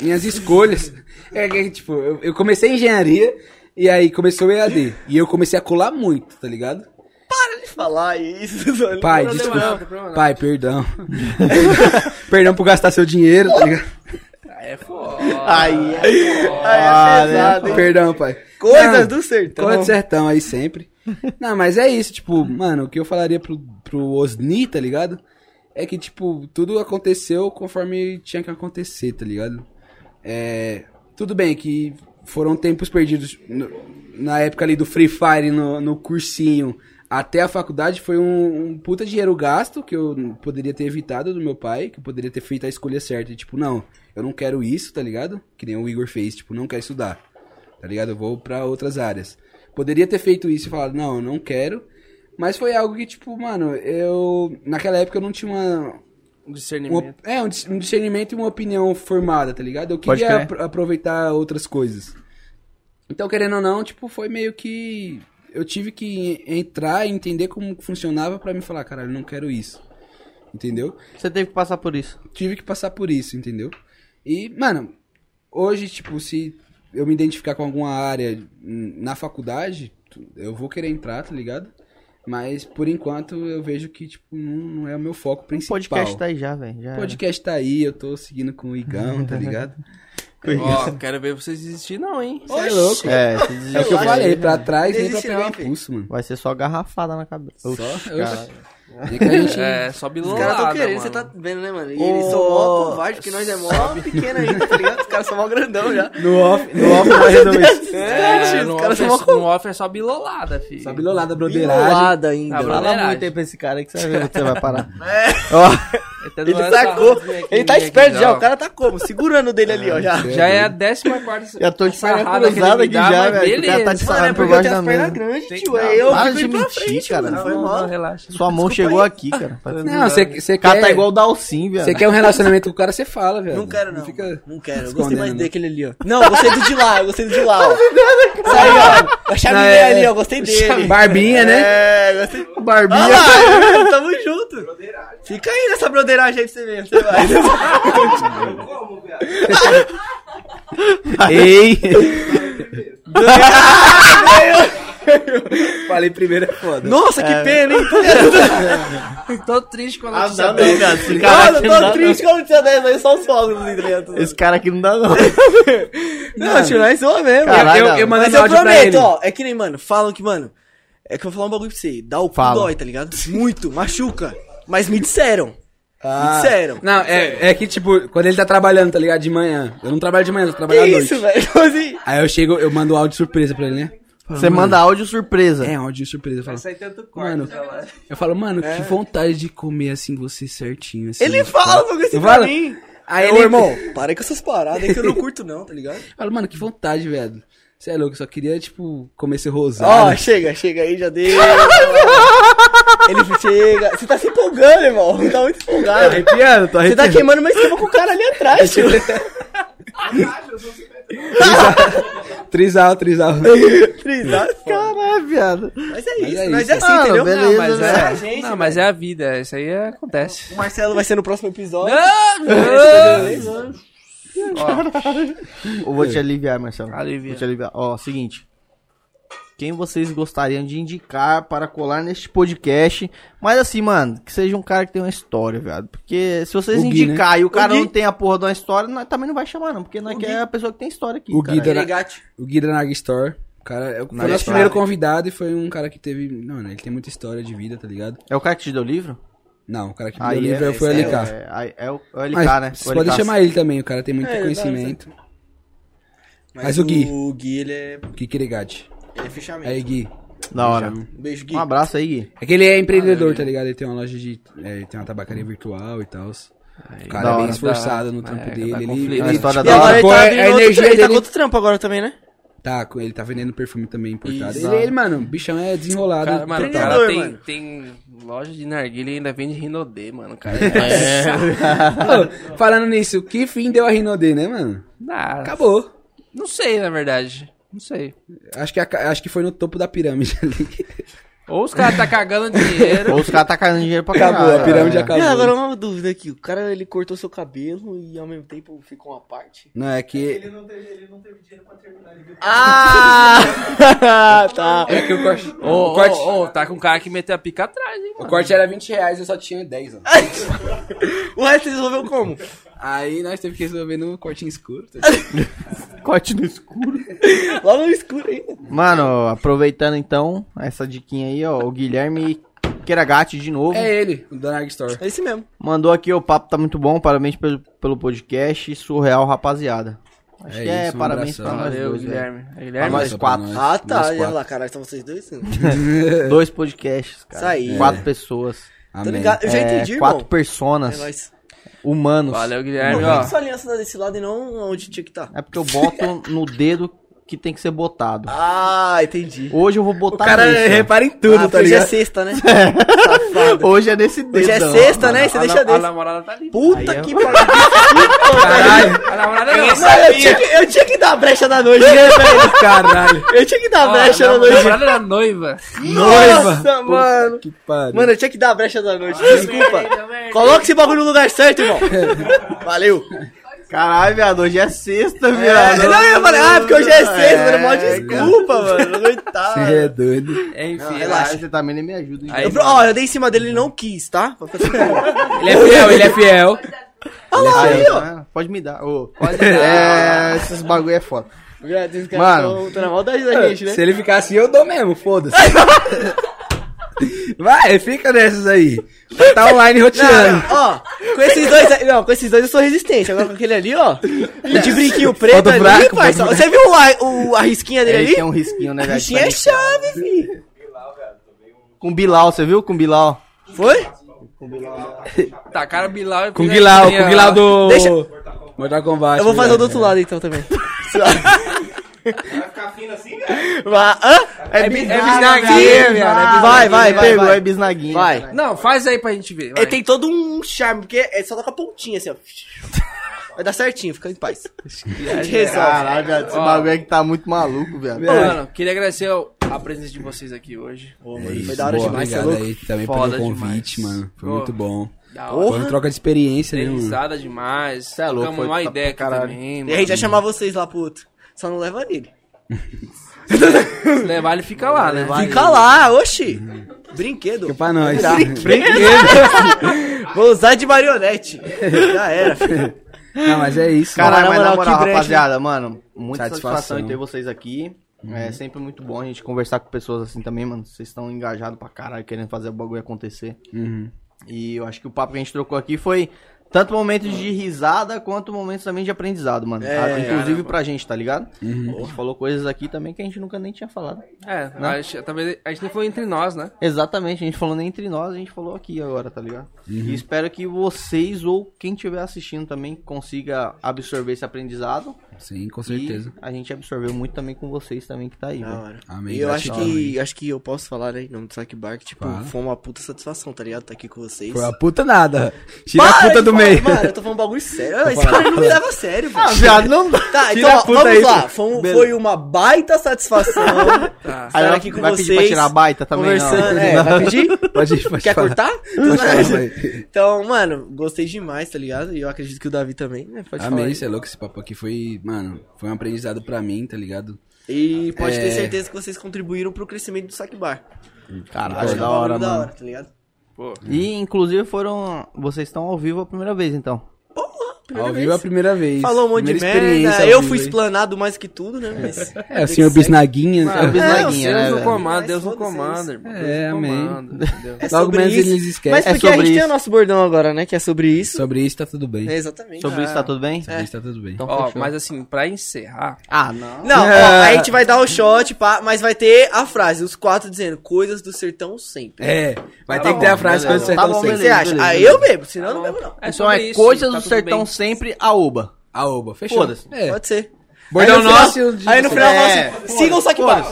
Speaker 3: Minhas escolhas. É que, tipo, eu, eu comecei engenharia e aí começou o EAD. E eu comecei a colar muito, tá ligado?
Speaker 4: Para de falar isso. mano.
Speaker 3: Pai,
Speaker 1: tem
Speaker 3: desculpa.
Speaker 1: problema não, tem problema não.
Speaker 3: Pai, perdão. perdão por gastar seu dinheiro, tá ligado?
Speaker 1: É foda.
Speaker 2: Aí,
Speaker 4: Ah, é pesado,
Speaker 2: né?
Speaker 4: hein?
Speaker 3: Perdão, pai.
Speaker 4: Coisas
Speaker 3: Não,
Speaker 4: do sertão.
Speaker 3: Coisa do sertão aí sempre. Não, mas é isso, tipo, mano, o que eu falaria pro, pro Osni, tá ligado? É que, tipo, tudo aconteceu conforme tinha que acontecer, tá ligado? É. Tudo bem que foram tempos perdidos no- na época ali do Free Fire, no, no cursinho, até a faculdade, foi um, um puta dinheiro gasto que eu poderia ter evitado do meu pai, que eu poderia ter feito a escolha certa. E, tipo, não, eu não quero isso, tá ligado? Que nem o Igor fez, tipo, não quero estudar, tá ligado? Eu vou pra outras áreas. Poderia ter feito isso e falado, não, eu não quero. Mas foi algo que, tipo, mano, eu. Naquela época eu não tinha uma, uma-
Speaker 1: Discernimento.
Speaker 3: é, um dis- um discernimento e uma opinião formada, tá ligado? Eu
Speaker 2: Pode
Speaker 3: queria
Speaker 2: crer.
Speaker 3: apro- aproveitar outras coisas. Então, querendo ou não, tipo, foi meio que. Eu tive que entrar e entender como funcionava pra me falar, caralho, não quero isso. Entendeu?
Speaker 2: Você teve que passar por isso.
Speaker 3: Tive que passar por isso, entendeu? E, mano, hoje, tipo, se eu me identificar com alguma área hum, na faculdade, tu- eu vou querer entrar, tá ligado? Mas, por enquanto, eu vejo que, tipo, não, não é o meu foco
Speaker 2: O
Speaker 3: principal.
Speaker 2: podcast tá aí já, velho. Já
Speaker 3: O
Speaker 2: era.
Speaker 3: podcast tá aí, eu tô seguindo com o Igão, tá ligado?
Speaker 1: Ó, quero ver vocês desistir não, hein?
Speaker 3: Você é louco. É,
Speaker 2: É, se
Speaker 3: o que eu
Speaker 2: desistir,
Speaker 3: falei, pra trás nem pra
Speaker 4: Desiste
Speaker 3: pegar
Speaker 4: não,
Speaker 3: o
Speaker 4: filho.
Speaker 3: pulso, mano.
Speaker 2: Vai ser só garrafada na cabeça. Oxi, cara.
Speaker 3: É que a gente-
Speaker 1: É, só bilolada,
Speaker 4: Os caras tão querendo,
Speaker 1: mano.
Speaker 4: você tá vendo, né, mano? E
Speaker 2: Ô,
Speaker 4: eles são mó covarde, porque nós é mó pequeno ainda, tá ligado? Os caras são mó grandão já.
Speaker 3: No off, no off
Speaker 2: Vai resolver isso.
Speaker 1: É,
Speaker 4: Gente,
Speaker 1: no,
Speaker 4: os caras
Speaker 1: off
Speaker 4: são
Speaker 1: é,
Speaker 4: mó
Speaker 1: só- no off é só bilolada, filho.
Speaker 3: só bilolada, broderagem.
Speaker 4: Enrolada ainda.
Speaker 1: Ah,
Speaker 2: Fala
Speaker 1: Broderagem.
Speaker 2: muito aí pra esse cara que você vai ver que você vai parar. Ó,
Speaker 1: Até
Speaker 4: Ele
Speaker 1: doendo essa
Speaker 4: sacou.
Speaker 1: rodinha aqui,
Speaker 4: Ele tá
Speaker 1: minha
Speaker 4: esperto
Speaker 1: aqui,
Speaker 4: já.
Speaker 1: ó.
Speaker 4: O cara tá como? Segurando o dele ali, ó. Já.
Speaker 1: Já é a décima quarta.
Speaker 2: já tô de
Speaker 1: sarrada
Speaker 2: perna
Speaker 1: que ele me
Speaker 2: cruzada aqui
Speaker 1: dá,
Speaker 2: já,
Speaker 1: mas
Speaker 2: velho. O cara tá
Speaker 1: beleza.
Speaker 2: de
Speaker 4: Mano, é
Speaker 2: sarrada por
Speaker 4: porque eu
Speaker 2: baixo
Speaker 4: tenho
Speaker 2: da
Speaker 4: as pernas
Speaker 2: mesa.
Speaker 4: grandes,
Speaker 1: Tem que
Speaker 4: tio.
Speaker 1: dar.
Speaker 4: aí Eu
Speaker 2: Para
Speaker 4: fico
Speaker 2: de
Speaker 4: indo pra
Speaker 2: mentir,
Speaker 4: frente,
Speaker 2: cara.
Speaker 4: mano.
Speaker 1: Não,
Speaker 4: Foi
Speaker 1: não,
Speaker 4: mal.
Speaker 1: relaxa.
Speaker 2: Sua mão chegou aqui, cara.
Speaker 3: Não, você você
Speaker 2: O cara
Speaker 3: quer...
Speaker 2: tá igual o Dalcin, velho.
Speaker 3: Você quer um relacionamento com o cara, você fala, velho.
Speaker 4: Não quero, não.
Speaker 3: fica-
Speaker 4: mano. Não quero. Eu gostei
Speaker 3: escondendo, né?
Speaker 4: mais
Speaker 3: não.
Speaker 4: daquele ali, ó. Não, eu gostei do de lá. Eu gostei do de lá, ó. Sai, ó. A
Speaker 3: Não,
Speaker 4: chaminha
Speaker 3: é-
Speaker 4: ali, ó. Gostei dele.
Speaker 3: Barbinha, né?
Speaker 4: É, gostei.
Speaker 2: Barbinha.
Speaker 4: Olha lá, tamo junto. Fica aí nessa broderagem aí pra você ver. Você vai.
Speaker 3: Ei! Falei primeiro é foda.
Speaker 4: Nossa, que pena, hein?
Speaker 1: Tô triste quando eu
Speaker 2: Ah,
Speaker 1: te
Speaker 2: não,
Speaker 1: saber.
Speaker 2: não, cara. Esse cara
Speaker 4: Cara,
Speaker 2: aqui
Speaker 4: eu
Speaker 2: não dá,
Speaker 4: tô
Speaker 2: não.
Speaker 4: triste quando tinha 10 aí, só os fogos do
Speaker 3: né?
Speaker 4: dentro.
Speaker 2: Esse cara aqui não dá, não.
Speaker 4: Não, tio, nós zoa mesmo.
Speaker 2: Caralho,
Speaker 3: eu, eu,
Speaker 2: não.
Speaker 3: eu mandei
Speaker 4: Mas
Speaker 3: um
Speaker 4: eu
Speaker 3: áudio pra ele.
Speaker 4: prometo, ó. É que nem, mano, falam que, mano. É que eu vou falar um bagulho pra você. Dá o cu
Speaker 2: Fala.
Speaker 4: dói, tá ligado? Muito, machuca. Mas me disseram.
Speaker 3: Ah.
Speaker 4: Me disseram.
Speaker 3: Não, é, é que, tipo, quando ele tá trabalhando, tá ligado? De manhã. Eu não trabalho de manhã, eu trabalho
Speaker 4: Que
Speaker 3: à noite.
Speaker 4: isso, velho? Como assim?
Speaker 3: Aí eu chego, eu mando áudio surpresa pra ele, né? Falo,
Speaker 2: Você
Speaker 3: mano,
Speaker 2: manda áudio surpresa.
Speaker 3: É, áudio surpresa. Eu falo,
Speaker 1: Sai tanto né,
Speaker 3: mano,
Speaker 1: corte, sei lá.
Speaker 3: eu falo, mano, que vontade de comer assim você certinho. Assim,
Speaker 4: Ele fala um bagulho assim
Speaker 3: Eu
Speaker 4: pra
Speaker 3: falo-
Speaker 4: mim.
Speaker 3: Aí
Speaker 4: Ô,
Speaker 3: ele,
Speaker 4: irmão, para com essas paradas aí que eu não curto, não, tá ligado?
Speaker 3: Eu falo, mano, que vontade, velho. Você é louco, eu só queria, tipo, comer esse
Speaker 4: Ó,
Speaker 3: rosado.
Speaker 4: chega, chega aí, já deu. Ele chega. Você tá se empolgando, irmão. Você tá muito empolgado.
Speaker 3: arrepiando, tô
Speaker 4: Você tá É, tipo, queimando uma esquema com o cara ali atrás, tio.
Speaker 3: Trisal, trisal.
Speaker 4: Trisado, cara.
Speaker 2: Caralho, viado.
Speaker 4: Mas é
Speaker 3: Mas
Speaker 4: isso,
Speaker 3: é
Speaker 4: mas
Speaker 3: isso.
Speaker 4: é assim,
Speaker 2: Ah,
Speaker 4: entendeu?
Speaker 2: beleza,
Speaker 4: Não, mas
Speaker 2: né?
Speaker 4: é a
Speaker 1: É,
Speaker 4: gente,
Speaker 1: não, mas é a vida, isso aí acontece.
Speaker 4: O Marcelo vai ser no próximo episódio.
Speaker 1: Ah,
Speaker 2: Eu vou te aliviar, Marcelo.
Speaker 1: Alivia.
Speaker 2: Vou te aliviar. Ó, seguinte. O quem vocês gostariam de indicar para colar neste podcast. Mas assim, mano, que seja um cara que tem uma história, viado. Porque se vocês
Speaker 3: O Gui,
Speaker 2: indicar e o cara
Speaker 4: Gui.
Speaker 2: não tem a porra de uma história, nós também não vai chamar, não. Porque nós
Speaker 4: O
Speaker 2: quer
Speaker 4: Gui. tá
Speaker 2: a pessoa que tem história aqui.
Speaker 3: O
Speaker 2: cara.
Speaker 3: Gui da Na-
Speaker 4: Delegate.
Speaker 3: O Guida Nag Store. O cara é o foi
Speaker 2: Nag
Speaker 3: nosso
Speaker 2: Store.
Speaker 3: primeiro convidado e foi um cara que teve. Não, né? Ele tem muita história de vida, tá ligado?
Speaker 2: É o cara que te deu o livro?
Speaker 3: Não, o cara que me
Speaker 2: Aí
Speaker 3: deu o livro aí foi o
Speaker 2: é,
Speaker 3: LK.
Speaker 2: É, aí é o, é o LK,
Speaker 3: Mas
Speaker 2: né?
Speaker 3: Vocês podem chamar ele também, o cara tem muito
Speaker 4: É,
Speaker 3: conhecimento. Mas o Gui.
Speaker 4: O Gui, ele é,
Speaker 3: Que queregade.
Speaker 4: ele é fechamento.
Speaker 3: Aí, Gui.
Speaker 2: Da hora.
Speaker 4: Um beijo, Gui.
Speaker 2: Um abraço aí, Gui.
Speaker 3: É que ele é empreendedor, tá ligado? Ele tem uma loja de. é, ele tem uma tabacaria virtual e tal. O cara
Speaker 2: da
Speaker 3: é bem
Speaker 2: hora,
Speaker 3: esforçado
Speaker 1: da-
Speaker 3: no trampo
Speaker 1: é,
Speaker 3: dele.
Speaker 1: dá
Speaker 3: ele,
Speaker 1: conflito.
Speaker 3: ele-
Speaker 2: É uma história
Speaker 4: E
Speaker 2: da
Speaker 4: agora
Speaker 2: hora.
Speaker 4: ele tá
Speaker 3: A
Speaker 4: abrindo outro,
Speaker 3: energia
Speaker 4: ele tá
Speaker 3: dele-
Speaker 4: com outro trampo agora também, né?
Speaker 3: Tá, com- ele tá vendendo perfume também importado.
Speaker 4: Isso.
Speaker 3: Ele, ele, mano, o bichão é desenrolado.
Speaker 1: Cara, mano, o
Speaker 3: total.
Speaker 1: cara
Speaker 4: Empreendedor,
Speaker 1: tem, tem
Speaker 4: mano.
Speaker 1: loja de narguilha e ainda vende Rinodê, mano. Cara,
Speaker 4: É.
Speaker 3: Ô, falando nisso, que fim deu a Rinodê, né, mano?
Speaker 1: Ah,
Speaker 3: Acabou.
Speaker 1: Não sei, na verdade. Não sei.
Speaker 3: Acho que, a- acho que foi no topo da pirâmide ali.
Speaker 1: Ou os caras tá cagando dinheiro.
Speaker 2: Ou os caras tá cagando dinheiro pra
Speaker 3: Acabou,
Speaker 2: caralho.
Speaker 3: a pirâmide
Speaker 2: é.
Speaker 3: acabou.
Speaker 4: E agora uma dúvida aqui. O cara, ele cortou seu cabelo e ao mesmo tempo ficou uma parte?
Speaker 3: Não, é que.
Speaker 4: Ah! tá.
Speaker 3: É que o corte.
Speaker 1: Ô,
Speaker 3: o,
Speaker 1: ô,
Speaker 3: corte
Speaker 1: ô, tá com um cara que meteu a pica atrás, hein,
Speaker 3: o
Speaker 1: mano.
Speaker 3: corte era 20 reais, eu só tinha 10, ó.
Speaker 4: O resto ele resolveu como?
Speaker 3: Aí nós teve que resolver no cortinho escuro. tá?
Speaker 2: Corte no escuro.
Speaker 4: Lá no escuro ainda.
Speaker 2: Mano, aproveitando então essa diquinha aí, ó. O Guilherme Queragati de novo.
Speaker 3: é ele, o Donag Store.
Speaker 4: É esse mesmo.
Speaker 2: Mandou aqui, o papo tá muito bom. Parabéns pelo, pelo podcast. Surreal, rapaziada. Acho
Speaker 3: É
Speaker 2: que é
Speaker 3: isso, um
Speaker 2: parabéns
Speaker 3: abração.
Speaker 2: pra nós
Speaker 1: Valeu,
Speaker 2: dois, né?
Speaker 4: né?
Speaker 2: velho.
Speaker 1: Guilherme.
Speaker 4: É
Speaker 1: Guilherme.
Speaker 2: nós
Speaker 3: Nossa,
Speaker 2: quatro.
Speaker 3: pra
Speaker 4: Ah,
Speaker 3: nós
Speaker 4: tá. E olha
Speaker 3: quatro.
Speaker 4: lá, caralho, estão vocês dois? Né?
Speaker 2: Dois podcasts, cara.
Speaker 4: Isso aí.
Speaker 2: Quatro pessoas.
Speaker 4: Tô
Speaker 3: Amém.
Speaker 4: Tá ligado. Eu já
Speaker 2: É,
Speaker 4: entendi,
Speaker 2: Quatro
Speaker 4: irmão.
Speaker 2: personas
Speaker 4: É nóis.
Speaker 2: humanos.
Speaker 1: Valeu, Guilherme,
Speaker 4: Por
Speaker 1: ó.
Speaker 4: que sua aliança tá desse lado e não onde tinha que tá. estar?
Speaker 2: É porque eu boto no dedo que tem que ser botado.
Speaker 4: Ah, entendi.
Speaker 2: Hoje eu vou botar nesse, ó.
Speaker 3: repara em
Speaker 4: Ah, porque Hoje é sexta, né? Safado.
Speaker 2: Hoje é nesse dedo.
Speaker 4: Hoje é
Speaker 2: ó.
Speaker 4: sexta, né? Você
Speaker 1: A
Speaker 4: deixa
Speaker 1: na- A
Speaker 4: desse.
Speaker 1: namorada tá ali.
Speaker 4: Puta
Speaker 2: Aí eu-
Speaker 4: que pariu.
Speaker 1: Caralho. A namorada não.
Speaker 4: Mano, eu tinha, que, eu tinha que dar a brecha da noite.
Speaker 3: Caralho.
Speaker 4: Eu tinha que dar a
Speaker 1: Ó,
Speaker 4: brecha da
Speaker 1: a
Speaker 4: noite.
Speaker 1: namorada da Ah, noiva.
Speaker 4: Nossa, mano.
Speaker 3: Que pariu.
Speaker 4: Mano, eu tinha que dar a brecha da noite. Desculpa. Coloca esse bagulho no lugar certo, irmão. Valeu.
Speaker 2: Caralho, viado, hoje é sexta,
Speaker 4: É,
Speaker 2: viado.
Speaker 4: não, eu falei, ah, porque hoje é sexta, mano. Mó
Speaker 2: É,
Speaker 4: desculpa, mano. Não
Speaker 3: Você
Speaker 4: aguentava.
Speaker 3: é doido.
Speaker 1: É, enfim,
Speaker 2: Não,
Speaker 1: relaxa.
Speaker 2: relaxa, você também nem me ajuda. hein?
Speaker 1: Aí,
Speaker 4: Eu, pro- ó, eu dei em cima dele e ele não quis, tá? Pra ficar tranquilo.
Speaker 3: Ele é fiel, ele é fiel.
Speaker 4: Olha lá,
Speaker 2: Aí,
Speaker 4: aí, ó.
Speaker 2: ó. Pode me dar. ô. É, esses bagulho é foda.
Speaker 4: Esses caras
Speaker 2: Mano.
Speaker 4: tão- tão na maldade da gente, né?
Speaker 3: Se ele ficar assim, eu dou mesmo, foda-se. Vai, fica nessas aí. Tá online
Speaker 4: Não,
Speaker 3: roteando.
Speaker 4: não, ó, com esses dois, aí- não, com esses dois eu sou resistente. Agora com aquele ali, ó, o de brinquinho preto
Speaker 3: Bota o
Speaker 4: ali,
Speaker 3: buraco,
Speaker 4: parça.
Speaker 3: bota o
Speaker 4: Você viu o, o- a risquinha dele
Speaker 2: Ele
Speaker 4: ali?
Speaker 2: tem um risquinho, né,
Speaker 4: A
Speaker 2: velho?
Speaker 4: risquinha é chave, fi.
Speaker 2: Com Bilal, você viu? Com Bilal.
Speaker 4: Foi?
Speaker 1: Tacaram Tá, Bilal é e
Speaker 3: Com o Guilau, com o Guilau do...
Speaker 4: Deixa-
Speaker 3: Mortal Kombat.
Speaker 4: Eu vou fazer
Speaker 3: verdade.
Speaker 4: o do outro lado então também.
Speaker 5: Vai ficar fino assim, velho?
Speaker 4: Vai, hã?
Speaker 2: É,
Speaker 3: bisnaguinha, viado, é
Speaker 4: Vai, vai, vai,
Speaker 2: Pegou, é
Speaker 4: vai.
Speaker 2: bisnaguinha.
Speaker 4: Vai.
Speaker 2: caralho.
Speaker 1: Não, faz aí pra gente ver. vai.
Speaker 4: Ele tem todo um charme, porque é só toca a pontinha assim, ó. Vai dar certinho, fica em paz. Resolve.
Speaker 2: Caralho, viado, esse
Speaker 1: Ó.
Speaker 2: bagulho aqui tá muito maluco, viado.
Speaker 1: Mano, queria agradecer a presença de vocês aqui hoje.
Speaker 3: É isso,
Speaker 4: Foi da hora
Speaker 3: boa,
Speaker 4: demais, você é
Speaker 3: Obrigado
Speaker 4: louco.
Speaker 3: aí também
Speaker 1: Foda
Speaker 3: pelo convite,
Speaker 1: demais.
Speaker 3: mano. Foi
Speaker 1: Pô.
Speaker 3: muito bom.
Speaker 1: Da
Speaker 4: Porra.
Speaker 3: Foi uma troca de experiência, né,
Speaker 1: Dei
Speaker 3: mano?
Speaker 1: risada demais.
Speaker 2: Cê é louco,
Speaker 1: Trocamos
Speaker 2: foi
Speaker 1: uma
Speaker 2: top
Speaker 1: ideia aqui
Speaker 2: pra caralho.
Speaker 1: também.
Speaker 4: E a gente vai chamar vocês lá pro outro. Só não leva nele.
Speaker 1: mano. Se levar, ele fica lá, né?
Speaker 4: Fica lá, oxi. Brinquedo.
Speaker 3: Fica pra nós.
Speaker 4: Vou usar de marionete. Já era, filho.
Speaker 3: Não, mas é isso.
Speaker 2: Caralho,
Speaker 4: Na
Speaker 2: mas na
Speaker 4: moral,
Speaker 2: moral,
Speaker 4: que brecha,
Speaker 2: rapaziada, mano, muita
Speaker 3: Satisfação.
Speaker 2: satisfação. em ter vocês aqui. É sempre muito bom a gente conversar com pessoas assim também, mano. Vocês estão engajados pra caralho, querendo fazer o bagulho acontecer.
Speaker 3: Uhum.
Speaker 2: E eu acho que o papo que a gente trocou aqui foi tanto momentos de risada quanto momentos também de aprendizado, mano.
Speaker 4: É,
Speaker 2: Ah, Inclusive
Speaker 1: caramba.
Speaker 2: pra gente, tá ligado? A gente falou coisas aqui também que a gente nunca nem tinha falado.
Speaker 1: É, a gente, também, a gente nem foi entre nós, né?
Speaker 2: Exatamente, a gente falou nem entre nós, a gente falou aqui agora, tá ligado? E espero que vocês ou quem estiver assistindo também consiga absorver esse aprendizado.
Speaker 3: Sim, com
Speaker 2: E
Speaker 3: certeza.
Speaker 2: a gente absorveu muito também com vocês também que tá aí,
Speaker 4: Da
Speaker 2: velho.
Speaker 4: hora.
Speaker 3: Amém,
Speaker 4: E eu acho
Speaker 3: gratidão,
Speaker 4: que, acho que eu posso falar, né, em nome do Saque Bar, que, tipo,
Speaker 3: Fala.
Speaker 4: foi uma puta satisfação, tá ligado? Tá aqui com vocês.
Speaker 3: Foi a puta nada. Tira
Speaker 4: Para
Speaker 3: a puta
Speaker 4: de
Speaker 3: do
Speaker 4: falar,
Speaker 3: meio.
Speaker 4: Mano, eu tô falando um bagulho sério.
Speaker 3: falando.
Speaker 4: Esse
Speaker 3: Ah,
Speaker 4: cara não me leva a sério, velho.
Speaker 2: viado, não dá.
Speaker 4: Tá,
Speaker 3: Tira
Speaker 4: então,
Speaker 3: a
Speaker 4: ó,
Speaker 3: puta
Speaker 4: vamos
Speaker 3: aí,
Speaker 4: lá.
Speaker 3: pô.
Speaker 4: Foi, um,
Speaker 3: Beleza.
Speaker 4: foi uma baita satisfação
Speaker 1: Tá.
Speaker 4: estar aqui com
Speaker 2: vai pedir pra
Speaker 4: vocês.
Speaker 2: tirar a baita também,
Speaker 4: Conversando,
Speaker 2: não.
Speaker 4: é, vai pedir?
Speaker 3: Pode ir, pode
Speaker 4: Quer
Speaker 3: falar.
Speaker 4: cortar?
Speaker 3: Pode falar, vai.
Speaker 4: Então, mano, gostei demais, tá ligado? E eu acredito que o Davi também, né? Pode falar.
Speaker 3: Amém,
Speaker 4: aí.
Speaker 3: você é louco esse papo aqui. Foi, mano, foi um aprendizado pra mim, tá ligado?
Speaker 4: E pode ter certeza que vocês contribuíram pro crescimento do Saque Bar.
Speaker 2: Caralho,
Speaker 4: Acho que é
Speaker 2: da
Speaker 4: um
Speaker 2: hora,
Speaker 4: bagulho da
Speaker 2: mano.
Speaker 4: hora, tá ligado?
Speaker 1: Pô,
Speaker 2: E, inclusive, foram... Vocês estão ao vivo a primeira vez, então.
Speaker 4: Primeira
Speaker 3: ao
Speaker 4: vez.
Speaker 3: vivo é a primeira vez.
Speaker 4: Falou um monte de
Speaker 3: Primeira experiência
Speaker 4: merda.
Speaker 3: ao
Speaker 4: Eu
Speaker 3: vivo,
Speaker 4: fui
Speaker 3: hein?
Speaker 4: explanado mais que tudo, né? Mas...
Speaker 3: É, o senhor Bisnaguinha.
Speaker 2: Ah,
Speaker 3: né?
Speaker 2: bisnaguinha,
Speaker 1: Deus
Speaker 2: né,
Speaker 1: no
Speaker 2: velho?
Speaker 1: comando,
Speaker 4: Mas
Speaker 1: Deus no
Speaker 4: foda-se
Speaker 1: comando,
Speaker 4: isso.
Speaker 1: irmão.
Speaker 3: É,
Speaker 1: Deus no
Speaker 3: amém.
Speaker 1: comando, entendeu?
Speaker 4: É
Speaker 3: Logo
Speaker 4: sobre
Speaker 3: menos
Speaker 4: isso.
Speaker 3: eles esquecem.
Speaker 4: Mas
Speaker 2: É
Speaker 4: porque a
Speaker 2: sobre
Speaker 4: gente tem o
Speaker 2: isso.
Speaker 4: nosso bordão agora, né? Que é sobre isso.
Speaker 3: Sobre isso tá tudo bem.
Speaker 4: É, exatamente.
Speaker 2: Sobre isso, tá tudo bem?
Speaker 3: Sobre isso tá tudo bem.
Speaker 2: Então,
Speaker 1: Ó,
Speaker 2: fechou.
Speaker 1: mas assim, pra encerrar,
Speaker 2: Ah, não.
Speaker 4: Não,
Speaker 3: É.
Speaker 4: ó, a gente vai dar o shot, pá, mas vai ter a frase, os quatro dizendo coisas do sertão sempre.
Speaker 3: É, vai
Speaker 2: Tá
Speaker 3: ter
Speaker 2: bom,
Speaker 3: que ter a
Speaker 2: beleza.
Speaker 3: frase coisa
Speaker 2: Tá
Speaker 3: certa
Speaker 2: bom,
Speaker 4: O que
Speaker 3: sempre.
Speaker 4: que você
Speaker 2: beleza,
Speaker 4: acha?
Speaker 2: beleza.
Speaker 4: Aí eu bebo, senão eu Ah, não bebo não.
Speaker 1: é
Speaker 2: Então
Speaker 1: sobre
Speaker 2: é
Speaker 1: isso,
Speaker 2: coisa
Speaker 1: tá
Speaker 2: do
Speaker 1: tudo
Speaker 2: sertão
Speaker 1: bem.
Speaker 2: sempre a oba.
Speaker 3: A oba, fechou.
Speaker 2: Foda-se.
Speaker 3: É.
Speaker 4: Pode ser.
Speaker 3: Bordão
Speaker 4: aí no final-
Speaker 3: nosso e o de
Speaker 4: Aí no
Speaker 3: vocês.
Speaker 4: final fala
Speaker 2: É,
Speaker 4: assim, sigam o Sakibar.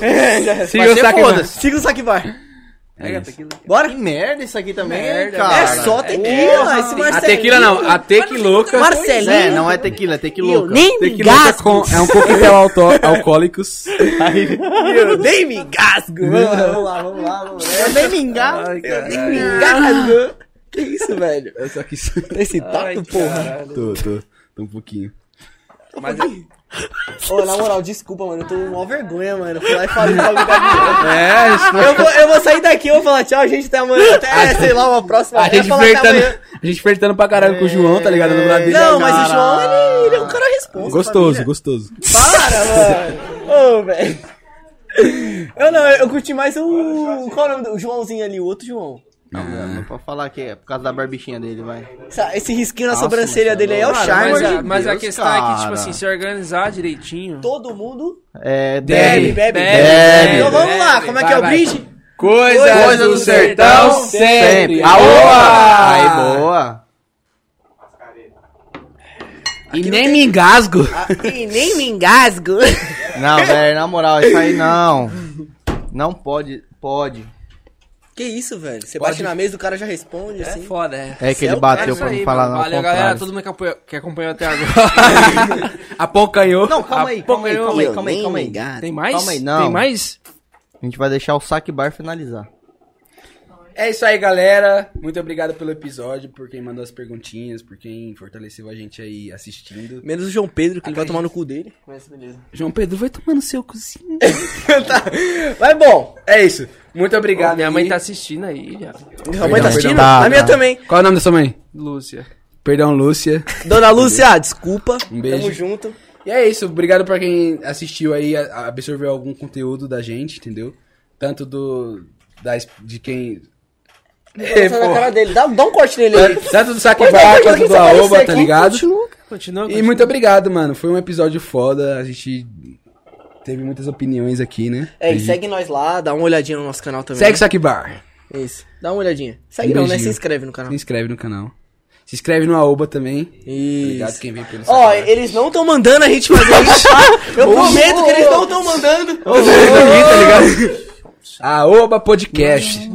Speaker 3: Siga o saque
Speaker 2: foda-se.
Speaker 4: Siga o Sakibar.
Speaker 1: pega a tequila.
Speaker 2: Bora? Que merda isso aqui também,
Speaker 1: Merda,
Speaker 2: cara.
Speaker 4: É
Speaker 1: Caralho.
Speaker 4: só tequila, esse Marcelinho.
Speaker 3: A tequila não, a tequiluca.
Speaker 2: Pois
Speaker 4: Marcelinho.
Speaker 2: é, não é tequila, é tequiluca.
Speaker 4: nem me
Speaker 3: Tequiluca
Speaker 4: engasgo.
Speaker 3: com, é um coquetel auto- alcoólicos.
Speaker 2: um-
Speaker 4: Eu nem me engasgo. Vamos lá, vamos lá, vamos lá. Eu nem me engasgo. eu nem me engasgo. Que isso, velho?
Speaker 3: Eu só quis.
Speaker 4: Esse tato, porra.
Speaker 3: tô, tô, tô um pouquinho.
Speaker 1: é, Mas
Speaker 4: Ô, na moral, desculpa, mano. Eu tô com mó vergonha, mano. Eu fui lá e falei pra alguém
Speaker 3: É, isso
Speaker 4: Eu vou, eu vou sair daqui, eu vou falar tchau, gente, até amanhã, até, sei lá, uma próxima.
Speaker 3: A
Speaker 4: Eu ia
Speaker 3: gente,
Speaker 4: falar até
Speaker 3: flertando,
Speaker 4: amanhã.
Speaker 3: a gente flertando pra caralho com o João, tá ligado? No lado dele.
Speaker 4: Não, mas o João,
Speaker 2: Caralho.
Speaker 4: ele, ele é um cara responsável.
Speaker 3: Ah, Gostoso, gostoso.
Speaker 4: Para, mano. Ô, velho. Eu não, eu curti mais o... Qual é o nome do o Joãozinho ali, o outro João?
Speaker 2: Não, não, não pode falar que é por causa da barbichinha dele, vai.
Speaker 4: Essa- Esse risquinho na
Speaker 2: Nossa,
Speaker 4: sobrancelha
Speaker 2: mas
Speaker 4: dele aí é o
Speaker 2: agora-
Speaker 4: charme.
Speaker 1: mas,
Speaker 2: amor
Speaker 1: a,
Speaker 2: de
Speaker 1: mas a
Speaker 2: Deus,
Speaker 1: questão é que, tipo
Speaker 2: cara.
Speaker 1: assim, se organizar direitinho.
Speaker 4: Todo mundo
Speaker 2: É,
Speaker 4: bebe,
Speaker 2: dele.
Speaker 4: bebe.
Speaker 2: Bebe.
Speaker 4: Então vamos lá,
Speaker 1: Bebe.
Speaker 4: como é que é o
Speaker 3: Vai, vai.
Speaker 4: brinde?
Speaker 3: Coisas,
Speaker 4: Coisas
Speaker 3: do
Speaker 4: do
Speaker 3: sertão,
Speaker 4: sertão
Speaker 3: sempre.
Speaker 2: Sempre.
Speaker 3: Aoba!
Speaker 2: Aí, boa.
Speaker 3: E nem me engasgo.
Speaker 2: Ah,
Speaker 4: E nem me engasgo.
Speaker 2: Não, velho, na moral, isso aí não. Não pode, pode.
Speaker 4: Que isso, velho? Você bate na mesa, o cara já responde,
Speaker 1: É
Speaker 4: assim.
Speaker 1: foda, é.
Speaker 2: É que ele
Speaker 4: Céu,
Speaker 1: É
Speaker 2: bateu
Speaker 1: isso
Speaker 2: pra não
Speaker 1: aí,
Speaker 2: falar
Speaker 1: mano.
Speaker 2: não. ao
Speaker 1: Valeu, galera.
Speaker 2: contrário.
Speaker 1: Todo mundo que acompanhou, que acompanhou até agora.
Speaker 3: A pão canhou.
Speaker 2: Não, calma aí, calma aí, calma aí, calma aí, calma aí.
Speaker 1: Tem mais?
Speaker 2: Calma aí, não.
Speaker 1: Tem mais?
Speaker 2: A gente vai deixar o saque bar finalizar.
Speaker 3: É isso aí, galera. Muito obrigado pelo episódio, por quem mandou as perguntinhas, por quem fortaleceu a gente aí assistindo.
Speaker 4: Menos o João Pedro, que ele vai tomar no cu dele.
Speaker 3: João Pedro, vai tomar no seu cozinho.
Speaker 4: Mas bom,
Speaker 3: É isso. Muito obrigado.
Speaker 1: Minha mãe
Speaker 3: aí.
Speaker 1: tá assistindo aí, viado.
Speaker 4: Sua mãe tá assistindo?
Speaker 2: perdão. Tá,
Speaker 4: a minha
Speaker 2: tá.
Speaker 4: também.
Speaker 3: Qual é o nome da sua mãe?
Speaker 1: Lúcia.
Speaker 3: Perdão, Lúcia.
Speaker 4: Dona Lúcia, desculpa.
Speaker 3: Um beijo.
Speaker 4: Tamo junto.
Speaker 3: E é isso. Obrigado pra quem assistiu aí, a- a- absorveu algum conteúdo da gente, entendeu? Tanto do. Da, es- de quem. É,
Speaker 4: Tá na
Speaker 3: pô.
Speaker 4: cara dele. Dá, dá um corte nele aí.
Speaker 3: Tanto do
Speaker 4: Corta,
Speaker 3: Saquibar
Speaker 4: corta,
Speaker 3: quanto do
Speaker 4: corta, corta,
Speaker 3: Aoba, tá
Speaker 4: corta,
Speaker 3: ligado?
Speaker 4: continua.
Speaker 1: Continua,
Speaker 3: E
Speaker 1: continua.
Speaker 3: muito obrigado, mano. Foi um episódio foda. A gente teve muitas opiniões aqui, né?
Speaker 4: É, e segue nós lá, dá uma olhadinha no nosso canal também.
Speaker 3: Segue Saquibar.
Speaker 4: Isso, dá uma olhadinha. Segue
Speaker 3: Um
Speaker 4: não, né?
Speaker 3: beijinho.
Speaker 4: Se inscreve no canal.
Speaker 3: Se inscreve no canal. Se inscreve no Aoba também. Obrigado
Speaker 4: Isso.
Speaker 3: quem vem pelo
Speaker 4: Ó,
Speaker 3: Saquibar.
Speaker 4: eles não estão mandando a gente fazer isso, tá? Eu prometo que eles não estão mandando.
Speaker 3: Aoba Podcast.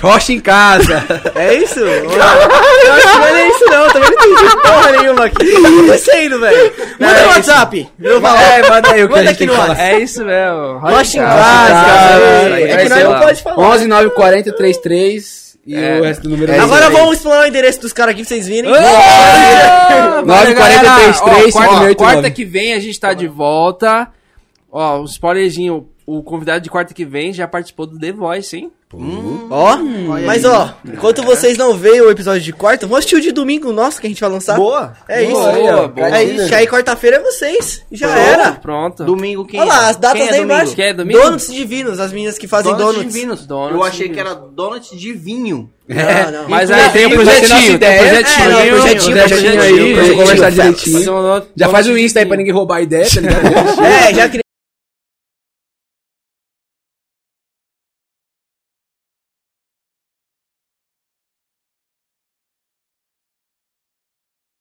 Speaker 3: Rocha em casa.
Speaker 4: É isso? Eu acho que não é isso não, também não entendi porra nenhuma aqui. Tô saindo, velho. é Manda o WhatsApp. Eu vou falar.
Speaker 3: É, manda aí o que
Speaker 4: Manda
Speaker 3: a gente
Speaker 4: aqui
Speaker 3: tem que
Speaker 4: no
Speaker 3: falar.
Speaker 4: WhatsApp.
Speaker 1: É isso mesmo.
Speaker 4: Rocha em
Speaker 3: Rocha em
Speaker 4: casa.
Speaker 3: casa,
Speaker 4: É
Speaker 3: vai
Speaker 4: que nós
Speaker 3: ser
Speaker 4: não
Speaker 3: lá.
Speaker 4: pode falar.
Speaker 3: 11 9 40 33 e
Speaker 1: É.
Speaker 3: o resto do número
Speaker 4: É
Speaker 3: é
Speaker 4: Agora
Speaker 3: isso aí.
Speaker 4: vamos explanar o endereço dos caras aqui pra vocês virem.
Speaker 1: Valeu, galera.
Speaker 3: 943,
Speaker 1: Ó, quarta,
Speaker 3: 58,
Speaker 1: quarta
Speaker 3: nove.
Speaker 1: que vem a gente tá de volta. Ó, o spoilerzinho, o convidado de quarta que vem já participou do The Voice, hein?
Speaker 4: Ó, mas ó, enquanto vocês não veem o episódio de quarta, vamos assistir o de domingo nosso que a gente vai lançar.
Speaker 2: Boa.
Speaker 4: É isso.
Speaker 1: Boa,
Speaker 4: aí, ó.
Speaker 1: boa.
Speaker 4: É isso. Que aí quarta-feira é vocês. E Já
Speaker 1: Pronto,
Speaker 4: era.
Speaker 1: Pronto.
Speaker 2: Domingo quem
Speaker 4: Olha lá,
Speaker 2: é?
Speaker 4: as datas
Speaker 2: Quem é
Speaker 4: aí
Speaker 2: domingo?
Speaker 4: embaixo.
Speaker 1: Quem é domingo?
Speaker 4: Donuts divinos, as meninas que fazem
Speaker 2: Donuts
Speaker 4: donuts.
Speaker 2: divinos.
Speaker 1: Donuts
Speaker 2: Eu achei
Speaker 1: divinos.
Speaker 2: que era donuts de vinho. É,
Speaker 4: Não, não.
Speaker 1: Mas
Speaker 4: Inclusive,
Speaker 1: aí tem o
Speaker 3: vai ser nossa
Speaker 1: projetinho, tem o
Speaker 3: ideia.
Speaker 1: projetinho.
Speaker 4: É, não, projetinho,
Speaker 1: projetinho
Speaker 4: projetinho,
Speaker 1: aí,
Speaker 4: projetinho.
Speaker 1: vamos
Speaker 3: conversar
Speaker 1: Fazer
Speaker 3: direitinho.
Speaker 1: um outro-
Speaker 3: Já faz o
Speaker 1: outro
Speaker 3: Insta
Speaker 1: direitinho.
Speaker 3: aí
Speaker 2: um
Speaker 3: pra ninguém roubar a ideia, tá ligado?
Speaker 4: É, já que